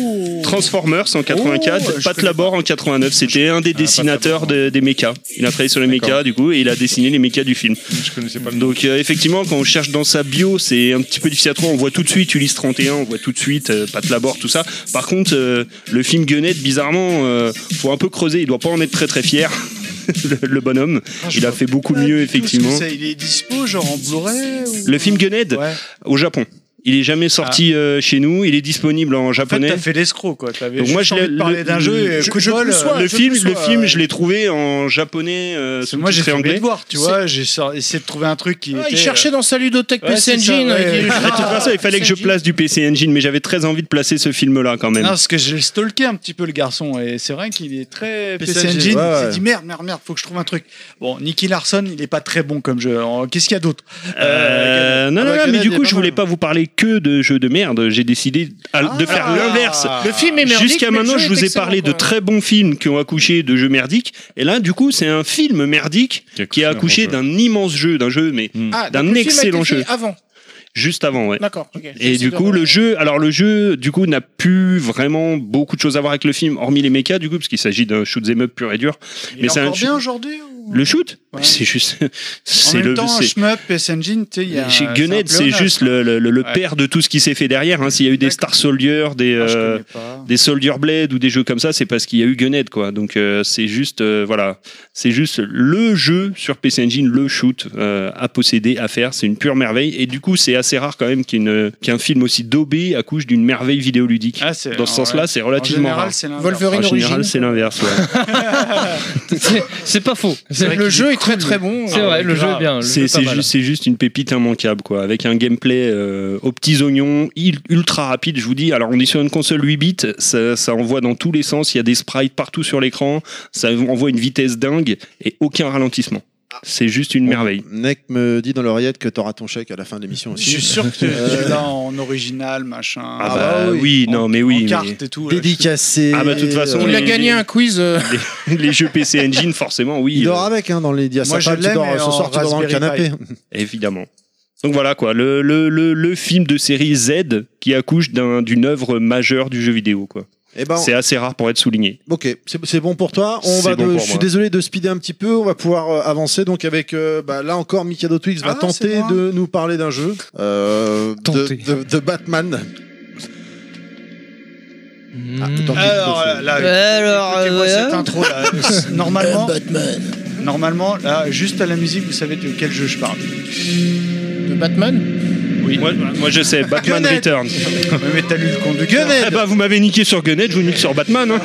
S8: Oh.
S10: Transformers en 84, Pat Labor en 89. C'était un des dessinateurs
S9: Ah, Labor,
S10: de- des mechas. Il a travaillé sur les
S9: D'accord.
S10: mechas, du coup, et il a dessiné les mechas du film.
S9: je connaissais pas le nom.
S10: Donc, euh, effectivement, quand on cherche dans sa bio, c'est un petit peu difficile à trouver. On voit tout de suite Ulysse 31, on voit tout de suite euh, Pat Labor, tout ça. Par contre, euh, le film Gunnet, bizarrement, euh, faut un peu creuser. Il doit pas en être très très fier. le, le bonhomme,
S9: Ah,
S10: il a fait
S8: Ah,
S10: beaucoup mieux effectivement.
S8: Il est dispo, genre en Blu-ray ou-
S10: Le film Gunhead
S8: Ouais.
S10: au Japon. Il est jamais sorti euh, chez nous. Il est disponible en
S8: En fait,
S10: japonais.
S8: t'as fait l'escroc, quoi. T'avais
S10: Donc
S8: juste
S10: moi, je
S8: envie
S10: l'ai-
S8: de parler
S10: le-
S8: d'un jeu et
S10: je-
S8: coup de
S10: je
S8: bol. euh,
S5: plus sois-
S10: le
S5: je
S10: film,
S5: le
S10: le
S5: sois,
S10: film,
S5: euh,
S10: je l'ai trouvé en japonais. euh,
S8: Parce que
S10: sous
S8: Moi, j'ai
S10: titré
S8: fait
S10: anglais.
S8: mes devoirs, tu vois. J'ai sor- essayé de trouver un truc qui
S5: Ah,
S10: euh,
S8: était...
S5: il cherchait dans sa ludothèque
S8: Ouais,
S5: PC
S8: c'est ça,
S5: Engine.
S8: ouais.
S5: il dit,
S8: De
S10: De toute façon, il fallait que je
S5: PC
S10: place du PC Engine, mais j'avais très envie de placer ce film-là quand
S8: Non,
S10: même.
S8: parce que j'ai stalké un petit peu le garçon et c'est vrai qu'il est très
S4: PC
S8: PC,
S4: Engine,
S8: Engine.
S4: ouais,
S8: Il
S4: ouais.
S8: s'est dit merde, merde, merde, faut que je trouve un truc. Bon, Nicky Larson, il est pas très bon comme jeu. En- Qu'est-ce qu'il y a d'autre
S10: Euh, non,
S4: Ah
S10: non,
S4: bah,
S10: non, mais
S4: Gunhead,
S10: du
S4: il
S10: coup,
S4: est
S10: je
S4: pas
S10: voulais
S4: mal.
S10: pas vous parler que de jeux de merde. J'ai décidé à- de faire
S8: Ah.
S10: l'inverse.
S5: Le film est merdique.
S10: Jusqu'à
S5: mais le
S10: maintenant,
S5: jeu
S10: je
S5: est
S10: vous ai
S5: excellent,
S10: parlé de
S5: quoi.
S10: très bons films qui ont accouché de jeux merdiques. Et là, du coup, c'est un film merdique qui a accouché d'un immense jeu, d'un jeu, mais
S5: Ah, donc
S10: d'un
S5: le film a été
S10: excellent
S5: fait
S10: jeu.
S5: Avant,
S10: juste avant, ouais.
S5: d'accord. ok.
S10: Et
S5: J'essaie
S10: du
S5: de
S10: coup, le jeu, alors le jeu, du coup, n'a plus vraiment beaucoup de choses à voir avec le film, hormis les mechas, du coup, parce qu'il s'agit d'un shoot 'em up pur et dur.
S8: Mais c'est
S10: un
S8: encore
S10: shoot-
S8: bien aujourd'hui ou-
S10: Le shoot C'est juste.
S8: En
S10: C'est
S8: même
S10: le.
S8: temps,
S10: c'est-
S8: Shmup, PS Engine, tu sais, il y a.
S10: chez
S8: un-
S10: Gunhead,
S8: un
S10: c'est
S8: pléonasme.
S10: juste le, le- le- le
S8: Ouais. Ah,
S10: père de tout ce qui s'est fait derrière. hein. S'il y a eu des Star Soldier, des, euh, des Soldier Blade ou des jeux comme ça, c'est parce qu'il y a eu Gunhead, quoi. Donc euh, c'est juste, euh, voilà, c'est juste le jeu sur PC Engine, le shoot euh, à posséder, à faire. C'est une pure merveille. Et du coup, c'est assez rare quand même qu'une- qu'un film aussi daubé accouche d'une merveille vidéoludique.
S8: Ah, c'est-
S10: Dans ce sens-là,
S8: ouais.
S10: c'est relativement
S8: En général,
S10: rare.
S8: c'est l'inverse.
S10: en général, c'est l'inverse. ouais.
S2: C'est- C'est pas faux.
S5: C'est vrai qu'il est Ah, cool.
S2: C'est
S5: Euh,
S2: vrai, le jeu est bien. le jeu
S10: C'est
S2: est pas
S10: c'est
S2: mal.
S10: juste, c'est juste une pépite immanquable, quoi. Avec un gameplay euh, aux petits oignons, il- ultra rapide, je vous dis. Alors, on est sur une console 8 bits, ça, ça envoie dans tous les sens, il y a des sprites partout sur l'écran, ça envoie une vitesse dingue et aucun ralentissement. C'est juste
S1: Ah.
S10: une merveille.
S4: Nick me dit dans l'oreillette que t'auras ton chèque à la fin de l'émission
S8: Ah, Je
S4: aussi.
S8: suis sûr que tu
S4: Euh,
S8: tu l'as en original, machin.
S10: Ah, bah oui, non, mais oui.
S8: En
S10: mais-
S8: carte et tout. euh, là.
S4: Dédicacé.
S10: Ah bah, de toute façon,
S4: Euh,
S5: On
S10: les-
S5: a gagné un quiz. euh,
S10: les, les jeux PC Engine, forcément, oui.
S4: Il
S10: euh,
S4: dort avec hein, dans les dias.
S8: Moi,
S4: Moi,
S8: je
S4: tu
S8: l'aime,
S4: dors,
S8: mais
S4: ce
S8: en
S4: soir, tu dors dans le
S8: Raspberry
S4: canapé.
S10: Évidemment. Donc voilà quoi, le, le, le, le film de série Z qui accouche d'un- d'une œuvre majeure du jeu vidéo quoi.
S4: Eh ben,
S10: C'est assez rare pour être souligné.
S4: ok, c'est c'est bon pour toi. On
S10: C'est
S4: va.
S10: bon
S4: de-
S10: pour
S4: je suis
S10: moi.
S4: désolé de speeder un petit peu. On va pouvoir euh, avancer. Donc avec, euh, bah, là encore, Mikado Twix va
S8: Ah,
S4: tenter
S8: c'est moi.
S4: de nous parler d'un jeu euh, de,
S2: Tenter.
S4: de- de Batman.
S2: Mmh.
S4: Ah, tant pis.
S8: Alors euh,
S4: Parce que-
S8: là,
S2: Alors,
S8: écoutez-moi
S2: euh,
S8: cette intro là. Normalement,
S4: Bah,
S8: normalement, là, juste à la musique, vous savez de quel jeu je parle.
S5: De Batman
S10: Oui. Moi, moi, je sais, Batman
S4: Gunhead.
S10: Returns.
S8: Mais, mais t'as lu le conducteur.
S10: Eh bah vous m'avez niqué sur Gunhead, je vous nique sur Batman. hein.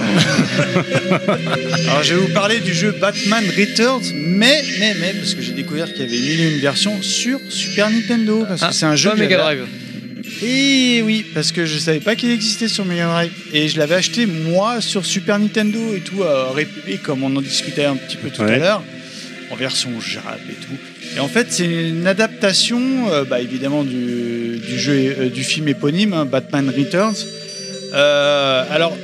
S8: Alors je vais vous parler du jeu Batman Returns, mais mais mais parce que j'ai découvert qu'il y avait mille et une versions sur Super Nintendo parce que
S2: Ah,
S8: c'est un jeu.
S2: pas
S8: que
S2: Mega
S8: j'avais-
S2: Drive.
S8: Et oui, parce que je savais pas qu'il existait sur Mega Drive. Et je l'avais acheté moi sur Super Nintendo et tout, à République, comme on en discutait un petit peu tout à
S10: Ouais.
S8: l'heure, en version Jap et tout. Et en fait, c'est une adaptation, euh, bah, évidemment, du, du jeu, euh, du film éponyme, hein, Batman Returns. Euh, alors,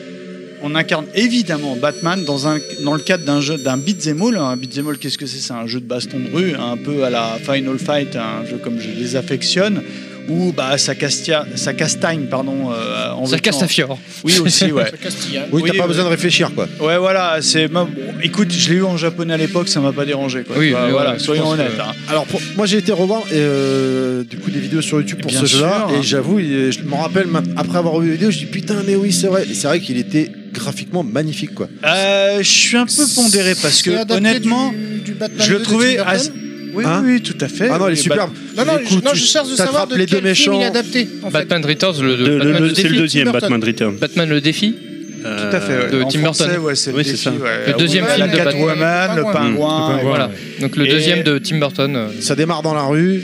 S8: on incarne évidemment Batman dans, un, dans le cadre d'un jeu d'un beat'em all. hein. Un beat'em all, qu'est-ce que c'est C'est un jeu de baston de rue, un peu à la Final Fight, un jeu comme je les affectionne, où bah, ça, castia, ça castagne, pardon. euh, en
S2: Ça
S8: veut-
S2: casse la fiore.
S8: Oui, aussi, ouais.
S5: Castilla.
S4: Oui,
S8: Oui,
S4: t'as pas
S8: euh,
S4: besoin de réfléchir quoi.
S8: Ouais, voilà, c'est. Bon, écoute, je l'ai eu en japonais à l'époque, ça m'a pas dérangé. Quoi.
S2: Oui,
S8: Tu vois,
S2: mais
S8: voilà,
S2: ouais, je
S8: soyons
S2: pense que-
S8: honnêtes. hein.
S4: Alors pour- moi j'ai été revoir euh, du coup des vidéos sur YouTube pour
S8: Bien
S4: ce jeu-là
S8: sûr.
S4: et j'avoue il- je m'en rappelle maintenant- après avoir vu les vidéos je dis putain mais oui c'est vrai et c'est vrai qu'il était graphiquement magnifique quoi.
S8: Euh, je suis un peu pondéré parce
S5: C'est
S8: que,
S5: adapté
S8: honnêtement,
S5: du- du Batman
S8: je le
S5: de
S8: trouvais.
S5: Tim Burton
S8: assez- Oui,
S4: Hein
S8: oui, oui, tout à fait.
S4: Ah non il est
S8: Oui, Bat-
S4: superbe.
S5: Non, non, je,
S4: Écoute,
S5: non,
S4: tu-
S5: je cherche de savoir
S4: t'attrapes
S5: de
S4: les
S5: quel
S4: deux
S5: film
S4: méchants.
S5: il est adapté. en fait.
S2: Batman Returns, le, de-
S10: Le- le-
S2: Batman,
S10: le-
S2: le
S10: c'est
S2: défi.
S10: le deuxième
S5: Tim Burton.
S10: Batman Return.
S2: Batman le défi.
S8: Tout à fait, ouais.
S2: de
S8: En
S2: Tim
S8: français,
S2: Burton.
S8: ouais, c'est le
S10: Oui, c'est
S8: défi,
S10: ça.
S8: ouais. Ah
S2: Le deuxième
S8: Ouais,
S2: film
S8: la
S2: de Batman.
S8: Catwoman, le
S5: Mmh.
S8: pingouin. euh, ouais.
S2: Voilà. Donc le
S8: Et-
S2: deuxième de Tim Burton. euh,
S4: Ça démarre dans la rue.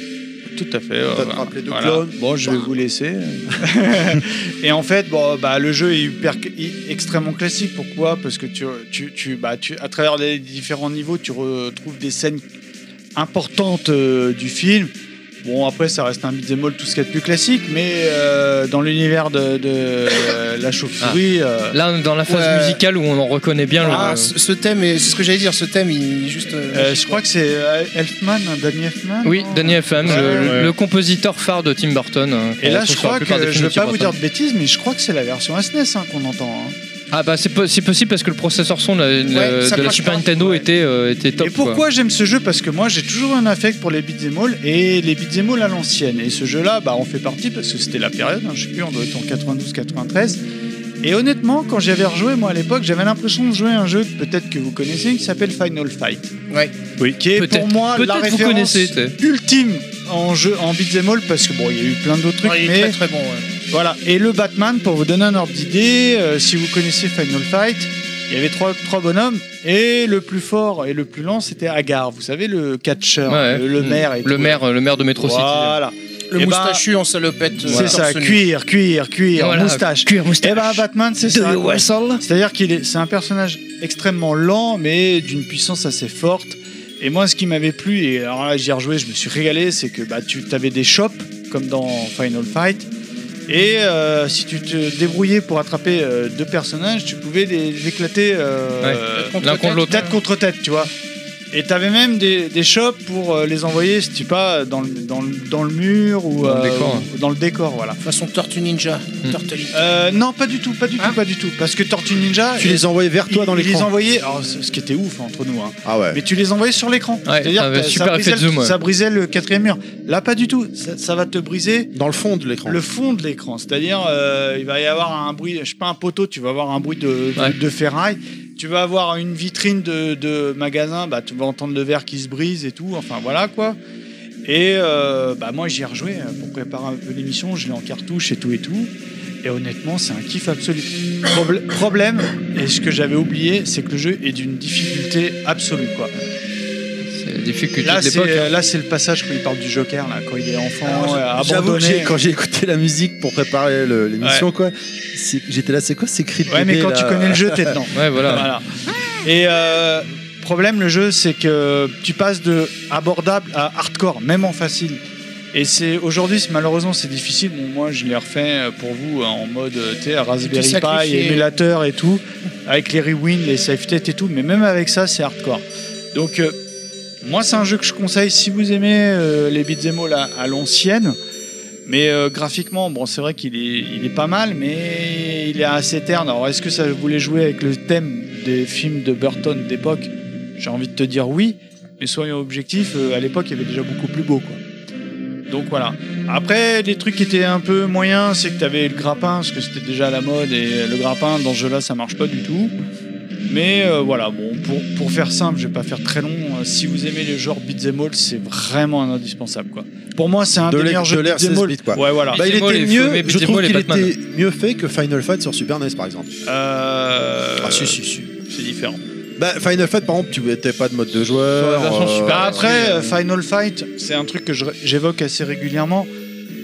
S8: Tout à fait. ouais,
S4: T'attrapes les deux clones.
S8: Bon, je vais vous laisser. et en fait, bon, bah, le jeu est hyper, est extrêmement classique. Pourquoi Parce que tu, tu, tu, bah, tu, à travers les différents niveaux, tu retrouves des scènes importantes euh, du film. Bon, après, ça reste un beat'em all, tout ce qu'il y a de plus classique, mais euh, dans l'univers de, de, euh, la chauffe-souris. euh,
S2: Là, dans la phase
S5: Ouais.
S2: musicale où on en reconnaît bien
S5: Ah,
S2: le. euh,
S5: ce ce thème, est- c'est ce que j'allais dire, ce thème, il est juste. euh,
S8: euh, je crois que c'est euh, Elfman, hein, Danny Elfman.
S2: Oui,
S8: non
S2: Danny Elfman,
S8: Ouais,
S2: le,
S10: ouais.
S2: le compositeur phare de Tim Burton. euh,
S8: Et
S2: qu'on
S8: là,
S2: retrouve
S8: je
S2: sur la
S8: crois que
S2: plupart des
S8: je
S2: films
S8: ne veux
S2: de Tim
S8: pas vous
S2: Burton.
S8: dire de bêtises, mais je crois que c'est la version SNES hein, qu'on entend. hein.
S2: Ah bah c'est po- c'est possible parce que le processeur son de, la- de la-
S8: Ouais, ça
S2: de la
S8: crache
S2: Super
S8: pas.
S2: Nintendo
S8: Ouais.
S2: était, euh, était top.
S8: et pourquoi j'aime ce jeu Parce que moi j'ai toujours un affect pour les beat'em all et les beat'em all à l'ancienne. Et ce jeu-là, bah, on fait partie parce que c'était la période, hein, je sais plus, on doit être en 92-93. Et honnêtement, quand j'avais rejoué moi à l'époque, j'avais l'impression de jouer à un jeu que peut-être que vous connaissez qui s'appelle Final Fight.
S5: Ouais.
S8: Oui. Qui est pour
S2: Peut-être-
S8: moi la
S2: peut-être vous
S8: référence
S2: connaissez, t'es.
S8: ultime en jeu en beat'em all parce que bon, il y a eu plein d'autres trucs,
S5: ouais, il est
S8: mais
S5: très très bon. ouais.
S8: voilà, et le Batman, pour vous donner un ordre d'idée, euh, si vous connaissez Final Fight, il y avait trois, trois bonhommes, et le plus fort et le plus lent, c'était Agar, vous savez, le catcheur,
S2: Ouais.
S8: le, le maire. Et
S2: Le
S8: tout.
S2: maire, euh, le maire de Metro City.
S8: Voilà,
S5: Le
S8: Eh ben,
S5: moustachu en salopette. euh,
S8: c'est ça,
S5: torse nu.
S8: cuir, cuir, cuir,
S2: Voilà,
S8: moustache.
S2: Cuir, moustache.
S8: Et bah Batman, c'est ça.
S2: De Wessel.
S8: C'est-à-dire qu'il est, c'est un personnage extrêmement lent, mais d'une puissance assez forte. Et moi, ce qui m'avait plu, et alors là, j'y ai rejoué, je me suis régalé, c'est que bah, tu avais des shops, comme dans Final Fight. Et euh, si tu te débrouillais pour attraper euh, deux personnages, tu pouvais les, les éclater euh,
S2: Ouais. L'un contre l'autre.
S8: tête contre tête, tu vois. Et t'avais même des, des shops pour euh, les envoyer, si tu pas, dans le, dans le, dans le mur ou
S2: Dans le
S8: euh,
S2: décor.
S8: ou dans le décor, voilà.
S5: Façon Tortue Ninja. Tortue.
S8: Euh, non, pas du tout, pas du tout, pas du tout. Parce que Tortue Ninja.
S1: Tu les envoyais vers toi
S8: il-
S1: dans
S8: il les
S1: l'écran.
S8: envoyais, alors, ce ce qui était ouf hein, entre nous, hein.
S6: Ah ouais.
S8: mais tu les envoyais sur l'écran.
S2: Ouais, ça avait
S8: t'as-
S2: super effet
S8: brisait
S2: de
S8: le-
S2: zoom, ouais.
S8: ça brisait le quatrième mur. Là, pas du tout. Ça, ça va te briser
S1: Dans le fond de l'écran.
S8: le fond de l'écran. C'est-à-dire, euh, il va y avoir un bruit, je sais pas, un poteau, tu vas avoir un bruit de, de-
S2: Ouais.
S8: de ferraille. Tu vas avoir une vitrine de, de magasin, bah, tu vas entendre le verre qui se brise et tout. Enfin, voilà quoi. Et euh, bah, moi, j'y ai rejoué euh, pour préparer un peu l'émission. Je l'ai en cartouche et tout et tout. Et honnêtement, c'est un kiff absolu. Probl- problème, et ce que j'avais oublié, c'est que le jeu est d'une difficulté absolue. Quoi.
S2: C'est la difficulté
S8: Là,
S2: de l'époque.
S8: c'est, là, c'est le passage quand il parle du Joker, là, quand il est enfant, euh,
S1: Ah, J'avoue que
S8: abandonné.
S1: j'ai- quand j'ai écouté la musique pour préparer le- l'émission, quoi, c'est- j'étais là, c'est quoi ces cris de
S8: Ouais, mais
S1: bébé,
S8: quand
S1: là
S8: tu connais le jeu, t'es dedans.
S2: hein. Ouais, voilà.
S8: Voilà. Et euh, problème, le jeu, c'est que tu passes de abordable à hardcore, même en facile. Et c'est aujourd'hui, c'est- malheureusement, c'est difficile. Bon, moi, je l'ai refait euh, pour vous euh, en mode euh, tu sais, Raspberry Pi,
S5: sacrifié.
S8: émulateur et tout, avec les rewinds, les safeties et tout. Mais même avec ça, c'est hardcore. Donc, euh, moi, c'est un jeu que je conseille si vous aimez euh, les beat'em all à, à l'ancienne. Mais euh, graphiquement, bon, c'est vrai qu'il est, il est pas mal, mais il est assez terne. Alors, est-ce que ça voulait jouer avec le thème des films de Burton d'époque J'ai envie de te dire oui, mais soyons objectifs, euh, à l'époque, il y avait déjà beaucoup plus beau, quoi. Donc voilà. Après, les trucs qui étaient un peu moyens, c'est que tu avais le grappin, parce que c'était déjà à la mode, et le grappin, dans ce jeu-là, ça marche pas du tout. Mais euh, voilà, bon, pour, pour faire simple, je vais pas faire très long. euh, si vous aimez les genres beat'em all, c'est vraiment un indispensable, quoi. Pour moi, c'est un
S4: De
S8: des
S4: l'é-
S8: meilleurs
S4: de
S8: jeux
S4: l'ère
S8: beat'em
S4: 16
S8: all.
S4: bits, quoi.
S8: Ouais, voilà.
S4: Bah, il
S2: Beat'em all,
S4: était
S2: il faut aimer
S4: mieux, je
S2: Beat'em all
S4: trouve
S2: et
S4: qu'il
S2: Batman.
S4: était mieux fait que Final Fight sur Super NES par exemple.
S8: Euh...
S4: Ah si si si.
S8: C'est différent.
S4: Bah Final Fight par exemple, tu n'étais pas de mode de joueur.
S2: Sur la version Super
S8: Bah après,
S2: c'est-
S8: euh, Final Fight, c'est un truc que je- j'évoque assez régulièrement.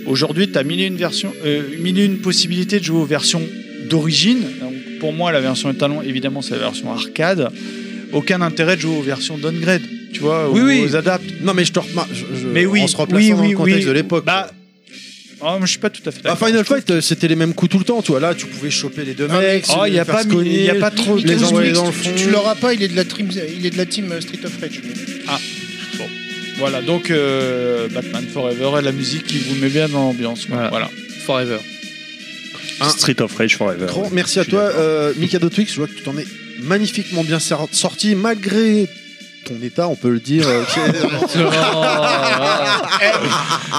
S8: Aujourd'hui, tu as mille et, une versions, euh, mille et une possibilités de jouer aux versions d'origine. Donc, Pour moi, la version étalon, évidemment, c'est la version arcade. Aucun intérêt de jouer aux versions downgrade, tu vois,
S4: Oui,
S8: aux,
S4: oui.
S8: aux adaptes.
S4: Non mais je te remarque, je- je-
S8: Mais oui,
S4: en se replaçant
S8: oui,
S4: dans
S8: oui,
S4: le contexte
S8: oui.
S4: de l'époque.
S8: Bah, oh, mais je suis pas tout à fait
S4: Bah,
S8: d'accord.
S4: Final Fight, euh, c'était les mêmes coups tout le temps, tu vois. Là, tu pouvais choper les deux
S8: Ah, mais-
S4: mecs.
S8: oh, il n'y a,
S4: les faire
S8: pas
S4: se
S8: mille- il y a
S4: cogner.
S8: pas trop
S4: les
S5: Mickey
S4: envoyer
S5: Mouse
S4: dans le
S5: Mix,
S4: fond.
S5: Tu, tu l'auras pas, il est de la, trim- il est de la team euh, Street of Rage.
S8: Voilà, donc euh, Batman Forever et la musique qui vous met bien dans l'ambiance. quoi.
S2: Voilà.
S8: Voilà.
S2: Forever.
S4: Un-
S10: Euh, Street of Rage Forever.
S4: Grand merci à
S10: Je suis
S4: toi,
S10: d'accord.
S4: euh, Mikado Twix. Je vois que tu t'en es magnifiquement bien sor- sorti, malgré ton état, on peut le dire. euh, qui est-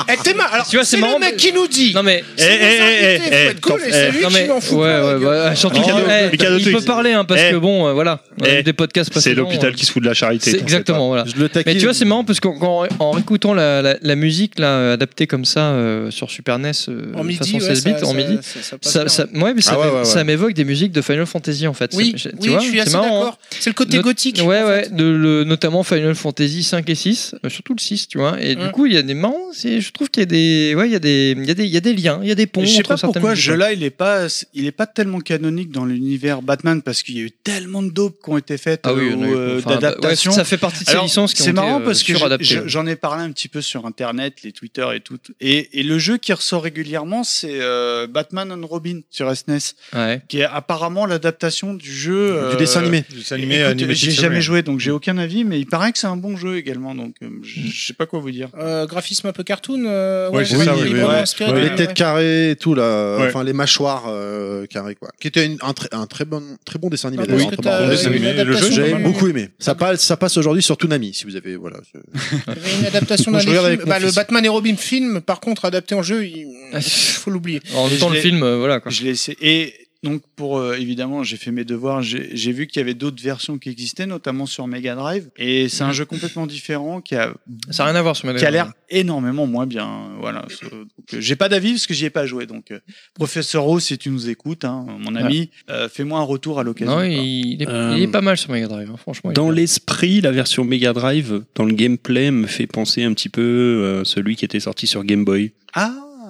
S5: Eh, t'es mal. Alors,
S2: Tu vois, c'est
S5: c'est
S2: marrant,
S5: le mec
S2: mais-
S5: qui nous dit.
S2: Non mais
S10: Eh,
S5: C'est nos
S10: eh,
S5: invités,
S10: eh,
S5: faut
S10: eh,
S5: être cool,
S10: t'en-
S5: et
S10: eh.
S5: c'est lui
S2: non
S5: qui
S2: mais
S5: m'en fout
S2: ouais
S5: pas,
S2: ouais
S5: la gueule.
S2: bah, surtout
S10: Oh,
S2: qu'il
S10: Mikado-
S2: eh,
S10: Mikado
S2: il
S10: Twix.
S2: peut parler hein, parce
S10: Eh.
S2: que bon euh, voilà on a
S10: Eh.
S2: eu des podcasts
S10: C'est
S2: précédents,
S10: l'hôpital
S8: hein.
S2: euh,
S10: qui se fout de la charité.
S2: c'est
S10: t'en sais
S2: exactement voilà
S4: Je le taquine.
S2: mais tu vois c'est marrant parce qu'en en, en réécoutant la, la, la musique là euh, adaptée comme ça euh, sur Super NES euh,
S5: En midi,
S2: façon
S5: ouais,
S2: 16 bits
S5: ça-
S2: en
S5: ça-
S2: midi
S5: ça- ça passe
S2: ça,
S5: bien.
S2: ça- ouais, mais ça
S4: Ah ouais,
S2: m'é-
S4: ouais, ouais.
S2: ça m'évoque des musiques de Final Fantasy en fait.
S5: Oui,
S2: Ça- tu
S5: oui,
S2: vois,
S5: je suis
S2: c'est
S5: assez
S2: marrant, hein.
S5: d'accord. C'est le côté
S2: Not-
S5: gothique.
S2: Ouais,
S5: en
S2: ouais,
S5: fait.
S2: de, le, notamment Final Fantasy 5 et 6, euh, surtout le 6, tu vois. Et du
S5: Mm.
S2: coup, il y a des marrants, c'est- je trouve qu'il y a des, ouais, il y a des, il y a des, il y a des liens, il y a des ponts.
S8: Je sais
S2: entre
S8: pas
S2: certaines
S8: pourquoi ce
S2: musiques.
S8: jeu-là, il est pas, il est pas tellement canonique dans l'univers Batman parce qu'il y a eu tellement de dopes qui ont été faites
S2: Ah oui,
S8: euh,
S2: on a eu-
S8: ou, euh,
S2: enfin, bah,
S8: d'adaptations.
S2: ouais, ça fait partie de ces
S8: Alors,
S2: licences qui ont
S8: c'est marrant
S2: été euh,
S8: parce que je-
S2: suradaptées.
S8: je- j'en ai parlé un petit peu sur internet, les Twitter et tout. Et, et le jeu qui ressort régulièrement, c'est euh, Batman and Robin sur SNES,
S2: Ouais.
S8: qui est apparemment l'adaptation du jeu.
S4: Du dessin
S8: euh,
S4: animé.
S9: C'est Mm. animé,
S8: écoute,
S9: animé
S8: j'ai
S9: Pixel,
S8: jamais
S9: ouais.
S8: joué, donc j'ai aucun avis, mais il paraît que c'est un bon jeu également, donc euh,
S9: Mm.
S8: je je sais pas quoi vous dire.
S5: Euh, graphisme un peu cartoon. euh,
S9: Oui, c'est
S5: ouais,
S9: ça,
S5: il est
S9: oui, oui,
S5: vraiment
S8: ouais.
S5: inspiré
S8: Ouais,
S5: de-
S4: les têtes carrées et tout, là.
S9: Ouais.
S4: Enfin, les mâchoires euh, carrées, quoi. Qui était une- un, très- un très, bon, très bon dessin animé,
S5: Ah, parce
S4: d'ailleurs,
S5: que
S4: entre
S5: t'as-
S9: bon
S4: parenthèses.
S9: dessin
S5: il y a une
S9: animé, le
S5: adaptation
S9: jeu,
S4: J'ai
S5: d'un-
S4: beaucoup aimé. Ça passe, ça passe aujourd'hui sur Toonami, si vous avez. Voilà.
S5: Il y avait une adaptation d'un
S4: Moi, je
S5: des
S4: regarde
S5: films.
S4: avec mon
S5: Bah, le
S4: fils.
S5: Batman et Robin film, par contre, adapté en jeu, il
S2: Ah,
S5: faut l'oublier.
S2: En même temps,
S8: je
S2: le
S8: l'ai-
S2: film, euh, voilà quoi.
S8: Je l'ai essayé. Et donc, pour euh, évidemment, j'ai fait mes devoirs. J'ai j'ai vu qu'il y avait d'autres versions qui existaient, notamment sur Mega Drive. Et c'est
S10: Mhm.
S8: un jeu complètement différent qui a,
S2: Ça n'a rien à voir ce
S8: qui
S2: modèle.
S8: a l'air énormément moins bien. Voilà. So- donc, euh, J'ai pas d'avis parce que j'y ai pas joué. Donc, euh, professeur O, si tu nous écoutes, hein, mon ami, euh, fais-moi un retour à l'occasion.
S2: Non,
S8: quoi.
S2: il, il est,
S10: Euh,
S2: il est pas mal sur Mega Drive, hein, franchement. il est
S10: Dans
S2: bien.
S10: l'esprit, la version Mega Drive, dans le gameplay, me fait penser un petit peu euh, celui qui était sorti sur Game Boy.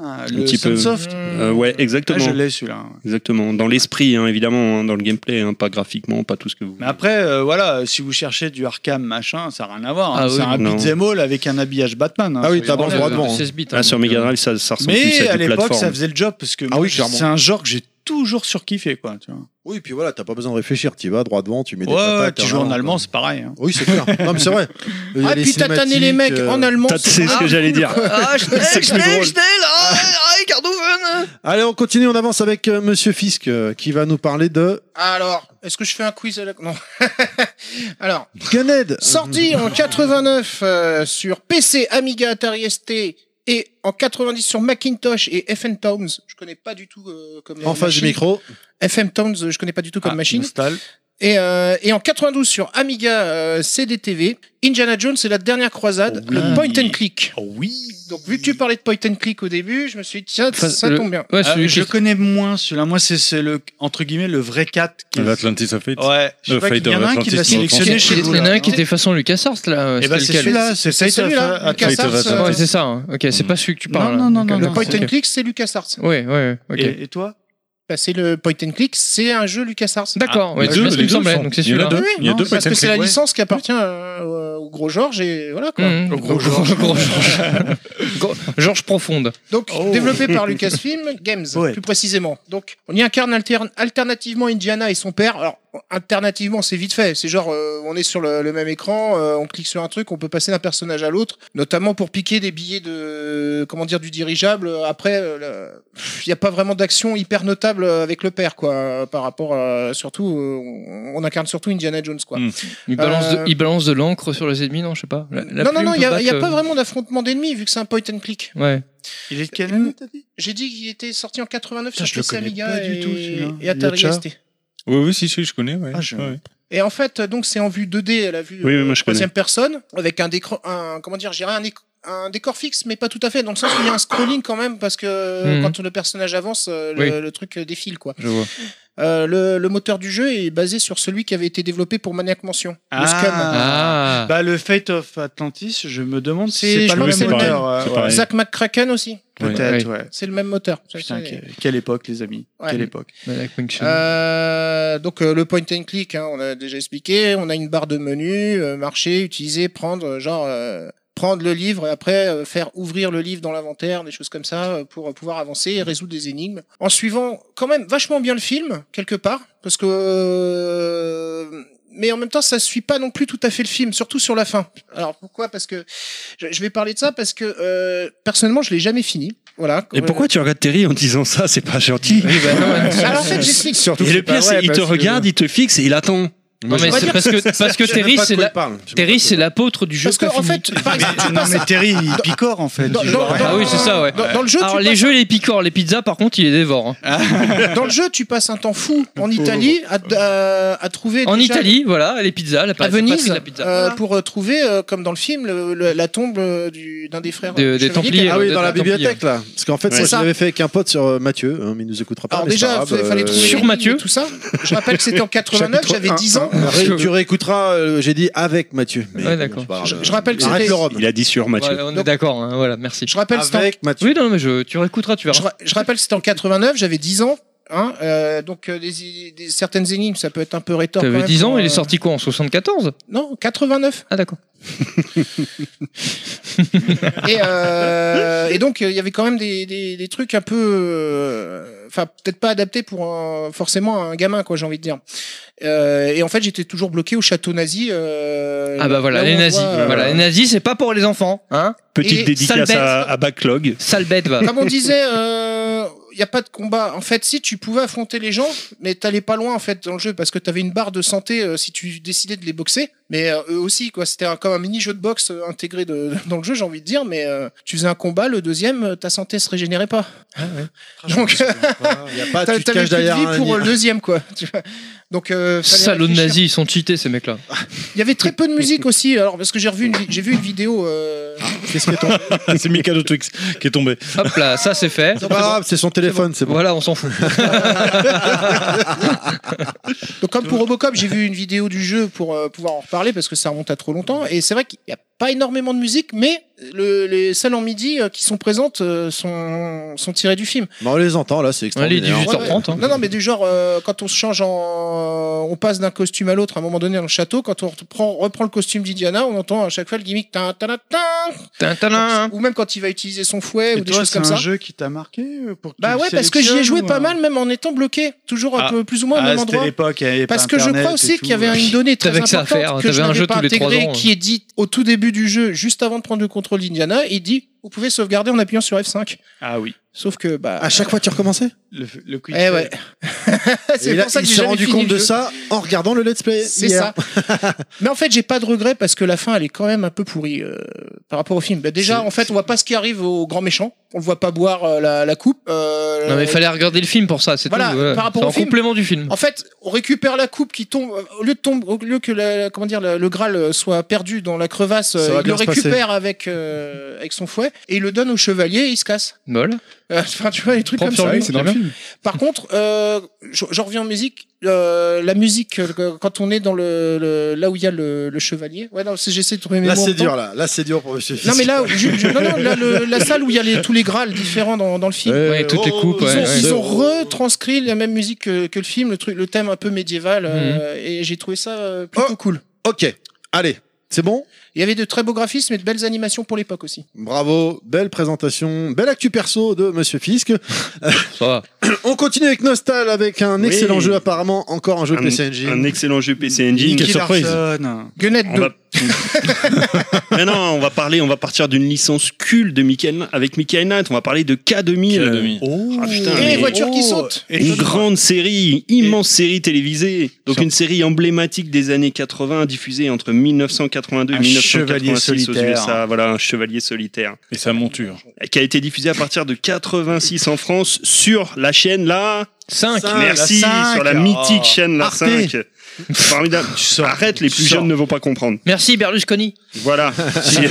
S8: Ah, le
S10: petit peu.
S8: Sunsoft.
S10: Euh, ouais,
S8: Ah,
S10: exactement.
S8: je l'ai celui-là.
S10: exactement. Dans l'esprit, hein, évidemment, hein, dans le gameplay, hein, pas graphiquement, pas tout ce que vous.
S8: Mais après, euh, voilà, si vous cherchez du Arkham machin, ça n'a rien à voir. hein.
S2: Ah
S8: c'est
S2: oui,
S8: un
S10: non.
S8: beat'em all avec un habillage Batman. hein,
S4: Ah oui,
S8: soyons
S4: t'avances
S2: Ouais,
S4: droit
S2: le-
S4: devant,
S2: le
S4: hein.
S2: 16 bits, hein,
S10: Ah, sur
S2: donc,
S10: Mega
S2: euh,
S10: Drive, ça, ça ressemble plus
S8: Mais
S10: à
S8: à
S10: du
S8: l'époque, ça
S10: plateforme.
S8: faisait le job parce que
S4: Ah
S8: moi,
S4: oui,
S8: je-
S4: clairement.
S8: c'est un genre que j'ai toujours surkiffé, quoi. Tu vois.
S4: Oui, puis voilà, t'as pas besoin de réfléchir. Tu vas droit devant, tu mets des
S8: Ouais,
S4: patates.
S8: ouais, tu joues en allemand, c'est pareil. hein.
S4: Oui, c'est clair. Non, mais c'est vrai. Il y a
S5: Ah,
S4: les
S5: puis tataner les
S4: cinématiques,
S5: mecs
S4: euh,
S5: en allemand.
S10: T'as- C'est ce que j'allais dire.
S2: Ah, Schnell,
S10: C'est plus
S2: Schnell,
S10: drôle.
S2: Schnell, ah, ah, Cardoven.
S4: Allez, on continue, on avance avec euh, Monsieur Fisk euh, qui va nous parler de
S5: Alors, est-ce que je fais un quiz à la... Non. Alors,
S4: Gunhead.
S5: sorti en 89 euh, sur PC, Amiga, Atari ST et en 90 sur Macintosh et FM Towns. Je connais pas du tout euh, comme
S4: En face du
S5: machine.
S4: micro.
S5: FM Towns, euh, je connais pas du tout
S8: Ah,
S5: comme machine.
S16: Installe.
S5: Et, euh, et en 92 sur Amiga euh, CDTV, Indiana Jones c'est la dernière croisade, le point and click.
S8: oui.
S5: Donc vu que tu parlais de point and click au début, je me suis dit tiens,
S2: Enfin,
S5: ça
S2: le-
S5: tombe bien.
S2: Ouais,
S8: Euh,
S2: celui qui
S8: je
S2: est-
S8: connais moins celui-là. Moi, c'est- c'est le entre guillemets le vrai 4 qui.
S9: L'Atlantis of Fate.
S8: Ouais. Je sais
S9: Le
S8: pas, il y en a un
S9: Fighter
S8: qui l'a
S9: Atlantis,
S8: sélectionné
S9: je
S8: chez
S2: Il
S8: vous.
S2: y en a
S8: là,
S2: un qui
S8: non
S2: était façon LucasArts là. euh,
S8: Eh ben,
S2: c'était
S8: c'est
S2: lequel
S8: celui-là. C'est
S5: C'est celui-là,
S8: celui-là.
S5: LucasArts.
S9: Fate of
S5: euh,
S2: Ouais, c'est ça. hein. Ok, c'est
S9: Mm.
S2: pas celui que tu
S8: Non,
S2: parles.
S8: non, non, non,
S5: Le
S8: non.
S5: point
S2: ok.
S5: and click c'est LucasArts.
S2: Ouais, ouais, ok.
S8: Et, et toi
S5: Bah, c'est le point and click, c'est un jeu LucasArts.
S2: D'accord, ouais,
S9: les
S2: c'est bien
S9: deux,
S2: ce
S9: les
S2: qui me
S9: deux
S2: semblait.
S9: sont-
S2: Donc c'est
S9: il y en a
S2: celui-là.
S9: deux.
S5: Oui,
S9: Il y a
S5: non,
S9: deux
S5: Hein, parce que
S9: Point and
S5: c'est la
S8: Click, ouais.
S5: licence qui appartient euh, au gros Georges et voilà quoi.
S2: Mmh,
S8: Le gros
S2: Georges. Gros- Georges profonde.
S5: Donc développé par Lucasfilm Games
S8: Ouais.
S5: plus précisément. Donc on y incarne alterne- alternativement Indiana et son père. Alors alternativement c'est vite fait. C'est genre euh, on est sur le, le même écran, euh, on clique sur un truc, on peut passer d'un personnage à l'autre, notamment pour piquer des billets de comment dire du dirigeable. Après euh, le- il n'y a pas vraiment d'action hyper notable avec le père quoi euh, par rapport à- surtout euh, on, on incarne surtout Indiana Jones quoi.
S9: Mm.
S2: Il balance de,
S5: Euh,
S2: il balance de l'encre sur les ennemis, non, je sais pas. La- la
S5: non non
S2: plume
S5: non,
S2: peut
S5: il n'y a, il y a
S2: battre,
S5: pas vraiment d'affrontement d'ennemis vu que c'est un point and click.
S2: euh, Ouais.
S8: Il est de quelle année
S5: J'ai dit qu'il était sorti en 89
S8: Putain,
S5: sur
S8: je le
S5: PC
S8: connais
S5: Amiga
S8: pas
S5: et,
S8: du tout, celui-là.
S5: et Atari
S8: Yacha
S5: ST.
S9: Oui, oui, si, si, je connais. ouais.
S8: Ah, je-
S9: Ouais.
S5: Et en fait, donc c'est en vue 2D, la vue
S10: Oui,
S5: euh,
S10: oui, moi, je
S5: troisième personne, avec un décor, un comment dire, je dirais un, éc- un décor fixe, mais pas tout à fait, dans le sens où il y a un scrolling quand même, parce que euh,
S2: Mhm.
S5: quand le personnage avance, euh, le,
S2: Oui.
S5: le truc euh, défile quoi.
S2: Je vois.
S5: Euh, le, le moteur du jeu est basé sur celui qui avait été développé pour Maniac Mansion, le Scum.
S2: Ah,
S8: Bah, le Fate of Atlantis, je me demande si
S5: C'est-
S8: c'est
S5: je
S8: pas le
S5: pense
S8: même
S5: que c'est le
S8: auteur. euh,
S9: C'est
S8: ouais.
S9: pareil.
S5: Zack McCracken aussi,
S8: Peut-être, ouais.
S5: c'est le même moteur.
S8: Putain,
S5: C'est-
S8: que- quelle époque, les amis.
S5: Ouais.
S8: Quelle époque.
S2: Maniac Mansion.
S5: Euh, donc euh, le point and click, hein, on a déjà expliqué. On a une barre de menu, euh, marcher, utiliser, prendre, euh, genre euh, prendre le livre et après euh, faire ouvrir le livre dans l'inventaire, des choses comme ça euh, pour euh, pouvoir avancer et résoudre des énigmes. En suivant quand même vachement bien le film quelque part, parce que euh, mais en même temps ça suit pas non plus tout à fait le film, surtout sur la fin. Alors pourquoi Parce que je, je vais parler de ça parce que euh, personnellement je l'ai jamais fini. Voilà.
S10: Et pourquoi tu regardes Terry en disant ça C'est pas gentil.
S5: Alors en fait j'explique.
S6: Surtout,
S10: Et le pire, c'est il te regarde, il te fixe et il attend.
S2: non, mais
S5: je-
S2: c'est parce que, parce que
S4: Je sais même
S2: Terry,
S4: pas de
S2: c'est
S4: quoi
S2: la-
S4: il parle. Je sais
S2: Terry,
S4: même
S2: c'est l'apôtre du jeu.
S5: Parce que
S2: pas
S5: en
S2: fini.
S5: fait, par exemple, tu
S8: Non,
S5: passes-
S8: mais Terry, il picore, en fait.
S5: Dans-
S8: Il-
S5: dans-
S2: Ah oui, c'est ça, ouais.
S5: Dans, dans le jeu,
S2: Alors,
S5: tu
S2: les
S5: passes,
S2: jeux, les picorent. Les pizzas, par contre, il les dévore. hein.
S5: dans le jeu, tu passes un temps fou en Italie à, à- à trouver.
S2: En
S5: déjà-
S2: Italie, voilà, les pizzas, la
S5: À
S2: c'est pas
S5: Venise,
S2: que la pizza.
S5: euh,
S2: Voilà.
S5: pour euh, trouver, euh, comme dans le film, le- le- la tombe euh, du- d'un des frères
S2: De-
S5: euh,
S2: des
S5: chevaliers.
S2: Templiers.
S4: Ah oui,
S2: de
S4: dans la
S2: Templiers.
S5: hein.
S4: bibliothèque là. Parce qu'en fait,
S5: C'est
S4: ça, je
S5: ça.
S4: l'avais fait avec un pote sur euh, Mathieu. hein, mais il nous écoutera
S2: Ah,
S4: pas.
S5: Alors
S4: mais c'est
S5: déjà,
S4: pas grave,
S5: il fallait
S4: euh,
S5: trouver
S2: bah, Sur
S5: les
S2: Mathieu.
S5: livres et tout ça. Je rappelle que c'était en 89, j'avais 10 ans.
S4: Ré- tu réécouteras, euh, j'ai dit avec Mathieu. Mais
S2: Ouais,
S4: bon,
S2: d'accord.
S4: c'est pas grave.
S5: Je- je rappelle que
S4: Arrête
S5: c'était-
S4: le rhum.
S10: Il a dit sur Mathieu.
S2: Voilà, on est
S5: Donc-
S2: d'accord, hein, voilà, merci.
S5: Je rappelle que c'était en
S4: Avec Mathieu.
S2: Oui, non, mais je, tu réécouteras, tu verras.
S5: Je, ra- je rappelle que c'était en 89, j'avais 10 ans. Hein, euh, donc euh, des, des- certaines énigmes, ça peut être un peu rétort. quand
S2: T'avais
S5: même
S2: 10 ans,
S5: pour,
S2: il est
S5: euh,
S2: sorti quoi en 74
S5: Non, 89.
S2: Ah d'accord.
S5: Et, euh, et donc euh, il y avait quand même des, des, des trucs un peu, euh, enfin peut-être pas adaptés pour un- forcément un gamin quoi, j'ai envie de dire. Euh, et en fait j'étais toujours bloqué au château nazi. euh,
S2: Ah bah voilà,
S5: là où
S2: les
S5: on
S2: nazis.
S5: voit, euh,
S2: Voilà, les nazis, c'est pas pour les enfants, hein
S10: Petite
S5: Et
S10: dédicace
S2: sale
S10: à, à Backlog.
S2: Sale bête, va.
S5: Comme on disait, il n'y a pas de combat. En fait, si tu pouvais affronter les gens, mais t'allais pas loin en fait dans le jeu parce que t'avais une barre de santé euh, si tu décidais de les boxer. Mais euh, eux aussi, quoi. C'était un- comme un mini jeu de boxe euh, intégré de- dans le jeu, j'ai envie de dire. Mais euh, tu faisais un combat, le deuxième, euh, ta santé se régénérait pas. Donc
S4: Il y a pas,
S5: T'as-
S4: Ah tu te
S5: T'avais plus
S4: caches
S5: de
S4: derrière
S5: vie
S4: un
S5: pour euh,
S4: nid.
S5: le deuxième, quoi. Tu vois. Donc, euh, fallait
S2: Salauds de
S5: réfléchir.
S2: nazis, ils sont cheatés ces mecs-là.
S5: Il y avait très peu de musique aussi, alors parce que j'ai revu une, vi- j'ai vu une vidéo. euh,
S9: c'est Mikado Twix qui est tombé.
S2: Hop là, ça c'est fait.
S4: C'est pas grave, c'est son téléphone, c'est bon.
S2: Voilà, on s'en fout.
S5: Donc, comme pour Robocop, j'ai vu une vidéo du jeu pour euh, pouvoir en reparler parce que ça remonte à trop longtemps. Et c'est vrai qu'il n'y a pas énormément de musique, mais le- les salles en midi euh, qui sont présentes euh, sont, sont tirées du film.
S4: Bah, on les entend là, c'est extraordinaire.
S8: hein.
S5: Ouais, ouais. Non, non, mais du genre, euh, quand on se change en. euh, On passe d'un costume à l'autre à un moment donné dans le château, quand on reprend, reprend le costume d'Idiana, on entend à chaque fois le gimmick. Tin, tin, tin, tin.
S8: Ah,
S5: Ou même quand il va utiliser son fouet ou des choses comme
S8: hein. C'est
S5: ça.
S8: un jeu qui t'a marqué euh, pour que tu
S5: Bah
S8: le
S5: ouais, parce que j'y ai joué
S8: sélectionnes ou,
S5: pas
S8: euh,
S5: mal, même en étant bloqué. Toujours un
S8: Ah.
S5: peu plus ou moins au
S8: Ah,
S5: même
S8: c'était
S5: endroit.
S8: l'époque, il y avait pas
S5: Parce que je
S8: Internet
S5: crois
S8: et
S5: aussi
S8: tout,
S5: qu'il y avait
S8: ouais.
S5: une donnée très
S2: T'avais que ça à
S5: importante
S2: faire,
S5: que je
S2: t'avais un
S5: n'avais
S2: jeu
S5: pas
S2: tous les trois
S5: intégrée,
S2: ans, hein.
S5: qui est dit au tout début du jeu, juste avant de prendre le contrôle d'Indiana, il dit vous pouvez sauvegarder en appuyant sur F5.
S8: Ah oui.
S5: Sauf que bah
S4: À chaque fois, tu recommençais
S8: Le, le quick
S5: Eh ouais.
S4: Et
S5: c'est pour
S4: là,
S5: ça que
S4: il
S5: j'ai
S4: s'est
S5: jamais
S4: rendu
S5: fini
S4: compte
S5: le
S4: de
S5: jeu.
S4: ça en regardant le let's play.
S5: C'est
S4: hier.
S5: ça. Mais en fait, j'ai pas de regret parce que la fin, elle est quand même un peu pourrie euh, par rapport au film. Bah, déjà, en fait, on voit pas ce qui arrive au grand méchant. On le voit pas boire euh, la, la coupe. Euh,
S2: Non mais il fallait regarder le film pour ça, c'est
S5: Voilà,
S2: tout. ouais.
S5: par rapport
S2: C'est
S5: au
S2: en
S5: film.
S2: complément du film.
S5: En fait, on récupère la coupe qui tombe euh, au lieu de tomber, au lieu que la, comment dire le, le Graal euh, soit perdu dans la crevasse, euh,
S4: va
S5: il le
S4: bien se passer.
S5: récupère avec euh, avec son fouet et il le donne au chevalier, et il se casse.
S2: Bol.
S5: Euh, Enfin, tu vois les trucs
S2: Propre
S5: comme
S2: sur
S5: ça. Ah
S2: lui, c'est dans le film.
S5: Par contre, euh, je- j'en reviens en musique. Euh, la musique, euh, quand on est dans le, le- là où il y a le, le chevalier. Ouais, non, c'est- j'essaie de trouver mes
S4: Là,
S5: mots en
S4: c'est
S5: même temps.
S4: dur, là. Là, c'est dur pour Monsieur Fisk.
S5: Non mais là, je- je- non, non, là, le- la salle où il y a les- tous les Graals différents dans, dans le film.
S4: Ouais,
S2: Ouais, toutes les
S4: oh,
S2: coupes.
S5: Ils,
S2: ouais,
S5: ont,
S2: ouais.
S5: ils ont retranscrit la même musique que, que le film, le, truc, le thème un peu médiéval,
S10: Mhm.
S5: euh, et j'ai trouvé ça euh, plutôt
S4: Oh.
S5: cool.
S4: Ok, allez, c'est bon
S5: Il y avait de très beaux graphismes et de belles animations pour l'époque aussi.
S4: Bravo, belle présentation, belle actu perso de Monsieur Fisk.
S2: Ça va.
S4: On continue avec Nostal avec un excellent
S10: Oui.
S4: jeu apparemment, encore un jeu
S10: Un,
S4: PC Engine.
S10: un excellent jeu PC Engine.
S8: Nicky
S10: surprise.
S8: Larson.
S5: Gunette
S10: On
S5: 2.
S10: va... Mais non, on va parler, on va partir d'une licence cul de Mickey Knight- avec Mickey Knight. On va parler de K2000.
S9: K2000.
S8: Oh.
S10: Ah, putain,
S5: Et
S10: mais-
S5: les voitures qui sautent
S10: Une grande série, une immense série télévisée. Donc
S8: Sur-
S10: une série emblématique des années 80, diffusée entre 1982 et
S8: Un
S10: 1986
S8: chevalier
S10: aux
S8: solitaire.
S10: USA. Voilà, un chevalier solitaire.
S9: Et sa monture.
S10: Qui a été diffusée à partir de 86 en France sur la chaîne là.
S2: 5
S4: Cinq. Ah,
S10: Merci,
S8: la cinq.
S10: sur la mythique
S8: Oh.
S10: chaîne la
S4: Arte.
S10: 5. Formidable. Arrête, les plus
S8: sors.
S10: jeunes ne vont pas comprendre.
S2: Merci Berlusconi.
S10: Voilà. Si-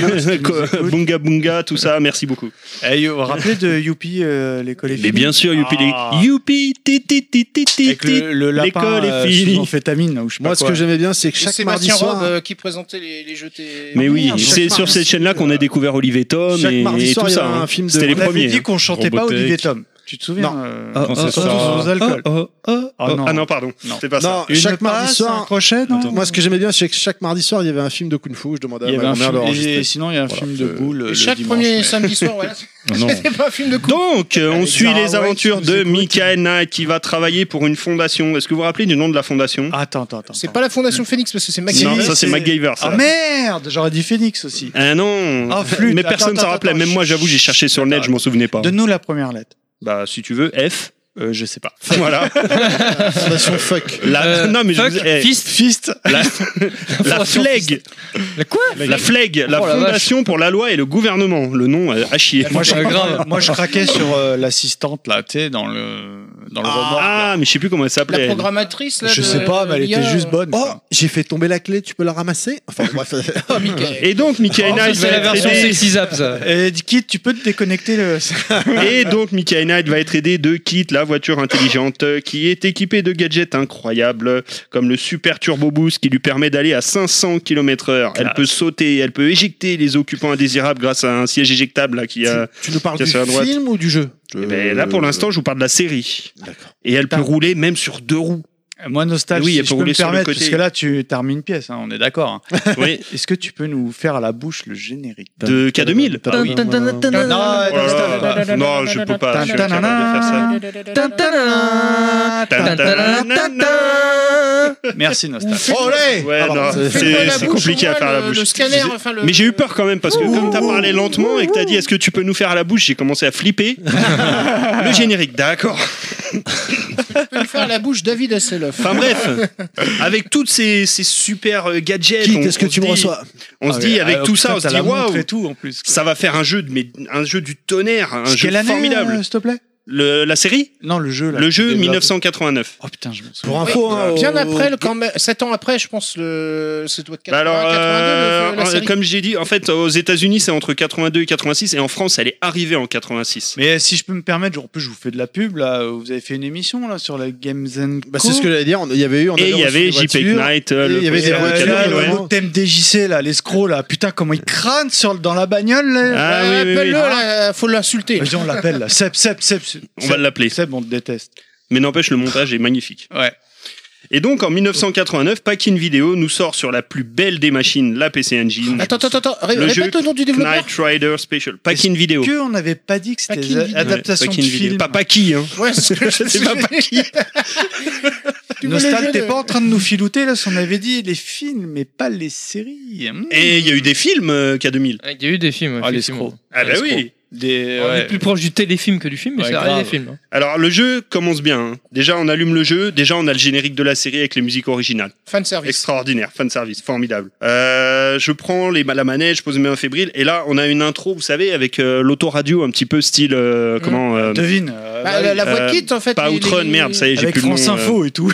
S10: bunga bunga, tout ça, merci beaucoup.
S8: Eh, vous vous rappelez de Youpi, euh, l'école et
S10: Mais bien sûr, youpi,
S8: Ah.
S10: les- youpi, ti, ti, ti, ti, ti,
S8: Avec
S10: ti.
S8: le, le lapin
S10: L'école est
S8: euh,
S10: finie.
S8: sous amphétamine, ou je sais
S4: Moi,
S8: pas
S4: ce
S8: quoi.
S4: que j'aimais bien, c'est que
S5: Et
S4: chaque mardi
S5: Sébastien
S4: soir,
S5: Robe euh, qui présentait les, les jetés.
S10: Mais oui,
S4: Merde,
S10: c'est
S4: chaque
S10: sur
S4: mardi-
S10: cette chaîne-là qu'on a découvert Olivier Tom
S4: Chaque
S10: et,
S4: mardi
S10: et
S4: soir,
S10: tout
S4: il y
S10: ça.
S4: avait un
S10: hein.
S4: film de-
S10: C'était les
S8: On avait
S10: premiers.
S8: dit qu'on chantait pas
S9: Robotech.
S8: Olivier Tom. Tu te souviens
S4: Non.
S8: euh,
S2: Oh,
S9: c'est
S2: oh,
S9: ça.
S2: oh,
S8: Sans alcool.
S2: oh, oh, oh,
S8: Ah non.
S10: Ah non, pardon,
S8: Non.
S10: c'était pas
S4: Non,
S10: ça.
S8: Une
S4: chaque mardi
S8: passe,
S4: soir.
S8: un crochet, non
S4: Moi, ce que j'aimais bien, c'est que chaque mardi soir, il y avait un film de Kung Fu. Je demandais
S8: Il y
S4: à
S8: avait
S4: ma
S8: un
S4: mère
S8: film,
S4: d'enregistrer.
S8: et sinon il y a un film de boule. le
S5: Chaque
S8: dimanche,
S5: premier
S8: mais-
S5: samedi soir, voilà.
S9: non.
S5: C'était pas un film de couple.
S10: Ah Donc, euh, on
S8: Avec
S10: suit
S8: Zara
S10: les
S8: White
S10: aventures
S8: qui nous
S10: de
S8: écoute.
S10: Michael Knight qui va travailler pour une fondation. Est-ce que vous vous rappelez du nom de la fondation
S8: Attends, attends, attends.
S5: C'est pas la Fondation Phoenix parce que c'est
S4: Ah,
S5: Maxime.
S10: Non, ça c'est
S8: c'est-
S10: MacGyver. Ça.
S8: Ah merde J'aurais dit Phoenix aussi.
S10: Ah non
S8: Ah, flûte.
S10: Mais
S8: Attends,
S10: personne s'en
S8: attends,
S10: rappelait.
S8: attends.
S10: Même moi, j'avoue, j'ai cherché sur le net, je m'en souvenais pas.
S8: Donne-nous la première lettre.
S10: Bah, si tu veux, F.
S8: Euh, je sais pas.
S10: Voilà.
S4: Fondation Fuck.
S10: La...
S2: Euh,
S10: non, mais je
S2: fuck,
S10: vous... eh,
S2: fist.
S10: La, la
S2: Fondation
S10: flag.
S2: La quoi
S10: La flag. La
S2: Oh, la
S10: fondation pour la loi et le gouvernement. Le nom euh, à chier.
S8: Moi je,
S2: Euh, grave.
S8: moi, je craquais sur euh, l'assistante là, tu sais, dans le, dans le roman.
S10: Ah, mais je sais plus comment elle
S5: La
S10: s'appelait. elle.
S5: programmatrice, là.
S8: je
S5: de-
S8: sais pas, mais elle
S5: l'IA,
S8: était juste
S5: euh,
S8: bonne.
S4: Oh,
S8: quoi.
S4: j'ai fait tomber la clé, tu peux la ramasser Enfin, bref.
S10: Euh,
S5: oh, Mickey.
S10: Et donc, Michael
S2: Ça,
S10: Knight
S2: Oh, C'est
S10: va
S2: la
S10: être
S2: version
S10: aidé.
S2: sexy zap ça.
S8: Et Kit, tu peux te déconnecter le.
S10: Et donc, Michael Knight va être aidé de Kit, la voiture intelligente, euh, qui est équipée de gadgets incroyables, comme le super turbo boost qui lui permet d'aller à 500 km/h. Elle peut sauter, elle peut éjecter les occupants indésirables grâce à un siège éjectable là, qui a.
S4: tu nous parles
S10: Tiens,
S4: du
S10: c'est à droite.
S4: film ou du jeu Euh,
S10: Eh ben, là, pour l'instant, je vous parle de la série. Et elle peut rouler même sur deux roues.
S8: Moi, Nostal,
S10: Oui, il y a
S8: si
S10: pas
S8: je peux
S10: roulé
S8: me
S10: sur le
S8: permettre,
S10: côté.
S8: parce que là, tu termines une pièce, hein, on est d'accord. hein.
S10: Oui,
S8: Est-ce que tu peux nous faire à la bouche le générique
S10: de K2000.
S2: Ah oui.
S8: Non, non,
S10: Oh là
S8: non,
S10: là. Non, je peux pas. Je suis incapable de faire ça.
S8: Merci, Nostal.
S4: Olé
S10: Ouais,
S4: Pardon,
S10: non,
S4: c'est-
S10: c'est c'est compliqué à faire à la bouche.
S5: Le scanner, enfin le.
S10: Mais j'ai eu peur quand même parce que comme t'as parlé lentement et que t'as dit est-ce que tu peux nous faire à la bouche, j'ai commencé à flipper. le générique, d'accord.
S5: peux le faire à la bouche David Hasselhoff.
S10: Enfin bref, avec toutes ces, ces super euh, gadgets,
S4: Kit,
S10: on-
S4: est-ce
S10: on
S4: que
S10: se
S4: tu me
S10: dit-
S4: reçois
S10: On se
S8: Ah,
S10: dit
S8: mais,
S10: avec
S8: ah,
S10: tout
S8: putain,
S10: ça, on se
S8: t'as
S10: dit
S8: la montre
S10: waouh,
S8: et tout en plus.
S10: ça va faire un jeu de mais un jeu du tonnerre, un
S8: Quelle
S10: jeu
S8: année,
S10: formidable.
S8: euh, s'il te plaît
S10: Le- la série
S8: Non, le jeu. Là,
S10: Le jeu
S8: Développe.
S10: 1989.
S8: Oh putain, je m'en souviens.
S1: Pour info, hein, au-
S5: Bien après, le- quand même, 7 ans après, je pense, le, c'est doit être
S10: Bah
S5: 80,
S10: alors,
S5: 82,
S10: euh,
S5: le- la série.
S10: comme j'ai dit, en fait, aux États-Unis, c'est entre 82 et 86, et en France, elle est arrivée en 86.
S8: Mais si je peux me permettre, genre, en plus, je vous fais de la pub, là. Vous avez fait une émission, là, sur la Games and
S1: Bah, c'est ce que j'allais dire. on- Il y avait eu. on
S10: Et il y
S1: reçu des
S10: avait JP
S1: voitures.
S10: Knight, euh,
S1: et
S10: le
S1: il y avait des
S10: concert
S1: voitures,
S10: de Canal,
S1: il y avait-
S10: ouais.
S8: le thème DJC, là, l'escroc, là. Putain, comment
S10: Euh.
S8: il crâne sur, dans la bagnole, là.
S10: Ah oui, oui, oui.
S5: Appelle-le, là, faut l'insulter.
S8: Vas-y, on l'appelle, là. Seb, Seb, Seb. Seb.
S10: Ah. On va l'appeler.
S8: Seb, on te déteste.
S10: Mais n'empêche, le montage est magnifique.
S8: Ouais.
S10: Et donc, en 1989, Packin Video nous sort sur la plus belle des machines, la PC Engine.
S5: Attends, attends, attends, ré-
S10: Le jeu
S5: répète le nom du développeur.
S10: Knight Rider Special. Packin Video.
S8: Que on n'avait pas dit que c'était
S5: Packing
S8: des
S5: vidéo.
S8: adaptations
S10: Packin
S8: de
S10: Video.
S8: films.
S10: Pas Paki, hein.
S5: Ouais, c'est ce que je
S10: C'est pas
S5: Tu veux le
S8: Nostal,
S5: jeu
S8: t'es
S5: de-
S8: pas en train de nous filouter, là, si on avait dit les films, mais pas les séries. Hmm.
S10: Et il y a eu des films euh, K2000.
S2: Ouais, Il y a eu des films.
S8: Ah,
S2: effectivement.
S8: l'escroc.
S10: Ah bah
S8: Escroc.
S10: oui.
S8: Des, euh,
S2: On
S8: ouais.
S2: est plus proche du téléfilm que du film, mais
S8: Ouais,
S2: c'est vrai, il y a des
S8: grave.
S2: films. hein.
S10: Alors, le jeu commence bien. hein. Déjà, on allume le jeu. Déjà, on a le générique de la série avec les musiques originales.
S5: Fan service.
S10: Extraordinaire, fan service, formidable. Euh, je prends les, la manette, je pose mes mains fébriles, et là, on a une intro, vous savez, avec euh, l'autoradio un petit peu style.
S5: Mmh.
S10: euh, comment euh,
S8: Devine. euh,
S5: Bah,
S8: bah
S5: la,
S8: oui.
S5: la voix
S10: Euh,
S5: quitte, en fait.
S10: Pas
S5: les-
S10: Outrun,
S5: les-
S10: merde, ça y est, j'ai
S8: Avec
S10: plus le nom.
S8: France
S10: euh.
S8: Info et tout.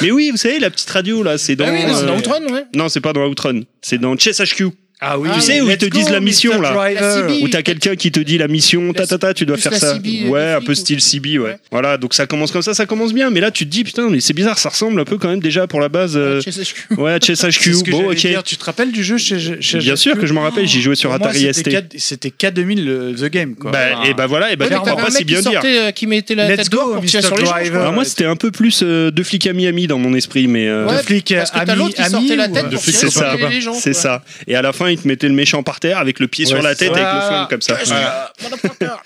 S10: Mais oui, vous savez, la petite radio, là, c'est dans.
S5: Ah oui, non, c'est dans
S10: euh,
S5: Outrun, ouais.
S10: Non, c'est pas dans Outrun, c'est dans Chess HQ.
S8: Ah oui,
S5: Tu
S10: sais, où ils te
S8: Let's
S10: disent
S8: go,
S10: la mission,
S8: Mr.
S10: là.
S8: Driver.
S5: La CB.
S10: Où t'as quelqu'un qui te dit la mission, ta ta ta, tu dois
S5: plus
S10: faire
S5: la
S10: ça.
S5: CB, euh,
S10: ouais,
S5: des
S10: un peu
S5: flics,
S10: style CB, ouais.
S5: Ouais.
S10: Voilà, donc ça commence comme ça, ça commence bien, mais là tu te dis putain, mais c'est bizarre, ça ressemble un peu quand même déjà pour la base. euh,
S5: Chez SQ.
S10: ouais, à Chess
S8: C'est ce
S10: HQ.
S8: que
S10: Bon,
S8: j'allais
S10: ok.
S8: dire. Tu te rappelles du jeu chez, chez
S10: Bien sûr que je m'en rappelle, j'y jouais sur
S8: Pour moi,
S10: Atari ST.
S8: c'était K- C'était K2000 le- The Game, quoi.
S10: Bah, et bah voilà, et bah
S5: Ouais, mais
S10: tu
S8: clairement,
S10: peux
S5: t'avais un
S10: pas si
S5: mec
S10: bien
S5: qui
S10: dire.
S5: sortait, euh, qui mettait la
S8: Let's
S5: tête dehors
S8: go,
S5: pour tirer
S8: Mr.
S5: sur les gens. je
S8: Driver.
S5: crois.
S10: Alors moi c'était un peu plus euh, deux flics amis amis dans mon esprit, mais euh,
S5: Ouais,
S8: Le flic
S5: parce que t'as
S8: ami-
S5: l'autre qui
S8: ami
S5: sortait la
S8: ou- euh,
S5: tête pour
S10: c'est
S5: tirer
S10: ça,
S5: sur les gens.
S10: c'est
S5: quoi.
S10: ça. Et à la fin ils te mettaient le méchant par terre avec le pied sur la tête
S8: ça.
S10: avec le flingue comme ça.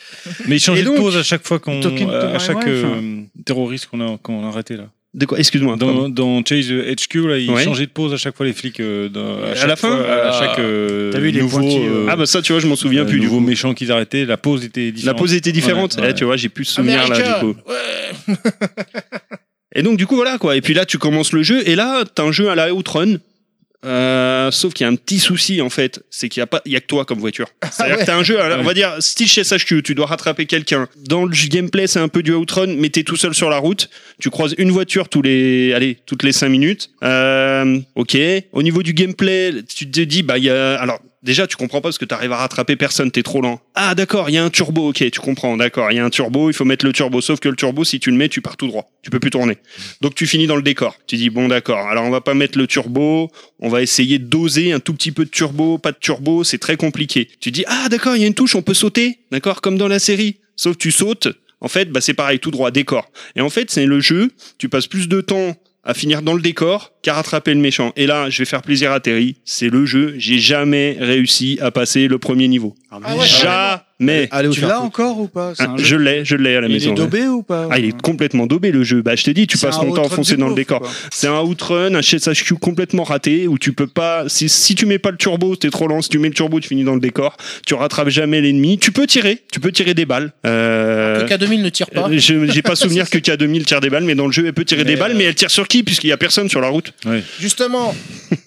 S16: Mais il changeait
S10: Et donc-
S16: de pause à chaque fois qu'on.
S8: Talking to
S16: À
S8: my
S16: chaque
S8: wife.
S16: euh, terroriste qu'on a, qu'on a arrêté là.
S10: De quoi Excuse-moi. pardon.
S16: Dans, dans Chase HQ, là, il
S10: Ouais.
S16: changeait de pause à chaque fois les flics. euh, dans-
S10: À
S16: chaque
S10: la fin
S16: fois, À chaque euh,
S8: T'as vu, il est
S16: nouveau,
S8: pointilleux.
S16: euh,
S10: Ah bah ça tu vois je m'en souviens
S16: euh,
S10: plus du
S16: nouveau
S10: coup.
S16: méchant qu'ils arrêtaient, la pause était
S10: La
S16: différente.
S10: pause était différente.
S16: Ouais, ouais.
S10: Eh, tu vois j'ai plus souvenir là
S5: America.
S10: du coup.
S5: Ouais.
S10: Et donc du coup voilà quoi. Et puis là tu commences le jeu et là t'as un jeu à la Outrun. Euh, sauf qu'il y a un petit souci en fait, c'est qu'il y a pas, il y a que toi comme voiture. C'est-à-dire que t'as un jeu, à la- on va dire style chez SHQ, tu dois rattraper quelqu'un. Dans le gameplay c'est un peu du Outrun, mais t'es tout seul sur la route. Tu croises une voiture tous les, allez, toutes les cinq minutes. Euh, ok. Au niveau du gameplay, tu te dis bah il y a, alors déjà tu comprends pas parce que t'arrives à rattraper personne, t'es trop lent. Ah d'accord, il y a un turbo, ok, tu comprends, d'accord, il y a un turbo, il faut mettre le turbo. Sauf que le turbo, si tu le mets, tu pars tout droit, tu peux plus tourner. Donc tu finis dans le décor. Tu dis bon d'accord, alors on va pas mettre le turbo, on va essayer de doser un tout petit peu de turbo, pas de turbo, c'est très compliqué. Tu dis ah d'accord, il y a une touche, on peut sauter, d'accord, comme dans la série. Sauf que tu sautes, en fait, bah c'est pareil, tout droit, décor. Et en fait, c'est le jeu, tu passes plus de temps à finir dans le décor qu'à rattraper le méchant. Et là, je vais faire plaisir à Terry, c'est le jeu, j'ai jamais réussi à passer le premier niveau.
S5: Ah ouais,
S10: jamais.
S1: Allez, vous
S8: Tu
S1: faire
S8: l'as
S1: foutre.
S8: encore ou pas C'est
S10: Ah,
S8: un jeu-
S10: je l'ai, je l'ai à la
S8: Il
S10: maison.
S8: est
S10: ouais.
S8: daubé ou pas
S10: Ah, il est complètement daubé le jeu. Bah, je t'ai dit, tu
S8: C'est
S10: passes
S8: un
S10: ton temps à
S8: outrun
S10: foncer
S8: du
S10: dans le
S8: pauvre,
S10: décor.
S8: quoi.
S10: C'est un outrun, un HSHQ complètement raté où tu peux pas. Si, si tu mets pas le turbo, t'es trop lent. Si tu mets le turbo, tu finis dans le décor. Tu rattrapes jamais l'ennemi. Tu peux tirer, tu peux tirer des balles. Euh,
S5: Que K2000 ne tire pas.
S10: euh, je- J'ai pas souvenir que K2000 tire des balles, mais dans le jeu, elle peut tirer des balles, mais elle tire sur qui Puisqu'il y a personne sur la route.
S5: Justement,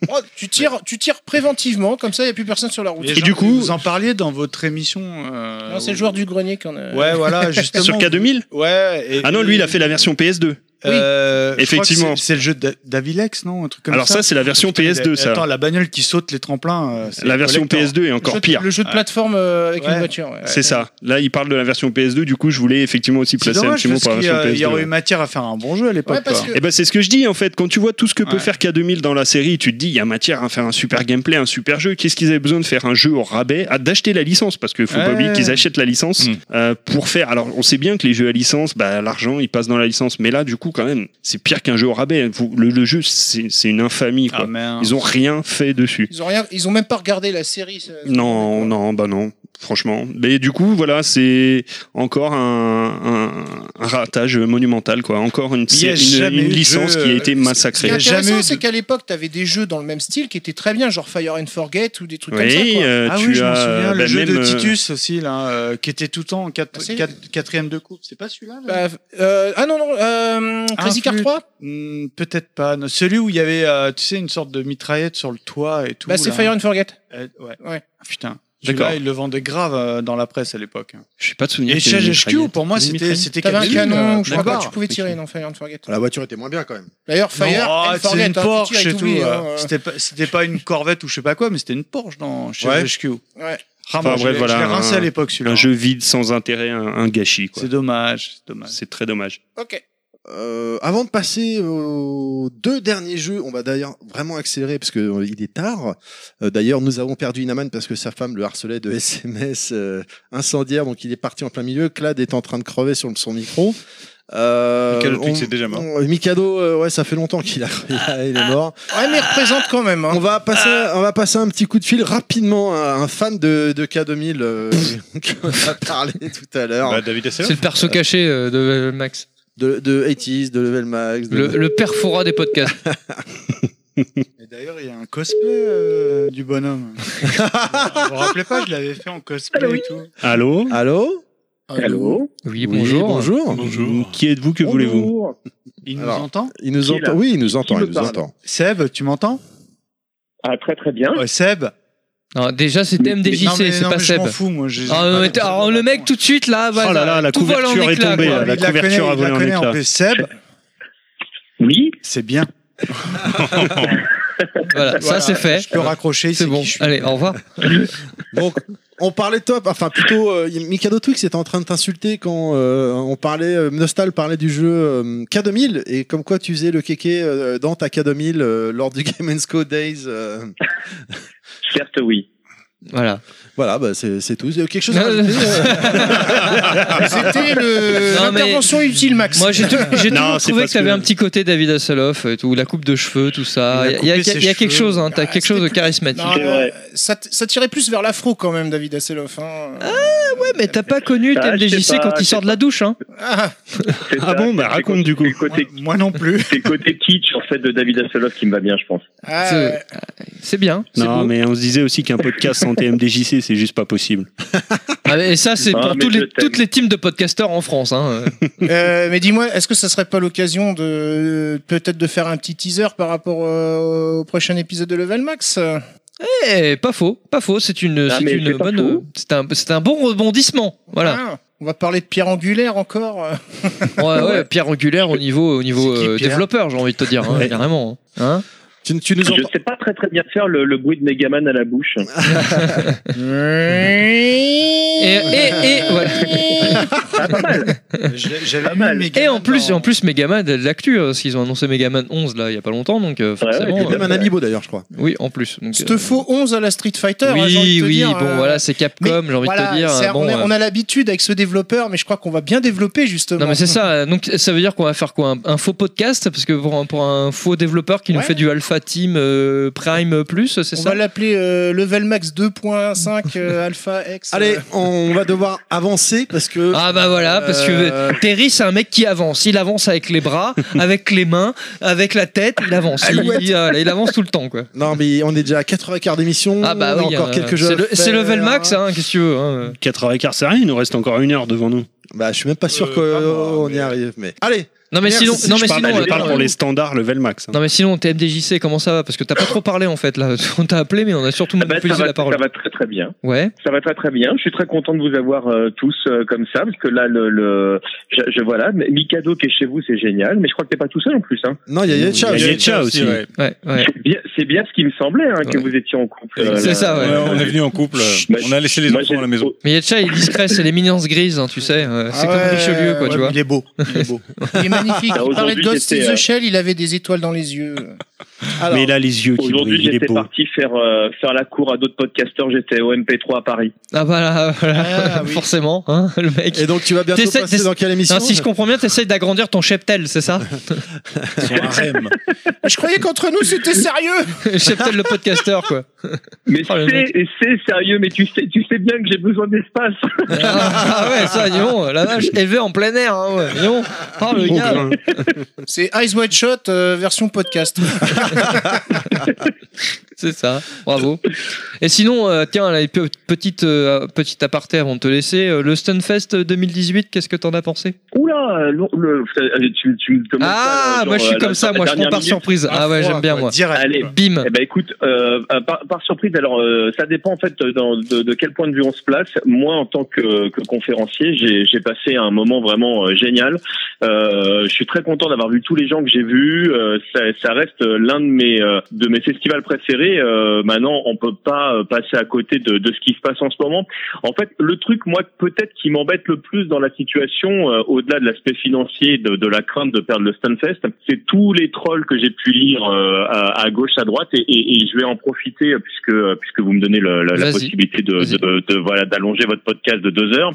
S5: oh, tu tires, tu tires préventivement, comme ça, il n'y a plus personne sur la route.
S8: Les
S10: Et
S8: gens,
S10: du coup-
S8: vous en parliez dans votre émission. euh,
S5: Non, c'est le joueur du grenier qu'on a.
S8: Ouais, voilà, justement.
S10: Sur K2000
S8: Ouais. et-
S10: Ah non, lui, il a fait la version PS2.
S8: Euh, je crois que
S10: Effectivement.
S8: c'est- C'est le jeu d'A- d'Avilex, non Un truc comme
S10: Alors ça,
S8: ça.
S10: c'est la version PS2, ça.
S8: Attends, la bagnole qui saute les tremplins. euh, c'est
S10: La version
S8: collector.
S10: PS2 est
S5: Le jeu
S10: encore
S5: de-
S10: pire.
S5: Le jeu de plateforme euh, avec
S8: Ouais.
S5: une voiture. ouais.
S10: C'est ça. Là, il parle de la version PS2. Du coup, je voulais effectivement aussi
S8: C'est
S10: placer un
S8: dommage
S10: petit mot
S8: parce
S10: pour la
S8: qu'il y
S10: version
S8: a-
S10: PS2.
S8: il y aurait eu matière à faire un bon jeu à l'époque.
S5: Ouais, parce
S8: quoi.
S5: que
S10: Et ben c'est ce que je dis en fait. Quand tu vois tout ce que peut
S8: Ouais.
S10: faire K2000 dans la série, tu te dis il y a matière à faire un super gameplay, un super jeu. Qu'est-ce qu'ils avaient besoin de faire un jeu au rabais, ah, d'acheter la licence parce que faut pas
S8: Ouais.
S10: oublier qu'ils achètent la licence
S16: Mm.
S10: euh, pour faire. Alors on sait bien que les jeux à licence, bah, l'argent il passe dans la licence, mais là du coup quand même c'est pire qu'un jeu au rabais. Vous- le, le jeu c'est c'est une infamie. Quoi.
S8: Ah, merde.
S10: Ils ont rien fait dessus.
S5: Ils ont rien, ils ont même pas regardé la série. ça-
S10: Non, non, bah non, franchement. Mais du coup, voilà, c'est encore un, un- un ratage monumental, quoi. Encore une,
S8: Il y a
S10: sé- une-
S8: jamais
S10: une
S8: eu de
S10: licence
S8: jeu,
S10: qui a
S8: euh,
S10: été
S5: Ce qui
S10: massacrée.
S5: est
S8: Il y a jamais
S5: intéressant,
S8: eu
S5: c'est
S8: de-
S5: qu'à l'époque, t'avais des jeux dans le même style qui étaient très bien, genre Fire and Forget ou des trucs comme ça.
S10: Oui,
S5: quoi.
S10: euh,
S8: Ah
S10: tu
S8: oui, je m'en
S10: as,
S8: souviens, le
S10: bah,
S8: jeu de
S10: même, euh,
S8: Titus aussi, là, euh, qui était tout le temps en
S5: Ah,
S8: 4
S5: c'est-
S8: quatrième de coupe. C'est pas celui-là là
S5: Bah, euh, ah non, non, euh, Crazy Car
S8: Influx.
S5: 3
S8: Hmm, Peut-être pas. non. Celui où il y avait, euh, tu sais, une sorte de mitraillette sur le toit et tout.
S5: Bah, c'est
S8: là.
S5: Fire and Forget.
S8: Euh, ouais.
S5: Ouais.
S8: Ah, Putain. Celui-là,
S10: D'accord.
S8: il le vendait grave euh, dans la presse à l'époque.
S2: Je suis pas de souvenir.
S8: Et
S2: qu'il y ait une
S8: HHQ,
S2: mitraillette.
S8: pour moi,
S2: Une
S8: c'était
S2: mitraillette.
S8: c'était
S5: T'avais un
S8: Canon,
S5: canon,
S8: euh,
S5: je crois pas,
S8: Navarre.
S5: tu pouvais tirer dans Fire and Forget.
S1: La voiture était moins bien quand même.
S5: D'ailleurs, Fire
S8: Non,
S5: and
S8: Oh, c'est
S5: Forget,
S8: une
S5: hein,
S8: Porsche
S5: tu tirais
S8: et
S5: tout,
S8: tout.
S5: mais,
S8: hein.
S5: euh,
S8: C'était pas- C'était pas une Corvette ou je sais pas quoi, mais c'était une Porsche dans chez
S10: Ouais.
S8: HQ.
S5: Ouais.
S8: Ah, moi,
S10: Enfin,
S8: je
S10: bref,
S8: l'ai-
S10: voilà,
S8: je l'ai rincé
S10: un-
S8: à l'époque celui-là.
S10: Un jeu vide sans intérêt, un, un gâchis. quoi.
S8: C'est dommage, c'est dommage.
S10: C'est très dommage.
S5: Ok.
S1: Euh, avant de passer aux deux derniers jeux, on va d'ailleurs vraiment accélérer parce que euh, il est tard. Euh, d'ailleurs, nous avons perdu Inaman parce que sa femme le harcelait de SMS euh, incendiaire, donc il est parti en plein milieu. Clad est en train de crever sur son micro. Euh,
S9: Mikado Twix
S1: on-
S9: est déjà mort.
S1: on- Mikado, euh, ouais, ça fait longtemps qu'il a, il est mort.
S5: Ouais, mais il représente quand même.
S1: On
S5: Hein.
S1: va passer, on va passer un petit coup de fil rapidement à un fan de, de K2000 euh, qu'on a parlé tout à l'heure
S9: Bah, David Hasselhoff
S2: C'est le perso caché euh, de euh, Max.
S1: de, de 80s, de Level Max. de-
S2: Le, le perfora des podcasts.
S8: Et D'ailleurs, il y a un cosplay euh, du bonhomme. vous vous rappelez pas, je l'avais fait en cosplay et tout.
S10: Allô
S1: Allô
S18: Allô
S1: Oui,
S2: Oui, bonjour.
S1: bonjour.
S9: Bonjour.
S10: Qui êtes-vous Que voulez-vous
S18: Bonjour.
S8: Il
S1: Alors.
S8: nous entend
S1: Il nous
S18: Qui est
S1: entend.
S18: là
S1: Oui, il nous entend.
S18: Qui me
S1: Il nous
S18: parle
S1: entend.
S8: Seb, tu m'entends
S18: Ah, très très bien.
S8: Ouais, Seb
S2: Non, déjà, c'était MDJC,
S8: Non, mais-
S2: c'est
S8: non,
S2: pas
S8: mais je
S2: Seb.
S8: m'en fous, moi. j'ai-
S2: Ah, euh, t'as- alors, le mec, tout de suite, là, bah,
S10: Oh là là, la
S2: tout vole en
S10: couverture est
S2: éclats,
S10: tombée,
S2: quoi.
S10: là.
S8: Il
S10: la
S8: la
S10: couverture
S8: connaît,
S10: a
S8: il
S10: volé
S8: la
S10: en
S8: connaît en
S10: éclats.
S8: plus. Seb,
S18: Oui,
S8: c'est bien.
S2: Voilà, ça,
S8: Voilà,
S2: c'est fait.
S8: Je peux raccrocher.
S2: C'est bon.
S8: qui je suis.
S2: Allez, au revoir.
S1: Donc, on parlait top. Enfin, plutôt, euh, Mikado Twix était en train de t'insulter quand euh, on parlait. euh, Nostal parlait du jeu euh, K2000 et comme quoi tu faisais le kéké euh, dans ta K2000 euh, lors du Game Co Days. euh.
S18: certes oui.
S2: Voilà.
S1: voilà, bah, c'est c'est tout. Euh, Quelque chose. à
S2: Non,
S1: rajouter, euh
S5: C'était
S2: Non,
S5: le-
S2: mais-
S5: l'intervention utile, Max.
S2: Moi, j'ai tou- j'ai
S10: Non,
S2: toujours
S10: c'est
S2: trouvé
S10: parce
S2: que t'avais
S10: que-
S2: un petit côté David Hasselhoff, et tout, la coupe de cheveux, tout ça.
S8: Il a
S2: Il y a,
S8: coupé ses
S2: il y a quelque
S8: cheveux.
S2: chose, hein, t'as
S5: Ah,
S2: quelque chose de
S5: c'était plus-
S2: charismatique.
S5: Non,
S18: C'est vrai.
S5: ça, t- ça tirait plus vers l'afro quand même, David Hasselhoff. Hein.
S2: Ah. Ouais, mais t'as pas connu le
S18: Ah, je sais
S2: MDJC
S18: pas,
S2: quand
S18: je
S2: il sort de la douche, hein.
S5: Ah,
S18: C'est
S10: Ah
S18: ça,
S10: bon, bah
S18: c'est le
S10: raconte
S18: côté-
S10: du coup.
S18: c'est le Côté,
S8: Moi non plus.
S18: c'est le côté kitsch en fait de David Hasselhoff qui me va bien, je pense.
S5: ah,
S2: C'est-
S5: ouais.
S2: C'est bien. c'est
S10: Non,
S2: beau.
S10: mais on se disait aussi qu'un podcast sans TMDJC, c'est juste pas possible.
S2: Ah, mais- et ça, c'est
S18: Ah,
S2: pour
S18: mais
S2: tous
S18: je
S2: les,
S18: t'aime.
S2: toutes les teams de podcasteurs en France. Hein.
S5: Euh, mais dis-moi, est-ce que ça serait pas l'occasion de peut-être de faire un petit teaser par rapport euh, au prochain épisode de Level Max
S2: Eh, pas faux, pas faux. C'est une,
S18: Ah,
S2: c'est
S18: mais
S2: une
S18: c'est pas
S2: bonne,
S18: faux.
S2: euh, c'est un, c'est un bon rebondissement. Voilà.
S5: Ah, on va parler de pierre angulaire encore.
S2: Ouais, ouais, pierre angulaire au niveau, au niveau
S8: C'est qui,
S2: euh,
S8: Pierre
S2: développeur, j'ai envie de te dire, hein, carrément. Hein.
S1: tu, tu nous
S18: Je
S1: entends.
S18: sais pas très très bien faire le, le bruit de Megaman à la bouche.
S2: Ah, Et, et, et, ouais.
S18: Ah, pas mal.
S8: J'avais
S18: Pas mal.
S2: Et en plus, en plus, Megaman a de l'actu, euh, parce qu'ils ont annoncé Megaman 11 là, il y a pas longtemps, donc euh, forcément.
S18: ouais,
S1: Même
S2: euh,
S1: un amiibo d'ailleurs, je crois.
S2: oui, en plus. Donc,
S5: Te
S2: euh,
S5: faux 11 à la Street Fighter. hein, j'ai envie
S2: oui,
S5: de te
S2: oui,
S5: dire,
S2: bon,
S5: euh,
S2: voilà, c'est Capcom, j'ai envie de
S5: voilà,
S2: te dire.
S5: c'est-
S2: euh, bon,
S5: on, a,
S2: euh,
S5: on a l'habitude avec ce développeur, mais je crois qu'on va bien développer justement.
S2: Non mais c'est ça, donc ça veut dire qu'on va faire quoi un, un faux podcast Parce que pour un, pour un faux développeur qui nous
S5: Ouais.
S2: fait du Alpha Team euh, Prime Plus, c'est
S5: On
S2: ça
S5: va l'appeler euh, Level Max 2.5 euh, Alpha X. euh,
S1: Allez, on va devoir avancer parce que.
S2: Ah bah voilà, parce
S1: Euh,
S2: que Terry c'est un mec qui avance, il avance avec les bras, avec les mains, avec la tête, il avance,
S5: Ah,
S2: il, il- voilà, il avance tout le temps quoi.
S1: Non, mais on est déjà à 4h15 d'émission.
S2: Ah bah
S1: on a
S2: oui,
S1: encore
S2: euh,
S1: quelques jeux.
S2: c'est
S1: à
S2: le- C'est
S1: faire.
S2: level max, hein, qu'est-ce que tu veux hein.
S10: 4h15, c'est rien, il nous reste encore une heure devant nous.
S1: Bah, je suis même pas sûr
S9: Euh, pas moi,
S1: qu'on y
S9: mais-
S1: arrive. Mais allez,
S2: Non mais
S1: Merci,
S2: sinon, non
S10: je
S2: mais
S10: parle,
S2: sinon,
S10: je
S2: attends,
S10: parle pour
S2: euh,
S10: les standards level max. hein.
S2: non mais sinon TMDJC comment ça va Parce que t'as pas trop parlé en fait là, on t'a appelé mais on a surtout
S18: Ah bah, ça,
S2: monopolisé
S18: va,
S2: la parole.
S18: ça va très très bien.
S2: Ouais.
S18: Ça va très très bien. Je suis très content de vous avoir euh, tous euh, comme ça parce que là le, le je, je- voilà mais Mikado qui est chez vous c'est génial mais je crois que t'es pas tout seul en plus hein.
S1: non, il y a Yetcha.
S10: Il y a
S1: aussi.
S10: Yetcha aussi.
S9: ouais.
S2: Ouais, ouais.
S18: C'est bien, c'est bien ce qui me semblait hein, que
S2: Ouais.
S18: vous étiez en couple. euh,
S2: C'est
S18: là.
S2: ça, ouais.
S9: Ouais, on est venu en couple.
S18: Bah,
S9: on a laissé les
S18: moi,
S9: enfants
S18: j'ai-
S9: à la maison.
S2: Mais Yetcha il est discret, c'est l'éminence grise, hein, tu sais. euh, C'est
S5: Ah
S2: comme
S5: ouais,
S2: Richelieu, quoi,
S5: ouais,
S2: tu
S5: mais
S2: vois.
S8: Il est beau. Il est beau.
S5: Il est magnifique.
S18: Ah,
S5: Il parlait de
S18: aujourd'hui,
S5: Ghost in
S18: j'étais,
S5: the
S18: euh,
S5: Shell, il avait des étoiles dans les yeux.
S1: Alors,
S10: Mais là, les yeux qui
S18: Aujourd'hui,
S10: brillent, il est
S18: j'étais
S10: beau.
S18: parti faire euh, faire la cour à d'autres podcasteurs. J'étais au MP3 à Paris.
S2: Ah bah là, voilà,
S8: Ah, oui.
S2: forcément, hein, le mec.
S1: Et euh, donc, tu vas bientôt
S2: T'essaies-
S1: passer
S2: t'essaies-
S1: dans quelle émission
S2: Non, si je comprends bien, t'essayes d'agrandir ton cheptel, c'est ça
S9: Son harem.
S5: Je croyais qu'entre nous c'était sérieux.
S2: Cheptel le podcasteur, quoi.
S18: Mais
S2: Oh, le mec.
S18: c'est et c'est sérieux. Mais tu sais, tu sais bien que j'ai besoin d'espace.
S2: Ah, ah ouais, ça, dis donc, la vache, élevé en plein air, hein, ouais, dis donc. Oh, le gars.
S5: C'est Eyes Wide Shot euh, version podcast.
S2: C'est ça, bravo. Et sinon, euh, tiens, là, pe- petite, euh, petite aparté avant de te laisser, euh, le Stunfest 2018, qu'est-ce que t'en as pensé
S18: Oula pas euh, l'on- le. Allez, tu, tu me commences
S2: Ah,
S18: pas, euh,
S2: moi,
S18: genre,
S2: je suis
S18: euh,
S2: comme
S18: la-
S2: ça,
S18: la
S2: moi, je
S18: dernière
S2: prends par
S18: minute.
S2: surprise. Ah ouais, j'aime bien, moi.
S18: Allez,
S2: bim.
S18: Eh ben écoute, euh, euh, par, par surprise, alors euh, ça dépend en fait euh, dans- de, de quel point de vue on se place. Moi, en tant que, que conférencier, j'ai j'ai passé un moment vraiment euh, génial. Euh, je suis très content d'avoir vu tous les gens que j'ai vus. Euh, ça, ça reste euh, l'un de mes euh, de mes festivals préférés. Euh, maintenant, on peut pas euh, passer à côté de, de ce qui se passe en ce moment. En fait, le truc, moi, peut-être qui m'embête le plus dans la situation, euh, au-delà de l'aspect financier, de, de la crainte de perdre le Stunfest, c'est tous les trolls que j'ai pu lire euh, à, à gauche, à droite, et, et- et je vais en profiter euh, puisque euh, puisque vous me donnez le- la, la
S2: Vas-y.
S18: possibilité de,
S2: Vas-y.
S18: de- de- voilà d'allonger votre podcast de deux heures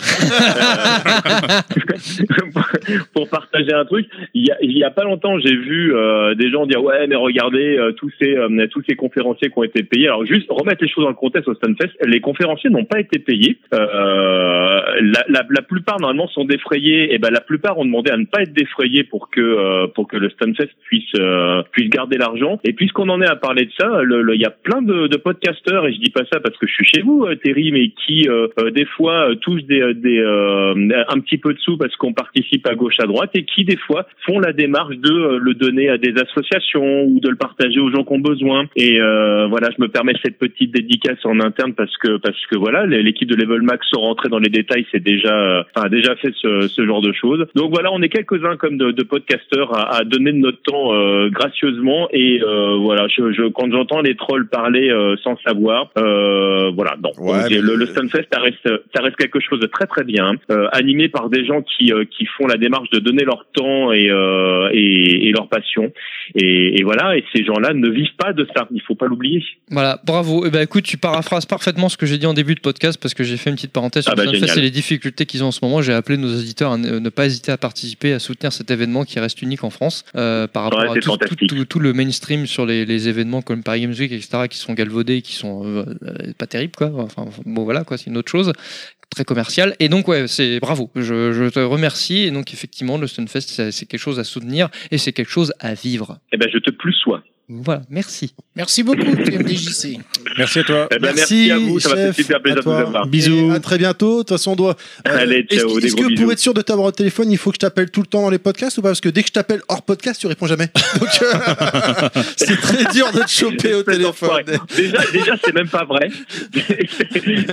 S18: Euh, pour partager un truc. Il y a, il y a pas longtemps, j'ai vu euh, des gens dire ouais mais regardez euh, tous ces euh, tous ces conférenciers qui ont été payés. Alors juste remettre les choses dans le contexte au Stunfest, les conférenciers n'ont pas été payés. Euh, la, la- la plupart normalement sont défrayés. Et ben la plupart ont demandé à ne pas être défrayés pour que euh, pour que le Stunfest puisse euh, puisse garder l'argent. Et puisqu'on en est à parler de ça, le- le- il y a plein de, de podcasteurs et je dis pas ça parce que je suis chez vous, euh, Terry, mais qui euh, euh, des fois euh, touchent des, euh, des euh, un petit peu de sous parce qu'on participe à gauche à droite et qui des fois font la démarche de euh, le donner à des associations ou de le partager aux gens qui ont besoin. Et euh, voilà, je me permets cette petite dédicace en interne parce que parce que voilà, l'équipe de Level Max sans rentrer dans les détails, c'est déjà euh, enfin, a déjà fait ce, ce genre de choses. Donc voilà, on est quelques-uns comme de, de podcasteurs à, à donner de notre temps euh, gracieusement et euh, voilà, je, je- quand j'entends les trolls parler euh, sans savoir, euh, voilà, non.
S19: Ouais,
S18: Donc,
S19: mais-
S18: le, le Stunfest, ça reste ça reste quelque chose de très très bien, euh, animé par des gens qui euh, qui font la démarche de donner leur temps et euh, et, et leur passion et, et voilà, et ces gens-là ne vivent pas de ça, il faut pas l'oublier.
S2: Voilà, bravo. Eh ben, écoute, tu paraphrases parfaitement ce que j'ai dit en début de podcast parce que j'ai fait une petite parenthèse sur
S18: Ah bah,
S2: Stunfest
S18: génial.
S2: et les difficultés qu'ils ont en ce moment. J'ai appelé nos auditeurs à ne ne pas hésiter à participer, à soutenir cet événement qui reste unique en France euh, par rapport
S18: Ouais,
S2: à
S18: c'est
S2: tout,
S18: fantastique.
S2: tout- tout- tout le mainstream sur les, les événements comme Paris Games Week, etc., qui sont galvaudés, et qui sont euh, euh, pas terribles, quoi. Enfin, bon, voilà, quoi, c'est une autre chose très commercial et donc ouais c'est bravo je, je te remercie et donc effectivement le Stunfest c'est c'est quelque chose à soutenir et c'est quelque chose à vivre
S18: Eh ben je te plus sois.
S2: voilà merci
S5: Merci beaucoup, TMDJC.
S9: Merci à toi.
S18: Eh ben, merci, à vous, ça m'a fait
S1: chef,
S18: super plaisir
S1: à
S18: de vous
S1: toi.
S18: avoir.
S1: Bisous. à très bientôt. De toute façon, on doit. euh,
S18: Allez, ciao,
S1: est-ce,
S18: des
S1: est-ce
S18: gros
S1: que
S18: bisous.
S1: pour être sûr de t'avoir au téléphone, il faut que je t'appelle tout le temps dans les podcasts ou pas Parce que dès que je t'appelle hors podcast, tu réponds jamais. Donc, euh, c'est très dur de te choper au téléphone.
S18: Déjà, déjà c'est même pas vrai.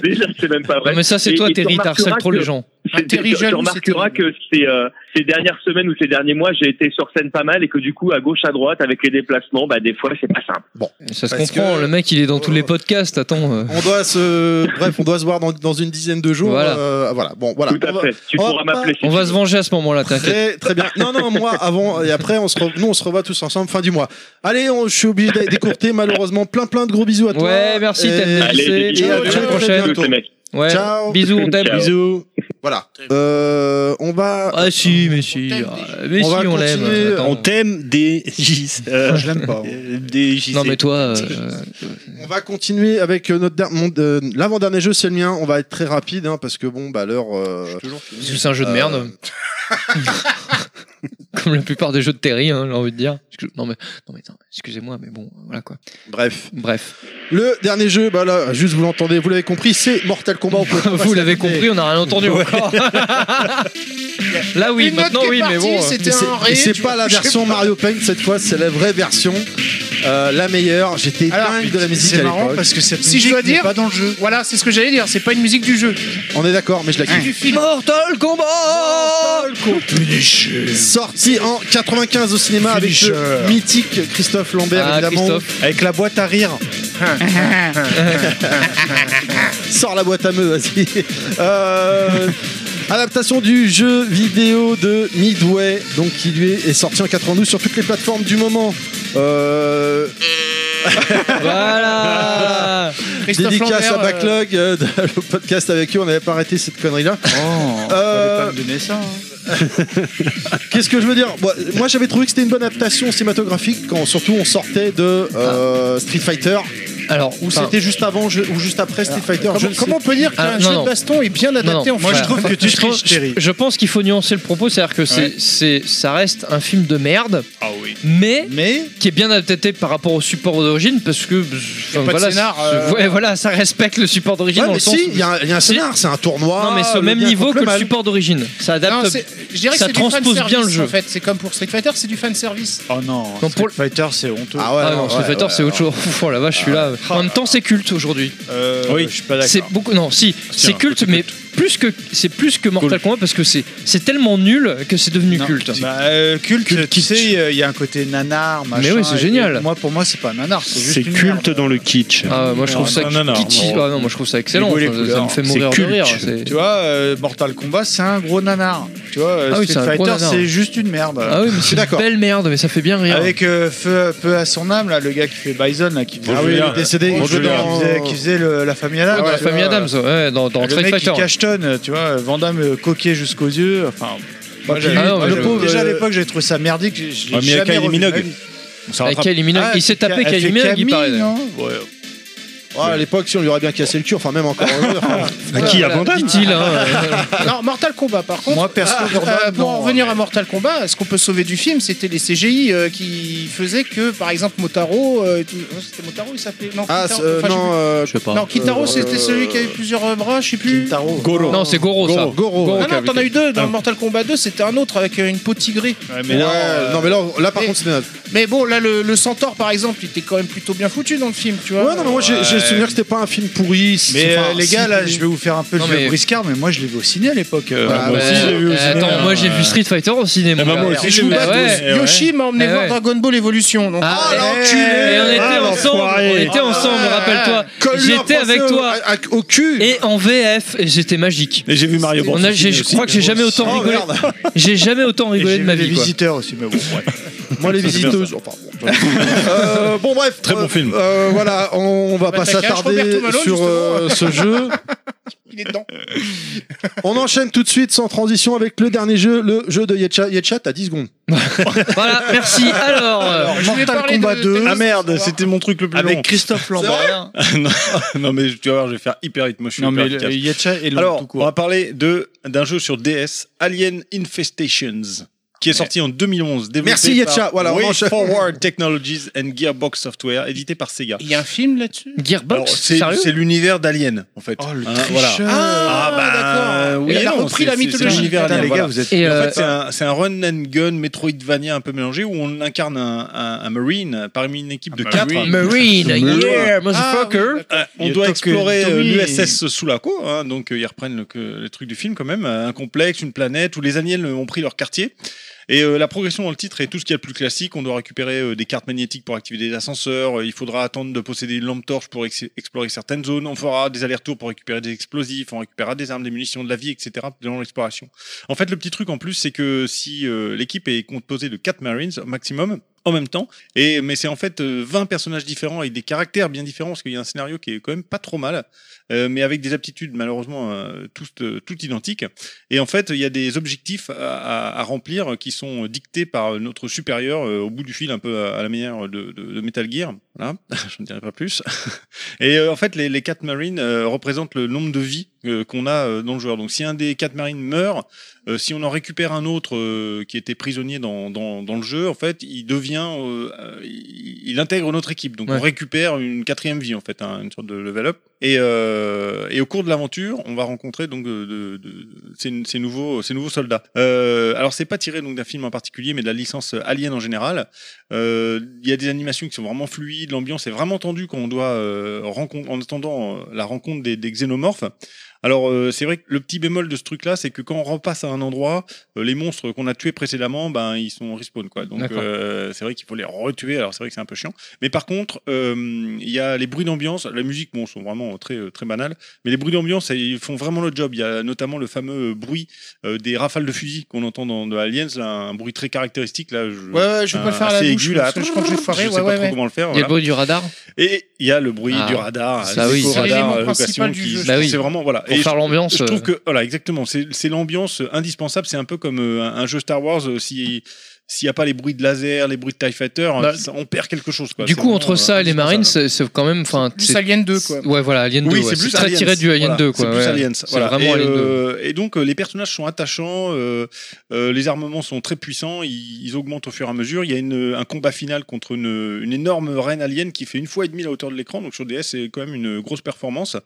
S18: déjà, c'est même pas vrai.
S2: Non, mais ça, c'est toi,
S18: Et- et tu
S2: Terry, t'harcèles
S18: remarqueras
S2: trop
S18: que-
S2: les gens.
S18: c'est-
S2: Ah, Terry,
S18: tu- Tu
S2: jaloux,
S18: remarqueras que ces, euh, ces dernières semaines ou ces derniers mois, j'ai été sur scène pas mal et que du coup, à gauche, à droite, avec les déplacements, bah, des fois, c'est pas simple.
S1: Bon.
S2: ça se
S1: Parce Oh.
S2: comprend le mec il est dans tous les podcasts attends euh.
S1: On doit se. Bref, on doit se voir dans, dans une dizaine de jours.
S2: Voilà.
S1: euh, voilà. Bon, voilà.
S2: Tout à
S1: On va-
S2: fait. Tu
S1: on va
S2: pourras
S1: pas-
S2: m'appeler si On tu va veux. se venger à ce moment-là, t'inquiète.
S1: Très, très bien. Non, non, moi, avant et après, on se re- nous, on se revoit tous ensemble fin du mois. Allez, on- je suis obligé d'aller décourter, malheureusement. Plein, plein de gros bisous à toi.
S2: Ouais, merci,
S1: Et-
S2: t'aimes bien, Allez,
S1: et
S2: bisous,
S1: à
S2: bisous,
S1: très
S2: à la prochaine.
S1: bientôt.
S2: Tous les mecs. Ouais.
S1: Ciao.
S2: Bisous, on t'aime. Ciao.
S1: Bisous. Voilà. Euh, on va.
S2: Ah, si, mais si.
S1: on
S2: mais si,
S1: va
S2: on l'aime.
S1: continuer.
S2: Attends.
S10: On t'aime des Je l'aime pas.
S1: Euh,
S10: Des
S2: non mais toi euh,
S1: On va continuer avec euh, notre der- mon- euh, l'avant-dernier jeu, c'est le mien. On va être très rapide hein, parce que bon, bah l'heure. euh,
S2: parce que c'est un jeu de
S1: euh,
S2: merde comme la plupart des jeux de Terry hein, j'ai envie de dire Excuse- non mais non mais attends, excusez-moi mais bon voilà quoi
S1: bref
S2: bref
S1: Le dernier jeu, bah là, juste vous l'entendez, vous l'avez compris, c'est Mortal Kombat.
S2: vous l'avez compris on n'a rien entendu
S1: Ouais.
S2: encore là oui
S1: Une note
S2: maintenant
S1: qui est
S2: oui mais
S1: partie,
S2: bon euh,
S1: c'était un ré, C'est pas la version Mario Paint cette fois, c'est la vraie version, euh, la meilleure. J'étais dingue de la musique.
S8: c'est
S1: à
S8: marrant
S1: l'époque.
S8: parce que cette
S5: Si je dois
S8: musique n'est
S5: dire,
S8: pas dans le
S5: Voilà, c'est ce que j'allais dire. C'est pas une musique du jeu.
S1: On est d'accord, mais je la kiffe.
S5: Du film.
S2: Hein. Mortal Kombat.
S1: Sorti en 95 au cinéma avec le mythique Christophe Lambert
S8: Ah,
S1: évidemment.
S8: Christophe.
S1: Avec la boîte à rire. Sors la boîte à meux, vas-y. Euh, adaptation du jeu vidéo de Midway, donc qui lui est sorti en 92 sur toutes les plateformes du moment. Euh,
S2: voilà
S5: Christophe
S1: Dédicace
S5: Lambert,
S1: à Backlog, euh, de- le podcast avec eux, on n'avait pas arrêté cette connerie-là. Euh,
S8: pas me donner ça.
S1: Qu'est-ce que je veux dire Moi, moi, j'avais trouvé que c'était une bonne adaptation cinématographique quand surtout on sortait de euh, Street Fighter
S2: Alors,
S20: Ou
S2: enfin,
S20: c'était juste avant jeu- ou juste après Street Fighter je
S5: Comment,
S20: ne sais
S5: comment on peut dire
S2: Ah,
S5: qu'un
S2: non,
S5: jeu
S2: non.
S5: de baston est bien
S2: Non,
S5: adapté
S2: non,
S5: en
S2: voilà.
S5: tu
S2: je pense- Je, je pense qu'il faut nuancer le propos, c'est-à-dire que c'est-
S5: Ouais.
S2: c'est, ça reste un film de merde, mais, qui est bien adapté par rapport au support d'origine, parce que enfin,
S5: pas de
S2: voilà,
S5: scénar,
S2: c'est-
S5: euh,
S2: ouais, voilà, ça respecte le support d'origine.
S1: Ouais,
S2: dans
S1: mais
S2: le sens
S1: si,
S2: où-
S1: il y, a un- il y a un
S2: Si.
S1: scénar, c'est un tournoi.
S2: Non, mais c'est au
S1: le
S2: même
S1: bien
S2: niveau
S1: contre
S2: que le
S1: mal.
S2: support d'origine. Ça adapte,
S5: Non, c'est- je dirais que
S2: ça
S5: c'est du
S2: transpose bien le
S5: fanservice,
S2: jeu.
S5: En fait, c'est comme pour Street Fighter, c'est du fan service.
S8: Oh non,
S2: Non,
S8: Street
S2: pour-
S8: Fighter, c'est honteux.
S2: Ah non, Street Fighter c'est autre chose. Oh la vache, celui-là. En même temps, c'est culte aujourd'hui.
S8: Euh,
S2: Oui.
S8: je suis pas d'accord.
S2: C'est beaucoup. Non, si,
S8: un
S2: c'est
S8: peu
S2: culte, mais plus que c'est plus que Mortal Kombat parce que c'est c'est tellement nul que c'est devenu
S8: Non.
S2: culte.
S8: Bah, euh, culte, tu sais, euh, il y a un côté nanar, machin.
S2: Mais oui, c'est
S8: et-
S2: génial.
S8: et Moi, pour moi, c'est pas un nanar, c'est juste
S9: C'est
S8: une
S9: culte dans le kitsch.
S2: Ah, moi je trouve
S8: Non,
S2: ça
S9: non, non, non,
S2: kitschy.
S9: non.
S2: Ah, non, moi je trouve ça excellent.
S9: Les goûts,
S2: Ça,
S9: les
S2: ça
S9: couleurs.
S2: me fait
S9: C'est
S2: mourir de
S9: culte.
S2: rire. c'est-
S8: Tu vois, euh, Mortal Kombat, c'est un gros nanar. Tu vois, euh,
S2: Ah oui,
S8: Street
S2: c'est un gros
S8: Fighter,
S2: nanar.
S8: c'est juste une merde.
S2: Ah oui, mais c'est une belle merde, mais ça fait bien rire.
S8: Avec euh, feu, peu à son âme, là, le gars qui fait Bison, là, qui faisait,
S2: Ah oui, il est décédé.
S8: qui
S2: Bonjour,
S8: faisait-
S2: Julien.
S8: qui faisait- qui faisait le- la famille Adams.
S2: Ouais, dans la
S8: tu
S2: famille
S8: vois.
S2: Adams, ouais, dans, dans
S8: le
S2: Street
S8: mec
S2: Fighter.
S8: qui cachetonne, tu vois, Van Damme euh, coquet jusqu'aux yeux. Enfin, moi,
S2: puis
S8: j'avais-
S2: lui, ah non, mais
S8: le
S2: j'avais-
S8: pauvre, déjà à
S2: euh,
S8: l'époque, j'avais trouvé ça merdique. j'ai- Je l'ai
S2: Ah, mais il y a
S8: jamais
S2: Kylie
S8: revu de ma
S2: Minogue.
S8: vie. Ah,
S2: se rattrape. Kylie Minogue, il s'est tapé
S8: elle fait
S2: Kylie Minogue, il
S8: Camille,
S2: paraît,
S8: non Ouais.
S1: Ouais, à l'époque, si on lui aurait bien cassé le cul, enfin même encore.
S9: À qui, à Van Damme
S2: Dit-il, hein,
S5: non, Mortal Kombat par contre.
S8: Moi, perso,
S5: euh,
S8: Jordan,
S5: euh, pour
S8: non,
S5: en revenir à Mortal Kombat, ce qu'on peut sauver du film, c'était les CGI euh, qui faisaient que, par exemple, Motaro. euh, tout- oh, C'était Motaro, il s'appelait Non,
S1: Ah,
S5: Kitaro,
S1: c'est- euh,
S5: enfin, je sais
S1: non,
S5: plus.
S1: euh, je sais pas.
S5: Non, Kitaro, c'était celui qui avait plusieurs euh, bras, je sais plus.
S1: Goro.
S2: Non, c'est Goro, ça.
S1: Goro, Goro,
S2: Goro
S1: ouais.
S5: Ah non, t'en as eu deux. Dans Mortal Kombat 2, c'était un autre avec euh, une peau tigrée.
S1: mais là, Ouais, euh, non, mais là, là, par contre, c'était naze.
S5: Mais bon, là, le, le centaure, par exemple, il était quand même plutôt bien foutu dans le film, tu vois.
S1: Ouais, non, mais moi, j'ai j'ai le souvenir que c'était pas un film pourri. c'est-
S8: Mais
S1: enfin,
S8: euh, les
S1: si,
S8: gars, là,
S1: pourri.
S8: je vais vous faire un peu le
S2: Non,
S8: vieux
S2: mais-
S8: briscard, mais moi, je l'ai vu au ciné à l'époque. euh,
S2: Ah, bah, euh, Attends, moi j'ai vu Street Fighter au cinéma.
S9: bah,
S2: mon
S9: moi
S2: gars.
S9: aussi, je l'ai
S2: Eh
S9: vu à
S2: ouais.
S9: 12.
S2: Eh ouais.
S5: Yoshi m'a emmené
S2: Eh
S5: voir
S2: ouais.
S5: Dragon Ball Evolution. Donc...
S2: Ah,
S5: Eh,
S2: Et on était ensemble, on était ensemble, rappelle-toi. J'étais avec toi
S1: au cul.
S2: et en VF et j'étais magique.
S9: Et j'ai vu Mario Bros.
S2: On a- j'ai- je
S9: aussi.
S2: crois que j'ai jamais autant
S1: Oh,
S2: rigolé.
S1: merde.
S2: J'ai jamais autant
S8: Et
S2: rigolé
S8: j'ai
S2: de
S8: vu
S2: ma
S8: les
S2: vie. quoi.
S8: visiteurs aussi, mais bon, ouais.
S1: Moi, les
S9: Ça, c'est bien,
S1: visiteuses. enfin, bon, Euh, bon, bref.
S9: Très bon film.
S1: Euh, voilà, on, va pas
S5: Attaquage,
S1: s'attarder
S5: Roberto Malone,
S1: sur euh, ce jeu.
S5: Il est dedans.
S1: On enchaîne tout de suite sans transition avec le dernier jeu, le jeu de Yetcha. Yetcha, t'as 10 secondes.
S2: Voilà, merci. Alors, euh,
S5: Alors, je vais
S8: Mortal
S5: parler
S8: Kombat
S5: de-
S8: 2.
S5: de-
S9: Ah merde, c'était mon truc le plus
S8: Avec
S9: long.
S8: Christophe Lambert.
S9: non, non, mais tu vas voir, je vais faire hyper rythme. Moi, je suis
S8: Non,
S9: hyper
S8: mais
S9: efficace.
S8: le- Yetcha est long
S9: Alors,
S8: tout
S9: on
S8: court.
S9: va parler de d'un jeu sur DS, Alien Infestations, qui est sorti en 2011. développé
S1: Merci, Yetcha.
S9: par
S1: Voilà, on
S9: Way
S1: enchaîne.
S9: Forward Technologies and Gearbox Software, édité par Sega.
S5: Il y a un film là-dessus
S9: Alors,
S2: Gearbox,
S9: c'est
S2: sérieux
S9: c'est l'univers d'Alien, en fait. Oh, le
S5: Ah, d'accord.
S9: oui,
S5: Elle a
S9: bah, euh, non,
S5: repris
S9: c'est-
S5: la
S9: c'est-
S5: mythologie.
S9: c'est l'univers
S5: Putain,
S9: alien,
S5: les
S9: voilà.
S8: vous êtes.
S2: Et
S9: Et en
S2: euh,
S9: fait, c'est un, c'est un run and gun Metroidvania un peu mélangé où on incarne un, un- un Marine parmi une équipe de quatre.
S2: Marine, yeah,
S5: Ah.
S2: motherfucker.
S9: Euh, on
S8: Il
S9: doit
S8: toque,
S9: explorer
S8: Tommy.
S9: euh, l'USS Sulaco, hein, donc euh, ils reprennent le- que- les trucs du film quand même, euh, un complexe, une planète où les aliens euh, ont pris leur quartier. Et euh, la progression dans le titre est tout ce qu'il y a de plus classique. On doit récupérer euh, des cartes magnétiques pour activer des ascenseurs. euh, il faudra attendre de posséder une lampe torche pour ex- explorer certaines zones. On fera des allers-retours pour récupérer des explosifs. On récupérera des armes, des munitions, de la vie, etc. Dans l'exploration. En fait, le petit truc en plus, c'est que si euh, l'équipe est composée de 4 Marines au maximum, en même temps, et, mais c'est en fait euh, 20 personnages différents avec des caractères bien différents, parce qu'il y a un scénario qui est quand même pas trop mal, euh, mais avec des aptitudes malheureusement euh, toutes, euh, toutes identiques. Et en fait, il y a des objectifs à, à- à remplir euh, qui sont dictés par euh, notre supérieur euh, au bout du fil, un peu à, à la manière de, de- de Metal Gear. Voilà, je ne dirai pas plus. Et euh, en fait, les, les 4 Marines euh, représentent le nombre de vies euh, qu'on a euh, dans le joueur. Donc si un des 4 Marines meurt, euh, si on en récupère un autre euh, qui était prisonnier dans, dans, dans le jeu, en fait, il devient, euh, euh, il, il intègre notre équipe. Donc
S2: Ouais.
S9: on récupère une quatrième vie en fait, hein, une sorte de level up. Et, euh, et au cours de l'aventure, on va rencontrer donc de, de- de- ces, ces nouveaux ces nouveaux soldats. Euh, alors c'est pas tiré donc d'un film en particulier, mais de la licence Alien en général. Euh, Il y a des animations qui sont vraiment fluides, l'ambiance est vraiment tendue quand on doit euh, rencontre- en attendant euh, la rencontre des, des xénomorphes. Alors euh, c'est vrai que le petit bémol de ce truc là, c'est que quand on repasse à un endroit, euh, les monstres qu'on a tués précédemment, ben ils sont respawn quoi. Donc
S2: D'accord.
S9: euh, c'est vrai qu'il faut les retuer. Alors c'est vrai que c'est un peu chiant. Mais par contre, euh, il y a les bruits d'ambiance, la musique bon sont vraiment très euh, très banales, mais les bruits d'ambiance ils font vraiment le job. Il y a notamment le fameux euh, bruit euh, des rafales de fusil qu'on entend dans, dans Aliens, là, un bruit très caractéristique là. Je...
S5: Ouais, ouais, Ah, je vais pas le faire à la
S9: assez
S5: bouche.
S9: aigu, là.
S5: parce que je crois que je vais foirer.
S9: Ah, Je sais
S5: Ouais,
S9: pas
S5: ouais,
S9: trop
S5: ouais.
S9: comment le faire.
S2: il y a le
S9: voilà.
S2: bruit du radar
S9: Et il y a le bruit
S2: Ah,
S9: du radar,
S2: ça
S9: le
S2: oui.
S9: Pico
S2: C'est
S9: radar,
S5: l'élément
S9: euh,
S5: principal
S9: location
S5: du
S9: qui-
S5: jeu, je
S9: c'est
S2: trouve.
S9: vraiment voilà.
S2: pour
S9: Et
S2: faire
S9: je-
S2: l'ambiance.
S9: je trouve
S2: euh,
S9: que voilà exactement, c'est c'est l'ambiance indispensable. C'est un peu comme euh, un un jeu Star Wars euh, si s'il n'y a pas les bruits de laser, les bruits de E TIE Fighter, ça- on perd quelque chose. Quoi.
S2: Bah, Du
S9: bah, C'est
S2: coup,
S9: vraiment, euh,
S2: entre ça et les Marines, c'est c'est quand même. enfin,
S9: plus
S2: c'est-
S5: Alien 2, quoi.
S2: Ouais, voilà, Alien 2.
S9: oui,
S2: ouais.
S9: c'est
S2: C'est
S9: plus
S2: très
S9: Aliens.
S2: tiré du Alien
S9: Voilà,
S2: 2, quoi.
S9: C'est plus
S2: ouais.
S9: Aliens.
S2: C'est
S9: Voilà.
S2: vraiment
S9: et,
S2: Alien 2.
S9: euh, et donc, euh, les personnages sont attachants, euh, euh, les armements sont très puissants, ils, ils augmentent au fur et à mesure. Il y a une- un combat final contre une, une énorme reine alien qui fait une fois et demie la hauteur de l'écran, donc sur DS, c'est quand même une grosse performance.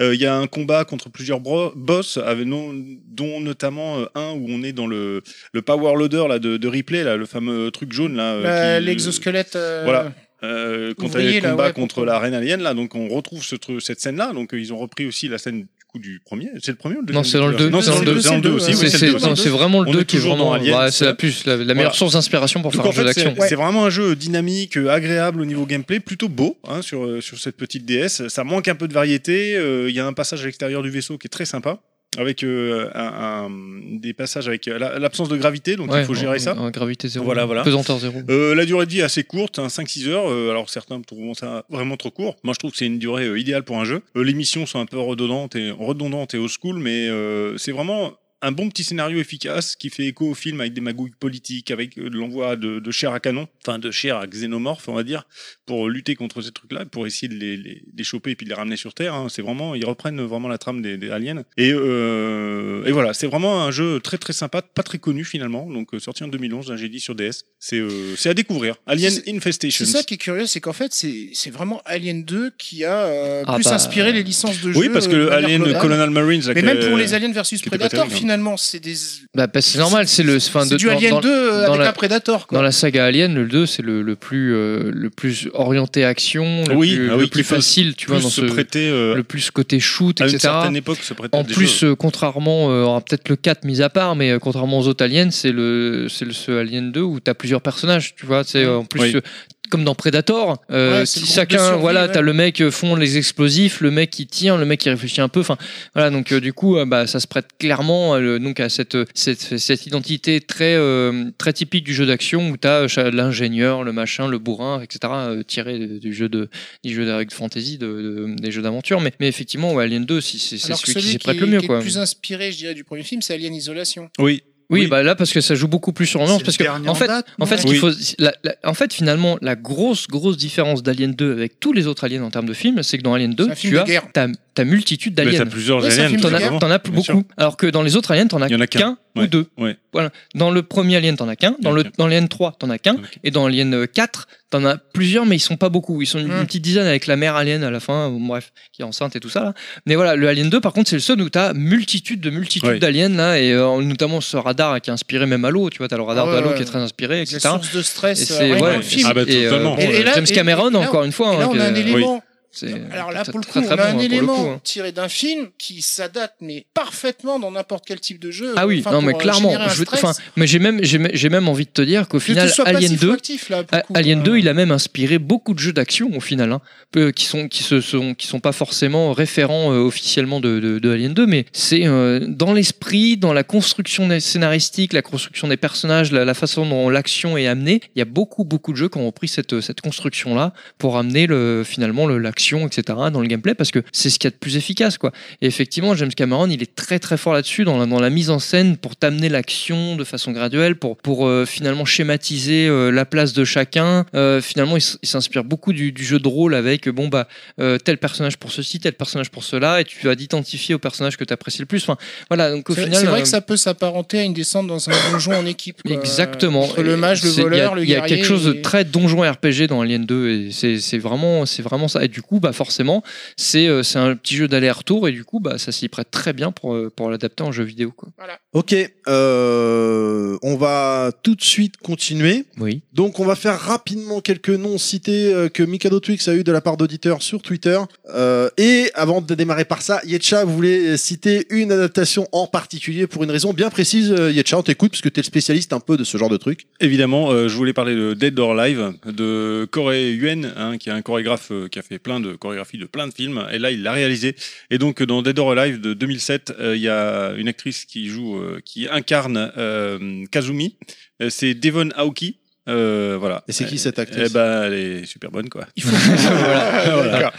S9: Euh, il y a un combat contre plusieurs bro- boss, avec, non- dont notamment euh, un où on est dans le, le power loader là, de, de replay, là, le fameux truc jaune. là. euh,
S5: Euh,
S9: qui-
S5: L'exosquelette. euh,
S9: voilà. Euh, quand elle
S5: ouvrier, là,
S9: combat
S5: ouais,
S9: contre la reine alien là, donc on retrouve ce truc, cette scène là. Donc euh, ils ont repris aussi la scène du coup du premier. C'est le premier ou le
S2: Non,
S9: deuxième
S2: c'est dans le
S9: Peter
S2: 2.
S9: Non, c'est dans le 2. C'est dans le 2 aussi. oui,
S2: C'est
S9: c'est le deux.
S2: non, c'est vraiment le
S9: On
S2: 2
S9: est
S2: qui est
S9: toujours
S2: vraiment.
S9: dans Alien,
S2: ouais, C'est la plus, la, la meilleure
S9: Voilà.
S2: source d'inspiration pour
S9: Donc,
S2: faire
S9: en
S2: un jeu
S9: fait, c'est
S2: d'action.
S9: c'est vraiment un jeu dynamique, euh, agréable au niveau gameplay, plutôt beau hein, sur, euh, sur cette petite DS. Ça manque un peu de variété. euh, Il y a un passage à l'extérieur du vaisseau qui est très sympa. Avec euh, un- un- des passages avec euh, la- l'absence de gravité, donc il
S2: Ouais,
S9: faut gérer
S2: en-
S9: ça.
S2: en Gravité 0.
S9: Voilà, voilà.
S2: Pesanteur 0.
S9: Euh, la durée de vie est assez courte, hein, 5-6 heures. euh, alors certains trouveront ça vraiment trop court. Moi, je trouve que c'est une durée euh, idéale pour un jeu. Euh, les missions sont un peu redondantes et, redondantes et old school, mais euh, c'est vraiment un bon petit scénario efficace qui fait écho au film avec des magouilles politiques, avec euh, de l'envoi de, de chair à canon, enfin de chair à xénomorphe, on va dire, pour lutter contre ces trucs-là, pour essayer de les, les- les choper et puis de les ramener sur Terre. hein. C'est vraiment, ils reprennent vraiment la trame des, des aliens. Et, euh, et voilà, c'est vraiment un jeu très très sympa, pas très connu finalement. Donc euh, sorti en 2011, là, j'ai dit sur DS. C'est euh, c'est à découvrir. Alien
S5: C'est-
S9: Infestation.
S5: C'est ça qui est curieux, c'est qu'en fait, c'est c'est vraiment Alien 2 qui a euh,
S9: Ah
S5: plus
S9: bah.
S5: inspiré les licences de jeu.
S9: Oui, parce que
S5: euh, de
S9: le
S5: manière
S9: Alien
S5: globale.
S9: Colonel Marines, là,
S5: Mais
S9: qui
S5: même
S9: est-
S5: pour les Aliens versus
S9: qui était pas
S5: Predator,
S9: terrible, hein.
S5: finalement, c'est des
S2: Bah, parce que c'est normal, c'est le. enfin,
S5: C'est
S2: de-
S5: du Alien 2 avec un Predator, quoi.
S2: Dans la saga Alien, le 2, c'est le, le, plus, euh, le plus orienté action, le
S9: Oui,
S2: plus,
S9: ah
S2: le
S9: oui,
S2: plus
S9: qui peut
S2: facile, tu vois,
S9: plus
S2: dans
S9: se
S2: ce.
S9: prêter, Ah euh,
S2: le plus côté shoot,
S9: à une
S2: etc.
S9: certaine époque, se prêter à
S2: En
S9: des
S2: plus,
S9: jeux.
S2: euh, contrairement, euh, alors, peut-être le 4 mis à part, mais euh, contrairement aux autres aliens, c'est le, c'est le ce Alien 2 où t'as plusieurs personnages, tu vois. C'est euh, en plus
S9: Oui.
S2: euh, comme dans Predator, euh,
S9: Ouais,
S2: si
S9: c'est le groupe de
S2: chacun,
S9: survie,
S2: voilà,
S9: ouais.
S2: t'as le mec euh, fond les explosifs, le mec qui tire, le mec qui réfléchit un peu. Enfin, voilà. Donc euh, du coup, euh, bah, ça se prête clairement euh, le- donc à cette, cette cette identité très euh, très typique du jeu d'action où t'as euh, cha- l'ingénieur, le machin, le bourrin, etc. euh, tiré de- du jeu de du jeu de fantasy, de, de- des jeux d'aventure. Mais mais effectivement, ouais, Alien 2, si- c'est c'est
S5: Alors que
S2: celui,
S5: celui
S2: qui s'y prête
S5: est-
S2: le mieux,
S5: qui est
S2: quoi.
S5: plus inspiré, je dirais, du premier film, c'est Alien Isolation.
S9: Oui.
S2: Oui, bah là parce que ça joue beaucoup plus sur l'ambiance
S5: C'est
S2: parce
S5: le
S2: que
S5: dernier
S2: en fait,
S5: en date,
S2: en fait,
S5: non
S2: ce qu'il
S5: Oui.
S2: faut, la- la- en fait finalement la grosse grosse différence d'Alien 2 avec tous les autres aliens en termes de films, c'est que dans Alien 2
S5: un film
S2: tu
S5: de
S2: as
S5: guerre.
S2: ta, ta multitude
S9: Mais
S2: d'aliens.
S9: t'as plusieurs
S2: euh, Ouais, c'est un
S9: aliens,
S2: film de
S9: tout
S2: guerre.
S9: simplement.
S2: T'en as plus
S9: Bien
S2: beaucoup. Alors que dans les autres aliens, t'en as
S9: Il y en a
S2: qu'un
S9: qu'un.
S2: ou deux.
S9: Ouais.
S2: Voilà. Dans le premier Alien, t'en as qu'un. Dans le dans Alien 3, t'en as qu'un. Et dans Alien euh, 4, t'en as plusieurs, mais ils sont pas beaucoup. Ils sont
S5: Mmh.
S2: une, une petite dizaine avec la mère Alien à la fin, bon, bref, qui est enceinte et tout ça. Là. Mais voilà, le Alien 2, par contre, c'est le seul où t'as multitude de multitudes
S9: Ouais.
S2: d'aliens là, et euh, notamment ce radar qui est inspiré même à l'eau. Tu vois, t'as le radar
S5: Ah ouais,
S2: d'Halo
S5: ouais.
S2: qui est très inspiré, etc.
S5: C'est la source de stress,
S2: Et
S5: euh,
S2: c'est
S5: rien
S2: ouais,
S5: dans le film.
S9: Ah bah, euh,
S2: et, euh,
S9: totalement.
S2: bon,
S9: Et- et là-
S2: James
S5: et-
S2: Cameron
S5: et là-
S2: encore une fois.
S5: et là,
S2: hein,
S5: on a
S2: que-
S5: un élément.
S2: C'est
S5: Alors là, pour le coup,
S2: très, très
S5: on a
S2: bon,
S5: un
S2: hein, pour le
S5: élément
S2: coup, hein.
S5: tiré d'un film qui s'adapte, mais parfaitement dans n'importe quel type de jeu.
S2: Ah oui,
S5: enfin,
S2: non
S5: pour,
S2: mais
S5: euh,
S2: clairement.
S5: générer un
S2: je veux-
S5: stress.
S2: enfin, mais j'ai même, j'ai, même- j'ai même envie de te dire qu'au
S5: Que
S2: final,
S5: tu sois
S2: Alien
S5: passif ou
S2: 2,
S5: actif, là, pour
S2: A-
S5: le coup. euh. hein.
S2: Alien 2, il a même inspiré beaucoup de jeux d'action au final, hein, peu- qui sont, qui se sont, qui sont pas forcément référents euh, officiellement de, de- de Alien 2, mais c'est euh, dans l'esprit, dans la construction des- scénaristique, la construction des personnages, la, la façon dont l'action est amenée. Il y a beaucoup, beaucoup de jeux qui ont repris cette, euh, cette construction là pour amener le, finalement le- l'action, etc. dans le gameplay parce que c'est ce qu'il y a de plus efficace, quoi. Et effectivement, James Cameron, il est très, très fort là-dessus dans la, dans la mise en scène pour t'amener l'action de façon graduelle, pour, pour euh, finalement schématiser euh, la place de chacun. Euh, finalement, il, s- il s'inspire beaucoup du, du jeu de rôle avec euh, bon bah euh, tel personnage pour ceci, tel personnage pour cela, et tu vas t'identifier au personnage que tu apprécies le plus. Enfin, voilà. Donc au
S5: C'est-
S2: final,
S5: c'est vrai
S2: euh,
S5: que ça peut s'apparenter à une descente dans un donjon en équipe. quoi.
S2: Exactement.
S5: Euh, Entre le mage, le
S2: C'est- il y a-
S5: voleur, le
S2: Il y a
S5: guerrier.
S2: quelque chose de
S5: et-
S2: très donjon RPG dans Alien 2 et c'est c'est vraiment, c'est vraiment ça. Et du coup, bah forcément, c'est euh, c'est un petit jeu d'aller-retour et du coup, bah ça s'y prête très bien pour, euh, pour l'adapter en jeu vidéo. Quoi.
S4: Ok, euh, on va tout de suite continuer.
S2: Oui.
S4: Donc on va faire rapidement quelques noms cités euh, que Mikado Twix a eu de la part d'auditeurs sur Twitter. Euh, et avant de démarrer par ça, Yetcha, vous voulez citer une adaptation en particulier pour une raison bien précise. euh, Yetcha, on t'écoute parce que t'es le spécialiste un peu de ce genre de truc.
S9: Évidemment, euh, je voulais parler de Dead or Alive de Corey Yuen, hein, qui est un chorégraphe euh, qui a fait plein de chorégraphies de plein de films, et là il l'a réalisé. Et donc dans Dead or Alive de 2007, euh, il y a une actrice qui joue, euh, qui incarne euh, Kazumi, Euh, c'est Devon Aoki. Euh, voilà. Et
S4: c'est qui cette
S9: actrice Eh ben, elle est super bonne, quoi.
S2: Voilà.
S9: D'accord.
S2: À-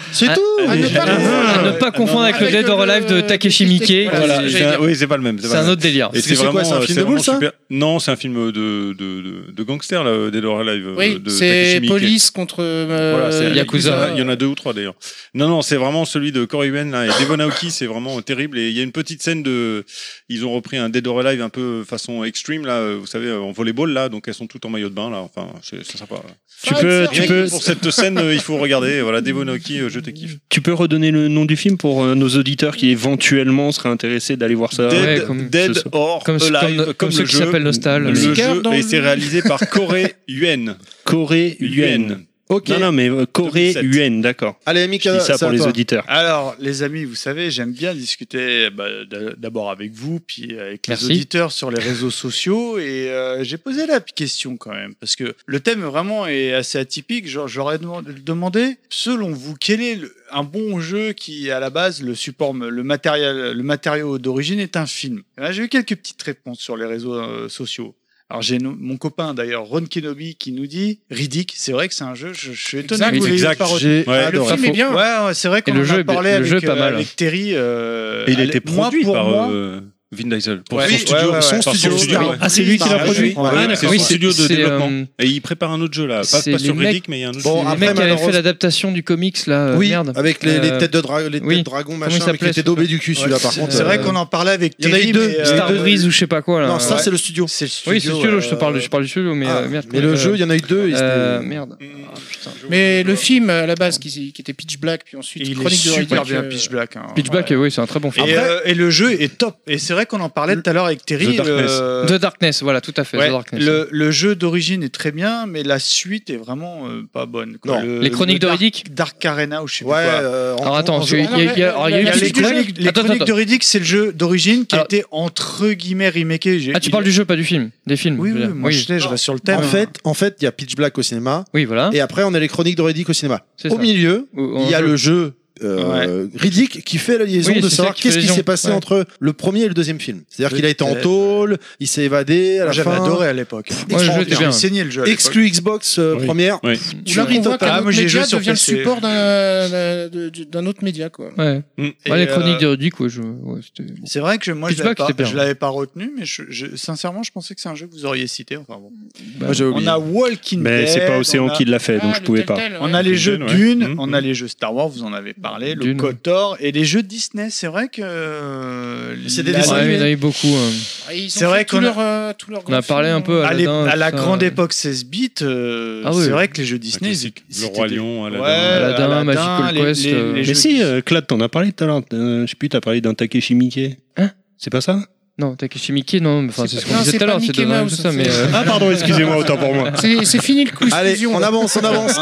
S5: Ah,
S2: À ne pas
S10: euh,
S2: confondre- à Ah, ne pas confondre avec le Dead or Alive de Takeshi Miike.
S9: Voilà,
S2: qui-
S9: c'est un- oui, c'est pas le même. pas
S2: C'est
S9: le
S2: un
S9: même.
S2: autre délire.
S9: Et
S2: Parce que c'est quoi,
S9: vraiment,
S2: c'est un film de
S9: vraiment
S2: boule, ça
S9: super- Non, c'est un film de, de, de, de gangster, là, Dead or Alive. euh,
S5: Oui,
S9: de Takeshi
S5: c'est
S9: Miike.
S5: police contre euh,
S9: Voilà, c'est
S5: Yakuza.
S9: Il y en a deux ou trois d'ailleurs. Non, non, c'est vraiment celui de Corey Wayne là, et Devon Aoki, c'est vraiment terrible. Et il y a une petite scène de, ils ont repris un Dead or Alive un peu façon extreme là, vous savez, en volleyball là, donc elles sont toutes en maillot de bain là. Enfin, c'est c'est sympa.
S10: Tu peux- tu
S9: Rien que
S10: peux-
S9: Pour cette scène, euh, il faut regarder. Voilà, Devon Aoki, euh, je te kiffe.
S10: Tu peux redonner le nom du film pour euh, nos auditeurs qui éventuellement seraient intéressés d'aller voir ça
S9: Dead, Dead or
S10: Ah comme-
S9: Alive,
S10: comme- comme ceux
S9: le
S10: qui
S9: jeu.
S10: s'appellent Nostal.
S9: Le
S10: Musique
S9: jeu,
S10: dans
S9: et
S10: le-
S9: c'est réalisé par Corey Yuen.
S10: Corée Yuen.
S1: Ok.
S10: Non, non, mais euh, Corée Yuen, d'accord.
S1: Allez,
S10: Je dis ça pour les auditeurs.
S8: Alors, les amis, vous savez, j'aime bien discuter bah, d- d'abord avec vous, puis avec
S2: Merci.
S8: les auditeurs sur les réseaux sociaux. Et euh, j'ai posé la question quand même, parce que le thème vraiment est assez atypique. Genre, j'aurais deman- demandé, selon vous, quel est le- un bon jeu qui, à la base, le support, le matériel, le matériau d'origine est un film Et là, J'ai eu quelques petites réponses sur les réseaux euh, sociaux. Alors j'ai no- mon copain d'ailleurs Ron Kenobi qui nous dit Riddick, c'est vrai que c'est un jeu, je, je suis étonné
S9: Ah,
S2: Exact.
S8: que vous l'ayez
S2: Exact,
S8: pas retenu.
S2: j'ai
S8: Ah, le
S2: adoré.
S8: film
S2: Pas
S8: est
S2: faux.
S8: bien. Ouais, ouais, c'est vrai
S2: Et
S8: qu'on
S2: le
S8: en
S2: jeu est
S8: a
S2: bien-
S8: parlé
S2: le
S8: avec,
S2: jeu est pas
S8: euh,
S2: mal.
S8: avec Terry. euh,
S9: Et il a
S8: allez,
S9: été
S8: moi,
S9: produit
S8: pour
S9: par
S8: moi-
S9: euh, Vin Diesel. Pour
S8: Ouais,
S9: son
S8: ouais,
S9: studio.
S8: ouais, ouais.
S9: Son
S8: Par son
S9: studio,
S8: studio,
S9: ouais.
S8: ouais. Ah, c'est lui qui l'a
S9: Ah,
S8: produit.
S9: oui.
S8: Ouais,
S9: Ouais,
S2: d'accord.
S9: C'est
S2: Oui,
S9: son
S2: c'est-
S9: studio de
S2: c'est,
S9: développement.
S2: euh,
S9: Et il prépare un autre jeu là. Pas,
S2: C'est
S9: pas sur
S2: les mecs-
S9: Riddick, mais il y a un autre
S2: c'est
S9: jeu.
S2: les mecs qui avaient fait l'adaptation du comics là. euh,
S1: Oui,
S2: merde.
S1: avec les- les têtes de dra-
S2: dragon
S1: les têtes de dragon, machin, mais qui étaient daubés du cul, celui-là, par contre,
S8: C'est
S9: euh,
S8: vrai qu'on en parlait avec
S1: il y en a eu
S8: Terry.
S1: deux, il y
S8: mais, euh,
S1: en a eu
S2: Star
S1: deux.
S2: Breeze ou je sais pas quoi là.
S1: Non, ça,
S2: Ouais.
S1: c'est le studio.
S8: C'est le
S2: Oui, c'est le studio, je te parle, je parle du studio, mais
S1: Ah,
S2: euh, merde.
S1: mais le jeu, il y en a eu deux, et c'était-
S2: Euh, merde. Ah, putain.
S5: Mais le film à la base qui, qui était Pitch Black, puis ensuite
S8: euh, Il est
S5: Chronique de
S8: super
S5: Riddick,
S8: bien
S5: euh,
S8: Pitch Black. hein.
S2: Pitchback, oui, c'est un très bon film.
S8: Et, euh, et le jeu est top. Et c'est vrai qu'on en parlait tout à l'heure avec Terry.
S2: The Darkness.
S8: euh,
S2: The Darkness, voilà, tout à fait.
S8: ouais,
S2: The Darkness.
S8: le, le jeu d'origine est très bien, mais la suite est vraiment euh, pas bonne. quoi.
S2: Non.
S8: Le-
S2: Les Chroniques
S8: le
S2: de
S8: Dark-
S2: Riddick
S8: Dark Arena ou je sais
S2: Ouais,
S8: plus quoi.
S2: euh, Alors, en- attends, en- je- il y a-
S8: Ah non,
S2: il y a- alors, il y a eu
S8: la-
S2: une
S8: les
S2: suite du
S8: Chroniques-
S2: jeu
S8: Les
S2: Attends,
S8: Chroniques
S2: attends.
S8: de Riddick, c'est le jeu d'origine qui a été entre guillemets remaké. J'ai-
S2: Ah, tu
S8: il-
S2: parles du jeu, pas du film, des films.
S8: Oui,
S2: je veux
S8: oui,
S2: dire.
S8: moi, je sais, je reste sur le thème.
S1: En fait, en fait, il y a Pitch Black au cinéma.
S2: Oui, voilà.
S1: Et après, on a les chroniques de Riddick au cinéma.
S2: Hein C'est
S1: Au
S2: ça.
S1: milieu,
S2: Ou- en
S1: il y a
S2: jeu.
S1: le jeu euh, Riddick qui fait la liaison
S2: Oui,
S1: de
S2: c'est ça
S1: savoir
S2: qui fait
S1: qu'est-ce qui
S2: liaison.
S1: s'est passé
S2: Ouais.
S1: entre le premier et le deuxième film. C'est-à-dire qu'il a été en
S8: Peut-être.
S1: tôle, il s'est évadé à la
S8: euh, J'avais
S1: fin.
S8: adoré à l'époque.
S1: Pff,
S8: Moi, le jeu était
S1: extraordinaire.
S8: bien. J'ai saigné le jeu à l'époque.
S1: Exclu Xbox euh,
S9: Oui.
S1: première.
S9: Oui.
S5: Où là,
S1: Tuerie
S5: on voit
S1: totale.
S5: qu'un autre
S8: moi, j'ai
S5: média
S8: joué sur
S5: devient le
S8: PC.
S5: support d'un- d'un de- d'un autre média, quoi.
S2: Ouais.
S9: Mm.
S2: Ouais,
S8: Et,
S2: les Chroniques
S8: euh,
S2: de Riddick, ouais, je- ouais, c'était.
S8: C'est vrai que je- moi, je
S2: Pitch Black,
S8: l'avais pas,
S2: c'était bien.
S8: je l'avais pas retenu, mais je- je- sincèrement, je pensais que c'est un jeu que vous auriez cité. Enfin bon.
S1: Moi, j'ai
S8: on
S1: oublié.
S8: a Walking Dead.
S10: Mais c'est pas Océan
S8: on a-
S10: qui l'a fait, donc
S2: Ah,
S10: je pouvais pas.
S8: On a les jeux
S10: Dune, ouais.
S8: Dune,
S10: Mhm.
S8: on a les jeux Star Wars, vous en avez parlé, le
S2: Dune.
S8: Kotor et les jeux Disney. C'est vrai que euh,
S1: C'est des
S8: la-
S1: dessins
S2: Ouais, il y en a eu beaucoup. hein.
S5: Et ils ont
S8: C'est
S5: fait
S8: vrai
S5: tout
S8: qu'on a-
S5: leur, euh, tout leur
S2: On a
S5: grand
S2: parlé
S5: film,
S2: un peu
S8: à, l'ép-
S2: Aladdin,
S8: à la
S2: tout ça.
S8: grande époque 16 bits, euh,
S2: Ah oui.
S8: c'est vrai que les jeux Disney,
S9: classique.
S8: ils-
S9: Le
S8: c'était
S9: Roi
S8: des-
S9: Lion, Aladdin.
S8: Ouais,
S2: Aladdin,
S8: Aladdin,
S2: Magical
S8: les-
S2: Quest,
S8: les-
S2: euh,
S8: les
S10: Mais
S8: jeux-
S10: si, euh, Clad, t'en as parlé tout à l'heure. Euh, Je sais plus, t'as parlé d'un Takeshi Miike.
S2: Hein
S10: C'est pas ça
S2: Non, Takeshi Miike, non, mais enfin, c'est ce qu'on
S5: non,
S2: disait
S5: c'est
S2: tout à
S5: pas
S2: l'heure, c'est
S5: Mickey
S2: de tout
S5: Mouse,
S2: ça,
S5: c'est-
S2: mais. euh,
S10: Ah, pardon, excusez-moi, autant pour moi.
S5: C'est c'est fini le coup.
S1: Allez, on avance, on avance.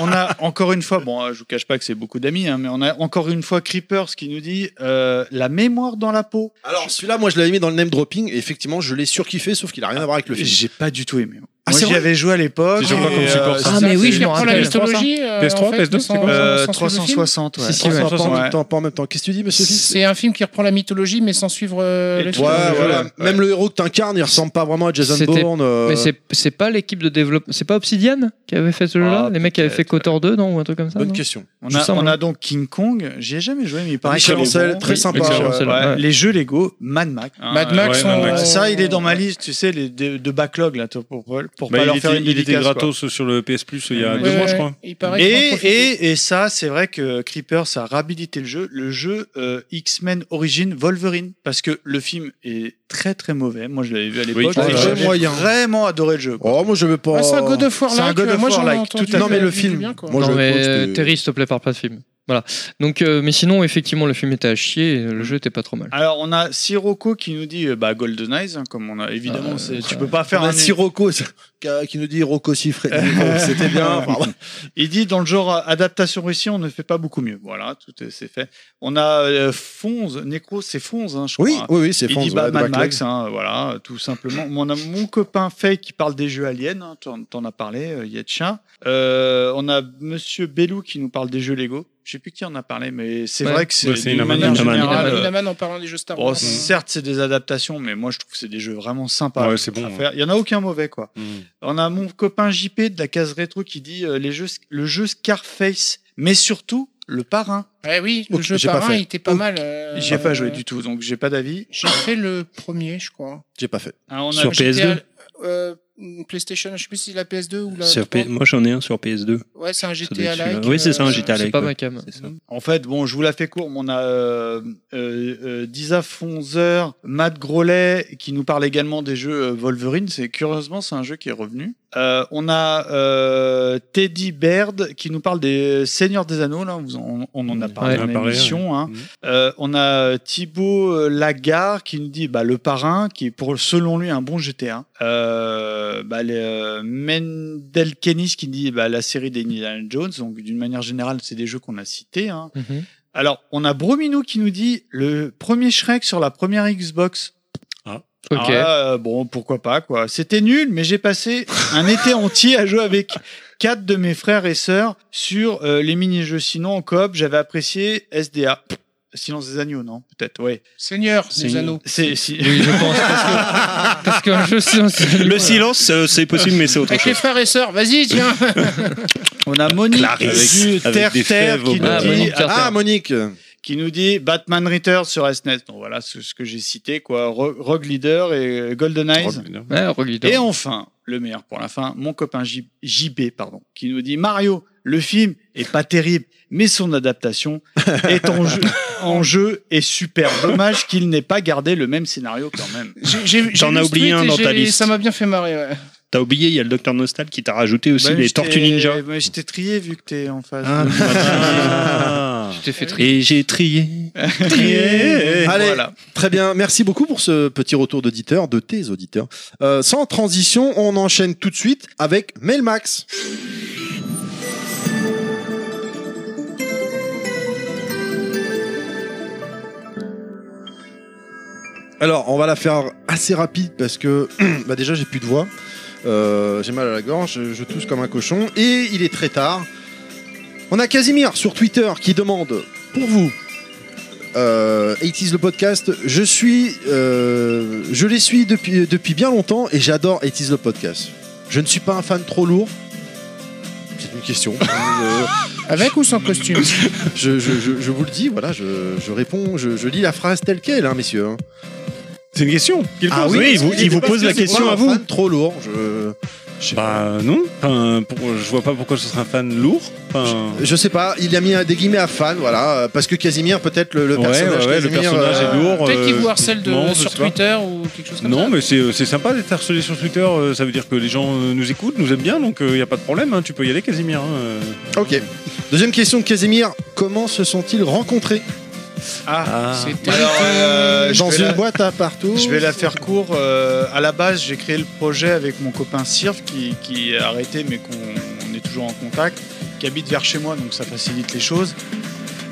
S8: on a encore une fois, bon, euh, je vous cache pas que c'est beaucoup d'amis, hein, mais on a encore une fois Creepers qui nous dit euh, la mémoire dans la peau.
S1: Alors celui-là, moi, je l'avais mis dans le name dropping. Et effectivement, je l'ai surkiffé, sauf qu'il a rien à voir avec le film.
S8: J'ai pas du tout aimé.
S1: Ah,
S8: Moi,
S1: c'est
S8: j'y
S1: vrai
S8: avais joué à l'époque.
S9: C'est sur quoi
S8: et,
S9: comme support, ça
S8: euh,
S2: Ah, mais oui, je me
S5: prends la
S2: rappelle.
S5: histologie. euh,
S9: PS3,
S5: en fait,
S9: PS2, c'est quoi
S8: euh,
S5: 360.
S8: 360, ouais.
S2: Si, si, ouais.
S1: Pas en
S8: Ouais.
S1: même temps, pas en même temps. Qu'est-ce que tu dis, monsieur Fils
S5: C'est un film qui reprend la mythologie, mais sans suivre euh,
S8: Et
S5: le
S8: tu
S5: film.
S1: Ouais,
S8: Ouais,
S1: voilà.
S8: ouais.
S1: Même le héros que t'incarnes, il ressemble pas vraiment à Jason
S2: C'était-
S1: Bourne. euh.
S2: Mais c'est- c'est pas l'équipe de développement, c'est pas Obsidian qui avait fait ce jeu-là
S8: Ah,
S2: Les mecs qui avaient fait Kotor 2, non Ou un truc comme ça
S1: Bonne
S2: non
S1: question.
S8: On
S2: Je
S8: a,
S2: sens,
S8: on
S2: hein.
S8: a donc King Kong, j'y ai jamais joué, mais il paraît
S1: Michel
S8: qu'il est
S1: Ancel,
S8: bon.
S1: très
S8: Oui,
S1: sympa.
S8: Michel
S2: ouais.
S8: Ancel,
S2: ouais.
S8: Les jeux Lego, Mad Max. hein.
S5: Mad Max,
S9: Ouais, Mad
S5: on-
S9: Max.
S8: Ça, il est dans ma liste, tu sais, les, de, de backlog, là, pour, pour, pour
S9: Bah,
S8: pas
S9: il
S8: leur
S9: était-
S8: faire une
S9: il était
S8: dédicace, quoi.
S9: gratos sur le PS Plus il y a
S8: Ouais,
S9: deux
S5: Ouais,
S9: mois, je crois.
S5: Il paraît qu'il en
S8: Et,
S5: profite.
S8: et, et ça, c'est vrai que Creeper, ça a réhabilité le jeu, le jeu euh, X-Men Origin Wolverine, parce que le film est très très mauvais. Moi, je l'avais vu à l'époque.
S1: Oh là
S8: et
S1: là.
S8: j'avais
S1: Moyen.
S8: vraiment adoré le jeu. quoi.
S1: Oh, moi, je veux pas.
S5: Ah, c'est un God of War
S8: C'est un
S5: like.
S8: God of
S5: Moi, j'en ai
S8: War-like,
S5: entendu
S8: tout à
S1: Non, mais
S5: du
S1: le film.
S5: bien, quoi.
S1: Moi, je
S2: non, mais
S1: crois que
S2: euh,
S1: c'était-
S2: Terry, s'il te plaît, parle pas de film. Voilà. Donc, euh, mais sinon, effectivement, le film était à chier, et le jeu était pas trop mal.
S8: Alors, on a Sirocco qui nous dit euh, bah, Golden Eyes, hein, comme on a évidemment,
S2: Ah,
S8: c'est- tu
S2: ça-
S8: peux pas faire
S1: On a
S8: un.
S1: Sirocco c'est- qui a- qui nous dit Rocco Siffredi. C'était bien. Enfin, voilà.
S8: Il dit dans le genre euh, adaptation Russie, on ne fait pas beaucoup mieux. Voilà, tout est- c'est fait. On a euh, Fonz, Necro, c'est Fonz, hein, je crois.
S1: Oui,
S8: hein.
S1: oui, oui, c'est
S8: Il
S1: Fonz,
S8: dit
S1: voilà,
S8: bah,
S1: de
S8: Mad
S1: Backlog.
S8: Max, hein, voilà, tout simplement. Mon, mon copain Faye qui parle des jeux aliens, hein, t'en, t'en as parlé, euh, Yetcha. Euh, on a Monsieur Bellou qui nous parle des jeux Lego. Je sais plus qui en a parlé, mais c'est
S5: Ouais.
S8: vrai que c'est
S5: Ouais, c'est
S8: d'une
S5: Inaman.
S8: manière
S5: Inaman.
S8: générale,
S5: Inaman.
S8: euh,
S5: Inaman en parlant des jeux Star
S8: bon,
S5: Wars.
S8: certes, c'est des adaptations, mais moi je trouve que c'est des jeux vraiment sympas
S9: Ouais, c'est bon,
S8: à
S9: ouais.
S8: faire. Il y en a aucun mauvais, quoi. On a mon copain JP de la case rétro qui dit euh, les jeux, le jeu Scarface, mais surtout le parrain.
S5: Ouais, Eh oui, le
S8: Ok,
S5: jeu
S8: j'ai pas
S5: parrain,
S8: fait.
S5: il était pas
S8: Ok.
S5: mal. euh,
S8: J'y ai pas joué du tout, donc j'ai pas d'avis.
S5: J'ai fait le premier, je crois.
S1: J'ai pas fait.
S8: Alors, on a-
S10: Sur
S5: j'étais
S10: PS2
S5: à- euh, PlayStation, je sais plus si la PS2 ou la.
S10: Sur
S5: 3.
S10: P- Moi j'en ai un sur PS2.
S5: Ouais, c'est un
S10: Ça doit
S5: GTA
S10: être celui-là.
S5: like.
S10: Oui, c'est ça, un
S5: euh,
S10: GTA like. ouais.
S8: En fait, bon, je vous la fais court, mais on a euh, euh, euh, Disa Fonzer, Matt Grolet, qui nous parle également des jeux euh, Wolverine. C'est curieusement, c'est un jeu qui est revenu. Euh, on a euh, Teddy Baird qui nous parle des euh, Seigneurs des Anneaux. Là, vous en- on, en a parlé
S10: Ouais. On en a
S8: dans
S10: parlé,
S8: l'émission. hein. Euh, on a Thibaut euh, Lagarde qui nous dit bah, le parrain, qui est pour selon lui un bon GTA. Euh, bah, les, euh, Mendel Kennis qui dit bah, la série des Indiana Jones. Donc d'une manière générale, c'est des jeux qu'on a cités. hein.
S2: Mhm.
S8: Alors, on a Brominou qui nous dit le premier Shrek sur la première Xbox.
S2: Ok.
S8: Alors là, euh, bon, pourquoi pas, quoi. C'était nul, mais j'ai passé un été entier à jouer avec quatre de mes frères et sœurs sur euh, les mini-jeux. Sinon, en coop, j'avais apprécié SDA. Silence des agneaux, non Peut-être, ouais.
S5: Seigneur
S8: des
S5: des anneaux.
S8: C'est, si-
S2: Oui, je pense. Parce que, parce que je sais-
S10: Le silence, euh, c'est possible, mais c'est autre
S5: Avec les
S10: chose.
S5: frères et sœurs, vas-y, tiens.
S8: On a Monique
S10: Clarisse,
S8: du
S10: avec
S8: Terre
S10: des
S8: Terre
S10: fèves au
S8: qui nous
S10: beurre.
S8: dit
S10: Ah, Monique Terre
S1: Ah, Monique
S8: qui nous dit Batman Returns sur SNES. Donc voilà ce, ce que j'ai cité quoi, Ro- Rogue Leader et euh, Golden Eyes.
S2: Rogue Leader. Ouais, Rogue Leader.
S8: Et enfin, le meilleur pour la fin, mon copain J- JB pardon, qui nous dit Mario, le film est pas terrible, mais son adaptation est en jeu, en jeu est super. Dommage qu'il n'ait pas gardé le même scénario quand même.
S5: J'ai- j'ai- j'ai
S10: T'en
S5: lu
S10: as
S5: ce
S10: oublié
S5: tweet
S10: un
S5: et
S10: dans ta
S5: j'ai-
S10: liste.
S5: Ça m'a bien fait marrer, ouais.
S10: T'as oublié, il y a le Docteur Nostal qui t'a rajouté aussi
S8: Ouais, mais
S10: les
S8: je
S10: Tortues
S8: t'ai-
S10: Ninja.
S8: ouais, Je t'ai bah, trié vu que t'es en face.
S10: Ah.
S2: Je t'ai fait
S10: Et j'ai trié.
S8: Trié.
S1: Allez,
S8: Voilà.
S1: très bien. Merci beaucoup pour ce petit retour d'auditeur, de tes auditeurs. Euh, sans transition, on enchaîne tout de suite avec Mailmax. Alors, on va la faire assez rapide parce que bah déjà j'ai plus de voix, Euh, j'ai mal à la gorge, je, je tousse comme un cochon et il est très tard. On a Casimir sur Twitter qui demande pour vous euh, 80s le podcast. Je suis, euh, je les suis depuis, depuis bien longtemps et j'adore 80s le podcast. Je ne suis pas un fan trop lourd. C'est une question. Euh,
S5: Avec ou sans costume
S1: je, je- je- je vous le dis, voilà, je, je réponds, je, je lis la phrase telle qu'elle, hein, messieurs. hein.
S9: C'est une question. qu'il
S1: Ah
S9: pose.
S1: oui,
S9: il vous,
S1: parce que-
S9: il vous
S1: parce
S9: pose
S1: que
S9: la
S1: c'est
S9: question
S1: pas
S9: à
S1: un
S9: vous.
S1: fan trop lourd. Je,
S9: Bah non. Enfin, pour- je vois pas pourquoi ce serait un fan lourd. Enfin,
S1: je sais pas, il a mis un- des guillemets à fan, voilà, euh, parce que Casimir, peut-être le, le
S9: Ouais,
S1: personnage.
S9: ouais, ouais, le
S1: Casimir,
S9: personnage est lourd,
S5: Peut-être qu'il
S9: euh,
S5: vous harcèle de,
S9: non, je
S5: sur
S9: sais pas.
S5: Twitter ou quelque chose comme ça.
S9: Non, mais c'est euh, c'est sympa d'être harcelé sur Twitter. euh, Ça veut dire que les gens euh, nous écoutent, nous aiment bien, donc il n'y a pas de problème. hein, Tu peux y aller, Casimir. hein, euh.
S1: Ok. Deuxième question de Casimir comment se sont-ils rencontrés Bah,
S8: Ah,
S5: C'était-
S8: Alors, euh, je
S1: Dans
S8: vais
S1: une
S8: la-
S1: boîte à partout
S8: Je vais la faire court. euh, à la base, j'ai créé le projet avec mon copain Sirf qui, qui est arrêté, mais qu'on on est toujours en contact, qui habite vers chez moi, donc ça facilite les choses.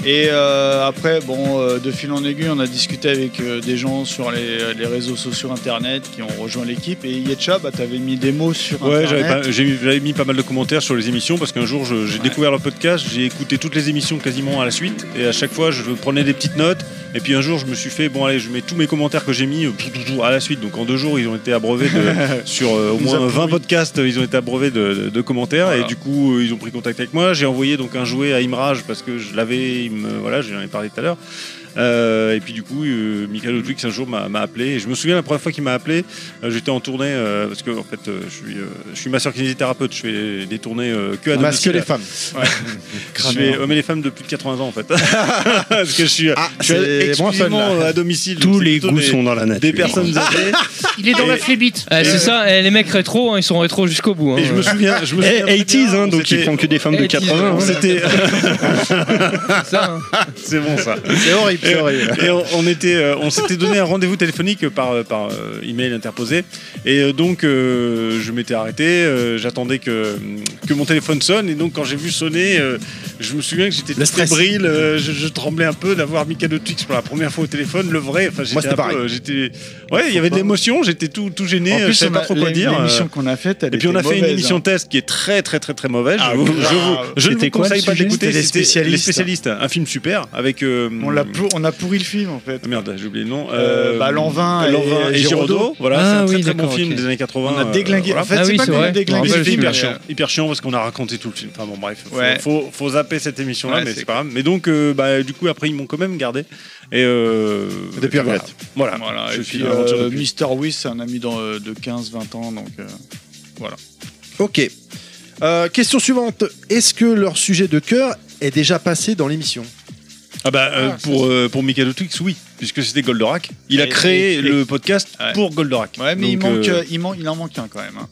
S8: Et euh, après, bon, euh, de fil en aiguille, on a discuté avec euh, des gens sur les, les réseaux sociaux internet qui ont rejoint l'équipe. Et Yetcha, bah, t'avais mis des mots sur
S9: Ouais, j'avais
S8: internet.
S9: pas- j'ai mis- j'avais mis pas mal de commentaires sur les émissions parce qu'un jour je- j'ai découvert le podcast, j'ai écouté toutes les émissions quasiment à la suite et à chaque fois je prenais des petites notes et puis un jour je me suis fait bon allez je mets tous mes commentaires que j'ai mis euh, tout, tout, tout, à la suite donc en deux jours ils ont été abreuvés de- sur euh, au
S8: Nous
S9: moins
S8: avons
S9: 20 podcasts ils ont été abreuvés de, de- de commentaires et du coup euh, ils ont pris contact avec moi j'ai envoyé donc un jouet à Imrage parce que je l'avais il me- voilà j'en ai parlé tout à l'heure Euh, et puis du coup, euh, Michael Ludwig un jour m'a m'a appelé. Et je me souviens la première fois qu'il m'a appelé, euh, j'étais en tournée euh, parce que en fait, euh, je suis, euh, je suis masseur kinésithérapeute. Je fais des tournées euh, que à
S1: Masque
S9: domicile.
S1: les femmes.
S9: Ouais. je fais hommes et les femmes de plus de 80 ans en fait. parce que je suis, je suis
S1: Ah, c'est moins fun,
S9: exclusivement
S1: là.
S9: à domicile.
S10: Tous
S9: donc c'est
S10: les
S9: plutôt
S10: goûts
S9: des-
S10: sont dans la nature.
S9: Des personnes âgées.
S5: Il est dans
S9: Et-
S5: la flébite.
S2: Eh, c'est ça, eh, les mecs rétro, hein, ils sont rétro jusqu'au bout. hein.
S9: Et je me souviens, je me souviens très
S10: 80s,
S9: bien,
S10: hein,
S9: on
S10: donc ils
S9: s'était- hein.
S10: hein. prend que des femmes de
S2: 80s,
S10: 80.
S9: on
S10: hein.
S9: s'était-
S2: C'est ça, hein.
S9: C'est bon ça.
S1: C'est horrible.
S6: terrible soirée.
S9: Et on, on était, euh, on s'était donné un rendez-vous téléphonique par, euh, par euh, email interposé. Et euh, donc, euh, je m'étais arrêté. euh, J'attendais que, que mon téléphone sonne. Et donc, quand j'ai vu sonner, euh, je me souviens que j'étais
S10: Le stress.
S9: fébrile. euh, je, je tremblais un peu d'avoir Mikado Twix pour la première fois au téléphone, le vrai. Enfin, j'étais
S10: c'était
S9: un peu,
S10: pareil.
S9: euh, j'étais- ouais, il y avait de l'émotion. J'étais tout, tout gêné.
S10: En
S9: euh,
S10: plus,
S9: je savais
S10: on
S9: pas
S10: a-
S9: trop quoi
S10: l'é-
S9: dire.
S10: l'émission
S9: euh,
S8: qu'on a faite, elle
S9: Et puis, on a
S8: était
S9: fait une
S8: mauvaise,
S9: émission
S8: hein.
S9: test qui est très, très, très, très mauvaise. Je
S8: Ah,
S9: vous- je
S8: grave.
S9: vous- je ne
S8: C'était
S9: vous
S8: quoi le
S9: conseille pas
S8: sujet
S9: d'écouter.
S8: C'était les
S9: c'était
S8: spécialistes.
S9: Les spécialistes. Un film super avec. euh,
S8: On, l'a pour- on a pourri le film en fait.
S9: ah Merde, j'ai oublié le nom.
S8: Euh, bah, Lanvin et-
S9: Lanvin et,
S8: et
S9: Giraudot.
S8: Giraudot.
S9: Voilà,
S8: Ah
S9: c'est un
S8: oui,
S9: très, très bon
S8: d'accord,
S9: film
S8: ok.
S9: des années 80.
S8: On a
S9: euh,
S8: déglingué. En
S9: voilà.
S8: fait, Ah c'est oui, pas c'est qu'on a vrai. déglingué
S9: Mais
S8: le film,
S9: hyper
S8: mais,
S9: chiant.
S8: euh,
S9: Hyper chiant parce qu'on a raconté tout le film. Enfin bon, bref, faut,
S8: Ouais.
S9: faut, faut zapper cette émission-là,
S8: Ouais,
S9: mais
S8: c'est
S9: c'est pas grave. Mais donc, euh, bah, du coup, après, ils m'ont quand même gardé. Et euh, et puis, voilà. Voilà.
S8: Voilà,
S9: je
S8: et
S9: suis
S8: puis,
S9: aventure
S8: euh,
S9: depuis.
S8: Mr. Whis, c'est un ami dans, euh, de 15-20 ans, donc euh, voilà.
S1: Ok. Euh, question suivante. Est-ce que leur sujet de cœur est déjà passé dans l'émission
S9: Ah bah euh, pour euh, pour Mikado Twix oui puisque c'était Goldorak il a
S8: Et-
S9: créé
S8: et- et-
S9: le podcast
S8: Ouais.
S9: pour Goldorak
S8: Ouais, mais il,
S9: Donc,
S8: manque,
S9: euh,
S8: euh, il, manque- il en manque un quand même. hein.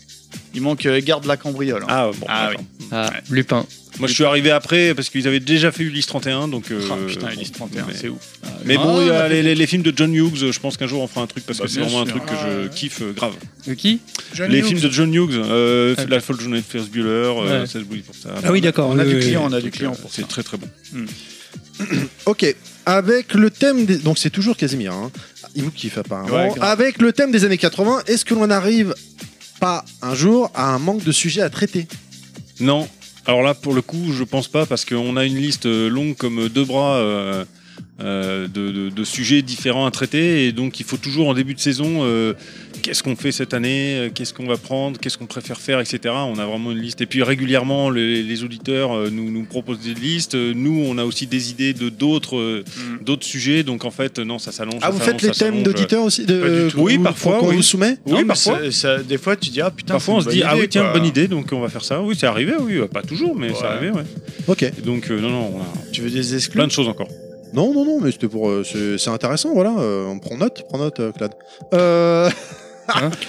S8: Il manque euh, Garde la cambriole. hein.
S9: ah bon
S8: Ah
S9: d'accord.
S8: oui.
S2: Lupin
S9: moi je suis arrivé après parce qu'ils avaient déjà fait Ulysse 31 donc euh,
S8: Oh, putain, Ulysse 31,
S9: mais-
S8: c'est ouf.
S9: mais
S8: Ah,
S9: bon
S8: on
S9: il y a
S2: bah,
S8: a fait-
S9: les, les- les films de John Hughes euh, je pense qu'un jour on fera un truc parce
S8: Bah,
S9: que c'est
S8: bien
S9: vraiment un
S8: sûr.
S9: truc que
S8: Ah.
S9: je kiffe euh, grave
S2: De qui
S9: les films de John Hughes euh,
S2: Ah, ok.
S9: la folle journée de Ferris Bueller euh,
S2: Ouais.
S9: 16 bougies pour ça euh,
S2: Ah oui, d'accord,
S8: On a
S2: oui,
S8: du
S2: oui,
S8: client,
S2: oui.
S8: on a du client pour
S9: c'est très très bon
S1: Ok. Avec le thème des... Donc c'est toujours Casimir. hein. Il vous kiffe
S8: Ouais,
S1: apparemment.
S8: grave.
S1: Avec le thème des années 80, est-ce que l'on arrive pas un jour à un manque de sujets à traiter
S9: Non. Alors là, pour le coup, je pense pas parce qu'on a une liste euh, longue comme deux bras euh, euh, de, de- de sujets différents à traiter et donc il faut toujours en début de saison euh, qu'est-ce qu'on fait cette année, euh, qu'est-ce qu'on va prendre, qu'est-ce qu'on préfère faire, etc. On a vraiment une liste et puis régulièrement les, les auditeurs euh, nous, nous proposent des listes. Euh, Nous, on a aussi des idées de d'autres euh, d'autres sujets. Donc en fait, non, ça s'allonge.
S1: Ah,
S9: ça
S1: vous
S9: s'allonge,
S1: faites les
S9: ça
S1: thèmes
S9: s'allonge. euh.
S1: d'auditeurs aussi de... euh,
S9: Pas du tout. Oui,
S1: qu'on-
S9: parfois,
S1: Qu'on
S9: oui.
S1: vous soumet
S9: Oui,
S8: Non, mais
S9: parfois.
S8: ça- ça- des fois, tu dis, ah putain,
S9: Parfois on se
S8: c'est une
S9: dit
S8: bonne
S9: ah oui
S8: idée,
S9: tiens
S8: quoi.
S9: bonne idée donc on va faire ça oui c'est arrivé oui euh, pas toujours mais c'est
S8: Ouais.
S9: arrivé ouais.
S1: Ok.
S9: Et donc euh, non non on a
S8: Tu veux des exclus
S9: plein de choses encore
S1: Non, non, non, mais c'était pour. euh, c'est c'est intéressant, voilà. euh, on prend note, prend note, euh, Clad. Euh.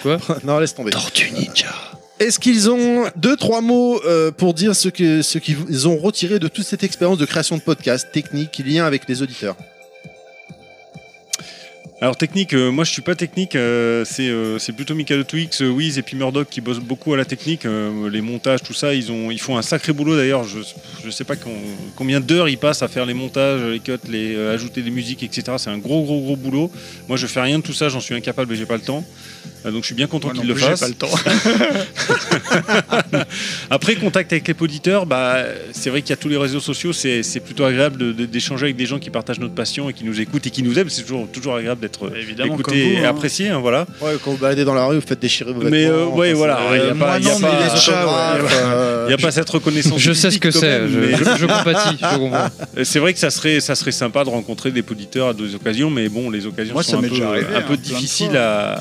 S2: quoi
S1: Non, laisse tomber. Tortue Ninja. Est-ce qu'ils ont deux, trois mots euh, pour dire ce qu'ils ce qu'ils ont retiré de toute cette expérience de création de podcast, technique, lien avec les auditeurs
S9: Alors technique, euh, moi je suis pas technique, euh, c'est euh, c'est plutôt Michael Twix, euh, Wiz et puis Murdoch qui bossent beaucoup à la technique, euh, les montages, tout ça, ils ont ils font un sacré boulot d'ailleurs, je je sais pas con- combien d'heures ils passent à faire les montages, les cuts, les euh, ajouter des musiques, etc. C'est un gros gros gros boulot. Moi je fais rien de tout ça, j'en suis incapable et j'ai pas le temps. Euh, donc je suis bien content
S8: Moi non
S9: qu'ils le
S8: plus, j'ai pas
S9: fassent.
S8: le temps.
S9: Après, contact avec les auditeurs, bah, c'est vrai qu'il y a tous les réseaux sociaux, c'est c'est plutôt agréable de- de- d'échanger avec des gens qui partagent notre passion et qui nous écoutent et qui nous aiment. C'est toujours, toujours agréable d'être
S8: Évidemment,
S9: écouté
S8: comme vous,
S9: et
S8: hein.
S9: apprécié. hein, voilà.
S1: Ouais, quand vous baladez dans la rue, vous faites déchirer vos vêtements.
S9: Mais euh, ouais,
S1: enfin,
S9: voilà,
S1: c'est-
S9: il n'y a
S1: Euh, moi,
S9: pas, il y a
S1: non, mais
S9: pas-
S1: les Euh, autographes,
S9: il
S8: Euh,
S9: y a pas cette reconnaissance.
S2: Je sais ce que
S9: publique, quand
S2: c'est,
S9: même,
S2: je-
S9: mais-
S2: je- je compatis, je comprends.
S9: Euh, C'est vrai que ça serait, ça serait sympa de rencontrer des auditeurs à deux occasions, mais bon, les occasions
S8: Moi, ça
S9: sont un
S8: m'est
S9: peu,
S8: déjà arrivé,
S9: un
S8: hein,
S9: peu
S8: plein de
S9: difficiles
S8: fois.
S9: à,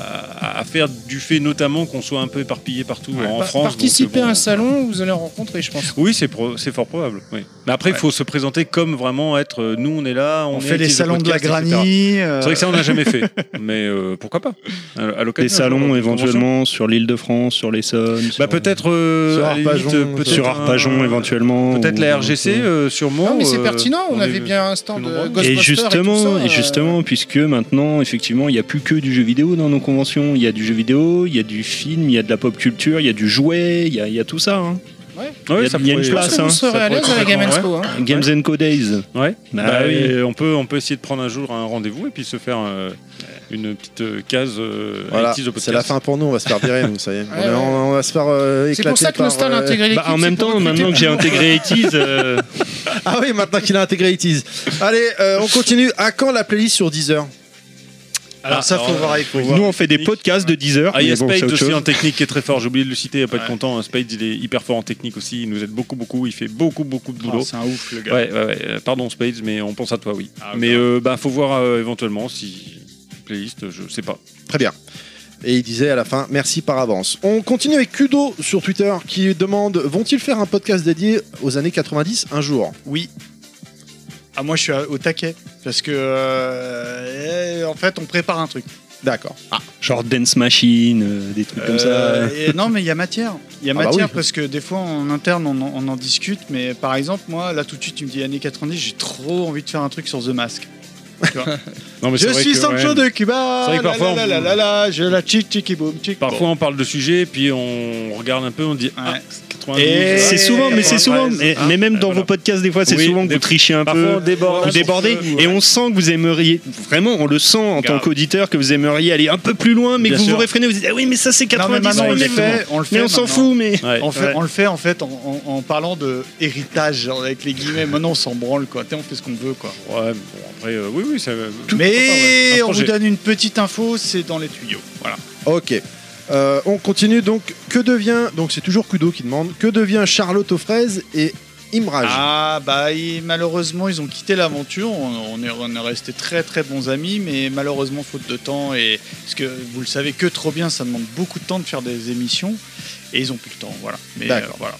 S9: à- à faire du fait notamment qu'on soit un peu éparpillé partout en
S5: Pa-
S9: France. donc,
S5: Participez
S9: bon.
S5: à un salon, vous allez en rencontrer, je pense.
S9: Oui, c'est pro- c'est fort probable. Oui. Mais après, il
S5: Ouais.
S9: faut se présenter comme vraiment être. euh, nous, on est là, on,
S8: On
S9: est
S8: fait les
S9: actifs
S8: salons de la
S9: podcast, etc.
S8: granny, euh.
S9: C'est vrai que ça, on n'a jamais fait. Mais euh, pourquoi pas À- à l'occasion,
S10: Les
S9: un jour, dans
S10: salons
S9: une
S10: éventuellement sur l'île de France, sur l'Essonne.
S9: Bah peut-être euh,
S10: Sur
S9: à la limite,
S10: Arpajon,
S9: euh, peut-être
S10: sur
S9: un-
S10: Arpajon éventuellement.
S9: Peut-être
S10: ou-
S9: la RGC euh, sur Mont.
S5: Non, mais c'est
S9: euh,
S5: pertinent, on,
S9: est-
S5: avait bien un stand de Ghostbusters.
S10: Et
S5: tout
S10: justement,
S5: ça, euh,
S10: et justement, puisque maintenant, effectivement, il n'y a plus que du jeu vidéo dans nos conventions. Il y a du jeu vidéo, il y a du film, il y a de la pop culture, il y a du jouet, il y a, il y a tout ça. hein.
S5: Ouais.
S10: Il y a,
S9: Ouais, ça
S10: il y a une
S9: pourrait-
S10: place.
S9: Bah, ça
S10: hein.
S9: pourrait
S5: serait à l'aise à la Game Expo, hein.
S10: Games and Co Days.
S9: Ouais.
S10: Bah
S9: Bah,
S10: oui.
S9: et On peut on peut essayer de prendre un jour un rendez-vous et puis se faire euh, une petite euh, case. euh,
S1: Voilà,
S9: Actis de podcast.
S1: c'est la fin pour nous, on va se faire virer, nous, ça y est.
S5: Ouais, ouais.
S1: On, on va se faire euh, éclater.
S5: C'est pour ça que
S1: par,
S5: Nostal a
S1: euh,
S5: intégré l'équipe.
S10: Bah, en même
S5: c'est pour
S10: temps,
S5: recruter
S10: maintenant que j'ai
S5: plus de monde.
S10: intégré Etis, euh,
S1: Ah oui, maintenant qu'il a intégré IT's. Allez, euh, on continue. À quand la playlist sur Deezer
S8: Alors, ça, faut voir avec vous.
S10: nous on fait des podcasts de 10 heures.
S9: Ah, il y a
S10: mais bon, c'est
S9: Spade
S10: autre
S9: aussi
S10: chose.
S9: en technique qui est très fort. J'ai oublié de le citer, il n'y a pas de content. hein. Spade, il est hyper fort en technique aussi. Il nous aide beaucoup, beaucoup. Il fait beaucoup, beaucoup de boulot.
S8: Ah, c'est un ouf, le gars.
S9: ouais, ouais, ouais. Euh, Pardon, Spade, mais on pense à toi, oui.
S8: Ah,
S9: mais
S8: d'accord.
S9: euh, bah, faut voir euh, éventuellement si. Playlist, je sais pas.
S1: Très bien. Et il disait à la fin, merci par avance. On continue avec Kudo sur Twitter qui demande Vont-ils faire un podcast dédié aux années 90 un jour
S8: Oui. Ah, moi, je suis à- au taquet. Parce que, euh, eh, en fait, on prépare un truc.
S1: D'accord.
S10: Genre Dance Machine, euh, des trucs comme ça.
S8: Euh, et non, mais il y a matière. Il y a
S10: Ah bah
S8: matière
S10: oui.
S8: parce que des fois en interne on en, on en discute, mais par exemple, moi là tout de suite, tu me dis années 90, j'ai trop envie de faire un truc sur The Mask. tu vois.
S9: Non, mais
S8: je
S9: c'est vrai
S8: suis
S9: que,
S8: Sancho
S9: ouais.
S8: de Cuba.
S9: C'est vrai que
S8: la
S9: parfois,
S8: la
S9: on-
S8: la la la, je la chic chic boum chic.
S9: Parfois, on parle de sujet, puis on regarde un peu, on dit ah, 92.
S10: Et c'est souvent, mais c'est souvent, mais, mais même dans vos podcasts, des fois, c'est
S9: Oui,
S10: souvent que
S9: des-
S10: vous trichez un
S9: parfois,
S10: peu,
S9: on déborde.
S10: vous débordez, et on sent que vous aimeriez, vraiment, on le sent en tant qu'auditeur, que vous aimeriez aller un peu plus loin, mais
S8: Bien
S10: que vous
S8: sûr.
S10: vous réfrénez, vous dites, ah oui, mais ça c'est
S8: Non, mais
S10: 90,
S8: maintenant, on le
S10: mais-
S8: fait, on le fait
S10: mais on s'en
S8: maintenant.
S10: fout, mais.
S8: on, fait,
S10: Ouais.
S8: on le fait en fait en, en- en parlant de héritage genre, avec les guillemets. Maintenant on s'en branle quoi. Tu sais, On fait ce qu'on veut quoi.
S9: Ouais, bon, après, euh, oui, oui, ça.
S8: Mais
S9: Un
S8: on vous
S9: projet.
S8: donne une petite info, c'est dans les tuyaux. Voilà.
S1: Ok. Euh, on continue donc. Que devient. Donc c'est toujours Kudo qui demande. Que devient Charlotte aux fraises et Imraj
S8: Ah bah il- malheureusement ils ont quitté l'aventure. On, on est, on est resté très très bons amis, mais malheureusement faute de temps et parce que vous le savez que trop bien, ça demande beaucoup de temps de faire des émissions et ils ont plus le temps. Voilà. Mais
S1: D'accord.
S8: euh, voilà.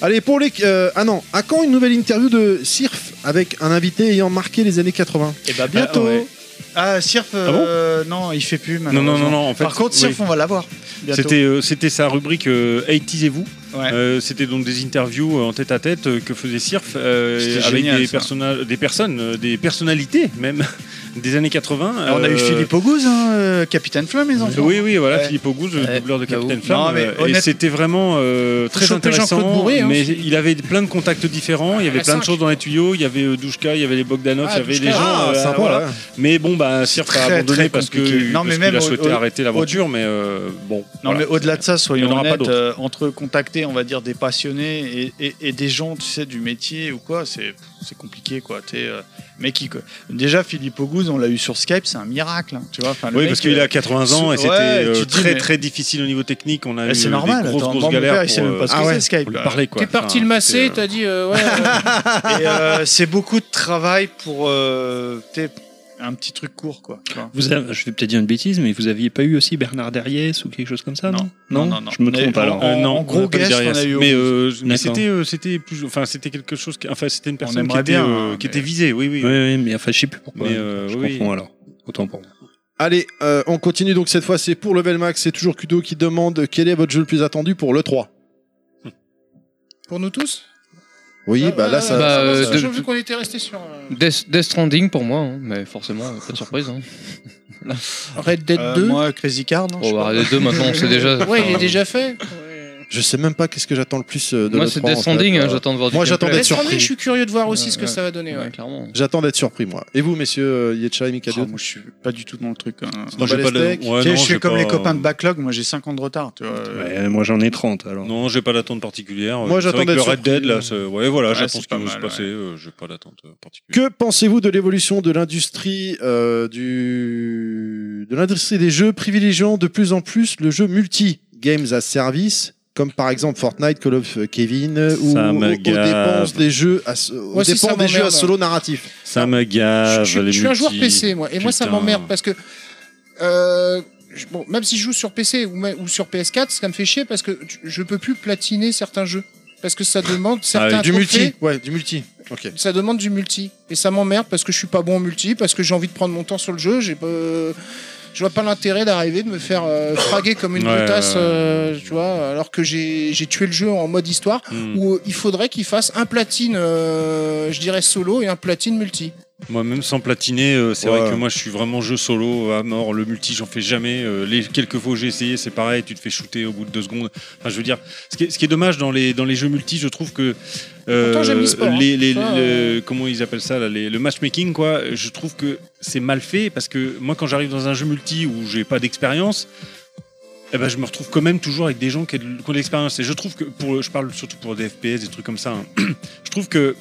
S1: Allez, pour les. euh, ah non, à quand une nouvelle interview de Sirf avec un invité ayant marqué les années 80
S9: Eh
S8: Et
S9: ben,
S8: bah bientôt.
S1: ouais.
S8: Ah, Sirf, euh, non, il fait plus
S9: non, non,
S8: malheureusement.
S9: non, en fait,
S8: Par contre, Sirf,
S9: oui.
S8: on va l'avoir. bientôt.
S9: C'était euh, c'était sa rubrique euh, 80s et vous.
S8: Ouais.
S9: Euh, c'était donc des interviews euh, en tête à tête que faisait Sirf euh,
S8: C'était
S9: avec
S8: génial,
S9: des,
S8: ça.
S9: personnages- des personnes, euh, des personnalités même des années 80.
S8: Alors, on a
S9: euh,
S8: eu Philippe Auguste, hein, euh, Capitaine Flamme, les enfants.
S9: Oui, oui, voilà,
S8: Ouais. Bah,
S9: Philippe Auguste, le doubleur de Capitaine
S8: Non,
S9: Flamme.
S8: mais
S9: euh,
S8: honnête-
S9: et c'était vraiment euh, très
S8: choper Jean-Claude
S9: intéressant.
S8: Bourré, hein.
S9: mais il avait plein de contacts différents, il y avait
S8: la
S9: plein de
S8: cinq.
S9: choses dans les tuyaux. Il y avait euh, Douchka, il y avait les Bogdanov,
S8: Ah,
S9: il y avait
S8: Douchka.
S9: des gens. euh,
S8: Ah, sympa, ouais.
S9: Mais bon, bah, Sirf a
S8: très,
S9: abandonné
S8: très
S9: parce que
S8: compliqué. Non,
S9: parce
S8: mais
S9: qu'il
S8: même
S9: a
S8: au-
S9: souhaité
S8: au-
S9: arrêter l'aventure, mais euh, bon.
S8: Non,
S9: voilà.
S8: mais au-delà de ça,
S9: Il
S8: soyons
S9: y en aura pas
S8: honnêtes,
S9: d'autres.
S8: euh, entre contacter, on va dire, des passionnés et, et- et des gens, tu sais, du métier ou quoi, c'est c'est compliqué, quoi. T'es, euh, mais qui, quoi. Déjà, Philippe Auguste, on l'a eu sur Skype, c'est un miracle, hein, tu vois. Enfin, le
S9: Oui,
S8: mec,
S9: parce qu'il
S8: euh,
S9: a 80 ans et
S8: sous-
S9: c'était
S8: ouais,
S9: euh,
S8: tu te dis,
S9: très
S8: mais-
S9: très difficile au niveau technique. On a
S8: Eh,
S9: eu
S8: c'est
S9: des
S8: normal,
S9: grosses
S8: attends,
S9: grosses
S8: moi, mon
S9: galères.
S8: père, il sait
S9: pour,
S8: même pas
S9: euh,
S8: ce que c'est, Skype,
S9: pour lui
S8: là.
S9: parler, quoi.
S5: T'es parti
S9: Enfin,
S5: le masser,
S9: c'est, euh,
S5: t'as dit Ah, euh, ouais.
S8: Et, euh, c'est beaucoup de travail pour euh, t'es- un petit truc court, quoi. tu vois.
S3: Vous avez- je vais peut-être dire une bêtise, mais vous aviez pas eu aussi Bernard Derriès ou quelque chose comme ça Non,
S8: Non, non, non.
S3: Je me
S8: Mais
S3: trompe
S8: en-
S3: alors.
S8: en-
S9: Euh, non,
S8: en gros
S9: on a pas eu
S8: guest,
S9: Darius.
S8: on a eu Auguste.
S9: Mais, euh, mais
S3: D'accord.
S9: c'était, euh, c'était plus, enfin, c'était quelque chose, qui- enfin, c'était une personne qui
S8: aimerait
S9: était,
S8: bien,
S9: euh,
S8: hein,
S9: qui
S8: mais-
S9: était visée, oui, oui.
S3: Oui,
S2: Euh,
S3: oui, mais enfin, je sais plus pourquoi.
S9: Mais, euh,
S3: je
S9: oui.
S3: comprends alors. Autant pour moi.
S1: Allez, euh, on continue donc cette fois, c'est pour Level Max, c'est toujours Kudo qui demande quel est votre jeu le plus attendu pour l'E3
S5: Pour nous tous
S1: Oui,
S5: Ah
S1: bah là, ça.
S2: Bah,
S1: ça-
S2: euh,
S1: ça-
S2: de-
S5: J'ai vu qu'on était resté sur. euh,
S2: Death, Death Stranding pour moi, hein, mais forcément, euh, pas de surprise. hein.
S5: Red Dead
S8: Euh,
S5: 2
S8: Moi, Crazy Car, non je
S2: Bon, bah, les deux maintenant, on sait déjà.
S5: Ouais, il est
S2: enfin,
S5: déjà fait.
S1: Je sais même pas qu'est-ce que j'attends le plus euh, de
S2: Moi,
S1: l'E3,
S2: c'est
S1: en
S2: Death
S1: fait.
S2: Stranding, hein,
S1: Euh,
S2: j'attends de voir du
S1: Moi,
S2: gameplay.
S1: j'attends d'être
S5: Death Stranding, je
S1: surpris.
S5: suis curieux de voir aussi ce que
S2: Ouais,
S5: ça va donner.
S2: Ouais,
S5: Ouais.
S2: clairement.
S1: J'attends d'être surpris, moi. Et vous, messieurs euh, Yetcha et Mikado
S8: Oh, moi, je suis pas du tout dans le truc. hein.
S9: Non, j'ai
S1: Bah,
S9: pas
S1: les
S9: la-
S1: steaks.
S9: Oh, ouais,
S8: Tu sais,
S9: non,
S8: je
S9: j'ai
S8: suis comme
S9: pas-
S8: les copains de backlog, moi j'ai 5 ans de retard. Tu vois.
S10: Ouais, moi j'en ai 30 alors.
S9: Non, j'ai pas d'attente particulière.
S1: Moi,
S9: C'est vrai
S1: j'attends
S9: que le
S1: d'être
S9: Red Dead, là,
S1: surpris.
S9: c'est- ouais, voilà,
S8: Ouais,
S9: je
S8: c'est
S9: pense
S8: pas
S9: qu'il va
S8: mal,
S9: se passer. euh, J'ai pas d'attente euh, particulière.
S1: Que pensez-vous de l'évolution de l'industrie euh, du de l'industrie des jeux privilégiant de plus en plus le jeu multi games as service comme par exemple Fortnite, Call of Kevin ou
S9: Ça me
S1: aux, aux dépenses
S9: gave.
S1: des jeux à, so- aux
S5: Moi aussi,
S1: dépens
S5: ça
S1: des jeux à
S5: m'emmerde.
S1: solo narratif.
S9: Ça me gave.
S5: je, suis-
S9: les
S5: je suis un joueur
S9: multis.
S5: PC, moi. Et moi, ça
S9: Putain.
S5: m'emmerde parce que. euh, je- bon, même si je joue sur PC ou, ma- ou sur PS4, ça me fait chier parce que tu- je peux plus platiner certains jeux. Parce que ça demande certains
S1: du
S5: trophées,
S1: multi, ouais, du multi. OK.
S5: Ça demande du multi. Et ça m'emmerde parce que je suis pas bon en multi, parce que j'ai envie de prendre mon temps sur le jeu. J'ai pas. Je vois pas l'intérêt d'arriver de me faire euh, fraguer comme une
S9: Ouais,
S5: brutasse,
S9: ouais, ouais.
S5: euh, tu vois, alors que j'ai j'ai tué le jeu en mode histoire,
S9: Hmm.
S5: où euh, il faudrait qu'il fasse un platine, euh, je dirais solo, et un platine multi.
S9: Moi, même sans platiner, euh, c'est
S1: Ouais.
S9: vrai que moi, je suis vraiment jeu solo à mort. Le multi, j'en fais jamais. Euh, les quelques fois où j'ai essayé, c'est pareil. Tu te fais shooter au bout de deux secondes. Enfin, je veux dire, ce qui est, ce qui est dommage dans les, dans les jeux multi, je trouve que. euh,
S5: Pourtant, j'aime l'e-sport, hein.
S9: les, les-
S5: Ça,
S9: le-
S5: euh.
S9: Comment ils appellent ça là, les- Le matchmaking, quoi. Je trouve que c'est mal fait parce que moi, quand j'arrive dans un jeu multi où j'ai pas d'expérience. eh ben, je me retrouve quand même toujours avec des gens qui ont de qui ont de l'expérience. Et je trouve que, pour, je parle surtout pour des FPS, des trucs comme ça, hein. je trouve que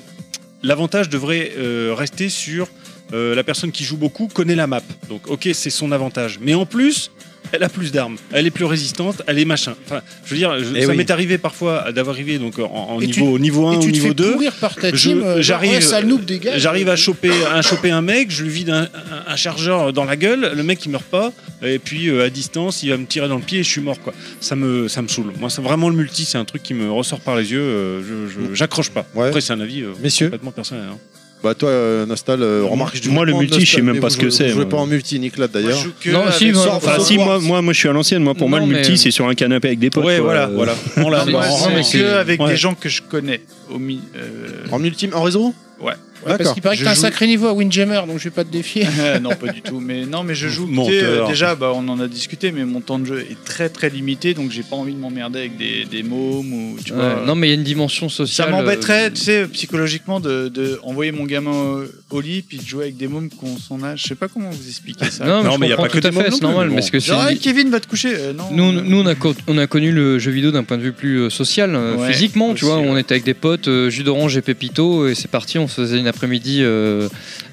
S9: l'avantage devrait euh, rester sur euh, la personne qui joue beaucoup connaît la map. Donc ok, c'est son avantage. Mais en plus, elle a plus d'armes, elle est plus résistante, elle est machin. Enfin, je veux dire, je-
S1: Eh
S9: ça
S1: oui.
S9: m'est arrivé parfois d'avoir arrivé donc en, en
S5: Et tu-
S9: niveau, au niveau 1
S5: et
S9: ou
S5: tu te
S9: niveau
S5: fais
S9: 2.
S5: pourrir par ta
S9: je-
S5: team. euh, genre,
S9: j'arrive-
S5: ouais, sale noob, dégage.
S9: J'arrive à choper un, choper un mec, je lui vide un, un- un chargeur dans la gueule, le mec il meurt pas, et puis euh, à distance il va me tirer dans le pied et je suis mort quoi. Ça me, ça me saoule. Moi c'est vraiment le multi, c'est un truc qui me ressort par les yeux, euh, je-
S19: Mm.
S9: je- j'accroche pas.
S1: Ouais.
S9: Après c'est un avis euh,
S1: Messieurs.
S9: complètement personnel. hein.
S1: Bah toi euh, Nostal euh, remarque
S10: Moi, le
S1: en
S10: multi, je sais
S1: Nostal,
S10: même
S1: mais
S10: pas
S1: vous
S10: ce que
S1: jouez-
S10: c'est,
S1: Vous jouez
S10: moi.
S1: pas en multi Nick là d'ailleurs.
S2: Non, si, moi,
S1: Sans-
S2: enfin,
S10: Enfin,
S1: sans-
S10: si, moi, moi, moi, je suis à l'ancienne. Moi, pour moi,
S2: Non,
S10: le multi,
S2: mais-
S10: c'est sur un canapé avec des potes.
S9: Ouais,
S10: quoi.
S9: voilà,
S10: Euh,
S9: voilà. On l'a
S2: Non, mais
S9: on
S8: Moi,
S9: rend-
S2: c'est-
S8: c'est que avec
S9: ouais.
S8: des gens que je connais. Au mi- euh,
S1: En multi en réseau
S8: Ouais.
S5: Ouais, parce qu'il paraît que
S8: Je
S5: t'as un
S8: joue-
S5: sacré niveau à Windjammer, donc je vais pas te défier.
S8: Euh, non, pas du tout. Mais non, mais je joue.
S5: Menteur.
S8: tu sais, euh, déjà, bah, on en a discuté, mais mon temps de jeu est très très limité, donc j'ai pas envie de m'emmerder avec des, des mômes ou tu
S2: Ouais,
S8: vois.
S2: non, mais il y a une dimension sociale.
S8: Ça
S2: euh,
S8: m'embêterait, tu sais, psychologiquement, de, de envoyer mon gamin au, au lit puis de jouer avec des mômes qui ont son âge. Je sais pas comment vous expliquer ça.
S2: Non, mais Non, je mais y a comprends pas que tout à des fait, mômes c'est non plus, normal, mais parce bon. que c'est-
S8: Genre, hey, Kevin va te coucher. Euh, non.
S2: Nous, on- nous, on, a co- on a connu le jeu vidéo d'un point de vue plus euh, social, euh,
S8: Ouais,
S2: physiquement, tu vois. On était avec des potes, euh, jus d'orange et pépito, et c'est parti, on se faisait une après-midi euh,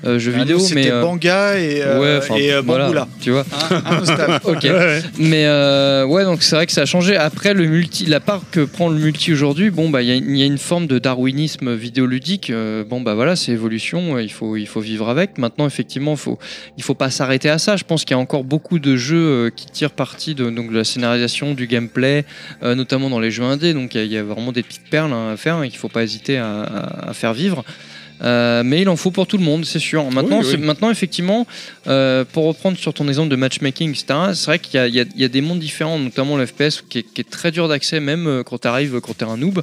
S2: euh, jeu
S8: Ah, nous,
S2: vidéo. mais
S8: c'était
S2: euh,
S8: Banga et, euh,
S2: ouais, enfin,
S8: et euh,
S2: voilà,
S8: Bamboula.
S2: Tu vois.
S8: Hein, hein, nos staffs.
S2: Ok. Mais euh, ouais, donc c'est vrai que ça a changé. Après, le multi, la part que prend le multi aujourd'hui, bon bah il y, a- il y a une forme de darwinisme vidéoludique. Euh, bon bah voilà, c'est évolution. euh, Il faut il faut vivre avec. Maintenant, effectivement, faut il faut pas s'arrêter à ça. Je pense qu'il y a encore beaucoup de jeux euh, qui tirent parti de donc de la scénarisation, du gameplay, euh, notamment dans les jeux indés. Donc il y a- il y, a vraiment des petites perles hein, à faire et qu'il faut pas hésiter à, à- à faire vivre. Euh, mais il en faut pour tout le monde, c'est sûr. Maintenant,
S19: Oui, oui.
S2: c'est- maintenant effectivement, euh, pour reprendre sur ton exemple de matchmaking, etc., c'est vrai qu'il y a- il y, a- il y a des mondes différents, notamment le FPS qui est, qui est très dur d'accès, même euh, quand tu arrives, quand tu es un noob.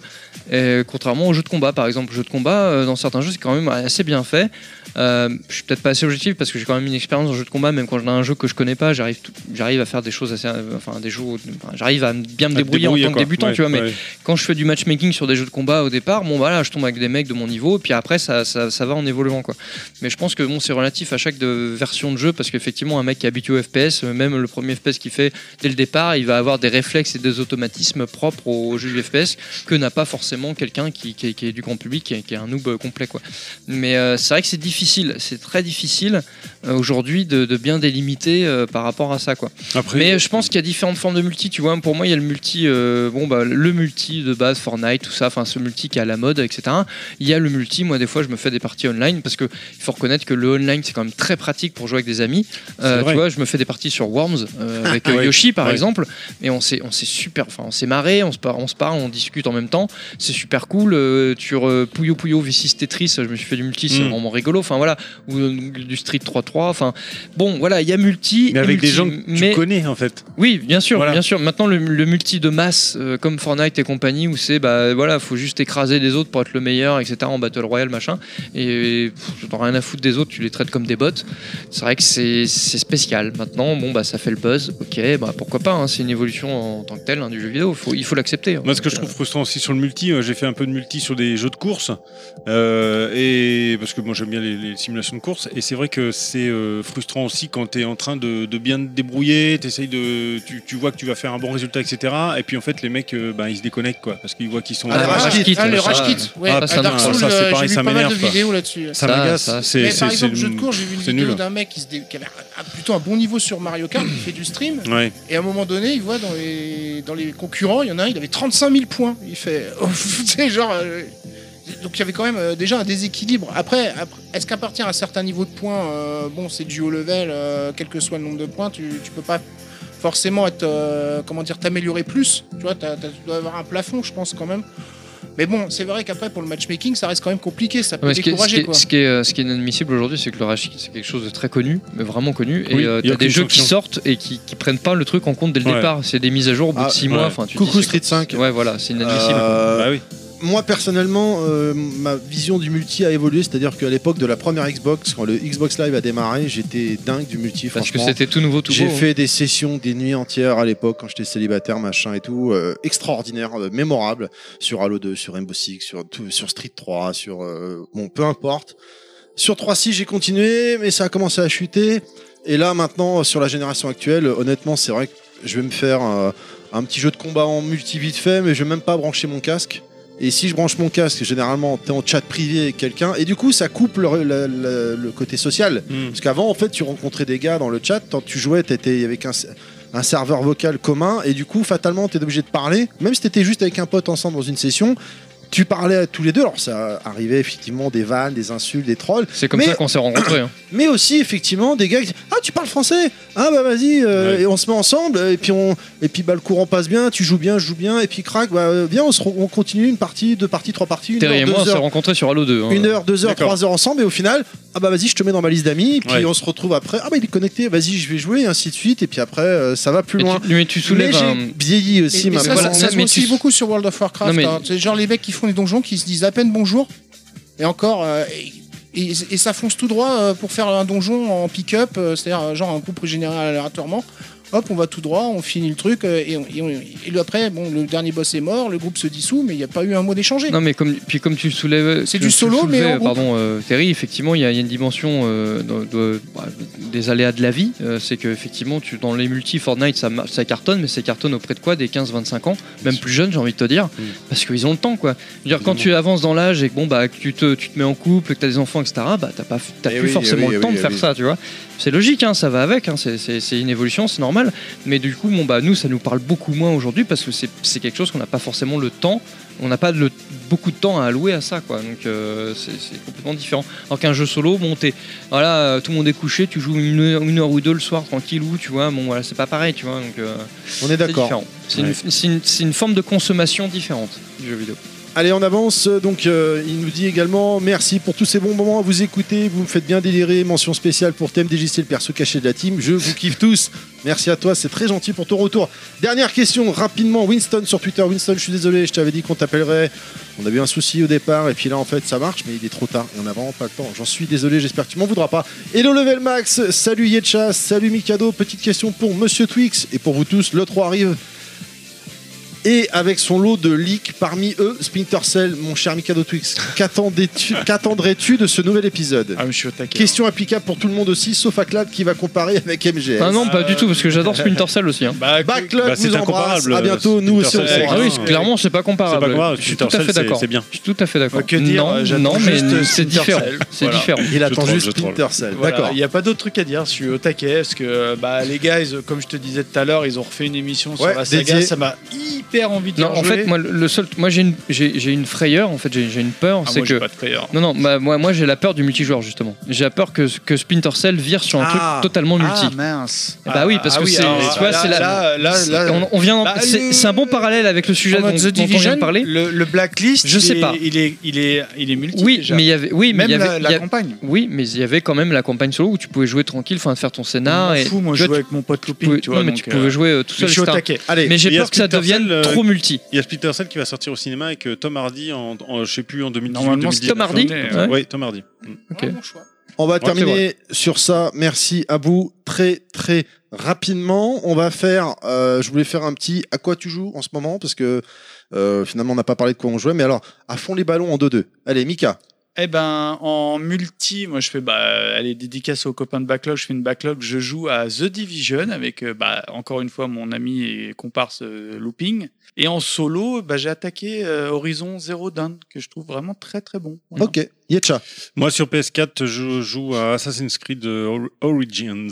S2: Et euh, contrairement aux jeux de combat, par exemple, jeux de combat, euh, dans certains jeux, c'est quand même assez bien fait. Euh, je suis peut-être pas assez objectif parce que j'ai quand même une expérience en jeu de combat, même quand j'ai un jeu que je connais pas, j'arrive tout- j'arrive à faire des choses assez. euh, Enfin, des jeux. enfin, j'arrive à bien me
S19: À te
S2: débrouiller en
S19: débrouiller,
S2: tant que
S19: quoi.
S2: débutant,
S19: Ouais,
S2: tu vois, mais
S19: ouais.
S2: quand je fais du matchmaking sur des jeux de combat au départ, bon voilà, je tombe avec des mecs de mon niveau, et puis après ça, ça, ça va en évoluant quoi. Mais je pense que bon, c'est relatif à chaque de- version de jeu parce qu'effectivement, un mec qui est habitué au FPS, euh, même le premier FPS qu'il fait dès le départ, il va avoir des réflexes et des automatismes propres au jeu du FPS que n'a pas forcément quelqu'un qui, qui est- qui est du grand public, qui est, qui est un noob euh, complet quoi. Mais euh, c'est vrai que c'est difficile, c'est très difficile euh, aujourd'hui de, de bien délimiter euh, par rapport à ça quoi. Mais je pense qu'il y a différentes formes de multi, tu vois. Pour moi, il y a le multi, euh, bon bah le multi de base Fortnite, tout ça, enfin ce multi qui est à la mode, etc. Il y a le multi. Moi, des fois, je me fais des parties online parce que il faut reconnaître que le online c'est quand même très pratique pour jouer avec des amis. Euh,
S19: C'est vrai. Ah
S2: tu vois, je me fais des parties sur Worms euh, avec euh,
S19: Ouais.
S2: Yoshi par
S19: Ouais.
S2: exemple, et on s'est on s'est super, enfin on s'est marré, on se par- on se parle, on discute en même temps. C'est super cool. Euh, sur euh, Puyo Puyo V6 Tetris, je me suis fait du multi, c'est
S19: Mm.
S2: vraiment rigolo. Enfin voilà, ou euh, du Street 3-3. Enfin bon, voilà, il y a multi.
S19: Mais
S2: et
S19: avec des
S2: multi,
S19: gens que tu
S2: mais-
S19: connais en fait.
S2: oui, bien sûr, bien sûr. Maintenant, le, le multi de masse, euh, comme Fortnite et compagnie, où c'est, bah voilà, faut juste écraser les autres pour être le meilleur, etc. En battle royale, machin. Et pff, t'en as rien à foutre des autres, tu les traites comme des bots. C'est vrai que c'est c'est spécial. Maintenant, bon, bah ça fait le buzz. Ok, bah pourquoi pas. hein, c'est une évolution en tant que telle hein, du jeu vidéo. Faut, il faut l'accepter. hein.
S9: Moi, ce que je trouve frustrant aussi sur le multi, euh, j'ai fait un peu de multi sur des jeux de course, euh, et parce que moi j'aime bien les, les simulations de course, et c'est vrai que c'est euh, frustrant aussi quand tu es en train de, de bien te débrouiller, t'essayes de, tu, tu vois que tu vas faire un bon résultat, etc. Et puis en fait, les mecs, euh, ben, ils se déconnectent quoi, parce qu'ils voient qu'ils sont.
S2: euh,
S5: Ah, le rage kit, ah, le rage kit, ouais.
S9: Ah,
S5: Ah,
S9: putain,
S5: Dark Souls,
S9: ça,
S5: euh,
S9: c'est
S5: j'ai
S9: pareil,
S5: vu pas
S9: ça
S5: mal de
S9: m'énerve. quoi.
S5: vidéos là-dessus.
S9: Ça m'agace.
S5: Mais
S9: C'est- c'est-
S5: par exemple,
S9: c'est-
S5: jeu de course, j'ai vu une
S9: c'est
S5: vidéo
S9: nul.
S5: d'un mec qui, se dé- qui avait un- plutôt un bon niveau sur Mario Kart, qui fait du stream.
S9: Ouais.
S5: Et à un moment donné, il voit dans les, dans les concurrents, il y en a un, il avait 35 000 points. Il fait. tu sais, genre. euh, donc il y avait quand même euh, déjà un déséquilibre. Après, après, est-ce qu'appartient à un certain niveau de points, euh, bon, c'est du haut level, euh, quel que soit le nombre de points, tu, tu peux pas forcément être. euh, comment dire, t'améliorer plus. Tu vois, t'as- t'as- tu dois avoir un plafond, je pense, quand même. Mais bon, c'est vrai qu'après, pour le matchmaking, ça reste quand même compliqué. Ça peut
S2: Ah Ouais, ce, qui est, ce qui
S5: décourager,
S2: est-
S5: quoi.
S2: ce qui est, euh, ce qui est inadmissible aujourd'hui, c'est que le rage kit, c'est quelque chose de très connu, mais vraiment connu.
S19: Oui,
S2: et euh,
S19: il y a
S2: t'as des
S19: aucune
S2: jeux qui
S19: sanction.
S2: sortent et qui, qui prennent pas le truc en compte dès le
S19: Ouais.
S2: départ. C'est des mises à jour au bout
S19: Ah,
S2: de 6 mois.
S19: ouais.
S2: Enfin, tu te
S1: Coucou
S2: dis,
S1: Street 5.
S2: Ouais, voilà, c'est inadmissible.
S1: Euh,
S9: Bah
S1: Moi personnellement, euh, ma vision du multi a évolué, c'est-à-dire qu'à l'époque de la première Xbox, quand le Xbox Live a démarré, j'étais dingue du multi.
S2: Parce que
S1: franchement.
S2: c'était tout nouveau, tout
S1: J'ai
S2: beau, hein.
S1: fait des sessions, des nuits entières à l'époque quand j'étais célibataire, machin et tout, euh, extraordinaire, euh, mémorable sur Halo 2, sur Rainbow Six, sur tout- sur Street 3, sur euh, bon, peu importe. Sur 3.6, j'ai continué, mais ça a commencé à chuter. Et là, maintenant, euh, sur la génération actuelle, euh, honnêtement, c'est vrai que je vais me faire euh, un petit jeu de combat en multi vite fait, mais je vais même pas brancher mon casque. Et si je branche mon casque, généralement, t'es en chat privé avec quelqu'un, et du coup, ça coupe le, la- la- le côté social. Parce qu'avant, en fait, tu rencontrais des gars dans le chat, quand tu jouais, t'étais avec un, un serveur vocal commun, et du coup, fatalement, t'es obligé de parler, même si t'étais juste avec un pote ensemble dans une session. Tu parlais à tous les deux, alors ça arrivait effectivement des vannes, des insultes, des trolls.
S2: C'est comme
S1: mais-
S2: ça qu'on s'est rencontrés. hein.
S1: mais aussi effectivement des gars qui disent ah tu parles français ah bah vas-y euh, et on se met ensemble et puis on et puis bah le courant passe bien tu joues bien je joue bien et puis crac bah euh, viens on se re- on continue une partie deux parties trois parties une
S2: Terry et
S1: heure,
S2: moi, on
S1: deux
S2: s'est
S1: heures
S2: rencontrés sur Halo 2. hein.
S1: une heure deux heures trois heures ensemble et au final ah bah vas-y je te mets dans ma liste d'amis puis
S2: Ouais.
S1: on se retrouve après ah bah il est connecté vas-y je vais jouer et ainsi de suite et puis après euh, ça va plus
S2: Mais
S1: loin
S2: tu- mais tu soulèves
S1: Mais j'ai
S2: un-
S1: vieilli aussi
S5: Et- et
S1: ma
S5: ça, ça, ça se voit aussi beaucoup sur World of Warcraft.
S1: Non, mais-
S5: hein. C'est genre les mecs qui font les donjons qui se disent à peine bonjour. Et encore, euh, et et, et ça fonce tout droit euh, pour faire un donjon en pick-up, euh, c'est-à-dire euh, genre un couple général aléatoirement. Hop, on va tout droit, on finit le truc, euh, et, on- et on- et après, bon, le dernier boss est mort, le groupe se dissout, mais il n'y a pas eu un mot d'échangé.
S2: Non, mais comme, puis comme tu le soulèves.
S5: C'est
S2: tu-
S5: du
S2: tu le
S5: solo, mais
S2: soulevais,
S5: en groupe.
S2: Pardon, euh, Terry, effectivement, il y, a il y a une dimension euh, de- de- bah, des aléas de la vie. euh, c'est que, effectivement, tu, dans les multi Fortnite, ça, mar- ça cartonne, mais ça cartonne auprès de quoi Des 15-25 ans, même plus jeunes, j'ai envie de te dire, parce qu'ils ont le temps, quoi. Je veux dire, quand tu avances dans l'âge et que bon, bah, que tu, te, tu te mets en couple, que tu as des enfants, etc., bah, t'as pas t'as
S6: Eh
S2: plus
S6: oui,
S2: forcément
S6: eh oui,
S2: le
S6: eh
S2: temps
S6: oui,
S2: de
S6: eh
S2: faire
S6: oui.
S2: ça, tu vois. C'est logique, hein, ça va avec, hein, c'est- c'est c'est une évolution, c'est normal. Mais du coup, bon, bah, nous, ça nous parle beaucoup moins aujourd'hui parce que c'est c'est quelque chose qu'on n'a pas forcément le temps, on n'a pas le- beaucoup de temps à allouer à ça, quoi. Donc euh, c'est c'est complètement différent. Alors qu'un jeu solo, bon, t'es- voilà, euh, tout le monde est couché, tu joues une heure, une heure ou deux le soir, tranquillou, tu vois, bon, voilà, c'est pas pareil, tu vois. Donc, euh,
S1: On est
S2: c'est
S1: d'accord.
S2: différent. C'est
S1: Ouais.
S2: une, c'est une- c'est une forme de consommation différente du jeu vidéo.
S1: Allez, on avance. Donc, euh, il nous dit également merci pour tous ces bons moments à vous écouter. Vous me faites bien délirer. Mention spéciale pour TMDJC, le perso caché de la team. Je vous kiffe tous. Merci à toi. C'est très gentil pour ton retour. Dernière question, rapidement. Winston sur Twitter. Winston, je suis désolé. Je t'avais dit qu'on t'appellerait. On avait eu un souci au départ. Et puis là, en fait, ça marche. Mais il est trop tard. Et on n'a vraiment pas le temps. J'en suis désolé. J'espère que tu m'en voudras pas. Hello, Level Max. Salut Yetcha. Salut Mikado. Petite question pour Monsieur Twix et pour vous tous. Le 3 arrive et avec son lot de leaks, parmi eux Splinter Cell, mon cher Mikado Twix. qu'attendais-tu- Qu'attendrais-tu de ce nouvel épisode
S2: Ah,
S8: Ah,
S1: Question applicable pour tout le monde aussi, sauf à Clad qui va comparer avec MGS.
S2: Ah non, pas du tout, parce que j'adore Splinter Cell aussi. Hein.
S1: Backlog
S9: Bah, c'est
S1: vous embrasse.
S9: incomparable,
S1: À bientôt, nous aussi
S9: Splinter
S1: on
S9: Cell.
S1: s'embrasse.
S2: Ah oui, c'est- clairement, c'est pas comparable.
S9: C'est pas comparable,
S2: Je suis tout
S9: Splinter
S2: à fait
S9: Cell, c'est-
S2: d'accord.
S9: c'est bien.
S2: Je suis tout à fait d'accord.
S8: Que dire,
S2: non,
S8: euh, j'attends
S2: non, mais
S8: juste
S2: c'est
S8: Splinter
S2: différent.
S8: Cell.
S2: C'est
S8: Voilà.
S2: différent.
S1: Il attend
S9: troll,
S1: juste
S9: je troll.
S1: Splinter Cell.
S8: Voilà,
S1: D'accord.
S8: Il n'y a pas d'autre truc à dire, je suis au taquet, parce que euh, bah, les guys, euh, comme je te disais tout à l'heure, ils ont refait une émission sur
S1: Ouais,
S8: la saga,
S1: dédié.
S8: ça m'a hyper envie de
S2: Non, en fait, moi, le le seul, moi, j'ai une, j'ai j'ai une frayeur. En fait, j'ai j'ai une peur, c'est
S8: Ah, moi, j'ai
S2: que.
S8: pas de frayeur.
S2: Non, non, bah, moi, moi, j'ai la peur du multijoueur justement. J'ai la peur que que Splinter Cell vire sur un
S8: Ah.
S2: truc totalement multi.
S8: Ah mince.
S2: Eh bah oui, parce
S8: Ah
S2: que
S8: oui,
S2: c'est,
S8: alors,
S2: tu vois,
S8: là,
S2: c'est la-
S8: là, là,
S2: c'est-
S8: là,
S2: on, on vient, d'en-
S8: bah,
S2: c'est,
S8: le-
S2: c'est un bon parallèle avec le sujet
S8: en
S2: dont,
S8: mode The
S2: dont on vient
S8: Division,
S2: de parler.
S8: Le, le blacklist,
S2: Je sais
S8: il est-
S2: pas.
S8: Il est, il est, il est multi.
S2: Oui,
S8: déjà.
S2: mais il y avait, oui, mais
S8: Même
S2: il y avait,
S8: la,
S2: il y
S8: la
S2: a-
S8: campagne.
S2: oui, mais il y avait quand même la campagne solo où tu pouvais jouer tranquille, enfin, faire ton scénar. et,
S8: Mmh, Fou, moi,
S2: tu
S8: je
S2: vois,
S8: jouais avec mon pote
S2: tu pouvais-
S8: Looping, tu vois.
S2: non, mais
S8: donc,
S2: tu
S8: euh,
S2: pouvais jouer euh, tout
S8: mais
S2: seul.
S8: je suis au
S2: etc.
S8: taquet.
S1: Allez,
S2: mais j'ai
S9: il y a
S2: peur que ça
S9: Splinter
S2: devienne
S9: Cell, euh,
S2: trop multi.
S9: Il y a Splinter Cell qui va sortir au cinéma avec euh, Tom Hardy en, en- je sais plus en 2018.
S8: Normalement, c'est
S9: 2019.
S2: Tom Hardy
S8: Attendez,
S2: ouais.
S9: Oui, Tom Hardy. Mm.
S2: Ok.
S5: Ouais, bon choix.
S1: On va
S2: c'est
S1: terminer sur ça. Merci à vous très très rapidement. On va faire. euh, je voulais faire un petit. À quoi tu joues en ce moment Parce que euh, finalement on n'a pas parlé de quoi on jouait. Mais alors à fond les ballons en 2-2. Allez Mika.
S8: Eh ben, en multi, moi je fais, bah, allez, dédicace aux copains de Backlog, je fais une Backlog, je joue à The Division avec, euh, bah, encore une fois, mon ami et comparse euh, Looping. Et en solo, bah, j'ai attaqué euh, Horizon Zero Dawn, que je trouve vraiment très très bon. Voilà.
S1: Ok. Yetcha.
S9: Moi sur PS4, je joue à Assassin's Creed euh, Or- Origins.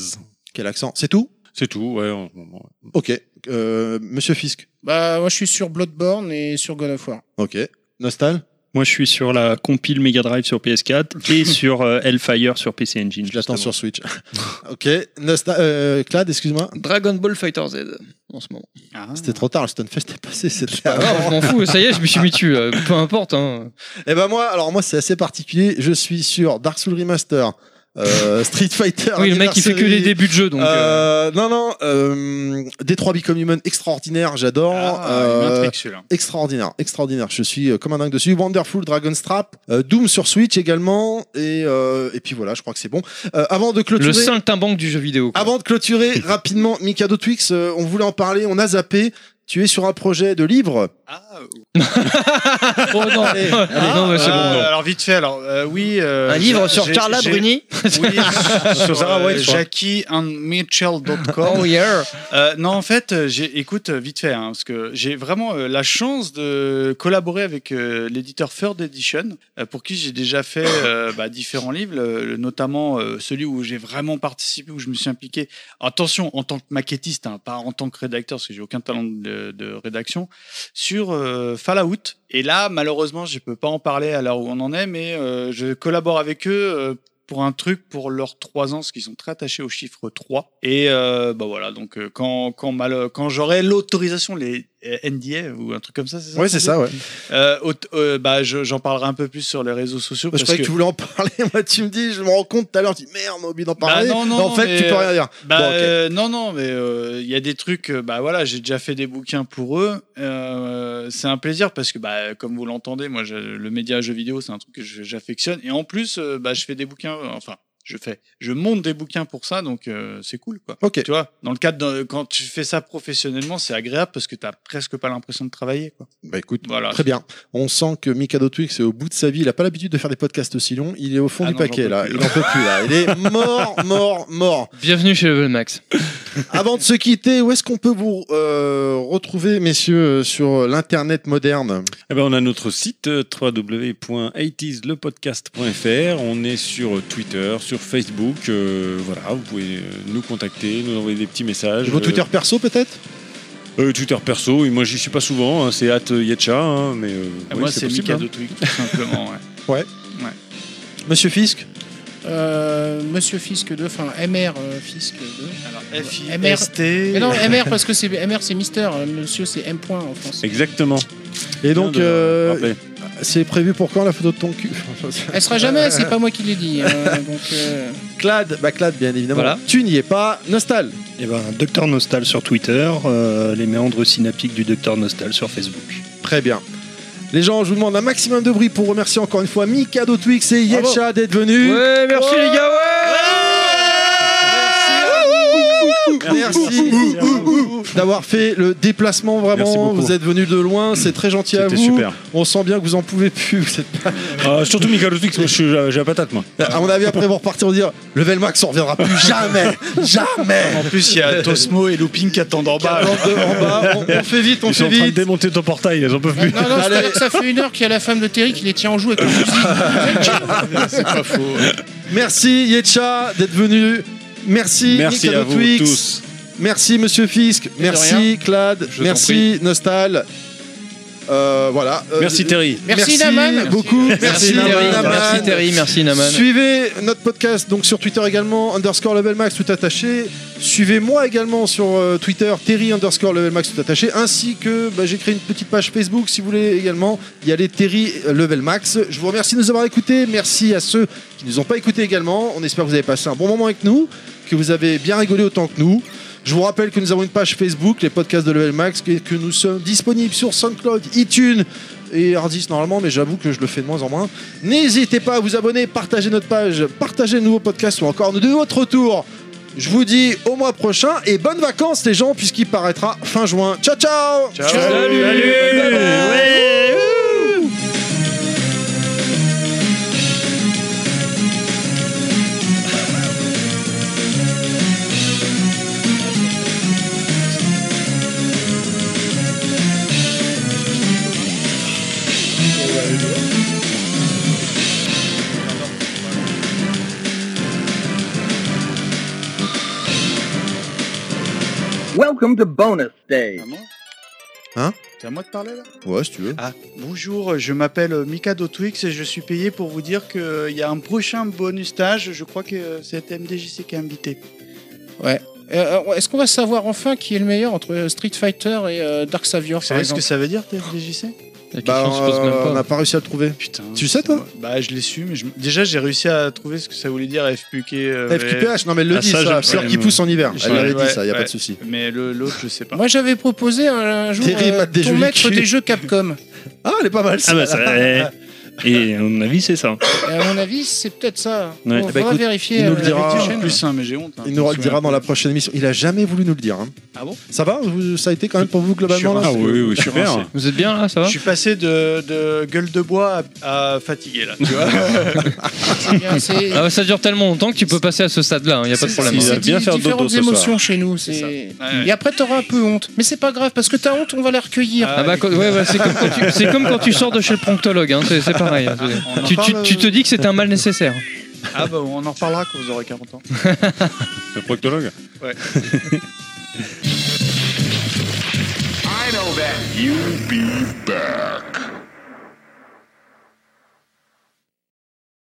S1: Quel accent C'est tout
S9: C'est tout, ouais. en ce moment.
S1: Ok. Euh, Monsieur Fisk.
S5: Bah, moi, je suis sur Bloodborne et sur God of War.
S1: Ok. Nostal.
S10: Moi, je suis sur la compile Mega Drive sur PS4 et sur euh, Hellfire sur PC Engine.
S1: Je l'attends sur
S10: justement.
S1: Switch. ok. Nostal. Euh, Clad, excuse-moi.
S2: Dragon Ball Fighter Z en ce moment.
S8: Ah.
S1: C'était trop tard. Le Stunfest est passé. C'était
S2: Ah, je m'en fous, ça y est, je me suis mis dessus. euh, Peu importe. hein.
S1: Eh ben moi, alors moi c'est assez particulier. Je suis sur Dark Souls Remaster, euh, Street Fighter.
S2: Oui, le mec il fait que les
S1: Anniversary,
S2: débuts de jeu donc.
S1: euh,
S2: euh,
S1: Non, non, euh, D3 Become Human, extraordinaire, j'adore.
S8: Ah,
S1: Euh,
S8: il m'intrigue, celui-là.
S1: extraordinaire, extraordinaire. Je suis euh, comme un dingue dessus. Wonderful Dragon Strap, euh, Doom sur Switch également. Et, euh, et puis voilà, je crois que c'est bon. Euh, avant de clôturer.
S2: Le saltimbanque du jeu vidéo. quoi.
S1: Avant de clôturer rapidement, Mikado Twix, euh, on voulait en parler, on a zappé. Tu es sur un projet de livre.
S8: Ah, euh,
S2: Oh non,
S1: Allez,
S2: Allez, non, mais c'est bon.
S8: ah,
S2: non.
S8: Alors, vite fait, alors, euh, oui. euh,
S2: Un livre sur
S8: j'ai-
S2: Carla
S8: j'ai-
S2: Bruni.
S8: Oui, sur,
S9: Sarah
S8: euh,
S9: White, je crois.
S8: jackieandmitchell.com.
S2: Oh yeah.
S8: Euh, non, en fait, euh, j'ai, écoute, euh, vite fait, hein, parce que j'ai vraiment euh, la chance de collaborer avec euh, l'éditeur Third Edition, euh, pour qui j'ai déjà fait euh, bah, différents livres, le- le- notamment euh, celui où j'ai vraiment participé, où je me suis impliqué. Attention, en tant que maquettiste, hein, pas en tant que rédacteur, parce que j'ai aucun talent de, de rédaction, sur euh, Fallout. Et là, malheureusement, je peux pas en parler à l'heure où on en est, mais euh, je collabore avec eux euh, pour un truc pour leurs 3 ans, parce qu'ils sont très attachés au chiffre 3. Et euh, bah voilà, donc euh, quand, quand, mal- quand j'aurai l'autorisation, les euh, NDA ou un truc comme ça, c'est ça
S1: Ouais, c'est ça, ouais.
S8: Euh, au- euh, bah, je- J'en parlerai un peu plus sur les réseaux sociaux.
S1: Bah, je
S8: parce
S1: croyais que... tu voulais en parler. Moi, tu me dis, je me rends compte tout à l'heure, tu dis merde, on a oublié d'en
S8: Bah,
S1: parler.
S8: non, non,
S1: en fait,
S8: mais,
S1: tu peux rien dire.
S8: Bah,
S1: Bon, ok.
S8: euh, non, non, mais euh, il y a des trucs. euh, Bah voilà, j'ai déjà fait des bouquins pour eux. Euh, c'est un plaisir parce que, bah, comme vous l'entendez, moi, je- le média à jeux vidéo, c'est un truc que je- j'affectionne. Et en plus, euh, bah, je fais des bouquins. euh, Enfin, je fais, je monte des bouquins pour ça, donc euh, c'est cool, quoi.
S1: Ok.
S8: Tu vois, dans le cadre, d'un- quand tu fais ça professionnellement, c'est agréable parce que t'as presque pas l'impression de travailler, quoi.
S1: Bah écoute,
S8: Voilà.
S1: très bien. On sent que Mikado Twix est au bout de sa vie. Il a pas l'habitude de faire des podcasts aussi longs. Il est au fond
S8: Ah
S1: du
S8: non,
S1: paquet
S8: j'en peux
S1: là.
S8: plus,
S1: Il
S8: là.
S1: en peut plus là. Il est mort, mort, mort.
S2: Bienvenue chez Level Max.
S1: Avant de se quitter, où est-ce qu'on peut vous euh, retrouver, messieurs, euh, sur l'internet moderne
S9: Eh ben, on a notre site euh, www.80slepodcast.fr. On est sur Twitter, sur Facebook. euh, voilà, vous pouvez euh, nous contacter, nous envoyer des petits messages.
S1: Vos
S9: Euh,
S1: Twitter perso peut-être
S9: euh, Twitter perso. Et moi, j'y suis pas souvent. hein, c'est at euh, Yetcha. hein, mais euh,
S8: Et
S9: oui,
S8: Ah, moi, c'est
S9: possible,
S8: Mika
S9: hein.
S8: de Twig, tout simplement.
S1: Ouais.
S8: ouais. Ouais.
S1: Monsieur Fisk
S5: Euh, Monsieur Fisk 2, enfin MR euh, Fisk 2.
S8: Alors,
S5: MR.
S8: F-I-S-T.
S5: Eh, Mais non, MR parce que c'est MR c'est Mister, euh, Monsieur c'est M point en français.
S9: Exactement.
S1: Et donc,
S9: de le
S1: euh,
S9: rappeler.
S1: c'est prévu pour quand la photo de ton cul
S5: Elle sera jamais, c'est pas moi qui l'ai dit. euh, donc, euh,
S1: Clad, bah Clad, bien évidemment.
S2: Voilà.
S1: Tu n'y es pas, Nostal.
S10: Et ben, Docteur Nostal sur Twitter, euh, les méandres synaptiques du Docteur Nostal sur Facebook.
S1: Très bien. Les gens, je vous demande un maximum de bruit pour remercier encore une fois Mikado Twix et Yetcha d'être venus.
S2: Ouais, merci les gars,
S1: Merci d'avoir fait le déplacement
S9: Merci
S1: vraiment.
S9: beaucoup.
S1: Vous êtes venus de loin, c'est très gentil à vous.
S9: C'était super.
S1: On sent bien que vous en pouvez plus. Vous êtes pas-
S9: Ah, surtout Mika Lotwix, moi, je suis- j'ai la patate, moi.
S1: À mon avis, après vous repartir, on dire Level Max, on reviendra plus jamais, jamais.
S8: En plus, il y a Tosmo et Looping qui attendent en bas.
S1: Alors, de- en bas, on, on fait vite, on
S9: Ils sont
S1: fait
S9: en train de
S1: vite.
S9: démonter ton portail, ils en
S1: Ah,
S9: peuvent plus.
S5: Non, non, c'est-à-dire que ça fait une heure qu'il y a la femme de Terry qui les tient en joue avec le fusil.
S8: C'est pas faux.
S1: Merci Yetcha d'être venu. Merci,
S9: Merci
S1: Mikado
S9: à vous
S1: Twix.
S9: tous.
S1: Merci Monsieur Fisk, merci Clad,
S2: Je t'en
S1: merci Nostal. Euh, voilà. Euh,
S9: Merci Terry.
S5: Merci, Naman.
S1: beaucoup.
S2: Merci
S1: Merci,
S2: Terry,
S1: Naman.
S2: merci Terry, merci Naman.
S1: Suivez notre podcast donc sur Twitter également, underscore level max tout attaché. Suivez-moi également sur euh, Twitter, Terry underscore level max tout attaché. Ainsi que bah, j'ai créé une petite page Facebook si vous voulez également y aller Terry euh, level max. Je vous remercie de nous avoir écoutés. Merci à ceux qui nous ont pas écoutés également. On espère que vous avez passé un bon moment avec nous, que vous avez bien rigolé autant que nous. Je vous rappelle que nous avons une page Facebook, les podcasts de Level Max, que, que nous sommes disponibles sur SoundCloud, iTunes et Hardis normalement, mais j'avoue que je le fais de moins en moins. N'hésitez pas à vous abonner, partager notre page, partager le nouveau podcast ou encore de votre retour. Je vous dis au mois prochain et bonnes vacances les gens puisqu'il paraîtra fin juin. Ciao ciao
S8: Salut, Hein
S19: Welcome to bonus stage.
S8: T'es à moi de parler là
S1: Ouais si tu veux.
S8: Ah, bonjour, je m'appelle euh, Mikado Twix et je suis payé pour vous dire qu'il y a un prochain bonus stage. Je crois que euh, c'est MDJC qui est invité.
S5: Euh, euh, Est-ce qu'on va savoir enfin qui est le meilleur entre euh, Street Fighter et euh, Dark Savior
S8: Vous
S5: par
S8: savez ce
S5: exemple
S8: que ça veut dire, TMDJC
S2: La question
S1: Bah,
S2: se pose même
S1: euh, on
S2: pas.
S1: n'a pas réussi à le trouver.
S8: Putain.
S1: Tu sais, toi
S8: Bah, je l'ai su, mais je- déjà, j'ai réussi à trouver ce que ça voulait dire FQK. euh, ouais.
S1: FQPH, non mais elle le
S10: Ah,
S1: dit
S10: ça,
S1: ça,
S10: j'aime pas
S1: fleur
S10: les
S1: qui
S10: mots.
S1: pousse en hiver.
S8: Je
S1: Elle l'avait
S8: l'avais,
S1: dit ça, y a
S8: ouais.
S1: pas de souci.
S8: Mais le- l'autre, je sais pas.
S5: Moi j'avais proposé un, un jour
S1: Terry mate des
S5: ton
S1: jeux
S5: maître
S1: cul.
S5: des jeux Capcom.
S1: Ah elle est pas mal
S10: Ah
S1: ça.
S10: bah ça. eh. Et à mon avis, c'est ça.
S5: Et à mon avis c'est peut-être ça.
S10: Ouais.
S5: On
S1: Eh ben,
S5: va
S1: écoute,
S5: vérifier.
S1: il nous
S5: euh,
S1: le
S5: la
S1: dira.
S5: petite
S8: Ah,
S5: chaîne.
S8: plus, hein, mais j'ai honte. hein.
S1: Il nous le dira dans la prochaine émission. Il a jamais voulu nous le dire. hein.
S8: Ah bon
S1: Ça va vous- Ça a été quand même pour vous globalement là
S9: Ah oui, oui, super.
S2: Vous êtes bien là, ça va
S8: Je suis passé de, de gueule de bois à, à fatigué là. Tu vois
S5: C'est Eh bien, c'est-
S2: Ah, ça dure tellement longtemps que tu peux passer à ce stade-là, il n'y a pas de
S5: c'est-
S2: problème.
S5: c'est-
S9: Il va
S5: c'est
S9: bien
S5: di-
S9: faire dodo
S5: différentes
S9: ce soir.
S5: émotions chez nous. c'est-
S8: Ouais, ouais.
S5: Et après t'auras un peu honte. Mais c'est pas grave parce que ta honte on va la recueillir.
S2: Ah bah, quand- ouais, ouais, c'est comme, quand tu- c'est comme quand tu sors de chez le promptologue, hein, c'est c'est pareil. hein, c'est-
S8: On en
S2: tu, tu-
S8: parle, euh,
S2: tu te dis que c'est un mal nécessaire.
S8: Ah bah on en reparlera quand vous aurez 40 ans.
S9: Le proctologue.
S19: I know that you'll be back.